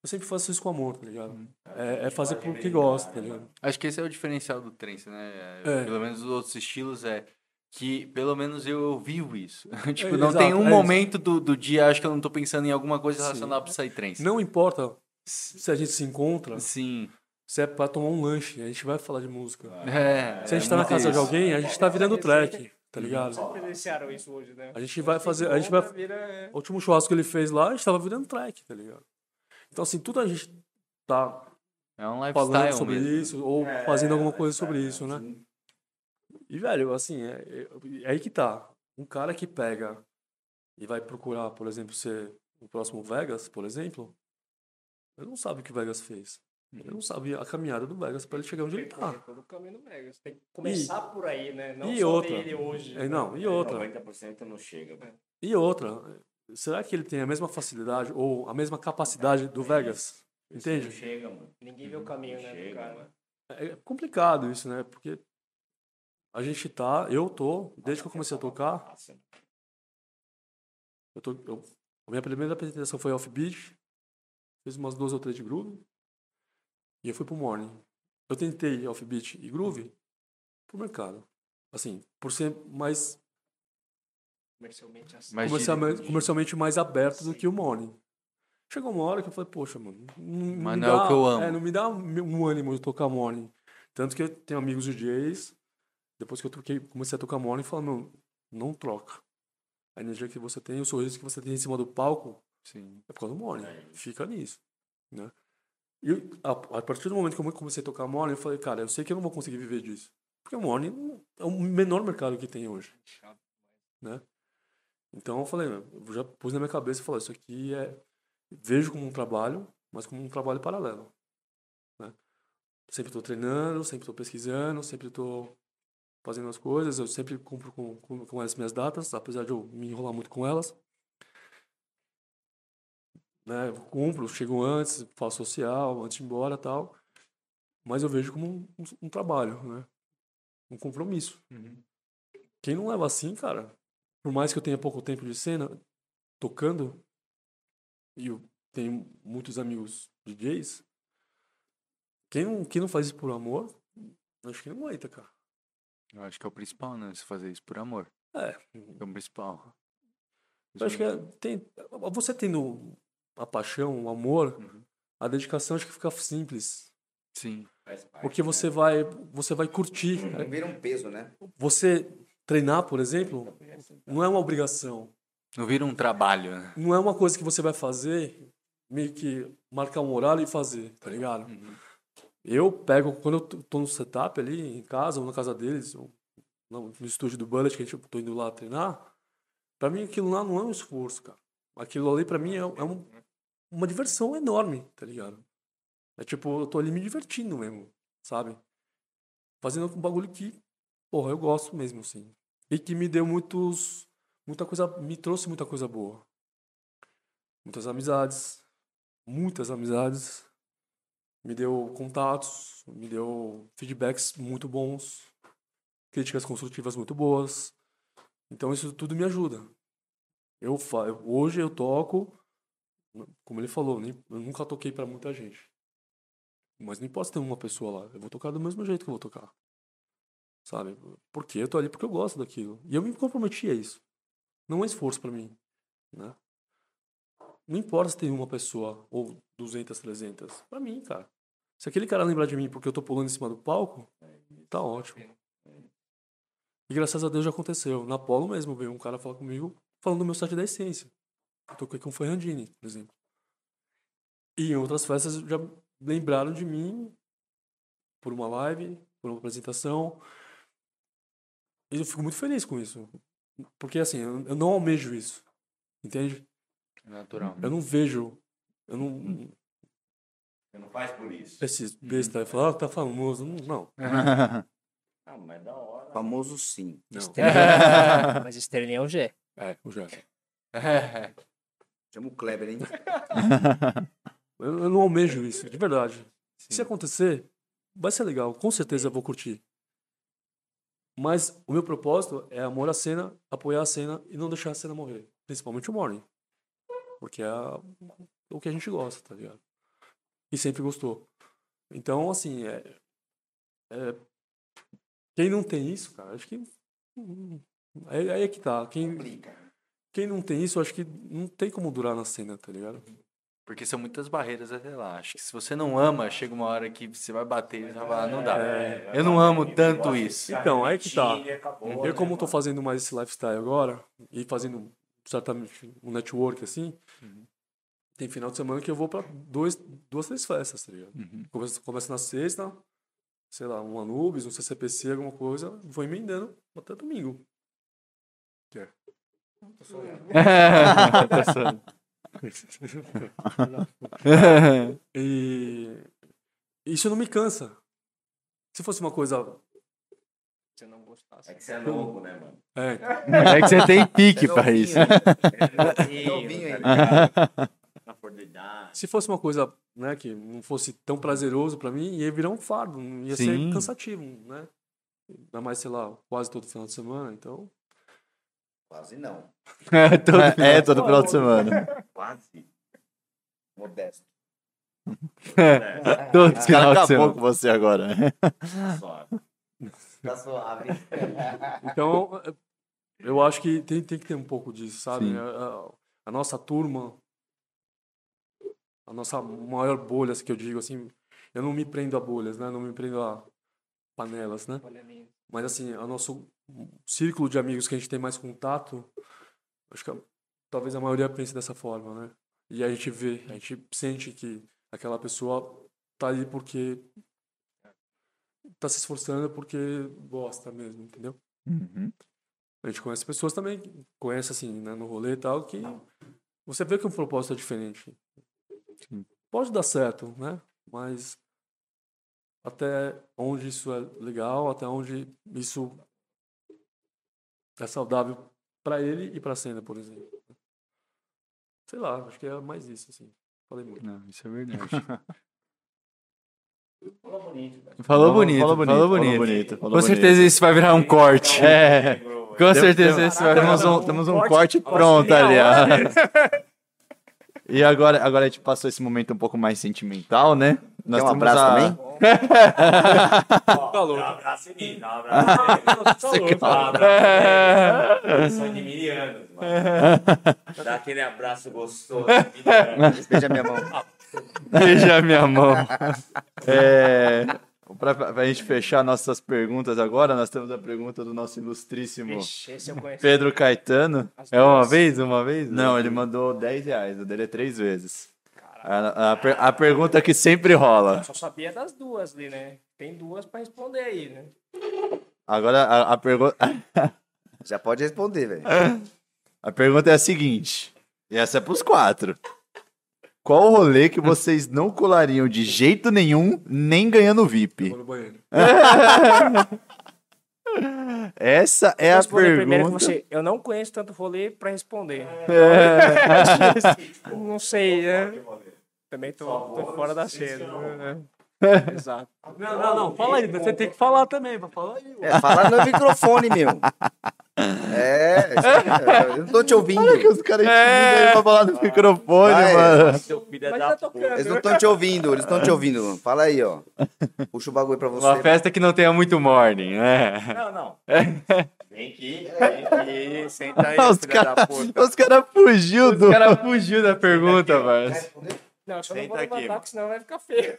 Speaker 3: Eu sempre faço isso com amor, tá ligado?
Speaker 2: Hum.
Speaker 3: É, é fazer porque gosta, tá ligado?
Speaker 2: Acho que esse é o diferencial do trance, né?
Speaker 3: É.
Speaker 2: Pelo menos os outros estilos é que, pelo menos, eu, eu vivo isso. tipo,
Speaker 3: É,
Speaker 2: não tem
Speaker 3: exato,
Speaker 2: um
Speaker 3: é isso.
Speaker 2: momento do, do dia, acho que eu não tô pensando em alguma coisa
Speaker 3: Sim.
Speaker 2: relacionada pro Psytrance.
Speaker 3: Não importa se a gente se encontra,
Speaker 2: Sim.
Speaker 3: se é pra tomar um lanche, a gente vai falar de música.
Speaker 2: É,
Speaker 3: Se a gente
Speaker 2: é
Speaker 3: tá na
Speaker 2: muito
Speaker 3: casa de
Speaker 2: isso. Uhum.
Speaker 3: alguém, a gente tá virando track. Tá ligado?
Speaker 4: Vocês presenciaram isso hoje, né?
Speaker 3: A gente vai fazer. A gente vai,
Speaker 4: Vira, é,
Speaker 3: o último churrasco que ele fez lá, a gente tava virando track, tá ligado? Então, assim, tudo a gente tá
Speaker 2: É um
Speaker 3: falando
Speaker 2: lifestyle
Speaker 3: sobre
Speaker 2: mesmo.
Speaker 3: isso, ou fazendo alguma coisa sobre isso, né? E, velho, assim, é, é- é aí que tá. Um cara que pega e vai procurar, por exemplo, ser o próximo Vegas, por exemplo, ele não sabe o que o Vegas fez. Ele não sabe a caminhada do Vegas pra ele chegar onde ele tá.
Speaker 4: percorrer todo o caminho do Mega. Você tem que começar por aí, né? Não
Speaker 3: e
Speaker 4: só
Speaker 3: outra?
Speaker 4: ter ele hoje. né?
Speaker 3: É, não, e outra.
Speaker 6: 90% não chega, velho.
Speaker 3: E outra, será que ele tem a mesma facilidade ou a mesma capacidade do Vegas?
Speaker 6: Não
Speaker 3: Entende?
Speaker 6: chega, mano.
Speaker 4: Ninguém vê o caminho, né? do
Speaker 6: Chega,
Speaker 4: cara.
Speaker 6: mano.
Speaker 3: É complicado isso, né? Porque a gente tá, eu tô, desde que eu comecei a tocar,
Speaker 6: Passa.
Speaker 3: eu tô, eu- a minha primeira apresentação foi off-beat, fiz umas duas ou três de groove, e eu fui pro morning. Eu tentei off-beat e groove pro mercado. Assim, por ser mais
Speaker 4: Comercialmente assim.
Speaker 2: Mas
Speaker 3: comercialmente, comercialmente mais aberto do que o Morning. Chegou uma hora que eu falei, poxa, mano, não, não
Speaker 2: Mas
Speaker 3: me
Speaker 2: não é o
Speaker 3: dá,
Speaker 2: que eu amo.
Speaker 3: é, não me dá um ânimo de tocar Morning. Tanto que eu tenho amigos DJs, depois que eu toquei, comecei a tocar Morning, falam, meu, não troca. A energia que você tem, o sorriso que você tem em cima do palco,
Speaker 2: Sim.
Speaker 3: é por causa do Morning. Fica nisso, né? E eu- a, a partir do momento que eu comecei a tocar Morning, eu falei, cara, eu sei que eu não vou conseguir viver disso. Porque o Morning não- é o menor mercado que tem hoje. Né? Então eu falei, meu, eu já pus na minha cabeça e falei, isso aqui é... Vejo como um trabalho, mas como um trabalho paralelo. Né? Sempre estou treinando, sempre estou pesquisando, sempre estou fazendo as coisas, eu sempre cumpro com, com, com as minhas datas, apesar de eu me enrolar muito com elas né, eu cumpro, chego antes, faço social, antes de ir embora tal. Mas eu vejo como um, um- um trabalho, né? Um compromisso. Quem não leva assim, cara, por mais que eu tenha pouco tempo de cena, tocando, e eu tenho muitos amigos DJs, quem não, quem não faz isso por amor, acho que não aguenta, cara.
Speaker 2: Eu acho que é o principal, né? Você fazer isso por amor.
Speaker 3: É.
Speaker 2: É o principal.
Speaker 3: Eu acho que é- tem, você tendo a paixão, o amor, a dedicação acho que fica simples.
Speaker 2: Sim.
Speaker 6: Faz parte,
Speaker 3: Porque
Speaker 6: né?
Speaker 3: você vai, é. Uhum. você vai curtir.
Speaker 5: Não vira um peso, né?
Speaker 3: Você treinar, por exemplo, não é uma obrigação.
Speaker 2: Não vira um trabalho, né?
Speaker 3: Não é uma coisa que você vai fazer, meio que marcar um horário e fazer, tá ligado? Eu pego, quando eu tô- tô no setup ali, em casa, ou na casa deles, ou no no estúdio do Bullet, que a gente eu tô indo lá treinar, pra mim aquilo lá não é um esforço, cara. Aquilo ali pra mim é, é um- uma diversão enorme, tá ligado? É tipo, eu tô ali me divertindo mesmo, sabe? Fazendo um bagulho que, porra, eu gosto mesmo, assim. E que me deu muitos. Muita coisa. Me trouxe muita coisa boa. Muitas amizades. Muitas amizades. Me deu contatos. Me deu feedbacks muito bons. Críticas construtivas muito boas. Então isso tudo me ajuda. Eu fa eu- hoje eu toco. Como ele falou, nem, eu nunca toquei pra muita gente. Mas nem posso ter uma pessoa lá. Eu vou tocar do mesmo jeito que eu vou tocar sabe? Porque eu tô ali porque eu gosto daquilo. E eu me comprometi a isso. Não é esforço pra mim, né? Não importa se tem uma pessoa ou 200, 300. Pra mim, cara. Se aquele cara lembrar de mim porque eu tô pulando em cima do palco, tá ótimo. E graças a Deus já aconteceu. Na Polo mesmo veio um cara falar comigo falando do meu site da essência. Eu toquei com o Ferrandini, por exemplo. E em outras festas já lembraram de mim por uma live, por uma apresentação, e eu fico muito feliz com isso. Porque, assim, eu, eu não almejo isso. Entende?
Speaker 2: É natural.
Speaker 3: Eu não vejo. Eu não.
Speaker 6: Você não faz por isso. Uhum.
Speaker 3: Esses besta aí falar, ah, tá famoso. Não, não.
Speaker 6: Ah, mas da hora.
Speaker 5: Famoso sim.
Speaker 3: assim?
Speaker 4: Mas Sterling é o G.
Speaker 3: É, o Jeff.
Speaker 1: Uhum.
Speaker 2: É,
Speaker 5: Chama o Kleber, hein?
Speaker 3: Eu, eu não almejo isso, de verdade. Se acontecer, vai ser legal. Com certeza eu vou curtir. Mas o meu propósito é amor à cena, apoiar a cena e não deixar a cena morrer. Principalmente o Morning. Porque é a- o que a gente gosta, tá ligado? E sempre gostou. Então, assim, é, é- quem não tem isso, cara, acho que. hum, Aí, aí é que tá. Quem, quem não tem isso, acho que não tem como durar na cena, tá ligado?
Speaker 2: Porque são muitas barreiras até lá. Acho que se você não ama, chega uma hora que você vai bater e vai falar, não dá.
Speaker 1: É,
Speaker 2: eu não amo tanto isso.
Speaker 3: Então, aí que tá. Eu, como tô fazendo mais esse lifestyle agora, e fazendo certamente um network assim, tem final de semana que eu vou pra dois, duas, três festas, tá ligado? Começa, começa na sexta, sei lá, um Anubis, um CCPC, alguma coisa, vou emendando até domingo. E isso não me cansa. Se fosse uma coisa.
Speaker 4: Se eu não gostasse.
Speaker 6: É que você é louco, né, mano?
Speaker 3: É,
Speaker 2: É que você tem pique pra
Speaker 5: novinho,
Speaker 2: isso.
Speaker 6: É
Speaker 5: novinho ainda.
Speaker 6: Na oportunidade.
Speaker 3: se fosse uma coisa né, que não fosse tão prazeroso pra mim, ia virar um fardo, ia
Speaker 2: Sim.
Speaker 3: ser cansativo, né? Ainda mais, sei lá, quase todo final de semana, então.
Speaker 5: Quase não.
Speaker 2: Todo-
Speaker 1: É, todo final de semana.
Speaker 6: Quase.
Speaker 5: Modesto.
Speaker 2: todo
Speaker 1: Os caras
Speaker 2: final de
Speaker 1: acabou
Speaker 2: semana.
Speaker 1: com você agora. né?
Speaker 6: Só.
Speaker 5: Tá suave.
Speaker 3: Então, eh, eu acho que tem, tem que ter um pouco disso, sabe? A, a- a nossa turma, a nossa maior bolha, assim, que eu digo assim, eu não me prendo a bolhas, né? Não me prendo a panelas, né? Mas assim, o nosso círculo de amigos que a gente tem mais contato, acho que a- talvez a maioria pense dessa forma, né? E a gente vê, a gente sente que aquela pessoa tá ali porque tá se esforçando porque gosta mesmo, entendeu? A gente conhece pessoas também, que conhece assim, né, no rolê e tal, que você vê que um propósito é diferente. Pode dar certo, né? Mas até onde isso é legal, até onde isso é saudável pra ele e pra cena, por exemplo. Sei lá, acho que é mais isso, assim. Falei muito.
Speaker 2: Não, isso é verdade. Falou bonito. Falou bonito. Falou bonito. Com certeza isso vai virar um corte.
Speaker 1: É.
Speaker 2: Com certeza isso vai virar
Speaker 1: Temos um, temos um corte pronto ali. ó. E agora, agora a gente passou esse momento um pouco mais sentimental, né? Nós
Speaker 5: Quer um
Speaker 1: temos
Speaker 5: abraço
Speaker 1: a-
Speaker 5: também?
Speaker 6: Dá um abraço em mim, dá um abraço em
Speaker 3: Ah,
Speaker 6: mim. Dá um abraço em mim. São de milianos, mano. Dá aquele abraço gostoso. de milianos.
Speaker 5: Beija minha mão.
Speaker 2: Beija minha mão.
Speaker 1: É, pra, pra gente fechar nossas perguntas agora, nós temos a pergunta do nosso ilustríssimo
Speaker 4: Vixe, esse eu conheço.
Speaker 1: Pedro Caetano.
Speaker 4: As
Speaker 2: É uma
Speaker 4: duas.
Speaker 2: vez? Uma vez?
Speaker 1: Não, ele mandou 10 reais, eu dele é três vezes. A, a per- a pergunta que sempre rola.
Speaker 4: Eu só sabia das duas ali, né? Tem duas pra responder aí, né?
Speaker 1: Agora, a, a, pergu-
Speaker 5: Já pode responder, velho.
Speaker 1: a pergunta é a seguinte: e essa é pros quatro. Qual o rolê que vocês não colariam de jeito nenhum, nem ganhando VIP?
Speaker 3: Vou no banheiro.
Speaker 1: Essa é a
Speaker 4: Responder primeiro que
Speaker 1: pergunta.
Speaker 4: você. Eu não conheço tanto rolê pra responder.
Speaker 1: É.
Speaker 3: É.
Speaker 4: Tipo, não sei, né? Também tô, tô fora da cena. né? Exato.
Speaker 3: Não, não, não. Fala aí, você tem que falar também. Fala aí.
Speaker 5: É, falar no microfone, meu. É, isso- eu não tô te ouvindo.
Speaker 1: Olha que os caras
Speaker 4: É.
Speaker 1: intimidam ele pra falar no microfone,
Speaker 5: Vai.
Speaker 1: mano.
Speaker 6: Seu filho é
Speaker 4: Mas
Speaker 6: da
Speaker 4: tá
Speaker 6: puta.
Speaker 4: tocando.
Speaker 5: Eles não estão te ouvindo, eles estão te ouvindo. Fala aí, ó. Puxa o bagulho pra
Speaker 2: Uma
Speaker 5: você.
Speaker 2: festa que não tenha muito morning, né?
Speaker 6: Não, não. Vem aqui, vem aqui. Senta aí,
Speaker 1: Os
Speaker 6: filha da
Speaker 1: caras
Speaker 6: puta.
Speaker 1: os cara fugiu do.
Speaker 2: O cara é fugiu da pergunta, mas.
Speaker 4: Não, só não vou
Speaker 6: Senta aqui,
Speaker 4: levantar,
Speaker 6: mano.
Speaker 4: porque senão vai ficar feio.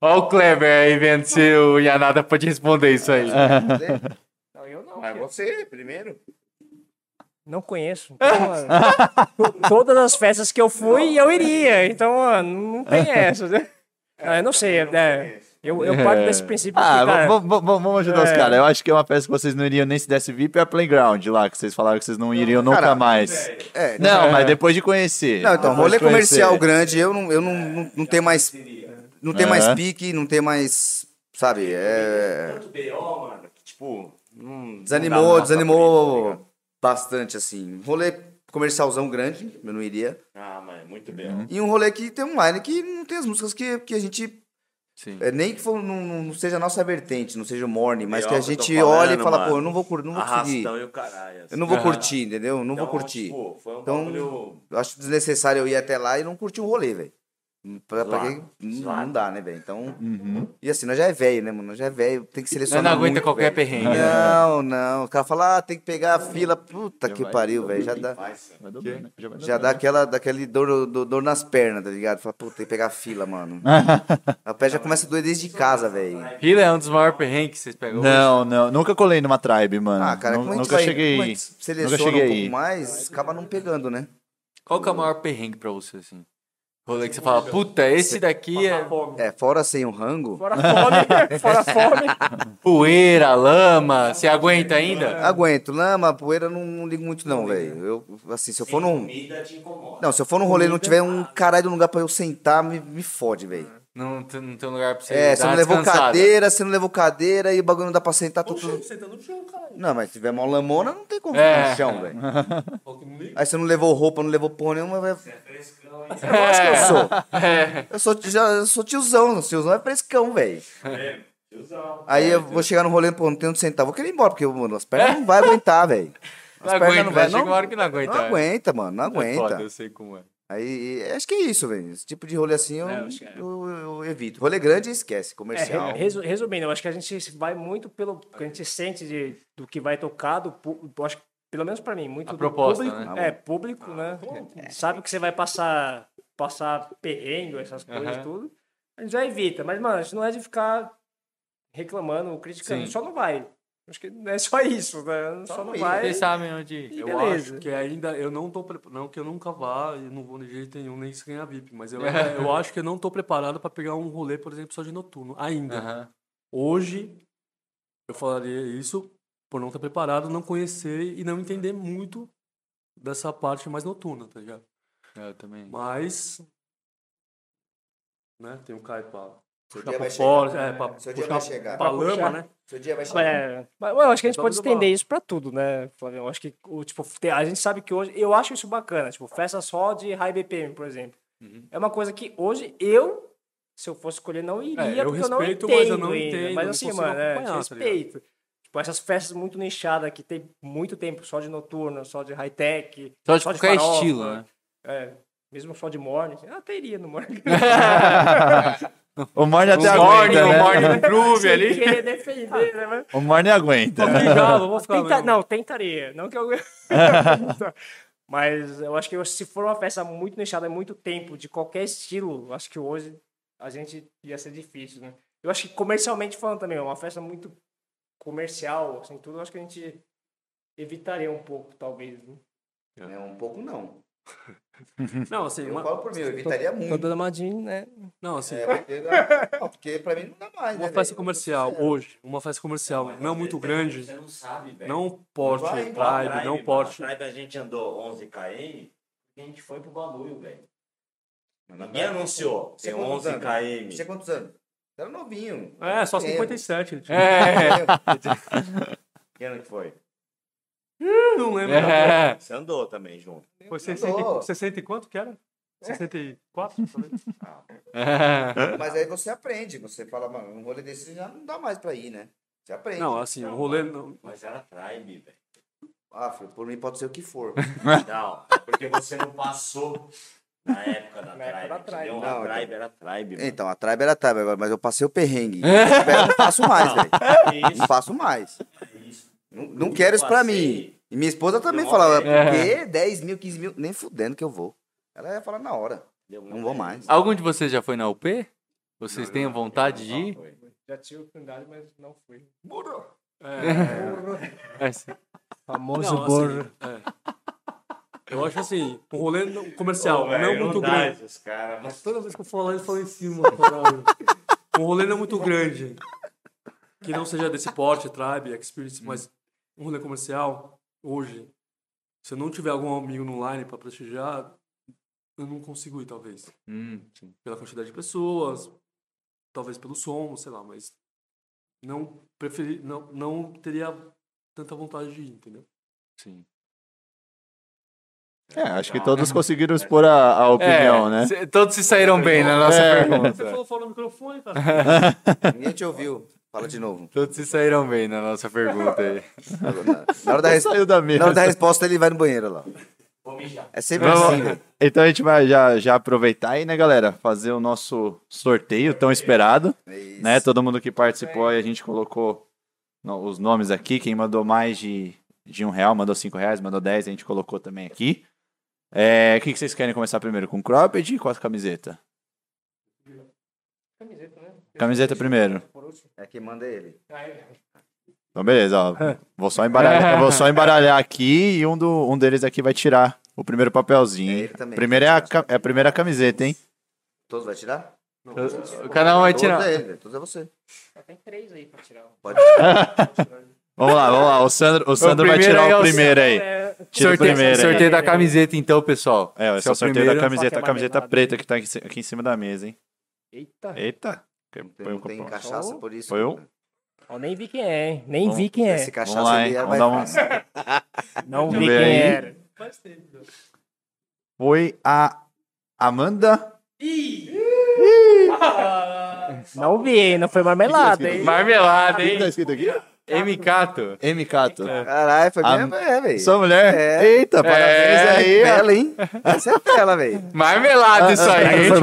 Speaker 2: Ó o Kleber aí vendo se o Yanada pode responder isso aí.
Speaker 5: É.
Speaker 4: Não, eu não.
Speaker 6: Mas você, primeiro.
Speaker 4: Não conheço. Então, mano, to- todas as festas que eu fui, eu iria. Então, mano, não tem essa, né? Ah, eu não sei, né? Eu, eu parto desse princípio.
Speaker 1: Ah,
Speaker 4: que, cara,
Speaker 1: vamos- vamos vamos ajudar os
Speaker 4: é.
Speaker 1: caras. Eu acho que é uma peça que vocês não iriam nem se desse VIP é a Playground lá, que vocês falaram que vocês não iriam nunca
Speaker 5: Cara,
Speaker 1: mais.
Speaker 5: É, não,
Speaker 1: Não, mas depois de conhecer.
Speaker 5: então,
Speaker 1: Depois
Speaker 5: rolê
Speaker 1: de conhecer.
Speaker 5: comercial grande, eu não, eu não, não, não tenho mais. Não tem mais
Speaker 1: Aham.
Speaker 5: pique, não tem mais. Sabe? É,
Speaker 6: Tanto B.O., mano, que, tipo... Não, não dá
Speaker 5: desanimou,
Speaker 6: nada pra tá
Speaker 5: desanimou
Speaker 6: isso,
Speaker 5: bastante, assim. Rolê comercialzão grande, eu não iria.
Speaker 6: tá ligado? Ah, mano, muito B.O.
Speaker 5: E um rolê que tem um line que não tem as músicas que, que a gente.
Speaker 2: Sim.
Speaker 5: é, nem que for, não, não- não seja a nossa vertente, não seja o morning, mas que a
Speaker 6: Pior que eu tô
Speaker 5: gente olha e
Speaker 6: falando,
Speaker 5: fala,
Speaker 6: mano.
Speaker 5: pô, eu não vou, cur- não vou conseguir.
Speaker 6: Arrastão e o caralho. assim.
Speaker 5: Eu não vou
Speaker 2: Aham.
Speaker 5: curtir, entendeu? Não
Speaker 6: Então,
Speaker 5: vou curtir.
Speaker 6: tipo, foi um
Speaker 5: Então-
Speaker 6: bagulho...
Speaker 5: Eu acho desnecessário eu ir até lá e não curtir o rolê, velho. Pra, pra
Speaker 6: Lá.
Speaker 5: quem- não, não dá, né, velho? Então.
Speaker 7: Uhum.
Speaker 5: E assim, nós já é velho, né, mano? Nós já é velho. Tem que
Speaker 2: Não,
Speaker 5: selecionar.
Speaker 2: não aguenta
Speaker 5: muito,
Speaker 2: qualquer né?
Speaker 5: velho.
Speaker 2: perrengue.
Speaker 5: Não, não. O cara fala, ah, tem que pegar a fila. Puta que
Speaker 7: vai
Speaker 5: pariu, velho. Já dá,
Speaker 7: Vai dobrar, né? Já, vai
Speaker 5: já
Speaker 7: dobrar.
Speaker 5: dá aquela daquele dor, dor, dor nas pernas, tá ligado? Fala, puta, tem que pegar a fila, mano. a pé já começa a doer desde casa, velho.
Speaker 2: Hila é um dos maiores perrengues que vocês pegam.
Speaker 7: Não, não. Nunca colei numa tribe, mano.
Speaker 5: Ah, cara,
Speaker 7: Nu-
Speaker 5: como a gente
Speaker 7: nunca
Speaker 5: vai,
Speaker 7: cheguei.
Speaker 5: como a gente seleciona
Speaker 7: nunca cheguei
Speaker 5: um
Speaker 7: aí.
Speaker 5: pouco mais, acaba não pegando, né?
Speaker 2: Qual que é o maior perrengue pra você, assim? Rolê que você fala, puta, esse daqui é
Speaker 5: É, fora sem um rango,
Speaker 4: Fora fome, fora fome.
Speaker 2: poeira, lama, você aguenta ainda?
Speaker 5: É. aguento. Lama, poeira, não, não ligo muito não, velho. Eu, assim, se eu for num...
Speaker 6: Comida te incomoda.
Speaker 5: Não, se eu for num rolê e não tiver um caralho de um lugar pra eu sentar, me, me fode, velho.
Speaker 2: Não, t- não tem um lugar pra você
Speaker 5: É, você
Speaker 2: dar
Speaker 5: não
Speaker 2: uma
Speaker 5: levou
Speaker 2: descansada.
Speaker 5: cadeira, você não levou cadeira e o bagulho não dá pra sentar, tô tudo...
Speaker 3: Poxa, você tá no chão, cara.
Speaker 5: Não, mas se tiver mó lamona, não tem como
Speaker 2: É.
Speaker 5: ficar no chão, velho.
Speaker 3: Fala que não liga.
Speaker 5: Aí você não levou roupa, não levou porra nenhuma, vai...
Speaker 2: É,
Speaker 5: Acho que eu sou.
Speaker 2: é.
Speaker 5: Eu sou, já, eu sou tiozão, tiozão é frescão, velho.
Speaker 2: É,
Speaker 5: Aí eu vou chegar no rolê, pô, não tenho onde sentar. Vou querer ir embora, porque mano, as pernas não vai aguentar, velho.
Speaker 2: É. Não
Speaker 5: As pernas
Speaker 2: aguenta, vai
Speaker 5: não vai,
Speaker 2: chegar
Speaker 5: não,
Speaker 2: uma hora que não
Speaker 5: não
Speaker 2: aguenta.
Speaker 5: aguenta, mano, não
Speaker 2: É foda, eu
Speaker 5: aguenta.
Speaker 2: sei como é.
Speaker 5: Aí, e- acho que é isso, velho. Esse tipo de rolê assim eu,
Speaker 2: É, eu acho que é.
Speaker 5: eu- eu evito. Rolê grande, esquece,
Speaker 4: É,
Speaker 5: comercial.
Speaker 4: re- resu- resumindo, eu acho que a gente vai muito pelo que a gente sente de, do que vai tocar, do, pu- eu acho que, pelo menos pra mim, muito
Speaker 2: A
Speaker 4: do
Speaker 2: proposta,
Speaker 4: público,
Speaker 5: né?
Speaker 4: É, público, né? Sabe que você vai passar, passar perrengue, essas coisas
Speaker 2: Aham.
Speaker 4: tudo. A gente já evita, mas, mano, a gente não é de ficar reclamando, criticando,
Speaker 2: Sim.
Speaker 4: só não vai. Acho que não é só isso, né? Só, não
Speaker 5: não ir.
Speaker 4: vai.
Speaker 2: Vocês sabem onde...
Speaker 4: E
Speaker 3: Eu
Speaker 4: beleza.
Speaker 3: acho que ainda eu não tô preparado. Não que eu nunca vá e não vou de jeito nenhum nem se ganhar VIP, mas eu, eu acho que eu não tô preparado pra pegar um rolê, por exemplo, só de noturno. Ainda.
Speaker 2: Aham.
Speaker 3: Hoje, eu falaria isso por não estar preparado, não conhecer e não entender muito dessa parte mais noturna, tá ligado?
Speaker 2: Eu também.
Speaker 3: Mas. Né, tem um cara pra puxar
Speaker 5: dia
Speaker 3: pra
Speaker 5: vai
Speaker 3: fora,
Speaker 5: chegar.
Speaker 3: é, pra
Speaker 5: Seu dia vai
Speaker 3: puxar
Speaker 5: chegar.
Speaker 3: pra
Speaker 4: Pra puxar.
Speaker 3: lama, né?
Speaker 5: Seu dia vai chegar.
Speaker 4: É, mas ué, eu acho que a gente
Speaker 3: Só
Speaker 4: pode
Speaker 3: tudo bom.
Speaker 4: estender isso pra tudo, né, Flavião? Eu acho que o tipo, te- a gente sabe que hoje, eu acho isso bacana, tipo, festa só de high BPM, por exemplo.
Speaker 3: Uhum.
Speaker 4: É uma coisa que hoje eu, se eu fosse escolher, não iria,
Speaker 3: É, eu
Speaker 4: porque
Speaker 3: respeito,
Speaker 4: eu não
Speaker 3: mas
Speaker 4: entendo.
Speaker 3: eu não
Speaker 4: ainda.
Speaker 3: entendo,
Speaker 4: mas
Speaker 3: não
Speaker 4: assim,
Speaker 3: consigo
Speaker 4: mano, é,
Speaker 3: acompanhar, tá ligado?
Speaker 4: respeito. tipo, essas festas muito nichadas que tem muito tempo, só de noturno, só de high-tech.
Speaker 2: Só de qualquer
Speaker 4: farofa,
Speaker 2: estilo, né?
Speaker 4: É, mesmo só de morning. Ah, teria no morning.
Speaker 7: O Morne até aguenta,
Speaker 2: Um morning, um
Speaker 7: né?
Speaker 2: morning groove
Speaker 4: Sem
Speaker 2: ali.
Speaker 4: querer defender, né? Mas...
Speaker 7: O Morne aguenta.
Speaker 3: É.
Speaker 5: é
Speaker 3: Obrigado, vou ficar.
Speaker 4: Tenta-
Speaker 3: né?
Speaker 4: Não, tentaria. Não que eu. Mas eu acho que se for uma festa muito nichada, é muito tempo, de qualquer estilo, eu acho que hoje a gente ia ser difícil, né? Eu acho que comercialmente falando também, é uma festa muito comercial, assim, tudo, eu acho que a gente evitaria um pouco, talvez. Né?
Speaker 5: É um pouco não.
Speaker 3: Não, assim,
Speaker 5: Eu
Speaker 3: uma-
Speaker 5: falo por mim, eu evitaria muito.
Speaker 4: amadinho, né?
Speaker 3: não, assim,
Speaker 5: É, porque, não, porque pra mim não dá mais, né,
Speaker 3: uma festa
Speaker 5: velho?
Speaker 3: comercial hoje, uma festa
Speaker 5: É,
Speaker 3: comercial não muito grande,
Speaker 6: Você não sabe, velho.
Speaker 3: não porte
Speaker 5: Vai,
Speaker 3: Pride,
Speaker 6: Pra Drive,
Speaker 3: não
Speaker 6: mano,
Speaker 3: porte.
Speaker 6: pra Drive a gente andou 11 km e a gente foi pro bagulho, velho. Ninguém anunciou.
Speaker 5: Você
Speaker 6: Tem
Speaker 5: quantos
Speaker 6: 11
Speaker 5: anos? Tinha
Speaker 6: km.
Speaker 5: quantos anos? Era novinho.
Speaker 3: É, só
Speaker 5: Tempo.
Speaker 3: 57. ele tinha.
Speaker 2: É,
Speaker 6: Que ano que foi?
Speaker 3: Eu não lembro.
Speaker 2: é.
Speaker 6: Você andou também junto.
Speaker 3: Foi 60,
Speaker 5: Andou.
Speaker 3: 60 e quanto que era?
Speaker 5: É.
Speaker 3: 64? talvez?
Speaker 5: Mas aí você aprende, você fala, mano, um rolê desse já não dá mais pra ir, né? Você aprende.
Speaker 3: não, assim, o rolê. Não...
Speaker 6: Mas era Tribe, velho.
Speaker 5: Ah, filho, por mim pode ser o que for.
Speaker 6: Não, é porque você não passou na época da
Speaker 4: Na época da
Speaker 6: Tribe.
Speaker 4: Tribe.
Speaker 6: entendeu?
Speaker 5: Não,
Speaker 6: A Tribe era Tribe, mano.
Speaker 5: então, a tribe era tribe agora, mas eu passei o perrengue. Eu não faço mais, velho. Não faço mais.
Speaker 6: é Isso.
Speaker 5: Não, não quero isso pra mim. E minha esposa também falava, por quê? 10 mil, 15 mil? Nem fudendo que eu vou. Ela ia falar na hora.
Speaker 6: Deu
Speaker 5: Não vou mais.
Speaker 2: Algum de vocês já foi na UP? Vocês têm vontade de ir?
Speaker 4: Já tive oportunidade, mas não fui.
Speaker 2: Essa-
Speaker 4: Famoso
Speaker 3: Não, assim, é. Eu acho assim, um rolê não- comercial, não muito grande.
Speaker 6: Os caras, mas
Speaker 3: Toda vez que eu falo, eu falo em cima. caralho. um rolê não muito grande. Que não seja desse porte, tribe, experience, mas um rolê comercial, hoje, se eu não tiver algum amigo no line pra prestigiar, eu não consigo ir, talvez.
Speaker 2: Hum, sim.
Speaker 3: Pela quantidade de pessoas, talvez pelo som, sei lá, mas não preferi, não, não teria tanta vontade de ir, entendeu?
Speaker 2: sim.
Speaker 7: É, acho que todos conseguiram expor a, a opinião, né?
Speaker 2: cê- todos É, se saíram bem na nossa
Speaker 7: É.
Speaker 2: pergunta.
Speaker 3: Você falou fora no microfone, cara.
Speaker 5: Ninguém te ouviu. Fala de novo.
Speaker 2: Todos se saíram bem na nossa pergunta aí.
Speaker 5: Na hora da, res-
Speaker 7: Saiu da
Speaker 5: na hora da
Speaker 7: mesa.
Speaker 5: resposta, ele vai no banheiro lá. É sempre assim, né?
Speaker 1: Então a gente vai já, já aproveitar aí, né, galera? Fazer o nosso sorteio tão esperado.
Speaker 5: Isso.
Speaker 1: né? Todo mundo que participou aí, a gente colocou no- os nomes aqui. Quem mandou mais de, de um real, mandou cinco reais, mandou dez, a gente colocou também aqui. É, O que, que vocês querem começar primeiro? Com cropped e com a camiseta?
Speaker 4: Camiseta, né?
Speaker 1: Camiseta primeiro.
Speaker 4: Por último.
Speaker 5: É quem manda ele.
Speaker 4: Aí,
Speaker 1: Então, beleza, ó. Vou só embaralhar, eu vou só embaralhar aqui e um, do, um deles aqui vai tirar o primeiro
Speaker 5: É
Speaker 1: papelzinho.
Speaker 5: ele também.
Speaker 1: Primeiro é a, ca- é a primeira camiseta, hein?
Speaker 5: Todos vai tirar?
Speaker 2: O canal vai
Speaker 5: Todos
Speaker 2: tirar.
Speaker 5: é ele, todos é você.
Speaker 4: só tem três aí pra tirar.
Speaker 5: Pode
Speaker 1: Vamos lá, vamos lá. O Sandro, o Sandro vai
Speaker 2: primeiro
Speaker 1: tirar
Speaker 2: é
Speaker 1: o
Speaker 2: o
Speaker 1: primeiro aí.
Speaker 4: É,
Speaker 1: Tira o
Speaker 2: Sorteio,
Speaker 1: primeiro aí.
Speaker 2: sorteio da camiseta, então, pessoal.
Speaker 1: É,
Speaker 2: Esse
Speaker 1: esse é o sorteio
Speaker 2: primeiro.
Speaker 1: da camiseta, a
Speaker 4: Faca
Speaker 1: camiseta
Speaker 4: marmelada.
Speaker 1: preta que tá aqui em ci- aqui em cima da mesa, hein?
Speaker 4: Eita.
Speaker 1: Eita! Que-
Speaker 5: tem,
Speaker 1: põe o
Speaker 5: não tem
Speaker 1: copão.
Speaker 5: cachaça por isso.
Speaker 1: Foi eu?
Speaker 4: Eu nem vi quem é, hein? Nem
Speaker 1: Vamos
Speaker 4: vi quem é.
Speaker 5: Esse cachaça
Speaker 1: Vamos lá,
Speaker 5: ali
Speaker 1: hein?
Speaker 5: era
Speaker 1: Vamos
Speaker 5: mais
Speaker 1: dar um-
Speaker 5: fácil.
Speaker 4: Não vi
Speaker 1: Vamos
Speaker 4: quem
Speaker 1: ver aí.
Speaker 4: era.
Speaker 1: Foi a Amanda.
Speaker 4: Não vi, hein? Não foi marmelada, hein?
Speaker 2: Marmelada, hein?
Speaker 1: escrito aqui?
Speaker 2: Micato.
Speaker 1: M. Cato.
Speaker 5: Caralho, foi
Speaker 1: A-
Speaker 5: mesmo, é, velho.
Speaker 1: Sua mulher?
Speaker 5: É.
Speaker 1: Eita, parabéns aí. ó.
Speaker 5: Bela, hein? Essa é bela, velho.
Speaker 2: Marmelada isso
Speaker 1: é
Speaker 4: Será que
Speaker 2: aí.
Speaker 4: não foi
Speaker 2: hein?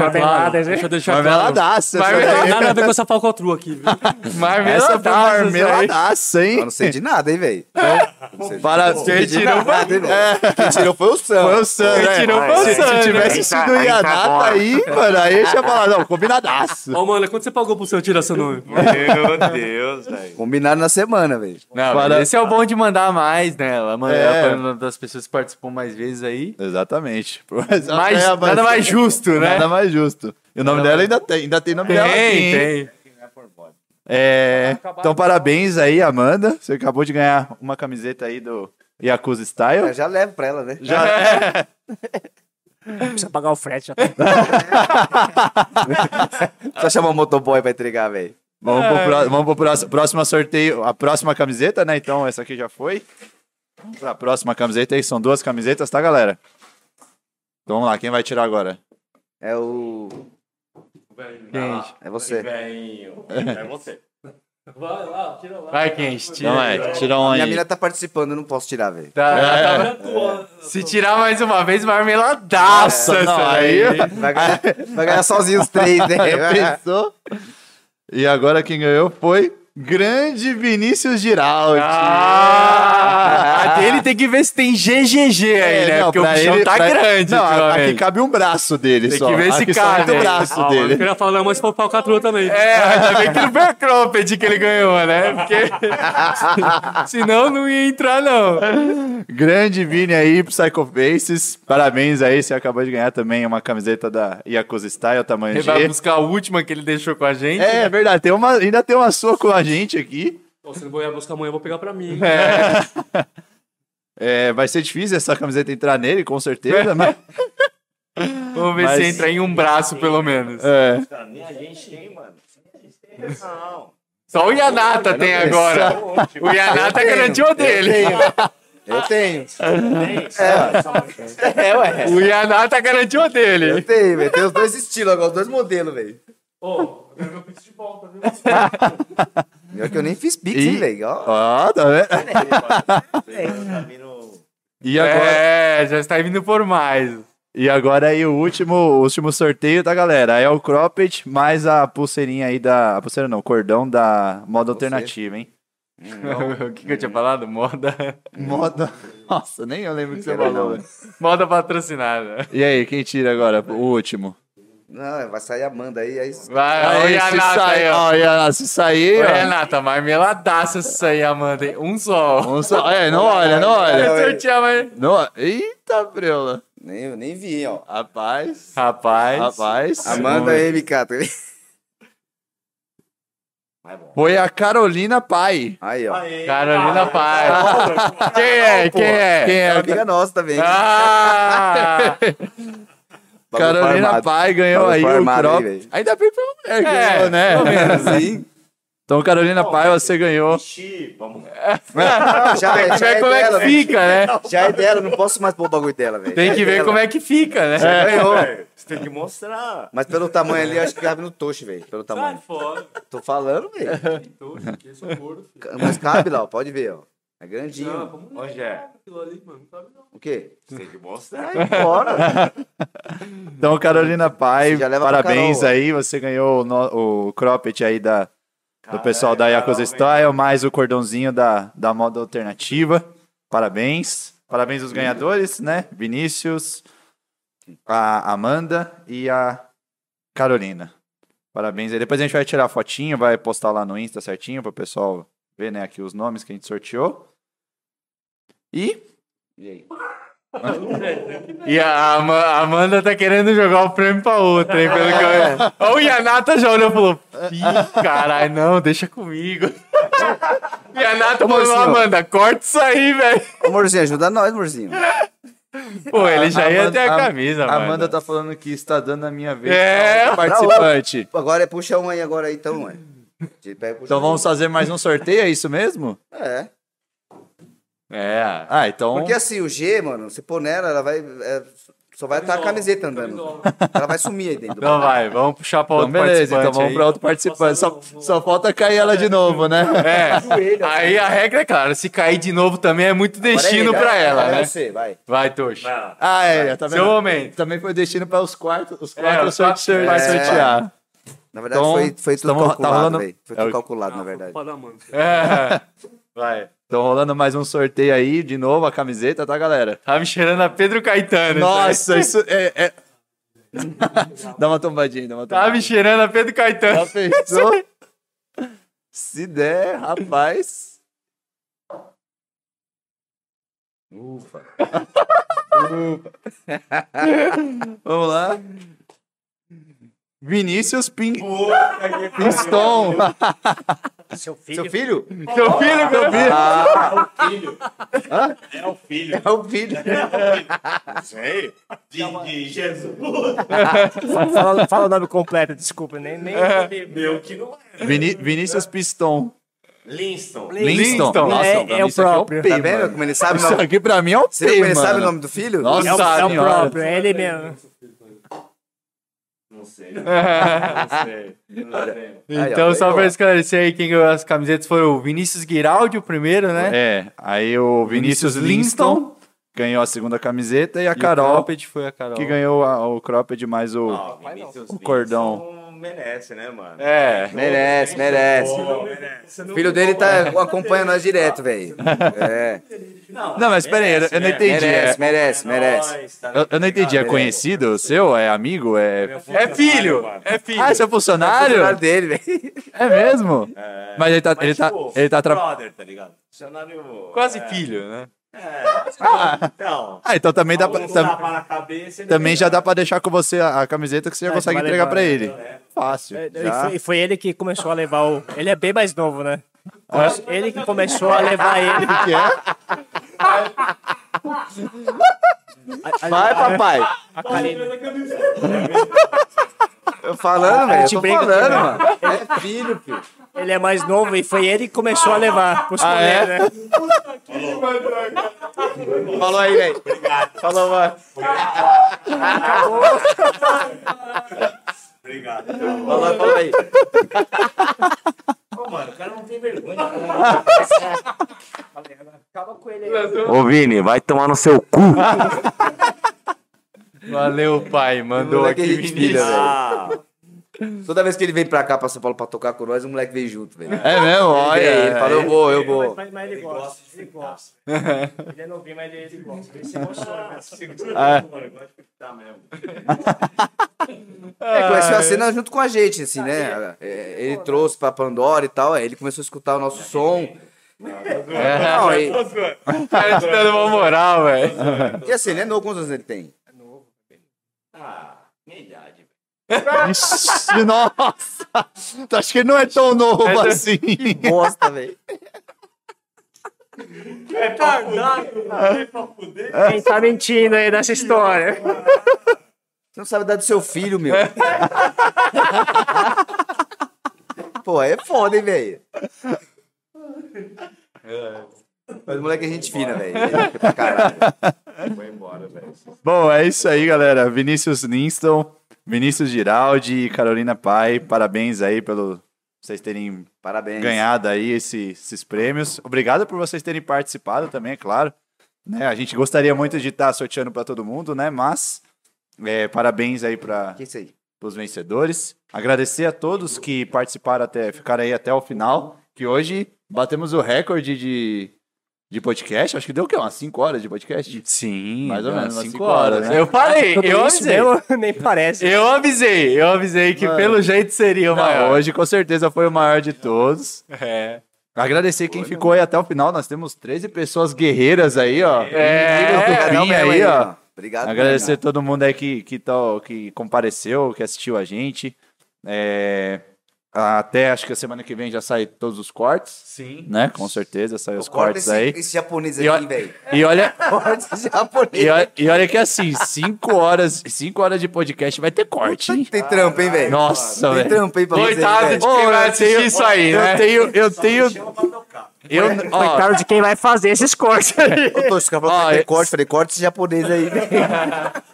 Speaker 4: marmelada?
Speaker 3: Deixa eu deixar claro.
Speaker 1: Marmeladaça.
Speaker 2: Vai,
Speaker 1: essa
Speaker 2: vai,
Speaker 1: daí.
Speaker 2: vai.
Speaker 3: Nada a ver com essa falcatrua aqui, viu?
Speaker 1: É. Essa foi
Speaker 2: Marmeladaça isso aí.
Speaker 1: marmeladaça, hein?
Speaker 5: Eu não sei de nada, hein, velho.
Speaker 1: Então, Parabéns.
Speaker 2: Quem tirou foi-
Speaker 5: Nada, hein, velho.
Speaker 1: Quem tirou foi o Sandro. Foi o Sandro,
Speaker 2: Quem
Speaker 1: é.
Speaker 2: tirou foi o
Speaker 1: Se-
Speaker 2: Sandro.
Speaker 1: Se tivesse
Speaker 6: Aí tá-
Speaker 1: sido o
Speaker 6: aí tá bom.
Speaker 1: Yanata aí, mano, aí eu tinha falado, não, combinadaço.
Speaker 3: Ó, mano, quanto você pagou pro seu tirar seu nome?
Speaker 6: Meu Deus, velho.
Speaker 5: Combinado na semana, velho.
Speaker 2: Não,
Speaker 1: Para-
Speaker 2: esse é o bom de mandar mais, né? Ela manda
Speaker 1: É.
Speaker 2: ela foi uma das pessoas que participam mais vezes aí.
Speaker 1: Exatamente.
Speaker 2: Mas nada mais justo, né?
Speaker 1: é Nada mais justo. E o nome dela ainda tem, ainda tem nome dela aqui,
Speaker 2: Tem,
Speaker 1: hein?
Speaker 2: tem.
Speaker 1: É, então parabéns aí, Amanda. Você acabou de ganhar uma camiseta aí do Yakuza
Speaker 5: Eu
Speaker 1: Style.
Speaker 5: já levo pra ela, né?
Speaker 4: Precisa pagar o frete já tá.
Speaker 5: Só chamar o motoboy pra entregar, velho.
Speaker 1: Vamos pro, pró- vamos pro próximo, próximo sorteio, a próxima camiseta, né? Então essa aqui já foi. Vamos Pra próxima camiseta aí, são duas camisetas, tá, galera? Então vamos lá, quem vai tirar agora?
Speaker 5: É o. É você.
Speaker 6: Velho. É você.
Speaker 2: Vai, Kenji, tira.
Speaker 1: Então é, tira um
Speaker 5: Minha
Speaker 1: aí.
Speaker 5: mina tá participando, eu não posso tirar, velho.
Speaker 2: Tá,
Speaker 1: É.
Speaker 2: tá- Se tirar mais uma vez, marmeladaça.
Speaker 1: Nossa, não,
Speaker 2: essa
Speaker 1: aí.
Speaker 2: daí.
Speaker 5: Vai ganhar, vai ganhar sozinho os três, né?
Speaker 1: Pensou? E agora quem ganhou foi grande Vinícius Giraldi.
Speaker 2: Ah, a dele tem que ver se tem GGG aí, né? Porque o
Speaker 1: É, pra
Speaker 2: bichão
Speaker 1: ele-
Speaker 2: tá
Speaker 1: pra-
Speaker 2: grande,
Speaker 1: Não, a- aqui
Speaker 2: ultimamente.
Speaker 1: cabe um braço dele
Speaker 2: Tem
Speaker 1: só.
Speaker 2: que ver esse
Speaker 1: aqui só
Speaker 2: cara,
Speaker 1: entra o
Speaker 2: né?
Speaker 1: braço
Speaker 3: Ah, mano, eu
Speaker 1: dele.
Speaker 3: queria falar, mas foi falcatrua também.
Speaker 2: É, ainda bem que não foi a Cropped que ele ganhou, né? Porque senão não ia entrar, não.
Speaker 1: Grande Vini aí, Psycho Faces. Parabéns aí, você acabou de ganhar também uma camiseta da Yakuza Style, tamanho
Speaker 2: Ele vai
Speaker 1: G.
Speaker 2: buscar a última que ele deixou com a gente.
Speaker 1: É, é verdade, tem uma, ainda tem uma sua com a gente aqui.
Speaker 3: Ó, se não vou ir buscar amanhã, eu vou pegar pra mim.
Speaker 1: É, vai ser difícil essa camiseta entrar nele, com certeza, né? mas...
Speaker 2: Vamos ver se
Speaker 1: Mas-
Speaker 2: entra em um braço, pelo menos.
Speaker 1: É.
Speaker 6: Tá, Nem a gente tem, mano. Não.
Speaker 2: Só o Yanata tem
Speaker 1: é
Speaker 2: agora. O Yanata garantiu a dele.
Speaker 5: Eu tenho. É,
Speaker 1: É,
Speaker 2: O Yanata garantiu a
Speaker 5: Eu
Speaker 2: dele.
Speaker 5: tenho, velho. Tem os dois estilos agora, os dois modelos, velho. Ô, eu fiz de volta, viu? Pior que eu nem fiz pix, hein,
Speaker 1: E-
Speaker 5: velho. Ó,
Speaker 1: Ó, tá vendo? E agora...
Speaker 2: É, já está vindo por mais.
Speaker 1: E agora aí o último, o último sorteio, tá, galera? É o cropped mais a pulseirinha aí da... A pulseira não, o cordão da moda alternativa, hein?
Speaker 2: o que, que eu tinha falado? Moda.
Speaker 1: Moda... Nossa, nem eu lembro o que você falou, velho.
Speaker 2: Moda patrocinada.
Speaker 1: E aí, quem tira agora? O último.
Speaker 5: Não, vai sair a Amanda aí, aí...
Speaker 2: Vai, É, o
Speaker 1: Aí, se
Speaker 2: Yanata
Speaker 1: sair,
Speaker 2: aí, ó.
Speaker 1: ó, Yanata, se sair,
Speaker 2: Ô,
Speaker 1: ó.
Speaker 2: Renata, marmeladaça essa aí, Amanda. hein? Um só.
Speaker 1: Vamos só- É, não olha, não olha.
Speaker 2: Vai sortear, mas-
Speaker 1: Não olha. Eita, preula.
Speaker 5: Nem, eu nem vi, ó.
Speaker 1: Rapaz. É
Speaker 2: Rapaz.
Speaker 1: Rapaz.
Speaker 5: Amanda aí, tá Micato.
Speaker 1: Foi a Carolina Pai.
Speaker 5: Aí, ó.
Speaker 2: Carolina Paz. Quem é? Quem é?
Speaker 1: Quem
Speaker 5: É
Speaker 1: é?
Speaker 5: uma amiga nossa também.
Speaker 2: Ah!
Speaker 5: Bagulho
Speaker 1: Carolina
Speaker 5: farmado.
Speaker 1: Pai ganhou
Speaker 5: Bagulho
Speaker 1: aí o
Speaker 5: farmado, hein,
Speaker 1: crop.
Speaker 5: velho?
Speaker 1: Ainda bem que foi uma mulher que
Speaker 2: É,
Speaker 1: ganhou, né? Então, Carolina Pai, você ganhou.
Speaker 6: Xi, vamos.
Speaker 5: Não, já,
Speaker 2: Tem que ver
Speaker 5: já é
Speaker 2: como é
Speaker 5: dela,
Speaker 2: que fica, né?
Speaker 5: velho. Já é dela, não posso mais pôr o bagulho dela, velho.
Speaker 2: Tem que ver como é que fica, né?
Speaker 6: Ganhou. Você tem que mostrar.
Speaker 5: Mas pelo tamanho ali, eu acho que cabe no toche, velho. Pelo tamanho.
Speaker 3: Sai fora.
Speaker 5: Tô falando, velho.
Speaker 3: Tô, que sou gordo, filho.
Speaker 5: Mas cabe lá, ó. Pode ver, ó. É grandinho.
Speaker 6: Onde é?
Speaker 3: Aquilo ali, mano, não sabe não.
Speaker 5: O quê?
Speaker 6: Sei de mostrar.
Speaker 5: Bora.
Speaker 1: Então, Carolina Pai,
Speaker 5: Você já leva pra
Speaker 1: parabéns
Speaker 5: Carol.
Speaker 1: aí. Você ganhou o, no, o cropped aí da, do pessoal da Yakuza Style, mais o cordãozinho da, da moda alternativa. Parabéns. Parabéns aos ganhadores, né? Vinícius, a Amanda e a Carolina. Parabéns aí. Depois a gente vai tirar a fotinho, vai postar lá no Insta certinho pro pessoal ver, né, aqui os nomes que a gente sorteou. E
Speaker 5: E aí?
Speaker 2: E a, Ama- a Amanda tá querendo jogar o prêmio pra outra, hein? Pelo que eu... O Yanata já olhou e falou: Ih, caralho, não, deixa comigo. Yanata
Speaker 5: Ô,
Speaker 2: falou:
Speaker 1: assim,
Speaker 5: Murcinho.
Speaker 2: Amanda, corta isso aí, velho.
Speaker 5: Ô, Morzinho, ajuda nós, Morzinho.
Speaker 2: Pô, ele já ia
Speaker 1: Amanda-
Speaker 2: ter a
Speaker 1: Am-
Speaker 2: camisa,
Speaker 1: a
Speaker 2: mano.
Speaker 1: Amanda tá falando que está dando a minha vez.
Speaker 2: É.
Speaker 1: pra
Speaker 5: tá
Speaker 1: um participante.
Speaker 5: Agora é puxa um aí, agora aí, então, ué. Te pega, puxa
Speaker 1: Então
Speaker 5: um.
Speaker 1: vamos fazer mais um sorteio, é isso mesmo?
Speaker 5: É.
Speaker 2: É.
Speaker 1: Ah, então.
Speaker 5: Porque assim, o G, mano, se pôr nela, ela vai. é, só vai estar a camiseta andando. Ela vai sumir aí dentro.
Speaker 2: Então vai, vamos puxar pra
Speaker 1: tá. Então,
Speaker 2: outro
Speaker 1: beleza, então
Speaker 2: participante
Speaker 1: vamos
Speaker 2: aí.
Speaker 1: para outro participante. Só,
Speaker 3: Passar no-
Speaker 1: só falta cair ela de novo, né?
Speaker 2: É. Aí a regra é clara: se cair de novo também é muito destino
Speaker 5: Agora é
Speaker 2: pra
Speaker 5: ele,
Speaker 2: ela,
Speaker 5: agora é
Speaker 2: né?
Speaker 5: Você, vai.
Speaker 2: Vai, Tosh.
Speaker 6: Vai lá.
Speaker 1: Ah, é, tá
Speaker 2: Seu
Speaker 1: vendo?
Speaker 2: momento.
Speaker 1: Também foi destino para os quatro, os
Speaker 2: É,
Speaker 1: quatro
Speaker 2: os
Speaker 1: sorte-
Speaker 2: quatro-
Speaker 1: vai
Speaker 5: é.
Speaker 1: sortear.
Speaker 5: Na verdade,
Speaker 1: Então,
Speaker 5: foi, foi tudo
Speaker 1: estamos- tá
Speaker 5: calculado,
Speaker 1: rolando-
Speaker 5: velho. Foi
Speaker 1: é
Speaker 5: tudo
Speaker 1: o-
Speaker 5: calculado, na
Speaker 3: foi
Speaker 5: verdade.
Speaker 3: pra dar, mano.
Speaker 2: É. Vai.
Speaker 1: Então rolando mais um sorteio aí, de novo a camiseta, tá, galera?
Speaker 2: Tá me cheirando a Pedro Caetano. então, isso
Speaker 1: Nossa,
Speaker 2: aí.
Speaker 1: isso é. é- dá uma tombadinha, dá uma
Speaker 2: Tá me
Speaker 1: tombadinha.
Speaker 2: cheirando a Pedro Caetano.
Speaker 1: Já pensou? Se der, rapaz.
Speaker 5: Ufa.
Speaker 1: Vamos lá. Vinícius Pin... Pinston.
Speaker 4: Seu filho.
Speaker 5: Seu filho?
Speaker 2: Seu filho, meu filho.
Speaker 6: É o filho.
Speaker 5: É o filho.
Speaker 6: Sei. De, de Jesus.
Speaker 4: Fala, fala o nome completo, desculpa. Nem, nem
Speaker 1: É.
Speaker 6: Meu que não é.
Speaker 1: Vini- Vinícius Piston.
Speaker 6: Linston.
Speaker 1: Linston.
Speaker 2: Linston.
Speaker 1: Nossa,
Speaker 4: É-
Speaker 1: pra
Speaker 4: é
Speaker 1: mim
Speaker 4: o
Speaker 1: isso aqui um
Speaker 4: próprio.
Speaker 1: P,
Speaker 5: Tá vendo
Speaker 1: mano.
Speaker 5: como ele sabe o
Speaker 1: Isso
Speaker 5: nome?
Speaker 1: aqui pra mim é o
Speaker 5: Você viu como
Speaker 1: P,
Speaker 5: ele sabe o
Speaker 1: mano.
Speaker 5: nome do filho?
Speaker 1: Nossa.
Speaker 4: é, o, é o
Speaker 1: senhora.
Speaker 4: próprio, é ele mesmo.
Speaker 6: Não sei. Não sei. Não sei.
Speaker 5: Aí, ó,
Speaker 2: Então, só
Speaker 5: aí, ó.
Speaker 2: pra esclarecer aí, quem ganhou as camisetas foi o Vinícius Giraldi, o primeiro, né?
Speaker 1: É, aí o Vinícius Linston ganhou a segunda camiseta e a
Speaker 2: E o
Speaker 1: Carol,
Speaker 2: Cropped foi a Carol.
Speaker 1: que ganhou a- o cropped mais o...
Speaker 6: Ah, o Vinícius
Speaker 1: O Um cordão.
Speaker 6: Vinicius Merece, né, mano?
Speaker 2: É.
Speaker 5: Merece, merece. O filho dele tá acompanha nós direto, velho. É.
Speaker 1: Não, mas pera aí, eu, eu não entendi. é-
Speaker 5: Merece, merece, merece.
Speaker 6: Nós, tá
Speaker 1: eu, eu não entendi, é conhecido o seu? É amigo? É...
Speaker 2: É filho. É filho.
Speaker 1: Ah, seu funcionário?
Speaker 5: O dele, velho.
Speaker 1: É mesmo? Mas ele tá,
Speaker 6: Mas,
Speaker 1: ele tá,
Speaker 6: tipo,
Speaker 1: ele tá tra-
Speaker 6: brother, tá ligado? Funcionário.
Speaker 2: Quase
Speaker 6: é,
Speaker 2: filho, né?
Speaker 6: É. Então.
Speaker 1: Ah, então também dá pra,
Speaker 6: um
Speaker 1: tam-
Speaker 6: tapa na cabeça, ele
Speaker 1: também
Speaker 6: ganha.
Speaker 1: já dá pra deixar com você a, a camiseta que você já
Speaker 4: É,
Speaker 1: consegue
Speaker 4: vai
Speaker 1: entregar
Speaker 4: levar,
Speaker 1: pra
Speaker 4: né?
Speaker 1: ele. Fácil.
Speaker 4: É, E
Speaker 1: já.
Speaker 4: foi, e foi ele que começou a levar o. Ele é bem mais novo, né? Mas Ele que começou a levar ele.
Speaker 5: Vai, papai.
Speaker 4: A Karina.
Speaker 5: Eu falando, velho. Eu tô
Speaker 4: briga
Speaker 5: falando,
Speaker 1: né?
Speaker 5: mano. É filho, filho.
Speaker 4: Ele é mais novo e foi ele que começou a levar pros
Speaker 1: Ah,
Speaker 4: rolês,
Speaker 1: é?
Speaker 4: né?
Speaker 5: Falou aí, velho. Obrigado. Falou, mano.
Speaker 6: Obrigado.
Speaker 5: Falou, falou aí.
Speaker 6: Ô, mano, o cara não tem vergonha.
Speaker 1: Ô, Vini, vai tomar no seu cu.
Speaker 2: Valeu, pai. Mandou
Speaker 5: Moleque
Speaker 2: aqui,
Speaker 5: é gente fina,
Speaker 2: Vinícius.
Speaker 5: velho.
Speaker 6: Ah,
Speaker 5: Toda vez que ele vem pra cá, pra São Paulo, pra tocar com nós, o moleque vem junto, velho.
Speaker 1: É mesmo? Olha.
Speaker 5: Ele vem, ele fala,
Speaker 1: aí.
Speaker 5: eu vou, eu vou.
Speaker 4: Mas, mas ele gosta. Ele gosta. Ele é novinho, mas ele, ele gosta. Ele se emociona. né?
Speaker 5: É, conheceu a cena junto com a gente, assim, né? É, Ele trouxe pra Pandora e tal, aí ele começou a escutar o nosso som. Não, e,
Speaker 2: O cara te dando né? uma moral, velho.
Speaker 5: e assim, né? Novo, quantos anos ele tem?
Speaker 6: minha idade.
Speaker 1: Ixi, Nossa! Acho que ele não é tão novo assim.
Speaker 5: Bosta, velho.
Speaker 4: Quem tá mentindo aí nessa história?
Speaker 5: Você não sabe dar do seu filho, meu. Pô, aí é foda, hein, velho? É. Mas o moleque é gente fina, velho. Ele é pra caralho.
Speaker 1: Bom, é isso aí, galera. Vinícius Linston, Vinícius Giraldi e Carolina Pai, parabéns aí pelo vocês terem
Speaker 5: Parabéns.
Speaker 1: ganhado aí esse- esses prêmios. Obrigado por vocês terem participado também, é claro. Né, a gente gostaria muito de estar sorteando para todo mundo, né? Mas é, parabéns aí para
Speaker 5: Que isso aí?
Speaker 1: os vencedores. Agradecer a todos que participaram até, ficaram aí até o final, que hoje batemos o recorde de, de podcast. Acho que deu o quê? Umas 5 horas de podcast?
Speaker 2: Sim,
Speaker 1: Mais ou
Speaker 2: dá
Speaker 1: menos,
Speaker 2: umas
Speaker 1: umas
Speaker 2: cinco
Speaker 1: cinco horas, né?
Speaker 2: Eu falei,
Speaker 4: Tudo
Speaker 2: eu
Speaker 4: isso
Speaker 2: avisei.
Speaker 4: mesmo, nem parece.
Speaker 2: Eu avisei, eu avisei que
Speaker 1: Mano.
Speaker 2: pelo jeito seria o
Speaker 1: Não,
Speaker 2: maior.
Speaker 1: hoje com certeza foi o maior de todos.
Speaker 2: É.
Speaker 1: Agradecer quem ficou aí até o final. Nós temos 13 pessoas guerreiras aí, ó.
Speaker 2: É.
Speaker 1: Cupim
Speaker 5: Parabéns
Speaker 1: aí, ó.
Speaker 5: Obrigado. né,
Speaker 1: Agradecer todo mundo aí que, que, tá, que compareceu, que assistiu a gente. É, até acho que a semana que vem já sai todos os cortes,
Speaker 2: Sim.
Speaker 1: né? Com certeza, saem
Speaker 5: Pô,
Speaker 1: os
Speaker 5: corta
Speaker 1: cortes
Speaker 5: esse,
Speaker 1: aí.
Speaker 5: Esse japonês
Speaker 1: E
Speaker 5: aqui,
Speaker 1: ó-
Speaker 5: velho.
Speaker 1: E olha,
Speaker 5: Corta esse japonês.
Speaker 1: e, olha, e olha que assim, 5 horas, cinco horas de podcast vai ter corte, hein?
Speaker 5: Tem trampo, hein, velho?
Speaker 1: Nossa,
Speaker 5: Tem
Speaker 1: velho.
Speaker 5: trampo aí pra
Speaker 2: Coitado
Speaker 5: vocês,
Speaker 2: de quem vai assistir isso aí,
Speaker 1: Eu
Speaker 2: né?
Speaker 1: tenho, eu tenho. Eu, ó,
Speaker 4: Coitado de quem vai fazer esses cortes aí.
Speaker 5: velho. Eu tô, os caras falaram
Speaker 1: Ó,
Speaker 5: que tem
Speaker 1: esse-
Speaker 5: corte, falei, corta Ah, esse japonês aí, velho.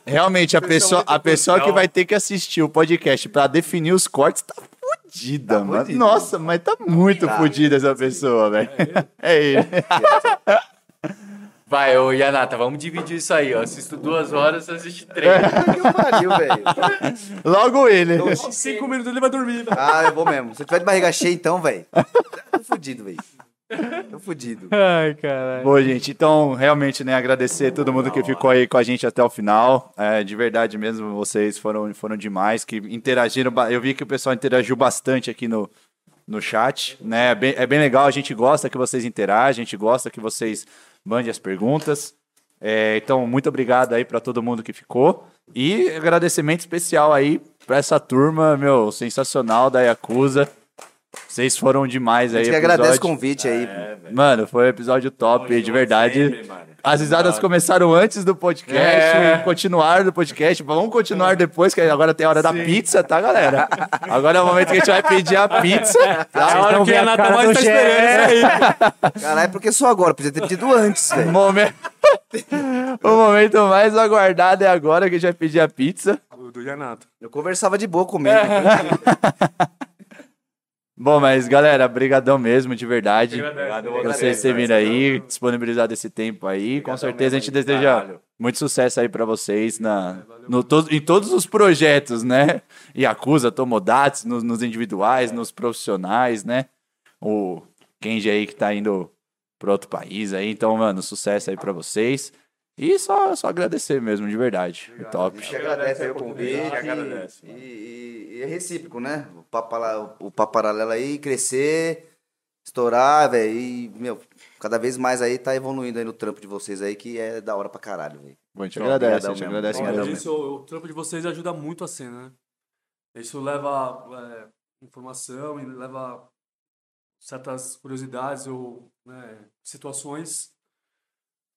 Speaker 1: realmente, a pessoa, a pessoa que vai ter que assistir o podcast pra definir os cortes tá fudida, mano. Nossa, mas tá muito fudida essa pessoa, velho. É ele.
Speaker 2: Vai, ô Yanata, vamos dividir isso aí, ó. Assisto duas horas, assiste três.
Speaker 5: Que pariu, velho.
Speaker 1: Logo ele.
Speaker 3: Cinco minutos ele vai dormir. velho.
Speaker 5: Ah, eu vou mesmo. Se eu tiver de barriga cheia, então, velho. Tô fudido, velho. Tô fudido.
Speaker 4: Ai, caralho.
Speaker 1: Bom, gente, então realmente, né, agradecer todo mundo que ficou aí com a gente até o final. É, de verdade mesmo, vocês foram, foram demais, que interagiram. ba- Eu vi que o pessoal interagiu bastante aqui no, no chat, né? É bem, é bem legal, a gente gosta que vocês interagem, a gente gosta que vocês mandem as perguntas. É, então, muito obrigado aí para todo mundo que ficou. E agradecimento especial aí para essa turma, meu, sensacional da Yakuza. Vocês foram demais
Speaker 5: A
Speaker 1: aí.
Speaker 5: gente que agradece o
Speaker 1: episódio.
Speaker 5: convite aí.
Speaker 1: Mano, foi um episódio top, de verdade. As risadas começaram antes do podcast,
Speaker 2: É.
Speaker 1: continuaram do podcast. Vamos continuar depois, que agora tem a hora da pizza, tá, galera? Agora é o momento que a gente vai pedir a pizza.
Speaker 3: A hora
Speaker 4: não
Speaker 3: que
Speaker 4: vê
Speaker 3: a
Speaker 4: a
Speaker 3: Nata
Speaker 4: cara
Speaker 3: mais
Speaker 4: do
Speaker 3: tá
Speaker 4: Jean.
Speaker 3: esperando isso aí.
Speaker 5: Caralho, é porque só agora? Podia ter pedido antes,
Speaker 1: O
Speaker 5: velho.
Speaker 1: momento... o momento mais aguardado é agora que a gente vai pedir a pizza.
Speaker 3: Do, do Yanato.
Speaker 5: Eu conversava de boa comendo.
Speaker 1: Bom, mas galera, brigadão mesmo, de verdade.
Speaker 2: Obrigado,
Speaker 1: Por vocês terem vindo aí, disponibilizado esse tempo aí. É, Com certeza a gente deseja muito sucesso aí pra vocês na, no, to, em todos os projetos, né? Yakuza, Tomodates, nos, nos individuais, nos profissionais, né? O Kenji aí que tá indo pra outro país aí. Então, mano, sucesso aí pra vocês. E só, só agradecer mesmo, de verdade. É
Speaker 5: A
Speaker 1: top.
Speaker 5: gente que agradece aí o convite.
Speaker 6: A gente agradece,
Speaker 5: e,
Speaker 6: mano.
Speaker 5: e- e é recíproco, né? O papo pala- o papo paralelo aí crescer, estourar, velho. E, meu, cada vez mais aí tá evoluindo aí no trampo de vocês aí, que é da hora pra caralho, velho.
Speaker 1: Bom, a gente
Speaker 5: Show,
Speaker 1: agradece, a
Speaker 5: brigadão
Speaker 1: gente
Speaker 5: mesmo.
Speaker 1: agradece.
Speaker 5: Obrigado,
Speaker 1: mesmo.
Speaker 5: mesmo.
Speaker 3: isso, o trampo de vocês ajuda muito a cena, né? Isso leva é, informação e leva certas curiosidades ou né, situações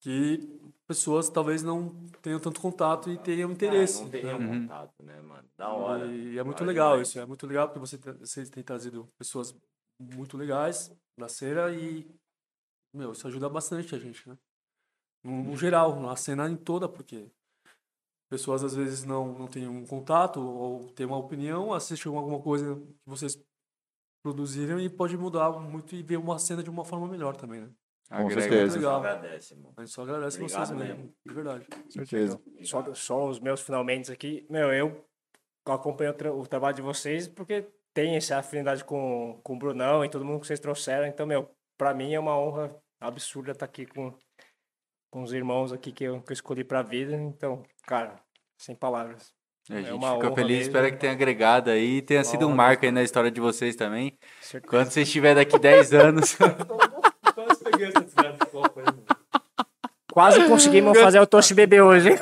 Speaker 3: que pessoas talvez não tenham tanto contato e tenham interesse.
Speaker 6: Ah, não tem nenhum
Speaker 3: né?
Speaker 1: Uhum.
Speaker 6: contato, né, mano? Da hora.
Speaker 3: E é muito
Speaker 6: Da hora
Speaker 3: legal
Speaker 6: demais.
Speaker 3: isso, é muito legal porque você, tra- vocês têm trazido pessoas muito legais na cena e, meu, isso ajuda bastante a gente, né? No,
Speaker 6: Uhum.
Speaker 3: no geral, na cena em toda, porque pessoas às vezes não, não têm um contato ou têm uma opinião, assistem alguma coisa que vocês produziram e pode mudar muito e ver uma cena de uma forma melhor também, né?
Speaker 1: Com
Speaker 2: Agrega.
Speaker 3: Muito
Speaker 1: certeza,
Speaker 3: legal.
Speaker 6: Agradece, mano.
Speaker 3: A gente só agradece
Speaker 6: Obrigado
Speaker 3: vocês mesmo, de verdade.
Speaker 1: com certeza.
Speaker 4: Só, só os meus finalmente aqui. Meu, eu acompanho o, tra- o trabalho de vocês porque tem essa afinidade com, com o Brunão e todo mundo que vocês trouxeram. Então, meu, pra mim é uma honra absurda estar aqui com, com os irmãos aqui que eu, que eu escolhi pra vida. Então, cara, sem palavras.
Speaker 2: A gente
Speaker 4: uma
Speaker 2: fica
Speaker 4: honra
Speaker 2: feliz,
Speaker 4: mesmo.
Speaker 2: espero que tenha agregado aí e tenha sido um
Speaker 4: honra
Speaker 2: marco aí na história de vocês também.
Speaker 4: Certeza.
Speaker 2: Quando você estiver daqui 10 anos.
Speaker 3: Quase peguei essa desgraça de copo aí, mano.
Speaker 4: Quase conseguimos fazer o Toshi beber hoje.
Speaker 3: É.
Speaker 4: hein?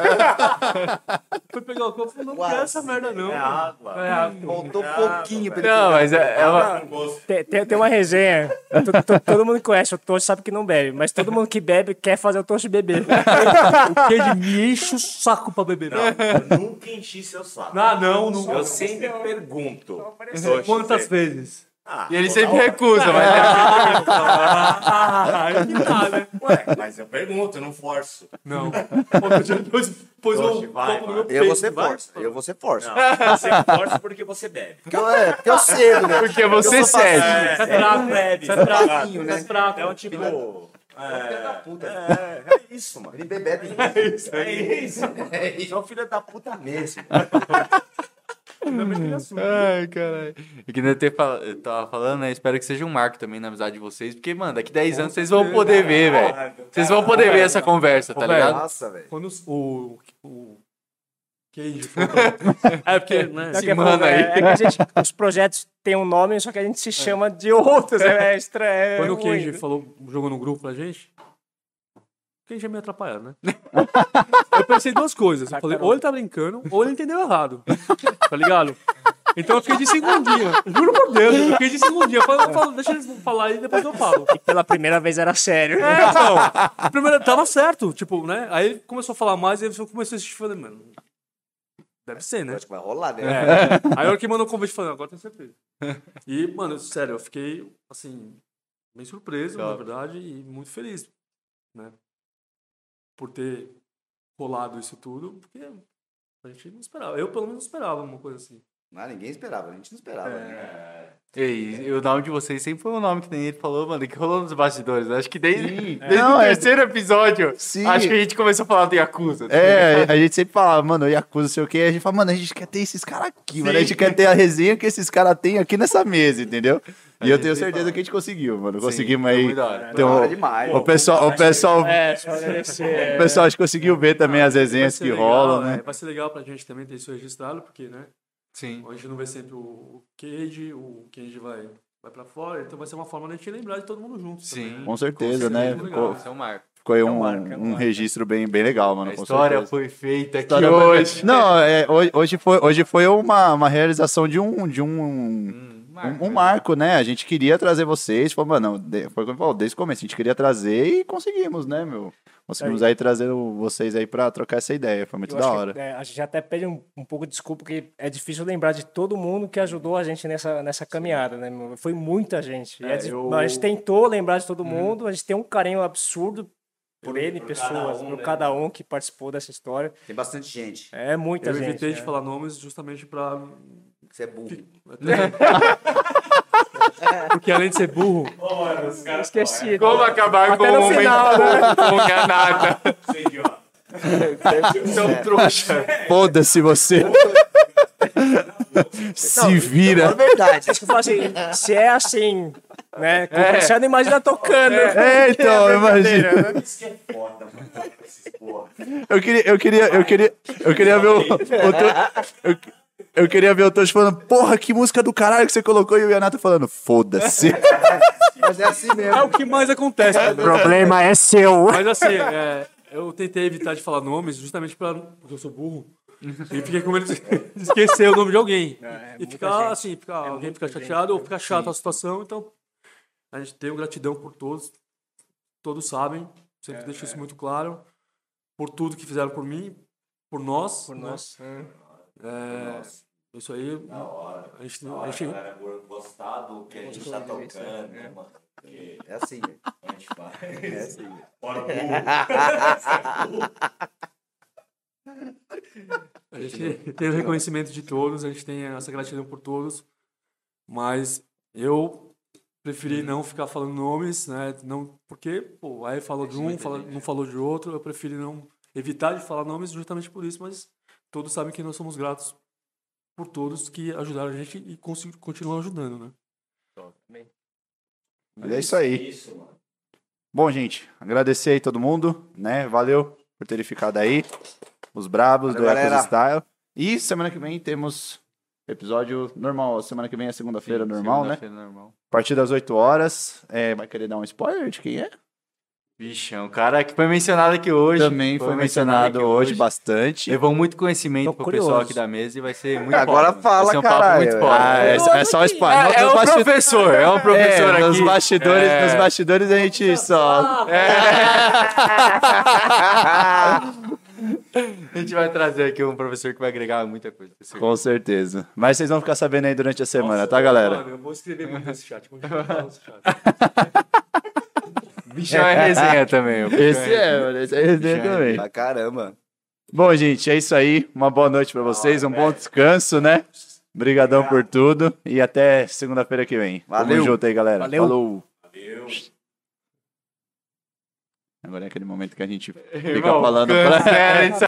Speaker 3: Fui pegar o copo e não quero essa merda não.
Speaker 6: É água.
Speaker 3: É água.
Speaker 5: Faltou pouquinho pra ele
Speaker 2: Não, mas é, é uma.
Speaker 4: Tem, tem- tem uma resenha. to- to- todo mundo que conhece o Toshi sabe que não bebe, mas todo mundo que bebe quer fazer o Toshi beber.
Speaker 3: É, Porque ele me enche o saco pra beber.
Speaker 6: Eu nunca enchi seu saco.
Speaker 3: Ah, não, não.
Speaker 6: Eu sempre pergunto.
Speaker 3: Quantas
Speaker 6: Quantas
Speaker 3: vezes?
Speaker 6: Ah,
Speaker 2: E ele
Speaker 6: vou
Speaker 2: sempre
Speaker 6: dar uma-
Speaker 2: recusa, mas é
Speaker 3: Ah, aí que tá, né?
Speaker 6: Ué, mas eu pergunto, eu não forço.
Speaker 3: Não. Depois, depois
Speaker 6: Hoje
Speaker 3: eu
Speaker 6: vai,
Speaker 3: topo no meu
Speaker 6: vai.
Speaker 5: Eu vou ser
Speaker 3: peito, vai.
Speaker 5: força. Eu vou ser força.
Speaker 6: Não, você força porque você bebe.
Speaker 5: Porque eu, é, porque eu cedo, né?
Speaker 2: porque você cede.
Speaker 6: É,
Speaker 3: é fraco,
Speaker 6: bebe.
Speaker 3: Você é fraco,
Speaker 5: Fraquinho,
Speaker 3: você é
Speaker 5: né?
Speaker 3: fraco.
Speaker 6: Então, tipo.
Speaker 5: Filha da
Speaker 6: É,
Speaker 5: puta.
Speaker 6: é, é isso, mano.
Speaker 5: Ele bebebe.
Speaker 6: É isso. Você é um filho da puta mesmo.
Speaker 3: é
Speaker 2: Ai, caralho. E que nem eu te fal- eu tava falando, né? Espero que seja um marco também na amizade de vocês. Porque, mano, daqui 10 anos vocês vão poder ver, velho. Vocês vão poder ver essa então tá conversa, tá
Speaker 3: velho.
Speaker 2: ligado?
Speaker 5: Nossa, velho.
Speaker 3: Quando os- o. o Cage. É porque, né?
Speaker 4: Não,
Speaker 2: Esse
Speaker 4: que é,
Speaker 2: mano
Speaker 4: foda, é-
Speaker 2: aí.
Speaker 4: é que a gente, os projetos têm um nome, só que a gente se chama de outros. É, é estranho. É
Speaker 3: Quando o
Speaker 4: ruim,
Speaker 3: Kenji
Speaker 4: né?
Speaker 3: falou, jogou no grupo pra gente, o Kenji é meio atrapalhado, né? eu pensei duas coisas. Eu falei, ou ele tá brincando, ou ele entendeu errado. Tá ligado? Então eu fiquei de segundinha. Juro por Deus, eu fiquei de segundinha. Eu falo, eu falo, deixa eles falar aí, depois eu falo.
Speaker 4: Pela primeira vez era sério.
Speaker 3: É, então. Primeiro, tava certo, tipo, né? Aí ele começou a falar mais, e eu comecei a assistir e falei, mano. Deve ser, né?
Speaker 5: Acho que vai rolar, né?
Speaker 3: É. Aí a hora que mandou o convite, falando, agora tenho certeza. E, mano, sério, eu fiquei, assim, bem surpreso, na verdade, e muito feliz, né? Por ter rolado isso tudo, porque a gente não esperava. Eu, pelo menos, não esperava uma coisa assim.
Speaker 5: Não, ninguém esperava. A gente não esperava. né?
Speaker 2: E aí, o nome de vocês sempre foi um nome que nem ele falou, mano, que rolou nos bastidores. né? Acho que desde, desde
Speaker 1: Não,
Speaker 2: o
Speaker 1: é-
Speaker 2: terceiro episódio,
Speaker 1: Sim.
Speaker 2: acho que a gente começou a falar do Yakuza. tá ligado?
Speaker 1: É, a gente sempre falava, mano, Yakuza, sei o quê. A gente fala, mano, a gente quer ter esses caras aqui, mano. A gente quer ter a resenha que esses caras têm aqui nessa mesa, entendeu? E eu tenho certeza que a gente conseguiu, mano. Conseguimos aí.
Speaker 2: é muito da hora.
Speaker 1: ter um-
Speaker 5: Da hora demais.
Speaker 1: o pessoal, o pessoal,
Speaker 4: É, só agradecer.
Speaker 1: o pessoal acho que conseguiu ver também as
Speaker 3: Vai
Speaker 1: resenhas
Speaker 3: ser
Speaker 1: que
Speaker 3: legal,
Speaker 1: rolam, né?
Speaker 3: é, Vai ser legal pra gente também ter isso registrado, porque, né?
Speaker 2: Sim.
Speaker 3: A gente não vê sempre o- o Cage, o Cage vai, vai pra fora, então vai ser uma forma de a gente lembrar de todo mundo junto.
Speaker 2: Sim.
Speaker 3: também, né?
Speaker 1: Com certeza, né?
Speaker 3: certeza,
Speaker 1: Ficou,
Speaker 2: Isso é um marco.
Speaker 1: ficou aí um,
Speaker 4: marco, é um
Speaker 1: um
Speaker 4: marco.
Speaker 1: registro bem, bem legal, mano.
Speaker 2: A
Speaker 1: com
Speaker 2: história
Speaker 1: certeza.
Speaker 2: foi feita aqui
Speaker 1: História foi-
Speaker 2: hoje.
Speaker 1: Não, é, hoje, hoje foi, hoje foi uma, uma realização de um, de um,
Speaker 2: Hum,
Speaker 1: um, um marco, né? A gente queria trazer vocês. Falou, mano, de- foi como eu falou, desde o começo. A gente queria trazer e conseguimos, né, meu? Conseguimos aí trazer o- vocês aí pra trocar essa ideia. Foi muito
Speaker 4: Eu
Speaker 1: da
Speaker 4: acho
Speaker 1: hora.
Speaker 4: Que, é, a gente até pede um, um pouco de desculpa, porque é difícil lembrar de todo mundo que ajudou a gente nessa, nessa caminhada, né? meu? Foi muita gente. E é di-
Speaker 3: eu-
Speaker 4: A gente tentou lembrar de todo mundo, a gente tem um carinho absurdo por ele, pessoas,
Speaker 6: um,
Speaker 4: por
Speaker 6: né?
Speaker 4: cada um que participou dessa história.
Speaker 5: Tem bastante gente.
Speaker 4: É muita
Speaker 3: Eu
Speaker 4: gente.
Speaker 3: evitei
Speaker 4: né?
Speaker 3: de falar nomes justamente pra
Speaker 5: Você é burro.
Speaker 3: Porque além de ser burro,
Speaker 4: Esqueci.
Speaker 2: Como acabar
Speaker 4: Até
Speaker 2: com
Speaker 4: no
Speaker 2: o momento
Speaker 4: final, né?
Speaker 2: com ganada. São trouxa.
Speaker 1: é, Foda-se você. Se
Speaker 5: É
Speaker 1: vira.
Speaker 5: verdade.
Speaker 4: Acho que eu falo assim, se é assim, né? Conversando, imagina tocando.
Speaker 1: É, então, imagina.
Speaker 6: Isso que é foda, mano. Esses porra.
Speaker 1: Eu queria, eu queria, eu queria, eu queria ver o, o Tô- eu, eu queria ver o Tosh falando, porra, que música do caralho que você colocou e o Yanato falando, foda-se.
Speaker 5: Mas é assim
Speaker 3: é
Speaker 5: mesmo.
Speaker 3: o que mais acontece. né?
Speaker 4: O problema é seu.
Speaker 3: Mas assim, é, eu tentei evitar de falar nomes justamente pra, porque eu sou burro. E fiquei com medo de esquecer o nome de alguém. e ficar assim, ficar, alguém fica chateado ou fica chato a situação. Então, a gente tem gratidão por todos. Todos sabem. Sempre deixo isso muito claro. Por tudo que fizeram por mim, por nós. Por nós. Isso aí. A gente, a gente
Speaker 6: Cara, agora gostar do que a gente tá tocando, né, mano? Porque
Speaker 5: assim. É assim mesmo.
Speaker 6: a gente faz. É assim. Fora o
Speaker 3: A gente tem o reconhecimento de todos, a gente tem essa gratidão por todos, mas eu preferi não ficar falando nomes, né? Não, porque, pô, aí falou de um, fala- não falou de outro, eu preferi não evitar de falar nomes justamente por isso, mas todos sabem que nós somos gratos por todos que ajudaram a gente e consi- continuam ajudando, né?
Speaker 1: Mas é isso aí.
Speaker 6: Isso, mano.
Speaker 1: Bom, gente, agradecer aí todo mundo, né? Valeu por terem ficado aí. Os bravos do
Speaker 5: Valeu,
Speaker 1: Ecos
Speaker 5: galera.
Speaker 1: Style. E semana que vem temos episódio normal. Semana que vem é segunda-feira normal, né?
Speaker 2: Segunda-feira normal.
Speaker 1: A partir das 8 horas. É, vai querer dar um spoiler de quem é?
Speaker 2: Vixe, é um cara que foi mencionado aqui hoje.
Speaker 1: Também foi, mencionado
Speaker 2: aqui
Speaker 1: hoje bastante.
Speaker 2: Levou muito conhecimento
Speaker 4: Tipo, Tô
Speaker 2: pro
Speaker 4: curioso.
Speaker 2: pessoal aqui da mesa e vai ser muito
Speaker 5: É,
Speaker 2: bom,
Speaker 5: Agora
Speaker 2: mano.
Speaker 5: fala,
Speaker 2: vai ser um papo
Speaker 5: caralho,
Speaker 2: muito
Speaker 5: velho.
Speaker 2: bom.
Speaker 1: Ah, é, é só spoiler.
Speaker 2: É,
Speaker 1: Nos
Speaker 2: é um
Speaker 1: bastid-
Speaker 2: professor, é um professor
Speaker 1: É,
Speaker 2: aqui.
Speaker 1: nos bastidores,
Speaker 2: É.
Speaker 1: nos bastidores a gente só.
Speaker 2: É.
Speaker 1: A
Speaker 2: gente vai trazer aqui um professor que vai agregar muita coisa. tenho
Speaker 4: É.
Speaker 2: certeza.
Speaker 1: Com certeza. Mas vocês vão ficar sabendo aí durante a semana, tá, galera?
Speaker 3: Mano, eu vou escrever muito nesse chat. vou escrever nesse chat.
Speaker 2: Bichão é resenha também. o bichão
Speaker 1: Esse é, mano. Esse é resenha também.
Speaker 5: Pra caramba.
Speaker 1: Bom, gente, é isso aí. Uma boa noite pra vocês, um bom descanso, né? Obrigadão por tudo e até segunda-feira que vem.
Speaker 5: Valeu.
Speaker 1: Tamo junto aí, galera.
Speaker 9: Valeu.
Speaker 1: Falou. Agora é aquele momento que a gente fica
Speaker 2: Irmão,
Speaker 1: falando pra...
Speaker 2: cancela esse